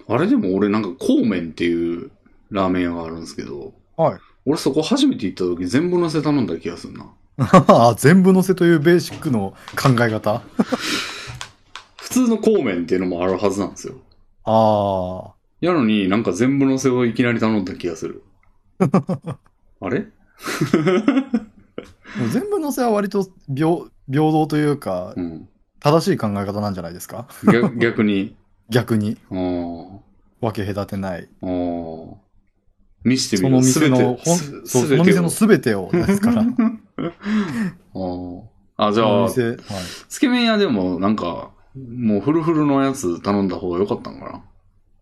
Speaker 1: あれでも俺なんか、孔麺っていうラーメン屋があるんですけど、
Speaker 2: はい。
Speaker 1: 俺そこ初めて行った時全部乗せ頼んだ気がするな。
Speaker 2: あ全部乗せというベーシックの考え方
Speaker 1: 普通の孔麺っていうのもあるはずなんですよ。
Speaker 2: ああ。
Speaker 1: やのになんか全部乗せをいきなり頼んだ気がす
Speaker 2: [LAUGHS]
Speaker 1: る。あれ
Speaker 2: でも全部乗せは割と平平等というか、
Speaker 1: うん。
Speaker 2: 正しい考え方なんじゃないですか [LAUGHS]
Speaker 1: 逆逆に。
Speaker 2: 逆に、
Speaker 1: ああ。
Speaker 2: 分け隔てない。
Speaker 1: ああ。見してみ
Speaker 2: その
Speaker 1: る。
Speaker 2: 店の、
Speaker 1: 全
Speaker 2: ほん
Speaker 1: て
Speaker 2: そう
Speaker 1: す
Speaker 2: その
Speaker 1: 全て
Speaker 2: 店の全てをで
Speaker 1: [LAUGHS]
Speaker 2: すから。
Speaker 1: を。あああ、じ
Speaker 2: そ
Speaker 1: ゃ
Speaker 2: の
Speaker 1: あ、
Speaker 2: 店、はい。
Speaker 1: つけ麺屋でもなんか、もうフルフルのやつ頼んだ方が良かったんかな。
Speaker 2: い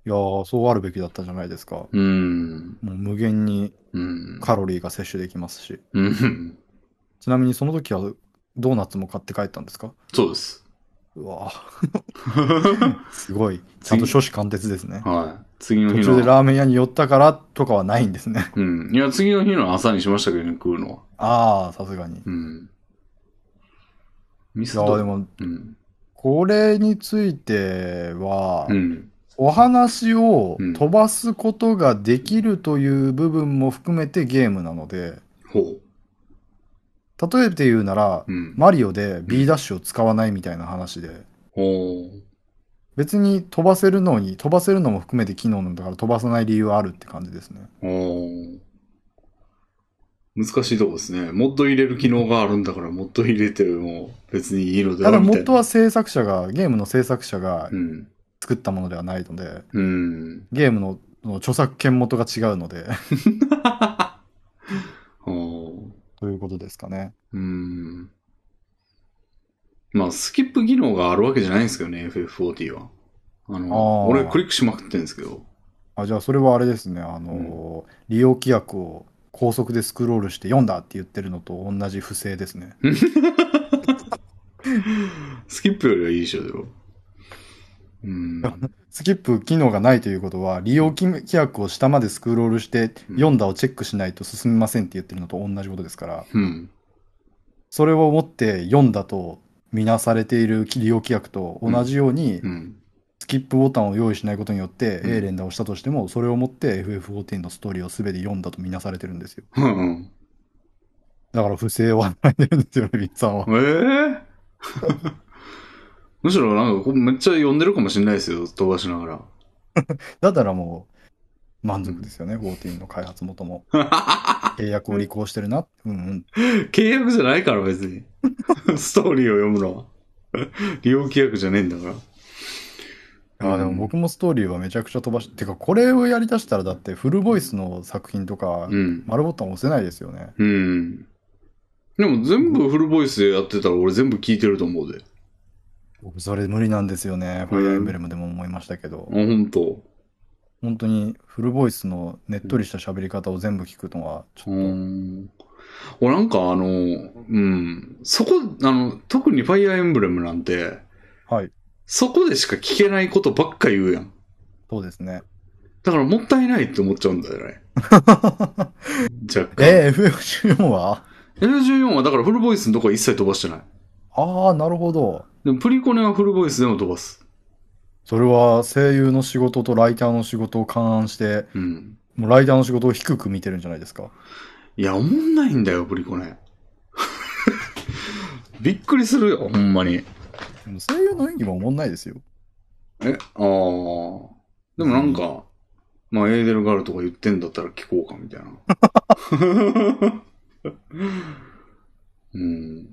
Speaker 2: やーそうあるべきだったじゃないですか。も
Speaker 1: うーん。
Speaker 2: う無限に
Speaker 1: うん。
Speaker 2: カロリーが摂取できますし。
Speaker 1: うん。
Speaker 2: ちなみにその時はドーナツも買って帰ったんですか
Speaker 1: そう
Speaker 2: [LAUGHS]
Speaker 1: です。
Speaker 2: うわぁすごい。ちゃんと初子貫徹ですね。
Speaker 1: はい。次の
Speaker 2: 途
Speaker 1: 日
Speaker 2: 中で
Speaker 1: の。
Speaker 2: ラーメン屋に寄ったからとかはないんですね。
Speaker 1: うん。いや、次の日の朝にしましたけどね、食うのは。
Speaker 2: ああ、さすがに。い
Speaker 1: うん。ミス
Speaker 2: やーで
Speaker 1: ド。
Speaker 2: も、
Speaker 1: うん。
Speaker 2: これについては、
Speaker 1: うん。
Speaker 2: お話を
Speaker 1: うん
Speaker 2: 飛ばすことができるという部分も含めてゲームなので、
Speaker 1: ほう。
Speaker 2: 例えて言うなら、
Speaker 1: うん。
Speaker 2: マリオで B ダッシュを使わないみたいな話で、
Speaker 1: ほう。
Speaker 2: 別に飛ばせるのに、飛ばせるのも含めて機能なんだから飛ばさない理由はあるって感じですね。
Speaker 1: ほう。難しいとこですね。モッド入れる機能があるんだから、モッド入れても別にいいのでは
Speaker 2: ただ、
Speaker 1: み
Speaker 2: モ
Speaker 1: たい
Speaker 2: ッ
Speaker 1: な。
Speaker 2: ドは制作者が、ゲームの制作者が
Speaker 1: うん。
Speaker 2: 作ったものではないので、
Speaker 1: うん。
Speaker 2: ゲームのその著作権元が違うの
Speaker 1: [LAUGHS]
Speaker 2: で、
Speaker 1: ほう。
Speaker 2: ということですかね。
Speaker 1: うーん。まあ、スキップ技能があるわけじゃないんですけどね、FF40 は。あの、
Speaker 2: あー
Speaker 1: 俺クリックしまくってるんですけど。
Speaker 2: あじゃあ、それはあれですね、あの、利用規約を高速でスクロールして読んだって言ってるのと同じ不正ですね。
Speaker 1: スキップよりはいいでしょ、でも。うん。
Speaker 2: スキップ機能がないということは、利用規約を下までスクロールして、
Speaker 1: うん
Speaker 2: 読んだをチェックしないと進みませんって言ってるのと同じことですから、
Speaker 1: うん。
Speaker 2: それをもって読んだと見なされている利用規約と同じように、
Speaker 1: うん。
Speaker 2: スキップボタンを用意しないことによって
Speaker 1: うん
Speaker 2: A 連打をしたとしても、それをもって FF14 のストーリーを全て読んだとみなされてるんですよ。
Speaker 1: うん。
Speaker 2: だから不正はないんですよね、ビッツさんは
Speaker 1: ええ。ー [LAUGHS] むしろなんかこうめっちゃ読んでるかもしれないですよ、飛ばしながら。
Speaker 2: だったらもう満足ですよね、14の開発
Speaker 1: [LAUGHS]
Speaker 2: 元も。契約を履行してるな。うんうん。
Speaker 1: 契約じゃないから別に。ストーリーを読むのは。 [LAUGHS] 利用契約じゃねえんだから。
Speaker 2: あーでも僕もストーリーはめちゃくちゃ飛ばし、てかこれをやりだしたらだってフルボイスの作品とか、
Speaker 1: うん。
Speaker 2: 丸ボタン押せないですよね。
Speaker 1: うん。でも全部フルボイスでやってたら俺全部聞いてると思うで。
Speaker 2: 僕それ無理なんですよね。ファイアーエンブレムでも思いましたけど
Speaker 1: あ、。本当。
Speaker 2: 本当にフルボイスのねっとりした喋り方を全部聞くのはちょっ
Speaker 1: う
Speaker 2: と。
Speaker 1: ん。俺なんかあの、うん。そこ、あの、特にファイアーエンブレムなんて、
Speaker 2: はい。
Speaker 1: そこでしか聞けないことばっか言うやん。
Speaker 2: そうですね。
Speaker 1: だからもったいないって思っちゃうんだよね。若干。
Speaker 2: えー、FF14 は
Speaker 1: L14 はだからフルボイスのとこは一切飛ばしてない。
Speaker 2: ああ、なるほど。
Speaker 1: でもプリコネはフルボイスでも飛ばす。
Speaker 2: それは声優の仕事とライターの仕事を勘案して、
Speaker 1: うん。
Speaker 2: もうライターの仕事を低く見てるんじゃないですか。
Speaker 1: いや、おもんないんだよ、プリコネ。 [LAUGHS] びっくりするよ、ほんまに。
Speaker 2: でも声優の演技もおもんないですよ。
Speaker 1: え、ああ。でもなんか、まあ、エーデルガルとか言ってんだったら聞こうか、みたいな。うん。好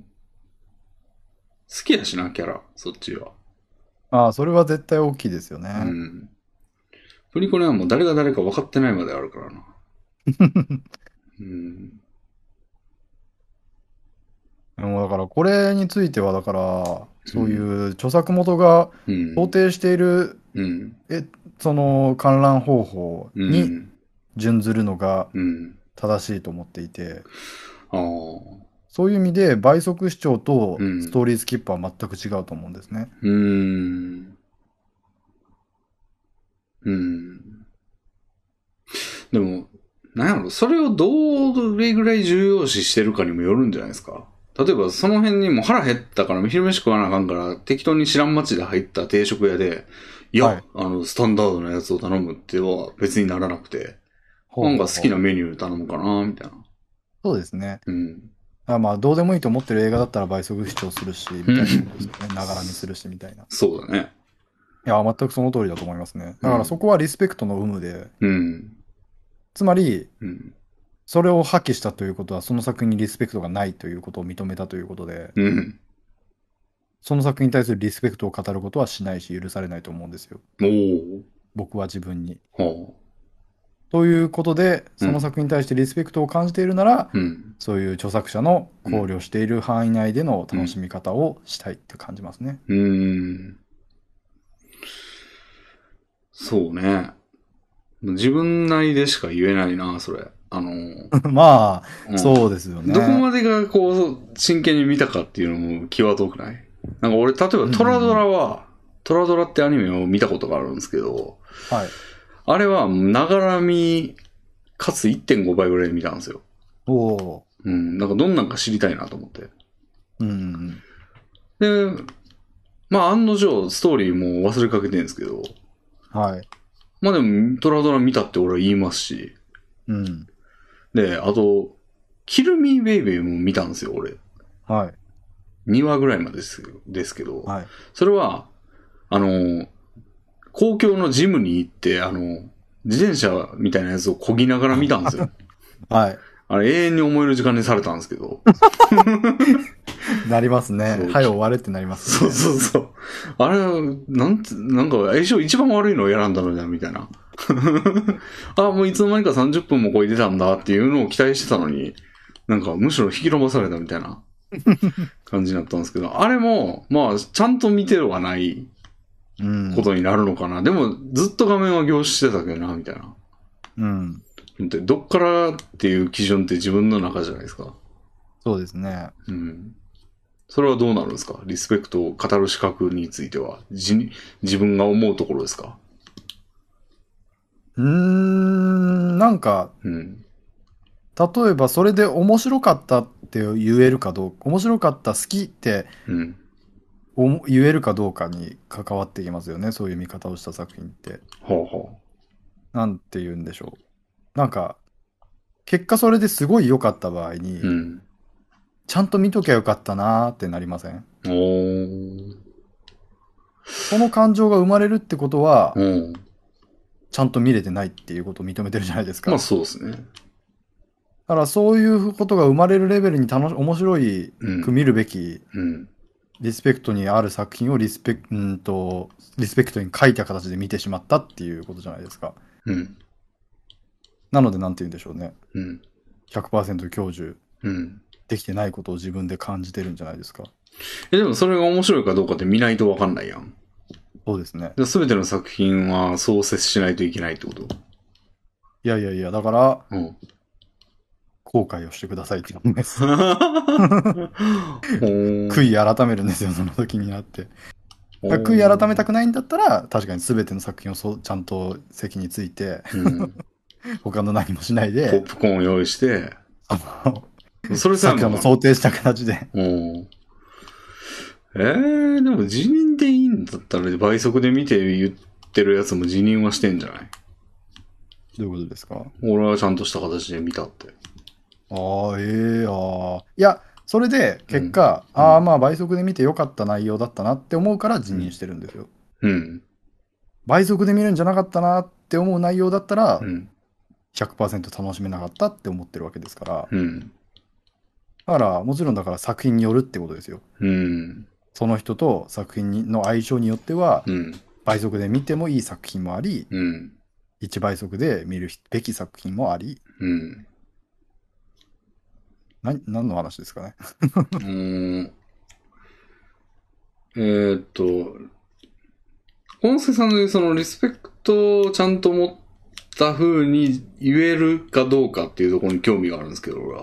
Speaker 1: きやしな、キャラ、そっちは。
Speaker 2: ああ、それは絶対大きいですよね。
Speaker 1: うん。プリコネはもう誰が誰か分かってないまであるからな。うん。
Speaker 2: でもだからこれについては、だから、そういう著作元が
Speaker 1: うん。
Speaker 2: 想定している、
Speaker 1: うん。
Speaker 2: その観覧方法
Speaker 1: う
Speaker 2: に
Speaker 1: ん。
Speaker 2: 準ずるのが
Speaker 1: うん。
Speaker 2: 正しいと思っていて、
Speaker 1: ああ。
Speaker 2: そういう意味で倍速視聴と
Speaker 1: うん
Speaker 2: ストーリースキップは全く違うと思うんですね。
Speaker 1: うん。うん。でも、なんやろ、それをどれぐらい重要視してるかにもよるんじゃないですか。例えば、その辺にもう腹減ったから、昼飯食わなあかんから、適当に知らん街で入った定食屋で、いや、
Speaker 2: はい
Speaker 1: あの、スタンダードなやつを頼むっては別にならなくて、なんか好きなメニュー頼むかな、みたいな。
Speaker 2: そうですね。
Speaker 1: うん。
Speaker 2: あまあ、どうでもいいと思ってる映画だったら倍速視聴するし、みたいなことですよ [LAUGHS] ね。ながら見するし、みたいな。い
Speaker 1: そうだね。
Speaker 2: や、全くその通りだと思いますね。だからそこはリスペクトの有無で、
Speaker 1: うん。
Speaker 2: つまり、
Speaker 1: うん。
Speaker 2: それを破棄したということは、その作品にリスペクトがないということを認めたということで、
Speaker 1: うん。
Speaker 2: その作品に対するリスペクトを語ることはしないし、許されないと思うんですよ。
Speaker 1: おー。
Speaker 2: 僕は自分に。
Speaker 1: は
Speaker 2: ということで、
Speaker 1: うん
Speaker 2: その作品に対してリスペクトを感じているなら、
Speaker 1: あ。うん。
Speaker 2: そういう著作者の考慮している範囲内での楽しみ方をしたいって感じますね。 [LAUGHS]
Speaker 1: うーん。そうね。自分内でしか言えないな、それ。あの、
Speaker 2: ま
Speaker 1: う
Speaker 2: あ、
Speaker 1: ん
Speaker 2: そうですよね。
Speaker 1: どこまでがこう、真剣に見たかっていうのも際どくないなんか俺、例えばトラドラは、トラドラってアニメを見たことがあるんですけど、
Speaker 2: はい。
Speaker 1: あれは、ながら見、かつ1.5倍ぐらいで見たんですよ。
Speaker 2: おお
Speaker 1: うん、なんかどんなんか知りたいなと思って。
Speaker 2: ー。うん。
Speaker 1: で、まあ案の定、ストーリーも忘れかけてるんですけど、
Speaker 2: はい。
Speaker 1: まあでも、トラドラ見たって俺は言いますし、
Speaker 2: うん。
Speaker 1: で、あと、キルミーベイベーも見たんですよ、俺。
Speaker 2: はい。
Speaker 1: 2話ぐらいまでですですけど、
Speaker 2: はい。
Speaker 1: それは、あの、公共のジムに行って、あの、自転車みたいなやつをこぎながら見たんですよ。
Speaker 2: はい。
Speaker 1: あれ、永遠に思える時間にされたんですけど。
Speaker 2: なりますね
Speaker 1: そう。
Speaker 2: はい、終われってなります
Speaker 1: そ
Speaker 2: ね
Speaker 1: う。そうそう。あれ、なんつ、なんか、相性一番悪いのを選んだのじゃん、みたいな。 [LAUGHS] あ、もういつの間にか30分もこいでたんだっていうのを期待してたのに、なんか、むしろ引き伸ばされたみたいな感じになったんですけど、あれも、まあ、ちゃんと見てはない
Speaker 2: うん
Speaker 1: こ。とになるのかな。でも、ずっと画面は凝視してたけどな、みたいな。
Speaker 2: うん。
Speaker 1: でどっからっていう基準って自分の中じゃないですか。
Speaker 2: そうですね。
Speaker 1: うん。それはどうなるんですかリスペクトを語る資格については、じ自分が思うところですか
Speaker 2: うーん、なんか、
Speaker 1: うん。
Speaker 2: 例えばそれで面白かったって言えるかどうか、面白かった、好きって
Speaker 1: うん。
Speaker 2: 思言えるかどうかに関わってきますよね。そういう見方をした作品って。
Speaker 1: ほうほ
Speaker 2: なんて言うんでしょう。なんか、結果それですごい良かった場合に、
Speaker 1: う。うん。
Speaker 2: ちゃんと見ときゃよかったなーってなりません
Speaker 1: おー。
Speaker 2: その感情が生まれるってことは、
Speaker 1: うん。
Speaker 2: ちゃんと見れてないっていうことを認めてるじゃないですか。
Speaker 1: まあ
Speaker 2: だ
Speaker 1: そうですね。
Speaker 2: からそういうことが生まれるレベルに楽し、面白い
Speaker 1: うん。
Speaker 2: く見るべき、
Speaker 1: うん。
Speaker 2: リスペクトにある作品をリスペク、うんと、リスペクトに書いた形で見てしまったっていうことじゃないですか。
Speaker 1: うん。
Speaker 2: なので、なんて言うんでしょうね。
Speaker 1: うん。
Speaker 2: 100%享受
Speaker 1: うん。
Speaker 2: できてないことを自分で感じてるんじゃないですか。
Speaker 1: え、でもそれが面白いかどうかって見ないとわかんないやん。
Speaker 2: そうですね。
Speaker 1: すべての作品はそう接しないといけないってこと
Speaker 2: いやいやいや、だから、 [LAUGHS]
Speaker 1: うん。
Speaker 2: 後悔をしてくださいって言うんです。
Speaker 1: ほー
Speaker 2: 悔い改めるんですよ、その時になって。悔い改めたくないんだったら、確かに全ての作品をそうちゃんと席について、
Speaker 1: うん
Speaker 2: 他の何もしない
Speaker 1: ポッ
Speaker 2: で、
Speaker 1: プコーンを用意して、
Speaker 2: あの、
Speaker 1: それさ
Speaker 2: 作、者も想定した形で、
Speaker 1: うんえー、でも辞任でいいんだったら倍速で見て言ってるやつも辞任はしてんじゃない
Speaker 2: どういうことですか
Speaker 1: 俺はちゃんとした形で見たって。
Speaker 2: ああ、ええやーいや、それで結果、
Speaker 1: うん
Speaker 2: ああ、まあ倍速で見てよかった内容だったなって思うから辞任してるんですよ。
Speaker 1: うん。
Speaker 2: 倍速で見るんじゃなかったなって思う内容だったら
Speaker 1: う、ん。
Speaker 2: 100%楽しめなかったって思ってるわけですから。
Speaker 1: うん。
Speaker 2: だから、もちろんだから作品によるってことですよ。
Speaker 1: うん。
Speaker 2: その人と作品にの相性によっては、
Speaker 1: うん。
Speaker 2: 倍速で見てもいい作品もあり、
Speaker 1: うん。
Speaker 2: 1倍速で見るべき作品もあり、
Speaker 1: うん。
Speaker 2: な何の話ですかね。
Speaker 1: うーんえーっと、音声さんのそのリスペクトをちゃんと持った風に言えるかどうかっていうところに興味があるんですけど、俺は。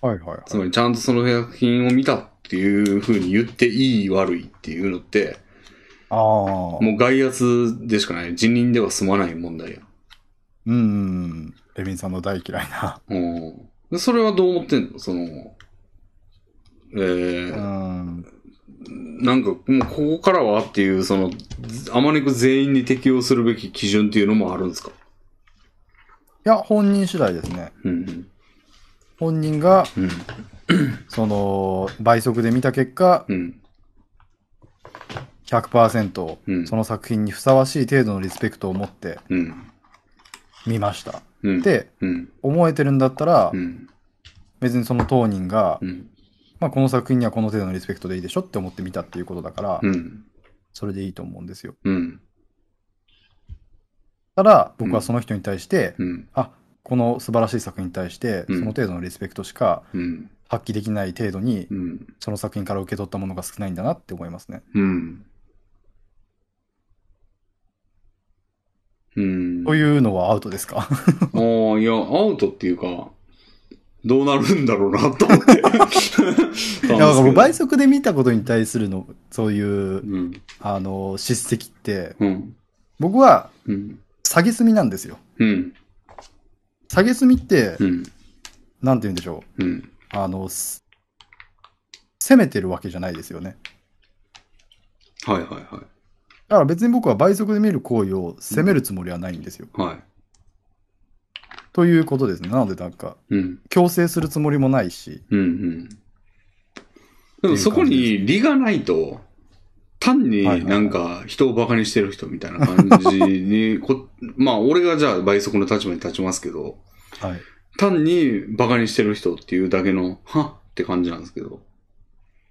Speaker 2: はいはいはい。
Speaker 1: つまりちゃんとその作品を見たっていう風に言っていい悪いっていうのって、
Speaker 2: ああ、
Speaker 1: もう外圧でしかない。辞任では済まない問題や。
Speaker 2: うんうんうん。レビンさんの大嫌いな。
Speaker 1: うん。でそれはどう思ってんのその、え
Speaker 2: う
Speaker 1: ー、
Speaker 2: ん。
Speaker 1: なんか、もうここからはっていう、その、あまねく全員に適用するべき基準っていうのもあるんですか
Speaker 2: いや、本人次第ですね。
Speaker 1: うん。
Speaker 2: 本人が、
Speaker 1: うん。
Speaker 2: その、倍速で見た結果、
Speaker 1: うん。
Speaker 2: 100%、
Speaker 1: うん。
Speaker 2: その作品にふさわしい程度のリスペクトを持って
Speaker 1: うん。
Speaker 2: 見ました。
Speaker 1: うん。
Speaker 2: って
Speaker 1: うん。
Speaker 2: 思えてるんだったら
Speaker 1: う、ん。
Speaker 2: 別にその当人が
Speaker 1: う、ん。
Speaker 2: まあ、この作品にはこの程度のリスペクトでいいでしょって思って見たっていうことだから
Speaker 1: う、ん。
Speaker 2: それでいいと思うんですよ。
Speaker 1: うん。
Speaker 2: ただ、僕
Speaker 1: うん
Speaker 2: はその人に対して、
Speaker 1: うん。
Speaker 2: この素晴らしい作品に対して、そ
Speaker 1: うん
Speaker 2: の程度のリスペクトしか
Speaker 1: うん。
Speaker 2: 発揮できない程度に、
Speaker 1: うん。
Speaker 2: その作品から受け取ったものが少ないんだなって思いますね。
Speaker 1: うん。うん。
Speaker 2: というのはアウトです
Speaker 1: あ
Speaker 2: か
Speaker 1: あ、いや、アウトっていうか、どうなるんだろうなと思 [LAUGHS] って。
Speaker 2: いや、だから倍速で見たことに対するの、そういう、
Speaker 1: うん。
Speaker 2: あの、叱責って、
Speaker 1: うん。
Speaker 2: 僕は、
Speaker 1: うん。
Speaker 2: 下げすみなんですよ。
Speaker 1: うん。
Speaker 2: 下げすみって、
Speaker 1: うん。
Speaker 2: なんて言うんでしょ
Speaker 1: うん。
Speaker 2: う。あの、す攻めてるわけじゃないですよね。
Speaker 1: はいはいは
Speaker 2: だから別に僕は倍速で見る行為を責めるつもりはないんですよ。
Speaker 1: い。はい。
Speaker 2: ということですね。なのでなんか、
Speaker 1: うん。
Speaker 2: 強制するつもりもないし。
Speaker 1: うんうん。でもそこに理がないと、単になんか人をバカにしてる人みたいな感じ [LAUGHS] に、こまあ俺がじゃあ倍速の立場に立ちますけど、
Speaker 2: はい。
Speaker 1: 単にバカにしてる人っていうだけの、はっって感じなんですけど。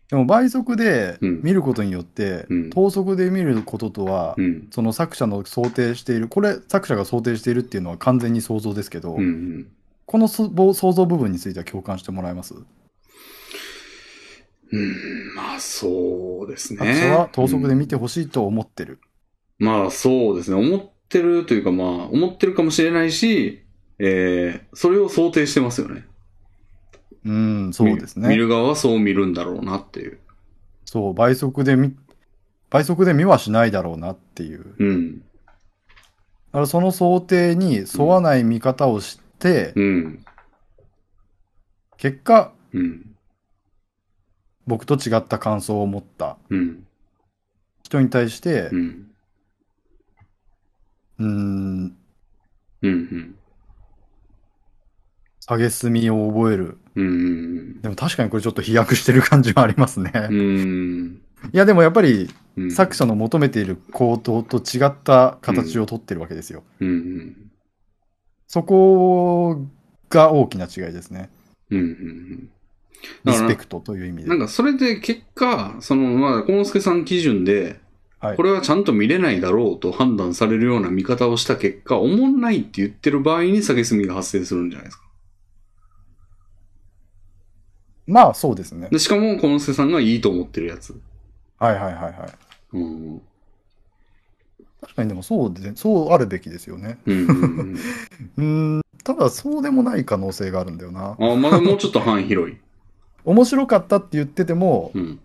Speaker 2: でも倍速で
Speaker 1: うん
Speaker 2: 見ることによって、
Speaker 1: うん
Speaker 2: 等速で見ることとは、
Speaker 1: うん。
Speaker 2: その作者の想定している、これ作者が想定しているっていうのは完全に想像ですけど、
Speaker 1: うんうん。
Speaker 2: このそぼ想像部分については共感してもらえます、
Speaker 1: うん、まあそうですね。
Speaker 2: 作者は等速で見てほしいと思ってる。
Speaker 1: まあそうですね。思ってるというかまあ思ってるかもしれないし、えー、それを想定してますよね。
Speaker 2: うん、そうですね。
Speaker 1: 見見る側はそう見るんだろうなっていう。
Speaker 2: そう、倍速で見、倍速で見はしないだろうなっていう。だ
Speaker 1: うん。
Speaker 2: からその想定に沿わない見方をして、
Speaker 1: うん。
Speaker 2: 結果、
Speaker 1: うん。
Speaker 2: 僕と違った感想を持った
Speaker 1: うん。
Speaker 2: 人に対して
Speaker 1: う、ん。
Speaker 2: うーん、
Speaker 1: うん。うん。
Speaker 2: 下げすみを覚える。
Speaker 1: うん。
Speaker 2: でも確かにこれちょっと飛躍してる感じはありますね。
Speaker 1: うん。
Speaker 2: いやでもやっぱり
Speaker 1: うん。
Speaker 2: 作者の求めている行動と違った形をとってるわけですよ。
Speaker 1: うん。
Speaker 2: そこが大きな違いですね。
Speaker 1: うん。うん。
Speaker 2: リ
Speaker 1: だ
Speaker 2: ス
Speaker 1: か
Speaker 2: ペ
Speaker 1: ら
Speaker 2: クトという意味で。
Speaker 1: なんかそれで結果、その、まあ、コンスケさん基準で、
Speaker 2: はい
Speaker 1: これはちゃんと見れないだろうと判断されるような見方をした結果、おもんないって言ってる場合に下げすみが発生するんじゃないですか。
Speaker 2: まあそうですね。
Speaker 1: でしかも、コンスケさんがいいと思ってるやつ。
Speaker 2: はいはいはいはい。
Speaker 1: うん。
Speaker 2: 確かにでもそうで、そうあるべきですよね。
Speaker 1: うんうん。
Speaker 2: うーん、ただそうでもない可能性があるんだよな。
Speaker 1: うん、あ、まだもうちょっと範囲広い。
Speaker 2: [LAUGHS] 面白かったって言ってても、
Speaker 1: うん。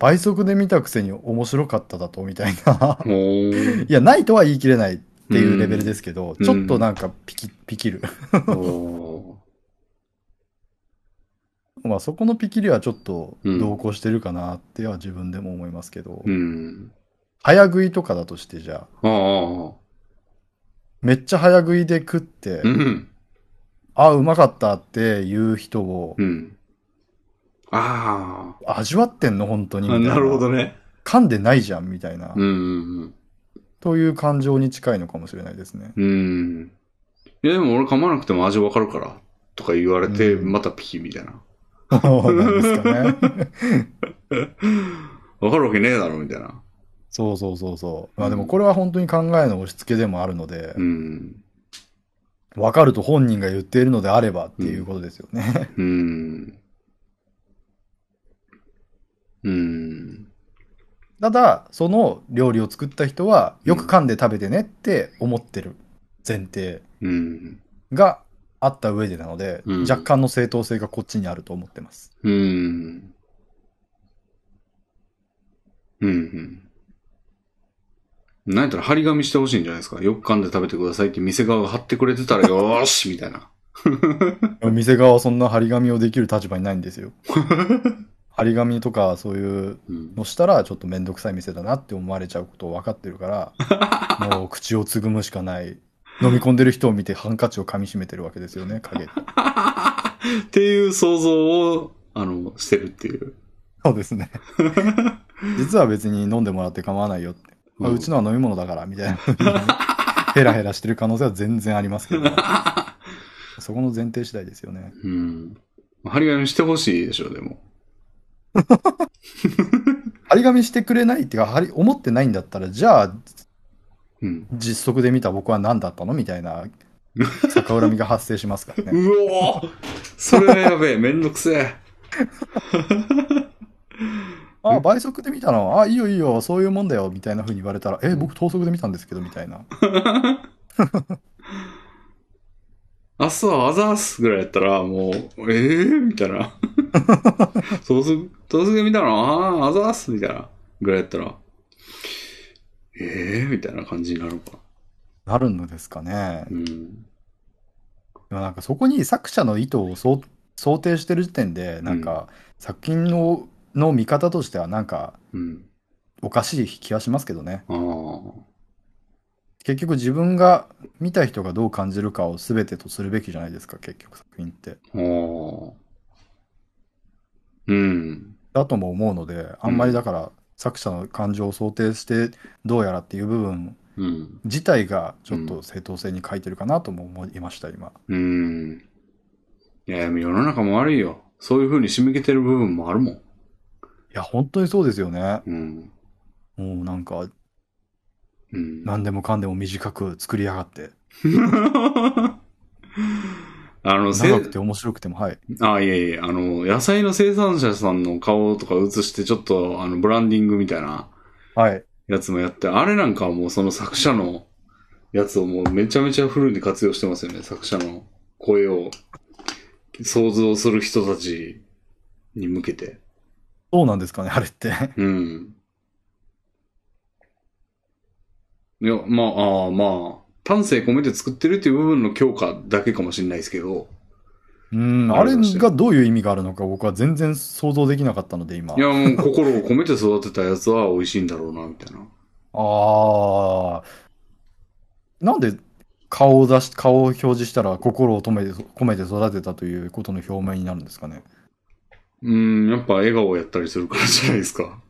Speaker 2: 倍速で見たくせに面白かっただと、みたいな。
Speaker 1: お
Speaker 2: [LAUGHS]
Speaker 1: ー
Speaker 2: いや、ないとは言い切れないっていうレベルですけど、
Speaker 1: うん
Speaker 2: ちょっとなんかピキ、ピキる。 [LAUGHS]
Speaker 1: おー
Speaker 2: まあそこのピキリはちょっと
Speaker 1: うん
Speaker 2: 同行してるかなっては自分でも思いますけど、
Speaker 1: うん。
Speaker 2: 早食いとかだとしてじゃあ、
Speaker 1: ああ。
Speaker 2: めっちゃ早食いで食って、
Speaker 1: うん。
Speaker 2: あ、うまかったっていう人を
Speaker 1: うん。あ
Speaker 2: 味わってんの本当にみ
Speaker 3: あ
Speaker 2: たいな。
Speaker 3: なるほどね。
Speaker 2: 噛んでないじゃんみたいな
Speaker 1: あ。、うん。
Speaker 2: という感情に近いのかもしれないで
Speaker 1: [LAUGHS]
Speaker 2: すね。
Speaker 1: うん。いや、でも俺噛まなくても味わかるから。とか言われて、
Speaker 2: うん
Speaker 1: またピキみたいな。
Speaker 2: そうなんですかね。
Speaker 1: わかるわけねえだろ、みたいな。
Speaker 2: そうそうそうそう。まあでもこれは本当に考えの押し付けでもあるので
Speaker 1: う、ん。
Speaker 2: わかると本人が言っているのであればっていうことですよね。
Speaker 1: うん。うん。
Speaker 2: ただ、その料理を作った人は、よく噛んで食べてねって思ってる前提
Speaker 1: うん。
Speaker 2: があった上でなので、
Speaker 1: うん
Speaker 2: 若干の正当性がこっちにあると思ってます。
Speaker 1: うん。うん。なんやったら張り紙してほしいんじゃないですか。よく噛んで食べてくださいって店側が貼ってくれてたらよーしみたいな。
Speaker 2: 店側はそんな張り紙をできる立場にないんです [LAUGHS] よ。張り紙とかそういう [LAUGHS]
Speaker 1: うん。
Speaker 2: のしたら、ちょっとめんどくさい店だなって思われちゃうことを分かってるから、もう口をつぐむしかない。飲み込んでる人を見てハンカチを噛み締めてるわけですよね、影。
Speaker 1: っていう想像を、あの、してるっていう。
Speaker 2: そうですね。 [LAUGHS] 実は別に飲んでもらって構わないよって。まあ、
Speaker 1: うん
Speaker 2: うちのは飲み物だから、みたいな。ヘラヘラしてる可能性は全然ありますけど、 [LAUGHS] そこの前提次第ですよね。
Speaker 1: うん。張り紙してほしいでしょ、でも。
Speaker 2: 張り紙してくれないっていうか、張り思ってないんだったら、じゃあ、
Speaker 1: うん。
Speaker 2: 実測で見た僕は何だったのみたい [LAUGHS] な、逆恨みが発生します [LAUGHS] からね。
Speaker 1: うおーそれはやべえ、めんどくせえ。
Speaker 2: あ、倍速で見たのあ、いいよいいよ、そういうもんだよ、みたいな風に言われたら、え、僕等速で見たんですけど、みたいな。
Speaker 1: 明日はアザースぐらいやったら、もう、ええー、みたいな。そうす、そうすぐ見たら、ああ、アザースみたいな。ぐらいやったら、ええー、みたいな感じになるのか。
Speaker 2: なるのですかね。
Speaker 1: うん。
Speaker 2: でもなんかそこに作者の意図を想想定してる時点で、なんか作品のの見方としてはなんか
Speaker 1: うん。
Speaker 2: おかしい気はしますけどね。
Speaker 1: ああ。
Speaker 2: 結局自分が見た人がどう感じるかを全てとするべきじゃないですか、結局作品って。
Speaker 1: ああ。うん。
Speaker 2: だとも思うので、あんまりだから作者の感情を想定してどうやらっていう部分
Speaker 1: うん。
Speaker 2: 自体がちょっと正当性に欠いてるかなとも思いました、今。
Speaker 1: うん。いや、でも世の中も悪いよ。そういう風に締め切ってる部分もあるもん。
Speaker 2: いや、本当にそうですよね。
Speaker 1: うん。
Speaker 2: もうなんか
Speaker 1: うん。
Speaker 2: 何でもかんでも短く作りやがって、
Speaker 1: [LAUGHS] あの、せ
Speaker 2: 長くて面白くても、はい。
Speaker 1: あ、いえいえ、あの、野菜の生産者さんの顔とか映して、ちょっと、あの、ブランディングみたいな
Speaker 2: はい。
Speaker 1: やつもやって、あれなんかはもうその作者のやつをもうめちゃめちゃフルに活用してますよね。作者の声を想像する人たちに向けて。
Speaker 2: そうなんですかね、あれって。
Speaker 1: うん。いや、まあ、ああまあ、丹精込めて作ってるっていう部分の強化だけかもしれないですけど、
Speaker 2: うん、
Speaker 1: あ
Speaker 2: あ
Speaker 1: り
Speaker 2: れ
Speaker 1: ました
Speaker 2: がどういう意味があるのか僕は全然想像できなかったので、今。
Speaker 1: いや、もう心を込めて育てたやつは美味しいんだろうな、みたいな。
Speaker 2: あー。なんで顔を出し、顔を表示したら心を込めて、込めて育てたということの表明になるんですかね。
Speaker 1: うん、やっぱ笑顔やったりするからじゃないですか。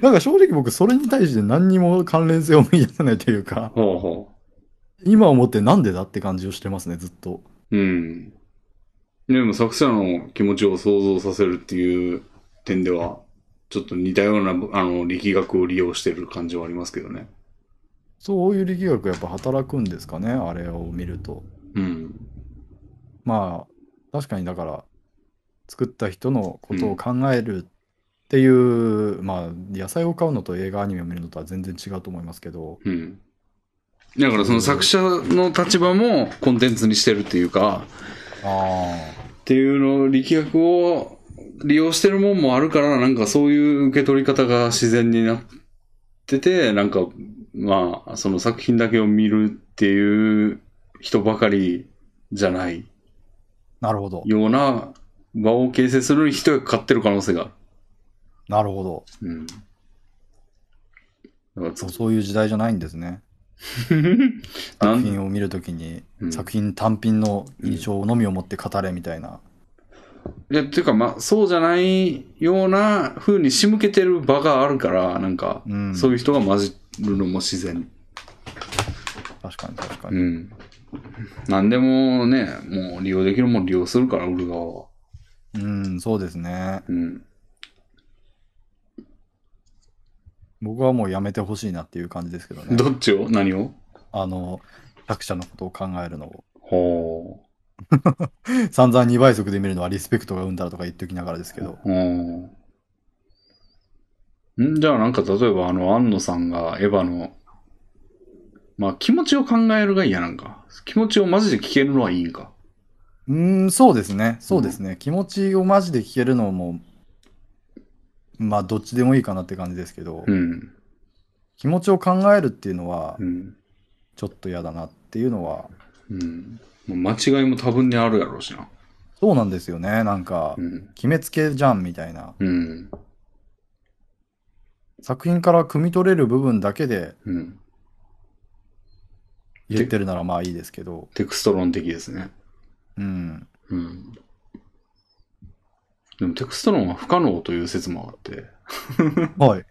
Speaker 2: なんか正直僕それに対して何にも関連性を見出せないというか、
Speaker 1: [LAUGHS] ほうほ
Speaker 2: 今思ってなんでだって感じをしてますね、ずっと。
Speaker 1: う。うん。でも作者の気持ちを想像させるっていう点では、ちょっと似たような、あの、力学を利用してる感じはありますけどね。
Speaker 2: そういう力学やっぱ働くんですかね、あれを見ると。
Speaker 1: うん。
Speaker 2: まあ確かにだから作った人のことを考えるっていう、まあ野菜を買うのと映画アニメを見るのとは全然違うと思いますけど
Speaker 1: うん。だからその作者の立場もコンテンツにしてるっていうか、
Speaker 2: ああ
Speaker 1: っていうのを力学を利用してるもんもあるから、なんかそういう受け取り方が自然になってて、なんか、まあ、その作品だけを見るっていう人ばかりじゃない
Speaker 2: なるほど。
Speaker 1: ような場を形成する人が買ってる可能性がある。
Speaker 2: なるほど。
Speaker 1: うん。だからつ
Speaker 2: そうそういう時代じゃないんですね。
Speaker 1: [LAUGHS] な
Speaker 2: 作
Speaker 1: ん
Speaker 2: 品を見るときに、
Speaker 1: うん
Speaker 2: 作品単品の印象のみを持って語れみたいな。
Speaker 1: いや、ていうか、まあ、そうじゃないような風に仕向けてる場があるから、なんか、
Speaker 2: うん。
Speaker 1: そういう人が混じるのも自然。
Speaker 2: 確かに確か
Speaker 1: う
Speaker 2: に。
Speaker 1: ん。なんでもね、もう利用できるもん利用するから、売る側は。
Speaker 2: うん、そうですね。
Speaker 1: うん。
Speaker 2: 僕はもうやめてほしいなっていう感じですけどね。
Speaker 1: どっちを何を
Speaker 2: あの、作者のことを考えるのを。
Speaker 1: ほ
Speaker 2: 散々2倍速で見るのはリスペクトが生んだらとか言っておきながらですけど。
Speaker 1: う。うん。んじゃあなんか例えばあの、安野さんがエヴァの、まあ気持ちを考えるが嫌なんか。気持ちをマジで聞けるのはいいんか。
Speaker 2: うーん、そうですね。そうですね。気持ちをマジで聞けるのも、まあ、どっちでもいいかなって感じですけど、
Speaker 1: うん。
Speaker 2: 気持ちを考えるっていうのは
Speaker 1: う、ん。
Speaker 2: ちょっと嫌だなっていうのは、
Speaker 1: うん。まあ間違いも多分にあるやろうしな。
Speaker 2: そうなんですよね。なんか
Speaker 1: う、ん。
Speaker 2: 決めつけじゃんみたいな。
Speaker 1: うん。
Speaker 2: 作品から汲み取れる部分だけで
Speaker 1: うん。
Speaker 2: 言ってるならまあいいですけど、
Speaker 1: テクスト論的ですね。
Speaker 2: うん。
Speaker 1: うん。でもテクスト論は不可能という説もあって、
Speaker 2: はい。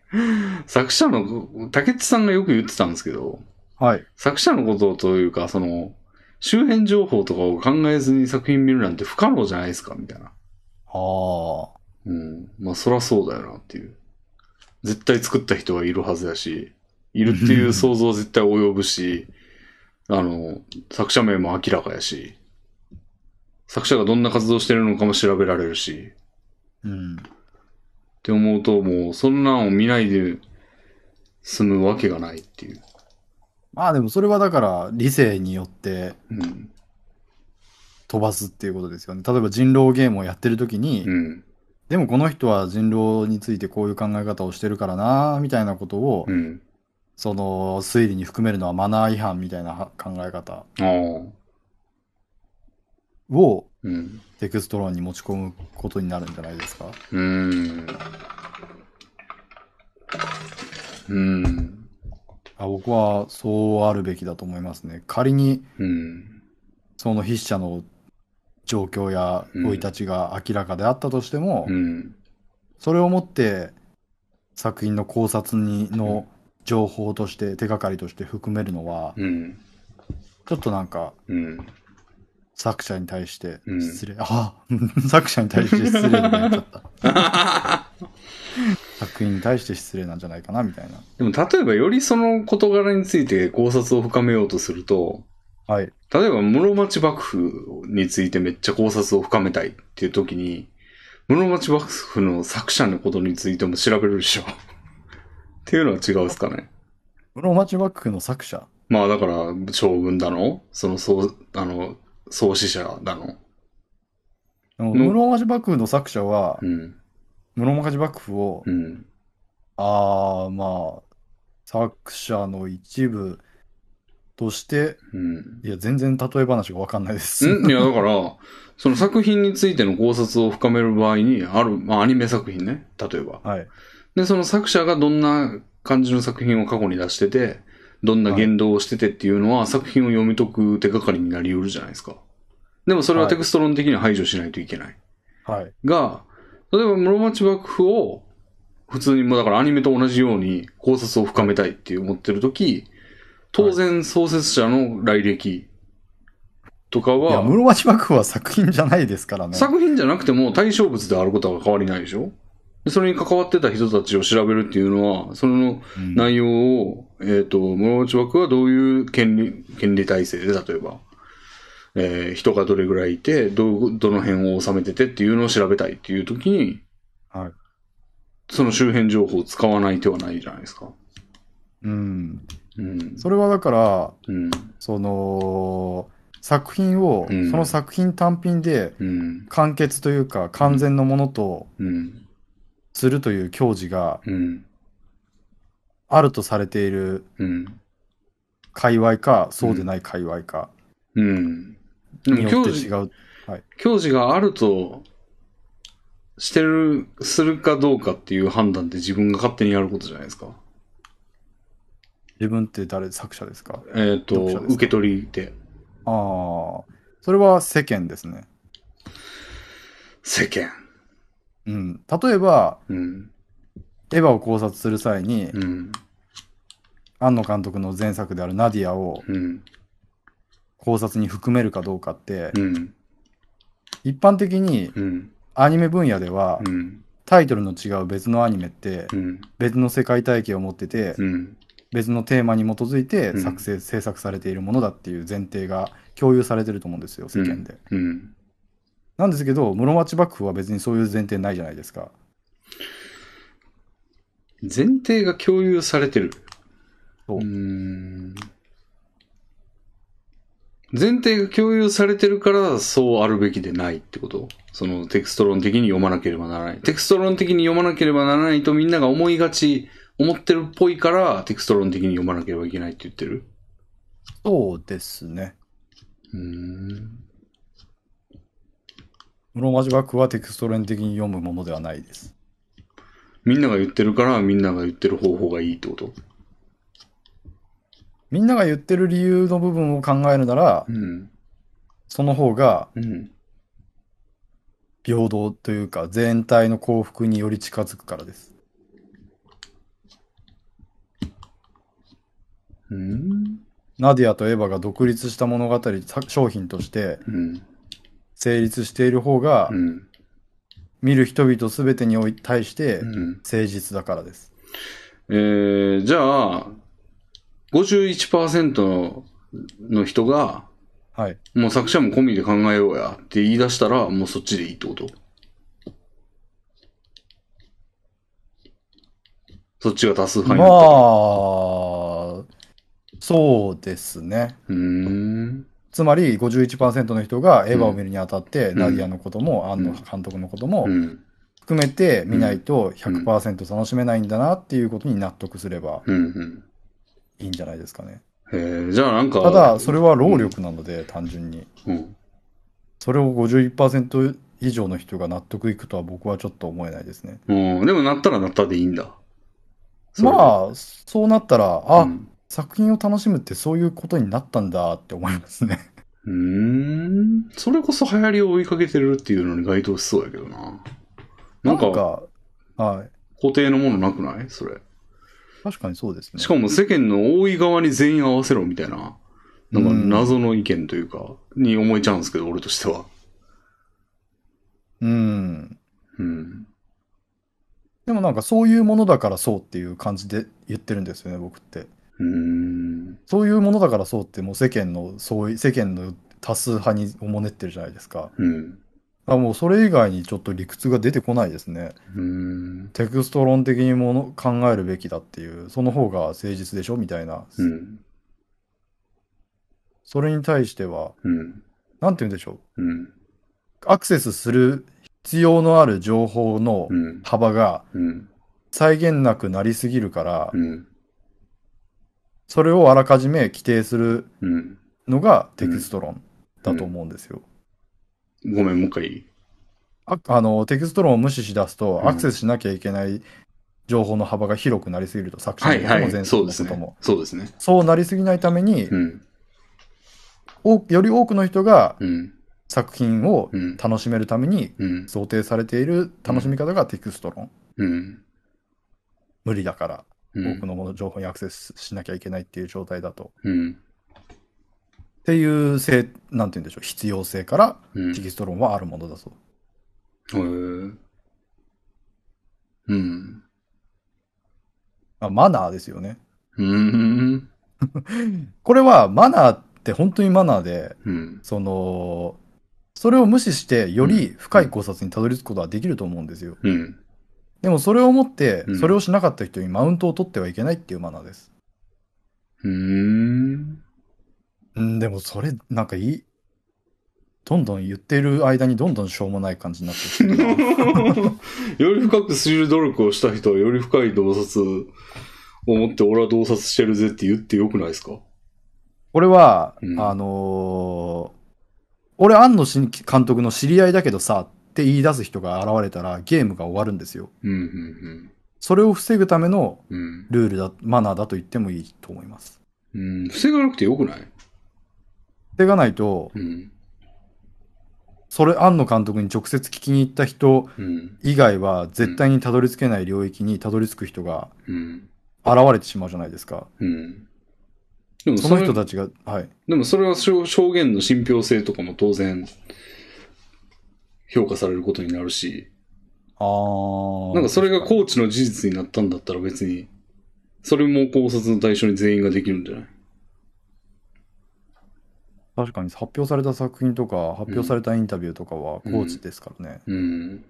Speaker 1: 作者の、竹内さんがよく言ってたんですけど、
Speaker 2: はい。
Speaker 1: 作者のことというか、その、周辺情報とかを考えずに作品見るなんて不可能じゃないですか、みたいな。
Speaker 2: ああ。
Speaker 1: うん。まあ、そらそうだよなっていう。絶対作った人はいるはずやし、いるっていう想像絶対及ぶし、あの、作者名も明らかやし、作者がどんな活動してるのかも調べられるし、
Speaker 2: うん。
Speaker 1: って思うと、もう、そんなんを見ないで済むわけがないっていう。
Speaker 2: まあでもそれはだから理性によって
Speaker 1: うん。
Speaker 2: 飛ばすっていうことですよね。例えば人狼ゲームをやってる時に、
Speaker 1: うん。
Speaker 2: でもこの人は人狼についてこういう考え方をしてるからな、みたいなことを、
Speaker 1: うん。
Speaker 2: その推理に含めるのはマナー違反みたいなは考え方
Speaker 1: ああ。
Speaker 2: を
Speaker 1: うん。
Speaker 2: テクスト論に持ち込むことになるんじゃないですか。
Speaker 1: うーん。うん。
Speaker 2: あ僕はそうあるべきだと思いますね。仮に
Speaker 1: うん。
Speaker 2: その筆者の状況や
Speaker 1: うん
Speaker 2: 生い立ちが明らかであったとしても、
Speaker 1: うん。
Speaker 2: それをもって作品の考察にの情報として、手がかりとして含めるのは、
Speaker 1: うん。
Speaker 2: ちょっとなんか
Speaker 1: うん。
Speaker 2: 作者に対して
Speaker 1: うん
Speaker 2: 失礼、あ [LAUGHS] 作者に対して失礼になっちゃった
Speaker 1: [LAUGHS]
Speaker 2: 作品に対して失礼なんじゃないかなみたいな
Speaker 1: でも、例えば、よりその事柄について考察を深めようとすると、
Speaker 2: はい
Speaker 1: 例えば、室町幕府についてめっちゃ考察を深めたいっていう時に、室町幕府の作者のことについても調べるでしょ。 [LAUGHS] っていうのは違うですかね。
Speaker 2: 室町幕府の作者
Speaker 1: まあだから、将軍だの、その、そう、あの、創始者だの。
Speaker 2: でも
Speaker 1: の
Speaker 2: 室町幕府の作者は
Speaker 1: うん。
Speaker 2: 室町幕府を、
Speaker 1: うん。
Speaker 2: ああまあ作者の一部として
Speaker 1: うん。
Speaker 2: いや全然例え話が分かんないです
Speaker 1: んいや、だから、その作品についての考察を深める場合に、ある、まあ、アニメ作品ね、例えば。
Speaker 2: はい
Speaker 1: で、その作者がどんな感じの作品を過去に出してて、どんな言動をしててっていうのは、作品を読み解く手がかりになり得るじゃないですか。でもそれは
Speaker 2: はい
Speaker 1: テクスト論的には排除しないといけない。
Speaker 2: はい
Speaker 1: が、例えば室町幕府を、普通にもうだからアニメと同じように考察を深めたいって思ってるとき、当然創設者の来歴とか
Speaker 2: いや、
Speaker 1: は、
Speaker 2: 室町幕府は作品じゃないですからね。
Speaker 1: 作品じゃなくても対象物であることは変わりないでしょでそれに関わってた人たちを調べるっていうのは、その
Speaker 2: うん
Speaker 1: 内容を、えっ、と、室町幕府はどういう権利、権利体制で、例えば、えー人がどれぐらいいて、どう、どの辺を収めててっていうのを調べたいっていう時に、
Speaker 2: はい
Speaker 1: その周辺情報を使わない手はないじゃないですか。
Speaker 2: うん。
Speaker 1: うん。
Speaker 2: それはだから、
Speaker 1: うん。
Speaker 2: その、作品を、
Speaker 1: うん
Speaker 2: その作品単品で
Speaker 1: うん。
Speaker 2: 完結というか完全のものと
Speaker 1: うん。
Speaker 2: するという教示が
Speaker 1: うん。
Speaker 2: あるとされている
Speaker 1: うん。
Speaker 2: 界隈か、そうでない界隈か
Speaker 1: うん。で
Speaker 2: に
Speaker 1: も、
Speaker 2: よっ
Speaker 1: 教
Speaker 2: て違
Speaker 1: 授、
Speaker 2: う。
Speaker 1: 教授があると、してる、するかどうかっていう判断って自分が勝手にやることじゃないですか。
Speaker 2: 自分って誰、作者ですか
Speaker 1: えっ、と
Speaker 2: 読者です、か
Speaker 1: 受け取り手。
Speaker 2: ああ、それは世間ですね。
Speaker 1: 世間。
Speaker 2: うん。例えば、
Speaker 1: うん。
Speaker 2: エヴァを考察する際に、
Speaker 1: うん。
Speaker 2: 庵野監督の前作であるナディアを
Speaker 1: うん。
Speaker 2: 考察に含めるかどうかって、
Speaker 1: うん。
Speaker 2: 一般的に
Speaker 1: うん。
Speaker 2: アニメ分野では
Speaker 1: う、ん。
Speaker 2: タイトルの違う別のアニメって、
Speaker 1: うん。
Speaker 2: 別の世界体系を持ってて、
Speaker 1: うん。
Speaker 2: 別のテーマに基づいて
Speaker 1: うん
Speaker 2: 作成、制作されているものだっていう前提が共有されてると思うんですよ、世間で。
Speaker 1: うん。
Speaker 2: なんですけど、室町幕府は別にそういう前提ないじゃないですか。
Speaker 1: 前提が共有されてる。
Speaker 2: そう
Speaker 1: うーん。前提が共有されてるから、そうあるべきでないってことそのテクスト論的に読まなければならない。テクスト論的に読まなければならないとみんなが思いがち、思ってるっぽいから、テクスト論的に読まなければいけないって言ってる
Speaker 2: そうですね。
Speaker 1: うーん。
Speaker 2: 室町幕府はテクスト連的に読むものではないです。
Speaker 1: みんなが言ってるから、みんなが言ってる方法がいいってこと
Speaker 2: みんなが言ってる理由の部分を考えるなら、
Speaker 1: うん。
Speaker 2: その方が
Speaker 1: うん。
Speaker 2: 平等というか、全体の幸福により近づくからです。
Speaker 1: うん。
Speaker 2: ナディアとエヴァが独立した物語、作商品として
Speaker 1: うん。
Speaker 2: 成立している方が
Speaker 1: う、ん。
Speaker 2: 見る人々すべてにおい対して
Speaker 1: うん。
Speaker 2: 誠実だからです。
Speaker 1: えー、じゃあ、51%の人が、
Speaker 2: はい。
Speaker 1: もう作者も込みで考えようやって言い出したら、もうそっちでいいってことそっちが多数
Speaker 2: ま
Speaker 1: 派になった。
Speaker 2: あ、そうですね。
Speaker 1: うーん。
Speaker 2: つまり51%の人がエヴァを見るにあたって、
Speaker 1: ん
Speaker 2: ナディアのことも、
Speaker 1: ん
Speaker 2: 庵野監督のことも
Speaker 1: うん。
Speaker 2: 含めて見ない
Speaker 1: うん
Speaker 2: と100%楽しめないんだなっていうことに納得すれば
Speaker 1: うん。うん。
Speaker 2: いいんじゃないですかね。
Speaker 1: えー、じゃあなんか、
Speaker 2: ただ、それは労力なので、単純に。
Speaker 1: うん。
Speaker 2: それを51%以上の人が納得いくとは僕はちょっと思えないですね。
Speaker 1: うん。でもなったらなったでいいんだ。あ、
Speaker 2: まあ、そうなったら、あ、
Speaker 1: うん
Speaker 2: 作品を楽しむってそういうことになったんだって思いますね。
Speaker 1: うーん。それこそ流行りを追いかけてるっていうのに該当しそうやけどな。なん
Speaker 2: なん
Speaker 1: か、
Speaker 2: か、はい。
Speaker 1: 固定のものなくないそれ。
Speaker 2: 確かにそうですね。
Speaker 1: しかも世間の多い側に全員合わせろみたいな、なんか
Speaker 2: うん
Speaker 1: 謎の意見というか、に思えちゃうんですけど、俺としては。
Speaker 2: うん。
Speaker 1: うん。
Speaker 2: でもなんかそういうものだからそうっていう感じで言ってるんですよね、僕って。
Speaker 1: うーん。
Speaker 2: そういうものだからそうってもう世間の、そうい世間の多数派におもねってるじゃないですか。
Speaker 1: うん。
Speaker 2: あもうそれ以外にちょっと理屈が出てこないですね。
Speaker 1: うーん。
Speaker 2: テクスト論的にもの考えるべきだっていう、その方が誠実でしょみたいな。
Speaker 1: うん。
Speaker 2: それに対しては、
Speaker 1: うん。
Speaker 2: なんて言うんでしょう。
Speaker 1: うん。
Speaker 2: アクセスする必要のある情報の
Speaker 1: うん。
Speaker 2: 幅が
Speaker 1: うん。
Speaker 2: 際限なくなりすぎるから
Speaker 1: う、ん。
Speaker 2: それをあらかじめ規定する
Speaker 1: うん。
Speaker 2: のがテクスト論だと思うんですよ。
Speaker 1: ごめん、もう一回いい
Speaker 2: ああのテクスト論を無視しだすと、
Speaker 1: うん
Speaker 2: アクセスしなきゃいけない情報の幅が広くなりすぎると、作者
Speaker 1: は
Speaker 2: の
Speaker 1: い
Speaker 2: こと
Speaker 1: は
Speaker 2: も
Speaker 1: い。
Speaker 2: 前
Speaker 1: そ
Speaker 2: 作
Speaker 1: うで
Speaker 2: の
Speaker 1: す
Speaker 2: こと
Speaker 1: ね
Speaker 2: も。。
Speaker 1: そうですね。
Speaker 2: そうなりすぎないために、
Speaker 1: うん。
Speaker 2: おより多くの人が
Speaker 1: うん。
Speaker 2: 作品を
Speaker 1: うん。
Speaker 2: 楽しめるために
Speaker 1: うん。
Speaker 2: 想定されている楽しみ方がテクスト論。
Speaker 1: うん。
Speaker 2: 無理だから、
Speaker 1: う
Speaker 2: 多
Speaker 1: ん
Speaker 2: く。のもの情報にアクセスしなきゃいけないっていう状態だと。
Speaker 1: うん。
Speaker 2: っていうせい、なんて言うんでしょう、必要性から
Speaker 1: うん
Speaker 2: テキスト論はあるものだと。
Speaker 1: へーうん。
Speaker 2: まあマナーですよね。
Speaker 1: うん。
Speaker 2: これはマナーって本当にマナーで、
Speaker 1: うん。
Speaker 2: その、それを無視してより深い考察にたどり着くことはできると思うんですよ。
Speaker 1: うん。
Speaker 2: でもそれをもって
Speaker 1: うん、
Speaker 2: それをしなかった人にマウントを取ってはいけないっていうマナーです。
Speaker 1: うん。
Speaker 2: うん、でもそれ、なんかいい、どんどん言ってる間にどんどんしょうもない感じにな
Speaker 1: [LAUGHS]
Speaker 2: ってる。
Speaker 1: より深く知る努力をした人はより深い洞察を持って俺は洞察してるぜって言ってよくないですか
Speaker 2: これは、
Speaker 1: うん
Speaker 2: あのー俺、庵野新監督の知り合いだけどさ、って言い出す人が現れたらゲームが終わるんですよ。
Speaker 1: うん、うん、
Speaker 2: それを防ぐための
Speaker 1: うん。うん
Speaker 2: ルールだ、マナーだと言ってもいいと思います。
Speaker 1: うん、防がなくてよくない
Speaker 2: でがないと、
Speaker 1: うん。
Speaker 2: それ、庵野監督に直接聞きに行った人
Speaker 1: うん。
Speaker 2: 以外は絶対にたどり着けない領域にたどり着く人が
Speaker 1: うん。
Speaker 2: 現れてしまうじゃないですか。
Speaker 1: うん。でもそ
Speaker 2: その
Speaker 1: れ
Speaker 2: 人たちが、はい。
Speaker 1: でもそれは証証言の信憑性とかも当然評価されることになるし、
Speaker 2: あー
Speaker 1: なんかそれがコーチの事実になったんだったら別に、それも考察の対象に全員ができるんじゃない
Speaker 2: 確かに発表された作品とか、発表されたインタビューとかはコーチですからね。
Speaker 1: うん。だか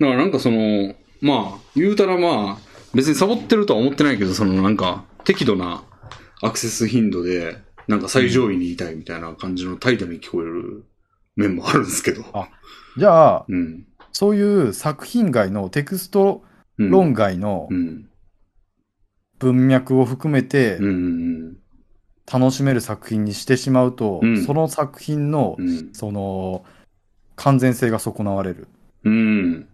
Speaker 1: らなんかその、まあ、言うたらまあ、別にサボってるとは思ってないけど、そのなんか適度なアクセス頻度で、なんか最上位にいたいみたいな感じの態度に聞こえる面もあるんですけど。
Speaker 2: あじゃあ、
Speaker 1: うん。
Speaker 2: そういう作品外のテクスト
Speaker 1: うん
Speaker 2: 論外の
Speaker 1: うん。
Speaker 2: 文脈を含めて
Speaker 1: うんうん
Speaker 2: 楽しめる作品にしてしまうと、
Speaker 1: うん
Speaker 2: その作品の
Speaker 1: うん。うん。
Speaker 2: その完全性が損なわれる
Speaker 1: うん。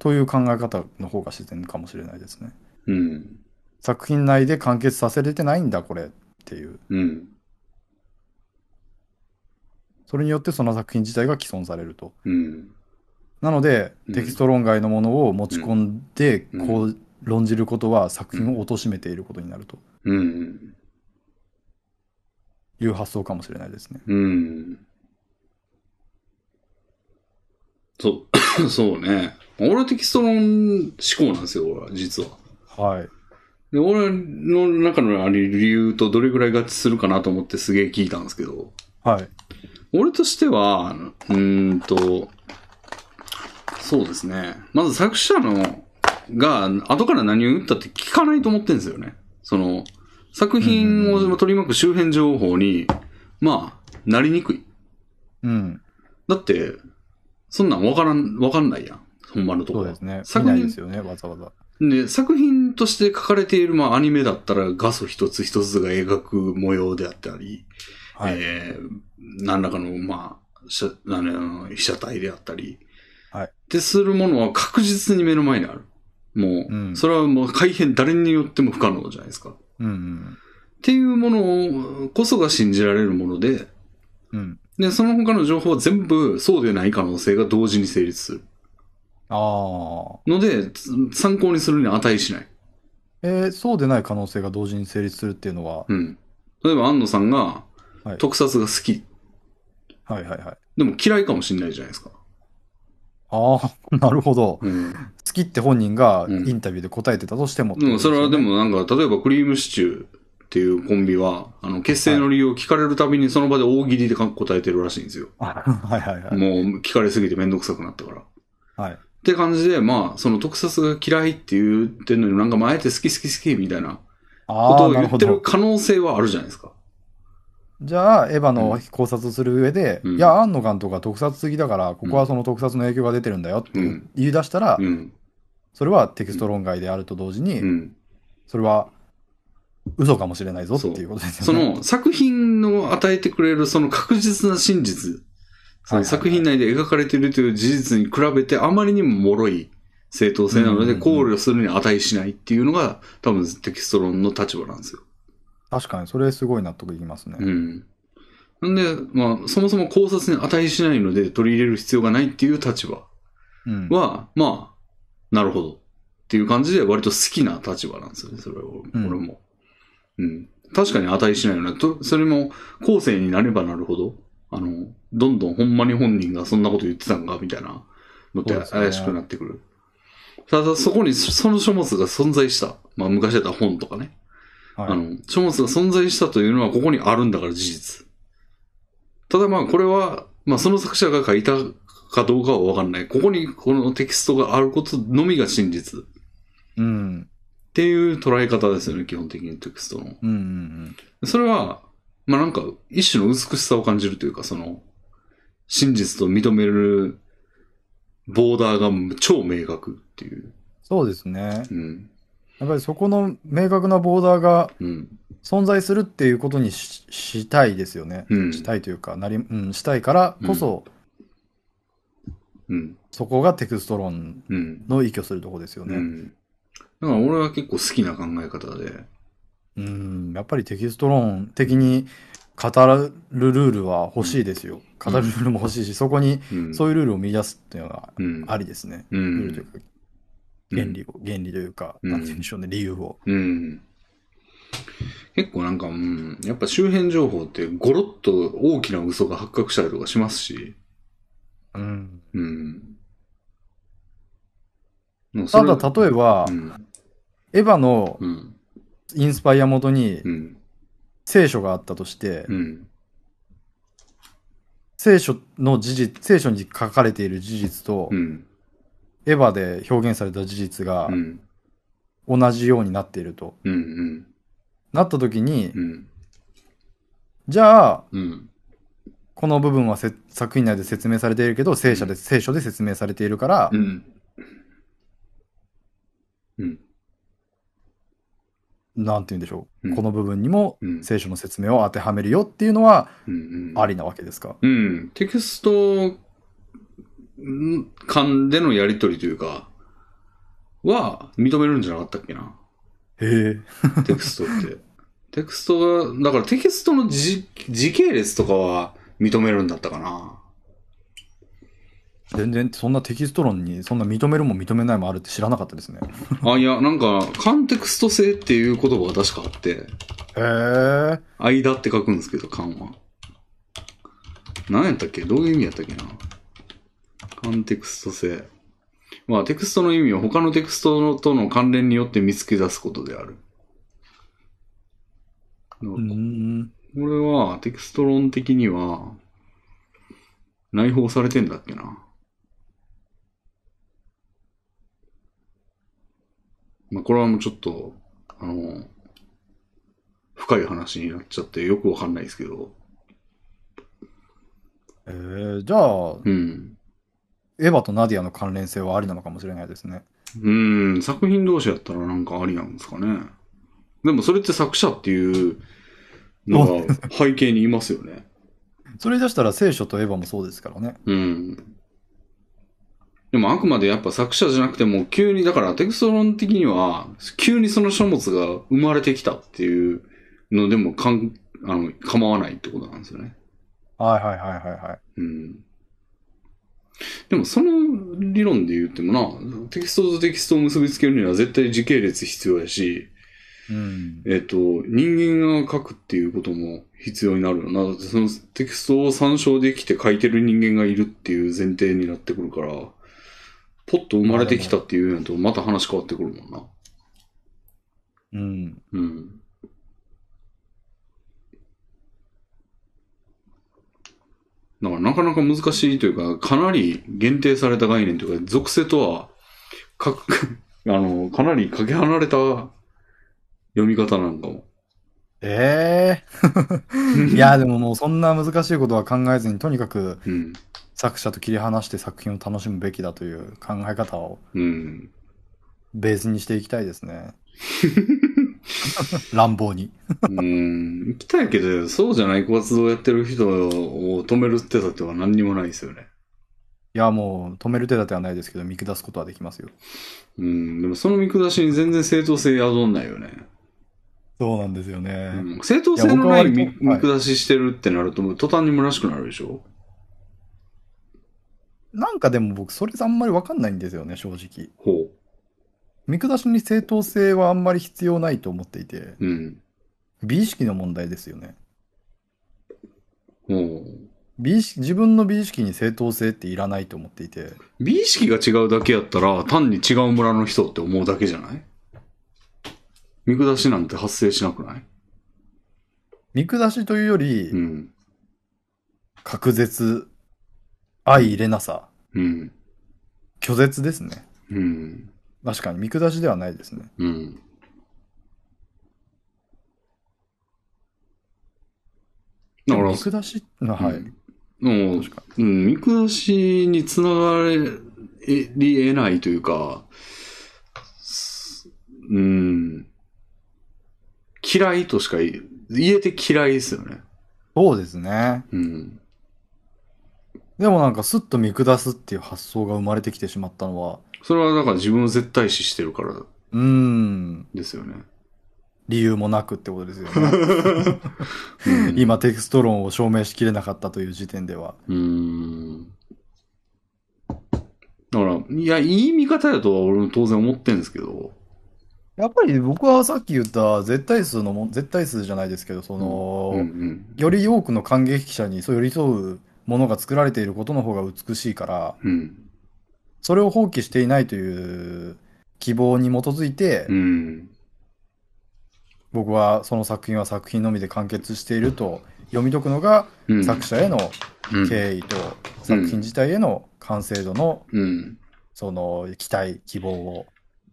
Speaker 2: という考え方の方が自然かもしれないですね。
Speaker 1: うん。
Speaker 2: 作品内で完結させれてないんだこれっていう。
Speaker 1: うん。
Speaker 2: それによってその作品自体が既存されると。
Speaker 1: うん。
Speaker 2: なので、
Speaker 1: うん
Speaker 2: テキスト論外のものを持ち込んで、
Speaker 1: うん
Speaker 2: こう論じることは作品を貶めていることになると
Speaker 1: うん。
Speaker 2: いう発想かもしれないですね。
Speaker 1: うん。そう、 [COUGHS] そうね。俺はテキスト論思考なんですよ、俺は、実は。
Speaker 2: はい。
Speaker 1: で、俺の中のあれ理由とどれぐらい合致するかなと思ってすげえ聞いたんですけど、
Speaker 2: はい。
Speaker 1: 俺としては、うーんと、そうですね。まず作者の、が、後から何を言ったって聞かないと思ってんですよね。その、作品を取り巻く周辺情報に、まあ、なりにくい。
Speaker 2: うん。
Speaker 1: だって、そんなんわからん、わかんないやん。ほんまのとこ
Speaker 2: そう
Speaker 1: ろ
Speaker 2: ですね。見
Speaker 1: 作
Speaker 2: な
Speaker 1: 品
Speaker 2: いですよね、わざわざ。
Speaker 1: で、作品として書かれている、まあ、アニメだったら画素一つ一つが描く模様であったり、
Speaker 2: はい。
Speaker 1: えー何らかの、まあ、しゃあの被写体であったり、
Speaker 2: はい
Speaker 1: ってするものは確実に目の前にある。もう、
Speaker 2: うん
Speaker 1: それはもう改変、誰によっても不可能じゃないですか。っ
Speaker 2: うん
Speaker 1: ていうものこそが信じられるもので、
Speaker 2: うん。うん。
Speaker 1: で、その他の情報は全部そうでない可能性が同時に成立する。
Speaker 2: ああ。
Speaker 1: ので、つ参考にするに値しない。
Speaker 2: えーそうでない可能性が同時に成立するっていうのは、
Speaker 1: うん。例えば、安野さんが
Speaker 2: はい、
Speaker 1: 特撮が好き。
Speaker 2: はいはいはい。
Speaker 1: でも嫌いかもしれないじゃないですか。
Speaker 2: ああ、 [LAUGHS] なるほど。
Speaker 1: うん。
Speaker 2: 好きって本人が
Speaker 1: うん
Speaker 2: インタビューで答えてたとしてもって
Speaker 1: で
Speaker 2: こ
Speaker 1: も、
Speaker 2: とす
Speaker 1: そ
Speaker 2: よね、
Speaker 1: れはでもなんか、例えば、クリームシチューっていうコンビは、あの、結成の理由を聞かれるたびに、その場で大喜利で答えてるらしいんですよ。
Speaker 2: あ。 [LAUGHS] はいはいはい。
Speaker 1: もう、聞かれすぎてめんどくさくなったから。
Speaker 2: はい。
Speaker 1: って感じで、まあ、その特撮が嫌いって言ってるのになんか、まあ、あえて好き好き好きみたいなこ
Speaker 2: あ
Speaker 1: と
Speaker 2: あ、
Speaker 1: を
Speaker 2: な
Speaker 1: 言
Speaker 2: るほ
Speaker 1: ってる
Speaker 2: ど。
Speaker 1: 可能性はあるじゃないですか。
Speaker 2: じゃあ、エヴァの考察する上で、
Speaker 1: うん
Speaker 2: いや、庵野監督が特撮好きだから、ここはその特撮の影響が出てるんだよって言う
Speaker 1: うん
Speaker 2: 言い出したら、
Speaker 1: うん。
Speaker 2: それはテキスト論外であると同時に、
Speaker 1: うん。
Speaker 2: それは嘘かもしれないぞっていうことです
Speaker 1: そ
Speaker 2: よね。
Speaker 1: の作品の与えてくれるその確実な真実、そ
Speaker 2: はいはいは
Speaker 1: の
Speaker 2: い
Speaker 1: 作品内で描かれているという事実に比べてあまりにも脆い正当性なの
Speaker 2: うんうん
Speaker 1: で
Speaker 2: うん
Speaker 1: 考慮するに値しないっていうのが多分テキスト論の立場なんですよ。
Speaker 2: 確かに、それすごい納得いきますね。
Speaker 1: うん。なんで、まあ、そもそも考察に値しないので取り入れる必要がないっていう立場
Speaker 2: うん。
Speaker 1: は、まあ、なるほどっていう感じで割と好きな立場なんですよね、それは
Speaker 2: う
Speaker 1: 俺,、
Speaker 2: ん
Speaker 1: も。うん。確かに値しないよね。とそれも後世になればなるほど、あの、どんどんほんまに本人がそんなこと言ってたんか、みたいなのって
Speaker 2: そうですね
Speaker 1: 怪しくなってくる。ただそこにそその書物が存在した。まあ昔だったら本とかね。
Speaker 2: はい
Speaker 1: あの、書物が存在したというのはここにあるんだから事実。ただまあこれは、まあその作者が書いたかどうかはわかんない。ここにこのテキストがあることのみが真実っ
Speaker 2: うん。
Speaker 1: ていう捉え方ですよね、基本的にテキストの。
Speaker 2: うんうんうん。
Speaker 1: それは、まあなんか一種の美しさを感じるというか、その、真実と認めるボーダーが超明確っていう。
Speaker 2: そうですね。
Speaker 1: うん。
Speaker 2: やっぱりそこの明確なボーダーが
Speaker 1: うん。
Speaker 2: 存在するっていうことにししたいですよね。
Speaker 1: うん。
Speaker 2: したいというか、なり、うん、したいからこそ、
Speaker 1: うん。
Speaker 2: そこがテクスト論
Speaker 1: うん。
Speaker 2: の依拠するとこですよ
Speaker 1: う
Speaker 2: ね。
Speaker 1: ん。だから俺は結構好きな考え方で。
Speaker 2: うん、やっぱりテキスト論的に語るルールは欲しいですよ。語るルールも欲しいし、そこに
Speaker 1: うん。
Speaker 2: そういうルールを見出すっていうのは
Speaker 1: うん。
Speaker 2: ありですね。
Speaker 1: う。
Speaker 2: ルールというんか、原理を、原理というか、
Speaker 1: うん
Speaker 2: なんて言うんでしょうね、理由を。
Speaker 1: うん。結構なんか、うん、やっぱ周辺情報ってゴロッと大きな嘘が発覚したりとかしますし、
Speaker 2: うん、
Speaker 1: うん。もうそ
Speaker 2: た
Speaker 1: れ
Speaker 2: だ、例えば
Speaker 1: う、ん。
Speaker 2: エヴァの
Speaker 1: うん。
Speaker 2: インスパイア元に
Speaker 1: うん。
Speaker 2: 聖書があったとして
Speaker 1: う、ん。
Speaker 2: 聖書の事実、聖書に書かれている事実と
Speaker 1: う、ん。
Speaker 2: エヴァで表現された事実が
Speaker 1: うん。
Speaker 2: 同じようになっていると。
Speaker 1: うん。うん。
Speaker 2: なった時に、
Speaker 1: うん。
Speaker 2: じゃあ、
Speaker 1: うん。
Speaker 2: この部分はせ作品内で説明されているけど、聖書で、聖書で説明されているから、
Speaker 1: うん。うん。
Speaker 2: なんて言うんでしょう、
Speaker 1: うん
Speaker 2: この部分にも
Speaker 1: うん
Speaker 2: 聖書の説明を当てはめるよっていうのは
Speaker 1: うん。
Speaker 2: ありなわけですか。
Speaker 1: うん。テキストん間でのやりとりというか、は認めるんじゃなかったっけな。
Speaker 2: へえ。
Speaker 1: テクストって。テクストが、だからテキストの時時系列とかは認めるんだったかな。
Speaker 2: 全然そんなテキスト論にそんな認めるも認めないもあるって知らなかったですね。
Speaker 1: あ、いや、なんか、カンテクスト性っていう言葉が確かあって、
Speaker 2: へえ。
Speaker 1: 間って書くんですけど、カンは。何やったっけどういう意味やったっけなカンテクスト性。まあ、テクストの意味を他のテクストとの関連によって見つけ出すことである。
Speaker 2: うん。
Speaker 1: これはテクスト論的には内包されてんだっけな。まあ、これはもうちょっと、あの、深い話になっちゃってよくわかんないですけど。
Speaker 2: えー、じゃあ、
Speaker 1: うん。
Speaker 2: エヴァとナディアの関連性はありなのかもしれないですね。
Speaker 1: うん、作品同士やったらなんかありなんですかね。でもそれって作者っていうのが背景にいますよね。
Speaker 2: それ出したら聖書とエヴァもそうですからね。
Speaker 1: うん。でもあくまでやっぱ作者じゃなくてもう急に、だからテクスト論的には、急にその書物が生まれてきたっていうのでもかんあの構わないってことなんですよね。
Speaker 2: はいはいはいはいはい。
Speaker 1: うん。でもその理論で言ってもな、テキストとテキストを結びつけるには絶対時系列必要やし、
Speaker 2: うん。
Speaker 1: えっ、と、人間が書くっていうことも必要になるよな。だってそのテキストを参照できて書いてる人間がいるっていう前提になってくるから、ポッと生まれてきたっていうのとまた話変わってくるもんな。
Speaker 2: うん。
Speaker 1: うん。だからなかなか難しいというか、かなり限定された概念というか、属性とは、か、 [LAUGHS] あの、かなりかけ離れた読み方なんかも。
Speaker 2: ええ [LAUGHS] いや、でももうそんな難しいことは考えずに、とにかく
Speaker 1: うん。
Speaker 2: 作者と切り離して作品を楽しむべきだという考え方を
Speaker 1: うん。
Speaker 2: ベースにしていきたいです [LAUGHS] ね。乱暴に。
Speaker 1: うーん、行きたいけど、そうじゃない活動をやってる人を止めるってたっては何にもないですよね。
Speaker 2: いや、もう止める手立てはないですけど、見下すことはできますよ。
Speaker 1: うん、でもその見下しに全然正当性宿んないよね。
Speaker 2: そうなんですよね
Speaker 1: うん正当性のない
Speaker 2: や僕は割と
Speaker 1: い見見
Speaker 2: はい
Speaker 1: 下ししてるってなると、もう途端に虚しくなるでしょ
Speaker 2: なんかでも僕、それあんまりわかんないんですよね、正直。
Speaker 1: ほ
Speaker 2: 見下しに正当性はあんまり必要ないと思っていて、
Speaker 1: う。うん。
Speaker 2: 美意識の問題ですよね。
Speaker 1: ほ
Speaker 2: 美意識、自分の美意識に正当性っていらないと思っていて、
Speaker 1: う。美意識が違うだけやったら、単に違う村の人って思うだけじゃない見下しなんて発生しなくない
Speaker 2: 見下しというより、
Speaker 1: うん。
Speaker 2: 隔絶、相入れなさ、
Speaker 1: うん。
Speaker 2: 拒絶ですね。
Speaker 1: うん。
Speaker 2: 確かに見下しではないですね。
Speaker 1: うん。だから
Speaker 2: 見、下し、あはい。
Speaker 1: うんもう
Speaker 2: 確か、
Speaker 1: うん、見下しにつながり得ないというか、すうん、嫌いとしか言言えて嫌いですよね。
Speaker 2: そうですね。
Speaker 1: うん。
Speaker 2: でもなんかスッと見下すっていう発想が生まれてきてしまったのは、
Speaker 1: それはだから自分を絶対視してるから
Speaker 2: うーん、
Speaker 1: ですよね。
Speaker 2: [LAUGHS] 理由もなくってことですよね。
Speaker 1: [LAUGHS] うん、
Speaker 2: 今テクスト論を証明しきれなかったという時点では。
Speaker 1: うーん。だから、いや、いい見方やとは俺も当然思ってんですけど。
Speaker 2: やっぱり僕はさっき言った絶対数のも、絶対数じゃないですけど、その、
Speaker 1: うんうん。
Speaker 2: より多くの感激者にそう寄り添うものが作られていることの方が美しいから、
Speaker 1: うん。
Speaker 2: それを放棄していないという希望に基づいて
Speaker 1: う、ん。
Speaker 2: 僕はその作品は作品のみで完結していると読み解くのが、
Speaker 1: うん。
Speaker 2: 作者への
Speaker 1: うん
Speaker 2: 敬意と作品自体への完成度の
Speaker 1: うん。
Speaker 2: その期待、希望を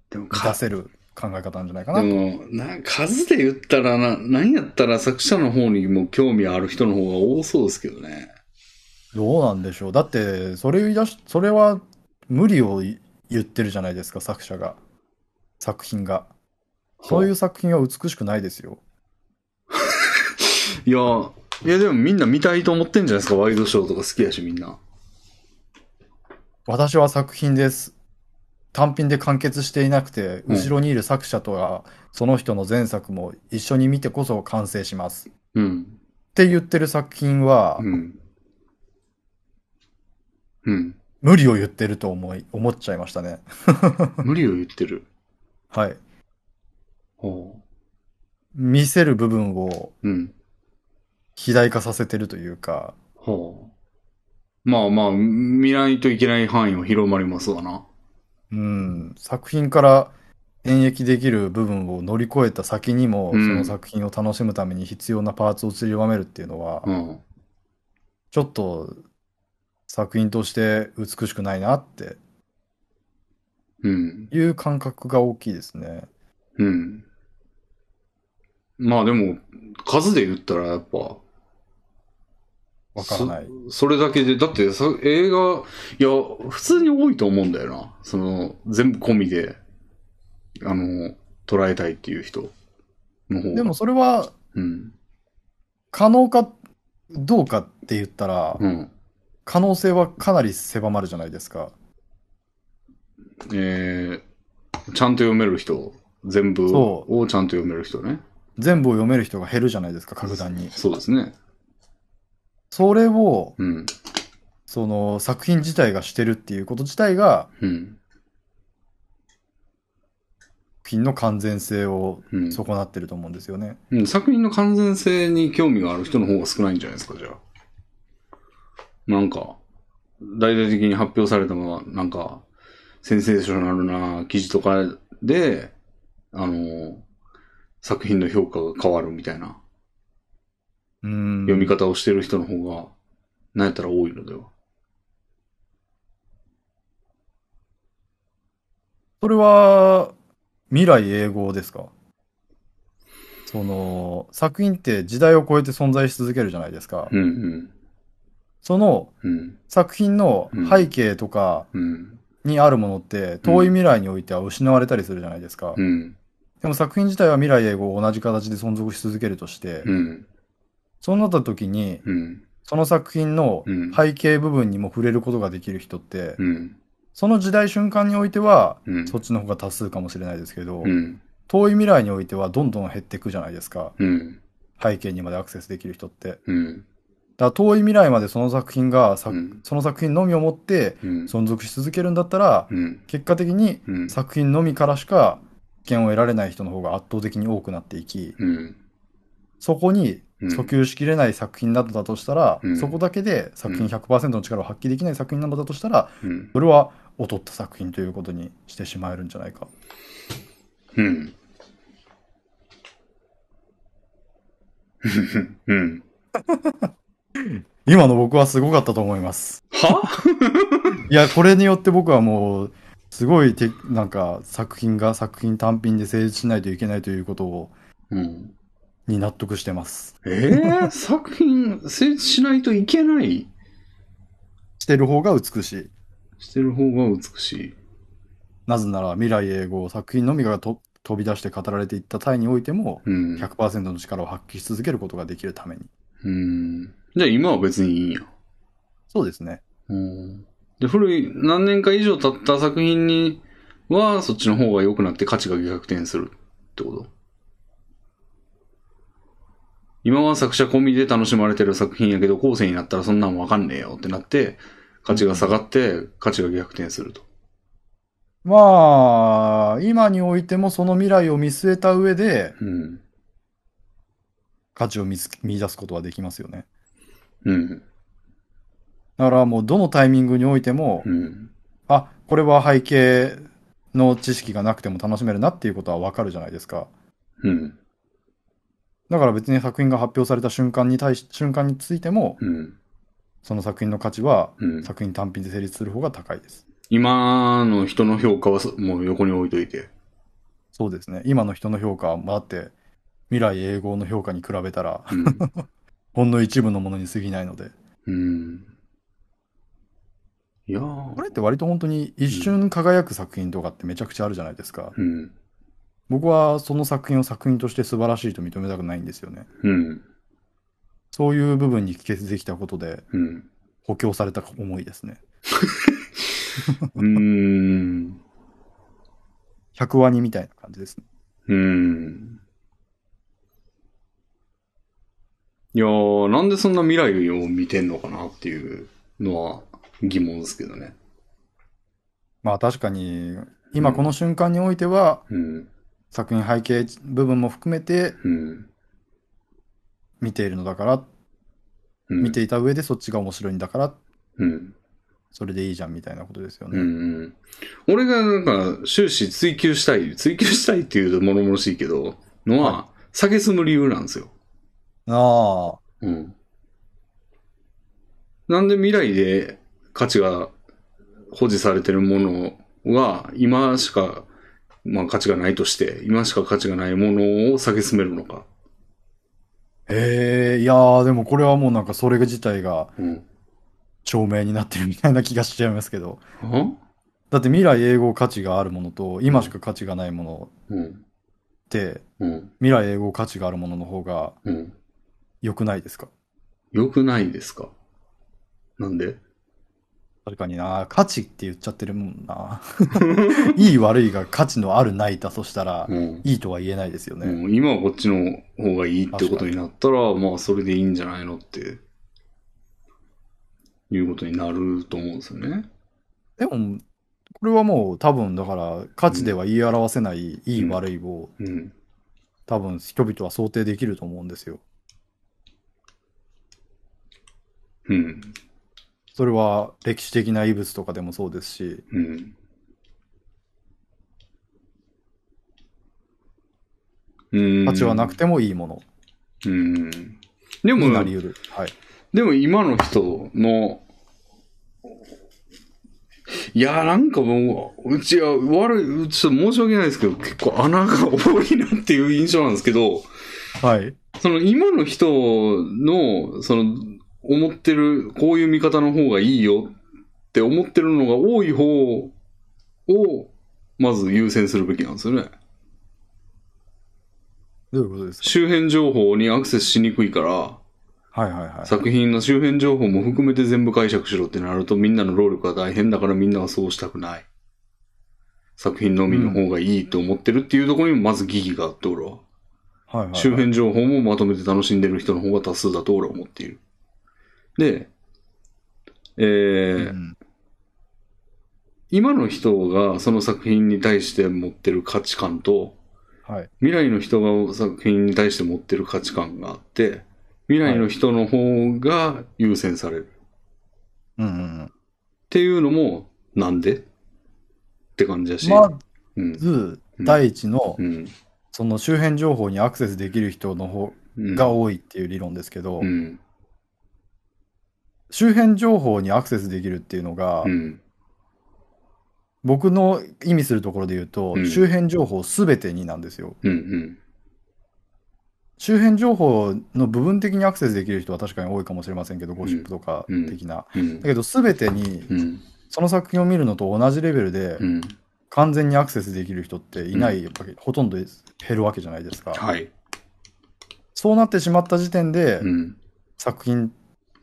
Speaker 1: でも
Speaker 2: 満
Speaker 1: か
Speaker 2: たせる考え方なんじゃないか
Speaker 1: で
Speaker 2: な。
Speaker 1: も、な、数で言ったらな、何やったら作者の方にも興味ある人の方が多そうですけどね。
Speaker 2: どうなんでしょう。だって、それを言い出し、それは無理を言ってるじゃないですか、作者が。作品が。そういう作品は美しくないですよ。
Speaker 1: いや、いやでもみんな見たいと思ってんじゃないですか、ワイドショーとか好きやしみんな。
Speaker 2: 私は作品です。単品で完結していなくて、
Speaker 1: うん
Speaker 2: 後ろにいる作者とは、その人の前作も一緒に見てこそ完成します。っ
Speaker 1: うん。
Speaker 2: て言ってる作品は、
Speaker 1: うん。うん。
Speaker 2: 無理を言ってると思い、思っちゃいましたね。
Speaker 1: 無理を言ってる。
Speaker 2: はい。
Speaker 1: ほ
Speaker 2: 見せる部分を
Speaker 1: う。うん。
Speaker 2: 肥大化させてるというか、
Speaker 1: ほう。まあまあ、見ないといけない範囲は広まりますわな。
Speaker 2: うん、作品から演繹できる部分を乗り越えた先にも、
Speaker 1: う
Speaker 2: そ
Speaker 1: ん
Speaker 2: の作品を楽しむために必要なパーツを散りばめるっていうのは
Speaker 1: う、ん。
Speaker 2: ちょっと作品として美しくないなって
Speaker 1: うん。
Speaker 2: いう感覚が大きいですね。
Speaker 1: うん。まあでも、数で言ったらやっぱ、
Speaker 2: わからない。
Speaker 1: それだけで、だってさ映画、いや、普通に多いと思うんだよな。その、全部込みで、あの、捉えたいっていう人の方が。
Speaker 2: でも、それは
Speaker 1: うん。
Speaker 2: 可能かどうかって言ったら、
Speaker 1: うん。
Speaker 2: 可能性はかなり狭まるじゃないですか。
Speaker 1: えー、ちゃんと読める人、全部
Speaker 2: そ
Speaker 1: をちゃんと読める人ね。
Speaker 2: 全部を読める人が減るじゃないですか、格段に。
Speaker 1: そうですね。
Speaker 2: それを、
Speaker 1: うん。
Speaker 2: その作品自体がしてるっていうこと自体が、
Speaker 1: うん。
Speaker 2: 作品の完全性を
Speaker 1: うん。
Speaker 2: 損なってると思うんですよね。
Speaker 1: うん作品の完全性に興味がある人の方が少ないんじゃないですか、じゃあ。なんか、大々的に発表されたのは、なんか、センセーショナルな記事とかで、あの、作品の評価が変わるみたいな
Speaker 2: うん。
Speaker 1: 読み方をしてる人の方が、なんやったら多いのでは。
Speaker 2: それは、未来永劫ですかその、作品って時代を超えて存在し続けるじゃないですか。
Speaker 1: うん、うん、
Speaker 2: その
Speaker 1: うん、
Speaker 2: 作品の背景とか
Speaker 1: うん、
Speaker 2: にあるものって、遠い未来においては失われたりするじゃないですか
Speaker 1: う。ん、
Speaker 2: でも作品自体は未来永劫同じ形で存続し続けるとして
Speaker 1: う、ん、
Speaker 2: そうなった時に、
Speaker 1: うん、
Speaker 2: その作品の
Speaker 1: うん、
Speaker 2: 背景部分にも触れることができる人って、
Speaker 1: うん、
Speaker 2: その時代瞬間においては、
Speaker 1: うん、
Speaker 2: そっちの方が多数かもしれないですけど
Speaker 1: う、ん、
Speaker 2: 遠い未来においてはどんどん減っていくじゃないですか。
Speaker 1: うん、
Speaker 2: 背景にまでアクセスできる人って。だか
Speaker 1: うん、
Speaker 2: ら遠い未来までその作品がさ、
Speaker 1: うん
Speaker 2: その作品のみをもって
Speaker 1: うん、
Speaker 2: 存続し続けるんだったら、
Speaker 1: うん、
Speaker 2: 結果的に
Speaker 1: うん、
Speaker 2: 作品のみからしか知見を得られない人の方が圧倒的に多くなっていき、
Speaker 1: うん、
Speaker 2: そこに
Speaker 1: うん
Speaker 2: 訴求しきれない作品などだとしたら、
Speaker 1: うん
Speaker 2: そこだけで作品100%の力を発揮できない作品などだとしたら、
Speaker 1: うん、
Speaker 2: それは劣った作品ということにしてしまえるんじゃないか。
Speaker 1: うん。うん。
Speaker 2: 今の僕はすごかったと思います。 [LAUGHS]
Speaker 1: はい
Speaker 2: や、これによって僕はもう、すごいて、なんか、作品が作品単品で成立しないといけないということを、
Speaker 1: うん、
Speaker 2: に納得してます。
Speaker 1: えー、作品成立しないといけない
Speaker 2: してる方が美しい。
Speaker 1: してる方が美しい。
Speaker 2: なぜなら未来永劫作品のみがと飛び出して語られていった体においても
Speaker 1: うん。
Speaker 2: 100%の力を発揮し続けることができるために。
Speaker 1: うん。じゃあ今は別にいいんや。
Speaker 2: そうですね。
Speaker 1: うん。で、古い、何年か以上経った作品には、そっちの方が良くなって価値が逆転するってこと今は作者込みで楽しまれてる作品やけど、後世になったらそんなんわかんねえよってなって、価値が下がって、価値が逆転すると。
Speaker 2: まあ、今においてもその未来を見据えた上で
Speaker 1: うん。
Speaker 2: 価値を見つ見出すことはできますよね。
Speaker 1: うん。
Speaker 2: だからもうどのタイミングにおいても
Speaker 1: う、ん。
Speaker 2: あ、これは背景の知識がなくても楽しめるなっていうことはわかるじゃないですか。
Speaker 1: うん。
Speaker 2: だから別に作品が発表された瞬間に対し、瞬間についても、
Speaker 1: うん。
Speaker 2: その作品の価値は
Speaker 1: うん。
Speaker 2: 作品単品で成立する方が高いです。
Speaker 1: 今の人の評価はそもう横に置いといて。
Speaker 2: そうですね。今の人の評価は、まあ、だって、未来永劫の評価に比べたら、
Speaker 1: うん。
Speaker 2: ほんの一部のものに過ぎないので、
Speaker 1: うん。いやー
Speaker 2: こ。れって割と本当に一瞬輝く作品とかってめちゃくちゃあるじゃないですか。
Speaker 1: うん。
Speaker 2: 僕はその作品を作品として素晴らしいと認めたくないんですよね。
Speaker 1: うん。
Speaker 2: そういう部分に帰結できたことで
Speaker 1: うん。
Speaker 2: 補強された思いですね。
Speaker 1: うーん。
Speaker 2: 100ワニみたいな感じですね。
Speaker 1: うん。いやー、なんでそんな未来を見てんのかなっていうのは疑問ですけどね。
Speaker 2: まあ確かに、
Speaker 1: う
Speaker 2: 今
Speaker 1: ん
Speaker 2: この瞬間においては、
Speaker 1: うん。
Speaker 2: 作品背景部分も含めて
Speaker 1: うん。
Speaker 2: 見ているのだから、
Speaker 1: うん
Speaker 2: 見て。いた上でそっちが面白いんだから、
Speaker 1: うん。
Speaker 2: それでいいじゃんみたいなことですよ
Speaker 1: うん、う
Speaker 2: ね。
Speaker 1: ん。俺がなんか終始追求したい、追求したいっていうと物々しいけど、のは、蔑む理由なんですよ。
Speaker 2: ああ、
Speaker 1: うん。なんで未来で価値が保持されてるものは、今しか、まあ価値がないとして、今しか価値がないものを蔑めるのか。
Speaker 2: ええいやー、でもこれはもうなんかそれ自体が
Speaker 1: うん。
Speaker 2: 証明になってるみたいな気がしちゃいますけど。
Speaker 1: は
Speaker 2: だって未来永劫価値があるものと、今しか価値がないもの
Speaker 1: うん。
Speaker 2: って、
Speaker 1: うん。
Speaker 2: 未来永劫価値があるものの方が
Speaker 1: うん。
Speaker 2: 良くないですか
Speaker 1: 良くないですかなんで
Speaker 2: 確かにな、価値って言っちゃってるも
Speaker 1: [LAUGHS]
Speaker 2: んな。いい悪いが価値のあるないだとしたら、
Speaker 1: うん。
Speaker 2: いいとは言えないですよね。
Speaker 1: うん今はこっちの方がいいってことになったら、まあそれでいいんじゃないのって、いうことになると思うんですよね。
Speaker 2: でも、これはもう多分だから価値では言い表せないいい悪いを
Speaker 1: うん。
Speaker 2: 多分人々は想定できると思うんですよ。
Speaker 1: うん。
Speaker 2: それは歴史的な遺物とかでもそうですし、
Speaker 1: うん。うん。
Speaker 2: 価値はなく
Speaker 1: て。
Speaker 2: てもいいもの
Speaker 1: うん。で
Speaker 2: にな
Speaker 1: も
Speaker 2: り、得る。はい。
Speaker 1: でも今の人の、いや、なんかもう、うちは悪い、ちょっと申し訳ないですけど、結構穴が多いなっていう印象なんですけど、
Speaker 2: はい。
Speaker 1: その今の人の、その、思ってる、こういう見方の方がいいよって思ってるのが多い方を、まず優先するべきなんですよね。
Speaker 2: どういうことですか
Speaker 1: 周辺情報にアクセスしにくいから、
Speaker 2: はいはいはい。
Speaker 1: 作品の周辺情報も含めて全部解釈しろってなるとみんなの労力が大変だからみんなはそうしたくない。作品のみの方がいいと思ってるっていうところにもまず疑義があって俺は。
Speaker 2: はいはいはい。
Speaker 1: 周辺情報もまとめて楽しんでる人の方が多数だと俺は思っている。で、えー
Speaker 2: うん
Speaker 1: 今の人がその作品に対して持ってる価値観と、
Speaker 2: はい。
Speaker 1: 未来の人が作品に対して持ってる価値観があって、未来の人の方が優先される。
Speaker 2: うんうん
Speaker 1: っていうのも、なんでって感じだ
Speaker 2: うん。
Speaker 1: し。
Speaker 2: ま
Speaker 1: うん。
Speaker 2: ず、第一の
Speaker 1: う、ん。
Speaker 2: その周辺情報にアクセスできる人の方
Speaker 1: うん。
Speaker 2: が多いっていう理論ですけど
Speaker 1: う、ん。
Speaker 2: 周辺情報にアクセスできるっていうのが
Speaker 1: う、ん。
Speaker 2: 僕の意味するところで言うと、
Speaker 1: うん
Speaker 2: 周辺情報すべてになんですよ。
Speaker 1: うん。
Speaker 2: 周辺情報の部分的にアクセスできる人は確かに多いかもしれませんけど、ゴシップとか的な。
Speaker 1: うん
Speaker 2: だ。けど、すべてに、
Speaker 1: うん。
Speaker 2: その作品を見るのと同じレベルで、
Speaker 1: うん。
Speaker 2: 完全にアクセスできる人っていない、やっぱりほとんど減るわけじゃないですか。
Speaker 1: はい。
Speaker 2: そうなってしまった時点で、
Speaker 1: うん。
Speaker 2: 作品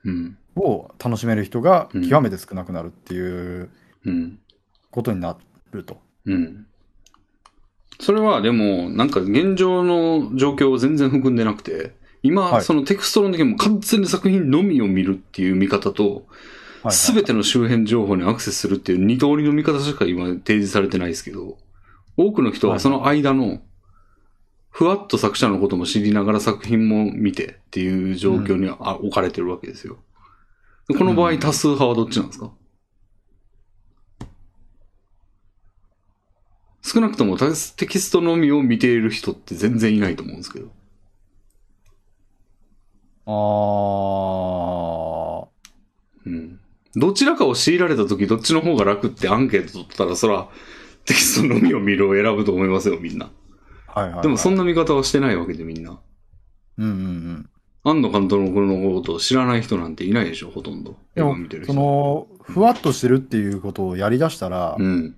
Speaker 1: うん。
Speaker 2: を楽しめる人が
Speaker 1: うん
Speaker 2: 極めて少なくなるっていう
Speaker 1: うん。
Speaker 2: ことになると。
Speaker 1: うん。それはでも、なんか現状の状況を全然含んでなくて、今、
Speaker 2: はい
Speaker 1: そのテクストの時も完全に作品のみを見るっていう見方と、
Speaker 2: はいはい
Speaker 1: すべての周辺情報にアクセスするっていう二通りの見方しか今提示されてないですけど、多くの人はその間の、ふわっと作者のことも知りながら作品も見てっていう状況にあ置かれてるわけですよ。この場合多数派はどっちなんですか少なくともテステキストのみを見ている人って全然いないと思うんですけど。
Speaker 2: あ
Speaker 1: う
Speaker 2: ー、
Speaker 1: ん。どちらかを強いられた時どっちの方が楽ってアンケート取ったらそらテキストのみを見るを選ぶと思いますよみんな。
Speaker 2: はいはい、はい。
Speaker 1: でもそん
Speaker 2: な。
Speaker 1: な見方はしてないわけでみんな。
Speaker 2: うんうんうん。
Speaker 1: 庵野監督のこのことを知らない人なんていないでしょ、ほとんど。
Speaker 2: でも
Speaker 1: 映画見てる人
Speaker 2: その、ふわっとしてるっていうことをやりだしたら、
Speaker 1: うん。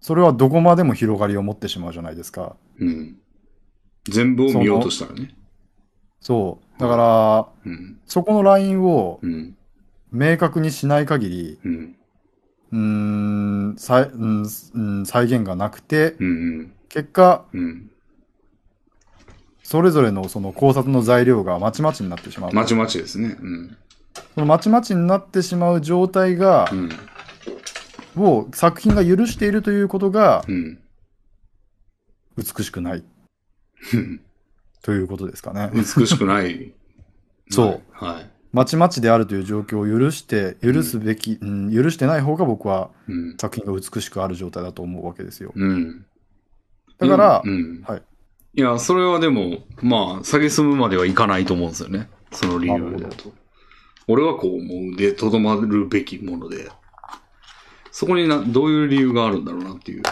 Speaker 2: それはどこまでも広がりを持ってしまうじゃないですか。
Speaker 1: うん。全部を見ようとしたらね。
Speaker 2: そう。だから、
Speaker 1: うん。
Speaker 2: そこのラインを
Speaker 1: うん。
Speaker 2: 明確にしない限り、
Speaker 1: うん。
Speaker 2: うーん、再うんうん再現がなくて、
Speaker 1: うん。
Speaker 2: 結果、
Speaker 1: うん。
Speaker 2: それぞれのその考察の材料がまちまちになってしまう。
Speaker 1: まちまちですね。うん。
Speaker 2: そのまちまちになってしまう状態が
Speaker 1: う、ん。
Speaker 2: を作品が許しているということが [LAUGHS]
Speaker 1: うん。
Speaker 2: 美しくないということですかね。
Speaker 1: 美しくない。
Speaker 2: そう。
Speaker 1: はい。
Speaker 2: まちまちであるという状況を許して、許すべき、うん、許してない方が僕は
Speaker 1: うん。
Speaker 2: 作品が美しくある状態だと思うわけですよ。
Speaker 1: うん。
Speaker 2: だから
Speaker 1: う、ん。
Speaker 2: はい。
Speaker 1: いや、それはでも、まあ、下げすむまではいかないと思うんですよね。その理由
Speaker 2: な
Speaker 1: だ
Speaker 2: る
Speaker 1: と。俺はこう思うで、とどまるべきもので。そこにな、どういう理由があるんだろうなっていう。い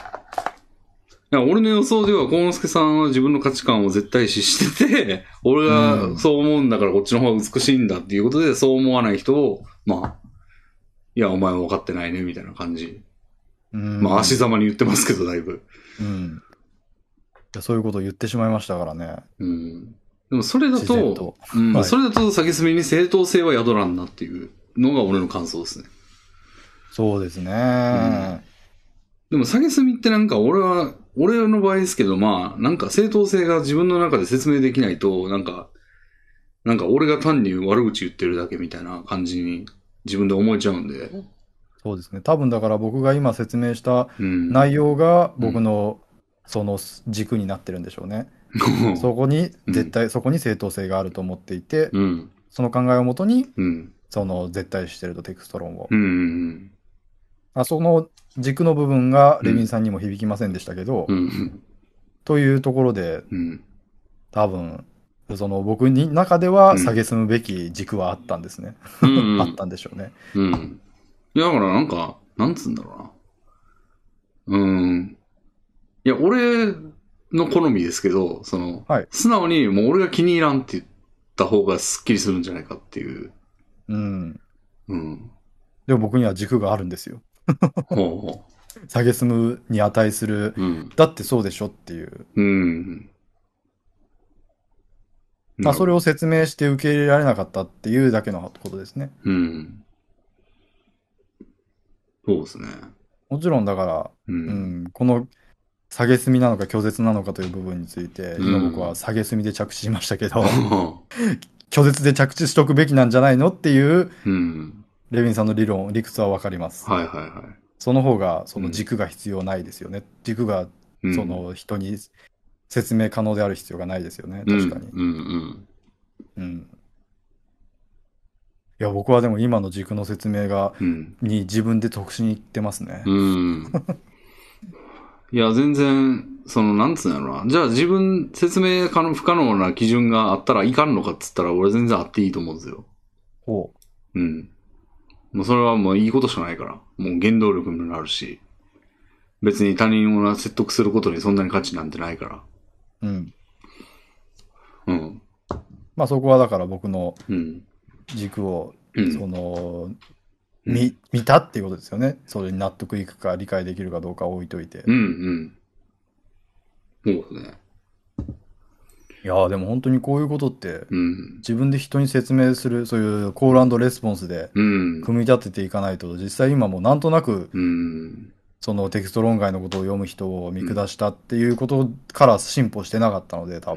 Speaker 1: や、俺の予想では、幸之助さんは自分の価値観を絶対視してて、 [LAUGHS] 俺
Speaker 2: う
Speaker 1: が
Speaker 2: ん
Speaker 1: そう思うんだからこっちの方が美しいんだっていうことで、そう思わない人を、まあ、いや、お前は分かってないね、みたいな感じ。
Speaker 2: うん
Speaker 1: まあ、足ざまに言ってますけど、だいぶ。
Speaker 2: うん。いやそういうことを言ってしまいましたからね。
Speaker 1: うん。でも、それだ
Speaker 2: 自
Speaker 1: と、
Speaker 2: 然と。
Speaker 1: うん
Speaker 2: はい
Speaker 1: それだと先進みに正当性は宿らんなっていうのが俺の感想ですね。
Speaker 2: そうですね。
Speaker 1: でも先進みってなんか俺は、俺の場合ですけど、まあ、なんか正当性が自分の中で説明できないと、なんか、なんか俺が単に悪口言ってるだけみたいな感じに自分で思えちゃうんで。
Speaker 2: そうですね。多分だから僕が今説明した
Speaker 1: うん。 [LAUGHS] い。
Speaker 2: 内容が僕のその軸になってるんでしょうね。そこに絶対、そこに正当性があると思っていて、
Speaker 1: うん。
Speaker 2: その考えをもとに、
Speaker 1: うん。
Speaker 2: その絶対してるとテクスト論を。
Speaker 1: うん。うん。
Speaker 2: あその軸の部分がレビンさんにも響きませんでしたけど、
Speaker 1: うん。
Speaker 2: というところで
Speaker 1: うん。
Speaker 2: 多分、その僕に中では下げすむべき軸はあったんですね。
Speaker 1: うん。
Speaker 2: あったんでしょうね。
Speaker 1: うん。いや、だからなんか、なんつうんだろうな。うん。いや、俺の好みですけど、その、
Speaker 2: はい
Speaker 1: 素直にもう俺が気に入らんって言った方がスッキリするんじゃないかっていう。
Speaker 2: うん。 [LAUGHS]
Speaker 1: うん。
Speaker 2: でも僕には軸があるんですよ。
Speaker 1: ほうほ
Speaker 2: 下げすむに値す
Speaker 1: う。
Speaker 2: る、
Speaker 1: うん。
Speaker 2: だってそうでしょっていう。
Speaker 1: うん。
Speaker 2: まあ、それ
Speaker 1: を。
Speaker 2: を説明して受け入れられなかったっていうだけのことですね。
Speaker 1: うん。そうですね。
Speaker 2: もちろんだから、
Speaker 1: う。
Speaker 2: うんん、この下げすみなのか拒絶なのかという部分について、今
Speaker 1: うん
Speaker 2: 僕は下げすみで着地しましたけど、
Speaker 1: [LAUGHS] う
Speaker 2: [LAUGHS] 拒絶で着地しとくべきなんじゃないのっていう、
Speaker 1: ん。
Speaker 2: レヴィンさんの理論、理屈はわかります。
Speaker 1: はいはいは
Speaker 2: その方が、その軸が必要ないですよね。軸が、
Speaker 1: い。うん
Speaker 2: そ、の人に説明可能である必要がないですよね。
Speaker 1: うん
Speaker 2: 確かに。
Speaker 1: うんうん。
Speaker 2: うん。いや、僕はでも今の軸の説明が、
Speaker 1: うん。
Speaker 2: に自分で得しに行ってますね。
Speaker 1: うん。いや、全然、その、なんつうんやろな。じゃあ自分、説明可能、不可能な基準があったらいかんのかっつったら、俺全然あっていいと思うんですよ。
Speaker 2: ほ
Speaker 1: うん。もうそれはもういいことしかないから。もう原動力にもなるし。別に他人をな説得することにそんなに価値なんてないから。
Speaker 2: う。うん。まあそこはだから僕の
Speaker 1: うん。
Speaker 2: 軸を、
Speaker 1: うん。
Speaker 2: そ
Speaker 1: う
Speaker 2: の、
Speaker 1: ん
Speaker 2: 見、見たっていうことですよね。それに納得いくか理解できるかどうかは置いといて。
Speaker 1: うんうん。そうですね。
Speaker 2: いやーでも本当にこういうことって、
Speaker 1: うん。
Speaker 2: 自分で人に説明する、そういうコールレスポンスで
Speaker 1: うん。
Speaker 2: 組み立てていかないと、実際今もうなんとなく、
Speaker 1: うん。
Speaker 2: そのテキスト論外のことを読む人を見下したっていうことから進歩してなかったので、多
Speaker 1: う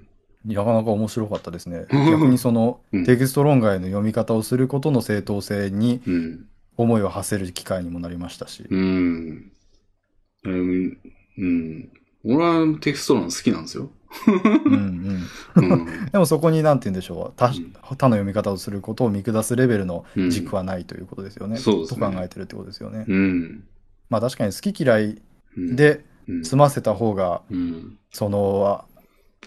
Speaker 1: ん。
Speaker 2: なかなか面白かったですね。
Speaker 1: うん
Speaker 2: 逆にその
Speaker 1: うん
Speaker 2: テキスト論外の読み方をすることの正当性に
Speaker 1: うん。
Speaker 2: 思いを馳せる機会にもなりましたし。
Speaker 1: うん。うん。うん。俺はテキスト欄好きなんですよ。
Speaker 2: うんうん
Speaker 1: うん。
Speaker 2: でもそこに何て言うんでしょう他
Speaker 1: うん
Speaker 2: 他の読み方をすることを見下すレベルの [LAUGHS]
Speaker 1: うん
Speaker 2: 軸はないということですよね。
Speaker 1: そうですね
Speaker 2: と考えてるってことですよね。
Speaker 1: うん。
Speaker 2: まあ確かに好き嫌い
Speaker 1: うん、
Speaker 2: で
Speaker 1: うん、
Speaker 2: 済ませた方が、
Speaker 1: うん。
Speaker 2: その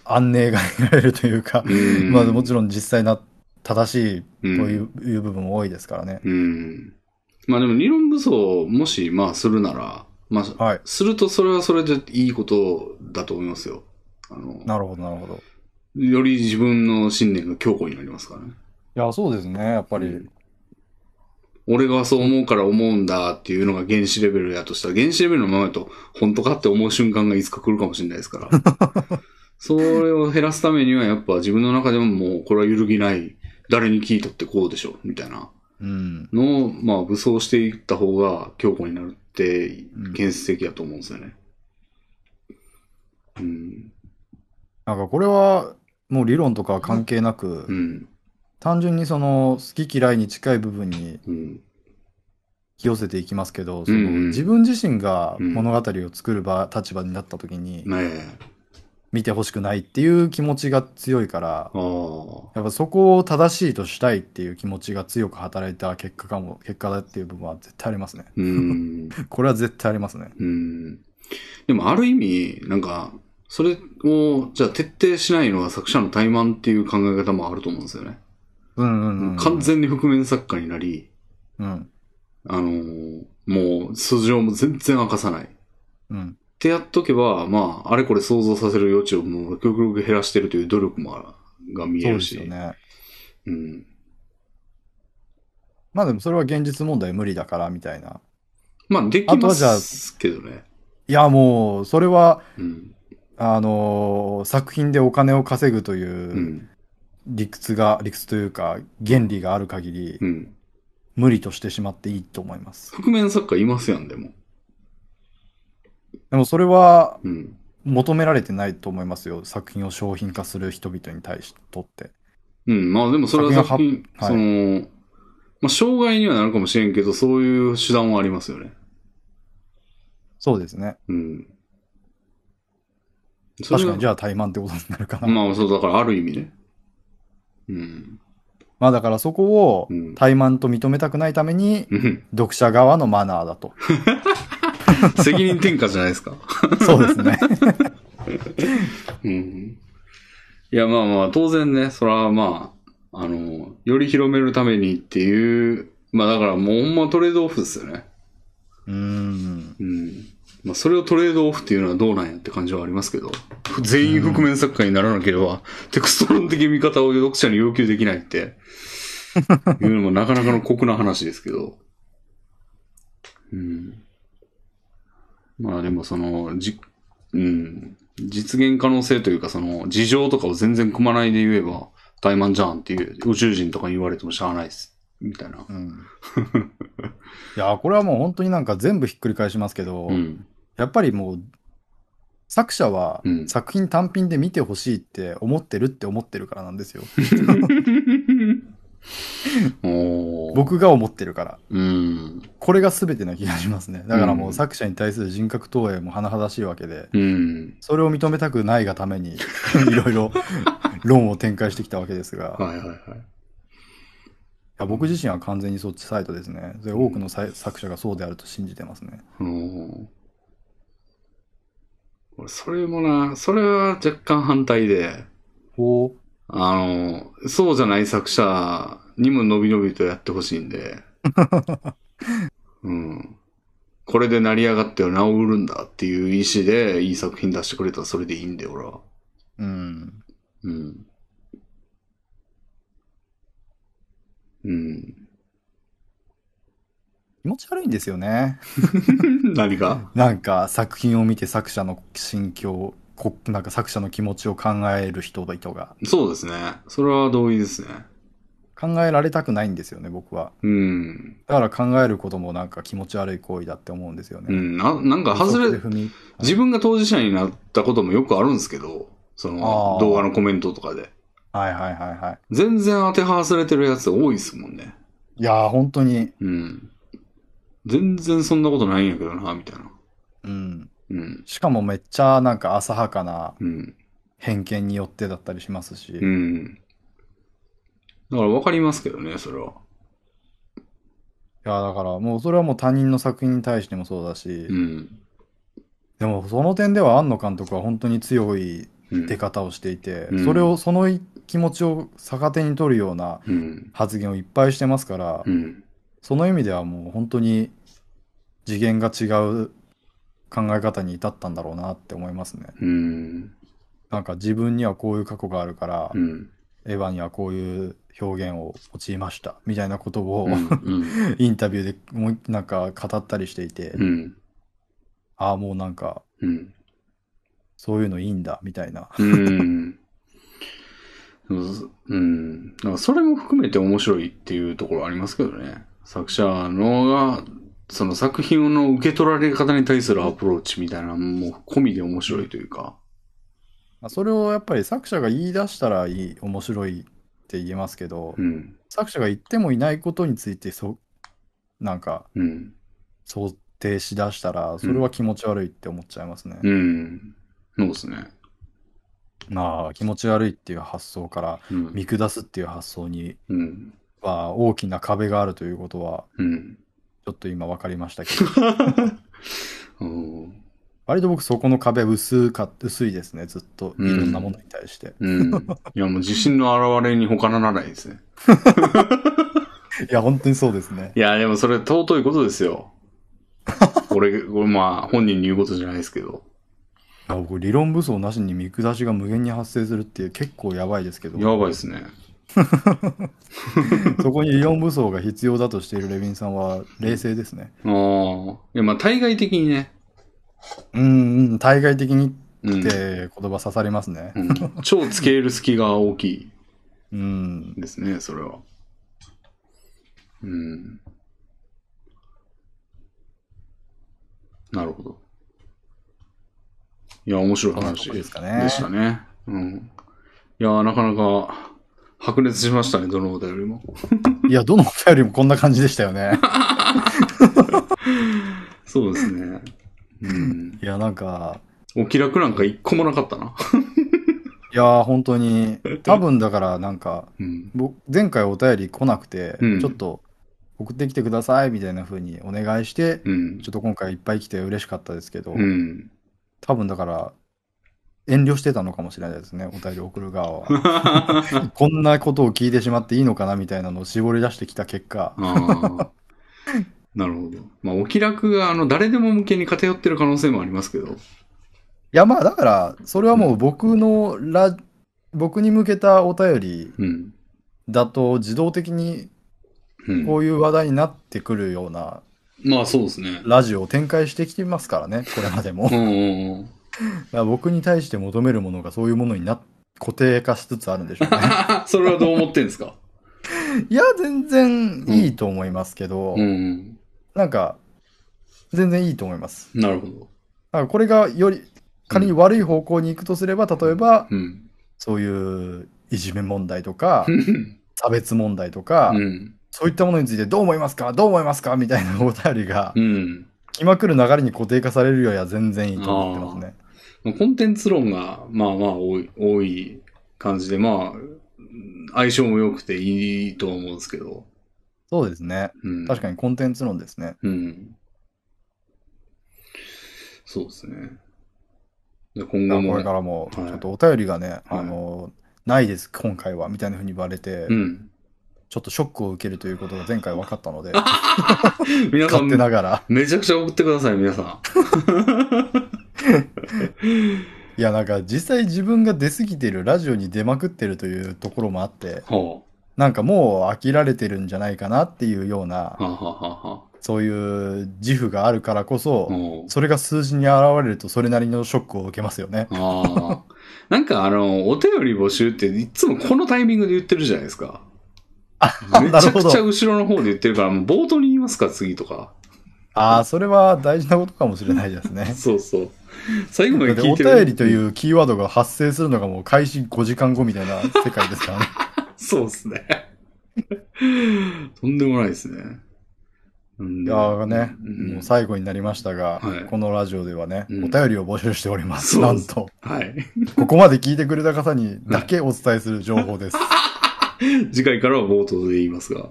Speaker 2: 安寧が得られるというか、
Speaker 1: うん
Speaker 2: [LAUGHS] まあもちろん実際な正しいという,、
Speaker 1: ん。
Speaker 2: いう部分も多いですからね。
Speaker 1: うん。まあでも理論武装、もし、まあするなら、まあ、
Speaker 2: はい。
Speaker 1: するとそれはそれでいいことだと思いますよ。あの、
Speaker 2: なるほどなるほど。
Speaker 1: より自分の信念が強固になりますからね。
Speaker 2: いや、そうですね。やっぱり、
Speaker 1: うん俺がそう思うから思うんだっていうのが原子レベルやとしたら、原子レベルのままだと、本当かって思う瞬間がいつか来るかもしれないですから。 [LAUGHS] それを減らすためには、やっぱ自分の中でももう、これは揺るぎない。誰に聞いたってこうでしょ、みたいな
Speaker 2: うん。
Speaker 1: のを、まあ、武装していった方が強固になるって
Speaker 2: うん、
Speaker 1: 建設的だと思うんですよね。うん。
Speaker 2: なんかこれはもう理論とかは関係なく、
Speaker 1: うん。
Speaker 2: 単純にその好き嫌いに近い部分に
Speaker 1: うん。
Speaker 2: 引き寄せていきますけど、そ
Speaker 1: うんう
Speaker 2: の
Speaker 1: ん
Speaker 2: 自分自身が
Speaker 1: うん
Speaker 2: 物語を作る場、立場になった時に
Speaker 1: ねえ。
Speaker 2: 見てほしくないっていう気持ちが強いから、
Speaker 1: ああ。
Speaker 2: やっぱそこを正しいとしたいっていう気持ちが強く働いた結果かも、結果だっていう部分は絶対ありますね。 [LAUGHS]
Speaker 1: うん。
Speaker 2: これは絶対ありますね。
Speaker 1: うん。でもある意味、なんか、それを、じゃあ徹底しないのは作者の怠慢っていう考え方もあると思うんですよね。
Speaker 2: うんうんうん、うん。
Speaker 1: 完全に覆面作家になり、
Speaker 2: うん。
Speaker 1: あのーもう素性も全然明かさない。っ
Speaker 2: うん。
Speaker 1: てやっとけば、まあ、あれこれ想像させる余地をもう極力減らしてるという努力もあが見
Speaker 2: そ
Speaker 1: え
Speaker 2: う
Speaker 1: る
Speaker 2: で
Speaker 1: し。
Speaker 2: すよね。
Speaker 1: うん。
Speaker 2: まあでもそれは現実問題無理だからみたいな。
Speaker 1: まあ、でき
Speaker 2: あと
Speaker 1: ま
Speaker 2: はじゃあ
Speaker 1: すけどね。
Speaker 2: いやもう、それは、
Speaker 1: うん。。
Speaker 2: あのー作品でお金を稼ぐといううん理屈が、理屈というか、原理がある限り、
Speaker 1: うん。
Speaker 2: 無理としてしまっていいと思います。
Speaker 1: 覆面作家いますやん、でも。
Speaker 2: でもそれは
Speaker 1: うん。
Speaker 2: 求められてないと思いますよ。作品を商品化する人々に対してとって。
Speaker 1: うん、まあでもそれは作品、
Speaker 2: 作品はは
Speaker 1: その、まあ障害にはなるかもしれんけど、そういう手段はありますよね。
Speaker 2: そうですね。
Speaker 1: うん。それ
Speaker 2: 確
Speaker 1: が
Speaker 2: かに、じゃあ怠慢ってことになるかな。
Speaker 1: まあそう、だからある意味ね。うん。
Speaker 2: まあだからそこを
Speaker 1: うん。
Speaker 2: 怠慢と認めたくないために、
Speaker 1: うん [LAUGHS]
Speaker 2: 読者側のマナーだと。
Speaker 1: 責任転嫁じゃないですか。
Speaker 2: そうですね。
Speaker 1: うん。いや、まあまあ、当然ね、それはまあ、あの、より広めるためにっていう、まあだからもうほんまトレードオフですよね。
Speaker 2: うーん。
Speaker 1: うん。まあ、それをトレードオフっていうのはどうなんやって感じはありますけど、全員覆面作家にならなければ、テクスト論的見方を読者に要求できないって、いうのもなかなかの酷な話ですけど。うん。まあでもその、じ、うん。実現可能性というか、その、事情とかを全然組まないで言えば、怠慢じゃんっていう、宇宙人とかに言われてもしゃあないです。みたいな。
Speaker 2: うん。いや、これはもう本当になんか全部ひっくり返しますけど、
Speaker 1: うん。
Speaker 2: やっぱりもう、作者は
Speaker 1: うん
Speaker 2: 作品単品で見てほしいって思ってるって思ってるからなんですよ。
Speaker 1: おー。
Speaker 2: 僕が思ってるから。
Speaker 1: うん。
Speaker 2: これが全てな気がしますね。だからも
Speaker 1: う
Speaker 2: うん作者に対する人格投影も甚だしいわけで、
Speaker 1: うん。
Speaker 2: それを認めたくないがために、 [LAUGHS] いろいろ論を展開してきたわけですが、い
Speaker 1: はいはいはい。
Speaker 2: や僕自身は完全にそっちサイトですね。で多くのさい作者がそうであると信じてますね。
Speaker 1: うん。俺、それもな、それは若干反対で、
Speaker 2: おお。
Speaker 1: あの、そうじゃない作者にも伸び伸びとやってほしいん [LAUGHS] で、うん。これで成り上がっては名を売るんだっていう意思でいい作品出してくれたらそれでいいんで、俺は。
Speaker 2: うん。
Speaker 1: うん。うん。
Speaker 2: 気持ち悪いんですよね。
Speaker 1: [LAUGHS] 何が
Speaker 2: なんか作品を見て作者の心境、こなんか作者の気持ちを考える人々が
Speaker 1: そうですね。それは同意ですね。
Speaker 2: 考えられたくないんですよね、僕は。
Speaker 1: うん。
Speaker 2: だから考えることもなんか気持ち悪い行為だって思うんですよ
Speaker 1: う
Speaker 2: ね。
Speaker 1: ん。な、なんか外
Speaker 2: そこ
Speaker 1: れ
Speaker 2: で、踏み
Speaker 1: 自分が当事者になったこともよくあるんですけど、そ
Speaker 2: あ
Speaker 1: の
Speaker 2: ー
Speaker 1: 動画のコメントとかで。
Speaker 2: はいはいはいはい。
Speaker 1: 全然当てはわされてるやつ多いですもんね。
Speaker 2: いやー、本当に、
Speaker 1: うん。全然そんなことないんやけどな、みたいな。
Speaker 2: うん。
Speaker 1: うん。
Speaker 2: しかもめっちゃなんか浅はかな
Speaker 1: うん。
Speaker 2: 偏見によってだったりしますし。
Speaker 1: うん。だから分かりますけどね、それは。
Speaker 2: いや、だからもうそれはもう他人の作品に対してもそうだし、
Speaker 1: うん。
Speaker 2: でもその点では庵野監督は本当に強い
Speaker 1: うん
Speaker 2: 出方をしていて、
Speaker 1: うん
Speaker 2: それを、その気持ちを逆手に取るような
Speaker 1: うん。
Speaker 2: 発言をいっぱいしてますから、
Speaker 1: うん。
Speaker 2: その意味ではもう本当に次元が違う考え方に至ったんだろうなって思いますね。
Speaker 1: うん。
Speaker 2: なんか自分にはこういう過去があるから、
Speaker 1: うん。
Speaker 2: エヴァにはこういう表現を用いましたみたいなことを、
Speaker 1: うん。うん。
Speaker 2: [LAUGHS] インタビューでもうなんか語ったりしていて、
Speaker 1: うん。
Speaker 2: ああもうなんか
Speaker 1: うん。
Speaker 2: そういうのいいんだみたいな。
Speaker 1: うん。うん。だからそれも含めて面白いっていうところありますけどね。作者のが、その作品の受け取られ方に対するアプローチみたいなのも込みで面白いというか。
Speaker 2: まあそれをやっぱり作者が言い出したらいい面白いって言えますけど、
Speaker 1: うん。
Speaker 2: 作者が言ってもいないことについてそなんか
Speaker 1: うん。
Speaker 2: 想定しだしたらそれは気持ち悪いって思っちゃいますね。
Speaker 1: うん。そうですね。
Speaker 2: まあ気持ち悪いっていう発想から
Speaker 1: うん。
Speaker 2: 見下すっていう発想に
Speaker 1: うん。
Speaker 2: は大きな壁があるということは
Speaker 1: うん。
Speaker 2: ちょっと今分かりましたけ
Speaker 1: [LAUGHS] う
Speaker 2: ど
Speaker 1: ん。
Speaker 2: 割と僕そこの壁薄か薄いですねずっとい
Speaker 1: うん
Speaker 2: ろんなものに対して、
Speaker 1: うん。いや、もう自信の表れに他ならないですね。
Speaker 2: いや本当にそうですね
Speaker 1: いや、でもそれ尊いことですよ。俺、俺まあ、本人に言うことじゃないですけど。
Speaker 2: いや僕理論武装なしに見下しが無限に発生するっていう結構やばいですけど
Speaker 1: やばいですね。
Speaker 2: そこに理論武装が必要だとしているレヴィンさんは冷静ですね
Speaker 1: ああ。いや、まあ、対外的にね。
Speaker 2: うんうん対外的に
Speaker 1: うん。
Speaker 2: って言葉刺さりますね
Speaker 1: うん、超つけ入る隙が大きい
Speaker 2: うん
Speaker 1: ですね、それは。うん。なるほど。いや、面白い
Speaker 2: そんなと
Speaker 1: 話
Speaker 2: こ
Speaker 1: で
Speaker 2: です
Speaker 1: し
Speaker 2: か
Speaker 1: たね。
Speaker 2: ね
Speaker 1: うん。いや、なかなか白熱しましたね、どのお便りも。
Speaker 2: いやどのお便りもこんな感じでしたよね
Speaker 1: そうですね。うん。
Speaker 2: いや、なんか、
Speaker 1: お気楽なんか一個もなかったな。
Speaker 2: いやー、本当に、多分だから、なんか、
Speaker 1: うん。
Speaker 2: 僕、前回お便り来なくて、
Speaker 1: うん
Speaker 2: ちょっと、送ってきてください、みたいな風にお願いして、
Speaker 1: うん
Speaker 2: ちょ。っと今回いっぱい来て嬉しかったですけど、
Speaker 1: うん。
Speaker 2: 多分だから、遠慮してたのかもしれないですね、お便り送る側は。
Speaker 1: [LAUGHS]
Speaker 2: こんなことを聞いてしまっていいのかな、みたいなのを絞り出してきた結果、
Speaker 1: ああ。なるほど。まあ、お気楽が、あの、誰でも向けに偏ってる可能性もありますけど。
Speaker 2: いや、まあ、だから、それはもう僕のラ、僕に向けたお便り
Speaker 1: うん。
Speaker 2: だと、自動的に
Speaker 1: うん、
Speaker 2: こういう話題になってくるような、
Speaker 1: まあ、そうですね。
Speaker 2: ラジオを展開してきてますからね、これまでも。
Speaker 1: [LAUGHS] う
Speaker 2: だか
Speaker 1: んうんうん。
Speaker 2: ら僕に対して求めるものがそういうものにな、固定化しつつあるんでしょ
Speaker 1: [LAUGHS]
Speaker 2: うね。
Speaker 1: それはどう思ってんですか
Speaker 2: いや、全然いいと思いますけど、
Speaker 1: うんうん。
Speaker 2: なんか、全然いいと思います。
Speaker 1: なるほど。
Speaker 2: だからこれがより、仮に悪い方向に行くとすれば、例えば、
Speaker 1: うん。
Speaker 2: そういういじめ問題とか
Speaker 1: う、ん。
Speaker 2: 差別問題とか、
Speaker 1: うん。
Speaker 2: そういったものについてどう思いますかどう思いますかみたいなお便りが
Speaker 1: う、ん。
Speaker 2: 来まくる流れに固定化されるよりは全然いいと思ってますね。
Speaker 1: まあコンテンツ論が、まあまあ多い、多い感じで、まあ、相性も良くていいとは思うんですけど。
Speaker 2: そうですね。
Speaker 1: うん。
Speaker 2: 確かにコンテンツ論ですね。
Speaker 1: うん。そうですね。で今後も。
Speaker 2: これからも、ち
Speaker 1: はい
Speaker 2: ょっとお便りがね、あの、ないです、今回は、みたいな風に言われて、
Speaker 1: うん。
Speaker 2: ちょっとショックを受けるということが前回分かったので、
Speaker 1: 皆さん
Speaker 2: 勝手、ながら。
Speaker 1: めちゃくちゃ送ってください、皆さん。
Speaker 2: いや、なんか実際自分が出過ぎてる、ラジオに出まくってるというところもあって、
Speaker 1: ほ
Speaker 2: なんかもう飽きられてるんじゃないかなっていうような、
Speaker 1: はあ、はあはあは
Speaker 2: そういう自負があるからこ
Speaker 1: あ、
Speaker 2: そ、
Speaker 1: もう
Speaker 2: それが数字に現れるとそれなりのショックを受けますよね。
Speaker 1: ああ。 [LAUGHS] なんかあの、お便り募集っていつもこのタイミングで言ってるじゃないですか。めち
Speaker 2: なる
Speaker 1: ゃ
Speaker 2: ほ
Speaker 1: く
Speaker 2: ど
Speaker 1: ちゃ後ろの方で言ってるから、もう冒頭に言いますか、次とか。。
Speaker 2: ああ、それは大事なことかもしれないですね
Speaker 1: [LAUGHS] そうそう。最後まで
Speaker 2: で
Speaker 1: 聞
Speaker 2: お
Speaker 1: いてる。
Speaker 2: 便りというキーワードが発生するのがもう開始5時間後みたいな世界ですからね。
Speaker 1: そうですね。 [LAUGHS] とんでもないですね。 [LAUGHS] うん
Speaker 2: いやーね、
Speaker 1: うん
Speaker 2: もう最後になりましたが、
Speaker 1: はい
Speaker 2: このラジオではね、
Speaker 1: うん
Speaker 2: お便りを募集しております。
Speaker 1: そう
Speaker 2: なんと、
Speaker 1: はい。
Speaker 2: ここまで聞いてくれた方にだけお伝えする情報です。
Speaker 1: 次回からは冒頭で言いますが。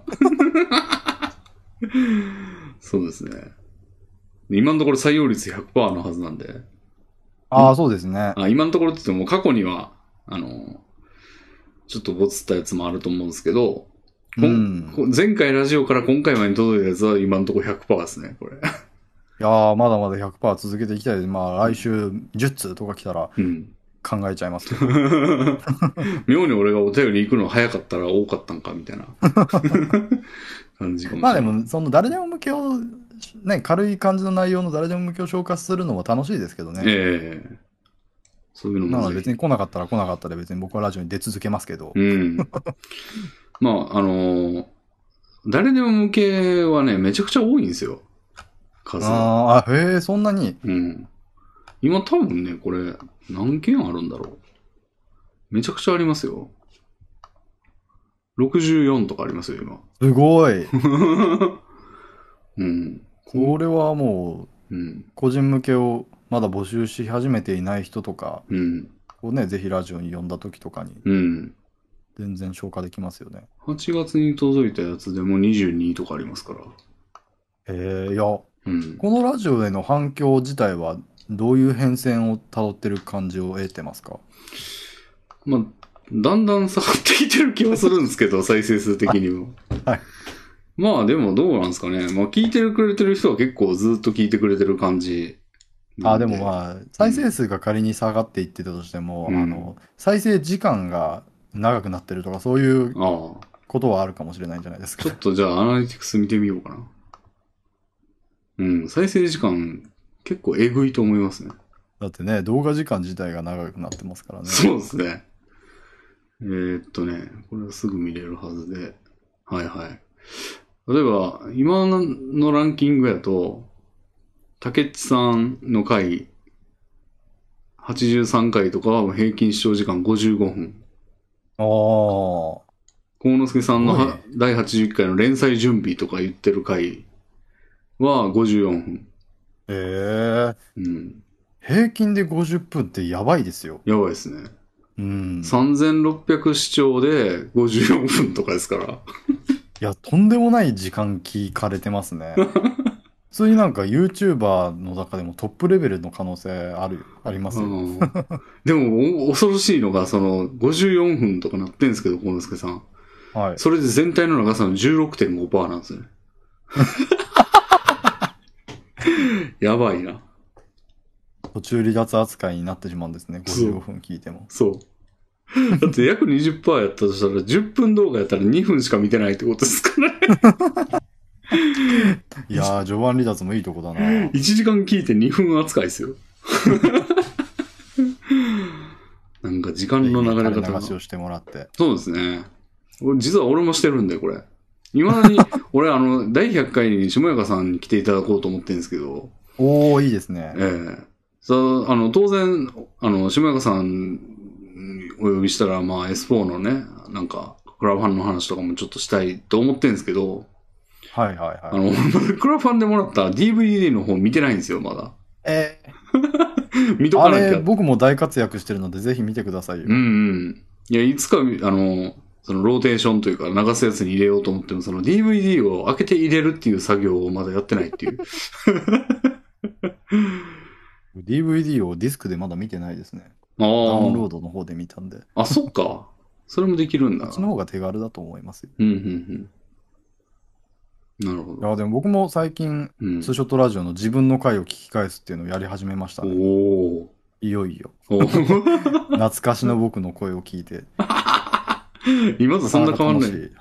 Speaker 1: そうですね。今のところ採用率100%のはずなんで。
Speaker 2: [LAUGHS] ああ、そうですね。
Speaker 1: あ今のところって言っても過去には、あの、ちょっとボツったやつもあると思うんですけど、
Speaker 2: う
Speaker 1: こん
Speaker 2: ん。
Speaker 1: こ前回ラジオから今回までに届いたやつは今のところ100%ですね、これ。
Speaker 2: いやーまだまだ100%続けていきたいです。まあ、来週10通とか来たら
Speaker 1: うん。
Speaker 2: 考えちゃいますけど。
Speaker 1: 妙に俺がお便り行くの早かったら多かったんか、みたいな
Speaker 2: [LAUGHS]
Speaker 1: 感じかもしれない。
Speaker 2: まあでも、その誰でも向けを、ね、軽い感じの内容の誰でも向けを消化するのも楽しいですけどね。
Speaker 1: ええそういうの
Speaker 2: な
Speaker 1: も
Speaker 2: ので
Speaker 1: ぜひ
Speaker 2: 別に来なかったら来なかったで別に僕はラジオに出続けますけど。
Speaker 1: うん。まあ、あのー誰でも向けはね、めちゃくちゃ多いんですよ。数が。
Speaker 2: あーあ、へえ、そんなに。
Speaker 1: うん。今多分ね、これ、何件あるんだろう。めちゃくちゃありますよ。64とかありますよ、今。
Speaker 2: す
Speaker 1: [LAUGHS]
Speaker 2: ごい。 [LAUGHS]
Speaker 1: うん。
Speaker 2: これはもう、
Speaker 1: うん。
Speaker 2: 個人向けをまだ募集し始めていない人とか
Speaker 1: うん。
Speaker 2: をね、ぜひラジオに呼んだ時とかに
Speaker 1: うん。
Speaker 2: 全然消化できますよね。
Speaker 1: 8月に届いたやつでも22とかありますから。
Speaker 2: えー、いや、こ
Speaker 1: うん。
Speaker 2: のラジオへの反響自体はどういう変遷をたどってる感じを得てますか
Speaker 1: まあ、だんだん下がってきてる気はするんですけ
Speaker 2: [LAUGHS]
Speaker 1: ど、再生数的にも。
Speaker 2: はい。
Speaker 1: まあでもどうなんですかね。まあ聞いてくれてる人は結構ずっと聞いてくれてる感じ。
Speaker 2: あ、でも
Speaker 1: あ。
Speaker 2: まあ、再生数が仮に下がっていってたとしても、
Speaker 1: うん
Speaker 2: あの、再生時間が長くなってるとか、そういう
Speaker 1: ああ。
Speaker 2: ことはあるかもしれないんじゃないです
Speaker 1: ちょ
Speaker 2: か
Speaker 1: っ。とじゃあアナリティクス見てみようかな。うん、再生時間結構えぐいと思いますね。
Speaker 2: だってね、動画時間自体が長くなってますからね。
Speaker 1: そうですね。えーっとね、これはすぐ見れるはずで。はいはい。例えば、今のランキングやと、竹内さんの回、83回とかは平均視聴時間55分。
Speaker 2: ああ。
Speaker 1: 幸之助さんの
Speaker 2: すごい
Speaker 1: は第81回の連載準備とか言ってる回は54分。
Speaker 2: ええ
Speaker 1: うん。
Speaker 2: 平均で50分ってやばいですよ。
Speaker 1: やばいですね。
Speaker 2: うん。
Speaker 1: 3600視聴で54分とかですから。
Speaker 2: いや、とんでもない時間聞かれてま
Speaker 1: [LAUGHS]
Speaker 2: すね。普通になんか YouTuber の中でもトップレベルの可能性ある、あります
Speaker 1: う
Speaker 2: よ。
Speaker 1: んでも、お恐ろしいのが、その、54分とかなってんですけど、幸之助さん。
Speaker 2: はい。
Speaker 1: それで全体の長さの16.5%なんです
Speaker 2: [LAUGHS]
Speaker 1: よね。やばいな。
Speaker 2: 途中離脱扱いになってしまうんですね。55分聞いても。
Speaker 1: そう。だって約20%やったとしたら、10分動画やったら2分しか見てないってことですからね。
Speaker 2: いやー、序盤離脱もいいとこだな。
Speaker 1: 1時間聞いて2分扱いです
Speaker 2: [LAUGHS]
Speaker 1: よ。なんか時間の流れ
Speaker 2: 垂
Speaker 1: 方が
Speaker 2: 流し。をしてもらって。
Speaker 1: そうですね。俺実は俺もしてるんだよ、これ。いまだに、 [LAUGHS] 俺、あの、第100回に下中さんに来ていただこうと思ってるんですけど、
Speaker 2: おー、いいですね
Speaker 1: ええ。そうあの、当然、あの、下中さんお呼びしたら、まあ、S4 のね、なんか、クラファンの話とかもちょっとしたいと思ってるんですけど、
Speaker 2: はいはい
Speaker 1: あ
Speaker 2: はい。
Speaker 1: の、 [LAUGHS] クラファンでもらった DVD の方見てないんですよ、まだ。
Speaker 2: え
Speaker 1: 見
Speaker 2: ー、
Speaker 1: と
Speaker 2: あ
Speaker 1: かなき
Speaker 2: れ、
Speaker 1: ゃ。
Speaker 2: 僕も大活躍してるので、ぜひ見てくださいよ。
Speaker 1: うんうん。いや、いつか、あの、そのローテーションというか流すやつに入れようと思っても、その DVD を開けて入れるっていう作業をまだやってないって
Speaker 2: [LAUGHS]
Speaker 1: いう。
Speaker 2: DVD をディスクでまだ見てないですね。ダウンロ
Speaker 1: あ
Speaker 2: ードの方で見たんで。
Speaker 1: あ。あ、そっか。それもできるんだ。
Speaker 2: こっちの方が手軽だと思いますよ。
Speaker 1: うんうんうん。なるほ
Speaker 2: い
Speaker 1: ど。
Speaker 2: や、でも僕も最近、
Speaker 1: うん、
Speaker 2: ツーショットラジオの自分の回を聞き返すっていうのをやり始めました、
Speaker 1: お
Speaker 2: ね。
Speaker 1: ー
Speaker 2: いよいよ。 [LAUGHS]
Speaker 1: おー。
Speaker 2: 懐かしの僕の声を聞いて。
Speaker 1: 今とそんな変わんない
Speaker 2: なか。なか楽し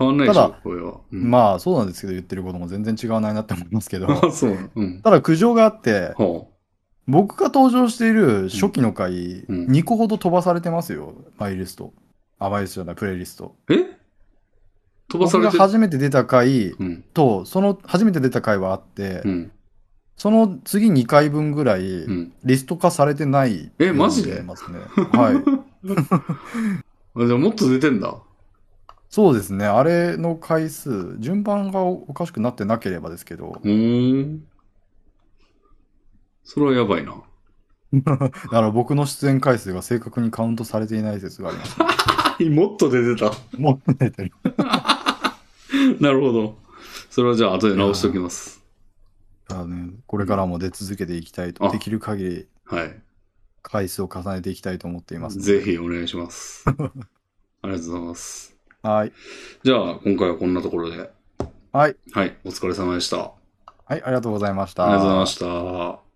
Speaker 1: 変わんないでしょ
Speaker 2: ただ、
Speaker 1: これは。う
Speaker 2: い
Speaker 1: ん、
Speaker 2: まあ、そうなんですけど、言ってることも全然違わないなって思いますけど。
Speaker 1: あ、 [LAUGHS] そうなの。うん。
Speaker 2: ただ苦情があって、
Speaker 1: は
Speaker 2: 僕が登場している初期の回、
Speaker 1: うん
Speaker 2: 2個ほど飛ばされてますよ、マイリスト。あ、マイリストじゃない、プレイリスト。
Speaker 1: あ、え飛ばされ
Speaker 2: 僕が
Speaker 1: てる。
Speaker 2: 初めて出た回
Speaker 1: うん。
Speaker 2: と、その初めて出た回はあって、
Speaker 1: うん。
Speaker 2: その次2回分ぐらい、
Speaker 1: うん。
Speaker 2: リスト化されてない。
Speaker 1: えマジで
Speaker 2: ますね。はい。
Speaker 1: あ、じゃあもっと出てんだ。
Speaker 2: そうですね。あれの回数、順番がおかしくなってなければですけど
Speaker 1: う、ーん。それはやばいな。
Speaker 2: だから僕の出演回数が正確にカウントされていない説があります。
Speaker 1: [LAUGHS] もっと出てた。
Speaker 2: もう出てる。
Speaker 1: なるほど。それはじゃあ後で直しときます。
Speaker 2: だからね、これからも出続けていきたい
Speaker 1: あ
Speaker 2: と、できる限り
Speaker 1: はい。
Speaker 2: 回数を重ねていきたいと思っています。
Speaker 1: ぜ。ひお願いし [LAUGHS] ます。ありがとうございます。
Speaker 2: はい。
Speaker 1: じゃあ、今回はこんなところで。
Speaker 2: はい。
Speaker 1: はい。お疲れ様でした。
Speaker 2: はい、ありがとうございました。
Speaker 1: ありがとうございました。